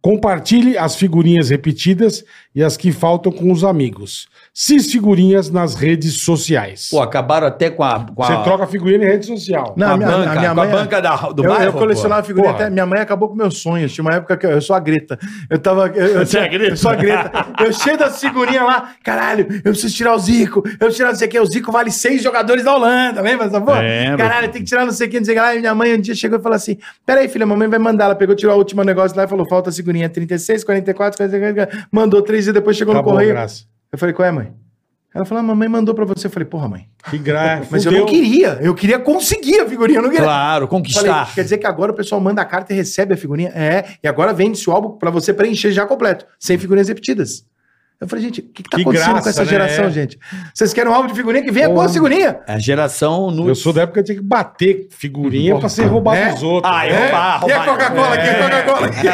[SPEAKER 2] Compartilhe as figurinhas repetidas e as que faltam com os amigos. Cis figurinhas nas redes sociais.
[SPEAKER 4] Pô, acabaram até com a. Com a
[SPEAKER 2] Você troca figurinha em rede social.
[SPEAKER 4] com a
[SPEAKER 5] Não, minha,
[SPEAKER 4] banca,
[SPEAKER 5] a minha
[SPEAKER 4] com a
[SPEAKER 5] mãe. é-
[SPEAKER 4] banca da, do
[SPEAKER 5] eu,
[SPEAKER 4] bairro.
[SPEAKER 5] eu colecionava figurinha
[SPEAKER 2] Porra.
[SPEAKER 5] até. Minha mãe acabou com meus sonhos. Tinha uma época que eu, eu sou a Greta. Eu tava. Eu,
[SPEAKER 4] (laughs)
[SPEAKER 5] eu,
[SPEAKER 4] Você é a Greta?
[SPEAKER 5] Eu sou a Greta. Eu cheio das figurinhas lá. Caralho, eu preciso tirar o Zico. Eu preciso tirar não sei o que. O Zico vale seis jogadores da Holanda. Lembra essa porra?
[SPEAKER 3] É.
[SPEAKER 2] É,
[SPEAKER 4] Lembro.
[SPEAKER 5] Caralho, tem que tirar não sei o que, não sei o que lá. E minha mãe um dia chegou e falou assim: Peraí, filha, a mamãe vai mandar. Ela pegou, tirou o último negócio lá e falou: Falta a figurinha 36, 44, 44. Mandou três dias depois chegou
[SPEAKER 2] Acabou
[SPEAKER 5] no
[SPEAKER 2] a
[SPEAKER 5] correio.
[SPEAKER 2] graça.
[SPEAKER 5] Eu falei: Qual é, mãe? Ela falou: A mamãe mandou pra você. Eu falei: Porra, mãe.
[SPEAKER 2] Que graça.
[SPEAKER 5] (laughs) Mas eu não queria. Eu queria conseguir a figurinha. Eu não queria.
[SPEAKER 4] Claro,
[SPEAKER 5] Falei,
[SPEAKER 4] conquistar.
[SPEAKER 5] quer dizer que agora o pessoal manda a carta e recebe a figurinha? É, e agora vende-se o álbum pra você preencher já completo, sem figurinhas repetidas. Eu falei, gente, o que, que tá
[SPEAKER 2] Que
[SPEAKER 5] acontecendo
[SPEAKER 2] graça,
[SPEAKER 5] com essa
[SPEAKER 2] né?
[SPEAKER 5] geração, gente? Vocês querem um álbum de figurinha que venha com a figurinha?
[SPEAKER 4] É a geração no.
[SPEAKER 2] Eu sou da época que tinha que bater figurinha pra ser roubado
[SPEAKER 5] É?
[SPEAKER 2] dos outros.
[SPEAKER 4] Ah, eu
[SPEAKER 2] É.
[SPEAKER 4] barro.
[SPEAKER 5] E a Coca-Cola aqui, a Coca-Cola aqui.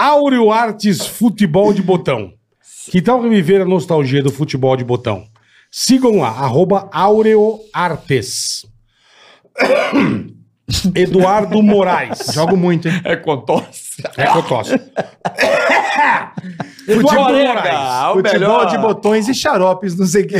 [SPEAKER 2] Áureo Artes Futebol de Botão. Que tal reviver a nostalgia do futebol de botão? Sigam lá, arroba Áureo Artes. (coughs) Eduardo Moraes.
[SPEAKER 5] (laughs) Jogo muito, hein?
[SPEAKER 4] É (laughs) com tosse.
[SPEAKER 2] É que eu tosse.
[SPEAKER 4] Futebol
[SPEAKER 2] Eduardo
[SPEAKER 4] Moraes.
[SPEAKER 2] Moraes.
[SPEAKER 4] é ah, O
[SPEAKER 5] Futebol
[SPEAKER 4] melhor.
[SPEAKER 5] de botões e xaropes, não sei o quê.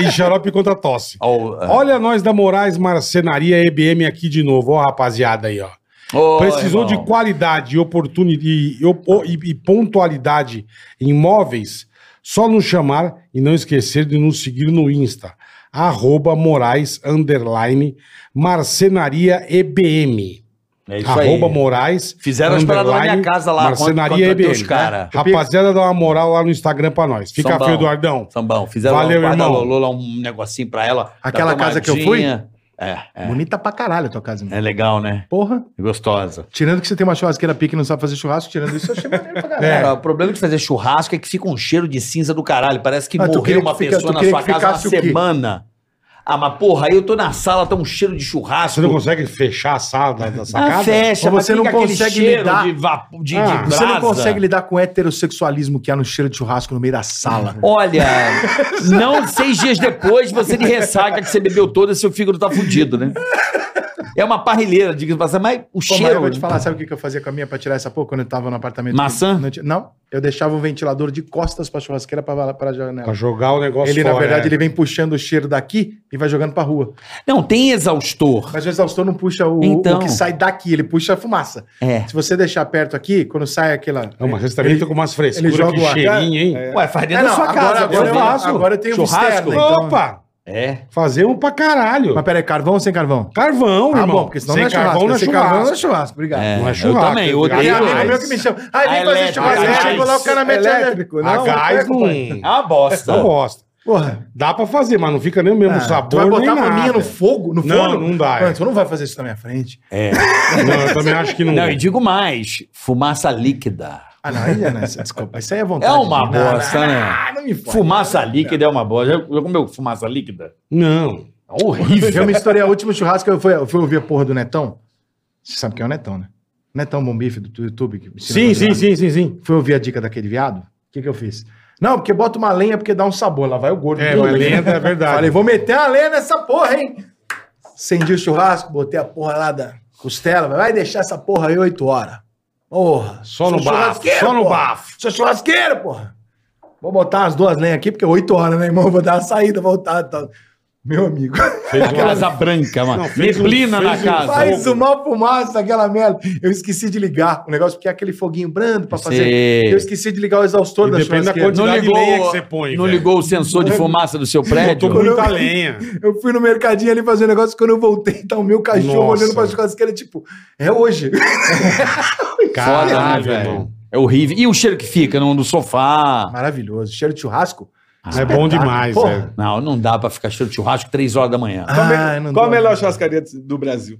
[SPEAKER 2] E xarope contra tosse.
[SPEAKER 4] Ó, é.
[SPEAKER 2] Olha nós da Moraes Marcenaria EBM aqui de novo. Ó, rapaziada aí, ó.
[SPEAKER 4] Ô,
[SPEAKER 2] Precisou
[SPEAKER 4] irmão.
[SPEAKER 2] de qualidade e oportunidade e, op- e- e pontualidade em imóveis? Só nos chamar e não esquecer de nos seguir no Insta. Arroba Moraes Underline Marcenaria EBM.
[SPEAKER 4] É isso aí.
[SPEAKER 2] Arroba Moraes.
[SPEAKER 4] Fizeram as paradas lá na minha
[SPEAKER 2] underline,
[SPEAKER 4] casa lá.
[SPEAKER 2] Marcenaria
[SPEAKER 4] quando- quando eu
[SPEAKER 2] EBM.
[SPEAKER 4] tenho os cara.
[SPEAKER 2] né? Rapaziada, dá uma moral lá no Instagram pra nós. Fica
[SPEAKER 4] Sambão.
[SPEAKER 2] feio, Eduardão.
[SPEAKER 4] Sambão. Fizeram
[SPEAKER 2] Valeu,
[SPEAKER 4] uma
[SPEAKER 2] irmão.
[SPEAKER 4] Lolo, lá um negocinho pra ela. da
[SPEAKER 5] Aquela casa que eu
[SPEAKER 4] tomadinha. É, é.
[SPEAKER 5] Bonita pra caralho a tua casa, mano.
[SPEAKER 4] É legal, né?
[SPEAKER 5] Porra.
[SPEAKER 4] Gostosa.
[SPEAKER 5] Tirando que você tem uma churrasqueira pique e não sabe fazer churrasco, tirando isso, eu achei maneiro pra caralho.
[SPEAKER 4] Cara, o problema de fazer churrasco é que fica um cheiro de cinza do caralho. Parece que
[SPEAKER 5] Ah, tu
[SPEAKER 4] morreu
[SPEAKER 5] queria
[SPEAKER 4] uma
[SPEAKER 5] que fica-
[SPEAKER 4] pessoa
[SPEAKER 5] tu
[SPEAKER 4] na
[SPEAKER 5] queria
[SPEAKER 4] sua
[SPEAKER 5] que
[SPEAKER 4] casa uma
[SPEAKER 5] ficasse o quê?
[SPEAKER 4] semana. Ah, mas porra, aí eu tô na sala, tá um cheiro de
[SPEAKER 2] Você
[SPEAKER 4] churrasco.
[SPEAKER 2] não consegue fechar a sala da, da
[SPEAKER 4] ah,
[SPEAKER 2] sacada?
[SPEAKER 4] fecha,
[SPEAKER 5] Ou
[SPEAKER 4] mas
[SPEAKER 5] você não
[SPEAKER 4] fica aquele
[SPEAKER 5] consegue
[SPEAKER 4] cheiro
[SPEAKER 5] lidar?
[SPEAKER 4] De vapo, de,
[SPEAKER 2] Ah,
[SPEAKER 4] de
[SPEAKER 5] Você
[SPEAKER 4] brasa.
[SPEAKER 5] não consegue lidar com o heterossexualismo que há no cheiro de churrasco no meio da sala. (laughs)
[SPEAKER 4] Olha, não seis dias depois você de ressaca que você bebeu todo e seu fígado tá fudido, né? É uma parrilheira, diga se passar, mas o
[SPEAKER 5] Pô, mas eu
[SPEAKER 4] cheiro. né?
[SPEAKER 5] vou te falar, sabe o que que eu fazia com a minha pra tirar essa porra quando eu tava no apartamento?
[SPEAKER 4] Maçã?
[SPEAKER 5] Que Não, tinha- não, eu deixava o ventilador de costas pra churrasqueira pra, pra
[SPEAKER 2] Pra
[SPEAKER 5] janela.
[SPEAKER 2] jogar o negócio
[SPEAKER 5] Ele, na
[SPEAKER 2] fora,
[SPEAKER 4] né?
[SPEAKER 2] é.
[SPEAKER 5] verdade, ele vem puxando o cheiro daqui e vai jogando pra rua.
[SPEAKER 4] Não, tem exaustor.
[SPEAKER 5] Mas o exaustor não puxa o,
[SPEAKER 4] Então.
[SPEAKER 5] o que sai daqui, ele puxa a fumaça.
[SPEAKER 4] É.
[SPEAKER 5] Se você deixar perto aqui, quando sai aquela.
[SPEAKER 2] Não, mas você também
[SPEAKER 5] Ele-
[SPEAKER 2] tá com umas
[SPEAKER 5] ele
[SPEAKER 2] frescuras,
[SPEAKER 5] joga
[SPEAKER 2] que
[SPEAKER 5] o ar.
[SPEAKER 2] cheirinho, hein?
[SPEAKER 4] Ué, faz
[SPEAKER 5] É,
[SPEAKER 4] dentro da
[SPEAKER 5] não,
[SPEAKER 4] sua
[SPEAKER 5] agora-
[SPEAKER 4] casa.
[SPEAKER 5] agora
[SPEAKER 4] eu
[SPEAKER 5] eu-
[SPEAKER 4] faço.
[SPEAKER 5] agora eu tenho um
[SPEAKER 4] churrasco.
[SPEAKER 5] externo, então-
[SPEAKER 2] Opa!
[SPEAKER 4] É.
[SPEAKER 2] Fazer um pra caralho.
[SPEAKER 5] Mas peraí, carvão ou sem carvão?
[SPEAKER 2] Carvão,
[SPEAKER 5] Ah,
[SPEAKER 2] irmão.
[SPEAKER 5] bom, porque senão
[SPEAKER 2] Sem
[SPEAKER 5] não é churrasco.
[SPEAKER 2] carvão não é
[SPEAKER 5] sem carvão não é
[SPEAKER 2] churrasco.
[SPEAKER 5] churrasco, obrigado.
[SPEAKER 4] É,
[SPEAKER 2] Não é
[SPEAKER 4] eu
[SPEAKER 2] churrasco,
[SPEAKER 4] também, eu
[SPEAKER 2] é
[SPEAKER 5] Tem
[SPEAKER 4] odeio.
[SPEAKER 2] gás.
[SPEAKER 5] amigo
[SPEAKER 4] mais.
[SPEAKER 5] meu que me chama. Aí vem
[SPEAKER 4] Ah,
[SPEAKER 5] fazer
[SPEAKER 4] elétrico,
[SPEAKER 5] churrasco,
[SPEAKER 4] gás.
[SPEAKER 5] aí chegou lá, o cara mete a-
[SPEAKER 6] Elétrico,
[SPEAKER 2] A
[SPEAKER 6] não?
[SPEAKER 2] gás não...
[SPEAKER 4] É uma bosta.
[SPEAKER 2] não gosta.
[SPEAKER 5] Porra.
[SPEAKER 2] Dá pra fazer, mas não fica nem o mesmo
[SPEAKER 5] Ah,
[SPEAKER 2] sabor,
[SPEAKER 5] tu vai botar a
[SPEAKER 2] nem
[SPEAKER 5] maminha
[SPEAKER 2] nada.
[SPEAKER 5] no fogo? No
[SPEAKER 2] Não,
[SPEAKER 5] forno?
[SPEAKER 2] não dá, é.
[SPEAKER 5] Mano, tu não vai fazer isso na minha frente.
[SPEAKER 2] Não, eu também acho que não...
[SPEAKER 4] Não, e digo mais: fumaça líquida.
[SPEAKER 5] Ah, não, aí, Ana, (laughs) desculpa. Isso aí é vontade.
[SPEAKER 4] É uma
[SPEAKER 5] de- Não,
[SPEAKER 4] bosta, né?
[SPEAKER 5] Ah, não me fode.
[SPEAKER 4] Fumaça líquida é uma bosta. Já já comeu fumaça líquida?
[SPEAKER 2] Não.
[SPEAKER 4] É horrível.
[SPEAKER 5] Eu me estourei a última churrasco, eu fui, eu fui ouvir a porra do Netão. Você sabe quem é o Netão, né? Netão Bombife do YouTube. Que ensina
[SPEAKER 2] Sim,
[SPEAKER 5] a fazer
[SPEAKER 2] sim,
[SPEAKER 5] nada.
[SPEAKER 2] sim, sim, sim.
[SPEAKER 5] Fui ouvir a dica daquele viado? O que, que eu fiz? Não, porque bota uma lenha porque dá um sabor. Lá vai o gordo.
[SPEAKER 2] É,
[SPEAKER 5] Tudo
[SPEAKER 2] mas
[SPEAKER 5] aqui.
[SPEAKER 2] lenta é verdade.
[SPEAKER 5] Falei, vou meter a lenha nessa porra, hein? Acendi o churrasco, botei a porra lá da costela. Vai deixar essa porra aí 8 horas. Porra.
[SPEAKER 2] Só no
[SPEAKER 5] sou
[SPEAKER 2] bafo,
[SPEAKER 5] churrasqueiro,
[SPEAKER 2] só no
[SPEAKER 5] porra.
[SPEAKER 2] bafo.
[SPEAKER 5] Sou churrasqueiro, porra. Vou botar as duas lenhas aqui, porque 8 horas, né, irmão? Vou dar uma saída, voltar. Tá... Meu amigo.
[SPEAKER 2] Fez uma-
[SPEAKER 4] Casa branca, mano.
[SPEAKER 2] Não, fez um-
[SPEAKER 4] Neblina na
[SPEAKER 2] fez um-
[SPEAKER 4] casa.
[SPEAKER 5] Faz uma fumaça aquela merda. Eu esqueci de ligar o negócio, porque é aquele foguinho brando pra fazer.
[SPEAKER 4] Sei.
[SPEAKER 5] Eu esqueci de ligar o exaustor
[SPEAKER 2] E
[SPEAKER 5] da
[SPEAKER 2] depende da
[SPEAKER 5] churrasqueira.
[SPEAKER 2] quantidade.
[SPEAKER 4] Não
[SPEAKER 2] quantidade de
[SPEAKER 4] ligou,
[SPEAKER 2] lenha que você põe,
[SPEAKER 4] não
[SPEAKER 2] velho.
[SPEAKER 4] ligou o sensor de fumaça do seu prédio?
[SPEAKER 2] Botou muita lenha.
[SPEAKER 5] Eu fui no mercadinho ali fazer um negócio, quando eu voltei, tá o meu cachorro
[SPEAKER 2] Nossa.
[SPEAKER 5] olhando pra churrasqueira, tipo, é hoje.
[SPEAKER 4] Foda, né,
[SPEAKER 2] Caralho,
[SPEAKER 4] velho?
[SPEAKER 2] irmão.
[SPEAKER 4] É horrível. E o cheiro que fica no, no sofá?
[SPEAKER 5] Maravilhoso. Cheiro de churrasco?
[SPEAKER 2] É bom demais,
[SPEAKER 5] Porra.
[SPEAKER 2] velho.
[SPEAKER 4] Não, não dá pra ficar cheiro de churrasco três horas da manhã.
[SPEAKER 5] Ah,
[SPEAKER 6] Qual,
[SPEAKER 5] eu
[SPEAKER 6] me-
[SPEAKER 5] não
[SPEAKER 6] qual a
[SPEAKER 5] dou.
[SPEAKER 6] melhor churrascaria do Brasil?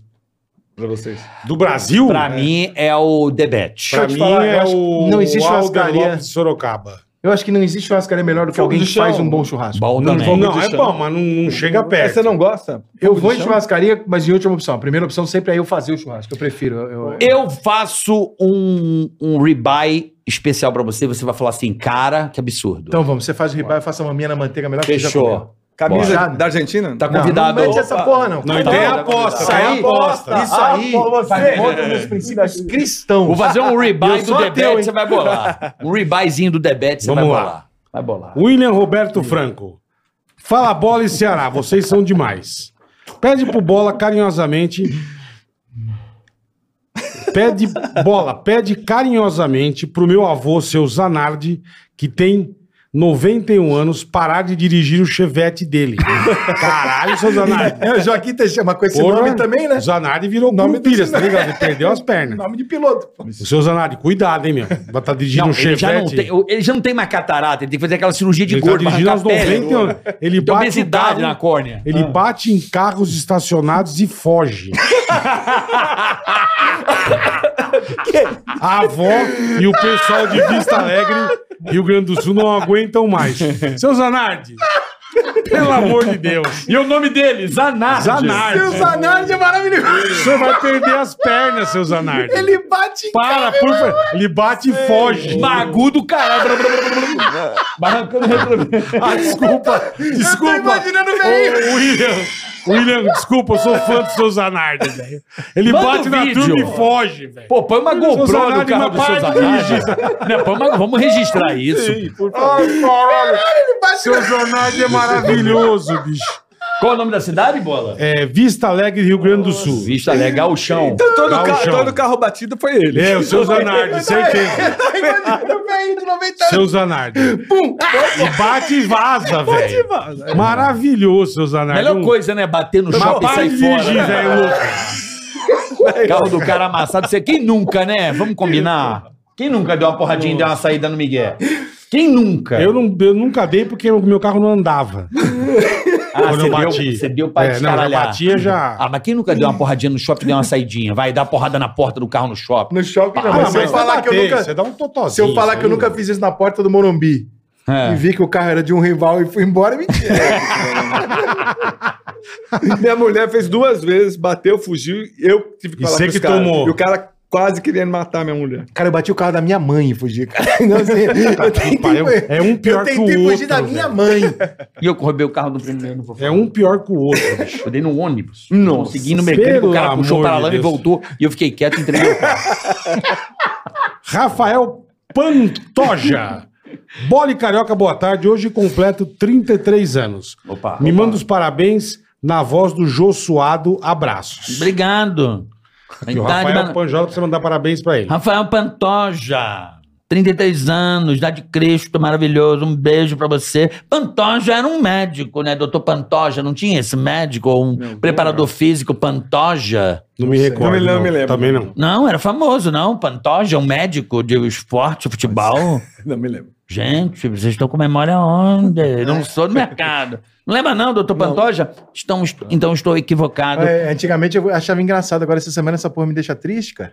[SPEAKER 6] Pra vocês.
[SPEAKER 2] Do Brasil,
[SPEAKER 4] Pra mim é o Debete.
[SPEAKER 2] pra
[SPEAKER 5] eu te
[SPEAKER 2] mim
[SPEAKER 5] falar, eu
[SPEAKER 2] é
[SPEAKER 5] acho
[SPEAKER 2] o
[SPEAKER 5] que não existe
[SPEAKER 2] Alder
[SPEAKER 5] churrascaria-
[SPEAKER 2] Lopes de Sorocaba.
[SPEAKER 5] Eu acho que não existe churrascaria melhor do que
[SPEAKER 6] Fogo
[SPEAKER 5] alguém
[SPEAKER 6] de
[SPEAKER 5] que faz
[SPEAKER 6] chão.
[SPEAKER 5] um bom churrasco.
[SPEAKER 4] Bom
[SPEAKER 6] Não,
[SPEAKER 4] também.
[SPEAKER 6] Fogo
[SPEAKER 2] Não,
[SPEAKER 6] de
[SPEAKER 2] é
[SPEAKER 6] chão.
[SPEAKER 2] bom, mas não, é não chega perto.
[SPEAKER 6] Você não gosta?
[SPEAKER 5] Eu
[SPEAKER 6] Fogo
[SPEAKER 5] vou
[SPEAKER 6] de
[SPEAKER 5] em
[SPEAKER 6] chão?
[SPEAKER 5] churrascaria, mas em última opção. A primeira opção sempre é eu fazer o churrasco. Eu prefiro. Eu, eu-
[SPEAKER 4] Eu faço um, um rebuy especial pra você. Você vai falar assim, cara, que absurdo.
[SPEAKER 5] Então vamos, você faz o ribeye, eu faço a maminha na manteiga melhor que você já
[SPEAKER 4] Fechou.
[SPEAKER 5] comeu.
[SPEAKER 6] Camisa
[SPEAKER 5] Bora.
[SPEAKER 6] da Argentina?
[SPEAKER 4] Tá
[SPEAKER 5] Não, não
[SPEAKER 4] convidado.
[SPEAKER 5] mete essa porra, não.
[SPEAKER 2] Não, e tem aposta,
[SPEAKER 5] Isso
[SPEAKER 2] tem
[SPEAKER 5] aí,
[SPEAKER 2] aposta.
[SPEAKER 5] Isso aí vai contra os meus princípios cristãos.
[SPEAKER 4] Vou fazer
[SPEAKER 2] (laughs)
[SPEAKER 4] um rebuy
[SPEAKER 5] Eu
[SPEAKER 4] do
[SPEAKER 5] sou ateu,
[SPEAKER 4] Debete,
[SPEAKER 5] hein?
[SPEAKER 4] você vai bolar. Um rebuizinho do Debete, você vai
[SPEAKER 2] Vamos lá.
[SPEAKER 4] bolar. Vai bolar.
[SPEAKER 2] William Roberto Franco. Fala bola e Ceará, vocês são demais. Pede pro bola carinhosamente. Pede bola, pede carinhosamente pro meu avô, seu Zanardi, que tem 91 anos, parar de dirigir o chevette dele. Caralho, seu Zanardi.
[SPEAKER 5] (laughs) É, o Joaquim Teixeira, mas com esse nome também, né?
[SPEAKER 2] Zanardi virou nome pilhas, tá ligado? Ele perdeu as pernas.
[SPEAKER 5] Nome de piloto. pô.
[SPEAKER 2] O seu Zanardi, cuidado, hein, meu. Vai tá dirigindo um
[SPEAKER 4] ele,
[SPEAKER 2] chevette.
[SPEAKER 4] já não tem, ele já não tem mais catarata, ele tem que fazer aquela cirurgia de
[SPEAKER 2] ele tá
[SPEAKER 4] gordo. pra
[SPEAKER 2] dirigindo
[SPEAKER 4] arrancar
[SPEAKER 2] aos
[SPEAKER 4] a pele.
[SPEAKER 2] 90 anos. Ele
[SPEAKER 4] Tem
[SPEAKER 2] bate o
[SPEAKER 4] obesidade né?
[SPEAKER 2] carro,
[SPEAKER 4] na córnea.
[SPEAKER 2] Ele bate em carros estacionados e foge. A avó e o pessoal de Vista Alegre, Rio Grande do Sul, não aguentam mais. Seu Zanardi, pelo amor de Deus.
[SPEAKER 4] E o nome dele? Zanardi.
[SPEAKER 2] Zanardi.
[SPEAKER 5] Seu Zanardi é maravilhoso.
[SPEAKER 2] O senhor vai perder as pernas, seu Zanardi.
[SPEAKER 5] Ele bate em
[SPEAKER 2] Para, por favor. Ele bate e foge.
[SPEAKER 4] Magu do caralho.
[SPEAKER 2] Ah, desculpa. Desculpa.
[SPEAKER 5] Eu tô imaginando o
[SPEAKER 2] Ô, William. William, desculpa, eu sou fã do seu Zanardi, velho. Ele
[SPEAKER 4] Manda
[SPEAKER 2] bate
[SPEAKER 4] o
[SPEAKER 2] na
[SPEAKER 4] vídeo.
[SPEAKER 2] turma e foge, velho.
[SPEAKER 4] Pô, põe uma GoPro no
[SPEAKER 2] Zanardi,
[SPEAKER 4] carro
[SPEAKER 2] mas
[SPEAKER 4] do
[SPEAKER 2] para
[SPEAKER 4] seu
[SPEAKER 2] de (laughs)
[SPEAKER 4] Zanardi. Não, põe uma- Vamos registrar isso.
[SPEAKER 2] Ai, caralho. Seu Zanardi é maravilhoso, bicho.
[SPEAKER 4] Qual é o nome da cidade, Bola?
[SPEAKER 2] É, Vista Alegre, Rio Grande do Sul.
[SPEAKER 4] Vista legal, o chão.
[SPEAKER 6] Então Todo,
[SPEAKER 2] Dá um
[SPEAKER 6] ca-
[SPEAKER 2] chão.
[SPEAKER 6] todo carro batido foi ele.
[SPEAKER 2] É, o seu
[SPEAKER 5] tá
[SPEAKER 2] Zanardi, certeza.
[SPEAKER 5] Imaginando o velho de 90 anos.
[SPEAKER 2] Seu Zanardi. E bate e vaza, velho. Maravilhoso, seu Zanardi.
[SPEAKER 4] Melhor
[SPEAKER 2] Um-
[SPEAKER 4] coisa, né? Bater no
[SPEAKER 2] Mas
[SPEAKER 4] shopping e
[SPEAKER 2] para
[SPEAKER 4] sair
[SPEAKER 2] de
[SPEAKER 4] fora. né?
[SPEAKER 2] dirigir, velho, louco.
[SPEAKER 4] Carro do cara amassado. Você, quem nunca, né?
[SPEAKER 2] (laughs)
[SPEAKER 4] Vamos combinar. Quem nunca deu uma porradinha e deu uma saída no Miguel? Quem nunca?
[SPEAKER 2] Eu, não, eu nunca dei porque o meu carro não andava.
[SPEAKER 4] Ah,
[SPEAKER 2] Quando
[SPEAKER 4] você,
[SPEAKER 2] eu
[SPEAKER 4] deu,
[SPEAKER 2] bati.
[SPEAKER 4] você deu pra
[SPEAKER 2] É, não, eu
[SPEAKER 4] descaralhar.
[SPEAKER 2] batia já.
[SPEAKER 4] Ah, mas quem nunca deu uma porradinha no shopping e deu uma saidinha? Vai dar porrada na porta do carro no shopping.
[SPEAKER 5] No shopping, não.
[SPEAKER 2] Ah,
[SPEAKER 5] mas se eu falar que eu nunca...
[SPEAKER 2] Você dá um totozinho.
[SPEAKER 5] Se eu falar que eu
[SPEAKER 2] aí,
[SPEAKER 5] nunca fiz isso na porta do Morumbi e
[SPEAKER 2] É.
[SPEAKER 5] vi que o carro era de um rival e fui embora, é mentira.
[SPEAKER 6] (laughs) Minha mulher fez duas vezes, bateu, fugiu, e eu tive que
[SPEAKER 2] E
[SPEAKER 6] falar
[SPEAKER 2] você
[SPEAKER 6] com os
[SPEAKER 2] que
[SPEAKER 6] caras.
[SPEAKER 2] tomou.
[SPEAKER 6] E o cara quase queria matar minha
[SPEAKER 2] (laughs)
[SPEAKER 6] mulher.
[SPEAKER 5] Cara, eu bati o carro da minha mãe e fugi, (laughs) cara. Não, assim, eu tentei,
[SPEAKER 2] pariu. É um pior
[SPEAKER 5] eu
[SPEAKER 2] que o
[SPEAKER 5] tentei fugir
[SPEAKER 2] outro,
[SPEAKER 5] da
[SPEAKER 2] velho.
[SPEAKER 5] minha mãe.
[SPEAKER 4] E eu roubei o carro do primeiro. vou
[SPEAKER 2] É
[SPEAKER 4] falar.
[SPEAKER 2] um pior que o outro. bicho.
[SPEAKER 4] Eu dei no ônibus. Não. Consegui no mecânico,
[SPEAKER 2] pelo
[SPEAKER 4] o cara puxou
[SPEAKER 2] amor
[SPEAKER 4] para
[SPEAKER 2] de
[SPEAKER 4] lá e
[SPEAKER 2] Deus.
[SPEAKER 4] voltou. E eu fiquei quieto, entreguei o carro.
[SPEAKER 2] (laughs) Rafael Pantoja. Bola e Carioca, boa tarde. Hoje completo 33 anos.
[SPEAKER 4] Opa.
[SPEAKER 2] Me manda os parabéns na voz do Jô Suado. Abraços.
[SPEAKER 4] Obrigado.
[SPEAKER 2] E o
[SPEAKER 4] Idade,
[SPEAKER 2] Rafael
[SPEAKER 4] mano.
[SPEAKER 2] Panjola pra você mandar parabéns pra ele.
[SPEAKER 4] Rafael Pantoja. 33 anos, dá de Cristo, maravilhoso, um beijo pra você. Pantoja era um médico, né? Doutor Pantoja, não tinha esse médico ou um preparador físico, Pantoja?
[SPEAKER 2] Não me recordo.
[SPEAKER 6] Não me- não me lembro.
[SPEAKER 2] Também não.
[SPEAKER 4] Não, era famoso, não. Pantoja, um médico de esporte, futebol.
[SPEAKER 6] Não me lembro.
[SPEAKER 5] é.
[SPEAKER 4] Gente, vocês estão com memória onde? Eu não sou do mercado. Não lembra não, doutor Pantoja? Estão, então estou equivocado.
[SPEAKER 5] (laughs) É, antigamente eu achava engraçado, agora essa semana essa porra me deixa triste, cara.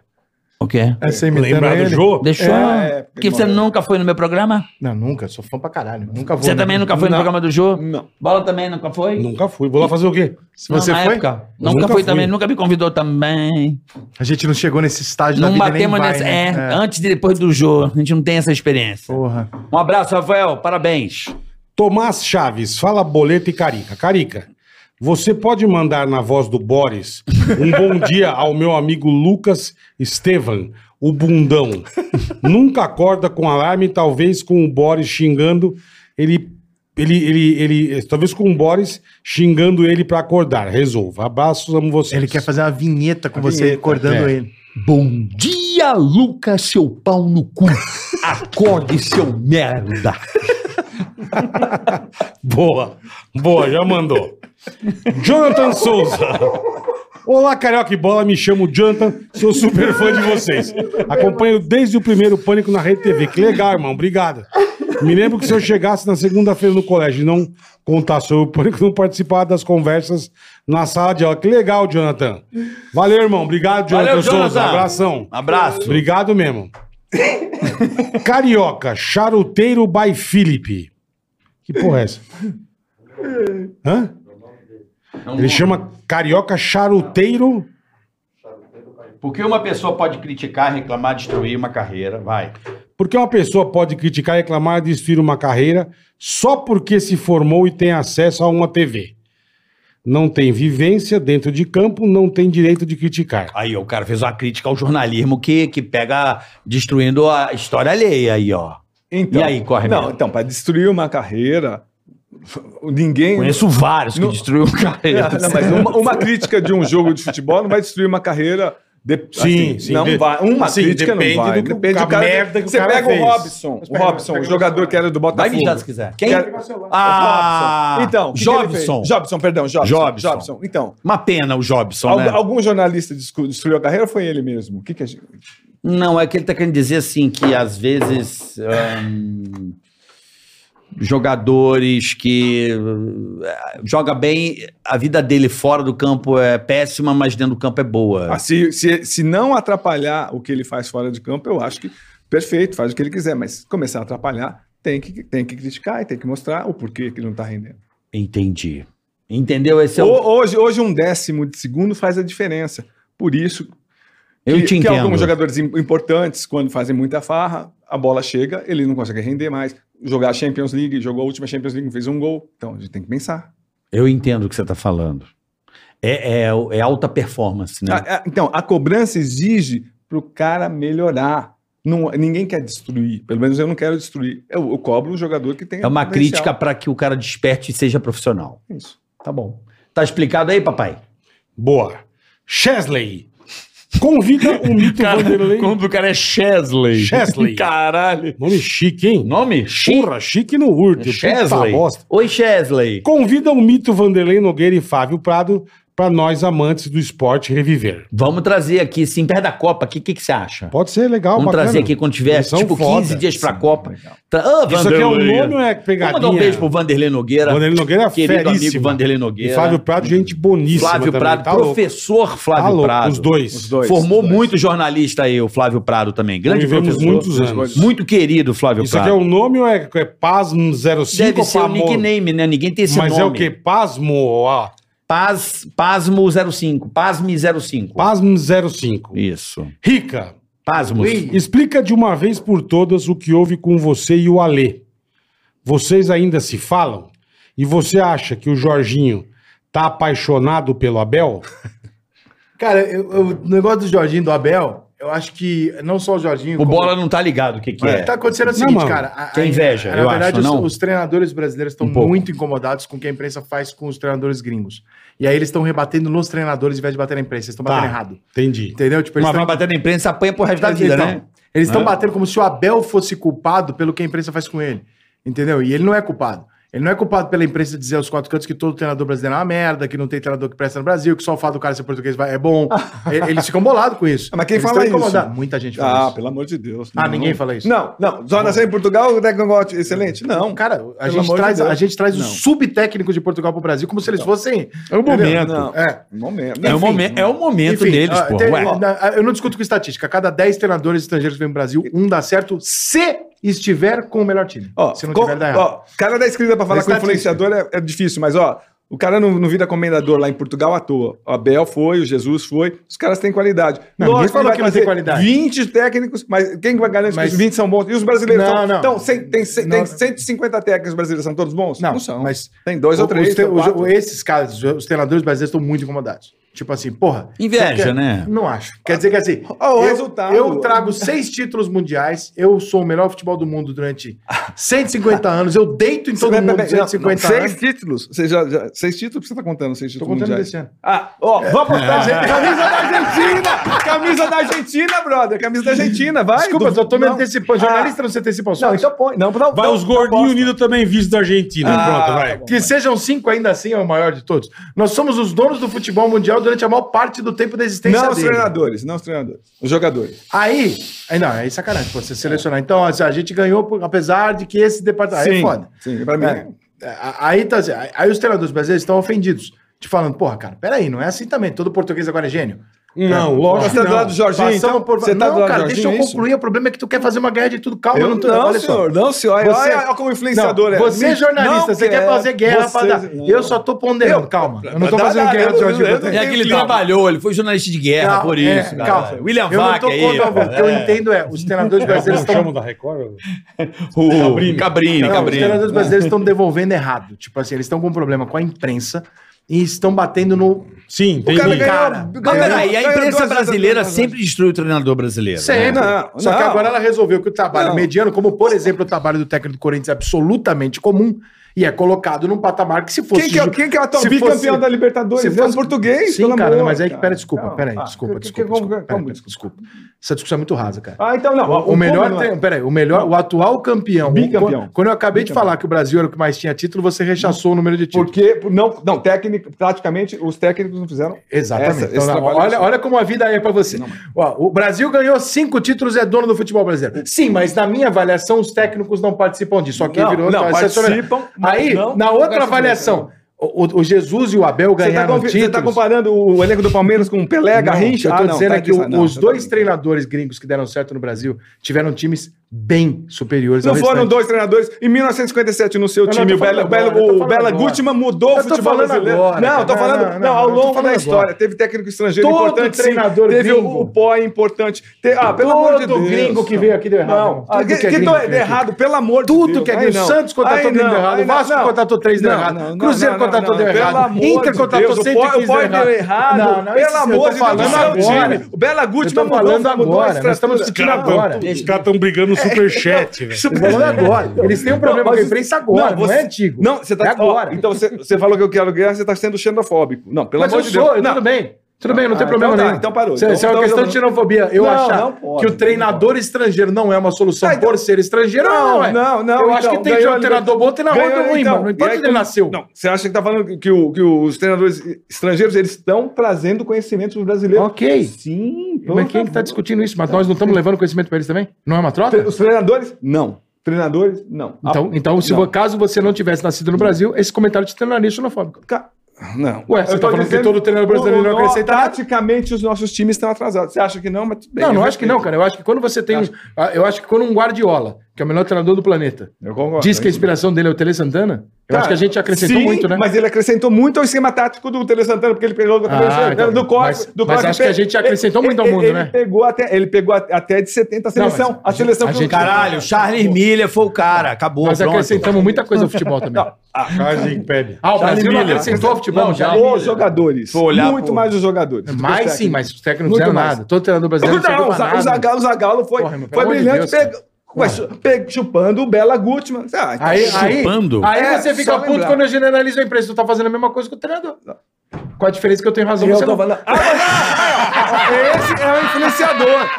[SPEAKER 4] O quê?
[SPEAKER 5] É, você imitando
[SPEAKER 2] Lembrar do
[SPEAKER 5] ele.
[SPEAKER 2] Jô?
[SPEAKER 4] Deixou?
[SPEAKER 6] É,
[SPEAKER 4] que você
[SPEAKER 6] memória.
[SPEAKER 4] nunca foi no meu programa?
[SPEAKER 5] Não, nunca, sou fã pra caralho. Nunca vou.
[SPEAKER 4] Você
[SPEAKER 5] né?
[SPEAKER 4] também nunca foi no
[SPEAKER 5] Não.
[SPEAKER 4] programa do Jô?
[SPEAKER 6] Não.
[SPEAKER 4] Bola também nunca foi?
[SPEAKER 2] Nunca fui. Vou lá fazer o quê?
[SPEAKER 5] Se você
[SPEAKER 4] na
[SPEAKER 5] foi?
[SPEAKER 4] época.
[SPEAKER 2] Eu
[SPEAKER 4] Nunca,
[SPEAKER 2] nunca
[SPEAKER 4] foi
[SPEAKER 2] fui.
[SPEAKER 4] também, nunca me convidou também.
[SPEAKER 5] A gente não chegou nesse estágio da
[SPEAKER 4] não
[SPEAKER 5] vida nem
[SPEAKER 4] batemos
[SPEAKER 5] vai,
[SPEAKER 4] nessa.
[SPEAKER 5] né?
[SPEAKER 4] É, antes e depois do jogo. A gente não tem essa experiência.
[SPEAKER 5] Porra.
[SPEAKER 4] Um abraço, Rafael. Parabéns.
[SPEAKER 2] Tomás Chaves, fala boleto e carica. Carica, você pode mandar na voz do Boris um bom dia ao meu amigo Lucas Estevan, o bundão. Nunca acorda com alarme, talvez com o Boris xingando ele. Ele, ele, ele, talvez com o Boris xingando ele pra acordar. Resolva. Abraços, amo vocês.
[SPEAKER 5] Ele quer fazer uma vinheta com você acordando
[SPEAKER 2] é.
[SPEAKER 5] ele.
[SPEAKER 3] Bom dia, Lucas, seu pau no cu. Acorde, seu merda.
[SPEAKER 2] (laughs) Boa, boa, já mandou. Jonathan Souza. Olá, Carioca e Bola, me chamo Jonathan, sou super fã de vocês. Acompanho desde o primeiro Pânico na Rede TV. Que legal, irmão, obrigado. Me lembro que se eu chegasse na segunda-feira no colégio e não contar sobre o Pânico, não participar das conversas na sala de aula. Que legal, Jonathan. Valeu, irmão, obrigado, Jonathan,
[SPEAKER 4] Valeu,
[SPEAKER 2] Souza.
[SPEAKER 4] Jonathan.
[SPEAKER 2] Abração.
[SPEAKER 4] Abraço.
[SPEAKER 2] Obrigado
[SPEAKER 4] (laughs)
[SPEAKER 2] mesmo. Carioca, charuteiro by Felipe. Que porra é essa? Hã?
[SPEAKER 4] É um
[SPEAKER 2] Ele chama Carioca Charuteiro.
[SPEAKER 4] Porque uma pessoa pode criticar, reclamar, destruir uma carreira, vai.
[SPEAKER 2] Porque uma pessoa pode criticar, reclamar, destruir uma carreira só porque se formou e tem acesso a uma TV. Não tem vivência dentro de campo, não tem direito de criticar.
[SPEAKER 4] Aí, ó, o cara fez uma crítica ao jornalismo que, que pega destruindo a história alheia aí, ó.
[SPEAKER 6] Então,
[SPEAKER 4] E aí, corre
[SPEAKER 6] Não,
[SPEAKER 4] mesmo.
[SPEAKER 6] então, para destruir uma carreira, ninguém.
[SPEAKER 4] Conheço vários que
[SPEAKER 6] Não-
[SPEAKER 4] destruíram carreira.
[SPEAKER 2] assim.
[SPEAKER 6] Não, mas uma, uma crítica de um jogo de futebol não vai destruir uma carreira. De,
[SPEAKER 2] Sim,
[SPEAKER 6] assim,
[SPEAKER 2] sim,
[SPEAKER 6] não
[SPEAKER 2] de-
[SPEAKER 6] vai. Uma
[SPEAKER 2] sim,
[SPEAKER 6] crítica
[SPEAKER 2] depende
[SPEAKER 6] não vai.
[SPEAKER 2] do-
[SPEAKER 6] depende
[SPEAKER 2] da
[SPEAKER 6] do cara.
[SPEAKER 2] merda que o
[SPEAKER 6] você
[SPEAKER 2] cara
[SPEAKER 6] pega
[SPEAKER 2] fez.
[SPEAKER 6] o Robson, o Robson, o jogador que era do
[SPEAKER 4] Vai
[SPEAKER 6] Botafogo.
[SPEAKER 4] mijar se quiser. Quem?
[SPEAKER 6] Quero-
[SPEAKER 4] Ah!
[SPEAKER 6] O Robson. Então, o que que ele fez?
[SPEAKER 4] Jobson.
[SPEAKER 6] Jobson, perdão, Jobson.
[SPEAKER 4] Jobson.
[SPEAKER 6] Jobson. Então,
[SPEAKER 4] Uma pena o Jobson,
[SPEAKER 6] al-
[SPEAKER 4] né?
[SPEAKER 6] algum jornalista discu- destruiu a carreira ou foi ele mesmo? O que, que a gente.
[SPEAKER 4] Não, é que ele tá querendo dizer assim que às vezes ahn, jogadores que ah, joga bem, a vida dele fora do campo é péssima, mas dentro do campo é boa.
[SPEAKER 6] Ah, se, se, se não atrapalhar o que ele faz fora de campo, eu acho que perfeito, faz o que ele quiser, mas se começar a atrapalhar, tem que, tem que criticar e tem que mostrar o porquê que ele não está rendendo.
[SPEAKER 4] Entendi. Entendeu? Esse é o...
[SPEAKER 6] Ho- Hoje, hoje, um décimo de segundo faz a diferença. Por isso,
[SPEAKER 4] Eu
[SPEAKER 6] que,
[SPEAKER 4] te
[SPEAKER 6] que é
[SPEAKER 4] entendo.
[SPEAKER 6] alguns jogadores im- importantes, quando fazem muita farra, a bola chega, ele não consegue render mais. Jogar a Champions League, jogou a última Champions League, fez um gol. Então, a gente tem que pensar.
[SPEAKER 4] Eu entendo o que você tá falando. É, é, é alta performance, né?
[SPEAKER 6] A- a- então, a cobrança exige para o cara melhorar. Não- ninguém quer destruir. Pelo menos eu não quero destruir. Eu, eu cobro o jogador que tem.
[SPEAKER 4] é uma
[SPEAKER 6] potencial. É
[SPEAKER 4] crítica para que o cara desperte e seja profissional.
[SPEAKER 6] Isso.
[SPEAKER 4] Tá bom. Tá explicado aí, papai?
[SPEAKER 2] Boa. Chesley. Convida o Mito Vanderlei.
[SPEAKER 4] do cara é Chesley.
[SPEAKER 2] Chesley.
[SPEAKER 4] Caralho.
[SPEAKER 2] Nome chique, hein?
[SPEAKER 4] Nome?
[SPEAKER 2] Porra, chique no Urte.
[SPEAKER 4] Chesley.
[SPEAKER 2] bosta.
[SPEAKER 4] Oi, Chesley.
[SPEAKER 2] Convida o Mito Vanderlei Nogueira e Fábio Prado para nós amantes do esporte reviver.
[SPEAKER 4] Vamos trazer aqui, sim, perto da Copa, o que, que, que você acha?
[SPEAKER 2] Pode ser legal,
[SPEAKER 4] Vamos
[SPEAKER 2] bacana.
[SPEAKER 4] trazer aqui quando tiver,
[SPEAKER 2] Eles são
[SPEAKER 4] tipo,
[SPEAKER 2] foda.
[SPEAKER 4] 15 dias pra
[SPEAKER 6] Sim,
[SPEAKER 4] Copa.
[SPEAKER 6] legal.
[SPEAKER 4] Tra- Ah,
[SPEAKER 2] Isso aqui é o
[SPEAKER 4] Vanderlei.
[SPEAKER 2] nome ou é
[SPEAKER 4] Vamos
[SPEAKER 2] pegadinha?
[SPEAKER 4] mandar um beijo pro Vanderlei Nogueira.
[SPEAKER 2] Vanderlei Nogueira é
[SPEAKER 4] querido amigo
[SPEAKER 2] feríssimo.
[SPEAKER 4] Vanderlei
[SPEAKER 2] E
[SPEAKER 4] Nogueira.
[SPEAKER 2] Fábio Prado, gente boníssima
[SPEAKER 4] Flávio
[SPEAKER 2] também,
[SPEAKER 4] Prado,
[SPEAKER 2] tá louco.
[SPEAKER 4] professor Flávio
[SPEAKER 2] Tá louco,
[SPEAKER 4] Prado.
[SPEAKER 2] Os dois.
[SPEAKER 6] Os dois.
[SPEAKER 4] Formou
[SPEAKER 6] os dois.
[SPEAKER 4] muito jornalista aí, o Flávio Prado também. Grande
[SPEAKER 2] Convivemos
[SPEAKER 4] professor.
[SPEAKER 2] muitos anos.
[SPEAKER 4] Muito querido, Flávio
[SPEAKER 2] Isso aqui
[SPEAKER 4] Prado.
[SPEAKER 2] é o nome ou é, é Pasmo 05
[SPEAKER 4] Deve
[SPEAKER 2] ou
[SPEAKER 4] ser o
[SPEAKER 2] Pamor?
[SPEAKER 4] nickname, né? Ninguém tem esse
[SPEAKER 2] Mas
[SPEAKER 4] nome.
[SPEAKER 2] é o quê? Pasmo, ó.
[SPEAKER 4] Paz, Pasmo 05. Pasme 05.
[SPEAKER 2] Pasmo 05.
[SPEAKER 4] Isso.
[SPEAKER 2] Rica,
[SPEAKER 4] Pasmos.
[SPEAKER 2] explica de uma vez por todas o que houve com você e o Alê. Vocês ainda se falam? E você acha que o Jorginho tá apaixonado pelo Abel?
[SPEAKER 5] Cara, eu- eu- o negócio do Jorginho e do Abel, eu acho que não só o Jorginho.
[SPEAKER 4] O
[SPEAKER 5] como-
[SPEAKER 4] Bola não tá ligado o que, que
[SPEAKER 5] O
[SPEAKER 4] é.
[SPEAKER 5] que tá acontecendo é o
[SPEAKER 2] Não,
[SPEAKER 5] seguinte,
[SPEAKER 2] mano,
[SPEAKER 5] cara. a-
[SPEAKER 4] tem
[SPEAKER 5] a-
[SPEAKER 4] inveja,
[SPEAKER 5] Na
[SPEAKER 4] eu acho,
[SPEAKER 5] verdade, os,
[SPEAKER 4] não?
[SPEAKER 5] os treinadores brasileiros estão
[SPEAKER 4] Um pouco.
[SPEAKER 5] muito incomodados com o que a imprensa faz com os treinadores gringos. E aí eles estão rebatendo nos treinadores em vez de bater na imprensa. Eles estão batendo
[SPEAKER 2] Tá.
[SPEAKER 5] errado. (laughs)
[SPEAKER 2] Entendi.
[SPEAKER 5] Entendeu? Tipo, eles
[SPEAKER 4] Mas vai
[SPEAKER 5] estão
[SPEAKER 4] bater na imprensa, apanha pro resto da vida,
[SPEAKER 5] Então,
[SPEAKER 4] né?
[SPEAKER 5] Eles
[SPEAKER 6] É.
[SPEAKER 5] estão batendo como se o Abel fosse culpado pelo que a imprensa faz com ele. Entendeu? E ele não é culpado. Ele não é culpado pela imprensa dizer aos quatro cantos que todo treinador brasileiro é uma merda, que não tem treinador que presta no Brasil, que só o fato do cara ser português vai- é
[SPEAKER 6] (laughs)
[SPEAKER 5] bom. E- Eles ficam bolados com isso.
[SPEAKER 6] É, Mas quem
[SPEAKER 5] Eles
[SPEAKER 6] fala
[SPEAKER 5] estão
[SPEAKER 6] isso?
[SPEAKER 5] incomodados. Muita gente fala
[SPEAKER 6] Ah,
[SPEAKER 5] isso.
[SPEAKER 6] pelo amor de Deus.
[SPEAKER 5] Ah,
[SPEAKER 6] Não.
[SPEAKER 5] ninguém fala isso.
[SPEAKER 6] Não, não. Zona sem Portugal, o técnico ótimo, excelente. Não.
[SPEAKER 5] Cara, a
[SPEAKER 6] Pelo
[SPEAKER 5] gente,
[SPEAKER 6] amor de
[SPEAKER 5] traz,
[SPEAKER 6] Deus.
[SPEAKER 5] a gente traz
[SPEAKER 6] Não.
[SPEAKER 5] os subtécnicos de Portugal pro Brasil como se eles fossem.
[SPEAKER 2] É o momento.
[SPEAKER 6] Não.
[SPEAKER 5] É.
[SPEAKER 6] Momento.
[SPEAKER 4] É o,
[SPEAKER 6] Enfim,
[SPEAKER 4] momen- é o momento
[SPEAKER 5] Enfim,
[SPEAKER 4] deles,
[SPEAKER 5] ah,
[SPEAKER 4] pô.
[SPEAKER 5] tem-
[SPEAKER 4] Ué.
[SPEAKER 5] na- eu não discuto com estatística. Cada 10 treinadores estrangeiros que vem pro Brasil, um dá certo se estiver com o melhor time.
[SPEAKER 6] Ó,
[SPEAKER 5] se não
[SPEAKER 6] com-
[SPEAKER 5] tiver, dá errado.
[SPEAKER 6] ó, cara da escrita pra falar
[SPEAKER 5] É
[SPEAKER 6] com influenciador é, é difícil, mas ó, o cara não, não vira comendador lá em Portugal à toa. O Abel foi, o Jesus foi, os caras têm qualidade.
[SPEAKER 5] Não, ninguém falou
[SPEAKER 6] vai
[SPEAKER 5] que não tem
[SPEAKER 6] fazer
[SPEAKER 5] qualidade.
[SPEAKER 6] 20 técnicos, mas quem vai garantir
[SPEAKER 5] Mas-
[SPEAKER 6] que os 20 são bons? E os brasileiros
[SPEAKER 5] Não,
[SPEAKER 6] são?
[SPEAKER 5] não.
[SPEAKER 6] Então, cem- tem, cem-
[SPEAKER 5] Não.
[SPEAKER 6] tem 150 técnicos brasileiros, são todos bons?
[SPEAKER 5] Não,
[SPEAKER 6] são.
[SPEAKER 5] mas- é
[SPEAKER 6] tem dois ou três.
[SPEAKER 5] Os te-
[SPEAKER 6] tem
[SPEAKER 5] os-
[SPEAKER 6] quatro.
[SPEAKER 5] esses caras, os treinadores brasileiros estão muito incomodados. Tipo assim, porra.
[SPEAKER 4] Inveja,
[SPEAKER 5] quer-
[SPEAKER 4] né?
[SPEAKER 5] Não acho. Quer dizer que assim,
[SPEAKER 6] Ah, o
[SPEAKER 5] eu,
[SPEAKER 6] resultado.
[SPEAKER 5] eu trago seis títulos mundiais, eu sou o melhor futebol do mundo durante
[SPEAKER 6] (laughs)
[SPEAKER 5] 150 anos, eu deito em todo
[SPEAKER 6] Pera,
[SPEAKER 5] mundo
[SPEAKER 6] pera, pera, não,
[SPEAKER 5] 150
[SPEAKER 6] não,
[SPEAKER 5] anos.
[SPEAKER 6] Seis títulos. Você já, já- seis títulos que você tá contando? Seis
[SPEAKER 5] tá? Tô
[SPEAKER 6] títulos
[SPEAKER 5] contando
[SPEAKER 6] mundiais.
[SPEAKER 5] desse É. ano. Tá,
[SPEAKER 6] Ah, ó, vou (laughs) apostar. gente. Camisa da Argentina! Camisa da Argentina, brother! Camisa da Argentina, vai!
[SPEAKER 5] Desculpa, eu tô me
[SPEAKER 6] Não. Ah.
[SPEAKER 5] antecipando. Jornalista não se antecipa aos
[SPEAKER 6] Não,
[SPEAKER 5] fatos.
[SPEAKER 6] então põe. Não, não,
[SPEAKER 2] Vai
[SPEAKER 6] não,
[SPEAKER 2] os
[SPEAKER 6] não
[SPEAKER 2] gordinhos
[SPEAKER 6] posso.
[SPEAKER 2] unidos também vistos da Argentina.
[SPEAKER 5] Ah,
[SPEAKER 6] Ah,
[SPEAKER 5] tá
[SPEAKER 2] Pronto, vai.
[SPEAKER 5] Que sejam cinco ainda assim é o maior de todos. Nós somos os donos do futebol mundial durante a maior parte do tempo da existência
[SPEAKER 6] Não os
[SPEAKER 5] dele.
[SPEAKER 6] treinadores, não os treinadores. Os jogadores.
[SPEAKER 5] Aí, aí não, aí sacanagem pô, você selecionar. Então, assim, a gente ganhou, por- apesar de que esse departamento. Aí é foda.
[SPEAKER 6] Sim, pra mim.
[SPEAKER 5] É, a- aí, tá, assim, aí os treinadores brasileiros estão ofendidos. Te falando, porra, cara, peraí, não é assim também. Todo português agora é gênio.
[SPEAKER 2] Não, lógico
[SPEAKER 6] Você tá
[SPEAKER 2] que
[SPEAKER 6] do
[SPEAKER 2] não.
[SPEAKER 6] lado do Jorginho,
[SPEAKER 5] Passamos
[SPEAKER 6] então?
[SPEAKER 5] por...
[SPEAKER 6] Você tá do
[SPEAKER 5] não,
[SPEAKER 6] lado
[SPEAKER 5] cara,
[SPEAKER 6] do
[SPEAKER 5] deixa eu
[SPEAKER 6] Jorginho, é isso?
[SPEAKER 5] concluir. O problema é que tu quer fazer uma guerra de tudo. Calma, eu não tô...
[SPEAKER 6] não,
[SPEAKER 5] olha só.
[SPEAKER 6] senhor, não, senhor. Olha,
[SPEAKER 5] Você-
[SPEAKER 6] olha, olha como influenciador é.
[SPEAKER 5] Você é jornalista,
[SPEAKER 6] Não
[SPEAKER 5] você quer
[SPEAKER 6] quero,
[SPEAKER 5] fazer guerra
[SPEAKER 6] você- é-
[SPEAKER 5] pra dar. Eu só tô ponderando, calma. Eu não tô
[SPEAKER 6] Dá-
[SPEAKER 5] fazendo
[SPEAKER 6] dá-
[SPEAKER 5] guerra
[SPEAKER 6] eu-
[SPEAKER 5] de hoje.
[SPEAKER 6] eu-
[SPEAKER 5] eu tô-
[SPEAKER 6] eu-
[SPEAKER 4] É que ele
[SPEAKER 6] Calma.
[SPEAKER 4] trabalhou, ele foi jornalista de guerra,
[SPEAKER 5] Calma,
[SPEAKER 4] por
[SPEAKER 5] é,
[SPEAKER 4] isso, cara.
[SPEAKER 5] calma.
[SPEAKER 4] William
[SPEAKER 5] Eu não
[SPEAKER 4] Vac
[SPEAKER 5] tô
[SPEAKER 4] aí.
[SPEAKER 5] contra você. O que eu entendo é, os treinadores brasileiros
[SPEAKER 2] Como
[SPEAKER 5] estão
[SPEAKER 2] chamam da Record?
[SPEAKER 4] O Cabrini,
[SPEAKER 5] Não, os
[SPEAKER 4] Cabrini.
[SPEAKER 6] É.
[SPEAKER 5] treinadores brasileiros estão devolvendo errado. Tipo assim, eles estão com um problema com a imprensa e estão batendo no.
[SPEAKER 2] Sim, tem
[SPEAKER 5] cara
[SPEAKER 2] mim.
[SPEAKER 5] ganhou-
[SPEAKER 4] Mas
[SPEAKER 5] ganhou-
[SPEAKER 4] peraí, a
[SPEAKER 6] ganhou
[SPEAKER 4] imprensa
[SPEAKER 6] duas-
[SPEAKER 4] brasileira
[SPEAKER 6] duas-
[SPEAKER 4] sempre destruiu o treinador brasileiro.
[SPEAKER 5] Sempre.
[SPEAKER 6] Não,
[SPEAKER 5] Só que
[SPEAKER 6] não.
[SPEAKER 5] agora ela resolveu que o trabalho
[SPEAKER 6] Não.
[SPEAKER 5] mediano, como por exemplo o trabalho do técnico do Corinthians, é absolutamente comum e é colocado num patamar que se fosse.
[SPEAKER 6] Quem que, é,
[SPEAKER 5] ju-
[SPEAKER 6] quem que é o atual
[SPEAKER 5] se
[SPEAKER 6] bicampeão
[SPEAKER 5] fosse-
[SPEAKER 6] da Libertadores?
[SPEAKER 5] se
[SPEAKER 6] Ele é um
[SPEAKER 5] fosse-
[SPEAKER 6] português,
[SPEAKER 5] Sim,
[SPEAKER 6] pelo
[SPEAKER 5] cara,
[SPEAKER 6] amor,
[SPEAKER 5] mas aí que
[SPEAKER 6] cara.
[SPEAKER 5] peraí, desculpa,
[SPEAKER 6] Calma.
[SPEAKER 5] peraí,
[SPEAKER 6] Ah,
[SPEAKER 5] desculpa,
[SPEAKER 6] que- que-
[SPEAKER 5] desculpa,
[SPEAKER 6] vamos-
[SPEAKER 5] desculpa, peraí,
[SPEAKER 6] calma,
[SPEAKER 5] peraí,
[SPEAKER 6] desculpa.
[SPEAKER 5] desculpa. Essa discussão é muito rasa, cara.
[SPEAKER 6] Ah, então não.
[SPEAKER 5] O, melhor,
[SPEAKER 6] ponto não é-
[SPEAKER 5] tem, peraí, o melhor, o atual campeão, o-
[SPEAKER 6] Bicampeão.
[SPEAKER 5] quando- Quando eu acabei de falar que o Brasil era o que mais tinha título, você rechaçou o número de títulos.
[SPEAKER 6] Porque, não, não técnico, praticamente, os técnicos não fizeram.
[SPEAKER 5] Exatamente.
[SPEAKER 6] Essa-
[SPEAKER 5] Então,
[SPEAKER 6] esse
[SPEAKER 5] não,
[SPEAKER 6] trabalho-
[SPEAKER 5] olha, olha como a vida é pra você. Ó, o Brasil ganhou cinco títulos e é dono do futebol brasileiro. Sim, mas na minha avaliação, os técnicos não participam disso. Só que
[SPEAKER 6] Não,
[SPEAKER 5] virou
[SPEAKER 6] não,
[SPEAKER 5] essa-
[SPEAKER 6] participam, mas
[SPEAKER 5] Aí,
[SPEAKER 6] não-
[SPEAKER 5] na
[SPEAKER 6] não
[SPEAKER 5] outra
[SPEAKER 6] ganham
[SPEAKER 5] avaliação, o, o Jesus e o Abel
[SPEAKER 6] Você tá,
[SPEAKER 5] ganharam
[SPEAKER 6] confi- você
[SPEAKER 5] títulos.
[SPEAKER 6] tá comparando o elenco do Palmeiras com o Pelé, Garrincha?
[SPEAKER 5] Eu
[SPEAKER 6] Ah,
[SPEAKER 5] tô
[SPEAKER 6] não,
[SPEAKER 5] dizendo
[SPEAKER 6] tá
[SPEAKER 5] é que o-
[SPEAKER 6] aqui, não,
[SPEAKER 5] os
[SPEAKER 6] tá
[SPEAKER 5] dois
[SPEAKER 6] bem.
[SPEAKER 5] treinadores gringos que deram certo no Brasil tiveram times bem superiores
[SPEAKER 6] Não
[SPEAKER 5] ao
[SPEAKER 6] foram
[SPEAKER 5] restante.
[SPEAKER 6] dois treinadores. Em 1957, no seu
[SPEAKER 5] Não, não,
[SPEAKER 6] time,
[SPEAKER 5] eu
[SPEAKER 6] o
[SPEAKER 5] tô
[SPEAKER 6] Bela,
[SPEAKER 5] falando agora,
[SPEAKER 6] Bela-
[SPEAKER 5] eu tô
[SPEAKER 6] o
[SPEAKER 5] falando
[SPEAKER 6] Bela
[SPEAKER 5] agora.
[SPEAKER 6] Gutima mudou o
[SPEAKER 5] Eu tô
[SPEAKER 6] futebol
[SPEAKER 5] falando
[SPEAKER 6] brasileiro.
[SPEAKER 5] agora,
[SPEAKER 6] não, eu tô
[SPEAKER 5] cara.
[SPEAKER 6] falando.
[SPEAKER 5] Não,
[SPEAKER 6] Não,
[SPEAKER 5] não, não,
[SPEAKER 6] ao
[SPEAKER 5] eu tô
[SPEAKER 6] longo
[SPEAKER 5] falando
[SPEAKER 6] da
[SPEAKER 5] agora.
[SPEAKER 6] história. Teve técnico estrangeiro
[SPEAKER 5] Todo
[SPEAKER 6] importante. sim.
[SPEAKER 5] treinador
[SPEAKER 6] Teve o-
[SPEAKER 5] gringo.
[SPEAKER 6] o Pó importante. Te- ah, pelo amor de
[SPEAKER 5] Todo
[SPEAKER 6] Deus.
[SPEAKER 5] gringo que veio aqui deu errado.
[SPEAKER 6] Não,
[SPEAKER 5] Tudo
[SPEAKER 6] ah, que,
[SPEAKER 5] que é
[SPEAKER 6] que
[SPEAKER 5] gringo
[SPEAKER 6] tô-
[SPEAKER 5] que
[SPEAKER 6] de
[SPEAKER 5] veio aqui.
[SPEAKER 6] errado, pelo amor de Deus.
[SPEAKER 5] Tudo que é
[SPEAKER 6] Aí
[SPEAKER 5] gringo.
[SPEAKER 6] não.
[SPEAKER 5] Santos
[SPEAKER 6] Aí
[SPEAKER 5] contratou gringo
[SPEAKER 6] não,
[SPEAKER 5] deu errado.
[SPEAKER 6] aí não,
[SPEAKER 5] Vasco
[SPEAKER 6] não.
[SPEAKER 5] contratou três deu
[SPEAKER 6] Não,
[SPEAKER 5] errado.
[SPEAKER 6] não, não,
[SPEAKER 5] Cruzeiro
[SPEAKER 6] não, não,
[SPEAKER 5] contratou
[SPEAKER 6] não,
[SPEAKER 5] deu
[SPEAKER 6] pelo
[SPEAKER 5] errado.
[SPEAKER 6] amor
[SPEAKER 5] Inter
[SPEAKER 6] de
[SPEAKER 5] contratou
[SPEAKER 6] Deus, o Pó-
[SPEAKER 5] 115
[SPEAKER 6] O Pó deu errado.
[SPEAKER 5] Não, não,
[SPEAKER 6] Pelo
[SPEAKER 5] esses eu tô
[SPEAKER 6] amor de Deus.
[SPEAKER 5] falando
[SPEAKER 6] não,
[SPEAKER 5] agora.
[SPEAKER 6] time. O Bela
[SPEAKER 5] Eu
[SPEAKER 6] Gutima
[SPEAKER 5] tô
[SPEAKER 6] mudou
[SPEAKER 5] falando
[SPEAKER 6] mudou a
[SPEAKER 5] agora. Nós estamos
[SPEAKER 6] estrutura.
[SPEAKER 5] discutindo agora.
[SPEAKER 2] Os caras estão brigando
[SPEAKER 5] (laughs)
[SPEAKER 2] no superchat, velho.
[SPEAKER 5] Tô falando agora. Eles têm um problema com a imprensa agora, não,
[SPEAKER 6] você,
[SPEAKER 5] é antigo.
[SPEAKER 6] Não, você tá.
[SPEAKER 5] É
[SPEAKER 6] agora.
[SPEAKER 5] agora.
[SPEAKER 6] então você, você falou que eu quero guerra, você tá sendo xenofóbico. Não, pelo
[SPEAKER 5] Mas
[SPEAKER 6] amor
[SPEAKER 5] eu
[SPEAKER 6] de
[SPEAKER 5] sou,
[SPEAKER 6] Deus.
[SPEAKER 5] eu-
[SPEAKER 6] Não,
[SPEAKER 5] tudo bem. Tudo bem, não tem
[SPEAKER 6] Ah,
[SPEAKER 5] problema
[SPEAKER 6] então tá,
[SPEAKER 5] nenhum.
[SPEAKER 6] então parou.
[SPEAKER 5] Isso,
[SPEAKER 6] Então-
[SPEAKER 5] isso é uma
[SPEAKER 6] então
[SPEAKER 5] questão
[SPEAKER 6] eu-
[SPEAKER 5] de xenofobia. Eu
[SPEAKER 6] Não,
[SPEAKER 5] achar
[SPEAKER 6] não pode,
[SPEAKER 5] que o
[SPEAKER 6] não
[SPEAKER 5] treinador estrangeiro não é uma solução
[SPEAKER 6] Ah, então-
[SPEAKER 5] por ser estrangeiro,
[SPEAKER 6] Não,
[SPEAKER 5] não, é.
[SPEAKER 6] não, não,
[SPEAKER 5] Eu acho
[SPEAKER 6] então,
[SPEAKER 5] que tem que ter
[SPEAKER 6] ganhou a
[SPEAKER 5] um treinador bom, treinador
[SPEAKER 6] Ganhou,
[SPEAKER 5] ruim,
[SPEAKER 6] então.
[SPEAKER 5] mano. Não
[SPEAKER 6] E
[SPEAKER 5] importa
[SPEAKER 6] aí,
[SPEAKER 5] onde ele nasceu.
[SPEAKER 6] Não, você acha que tá falando que, o- que os treinadores estrangeiros eles estão trazendo conhecimento pro brasileiro?
[SPEAKER 5] Ok.
[SPEAKER 6] Sim, por
[SPEAKER 5] Mas quem que tá
[SPEAKER 6] favor.
[SPEAKER 5] discutindo isso? Mas nós não estamos levando conhecimento para eles também? Não é uma troca?
[SPEAKER 6] Tre- Os treinadores? Não. Treinadores? Não. Ah,
[SPEAKER 5] Então, então se
[SPEAKER 6] não.
[SPEAKER 5] vo- caso você não tivesse nascido no Brasil, esse comentário te tornaria xenofóbico.
[SPEAKER 6] Ca- Não.
[SPEAKER 5] Ué, você
[SPEAKER 6] Eu
[SPEAKER 5] tá
[SPEAKER 6] tô
[SPEAKER 5] falando
[SPEAKER 6] dizendo-
[SPEAKER 5] que todo treinador brasileiro
[SPEAKER 6] o-
[SPEAKER 5] não é
[SPEAKER 6] o-
[SPEAKER 5] acrescenta nada?
[SPEAKER 6] Taticamente, os nossos times estão atrasados. Você acha que não? Mas tudo bem, né?
[SPEAKER 5] não, não
[SPEAKER 6] eu
[SPEAKER 5] acho que não,
[SPEAKER 6] respeito.
[SPEAKER 5] cara. Eu acho que quando você tem. um- ah, Eu acho que quando um Guardiola, que é o melhor treinador do planeta,
[SPEAKER 6] Eu concordo.
[SPEAKER 5] diz que a
[SPEAKER 6] Isso.
[SPEAKER 5] inspiração dele é o Tele Santana, eu
[SPEAKER 6] Cara,
[SPEAKER 5] acho que a gente acrescentou
[SPEAKER 6] sim,
[SPEAKER 5] muito, né?
[SPEAKER 6] Mas ele acrescentou muito ao esquema tático do Tele Santana, porque ele pegou
[SPEAKER 5] Ah, então,
[SPEAKER 6] do Corte.
[SPEAKER 5] mas- mas acho que a gente acrescentou muito ao mundo,
[SPEAKER 6] ele
[SPEAKER 5] né?
[SPEAKER 6] Pegou até, ele pegou a- até de 70 a
[SPEAKER 5] Não,
[SPEAKER 6] seleção.
[SPEAKER 5] mas
[SPEAKER 6] a,
[SPEAKER 5] a
[SPEAKER 6] seleção
[SPEAKER 5] gente- a
[SPEAKER 6] que o
[SPEAKER 5] gente-
[SPEAKER 4] Caralho, Charles Milha foi o cara. Acabou,
[SPEAKER 5] Nós acrescentamos muita coisa ao futebol
[SPEAKER 6] (laughs)
[SPEAKER 5] também.
[SPEAKER 2] Charles impede.
[SPEAKER 5] Ah, o
[SPEAKER 6] Charlie
[SPEAKER 5] Brasil não
[SPEAKER 6] Miller.
[SPEAKER 5] acrescentou ao futebol,
[SPEAKER 6] Não,
[SPEAKER 5] já.
[SPEAKER 6] os jogadores.
[SPEAKER 4] Vou olhar
[SPEAKER 6] muito
[SPEAKER 4] pro-
[SPEAKER 6] mais os jogadores.
[SPEAKER 5] Mas sim, mas os técnicos não
[SPEAKER 6] Muito
[SPEAKER 5] fizeram
[SPEAKER 6] mais.
[SPEAKER 5] nada. Todo treinador brasileiro não,
[SPEAKER 6] Não,
[SPEAKER 5] não
[SPEAKER 6] o Za- o Zagallo, o Zagallo foi,
[SPEAKER 5] Porra, irmão, pelo
[SPEAKER 6] foi
[SPEAKER 5] amor de
[SPEAKER 6] brilhante
[SPEAKER 5] Deus, cara.
[SPEAKER 6] pega- ué, chu- pe- chupando o Bela Gutmann. Ah, então-
[SPEAKER 5] Aí, aí, Ah,
[SPEAKER 4] Chupando?
[SPEAKER 5] aí
[SPEAKER 6] É,
[SPEAKER 5] você fica
[SPEAKER 6] só
[SPEAKER 5] puto
[SPEAKER 6] lembrar.
[SPEAKER 5] quando eu generalizo a imprensa. Tu tá fazendo a mesma coisa que o treinador. Qual a diferença que eu tenho razão?
[SPEAKER 6] Eu
[SPEAKER 5] você
[SPEAKER 6] tô
[SPEAKER 5] não.
[SPEAKER 6] falando. Ah, mas- Esse é o influenciador.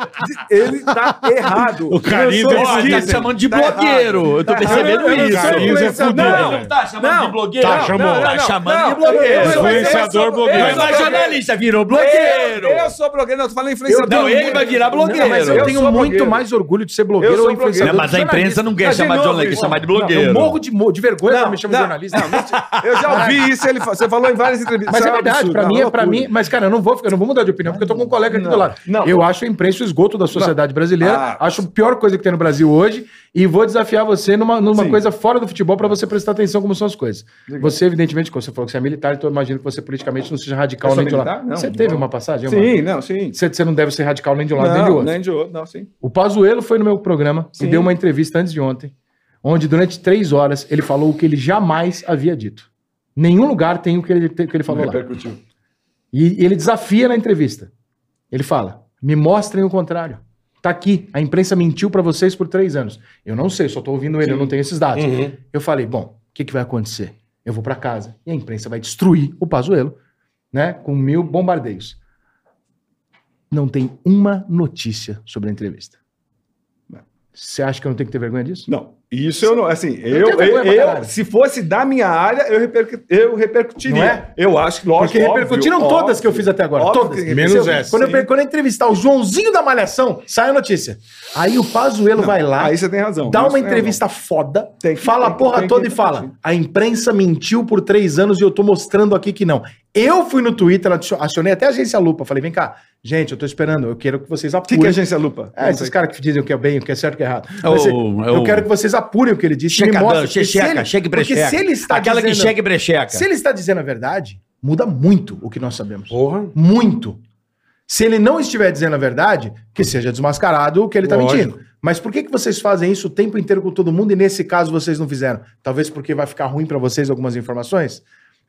[SPEAKER 6] Ele tá errado. assim,
[SPEAKER 2] O Carinho tem
[SPEAKER 6] Olha,
[SPEAKER 2] pesquisa,
[SPEAKER 4] tá
[SPEAKER 2] hein?
[SPEAKER 4] te chamando de blogueiro. Eu tô percebendo
[SPEAKER 2] errado.
[SPEAKER 4] isso.
[SPEAKER 2] Cara, isso é
[SPEAKER 6] influenciador.
[SPEAKER 2] fudido,
[SPEAKER 6] Não,
[SPEAKER 2] velho.
[SPEAKER 4] tá chamando
[SPEAKER 6] Não,
[SPEAKER 4] de blogueiro?
[SPEAKER 2] tá, chamou.
[SPEAKER 6] não, não,
[SPEAKER 4] Tá
[SPEAKER 6] não,
[SPEAKER 4] chamando
[SPEAKER 6] não,
[SPEAKER 4] de blogueiro.
[SPEAKER 6] eu sou-
[SPEAKER 2] Influenciador,
[SPEAKER 6] eu sou-
[SPEAKER 2] blogueiro.
[SPEAKER 6] eu
[SPEAKER 4] Ele
[SPEAKER 6] sou
[SPEAKER 4] não é jornalista, virou blogueiro. É
[SPEAKER 6] Eu, eu sou blogueiro, não, tô falando influenciador.
[SPEAKER 4] Não, ele vai virar blogueiro.
[SPEAKER 5] Não, mas eu,
[SPEAKER 4] Eu
[SPEAKER 5] tenho
[SPEAKER 6] sou
[SPEAKER 5] muito
[SPEAKER 6] blogueiro.
[SPEAKER 5] mais orgulho de ser blogueiro
[SPEAKER 6] Eu sou
[SPEAKER 5] ou influenciador.
[SPEAKER 4] Não, mas a
[SPEAKER 5] do que jornalista.
[SPEAKER 4] imprensa não quer
[SPEAKER 6] Mas de
[SPEAKER 4] chamar de
[SPEAKER 6] novo,
[SPEAKER 4] jornalista, quer
[SPEAKER 6] isso.
[SPEAKER 4] chamar de
[SPEAKER 5] Eu
[SPEAKER 4] blogueiro.
[SPEAKER 5] morro de, mo- de vergonha
[SPEAKER 6] Não,
[SPEAKER 5] quando me chamam de
[SPEAKER 6] não,
[SPEAKER 5] jornalista.
[SPEAKER 6] Eu já ouvi isso, ele, fa- você falou em várias entrevistas.
[SPEAKER 5] Mas
[SPEAKER 6] Isso
[SPEAKER 5] é
[SPEAKER 6] um
[SPEAKER 5] verdade,
[SPEAKER 6] absurdo,
[SPEAKER 5] pra
[SPEAKER 6] uma
[SPEAKER 5] mim, é pra
[SPEAKER 6] loucura.
[SPEAKER 5] mim, mas cara, eu não vou, ficar- eu não vou mudar de opinião, porque eu tô com um colega aqui do lado.
[SPEAKER 6] não.
[SPEAKER 5] eu acho a imprensa o esgoto da sociedade brasileira,
[SPEAKER 6] Ah.
[SPEAKER 5] acho a pior coisa que tem no Brasil hoje, e vou desafiar você numa, numa
[SPEAKER 6] Sim.
[SPEAKER 5] coisa fora do futebol pra você prestar atenção como são as coisas. Você, evidentemente, como você falou que você é militar, então eu imagino que você politicamente não seja radical
[SPEAKER 6] Eu sou
[SPEAKER 5] nem de um
[SPEAKER 6] militar?
[SPEAKER 5] lado.
[SPEAKER 6] Não,
[SPEAKER 5] Você
[SPEAKER 6] não.
[SPEAKER 5] teve uma passagem? uma-
[SPEAKER 6] Sim, não, sim.
[SPEAKER 5] Você, você não deve ser radical nem de um lado nem de
[SPEAKER 6] Não,
[SPEAKER 5] outro.
[SPEAKER 6] nem de outro, não, sim.
[SPEAKER 5] O Pazuello foi no meu programa e deu uma entrevista antes de ontem, onde durante três horas ele falou o que ele jamais havia dito. Nenhum lugar tem o que ele, o que ele falou
[SPEAKER 6] é
[SPEAKER 5] lá.
[SPEAKER 6] Repercutiu.
[SPEAKER 5] E ele desafia na entrevista. Ele fala: me mostrem o contrário. Tá aqui, a imprensa mentiu pra vocês por três anos. Eu não sei, só tô ouvindo ele, eu não tenho esses dados. Eu falei: bom, o que, que vai acontecer? Eu vou pra casa e a imprensa vai destruir o Pazuello, né, com mil bombardeios. Não tem uma notícia sobre a entrevista. Você acha que eu não tenho que ter vergonha disso?
[SPEAKER 6] Não. Isso eu não, assim, eu, eu, eu- se fosse da minha área, eu, repercu- eu repercutiria.
[SPEAKER 5] Não é?
[SPEAKER 6] Eu acho que, lógico,
[SPEAKER 5] Porque repercutiram
[SPEAKER 6] óbvio,
[SPEAKER 5] todas que eu fiz até agora.
[SPEAKER 6] Óbvio
[SPEAKER 5] todas.
[SPEAKER 6] que
[SPEAKER 2] Menos
[SPEAKER 5] Eu-
[SPEAKER 2] essa.
[SPEAKER 5] Quando eu, quando eu entrevistar o Joãozinho da Malhação, sai a notícia. Aí o Pazuello vai lá,
[SPEAKER 6] Aí você tem razão.
[SPEAKER 5] dá
[SPEAKER 6] Ah, Isso é
[SPEAKER 5] uma
[SPEAKER 6] tem
[SPEAKER 5] entrevista foda,
[SPEAKER 6] Tem que-
[SPEAKER 5] fala
[SPEAKER 6] tem
[SPEAKER 5] a
[SPEAKER 6] que-
[SPEAKER 5] porra
[SPEAKER 6] tem que
[SPEAKER 5] toda e
[SPEAKER 6] repercutir.
[SPEAKER 5] fala: a imprensa mentiu por três anos e eu tô mostrando aqui que não. Eu fui no Twitter, acio- acionei até a agência Lupa, falei: vem cá, gente, eu tô esperando, eu quero que vocês
[SPEAKER 6] O que,
[SPEAKER 5] apurem.
[SPEAKER 6] que é agência lupa?
[SPEAKER 5] É, esses caras que dizem o que é bem, o que é certo e o que é errado.
[SPEAKER 13] É
[SPEAKER 5] Mas,
[SPEAKER 13] o-
[SPEAKER 5] assim,
[SPEAKER 13] é
[SPEAKER 5] eu
[SPEAKER 13] o-
[SPEAKER 5] quero que vocês apurem o que ele disse. me
[SPEAKER 13] Checadão,
[SPEAKER 5] mostrem, porque se
[SPEAKER 13] checheca,
[SPEAKER 5] ele-
[SPEAKER 13] cheque
[SPEAKER 5] Porque
[SPEAKER 13] brecheca.
[SPEAKER 5] se ele está
[SPEAKER 13] Aquela que
[SPEAKER 5] tá dizendo-
[SPEAKER 13] cheque brecheca.
[SPEAKER 5] se ele está dizendo a verdade, muda muito o que nós sabemos.
[SPEAKER 2] Porra.
[SPEAKER 5] Muito. Se ele não estiver dizendo a verdade, que seja desmascarado o que ele está
[SPEAKER 2] Lógico.
[SPEAKER 5] mentindo. Mas por que, que vocês fazem isso o tempo inteiro com todo mundo e nesse caso vocês não fizeram? Talvez porque vai ficar ruim para vocês algumas informações?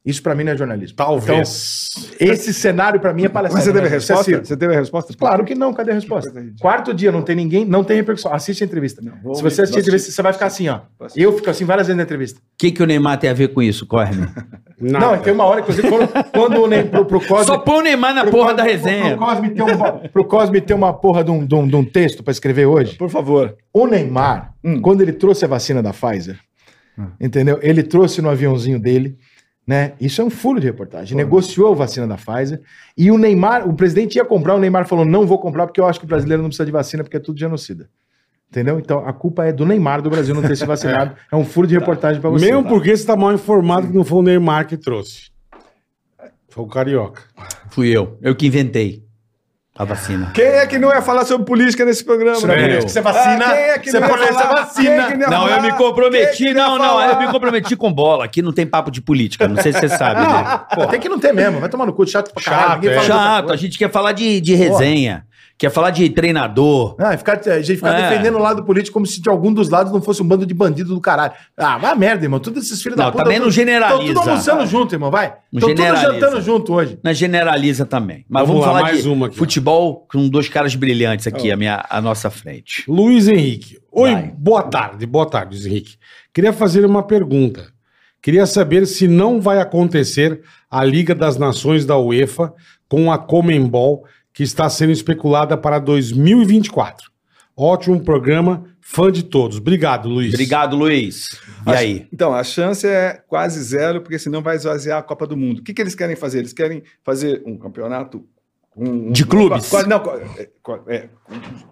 [SPEAKER 5] Isso para mim não é jornalismo.
[SPEAKER 2] Talvez.
[SPEAKER 5] Então, esse cenário para mim é palestra.
[SPEAKER 6] Mas você teve a
[SPEAKER 5] Isso é
[SPEAKER 6] resposta?
[SPEAKER 5] circo.
[SPEAKER 6] Você teve a resposta?
[SPEAKER 5] Claro que não, cadê a resposta?
[SPEAKER 6] coisa ridícula.
[SPEAKER 5] Quarto dia, não tem ninguém, não tem repercussão. Assiste a entrevista.
[SPEAKER 6] vou
[SPEAKER 5] Se
[SPEAKER 6] ouvir,
[SPEAKER 5] você assistir
[SPEAKER 6] vou
[SPEAKER 5] a entrevista, você vai ficar assim, ó.
[SPEAKER 6] Vou assistir.
[SPEAKER 5] Eu fico assim várias vezes na entrevista.
[SPEAKER 4] que, que o Neymar tem a ver com isso, Corme?
[SPEAKER 2] Nada.
[SPEAKER 5] Não, então, tem uma hora, inclusive, quando, quando o Ney- pro, pro Cosme...
[SPEAKER 4] Só põe o Neymar na
[SPEAKER 5] pro
[SPEAKER 4] porra
[SPEAKER 5] Cosme-
[SPEAKER 4] da
[SPEAKER 5] Pro,
[SPEAKER 4] resenha.
[SPEAKER 5] pro Cosme ter um- pro Cosme ter uma porra de um, de um- de um texto pra escrever hoje.
[SPEAKER 6] Por favor.
[SPEAKER 5] O Neymar,
[SPEAKER 6] Hum.
[SPEAKER 5] quando ele trouxe a vacina da Pfizer,
[SPEAKER 4] Ah.
[SPEAKER 5] entendeu? Ele trouxe no aviãozinho dele, né? Isso é um furo de reportagem. Negociou a vacina da Pfizer e o Neymar, o presidente ia comprar, o Neymar falou: não vou comprar porque eu acho que o brasileiro não precisa de vacina porque é tudo genocida. Entendeu? Então a culpa é do Neymar do Brasil não ter se vacinado.
[SPEAKER 4] (laughs)
[SPEAKER 5] É um furo de
[SPEAKER 4] Tá.
[SPEAKER 5] reportagem pra você.
[SPEAKER 2] Mesmo porque você tá mal informado que não foi o Neymar que trouxe. Foi o Carioca.
[SPEAKER 4] Fui eu. Eu que inventei a vacina.
[SPEAKER 6] Quem é que não ia falar sobre política nesse programa?
[SPEAKER 5] Você não acredita que você vacina,
[SPEAKER 6] Ah, quem é que
[SPEAKER 5] você
[SPEAKER 6] não ia
[SPEAKER 5] pode ler,
[SPEAKER 6] falar?
[SPEAKER 5] você vacina.
[SPEAKER 6] Quem é que ia
[SPEAKER 4] Não,
[SPEAKER 6] falar?
[SPEAKER 4] eu me
[SPEAKER 6] Quem é
[SPEAKER 4] comprometi.
[SPEAKER 6] que ia
[SPEAKER 4] Não, não,
[SPEAKER 6] falar?
[SPEAKER 4] eu me comprometi com bola. Aqui não tem papo de política. Não sei se você sabe. né?
[SPEAKER 5] Pô, tem que não ter mesmo. Vai tomar no cu, chato pra caralho.
[SPEAKER 2] Chato,
[SPEAKER 5] ninguém fala dessa
[SPEAKER 4] Chato,
[SPEAKER 5] coisa.
[SPEAKER 4] a gente quer falar de, de resenha. Quer falar de treinador.
[SPEAKER 5] Ah, e ficar, a gente ficar
[SPEAKER 4] É.
[SPEAKER 5] defendendo o lado político como se de algum dos lados não fosse um bando de bandido do caralho. Ah, vai a merda, irmão. Todos esses filhos da
[SPEAKER 4] Não,
[SPEAKER 5] puta.
[SPEAKER 4] também não
[SPEAKER 5] tão-
[SPEAKER 4] generaliza.
[SPEAKER 5] Tão tudo almoçando junto, irmão, vai.
[SPEAKER 4] Não
[SPEAKER 5] Estão tudo
[SPEAKER 4] generaliza.
[SPEAKER 5] jantando junto hoje.
[SPEAKER 4] Na generaliza também. Mas
[SPEAKER 2] Vamos
[SPEAKER 4] vamos,
[SPEAKER 2] lá,
[SPEAKER 4] falar
[SPEAKER 2] mais
[SPEAKER 4] de
[SPEAKER 2] uma aqui, ó.
[SPEAKER 4] futebol com dois caras brilhantes aqui à, minha, à nossa frente.
[SPEAKER 2] Luiz Henrique. Oi,
[SPEAKER 4] Vai.
[SPEAKER 2] boa tarde. Boa tarde, Luiz Henrique. Queria fazer uma pergunta. Queria saber se não vai acontecer a Liga das Nações da UEFA com a Comembol, que está sendo especulada para 2024. Ótimo programa, fã de todos. Obrigado, Luiz.
[SPEAKER 4] Obrigado, Luiz. E
[SPEAKER 6] Acho-
[SPEAKER 4] aí?
[SPEAKER 6] Então, a chance é quase zero, porque senão vai esvaziar a Copa do Mundo. O que, que eles querem fazer? Eles querem fazer um campeonato um-
[SPEAKER 4] De
[SPEAKER 6] um-
[SPEAKER 4] clubes?
[SPEAKER 6] quase- não, qua- é, qua- é,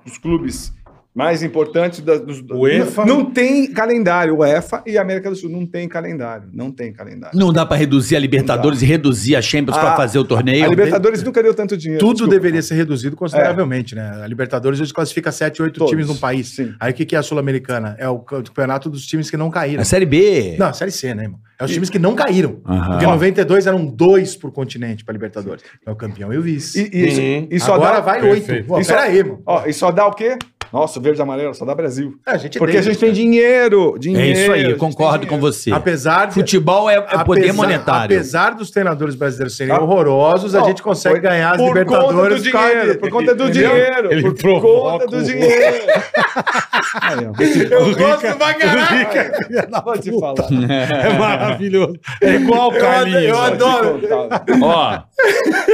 [SPEAKER 6] os clubes mais importantes da, dos.
[SPEAKER 2] UEFA.
[SPEAKER 6] Não, não tem calendário. UEFA e América do Sul não tem calendário. Não tem calendário.
[SPEAKER 4] Não dá pra reduzir a Libertadores e reduzir a Champions pra
[SPEAKER 6] Ah,
[SPEAKER 4] fazer o
[SPEAKER 6] a
[SPEAKER 4] torneio?
[SPEAKER 6] Libertadores nunca deu tanto dinheiro.
[SPEAKER 5] Tudo
[SPEAKER 6] desculpa. É.
[SPEAKER 5] deveria ser reduzido consideravelmente, né? A Libertadores hoje classifica 7, 8
[SPEAKER 6] Todos.
[SPEAKER 5] times num país.
[SPEAKER 6] Sim.
[SPEAKER 5] Aí o que, que é a Sul-Americana? É o campeonato dos times que não caíram.
[SPEAKER 4] A Série B.
[SPEAKER 5] Não, Série C, né, irmão? É os times que não caíram.
[SPEAKER 4] Aham.
[SPEAKER 5] Porque em 92 eram dois por continente pra Libertadores. É o campeão e o vice.
[SPEAKER 6] E, e,
[SPEAKER 2] Uhum.
[SPEAKER 6] e só
[SPEAKER 5] Agora
[SPEAKER 6] dá,
[SPEAKER 5] vai
[SPEAKER 2] Perfeito.
[SPEAKER 5] oito. Pô,
[SPEAKER 6] E só-
[SPEAKER 5] Peraí, irmão.
[SPEAKER 6] Ó, e só dá o quê? Nossa, verde e amarelo, só dá Brasil.
[SPEAKER 5] É, a gente
[SPEAKER 6] Porque a gente tem dinheiro.
[SPEAKER 4] É
[SPEAKER 6] dinheiro
[SPEAKER 4] isso
[SPEAKER 6] a
[SPEAKER 4] aí,
[SPEAKER 6] gente
[SPEAKER 4] eu
[SPEAKER 6] tem
[SPEAKER 4] concordo
[SPEAKER 6] dinheiro.
[SPEAKER 4] com você.
[SPEAKER 5] Apesar de...
[SPEAKER 4] Futebol é, é poder
[SPEAKER 5] Apesar-
[SPEAKER 4] monetário.
[SPEAKER 5] Apesar dos treinadores brasileiros serem
[SPEAKER 6] Ah.
[SPEAKER 5] horrorosos, a
[SPEAKER 6] Não,
[SPEAKER 5] gente consegue
[SPEAKER 6] foi
[SPEAKER 5] ganhar as
[SPEAKER 6] por
[SPEAKER 5] Libertadores
[SPEAKER 6] Conta do dinheiro, por conta do
[SPEAKER 5] Entendeu?
[SPEAKER 6] dinheiro.
[SPEAKER 2] Ele
[SPEAKER 6] por
[SPEAKER 2] provoca
[SPEAKER 6] conta
[SPEAKER 2] o-
[SPEAKER 6] do dinheiro. (laughs) Aí, ó, vou te-
[SPEAKER 5] Eu gosto pra caralho.
[SPEAKER 6] vou te falar.
[SPEAKER 2] É maravilhoso. É igual o Carlinhos.
[SPEAKER 5] eu adoro.
[SPEAKER 6] Vou te contar.
[SPEAKER 4] Ó,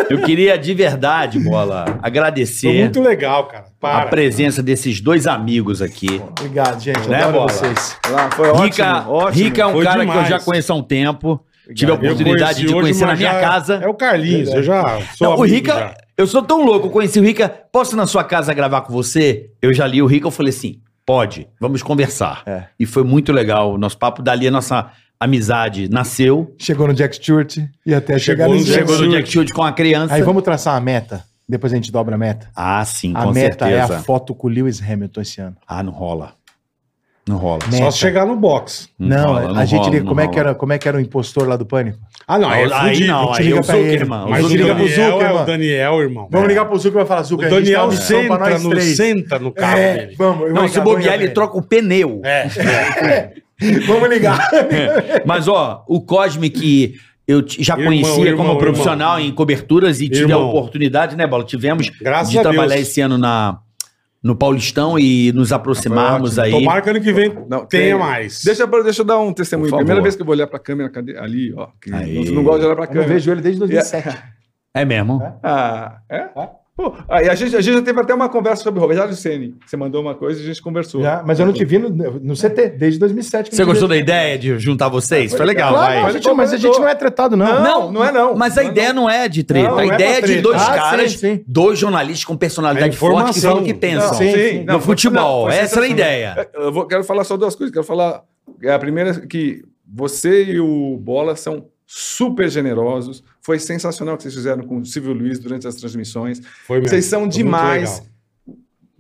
[SPEAKER 4] eu queria de verdade, Bola,
[SPEAKER 2] Foi
[SPEAKER 4] agradecer
[SPEAKER 2] muito legal, cara.
[SPEAKER 4] a
[SPEAKER 2] Para.
[SPEAKER 4] presença desses dois amigos aqui.
[SPEAKER 5] Obrigado, gente.
[SPEAKER 4] Né,
[SPEAKER 5] adoro
[SPEAKER 4] Bola?
[SPEAKER 5] vocês.
[SPEAKER 6] Lá, Foi
[SPEAKER 4] Rica,
[SPEAKER 6] ótimo, ótimo.
[SPEAKER 4] Rica é um
[SPEAKER 2] Foi
[SPEAKER 4] cara
[SPEAKER 2] demais.
[SPEAKER 4] que eu já conheço há um tempo. Tive a
[SPEAKER 2] Eu
[SPEAKER 4] oportunidade
[SPEAKER 2] conheci
[SPEAKER 4] de
[SPEAKER 2] hoje,
[SPEAKER 4] conhecer na
[SPEAKER 2] mas
[SPEAKER 4] minha
[SPEAKER 2] já-
[SPEAKER 4] casa.
[SPEAKER 2] É o Carlinhos, eu já sou
[SPEAKER 4] Não, o
[SPEAKER 2] amigo
[SPEAKER 4] Rica,
[SPEAKER 2] já.
[SPEAKER 4] eu sou tão louco, eu conheci o Rica. Posso ir na sua casa gravar com você? Eu já li o Rica, eu falei assim: pode, vamos conversar.
[SPEAKER 2] É.
[SPEAKER 4] E foi muito legal o nosso papo. Dali a nossa amizade nasceu.
[SPEAKER 5] Chegou no Jack Stewart e até chegar
[SPEAKER 2] Chegou no
[SPEAKER 5] no Jack
[SPEAKER 4] Chegou no
[SPEAKER 2] Absurdo.
[SPEAKER 4] Jack Shield com a criança.
[SPEAKER 5] Aí vamos traçar a meta. Depois a gente dobra a meta.
[SPEAKER 4] Ah, sim,
[SPEAKER 5] A
[SPEAKER 4] com
[SPEAKER 5] meta é
[SPEAKER 4] certeza.
[SPEAKER 5] a foto com o Lewis Hamilton esse ano.
[SPEAKER 4] Ah, não rola. Não rola.
[SPEAKER 5] Meta.
[SPEAKER 2] Só se chegar no box.
[SPEAKER 5] Não,
[SPEAKER 4] rola,
[SPEAKER 5] a gente
[SPEAKER 4] rola,
[SPEAKER 5] liga
[SPEAKER 4] não
[SPEAKER 5] como é, que
[SPEAKER 4] rola.
[SPEAKER 5] era, como é que era o impostor lá do Pânico?
[SPEAKER 2] Ah, não, aí, é
[SPEAKER 4] Aí
[SPEAKER 2] fudido.
[SPEAKER 4] não,
[SPEAKER 2] A gente
[SPEAKER 4] aí
[SPEAKER 2] liga pra
[SPEAKER 4] eu sou o
[SPEAKER 2] ele.
[SPEAKER 4] quê, irmão?
[SPEAKER 2] Mas
[SPEAKER 4] Eu sou
[SPEAKER 2] se liga pro
[SPEAKER 5] Daniel,
[SPEAKER 2] Zucker,
[SPEAKER 5] é o
[SPEAKER 2] é o Daniel, irmão.
[SPEAKER 5] Vamos ligar pro Zucker e vai falar,
[SPEAKER 2] O
[SPEAKER 5] Zucker,
[SPEAKER 2] Daniel
[SPEAKER 5] uma opção um pra
[SPEAKER 2] senta
[SPEAKER 5] nós
[SPEAKER 2] no,
[SPEAKER 5] três.
[SPEAKER 2] senta no carro
[SPEAKER 5] É,
[SPEAKER 2] dele.
[SPEAKER 5] vamos. eu vou
[SPEAKER 4] Não, se
[SPEAKER 5] ligar, vou ligar
[SPEAKER 4] bobear,
[SPEAKER 5] pra
[SPEAKER 4] ele troca o pneu.
[SPEAKER 2] É.
[SPEAKER 5] Vamos ligar.
[SPEAKER 4] (laughs) Mas, ó, o Cosme que eu te- já
[SPEAKER 2] Irmão,
[SPEAKER 4] conhecia
[SPEAKER 2] irmão,
[SPEAKER 4] como
[SPEAKER 2] irmão.
[SPEAKER 4] profissional em coberturas e tive a
[SPEAKER 2] Irmão.
[SPEAKER 4] oportunidade, né, Bola? Tivemos
[SPEAKER 2] Graças
[SPEAKER 4] de
[SPEAKER 2] a
[SPEAKER 4] trabalhar
[SPEAKER 2] Deus.
[SPEAKER 4] esse ano na, no Paulistão e nos aproximarmos aí.
[SPEAKER 2] Tomara que ano que vem
[SPEAKER 6] Não,
[SPEAKER 2] tenha
[SPEAKER 6] tem-
[SPEAKER 2] mais.
[SPEAKER 6] Deixa, eu- deixa eu dar um testemunho.
[SPEAKER 4] Por favor.
[SPEAKER 6] Primeira vez que eu vou olhar pra câmera, cadê? Ali, ó. que
[SPEAKER 4] Aí.
[SPEAKER 6] Não, não gosto de olhar pra
[SPEAKER 5] Eu não
[SPEAKER 6] câmera.
[SPEAKER 5] vejo ele desde 2007.
[SPEAKER 4] É mesmo?
[SPEAKER 6] Ah, é? Pô, aí a gente, a gente já teve até uma conversa sobre o Rogério Ceni. Você mandou uma coisa e a gente conversou.
[SPEAKER 5] Já, mas eu não te vi no, no CT, desde 2007. que
[SPEAKER 4] Você
[SPEAKER 5] eu não te
[SPEAKER 4] gostou
[SPEAKER 5] vi.
[SPEAKER 4] da ideia de juntar vocês? Foi legal,
[SPEAKER 5] Claro,
[SPEAKER 4] vai.
[SPEAKER 5] a gente- mas a gente não é tretado, não.
[SPEAKER 6] Não, não é não.
[SPEAKER 4] Mas a
[SPEAKER 6] Não é
[SPEAKER 4] ideia não é de treta.
[SPEAKER 6] Não,
[SPEAKER 4] a
[SPEAKER 6] não é
[SPEAKER 4] ideia é
[SPEAKER 6] pra
[SPEAKER 4] de
[SPEAKER 6] treta.
[SPEAKER 4] dois
[SPEAKER 5] Ah,
[SPEAKER 4] caras,
[SPEAKER 5] sim, sim.
[SPEAKER 4] dois jornalistas com personalidade
[SPEAKER 2] É
[SPEAKER 4] forte que falam o que
[SPEAKER 2] informação.
[SPEAKER 4] pensam.
[SPEAKER 6] Não, sim, sim. Não,
[SPEAKER 4] é no futebol.
[SPEAKER 6] não, foi
[SPEAKER 4] Essa era a
[SPEAKER 6] sensacional.
[SPEAKER 4] ideia.
[SPEAKER 6] Eu vou, quero falar só duas coisas. Quero falar. é, A primeira é que você e o Bola são super generosos. Foi sensacional o que vocês fizeram com o Silvio Luiz durante as transmissões.
[SPEAKER 2] Foi mesmo.
[SPEAKER 6] Vocês são
[SPEAKER 2] Foi muito
[SPEAKER 6] demais.
[SPEAKER 2] legal.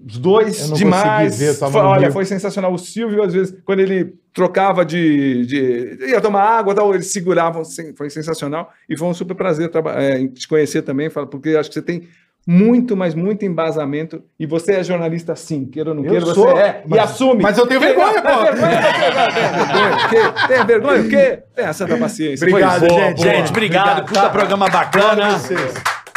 [SPEAKER 6] Os dois
[SPEAKER 5] Eu não
[SPEAKER 6] demais.
[SPEAKER 5] consegui ver, eu tava
[SPEAKER 6] Foi-
[SPEAKER 5] no
[SPEAKER 6] olha,
[SPEAKER 5] Rio.
[SPEAKER 6] foi sensacional. O Silvio, às vezes, quando ele trocava de. de- ia tomar água, tal, eles seguravam. Sen- Foi sensacional. E foi um super prazer traba- é, em te conhecer também, fala- porque eu acho que você tem muito, mas muito embasamento. E você é jornalista sim, queira ou não
[SPEAKER 5] Eu
[SPEAKER 6] queira,
[SPEAKER 5] sou,
[SPEAKER 6] você é.
[SPEAKER 5] mas-
[SPEAKER 6] e assume.
[SPEAKER 5] mas eu tenho vergonha,
[SPEAKER 6] Tem
[SPEAKER 5] pô.
[SPEAKER 6] vergonha,
[SPEAKER 5] (laughs)
[SPEAKER 6] pô. Tem vergonha o quê? Tem a santa paciência.
[SPEAKER 5] Obrigado,
[SPEAKER 6] Pois é.
[SPEAKER 5] gente.
[SPEAKER 4] Gente, obrigado. Puta
[SPEAKER 5] Tá,
[SPEAKER 4] programa bacana.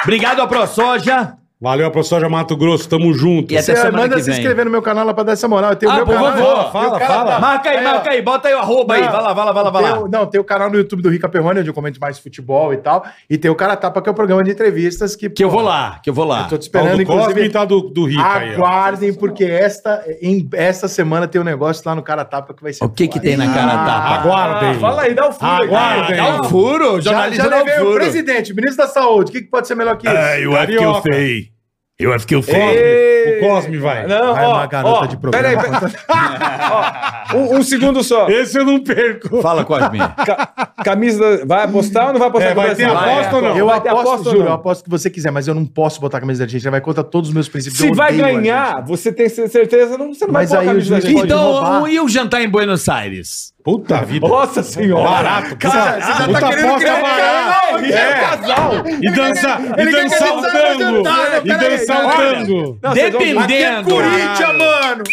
[SPEAKER 4] Obrigado à ProSoja.
[SPEAKER 2] Valeu, professor de Mato Grosso. Tamo junto.
[SPEAKER 4] E até
[SPEAKER 5] Você
[SPEAKER 4] semana
[SPEAKER 5] manda
[SPEAKER 4] que
[SPEAKER 5] se
[SPEAKER 4] vem.
[SPEAKER 5] inscrever no meu canal lá pra dar essa moral. Eu tenho
[SPEAKER 4] Ah,
[SPEAKER 5] meu
[SPEAKER 4] por
[SPEAKER 5] canal.
[SPEAKER 4] favor.
[SPEAKER 2] Fala,
[SPEAKER 5] Meu
[SPEAKER 2] fala.
[SPEAKER 4] tá- Marca aí,
[SPEAKER 5] Aí,
[SPEAKER 4] marca
[SPEAKER 5] ó.
[SPEAKER 4] aí. Bota aí o arroba aí.
[SPEAKER 5] Não.
[SPEAKER 4] Vai lá, vai lá, vai lá, vai
[SPEAKER 5] Tem
[SPEAKER 4] lá.
[SPEAKER 5] o- não, tem o canal no YouTube do Rica Perrone, onde eu comento mais futebol e tal. E tem o Cara Tapa, que é o programa de entrevistas que.
[SPEAKER 4] Que eu vou lá, que eu vou lá.
[SPEAKER 5] Tô te
[SPEAKER 2] Paulo
[SPEAKER 5] esperando, inclusive.
[SPEAKER 2] Cosme tá do, do Rica aí, ó.
[SPEAKER 5] Aguardem, porque esta, em- esta semana tem um negócio lá no Cara Tapa que vai ser. Ah,
[SPEAKER 4] O que que tem na cara tapa?
[SPEAKER 2] Aguardem.
[SPEAKER 6] Ah, Fala aí, dá o furo. aí.
[SPEAKER 2] Aguardem.
[SPEAKER 4] Dá um furo,
[SPEAKER 5] Já,
[SPEAKER 4] jornalista
[SPEAKER 5] já
[SPEAKER 4] dá um
[SPEAKER 5] levei o
[SPEAKER 4] furo.
[SPEAKER 5] presidente, o ministro da saúde. O que, que pode ser melhor que isso?
[SPEAKER 4] É,
[SPEAKER 6] É,
[SPEAKER 2] eu acho que eu sei. Eu acho que eu
[SPEAKER 6] Ei.
[SPEAKER 2] O Cosme vai.
[SPEAKER 6] Não,
[SPEAKER 5] Vai
[SPEAKER 6] ó,
[SPEAKER 5] uma garota
[SPEAKER 6] ó,
[SPEAKER 5] de programa.
[SPEAKER 6] Peraí, peraí. (laughs) Ó, um, um segundo só.
[SPEAKER 2] Esse eu não perco.
[SPEAKER 4] Fala,
[SPEAKER 5] (laughs)
[SPEAKER 4] Cosme.
[SPEAKER 6] Ca- camisa. da- Vai apostar ou não vai apostar?
[SPEAKER 2] É,
[SPEAKER 6] com o
[SPEAKER 2] vai ter
[SPEAKER 6] Brasil?
[SPEAKER 2] aposta
[SPEAKER 6] Vai,
[SPEAKER 2] ou não?
[SPEAKER 5] Eu
[SPEAKER 6] Vai ter
[SPEAKER 5] aposto,
[SPEAKER 6] aposta ou
[SPEAKER 5] juro,
[SPEAKER 6] não?
[SPEAKER 5] eu aposto que você quiser, mas eu não posso botar a camisa da Argentina. Vai contra todos os meus princípios.
[SPEAKER 6] Se
[SPEAKER 5] eu
[SPEAKER 6] vai
[SPEAKER 5] odeio a
[SPEAKER 6] ganhar,
[SPEAKER 5] Argentina.
[SPEAKER 6] você tem certeza, não, você não
[SPEAKER 5] Mas
[SPEAKER 6] vai
[SPEAKER 5] aí
[SPEAKER 6] pôr
[SPEAKER 5] o
[SPEAKER 6] a camisa da
[SPEAKER 5] juiz
[SPEAKER 6] Argentina.
[SPEAKER 5] pode-
[SPEAKER 4] Então,
[SPEAKER 5] roubar.
[SPEAKER 4] e o jantar em Buenos Aires?
[SPEAKER 2] Puta vida.
[SPEAKER 6] Nossa senhora!
[SPEAKER 2] Barato.
[SPEAKER 5] Ah,
[SPEAKER 6] Cara,
[SPEAKER 2] você já tá querendo
[SPEAKER 4] né?
[SPEAKER 2] criar
[SPEAKER 6] Ele é casal!
[SPEAKER 2] E dançar, e
[SPEAKER 5] Ele quer
[SPEAKER 2] dançar o
[SPEAKER 5] dançar, vai
[SPEAKER 2] tango.
[SPEAKER 5] jantar, né?
[SPEAKER 2] E
[SPEAKER 5] Peraí,
[SPEAKER 2] dançar o
[SPEAKER 5] cara.
[SPEAKER 2] tango.
[SPEAKER 6] Não, vocês vão-
[SPEAKER 4] Dependendo.
[SPEAKER 5] Corinthians, mano!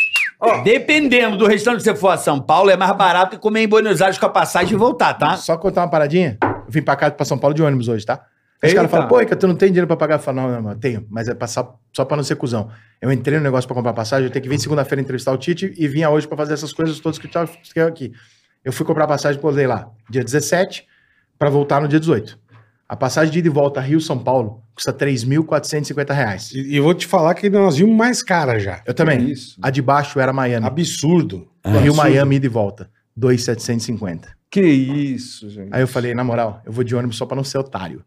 [SPEAKER 4] Dependendo do restaurante que você for a São Paulo, é mais barato que comer em Buenos Aires com a passagem e voltar, tá?
[SPEAKER 5] Só contar uma paradinha. Eu vim pra cá, pra São Paulo de ônibus hoje, tá? Aí Os
[SPEAKER 6] Eita.
[SPEAKER 5] caras falam, pô, Ica, tu não tem dinheiro pra pagar? Eu falo, não, não, não, eu tenho, mas é passar só pra não ser cuzão. Eu entrei no negócio pra comprar passagem, eu tenho que vir segunda-feira entrevistar o Tite e vinha hoje pra fazer essas coisas todas que eu tinha aqui. Eu fui comprar passagem, posei lá, dia 17, pra voltar no dia 18. A passagem de ida e volta Rio-São Paulo custa 3.450 reais.
[SPEAKER 2] E e eu vou te falar que nós vimos mais cara já.
[SPEAKER 5] Eu também.
[SPEAKER 6] Isso.
[SPEAKER 5] A de baixo era Miami.
[SPEAKER 2] Absurdo.
[SPEAKER 5] Rio-Miami, ida e volta. 2,750.
[SPEAKER 6] Que isso, gente.
[SPEAKER 5] Aí eu falei, na moral, eu vou de ônibus só pra não ser otário.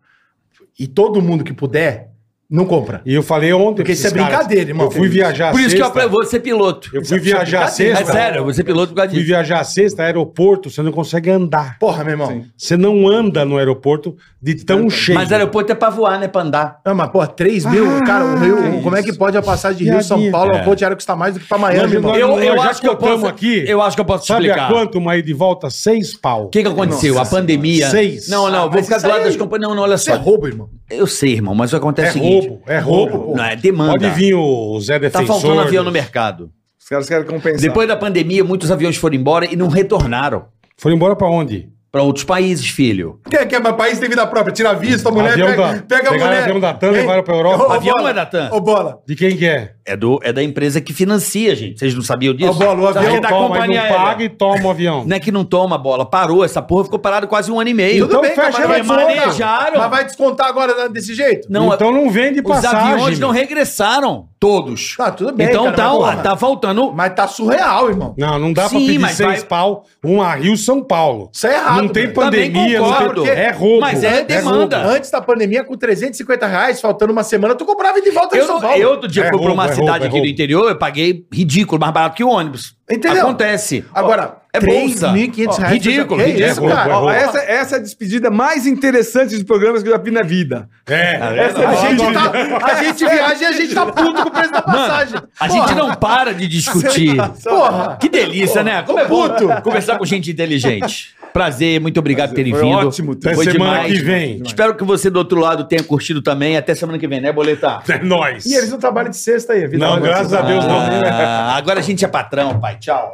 [SPEAKER 5] E todo mundo que puder, não compra.
[SPEAKER 2] E eu falei ontem.
[SPEAKER 5] Porque
[SPEAKER 2] pra
[SPEAKER 5] isso é
[SPEAKER 2] esses caras,
[SPEAKER 5] brincadeira, irmão.
[SPEAKER 2] Eu fui viajar
[SPEAKER 4] Por isso que eu
[SPEAKER 2] sexta,
[SPEAKER 4] apre- vou ser piloto.
[SPEAKER 2] eu fui viajar
[SPEAKER 5] brincadeira,
[SPEAKER 2] sexta.
[SPEAKER 4] É sério, eu vou ser piloto por causa
[SPEAKER 2] Fui
[SPEAKER 4] disso.
[SPEAKER 2] viajar sexta, aeroporto, você não consegue andar.
[SPEAKER 5] Porra, meu irmão.
[SPEAKER 2] Você não anda no aeroporto de tão cheio.
[SPEAKER 4] Mas aeroporto é pra voar, né? Pra andar.
[SPEAKER 5] Ah, mas, porra, 3 mil,
[SPEAKER 2] Ah,
[SPEAKER 5] cara, o Rio-
[SPEAKER 2] que
[SPEAKER 5] como é que pode a passagem de
[SPEAKER 2] E
[SPEAKER 5] Rio
[SPEAKER 2] a
[SPEAKER 5] São
[SPEAKER 2] minha?
[SPEAKER 5] Paulo
[SPEAKER 4] É.
[SPEAKER 5] a ponte aérea custar mais do que pra Miami, irmão? É
[SPEAKER 2] Nós-
[SPEAKER 4] Eu, eu
[SPEAKER 2] já
[SPEAKER 4] acho que eu
[SPEAKER 2] contamos
[SPEAKER 4] posso.
[SPEAKER 2] aqui.
[SPEAKER 4] Eu acho que eu posso
[SPEAKER 2] Sabe a
[SPEAKER 4] explicar. O
[SPEAKER 2] quanto uma ida e volta? Seis pau.
[SPEAKER 4] que, que aconteceu? a pandemia.
[SPEAKER 2] Seis.
[SPEAKER 4] Não, não,
[SPEAKER 5] Ah,
[SPEAKER 4] eu vou
[SPEAKER 5] mas
[SPEAKER 4] ficar
[SPEAKER 5] isso
[SPEAKER 4] do lado
[SPEAKER 5] aí-
[SPEAKER 4] das companhias. Não, não, olha
[SPEAKER 5] Isso é
[SPEAKER 4] só.
[SPEAKER 5] roubo, irmão.
[SPEAKER 4] Eu sei, irmão, mas acontece
[SPEAKER 2] É
[SPEAKER 4] o seguinte.
[SPEAKER 2] roubo, é roubo.
[SPEAKER 4] Não, é demanda.
[SPEAKER 2] Pode vir o Zé
[SPEAKER 4] Tá
[SPEAKER 2] Defensor.
[SPEAKER 4] faltando avião no mercado.
[SPEAKER 6] Os caras querem compensar.
[SPEAKER 4] Depois da pandemia, muitos aviões foram embora e não retornaram
[SPEAKER 2] Foram embora pra onde?
[SPEAKER 4] pra outros países, filho.
[SPEAKER 5] Quem quer mais país tem vida própria? Tira visto, a mulher
[SPEAKER 2] Avião
[SPEAKER 5] pega,
[SPEAKER 2] da-
[SPEAKER 5] pega a
[SPEAKER 2] pegaram
[SPEAKER 5] mulher.
[SPEAKER 2] avião da TAM,
[SPEAKER 5] Hein?
[SPEAKER 2] levaram pra Europa.
[SPEAKER 5] Ô, ô,
[SPEAKER 4] Avião
[SPEAKER 5] bola,
[SPEAKER 4] é da TAM?
[SPEAKER 5] Ô, bola.
[SPEAKER 2] De quem que é?
[SPEAKER 4] É, do, é da empresa que financia, gente. Vocês não sabiam disso?
[SPEAKER 5] Ô, bola, o avião
[SPEAKER 4] Sabe, é da
[SPEAKER 2] toma,
[SPEAKER 4] Tá, companhia
[SPEAKER 2] aí
[SPEAKER 4] aérea.
[SPEAKER 2] não paga e toma o avião.
[SPEAKER 4] Não é que não toma bola. Parou. Essa porra ficou parada quase um ano e meio.
[SPEAKER 2] Então
[SPEAKER 5] cara,
[SPEAKER 2] fecha
[SPEAKER 5] mas
[SPEAKER 2] a
[SPEAKER 5] vai descontar.
[SPEAKER 4] manejaram.
[SPEAKER 5] é Mas vai descontar agora desse jeito?
[SPEAKER 4] Não, é
[SPEAKER 2] então não vende
[SPEAKER 4] os
[SPEAKER 2] passagem.
[SPEAKER 4] aviões não regressaram. Todos.
[SPEAKER 5] Tá, tudo bem,
[SPEAKER 4] Então
[SPEAKER 5] cara,
[SPEAKER 4] tá,
[SPEAKER 5] mas
[SPEAKER 4] ó,
[SPEAKER 5] porra.
[SPEAKER 4] tá faltando...
[SPEAKER 5] Mas tá surreal, irmão.
[SPEAKER 2] Não, não dá
[SPEAKER 4] Sim,
[SPEAKER 2] pra pedir
[SPEAKER 4] mas
[SPEAKER 2] seis
[SPEAKER 4] vai-
[SPEAKER 2] pau, um a Rio São Paulo.
[SPEAKER 5] Isso é errado,
[SPEAKER 2] Não tem
[SPEAKER 5] velho.
[SPEAKER 2] pandemia,
[SPEAKER 4] Também
[SPEAKER 2] não
[SPEAKER 4] concordo.
[SPEAKER 2] tem... é roubo.
[SPEAKER 4] Mas é demanda.
[SPEAKER 2] roubo.
[SPEAKER 5] Antes da pandemia, com 350 reais, faltando uma semana, tu comprava de volta em
[SPEAKER 4] Eu,
[SPEAKER 5] São
[SPEAKER 4] não,
[SPEAKER 5] Paulo.
[SPEAKER 4] eu outro dia
[SPEAKER 2] É
[SPEAKER 4] fui pra
[SPEAKER 2] roubo,
[SPEAKER 4] uma
[SPEAKER 2] é roubo,
[SPEAKER 4] cidade
[SPEAKER 2] é
[SPEAKER 4] aqui do
[SPEAKER 2] ridículo.
[SPEAKER 4] interior, eu paguei ridículo, mais barato que o ônibus.
[SPEAKER 5] Entendeu?
[SPEAKER 4] Acontece.
[SPEAKER 5] Agora,
[SPEAKER 4] é bolsa.
[SPEAKER 5] 3.500
[SPEAKER 4] Ó,
[SPEAKER 5] reais.
[SPEAKER 4] Ridículo,
[SPEAKER 5] Que
[SPEAKER 4] ridículo.
[SPEAKER 5] isso, cara?
[SPEAKER 2] É roubo,
[SPEAKER 6] Ó,
[SPEAKER 2] é
[SPEAKER 6] essa, essa é a despedida mais interessante de programas que eu já vi na vida.
[SPEAKER 2] É,
[SPEAKER 6] Essa é
[SPEAKER 5] A
[SPEAKER 6] a
[SPEAKER 5] gente,
[SPEAKER 6] gente
[SPEAKER 5] tá, a gente viaja e a gente tá puto com o preço da passagem.
[SPEAKER 4] é A gente não para de discutir.
[SPEAKER 5] Porra!
[SPEAKER 4] Que delícia, né? Como é bom conversar com gente inteligente. Prazer, muito obrigado por terem
[SPEAKER 6] Foi
[SPEAKER 4] vindo.
[SPEAKER 6] ótimo.
[SPEAKER 2] Até
[SPEAKER 4] Foi
[SPEAKER 2] semana
[SPEAKER 4] demais.
[SPEAKER 2] que vem.
[SPEAKER 4] Espero que você do outro lado tenha curtido também. Até semana que vem, né, Boletar?
[SPEAKER 2] (laughs) É nóis.
[SPEAKER 5] E eles não trabalham de sexta aí, a vida
[SPEAKER 2] Não,
[SPEAKER 5] é uma
[SPEAKER 2] graças a Deus não.
[SPEAKER 4] Ah, agora a gente é patrão, pai. Tchau.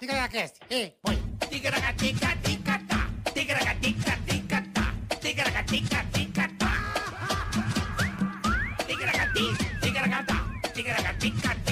[SPEAKER 14] Ticaracast, hey, boy. Ticaracatica, ticatá. Ticaracatica, ticatá. Ticaracatica, ticatá. Ticaracati, ticaracatá. Ticaracatica,